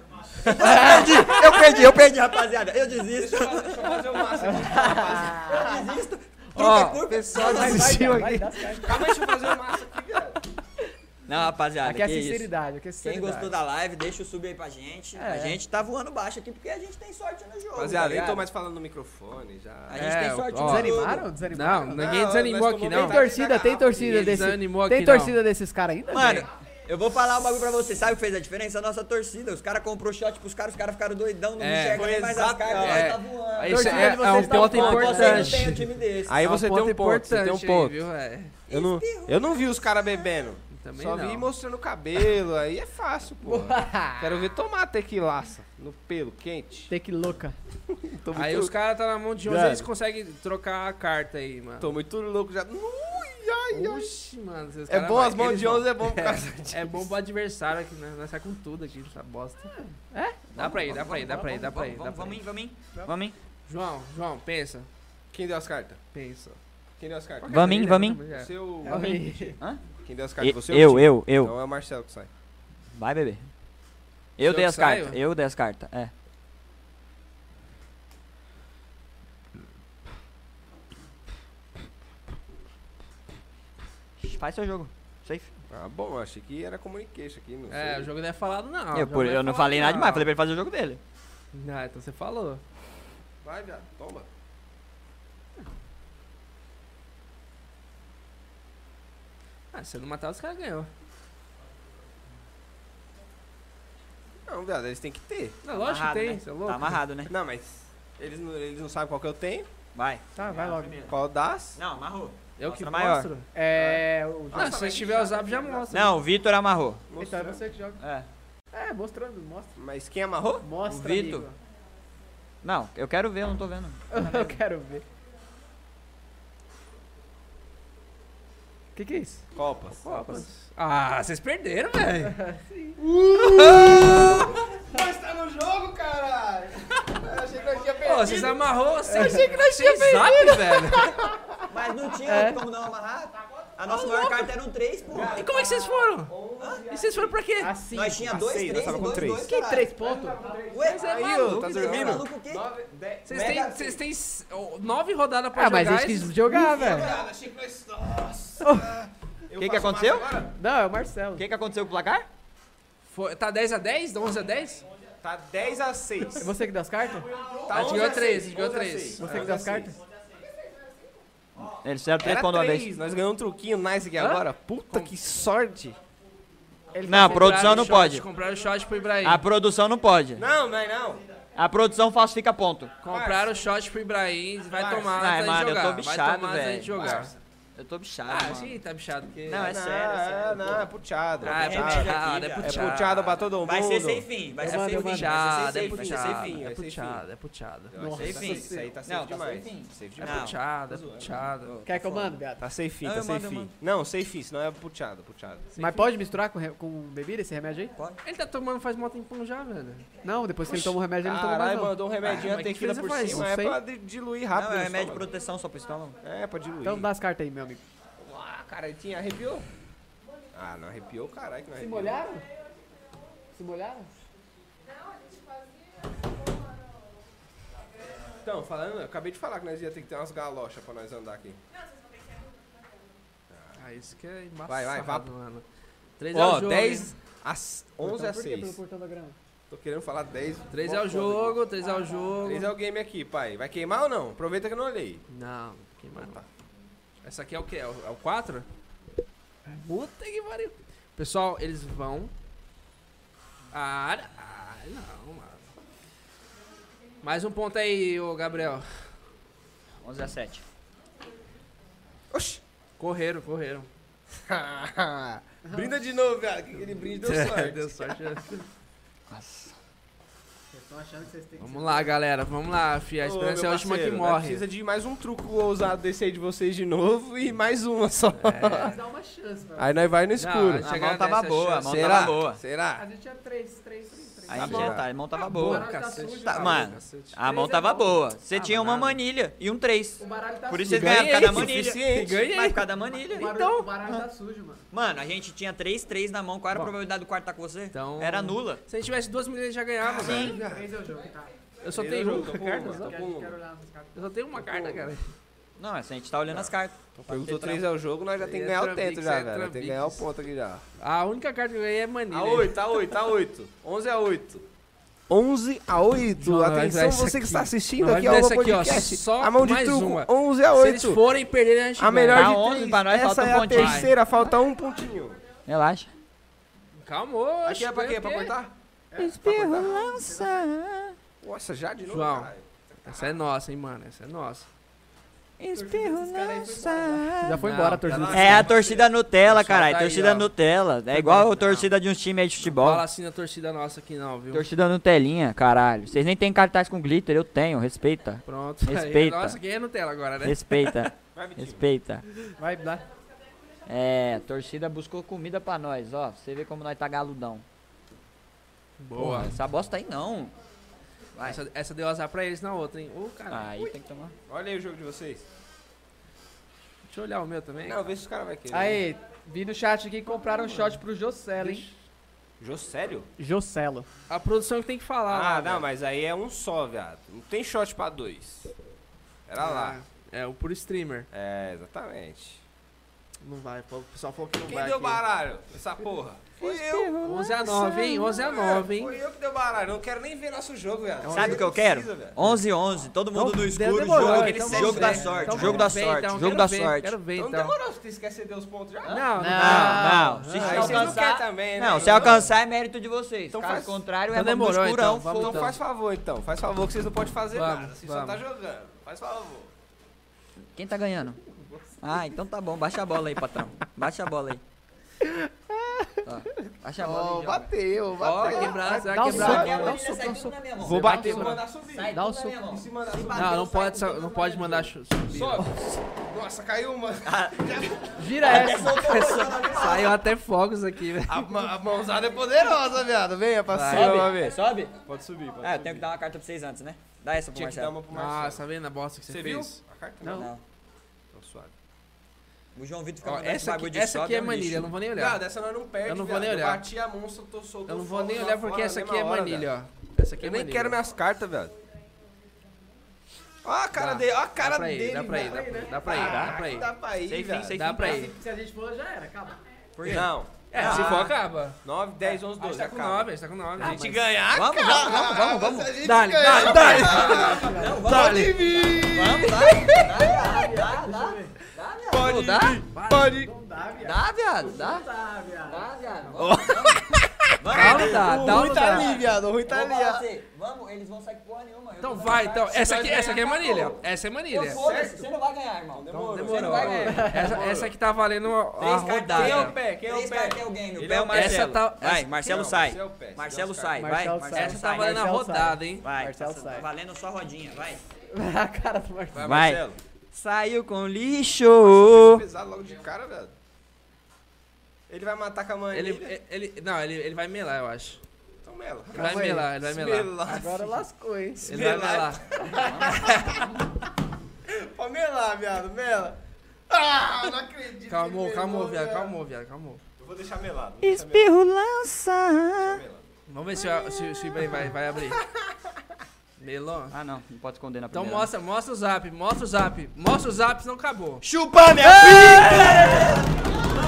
[SPEAKER 3] eu perdi, eu perdi, eu perdi, rapaziada. Eu desisto.
[SPEAKER 5] Deixa eu fazer- deixa eu fazer um o máximo.
[SPEAKER 3] Eu desisto.
[SPEAKER 12] Ó,
[SPEAKER 3] Truque é
[SPEAKER 12] o pessoal
[SPEAKER 3] curto.
[SPEAKER 12] desistiu aqui.
[SPEAKER 5] Calma aí, deixa eu fazer o máximo aqui, viado.
[SPEAKER 3] Não, rapaziada,
[SPEAKER 2] Aqui é
[SPEAKER 3] que isso.
[SPEAKER 2] sinceridade, aqui é
[SPEAKER 3] Quem
[SPEAKER 2] sinceridade.
[SPEAKER 3] gostou da live, deixa o sub aí pra gente. A
[SPEAKER 2] É.
[SPEAKER 3] gente tá voando baixo aqui porque a gente tem sorte no jogo. tá
[SPEAKER 5] Rapaziada, nem
[SPEAKER 3] ligado?
[SPEAKER 5] tô mais falando no microfone já.
[SPEAKER 3] A gente
[SPEAKER 12] É,
[SPEAKER 3] tem sorte
[SPEAKER 12] ó,
[SPEAKER 3] no jogo.
[SPEAKER 2] Desanimaram?
[SPEAKER 12] Não,
[SPEAKER 2] Desanimaram?
[SPEAKER 12] ninguém
[SPEAKER 5] Não,
[SPEAKER 12] desanimou
[SPEAKER 5] nós
[SPEAKER 12] aqui,
[SPEAKER 5] tomamos um
[SPEAKER 12] não.
[SPEAKER 2] Tem
[SPEAKER 5] bem.
[SPEAKER 2] torcida, tem torcida
[SPEAKER 12] Ninguém
[SPEAKER 2] desse.
[SPEAKER 12] desanimou
[SPEAKER 2] Tem
[SPEAKER 12] aqui, não.
[SPEAKER 2] torcida desses caras ainda?
[SPEAKER 3] Mano, eu vou falar um bagulho pra você. Sabe o que fez a diferença? A nossa torcida. Os caras comprou shot pros caras, os caras ficaram doidão, não
[SPEAKER 12] É.
[SPEAKER 3] enxerga
[SPEAKER 5] Foi
[SPEAKER 3] nem mais as
[SPEAKER 5] exato-
[SPEAKER 3] cartas,
[SPEAKER 12] é.
[SPEAKER 3] nós tá voando.
[SPEAKER 12] Aí Isso
[SPEAKER 2] Torcida
[SPEAKER 12] é,
[SPEAKER 2] de
[SPEAKER 12] é
[SPEAKER 2] vocês
[SPEAKER 12] um
[SPEAKER 2] tá forte,
[SPEAKER 3] Vocês
[SPEAKER 12] ponto importante.
[SPEAKER 3] não tem um time desse.
[SPEAKER 5] Aí
[SPEAKER 12] É
[SPEAKER 5] você tem um ponto, você tem um
[SPEAKER 12] importante aí,
[SPEAKER 5] ponto.
[SPEAKER 12] viu? É,
[SPEAKER 5] Eu não, eu não
[SPEAKER 3] né?
[SPEAKER 5] vi os caras bebendo.
[SPEAKER 12] também
[SPEAKER 5] Só
[SPEAKER 12] não.
[SPEAKER 5] vi mostrando o cabelo, aí é fácil, pô. Quero ver tomar tequilaça no pelo quente.
[SPEAKER 2] Tem que louca.
[SPEAKER 5] Tô muito,
[SPEAKER 12] Aí os caras tá na mão de 11,
[SPEAKER 5] Cara.
[SPEAKER 12] eles conseguem trocar a carta aí, mano.
[SPEAKER 5] tô muito louco já. Ui, ai, ai.
[SPEAKER 12] Oxi, mano. esses
[SPEAKER 5] É
[SPEAKER 12] cara
[SPEAKER 5] bom
[SPEAKER 12] vai-
[SPEAKER 5] as mãos
[SPEAKER 12] eles
[SPEAKER 5] de
[SPEAKER 12] vão-
[SPEAKER 5] 11, é bom por causa disso.
[SPEAKER 12] É bom pro adversário aqui, né? Nós sai com tudo aqui, essa bosta. É? Dá pra ir, dá pra ir, dá pra ir, dá pra ir. dá pra
[SPEAKER 3] Vamos
[SPEAKER 12] ir.
[SPEAKER 3] ir, vamos ir. Vamos ir.
[SPEAKER 12] João, João, pensa.
[SPEAKER 5] Quem deu as cartas?
[SPEAKER 12] Pensa.
[SPEAKER 5] Quem deu as cartas?
[SPEAKER 3] Vamos ir, vamos ir.
[SPEAKER 12] É.
[SPEAKER 5] Você ou...
[SPEAKER 2] Aí.
[SPEAKER 5] Quem deu as cartas? Você ou
[SPEAKER 3] Eu,
[SPEAKER 5] o
[SPEAKER 3] eu, eu.
[SPEAKER 5] Então é o Marcelo que sai.
[SPEAKER 3] Vai, bebê. Eu
[SPEAKER 12] Sou
[SPEAKER 3] dei
[SPEAKER 12] eu
[SPEAKER 3] as
[SPEAKER 12] que saio?
[SPEAKER 3] cartas, eu dei as cartas, é. Faz seu jogo, safe.
[SPEAKER 5] Ah, bom, achei que era communication aqui, não
[SPEAKER 12] É,
[SPEAKER 5] sei.
[SPEAKER 12] o jogo não é falado,
[SPEAKER 2] Ah,
[SPEAKER 12] não.
[SPEAKER 3] eu
[SPEAKER 12] O jogo
[SPEAKER 3] por-
[SPEAKER 12] é
[SPEAKER 3] eu não
[SPEAKER 12] falado,
[SPEAKER 3] falei nada
[SPEAKER 12] não.
[SPEAKER 3] demais, falei pra ele fazer o jogo dele.
[SPEAKER 12] Ah, então você falou.
[SPEAKER 5] Vai, viado, toma.
[SPEAKER 12] Ah, se eu não matar, os caras ganhou.
[SPEAKER 5] Não, viado, eles têm que ter.
[SPEAKER 12] Não, lógico que
[SPEAKER 3] Amarrado,
[SPEAKER 12] tem,
[SPEAKER 3] né?
[SPEAKER 12] você é
[SPEAKER 3] Tá
[SPEAKER 12] louco.
[SPEAKER 3] amarrado, né?
[SPEAKER 5] Não, mas eles não, eles não sabem qual que eu tenho,
[SPEAKER 3] Vai.
[SPEAKER 12] Tá, vai logo.
[SPEAKER 5] qual das.
[SPEAKER 3] Não, amarrou.
[SPEAKER 12] Eu que
[SPEAKER 3] Mostra maior.
[SPEAKER 12] mostro.
[SPEAKER 2] É. O
[SPEAKER 12] Ah, se tiver o zap, já mostra.
[SPEAKER 3] Não, o Vitor amarrou.
[SPEAKER 2] Então é você que joga.
[SPEAKER 3] É.
[SPEAKER 2] É, mostrando, mostra.
[SPEAKER 5] Mas quem amarrou?
[SPEAKER 2] Mostra.
[SPEAKER 3] O Vitor.
[SPEAKER 2] amigo.
[SPEAKER 3] Não, eu quero ver, eu não tô vendo.
[SPEAKER 2] Eu quero ver. Que que é isso?
[SPEAKER 5] Copas.
[SPEAKER 12] Copas. Ah, vocês perderam, velho.
[SPEAKER 21] Mas tá no jogo, caralho! Eu achei que nós tinha
[SPEAKER 12] Pô,
[SPEAKER 21] perdido.
[SPEAKER 12] vocês amarrou. É, Eu achei que nós tínhamos zap, velho.
[SPEAKER 3] Mas não tinha
[SPEAKER 12] É.
[SPEAKER 3] como não amarrar. A nossa maior carta era um 3, pô.
[SPEAKER 12] E como é que vocês foram? E vocês foram pra quê?
[SPEAKER 2] Assim.
[SPEAKER 3] Nós tinha 2,
[SPEAKER 5] seis,
[SPEAKER 3] 3,
[SPEAKER 5] nós tava com
[SPEAKER 3] 2,
[SPEAKER 5] três.
[SPEAKER 3] 2.
[SPEAKER 2] Que três pontos?
[SPEAKER 3] Ué,
[SPEAKER 12] Mas é
[SPEAKER 3] aí,
[SPEAKER 12] maluco,
[SPEAKER 3] ô,
[SPEAKER 5] tá
[SPEAKER 3] que
[SPEAKER 5] dormindo?
[SPEAKER 3] maluco o quê?
[SPEAKER 12] Vocês têm, vocês têm s- oh, nove rodadas pra
[SPEAKER 2] Ah,
[SPEAKER 12] jogar.
[SPEAKER 2] mas eles
[SPEAKER 12] e
[SPEAKER 2] quis
[SPEAKER 12] vocês-
[SPEAKER 2] jogar, velho.
[SPEAKER 5] tá
[SPEAKER 21] Cara, achei que nós. Nossa!
[SPEAKER 3] O que, que aconteceu?
[SPEAKER 2] Não, é o Marcelo.
[SPEAKER 3] O que, que aconteceu com o placar?
[SPEAKER 12] Foi- tá 10 a 10? Dá 11 a 10?
[SPEAKER 5] Tá 10 a 6.
[SPEAKER 2] É você que dá as cartas?
[SPEAKER 12] Tá, a gente
[SPEAKER 5] 11
[SPEAKER 12] ganhou
[SPEAKER 5] a
[SPEAKER 12] 3, a
[SPEAKER 5] seis,
[SPEAKER 12] gente ganhou
[SPEAKER 5] 11 a
[SPEAKER 12] 3.
[SPEAKER 5] seis.
[SPEAKER 2] Você que dá as cartas?
[SPEAKER 3] Eles fizeram 3
[SPEAKER 5] Era
[SPEAKER 3] pontos uma vez.
[SPEAKER 5] três, Nós ganhamos um truquinho nice aqui agora. Puta que sorte.
[SPEAKER 3] Não, a produção não pode. Ah,
[SPEAKER 12] Compraram o shot pro Ibrahim.
[SPEAKER 3] A produção não pode.
[SPEAKER 5] Não, não é não.
[SPEAKER 3] A produção falsifica ponto.
[SPEAKER 12] Compraram o shot pro Ibrahim. Vai tomar
[SPEAKER 3] Ai,
[SPEAKER 12] antes da
[SPEAKER 3] mano,
[SPEAKER 12] gente
[SPEAKER 3] eu tô
[SPEAKER 12] jogar. vai
[SPEAKER 3] bichado,
[SPEAKER 12] tomar antes da
[SPEAKER 3] velho.
[SPEAKER 12] gente jogar.
[SPEAKER 3] Eu tô bichado,
[SPEAKER 12] Ah,
[SPEAKER 3] mano.
[SPEAKER 12] sim, tá bichado. Porque...
[SPEAKER 3] Não, é sério, é sério.
[SPEAKER 5] não, é puteado.
[SPEAKER 12] Ah, é
[SPEAKER 3] Gente,
[SPEAKER 12] puxado,
[SPEAKER 3] aqui,
[SPEAKER 12] é
[SPEAKER 3] velho.
[SPEAKER 5] É
[SPEAKER 12] puxado.
[SPEAKER 5] puteado pra todo mundo.
[SPEAKER 3] Vai ser sem fim, vai ser
[SPEAKER 2] mando,
[SPEAKER 3] sem
[SPEAKER 2] eu
[SPEAKER 3] fim. Vai
[SPEAKER 12] Puxado,
[SPEAKER 3] ser sem
[SPEAKER 12] é
[SPEAKER 3] fim, vai ser sem
[SPEAKER 12] puxado,
[SPEAKER 3] fim.
[SPEAKER 12] é
[SPEAKER 5] vai ser sem
[SPEAKER 12] puxado, é puxado.
[SPEAKER 2] Nossa,
[SPEAKER 3] Sem fim.
[SPEAKER 5] Isso aí tá safe
[SPEAKER 3] Não, tá
[SPEAKER 5] demais.
[SPEAKER 3] sem fim.
[SPEAKER 5] Safe
[SPEAKER 12] É
[SPEAKER 5] demais.
[SPEAKER 3] Não.
[SPEAKER 12] puxado, é puxado.
[SPEAKER 2] assim. Quer que eu mando, viado?
[SPEAKER 5] Tá sem fim,
[SPEAKER 3] Não,
[SPEAKER 5] tá
[SPEAKER 3] eu
[SPEAKER 5] sem
[SPEAKER 3] mando, eu
[SPEAKER 5] fim.
[SPEAKER 3] mando.
[SPEAKER 5] Não, sem fim, senão é puteado, puteado.
[SPEAKER 2] Mas pode misturar com, re- com bebida esse remédio aí?
[SPEAKER 12] Ele tá tomando faz mó tempão já, velho.
[SPEAKER 2] Não, depois que ele toma o remédio, ele não toma mais
[SPEAKER 5] Caralho,
[SPEAKER 2] não.
[SPEAKER 5] mandou um remedinho,
[SPEAKER 12] Ah,
[SPEAKER 5] a
[SPEAKER 12] mas que
[SPEAKER 5] tequila
[SPEAKER 12] diferença
[SPEAKER 5] por
[SPEAKER 12] faz?
[SPEAKER 5] cima.
[SPEAKER 2] Não
[SPEAKER 5] É
[SPEAKER 2] sei.
[SPEAKER 5] pra di- diluir rápido.
[SPEAKER 3] Não, é
[SPEAKER 5] no
[SPEAKER 3] remédio de
[SPEAKER 5] estômago.
[SPEAKER 3] proteção só pro estômago.
[SPEAKER 5] É, pra diluir.
[SPEAKER 2] Então dá as cartas aí, meu amigo.
[SPEAKER 5] Ah, cara, ele tinha arrepiou. Ah, não arrepiou, caralho, que não arrepiou.
[SPEAKER 2] Se molharam?
[SPEAKER 5] Então, falando, eu acabei de falar que nós ia ter que ter umas galochas pra nós andar aqui.
[SPEAKER 12] Ah, isso que é embaçado,
[SPEAKER 5] Vai, vai, vá.
[SPEAKER 12] mano. 3 é o
[SPEAKER 5] Ó,
[SPEAKER 12] jogo. Então
[SPEAKER 5] 10 às 11 a
[SPEAKER 2] Então Por que pelo
[SPEAKER 5] 6.
[SPEAKER 2] portão da grama?
[SPEAKER 5] Tô querendo falar 10.
[SPEAKER 12] 3 é o jogo, 3 é o jogo.
[SPEAKER 5] 3 é o game aqui, pai. Vai queimar ou não? Aproveita que eu não olhei.
[SPEAKER 12] Não, queimar não. Essa aqui é o que? É o 4? Puta que pariu. Pessoal, eles vão. Ah, ah, não, mano. Mais um ponto aí, ô Gabriel.
[SPEAKER 3] 11 a 7.
[SPEAKER 5] Oxi!
[SPEAKER 12] Correram, correram.
[SPEAKER 5] Brinda de novo, velho. Que aquele brinde deu
[SPEAKER 3] É,
[SPEAKER 5] sorte.
[SPEAKER 12] Deu sorte.
[SPEAKER 2] Vocês estão achando que vocês têm
[SPEAKER 12] Vamos lá, galera. Vamos lá, fia. A
[SPEAKER 5] Ô,
[SPEAKER 12] esperança é
[SPEAKER 5] meu
[SPEAKER 12] a última que
[SPEAKER 5] parceiro, nós
[SPEAKER 12] morre.
[SPEAKER 5] Precisa de mais um truco ousado desse aí de vocês de novo e mais uma só.
[SPEAKER 2] que dar uma chance, velho.
[SPEAKER 5] Aí nós vai no
[SPEAKER 12] É. a
[SPEAKER 5] escuro.
[SPEAKER 12] gente
[SPEAKER 3] A
[SPEAKER 12] agradece
[SPEAKER 3] mão tava
[SPEAKER 12] a
[SPEAKER 3] boa, a
[SPEAKER 12] chance.
[SPEAKER 3] mão
[SPEAKER 5] Será?
[SPEAKER 3] tava boa.
[SPEAKER 5] Será?
[SPEAKER 2] A gente tinha três, três, três, três.
[SPEAKER 3] Aí já
[SPEAKER 5] Tá bom.
[SPEAKER 12] é
[SPEAKER 3] tá, a mão tava boa.
[SPEAKER 12] Cacete.
[SPEAKER 3] Tá, mano,
[SPEAKER 12] Cacete.
[SPEAKER 3] a mão
[SPEAKER 2] Três é
[SPEAKER 3] tava
[SPEAKER 2] bom.
[SPEAKER 3] boa. Você
[SPEAKER 12] Ah,
[SPEAKER 3] tinha
[SPEAKER 12] mas
[SPEAKER 3] uma
[SPEAKER 12] nada.
[SPEAKER 3] manilha e um 3.
[SPEAKER 2] O baralho tá
[SPEAKER 3] Por isso
[SPEAKER 2] sujo.
[SPEAKER 3] vocês ganharam por causa da
[SPEAKER 5] Ganhei,
[SPEAKER 3] manilha.
[SPEAKER 5] suficiente.
[SPEAKER 3] Ganhei. Mas por causa da manilha. Então,
[SPEAKER 2] O baralho, o
[SPEAKER 12] Então.
[SPEAKER 2] baralho tá sujo, mano.
[SPEAKER 3] Mano, a gente tinha 3, 3 na mão. Qual era a probabilidade do quarto estar com você?
[SPEAKER 12] Então-
[SPEAKER 3] Era nula.
[SPEAKER 12] Se a gente tivesse duas milhas, já ganhava, velho.
[SPEAKER 2] Três é o jogo, tá?
[SPEAKER 12] Eu só tenho uma
[SPEAKER 5] Tô
[SPEAKER 12] carta. só.
[SPEAKER 2] Porque a gente
[SPEAKER 5] com-
[SPEAKER 2] quer olhar as cartas.
[SPEAKER 12] Eu só tenho uma carta, cara.
[SPEAKER 3] Não, essa a gente tá olhando as cartas.
[SPEAKER 5] Perguntou 3 é o jogo, nós já tem que ganhar o teto já, velho. Tem que ganhar o ponto aqui já.
[SPEAKER 12] A única carta que eu ganhei é Manilha.
[SPEAKER 5] A 8, a 8, a 8. 11 tá a 8. 11 a 8.
[SPEAKER 12] Não, vai dar
[SPEAKER 5] Atenção,
[SPEAKER 12] isso
[SPEAKER 5] você que
[SPEAKER 12] aqui.
[SPEAKER 5] está assistindo
[SPEAKER 12] Não, vai
[SPEAKER 5] aqui
[SPEAKER 12] dar
[SPEAKER 5] ao
[SPEAKER 12] isso
[SPEAKER 5] Alba
[SPEAKER 12] aqui, ó,
[SPEAKER 5] podcast.
[SPEAKER 12] só
[SPEAKER 5] a mão de
[SPEAKER 12] mais
[SPEAKER 5] truco,
[SPEAKER 12] uma.
[SPEAKER 5] 11 a 8.
[SPEAKER 12] Se eles forem perder, a gente
[SPEAKER 5] A melhor
[SPEAKER 3] Tá
[SPEAKER 5] de
[SPEAKER 3] 11
[SPEAKER 5] três.
[SPEAKER 3] pra nós,
[SPEAKER 5] Essa
[SPEAKER 3] falta um
[SPEAKER 5] é a
[SPEAKER 3] pontinho.
[SPEAKER 5] terceira, falta um pontinho.
[SPEAKER 3] Relaxa.
[SPEAKER 12] ganha. Calma, ô,
[SPEAKER 5] Aqui é pra quê?
[SPEAKER 12] ganha
[SPEAKER 5] É, Pra
[SPEAKER 12] o
[SPEAKER 5] cortar?
[SPEAKER 3] lança.
[SPEAKER 5] Nossa, já de novo,
[SPEAKER 12] João.
[SPEAKER 5] caralho.
[SPEAKER 12] Essa é nossa, hein, mano. Essa é nossa.
[SPEAKER 3] Espirro lança.
[SPEAKER 2] Já foi
[SPEAKER 12] Não,
[SPEAKER 2] embora a torcida.
[SPEAKER 12] tá
[SPEAKER 3] É a torcida Nutella,
[SPEAKER 12] Pessoal,
[SPEAKER 3] caralho.
[SPEAKER 12] tá aí,
[SPEAKER 3] torcida
[SPEAKER 12] ó.
[SPEAKER 3] Nutella. É igual a torcida de um time aí de futebol.
[SPEAKER 12] Fala assim na torcida nossa aqui não, viu?
[SPEAKER 3] Torcida Nutelinha, caralho. Vocês nem tem cartaz com glitter, eu tenho. Respeita.
[SPEAKER 12] Pronto. Aí,
[SPEAKER 3] Respeita.
[SPEAKER 12] Nossa, quem é Nutella agora, né?
[SPEAKER 3] Respeita.
[SPEAKER 5] Vai, Vitinho.
[SPEAKER 3] Respeita.
[SPEAKER 2] Vai dar.
[SPEAKER 3] É, a torcida buscou comida pra nós, ó. Você vê como nós tá galudão.
[SPEAKER 12] Boa.
[SPEAKER 3] Essa bosta aí não. Vai.
[SPEAKER 12] Essa, essa deu azar pra eles na outra, hein? Ô, cara.
[SPEAKER 3] Aí tem que tomar.
[SPEAKER 5] Olha aí o jogo de vocês.
[SPEAKER 12] Deixa eu olhar o meu também.
[SPEAKER 5] Não, vê se os caras vão querer.
[SPEAKER 2] Aí, vi no chat aqui que compraram um shot pro Jocelo, hein?
[SPEAKER 5] Jogo sério?
[SPEAKER 2] Jocelo.
[SPEAKER 12] A produção é que tem que falar. né,
[SPEAKER 5] Ah,
[SPEAKER 12] lá,
[SPEAKER 5] não, mas aí é um só, viado. Não tem shot pra dois. Era lá.
[SPEAKER 12] velho. É, o por streamer.
[SPEAKER 5] É, exatamente.
[SPEAKER 12] Não vai, pô, o pessoal falou que não
[SPEAKER 5] Quem
[SPEAKER 12] vai
[SPEAKER 5] deu
[SPEAKER 12] aqui.
[SPEAKER 5] baralho? Essa porra. Foi eu.
[SPEAKER 12] 11 a 9, hein? 11
[SPEAKER 2] Tá
[SPEAKER 12] a 9, hein?
[SPEAKER 5] Foi eu que deu baralho. Não quero nem ver nosso jogo, velho.
[SPEAKER 3] Sabe o que eu quero? 11-11, todo mundo no escuro,
[SPEAKER 12] demorou,
[SPEAKER 3] jogo,
[SPEAKER 12] então
[SPEAKER 3] aquele
[SPEAKER 12] vamos
[SPEAKER 3] jogo
[SPEAKER 12] ver.
[SPEAKER 3] da sorte,
[SPEAKER 12] Então
[SPEAKER 3] jogo da
[SPEAKER 12] vamos ver,
[SPEAKER 3] sorte,
[SPEAKER 12] então,
[SPEAKER 3] jogo
[SPEAKER 12] quero
[SPEAKER 3] da
[SPEAKER 12] ver,
[SPEAKER 3] sorte.
[SPEAKER 12] Quero ver,
[SPEAKER 5] Então
[SPEAKER 12] então.
[SPEAKER 5] demorou, você esquece de os pontos já? Ah,
[SPEAKER 12] Não,
[SPEAKER 3] Não, não, se
[SPEAKER 5] Aí vocês não querem
[SPEAKER 3] alcançar,
[SPEAKER 5] também, né?
[SPEAKER 3] não, se alcançar é mérito de vocês.
[SPEAKER 5] Então
[SPEAKER 3] Caso
[SPEAKER 5] faz-
[SPEAKER 3] contrário,
[SPEAKER 12] Então
[SPEAKER 3] é vamos no
[SPEAKER 12] demorou,
[SPEAKER 3] escurão.
[SPEAKER 12] então, vamos
[SPEAKER 3] fogo.
[SPEAKER 5] Então faz favor, então. Faz favor que vocês não podem fazer
[SPEAKER 12] Vamos,
[SPEAKER 5] nada. Vocês só
[SPEAKER 12] vamos.
[SPEAKER 5] tá jogando. Faz favor.
[SPEAKER 3] Quem tá ganhando? Ah, então tá bom, baixa a bola aí, patrão. Baixa a bola aí. Ó, baixa a bola aí. joga.
[SPEAKER 1] Bateu,
[SPEAKER 3] Ó,
[SPEAKER 1] bateu.
[SPEAKER 3] quebrado,
[SPEAKER 2] Dá um soco,
[SPEAKER 3] quebrado.
[SPEAKER 2] dá um
[SPEAKER 3] Sai
[SPEAKER 2] soco, dá um
[SPEAKER 3] tudo
[SPEAKER 2] soco.
[SPEAKER 3] na minha mão.
[SPEAKER 12] Vou
[SPEAKER 3] Sai
[SPEAKER 12] bater,
[SPEAKER 3] tudo
[SPEAKER 12] mano.
[SPEAKER 3] na subir. Sai
[SPEAKER 2] Dá
[SPEAKER 3] tudo
[SPEAKER 2] um
[SPEAKER 3] na
[SPEAKER 2] soco.
[SPEAKER 3] minha mão. Se
[SPEAKER 12] Não,
[SPEAKER 3] bater, sai
[SPEAKER 12] não pode,
[SPEAKER 3] tudo
[SPEAKER 12] sa-
[SPEAKER 3] na
[SPEAKER 12] não
[SPEAKER 3] minha
[SPEAKER 12] pode
[SPEAKER 3] mão.
[SPEAKER 12] mandar chu- subir.
[SPEAKER 5] Sobe. Nossa, caiu uma.
[SPEAKER 2] Gira essa.
[SPEAKER 12] Saiu até fogos aqui, velho.
[SPEAKER 5] A, ma- a mãozada é poderosa, viado. Venha pra cima,
[SPEAKER 3] Sobe,
[SPEAKER 5] uma vez.
[SPEAKER 3] sobe.
[SPEAKER 5] Pode subir, pode
[SPEAKER 3] Ah, eu
[SPEAKER 5] subir.
[SPEAKER 3] tenho que dar uma carta pra vocês antes, né? Dá essa pro
[SPEAKER 5] Tinha que dar
[SPEAKER 3] Marcelo.
[SPEAKER 5] uma pro Marcelo.
[SPEAKER 12] Ah, tá vendo a bosta que você,
[SPEAKER 5] Você viu?
[SPEAKER 12] fez?
[SPEAKER 5] A carta
[SPEAKER 12] Não.
[SPEAKER 3] Não.
[SPEAKER 5] Então, suave.
[SPEAKER 3] O João Vitor fica
[SPEAKER 12] Ó,
[SPEAKER 3] mandando esse
[SPEAKER 12] essa
[SPEAKER 3] bagulho
[SPEAKER 12] aqui,
[SPEAKER 3] de
[SPEAKER 12] essa
[SPEAKER 3] sobe,
[SPEAKER 12] aqui é
[SPEAKER 3] um
[SPEAKER 12] manilha, eu
[SPEAKER 3] lixo.
[SPEAKER 12] não vou nem
[SPEAKER 5] Não,
[SPEAKER 12] olhar.
[SPEAKER 5] dessa nós não perde,
[SPEAKER 12] Eu não vou
[SPEAKER 5] viado.
[SPEAKER 12] nem olhar.
[SPEAKER 5] Eu bati a mão, soltou, soltou
[SPEAKER 12] Eu não
[SPEAKER 5] o
[SPEAKER 12] vou
[SPEAKER 5] fogo
[SPEAKER 12] nem
[SPEAKER 5] lá
[SPEAKER 12] olhar porque
[SPEAKER 5] fora,
[SPEAKER 12] essa
[SPEAKER 5] na
[SPEAKER 12] aqui é
[SPEAKER 5] mesma hora, velho.
[SPEAKER 12] manilha, ó. Essa aqui é
[SPEAKER 5] Eu nem
[SPEAKER 12] manilha.
[SPEAKER 5] quero minhas cartas, velho. Ó a cara
[SPEAKER 12] Dá.
[SPEAKER 5] dele, ó a cara
[SPEAKER 12] Dá pra ir,
[SPEAKER 5] dele,
[SPEAKER 12] dá pra ir,
[SPEAKER 5] velho.
[SPEAKER 12] dá pra- dá pra ir, dá
[SPEAKER 5] Ah,
[SPEAKER 12] pra
[SPEAKER 5] que
[SPEAKER 12] ir.
[SPEAKER 5] Dá pra ir,
[SPEAKER 3] Sem fim,
[SPEAKER 5] velho.
[SPEAKER 3] sem
[SPEAKER 12] Dá pra ir.
[SPEAKER 2] Se a gente for, já era, acaba.
[SPEAKER 3] Por quê?
[SPEAKER 5] Não.
[SPEAKER 12] É, se for, acaba.
[SPEAKER 5] 9, 10, 11,
[SPEAKER 12] A gente
[SPEAKER 5] 12,
[SPEAKER 12] tá com
[SPEAKER 5] acaba.
[SPEAKER 12] 9, a gente tá com 9.
[SPEAKER 5] A gente ganhar,
[SPEAKER 3] Vamos, vamos, vamos, vamos, vamos.
[SPEAKER 5] gente
[SPEAKER 3] Dá-lhe, dá-lhe, dá-lhe. Não, vamos. Dá-lhe. Vamos, dá, dá, dá, dá, dá, viado.
[SPEAKER 5] Pode
[SPEAKER 3] Pô,
[SPEAKER 5] ir,
[SPEAKER 3] dá,
[SPEAKER 5] pode.
[SPEAKER 3] dá, viado, dá. Dá, viado.
[SPEAKER 12] Dá ou não dá? Dá ou não dá?
[SPEAKER 5] viado. O Rui
[SPEAKER 3] Vou falar pra você, Vamos, eles vão sair com porra nenhuma. eu
[SPEAKER 12] Então
[SPEAKER 3] tô
[SPEAKER 12] vai,
[SPEAKER 3] na
[SPEAKER 12] então.
[SPEAKER 3] parte.
[SPEAKER 12] Essa
[SPEAKER 3] Nós
[SPEAKER 12] aqui,
[SPEAKER 3] vai
[SPEAKER 12] essa aqui é
[SPEAKER 3] ganhar,
[SPEAKER 12] manilha.
[SPEAKER 3] pô.
[SPEAKER 12] Essa é
[SPEAKER 3] Então
[SPEAKER 12] manilha.
[SPEAKER 3] foda-se, você não vai ganhar, irmão.
[SPEAKER 5] Demorou.
[SPEAKER 3] Você não vai ganhar.
[SPEAKER 12] Essa, essa aqui tá valendo a
[SPEAKER 3] Três cartas,
[SPEAKER 5] Quem é o
[SPEAKER 12] rodada.
[SPEAKER 5] pé? Quem é o
[SPEAKER 3] Três
[SPEAKER 5] pé?
[SPEAKER 3] cartas é o game. O
[SPEAKER 5] Ele
[SPEAKER 3] pé
[SPEAKER 5] é
[SPEAKER 3] é
[SPEAKER 5] o
[SPEAKER 3] o
[SPEAKER 12] né? Essa
[SPEAKER 3] Marcelo.
[SPEAKER 12] tá-
[SPEAKER 3] Vai, Marcelo
[SPEAKER 5] Não,
[SPEAKER 3] sai.
[SPEAKER 5] você é o pé, você dá
[SPEAKER 3] Marcelo
[SPEAKER 5] os
[SPEAKER 3] sai, vai.
[SPEAKER 2] Marcelo sai.
[SPEAKER 3] Marcelo
[SPEAKER 12] Essa tá
[SPEAKER 3] sai.
[SPEAKER 12] valendo a
[SPEAKER 2] Marcelo
[SPEAKER 12] rodada, hein?
[SPEAKER 3] Vai,
[SPEAKER 2] Marcelo
[SPEAKER 3] tá
[SPEAKER 2] sai.
[SPEAKER 3] valendo só rodinha, vai.
[SPEAKER 2] A cara do Marcelo.
[SPEAKER 5] Vai,
[SPEAKER 3] Vai.
[SPEAKER 5] Marcelo.
[SPEAKER 3] Saiu com lixo.
[SPEAKER 5] Pesado logo de cara, velho. Ele vai matar com a mãe.
[SPEAKER 12] Ele, ele, não, ele, ele vai melar, eu acho.
[SPEAKER 5] Então, Melo.
[SPEAKER 12] Ele vai melar, ele vai melar.
[SPEAKER 2] Agora lascou, hein?
[SPEAKER 12] Ele vai melar.
[SPEAKER 5] Ó, melar, viado, mela. Ah, não acredito.
[SPEAKER 12] Calmou,
[SPEAKER 5] Ele
[SPEAKER 12] calmou,
[SPEAKER 5] melou,
[SPEAKER 12] viado,
[SPEAKER 5] velho.
[SPEAKER 12] calmou, viado, calmou.
[SPEAKER 5] Eu vou deixar melado.
[SPEAKER 3] Espirro lança.
[SPEAKER 12] Vamos ver se, o- se, se o Ibrahim vai, vai abrir. Melão.
[SPEAKER 3] Ah, não, não pode esconder na
[SPEAKER 12] Então
[SPEAKER 3] primeira.
[SPEAKER 12] mostra, mostra o zap, mostra o zap. Mostra o zap, senão acabou.
[SPEAKER 3] Chupa minha filha!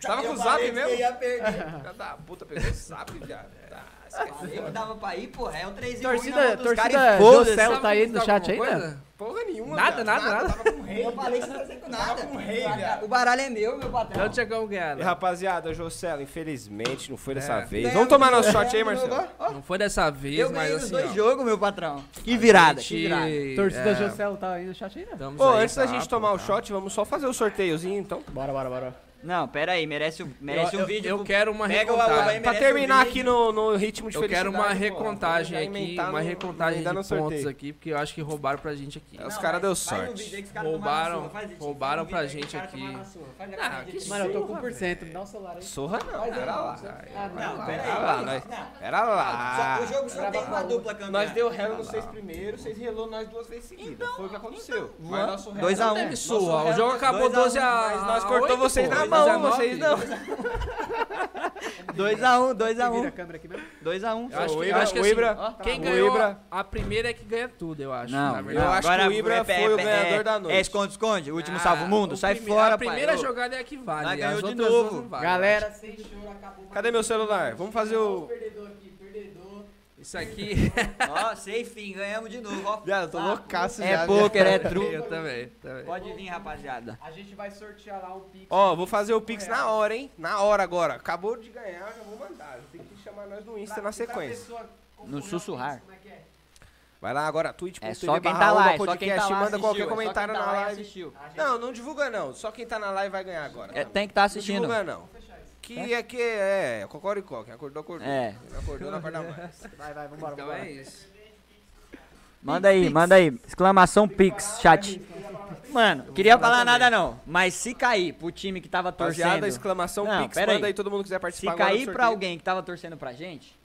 [SPEAKER 5] Tava com o zap mesmo? Filha da puta, pegou o zap, viado. Tá, esquece.
[SPEAKER 3] Falei que dava pra ir, pô. É o 3 e
[SPEAKER 2] Torcida, torcida,
[SPEAKER 3] caras
[SPEAKER 2] Jocelo tá
[SPEAKER 12] Sabe
[SPEAKER 2] aí
[SPEAKER 12] quando
[SPEAKER 2] no
[SPEAKER 12] tá
[SPEAKER 2] chat
[SPEAKER 12] alguma
[SPEAKER 2] ainda?
[SPEAKER 12] coisa?
[SPEAKER 5] Porra nenhuma,
[SPEAKER 12] Nada,
[SPEAKER 5] viado.
[SPEAKER 12] nada, nada.
[SPEAKER 5] Tava com o rei.
[SPEAKER 3] Eu falei que você não sei com nada.
[SPEAKER 5] com o rei,
[SPEAKER 3] Pra cá,
[SPEAKER 5] viado.
[SPEAKER 3] O baralho é meu, meu
[SPEAKER 12] Então
[SPEAKER 3] patrão.
[SPEAKER 12] tinha como ganhar.
[SPEAKER 5] E
[SPEAKER 12] né?
[SPEAKER 5] rapaziada, Jocelo, infelizmente não foi dessa
[SPEAKER 12] É.
[SPEAKER 5] vez. Vamos tomar nosso shot aí, Marcelo.
[SPEAKER 3] Ó,
[SPEAKER 12] Não foi dessa vez,
[SPEAKER 3] Eu
[SPEAKER 12] mas
[SPEAKER 3] ganhei os
[SPEAKER 12] assim,
[SPEAKER 3] dois
[SPEAKER 12] ó,
[SPEAKER 3] jogos, meu patrão. Que virada, que virada.
[SPEAKER 12] gente,
[SPEAKER 2] Torcida
[SPEAKER 12] é,
[SPEAKER 2] Jocelo tá aí no chat ainda?
[SPEAKER 12] estamos
[SPEAKER 5] Pô,
[SPEAKER 12] aí,
[SPEAKER 5] antes da
[SPEAKER 12] tá,
[SPEAKER 5] gente
[SPEAKER 12] pô,
[SPEAKER 5] tomar o
[SPEAKER 12] tá.
[SPEAKER 5] shot, vamos só fazer o sorteiozinho, então.
[SPEAKER 2] Bora, bora, bora.
[SPEAKER 3] Não, pera aí, merece, o- merece
[SPEAKER 12] eu,
[SPEAKER 3] um vídeo.
[SPEAKER 12] Eu,
[SPEAKER 3] pro-
[SPEAKER 12] quero uma
[SPEAKER 3] Pega o
[SPEAKER 12] recontagem.
[SPEAKER 3] Alba aí,
[SPEAKER 5] Pra
[SPEAKER 3] Merece
[SPEAKER 5] terminar
[SPEAKER 3] um
[SPEAKER 5] aqui no, no ritmo de
[SPEAKER 12] Eu quero
[SPEAKER 5] felicidade,
[SPEAKER 12] uma
[SPEAKER 5] pô.
[SPEAKER 12] recontagem
[SPEAKER 5] Vamos já
[SPEAKER 12] aqui,
[SPEAKER 5] emendar
[SPEAKER 12] uma
[SPEAKER 5] no-
[SPEAKER 12] recontagem de
[SPEAKER 5] emendar no
[SPEAKER 12] pontos
[SPEAKER 5] sorteio.
[SPEAKER 12] aqui, porque eu acho que roubaram pra gente aqui.
[SPEAKER 5] É, Os
[SPEAKER 3] Não,
[SPEAKER 5] caras
[SPEAKER 3] vai- vai no
[SPEAKER 5] deu sorte.
[SPEAKER 3] vídeo aí que os caras tomaram
[SPEAKER 12] Roubaram-
[SPEAKER 3] na surra, faz isso, faz
[SPEAKER 12] roubaram
[SPEAKER 3] um
[SPEAKER 12] pra
[SPEAKER 3] vídeo aí que os
[SPEAKER 12] gente
[SPEAKER 3] caras tomaram
[SPEAKER 12] aqui.
[SPEAKER 3] na surra, faz a
[SPEAKER 12] Ah,
[SPEAKER 3] cara
[SPEAKER 12] que
[SPEAKER 3] dele.
[SPEAKER 2] Mano, eu tô com 1%. Me dá um celular aí.
[SPEAKER 5] Sorra não, pera lá.
[SPEAKER 2] Ah, não.
[SPEAKER 3] Não, pera aí.
[SPEAKER 5] Pera lá, nós-
[SPEAKER 3] Não,
[SPEAKER 5] Pera lá.
[SPEAKER 3] só- o jogo só tem uma dupla campeã.
[SPEAKER 5] Nós deu relo nos seis primeiros, vocês relou nós duas vezes seguidas. Foi o que aconteceu. Mas nosso relo-
[SPEAKER 3] 2 a 1
[SPEAKER 12] Teve sua, o jogo acabou
[SPEAKER 3] dois a um,
[SPEAKER 12] 12 a
[SPEAKER 3] mas
[SPEAKER 5] Nós cortou
[SPEAKER 12] oito,
[SPEAKER 5] vocês
[SPEAKER 12] pô,
[SPEAKER 5] na
[SPEAKER 12] dois
[SPEAKER 5] mão,
[SPEAKER 12] a nove.
[SPEAKER 5] vocês não.
[SPEAKER 3] 2x1, 2x1.
[SPEAKER 2] Vira a câmera aqui mesmo?
[SPEAKER 3] 2x1.
[SPEAKER 12] Eu acho
[SPEAKER 5] O
[SPEAKER 12] que, eu
[SPEAKER 5] Ibra-
[SPEAKER 12] acho que
[SPEAKER 5] o
[SPEAKER 12] assim,
[SPEAKER 5] Ibra-
[SPEAKER 12] ó, quem
[SPEAKER 5] o
[SPEAKER 12] ganhou
[SPEAKER 5] Ibra-
[SPEAKER 12] a primeira é que ganha tudo, eu acho. na
[SPEAKER 3] Não,
[SPEAKER 12] verdade.
[SPEAKER 3] não,
[SPEAKER 5] acho
[SPEAKER 3] agora
[SPEAKER 5] que o Ibra foi o ganhador
[SPEAKER 3] é,
[SPEAKER 5] da noite.
[SPEAKER 3] É esconde-esconde, o último salvo
[SPEAKER 12] Ah,
[SPEAKER 3] mundo,
[SPEAKER 12] o
[SPEAKER 3] sai
[SPEAKER 12] prime-
[SPEAKER 3] fora,
[SPEAKER 12] A primeira
[SPEAKER 3] pai. Ô,
[SPEAKER 12] jogada é a que vale.
[SPEAKER 3] Mas
[SPEAKER 12] as
[SPEAKER 3] ganhou de
[SPEAKER 12] outras
[SPEAKER 3] novo.
[SPEAKER 12] duas não valem, eu
[SPEAKER 2] Galera,
[SPEAKER 5] Cadê meu celular? Vamos fazer o.
[SPEAKER 12] acho. Isso aqui
[SPEAKER 3] Ó, sem fim, ganhamos de novo, ó.
[SPEAKER 5] Viado, eu tô
[SPEAKER 3] Ah,
[SPEAKER 5] loucaço
[SPEAKER 3] É
[SPEAKER 5] já.
[SPEAKER 3] pôquer, é
[SPEAKER 12] eu
[SPEAKER 3] truco.
[SPEAKER 12] também, também.
[SPEAKER 3] Pode vir, rapaziada.
[SPEAKER 2] a gente vai sortear lá um pix.
[SPEAKER 5] Ó, vou fazer o Pix na hora, hein? Na hora agora. Acabou de ganhar, já vou mandar. Tem que chamar nós no Insta na sequência.
[SPEAKER 3] No sussurrar.
[SPEAKER 5] Vai lá agora, twitch.tv
[SPEAKER 3] É só quem
[SPEAKER 5] barra
[SPEAKER 3] tá lá,
[SPEAKER 5] Alba
[SPEAKER 3] é só quem
[SPEAKER 5] podcast,
[SPEAKER 3] tá lá
[SPEAKER 5] manda
[SPEAKER 3] assistiu,
[SPEAKER 5] qualquer
[SPEAKER 3] é só quem
[SPEAKER 5] comentário
[SPEAKER 3] tá
[SPEAKER 5] na
[SPEAKER 3] lá e
[SPEAKER 5] live.
[SPEAKER 3] assistiu.
[SPEAKER 5] Não, não divulga não. Só quem tá na live vai ganhar agora.
[SPEAKER 3] É, tem que estar tá
[SPEAKER 5] não
[SPEAKER 3] assistindo.
[SPEAKER 5] divulga não. Que é que é, cocoricó, quem acordou, acordou.
[SPEAKER 3] É.
[SPEAKER 5] Quem não acordou, não acorda mais.
[SPEAKER 2] Vai, vai, vambora,
[SPEAKER 12] Então é
[SPEAKER 2] vambora.
[SPEAKER 12] isso.
[SPEAKER 3] Manda aí, manda aí. Exclamação Pix, chat. Mano, queria falar nada não, mas se cair pro time que tava
[SPEAKER 5] Rapaziada,
[SPEAKER 3] torcendo,
[SPEAKER 5] exclamação
[SPEAKER 3] Não,
[SPEAKER 5] Pix,
[SPEAKER 3] pera
[SPEAKER 5] manda
[SPEAKER 3] aí.
[SPEAKER 5] aí todo mundo que quiser participar
[SPEAKER 3] se
[SPEAKER 5] agora do
[SPEAKER 3] cair pra
[SPEAKER 5] sorteio.
[SPEAKER 3] alguém que tava torcendo pra gente,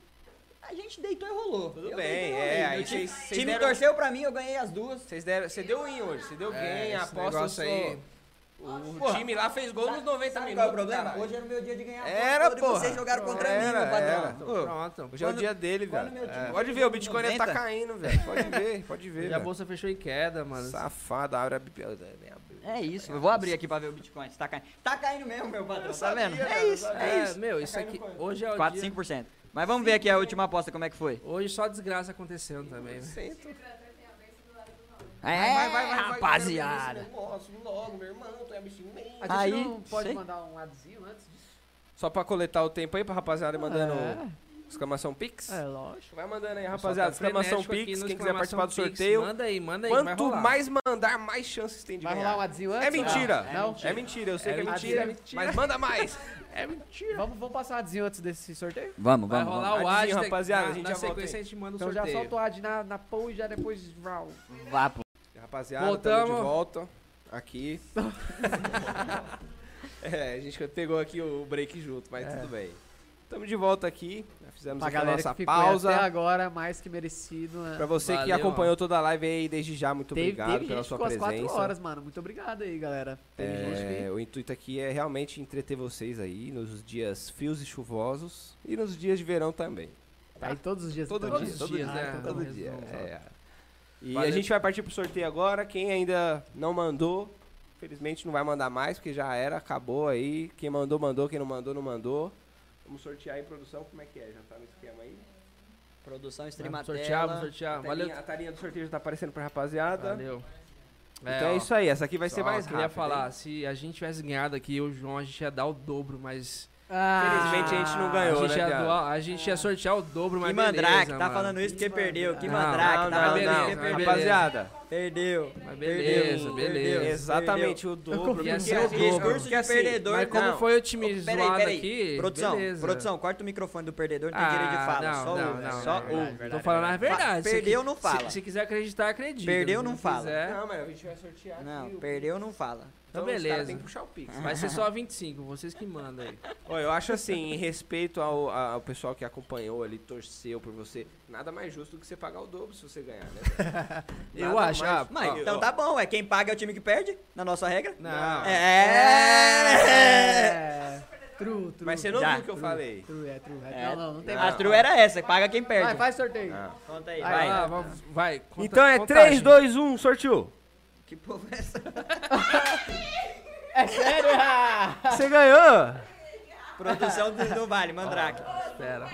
[SPEAKER 3] a gente deitou e rolou.
[SPEAKER 5] Tudo
[SPEAKER 3] Eu deitei e
[SPEAKER 5] bem,
[SPEAKER 3] rolei.
[SPEAKER 5] é,
[SPEAKER 3] Meu
[SPEAKER 5] aí
[SPEAKER 3] time,
[SPEAKER 5] vocês vocês
[SPEAKER 3] time
[SPEAKER 5] deram...
[SPEAKER 3] torceu pra mim, eu ganhei as duas.
[SPEAKER 5] Vocês deram... Você deu win hoje, você deu
[SPEAKER 12] É,
[SPEAKER 5] game,
[SPEAKER 12] esse
[SPEAKER 5] aposta eu
[SPEAKER 12] negócio
[SPEAKER 5] sou...
[SPEAKER 12] aí.
[SPEAKER 5] O time lá fez gol nos 90
[SPEAKER 3] Sabe
[SPEAKER 5] minutos.
[SPEAKER 3] qual é o problema?
[SPEAKER 5] caralho.
[SPEAKER 3] Hoje era o meu dia de ganhar
[SPEAKER 5] Era,
[SPEAKER 3] ponto, todos
[SPEAKER 5] porra.
[SPEAKER 3] vocês jogaram contra
[SPEAKER 5] Era,
[SPEAKER 3] mim, meu
[SPEAKER 5] era.
[SPEAKER 3] patrão.
[SPEAKER 5] Ô,
[SPEAKER 12] Pronto.
[SPEAKER 5] Hoje é o dia dele,
[SPEAKER 3] Quando
[SPEAKER 5] velho.
[SPEAKER 3] meu time
[SPEAKER 5] É.
[SPEAKER 3] jogou
[SPEAKER 5] Pode ver, o
[SPEAKER 3] nos
[SPEAKER 5] Bitcoin tá
[SPEAKER 3] 90,
[SPEAKER 5] caindo, velho. Pode ver, pode ver.
[SPEAKER 12] E a
[SPEAKER 5] velho.
[SPEAKER 12] bolsa fechou em queda, mano.
[SPEAKER 5] Safado, abre a
[SPEAKER 3] É isso, eu vou abrir aqui pra ver o Bitcoin, se tá caindo. Tá caindo mesmo, meu patrão, tá vendo? É isso, é isso.
[SPEAKER 12] Meu, isso aqui. Hoje é o
[SPEAKER 3] 4,
[SPEAKER 12] dia.
[SPEAKER 3] 5%. Mas vamos ver aqui a última aposta, como é que foi.
[SPEAKER 12] Hoje só desgraça acontecendo também. velho.
[SPEAKER 3] É, rapaziada.
[SPEAKER 21] Nossa, logo, meu irmão, tu é bichinho meio.
[SPEAKER 2] A gente
[SPEAKER 3] Aí,
[SPEAKER 2] não pode
[SPEAKER 3] sei.
[SPEAKER 2] mandar um adzinho antes disso?
[SPEAKER 5] Só pra coletar o tempo aí pra rapaziada mandando
[SPEAKER 2] É,
[SPEAKER 5] exclamação Pix.
[SPEAKER 2] é lógico.
[SPEAKER 5] Vai mandando aí,
[SPEAKER 12] Pessoal
[SPEAKER 5] rapaziada.
[SPEAKER 12] tá
[SPEAKER 5] Exclamação
[SPEAKER 12] frenético aqui
[SPEAKER 5] Pix,
[SPEAKER 12] no
[SPEAKER 5] quem quiser
[SPEAKER 12] exclamação
[SPEAKER 5] participar do
[SPEAKER 12] Pix.
[SPEAKER 5] sorteio.
[SPEAKER 12] Manda aí, manda aí. vai
[SPEAKER 5] Quanto
[SPEAKER 12] rolar.
[SPEAKER 5] mais mandar, mais chances tem de
[SPEAKER 2] Vai rolar um
[SPEAKER 5] ganhar.
[SPEAKER 2] adzinho antes?
[SPEAKER 5] É
[SPEAKER 2] ou não?
[SPEAKER 5] mentira.
[SPEAKER 2] Não?
[SPEAKER 5] É mentira, eu sei
[SPEAKER 12] É
[SPEAKER 5] que é
[SPEAKER 12] mentira,
[SPEAKER 5] mentira,
[SPEAKER 12] é mentira.
[SPEAKER 5] Mas manda mais.
[SPEAKER 12] É mentira.
[SPEAKER 2] Vamos, vamos passar um adzinho antes desse sorteio?
[SPEAKER 5] Então,
[SPEAKER 3] Vamos,
[SPEAKER 12] Vai
[SPEAKER 3] vamos,
[SPEAKER 12] rolar
[SPEAKER 3] vamos.
[SPEAKER 12] o
[SPEAKER 5] Adivinha,
[SPEAKER 12] hashtag.
[SPEAKER 5] rapaziada,
[SPEAKER 12] na,
[SPEAKER 5] a gente
[SPEAKER 12] na
[SPEAKER 5] já volta
[SPEAKER 12] sequência
[SPEAKER 5] aí.
[SPEAKER 12] a gente manda o
[SPEAKER 2] Então já
[SPEAKER 12] sorteio.
[SPEAKER 2] solta o ad na, na poll e já depois... Rau.
[SPEAKER 3] Vá, pô.
[SPEAKER 5] Rapaziada,
[SPEAKER 12] Voltamos.
[SPEAKER 5] Voltamos. de volta. Aqui. é, a gente pegou aqui o break junto,
[SPEAKER 12] É.
[SPEAKER 5] mas tudo bem. Estamos de volta aqui. Já Fizemos
[SPEAKER 2] Pra
[SPEAKER 5] aqui a
[SPEAKER 2] galera
[SPEAKER 5] nossa
[SPEAKER 2] que ficou aí até
[SPEAKER 5] pausa.
[SPEAKER 2] agora, mais que merecido. né?
[SPEAKER 5] Pra você que
[SPEAKER 12] Valeu,
[SPEAKER 5] acompanhou toda a live aí desde já, muito
[SPEAKER 2] teve,
[SPEAKER 5] obrigado
[SPEAKER 2] teve
[SPEAKER 5] pela
[SPEAKER 2] gente que
[SPEAKER 5] sua
[SPEAKER 2] ficou às 4
[SPEAKER 5] presença.
[SPEAKER 2] horas, mano. Muito obrigado aí, galera. Teve gente
[SPEAKER 5] É, o intuito aqui é realmente entreter vocês aí nos dias frios e chuvosos e nos dias de verão também.
[SPEAKER 2] que tá aí todos os dias.
[SPEAKER 5] Todo
[SPEAKER 2] então,
[SPEAKER 5] dia,
[SPEAKER 2] né?
[SPEAKER 5] todo
[SPEAKER 12] dias,
[SPEAKER 5] dia,
[SPEAKER 12] né?
[SPEAKER 5] né?
[SPEAKER 12] Então
[SPEAKER 5] Todo
[SPEAKER 12] vamos
[SPEAKER 5] dia.
[SPEAKER 12] resolver.
[SPEAKER 5] é. E
[SPEAKER 12] Valeu.
[SPEAKER 5] a gente vai partir pro sorteio agora. Quem ainda não mandou, infelizmente não vai mandar mais, porque já era, acabou aí. Quem mandou, mandou. Quem não mandou, não mandou. Vamos sortear em produção. Como é que é? Já tá no esquema aí?
[SPEAKER 3] Produção,
[SPEAKER 12] Vamos
[SPEAKER 3] streamatela.
[SPEAKER 12] sortear, vamos
[SPEAKER 5] A
[SPEAKER 12] sortear. Ah, Valeu.
[SPEAKER 5] tarinha, a tarinha do sorteio já tá aparecendo pra rapaziada.
[SPEAKER 12] Valeu.
[SPEAKER 5] Então é,
[SPEAKER 12] ó,
[SPEAKER 5] isso aí. Essa aqui vai
[SPEAKER 12] só
[SPEAKER 5] ser mais
[SPEAKER 12] queria
[SPEAKER 5] rápida.
[SPEAKER 12] falar,
[SPEAKER 5] hein?
[SPEAKER 12] se a gente tivesse ganhado aqui, eu e o João, a gente ia dar o dobro, mas...
[SPEAKER 2] Ah.
[SPEAKER 5] Infelizmente a gente não
[SPEAKER 12] Ah, a
[SPEAKER 5] ganhou,
[SPEAKER 12] gente,
[SPEAKER 5] né,
[SPEAKER 12] ia,
[SPEAKER 5] Thiago?
[SPEAKER 12] doar- a gente ia sortear o dobro, mas
[SPEAKER 3] Que mandrake,
[SPEAKER 12] beleza,
[SPEAKER 3] tá
[SPEAKER 12] mano.
[SPEAKER 3] falando isso porque perdeu. Que
[SPEAKER 12] Não,
[SPEAKER 3] mandrake, tá
[SPEAKER 5] não, não,
[SPEAKER 3] falando isso
[SPEAKER 5] não.
[SPEAKER 3] porque
[SPEAKER 12] beleza,
[SPEAKER 3] perdeu.
[SPEAKER 5] Rapaziada,
[SPEAKER 3] Perdeu.
[SPEAKER 12] Mas beleza,
[SPEAKER 3] Perdeu,
[SPEAKER 12] beleza.
[SPEAKER 3] perdeu.
[SPEAKER 5] exatamente o dobro.
[SPEAKER 12] Ia
[SPEAKER 5] porque assim,
[SPEAKER 12] ser
[SPEAKER 5] a
[SPEAKER 12] o
[SPEAKER 5] gente-
[SPEAKER 12] dobro.
[SPEAKER 3] Discurso de é perdedor,
[SPEAKER 12] Mas como
[SPEAKER 3] não.
[SPEAKER 12] foi o time
[SPEAKER 3] Peraí,
[SPEAKER 12] zoado
[SPEAKER 3] peraí.
[SPEAKER 12] aqui,
[SPEAKER 3] Produção,
[SPEAKER 12] beleza.
[SPEAKER 3] produção, corta o microfone do perdedor, não tem direito de
[SPEAKER 12] Ah,
[SPEAKER 3] fala.
[SPEAKER 12] não,
[SPEAKER 3] só
[SPEAKER 12] não,
[SPEAKER 3] o,
[SPEAKER 2] É
[SPEAKER 12] não,
[SPEAKER 3] só
[SPEAKER 12] não,
[SPEAKER 3] o.
[SPEAKER 5] um.
[SPEAKER 12] não, não. Tô falando a verdade. se
[SPEAKER 3] Perdeu,
[SPEAKER 12] qui-
[SPEAKER 3] não fala.
[SPEAKER 12] Se, se quiser acreditar, acredita.
[SPEAKER 3] Perdeu,
[SPEAKER 12] Se
[SPEAKER 3] não fala.
[SPEAKER 12] quiser-
[SPEAKER 5] Não, mas a gente vai sortear aqui.
[SPEAKER 3] Não,
[SPEAKER 5] o-
[SPEAKER 3] perdeu, não fala.
[SPEAKER 12] Então,
[SPEAKER 5] os caras
[SPEAKER 12] beleza.
[SPEAKER 5] têm que puxar o Pix.
[SPEAKER 12] Vai ser só 25, vocês que mandam aí.
[SPEAKER 5] Ó, eu acho assim, em respeito ao, a- ao pessoal que acompanhou ali, torceu por você, nada mais justo do que você pagar o dobro se você ganhar, né?
[SPEAKER 12] Eu
[SPEAKER 5] Nada
[SPEAKER 12] acho,
[SPEAKER 5] mais-
[SPEAKER 12] ah,
[SPEAKER 3] Mas
[SPEAKER 5] Ó,
[SPEAKER 3] então
[SPEAKER 5] ó,
[SPEAKER 3] tá bom, é quem paga é o time que perde, na nossa regra.
[SPEAKER 5] Não.
[SPEAKER 12] É.
[SPEAKER 5] É.
[SPEAKER 3] É.
[SPEAKER 2] É. True, true.
[SPEAKER 5] Mas você não
[SPEAKER 3] Já.
[SPEAKER 5] viu o que eu falei. Ah.
[SPEAKER 2] True, é, true.
[SPEAKER 3] É.
[SPEAKER 2] É. Não, não, não tem
[SPEAKER 3] A
[SPEAKER 2] mais.
[SPEAKER 3] true era essa, paga quem
[SPEAKER 2] Vai,
[SPEAKER 3] perde.
[SPEAKER 2] faz sorteio.
[SPEAKER 3] Conta aí,
[SPEAKER 12] Vai,
[SPEAKER 3] vai.
[SPEAKER 5] Ah,
[SPEAKER 12] lá, vamos- vai. conta-
[SPEAKER 5] Então é
[SPEAKER 12] contagem.
[SPEAKER 5] 3, 2, 1, sorteio.
[SPEAKER 3] Que povo é essa?
[SPEAKER 2] É sério?
[SPEAKER 5] Você ganhou!
[SPEAKER 3] Produção do, do Vale, Mandrake.
[SPEAKER 12] Espera.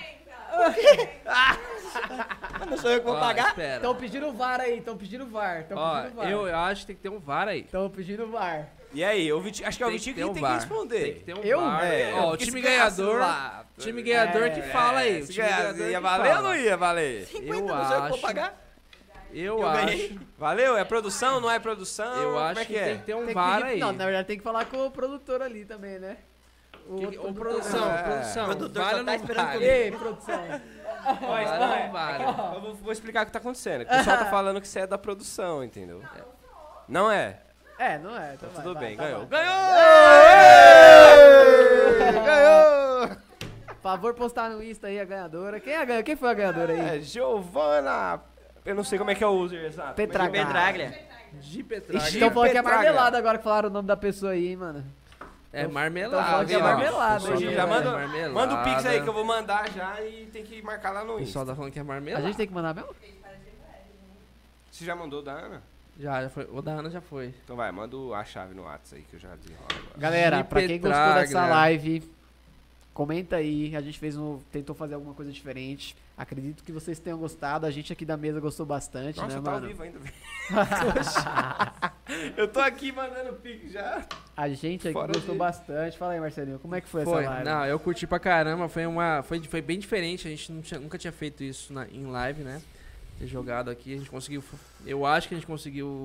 [SPEAKER 3] Mas não sou eu que vou
[SPEAKER 12] Ó,
[SPEAKER 3] pagar?
[SPEAKER 12] Espera.
[SPEAKER 2] Estão pedindo VAR aí, estão pedindo VAR. Estão
[SPEAKER 12] Ó,
[SPEAKER 2] pedindo Então VAR.
[SPEAKER 12] eu, eu acho que tem que ter um VAR aí.
[SPEAKER 2] Estão pedindo VAR.
[SPEAKER 5] E aí, o Viti- acho que é o
[SPEAKER 12] Tem que
[SPEAKER 5] Vitinho
[SPEAKER 12] ter
[SPEAKER 5] que
[SPEAKER 12] um
[SPEAKER 5] tem
[SPEAKER 12] VAR.
[SPEAKER 5] que responder.
[SPEAKER 12] Tem que ter um
[SPEAKER 2] Eu?
[SPEAKER 12] VAR.
[SPEAKER 5] É.
[SPEAKER 12] Ó, o time ganhador. Time ganhador que fala aí. O
[SPEAKER 5] Se
[SPEAKER 12] time
[SPEAKER 5] ganhar,
[SPEAKER 12] ganhador
[SPEAKER 5] ia
[SPEAKER 12] que
[SPEAKER 5] valer ou
[SPEAKER 12] fala.
[SPEAKER 5] não ia valer?
[SPEAKER 3] 50
[SPEAKER 12] eu
[SPEAKER 3] não sou eu que
[SPEAKER 12] acho-
[SPEAKER 3] vou pagar?
[SPEAKER 12] Eu,
[SPEAKER 3] ganhei.
[SPEAKER 12] acho.
[SPEAKER 5] Valeu? É produção? Não é produção?
[SPEAKER 12] Eu
[SPEAKER 5] Como
[SPEAKER 12] acho
[SPEAKER 5] é
[SPEAKER 12] que,
[SPEAKER 5] que é?
[SPEAKER 12] tem que ter um
[SPEAKER 2] Tem que
[SPEAKER 12] VAR
[SPEAKER 2] pedir-
[SPEAKER 12] aí.
[SPEAKER 2] Não, na verdade tem que falar com o produtor ali também, né? O
[SPEAKER 12] Que-
[SPEAKER 2] outro
[SPEAKER 12] Ô,
[SPEAKER 2] produtor.
[SPEAKER 12] produção,
[SPEAKER 5] É.
[SPEAKER 12] produção.
[SPEAKER 3] O produtor
[SPEAKER 12] vale
[SPEAKER 3] só
[SPEAKER 12] ou
[SPEAKER 3] tá
[SPEAKER 12] não
[SPEAKER 3] esperando
[SPEAKER 12] vale?
[SPEAKER 2] Ei, produção.
[SPEAKER 5] Mas,
[SPEAKER 12] Vale ou
[SPEAKER 5] não,
[SPEAKER 12] não
[SPEAKER 5] é-
[SPEAKER 12] vale?
[SPEAKER 5] Eu vou, vou explicar o que tá acontecendo. que O pessoal tá falando que você é da produção, entendeu? Não é?
[SPEAKER 2] É, não é. Então, vai,
[SPEAKER 5] Tudo
[SPEAKER 2] vai,
[SPEAKER 5] bem,
[SPEAKER 2] tá
[SPEAKER 5] ganhou.
[SPEAKER 2] bom.
[SPEAKER 5] Ganhou! Ganhou!
[SPEAKER 2] Favor postar no Insta aí a ganhadora. Quem, é a ganha- Quem foi a ganhadora aí?
[SPEAKER 5] É, Giovana! Eu não sei como é que é o user exato. mas-
[SPEAKER 2] Petraga.
[SPEAKER 3] Pedraglia.
[SPEAKER 12] De Petralha.
[SPEAKER 5] Ixi,
[SPEAKER 2] Então falou que é
[SPEAKER 5] Petraga.
[SPEAKER 2] marmelada agora que falaram o nome da pessoa aí, hein, mano.
[SPEAKER 12] É
[SPEAKER 2] Então
[SPEAKER 12] marmelada.
[SPEAKER 2] fala que é
[SPEAKER 12] ó.
[SPEAKER 2] marmelada,
[SPEAKER 12] Pessoal
[SPEAKER 2] hein,
[SPEAKER 12] tá
[SPEAKER 5] já
[SPEAKER 12] falando
[SPEAKER 5] manda-
[SPEAKER 12] que é marmelada.
[SPEAKER 5] Manda o pix aí que eu vou mandar já e tem que marcar lá no
[SPEAKER 12] O pessoal
[SPEAKER 5] Insta.
[SPEAKER 12] tá falando que é
[SPEAKER 2] A
[SPEAKER 12] marmelada.
[SPEAKER 2] gente tem que mandar mesmo?
[SPEAKER 5] Você já mandou da Ana?
[SPEAKER 12] Já, já foi. O da Ana já foi.
[SPEAKER 5] Então vai, manda o- a chave no WhatsApp aí que eu já desenrolo agora.
[SPEAKER 2] Galera,
[SPEAKER 12] De
[SPEAKER 2] pra quem gostou
[SPEAKER 12] Petraglia.
[SPEAKER 2] dessa live, comenta aí. A gente fez um, tentou fazer alguma coisa diferente. Acredito que vocês tenham gostado. A gente aqui da mesa gostou bastante,
[SPEAKER 5] Nossa,
[SPEAKER 2] né,
[SPEAKER 5] tá ao
[SPEAKER 2] mano?
[SPEAKER 5] vivo ainda. eu tô aqui mandando pix já.
[SPEAKER 2] A gente aqui
[SPEAKER 5] Fora
[SPEAKER 2] gostou
[SPEAKER 5] de-
[SPEAKER 2] bastante. Fala aí, Marcelinho, como é que foi,
[SPEAKER 12] Foi.
[SPEAKER 2] essa live?
[SPEAKER 12] Não, eu curti pra caramba. Foi uma. Foi, foi bem diferente. A gente não tinha- nunca tinha feito isso na, em live, né? Ter jogado aqui. A gente conseguiu. Eu acho que a gente conseguiu.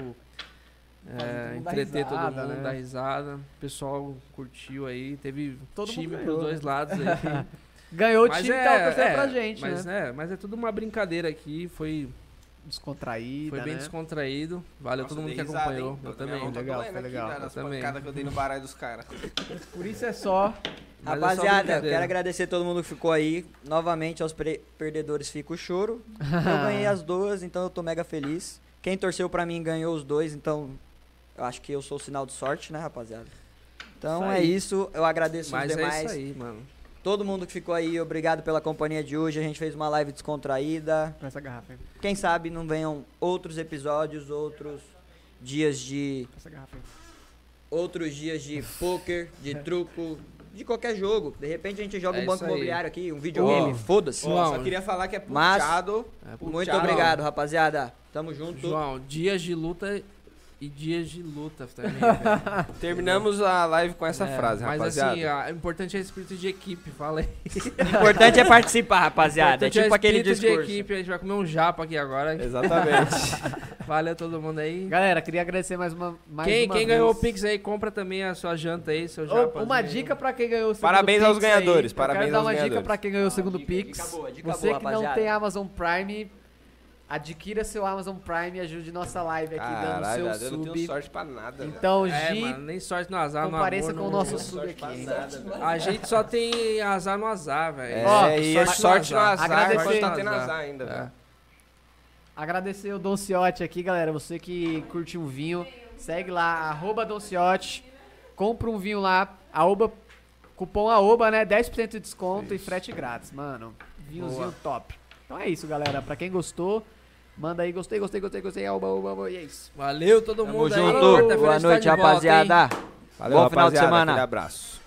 [SPEAKER 2] Fazer todo
[SPEAKER 12] é,
[SPEAKER 2] mundo dar
[SPEAKER 12] entreter todo
[SPEAKER 2] risada,
[SPEAKER 12] mundo,
[SPEAKER 2] né?
[SPEAKER 12] dar risada. O pessoal curtiu aí. Teve
[SPEAKER 2] Todo mundo
[SPEAKER 12] time pros
[SPEAKER 2] ganhou, né?
[SPEAKER 12] dois lados aí.
[SPEAKER 2] Ganhou o time que tava torcendo
[SPEAKER 12] é,
[SPEAKER 2] pra gente,
[SPEAKER 12] mas,
[SPEAKER 2] né?
[SPEAKER 12] É, mas é tudo uma brincadeira aqui. Foi,
[SPEAKER 2] Descontraída,
[SPEAKER 12] foi bem
[SPEAKER 2] né?
[SPEAKER 12] descontraído. Valeu
[SPEAKER 5] Nossa,
[SPEAKER 12] todo mundo
[SPEAKER 5] dei
[SPEAKER 12] que
[SPEAKER 5] risada,
[SPEAKER 12] acompanhou.
[SPEAKER 5] hein?
[SPEAKER 12] Eu
[SPEAKER 5] Tô minha
[SPEAKER 12] também. né?
[SPEAKER 5] mão tá
[SPEAKER 2] legal,
[SPEAKER 5] doendo
[SPEAKER 2] foi
[SPEAKER 5] aqui,
[SPEAKER 2] legal.
[SPEAKER 5] cara, as
[SPEAKER 12] Eu também.
[SPEAKER 5] pancadas que eu dei no baralho dos caras.
[SPEAKER 2] Por isso é só.
[SPEAKER 12] Mas é só
[SPEAKER 3] Rapaziada, eu
[SPEAKER 12] brincadeira.
[SPEAKER 3] quero agradecer todo mundo que ficou aí. Novamente aos pre- perdedores fica o choro. Eu ganhei as duas, então eu tô mega feliz. Quem torceu pra mim ganhou os dois, então Eu acho que eu sou o sinal de sorte, né, rapaziada? Então
[SPEAKER 12] Isso
[SPEAKER 3] é
[SPEAKER 12] aí.
[SPEAKER 3] isso. Eu agradeço
[SPEAKER 12] Mas
[SPEAKER 3] os demais.
[SPEAKER 12] é isso aí, mano.
[SPEAKER 3] Todo mundo que ficou aí, obrigado pela companhia de hoje. A gente fez uma live descontraída.
[SPEAKER 2] Com essa garrafa aí.
[SPEAKER 3] Quem sabe não venham outros episódios, outros dias de.
[SPEAKER 2] Com essa garrafa aí.
[SPEAKER 3] Outros dias de poker, de truco, de qualquer jogo. De repente a gente joga
[SPEAKER 12] É
[SPEAKER 3] um banco
[SPEAKER 12] isso aí.
[SPEAKER 3] imobiliário aqui, um videogame,
[SPEAKER 12] Ó.
[SPEAKER 3] foda-se.
[SPEAKER 12] João,
[SPEAKER 5] Só queria falar que é
[SPEAKER 3] Mas-
[SPEAKER 5] puxado.
[SPEAKER 3] Muito
[SPEAKER 5] Tchau.
[SPEAKER 3] obrigado, rapaziada. Tamo junto.
[SPEAKER 12] João, dias de luta e dias de luta também. velho.
[SPEAKER 5] Terminamos a live com essa
[SPEAKER 12] É,
[SPEAKER 5] frase,
[SPEAKER 12] Mas
[SPEAKER 5] rapaziada.
[SPEAKER 12] assim, a- o importante é o espírito de equipe, fala aí.
[SPEAKER 3] O importante é participar, rapaziada. É
[SPEAKER 12] Importante
[SPEAKER 3] tipo
[SPEAKER 12] o
[SPEAKER 3] aquele
[SPEAKER 12] espírito
[SPEAKER 3] discurso.
[SPEAKER 12] de equipe, a gente vai comer um japa aqui agora.
[SPEAKER 5] É. Exatamente.
[SPEAKER 12] Valeu todo mundo aí.
[SPEAKER 2] Galera, queria agradecer mais uma mais
[SPEAKER 12] quem
[SPEAKER 2] uma
[SPEAKER 12] quem
[SPEAKER 2] vez.
[SPEAKER 12] ganhou o Pix aí, compra também a sua janta aí, um seu
[SPEAKER 2] Ô,
[SPEAKER 12] japa.
[SPEAKER 2] uma dica pra quem ganhou o segundo
[SPEAKER 5] Parabéns aos
[SPEAKER 2] Pix aí.
[SPEAKER 5] ganhadores,
[SPEAKER 2] Eu
[SPEAKER 5] parabéns
[SPEAKER 2] quero dar
[SPEAKER 5] aos
[SPEAKER 2] uma dica
[SPEAKER 5] ganhadores.
[SPEAKER 2] pra quem ganhou
[SPEAKER 12] Ah,
[SPEAKER 2] o segundo Pix.
[SPEAKER 3] Dica boa, dica
[SPEAKER 2] Você
[SPEAKER 3] boa,
[SPEAKER 2] que não
[SPEAKER 3] rapaziada.
[SPEAKER 2] tem Amazon Prime, adquira seu Amazon Prime e ajude nossa live aqui
[SPEAKER 5] Caralho,
[SPEAKER 2] dando
[SPEAKER 5] velho,
[SPEAKER 2] seu
[SPEAKER 5] eu não
[SPEAKER 2] sub.
[SPEAKER 5] tenho sorte pra nada. velho.
[SPEAKER 2] Então,
[SPEAKER 12] É,
[SPEAKER 2] Gi,
[SPEAKER 12] mano, nem sorte no azar, no
[SPEAKER 2] compareça
[SPEAKER 12] amor,
[SPEAKER 2] com o
[SPEAKER 12] no- né?
[SPEAKER 2] nosso sub aqui.
[SPEAKER 12] A gente só tem azar no azar, velho.
[SPEAKER 5] É,
[SPEAKER 2] Ó,
[SPEAKER 5] e
[SPEAKER 12] sorte
[SPEAKER 5] é
[SPEAKER 12] no
[SPEAKER 5] sorte no
[SPEAKER 12] azar.
[SPEAKER 5] azar,
[SPEAKER 2] Agradecer.
[SPEAKER 5] agora tá tendo
[SPEAKER 12] Azar.
[SPEAKER 5] azar ainda, velho.
[SPEAKER 2] Agradecer o Don Ciotti aqui, galera. Você que curte um vinho, segue lá, arroba Don Ciotti. Compra um vinho lá, aoba, cupom AOBA, né? 10% de desconto e frete grátis, mano. Vinhozinho
[SPEAKER 12] Boa.
[SPEAKER 2] top. Então é isso, galera. Pra quem gostou, manda aí. Gostei, gostei, gostei, gostei. Aoba, aoba, aoba. E é isso.
[SPEAKER 12] Valeu todo
[SPEAKER 3] Tamo
[SPEAKER 12] mundo aí.
[SPEAKER 3] junto.
[SPEAKER 12] Quarta-feira a
[SPEAKER 3] Boa
[SPEAKER 12] gente tá
[SPEAKER 3] noite,
[SPEAKER 12] de volta, hein?
[SPEAKER 3] rapaziada.
[SPEAKER 5] Valeu,
[SPEAKER 3] Bom final de
[SPEAKER 5] rapaziada,
[SPEAKER 3] semana.
[SPEAKER 5] Aquele abraço.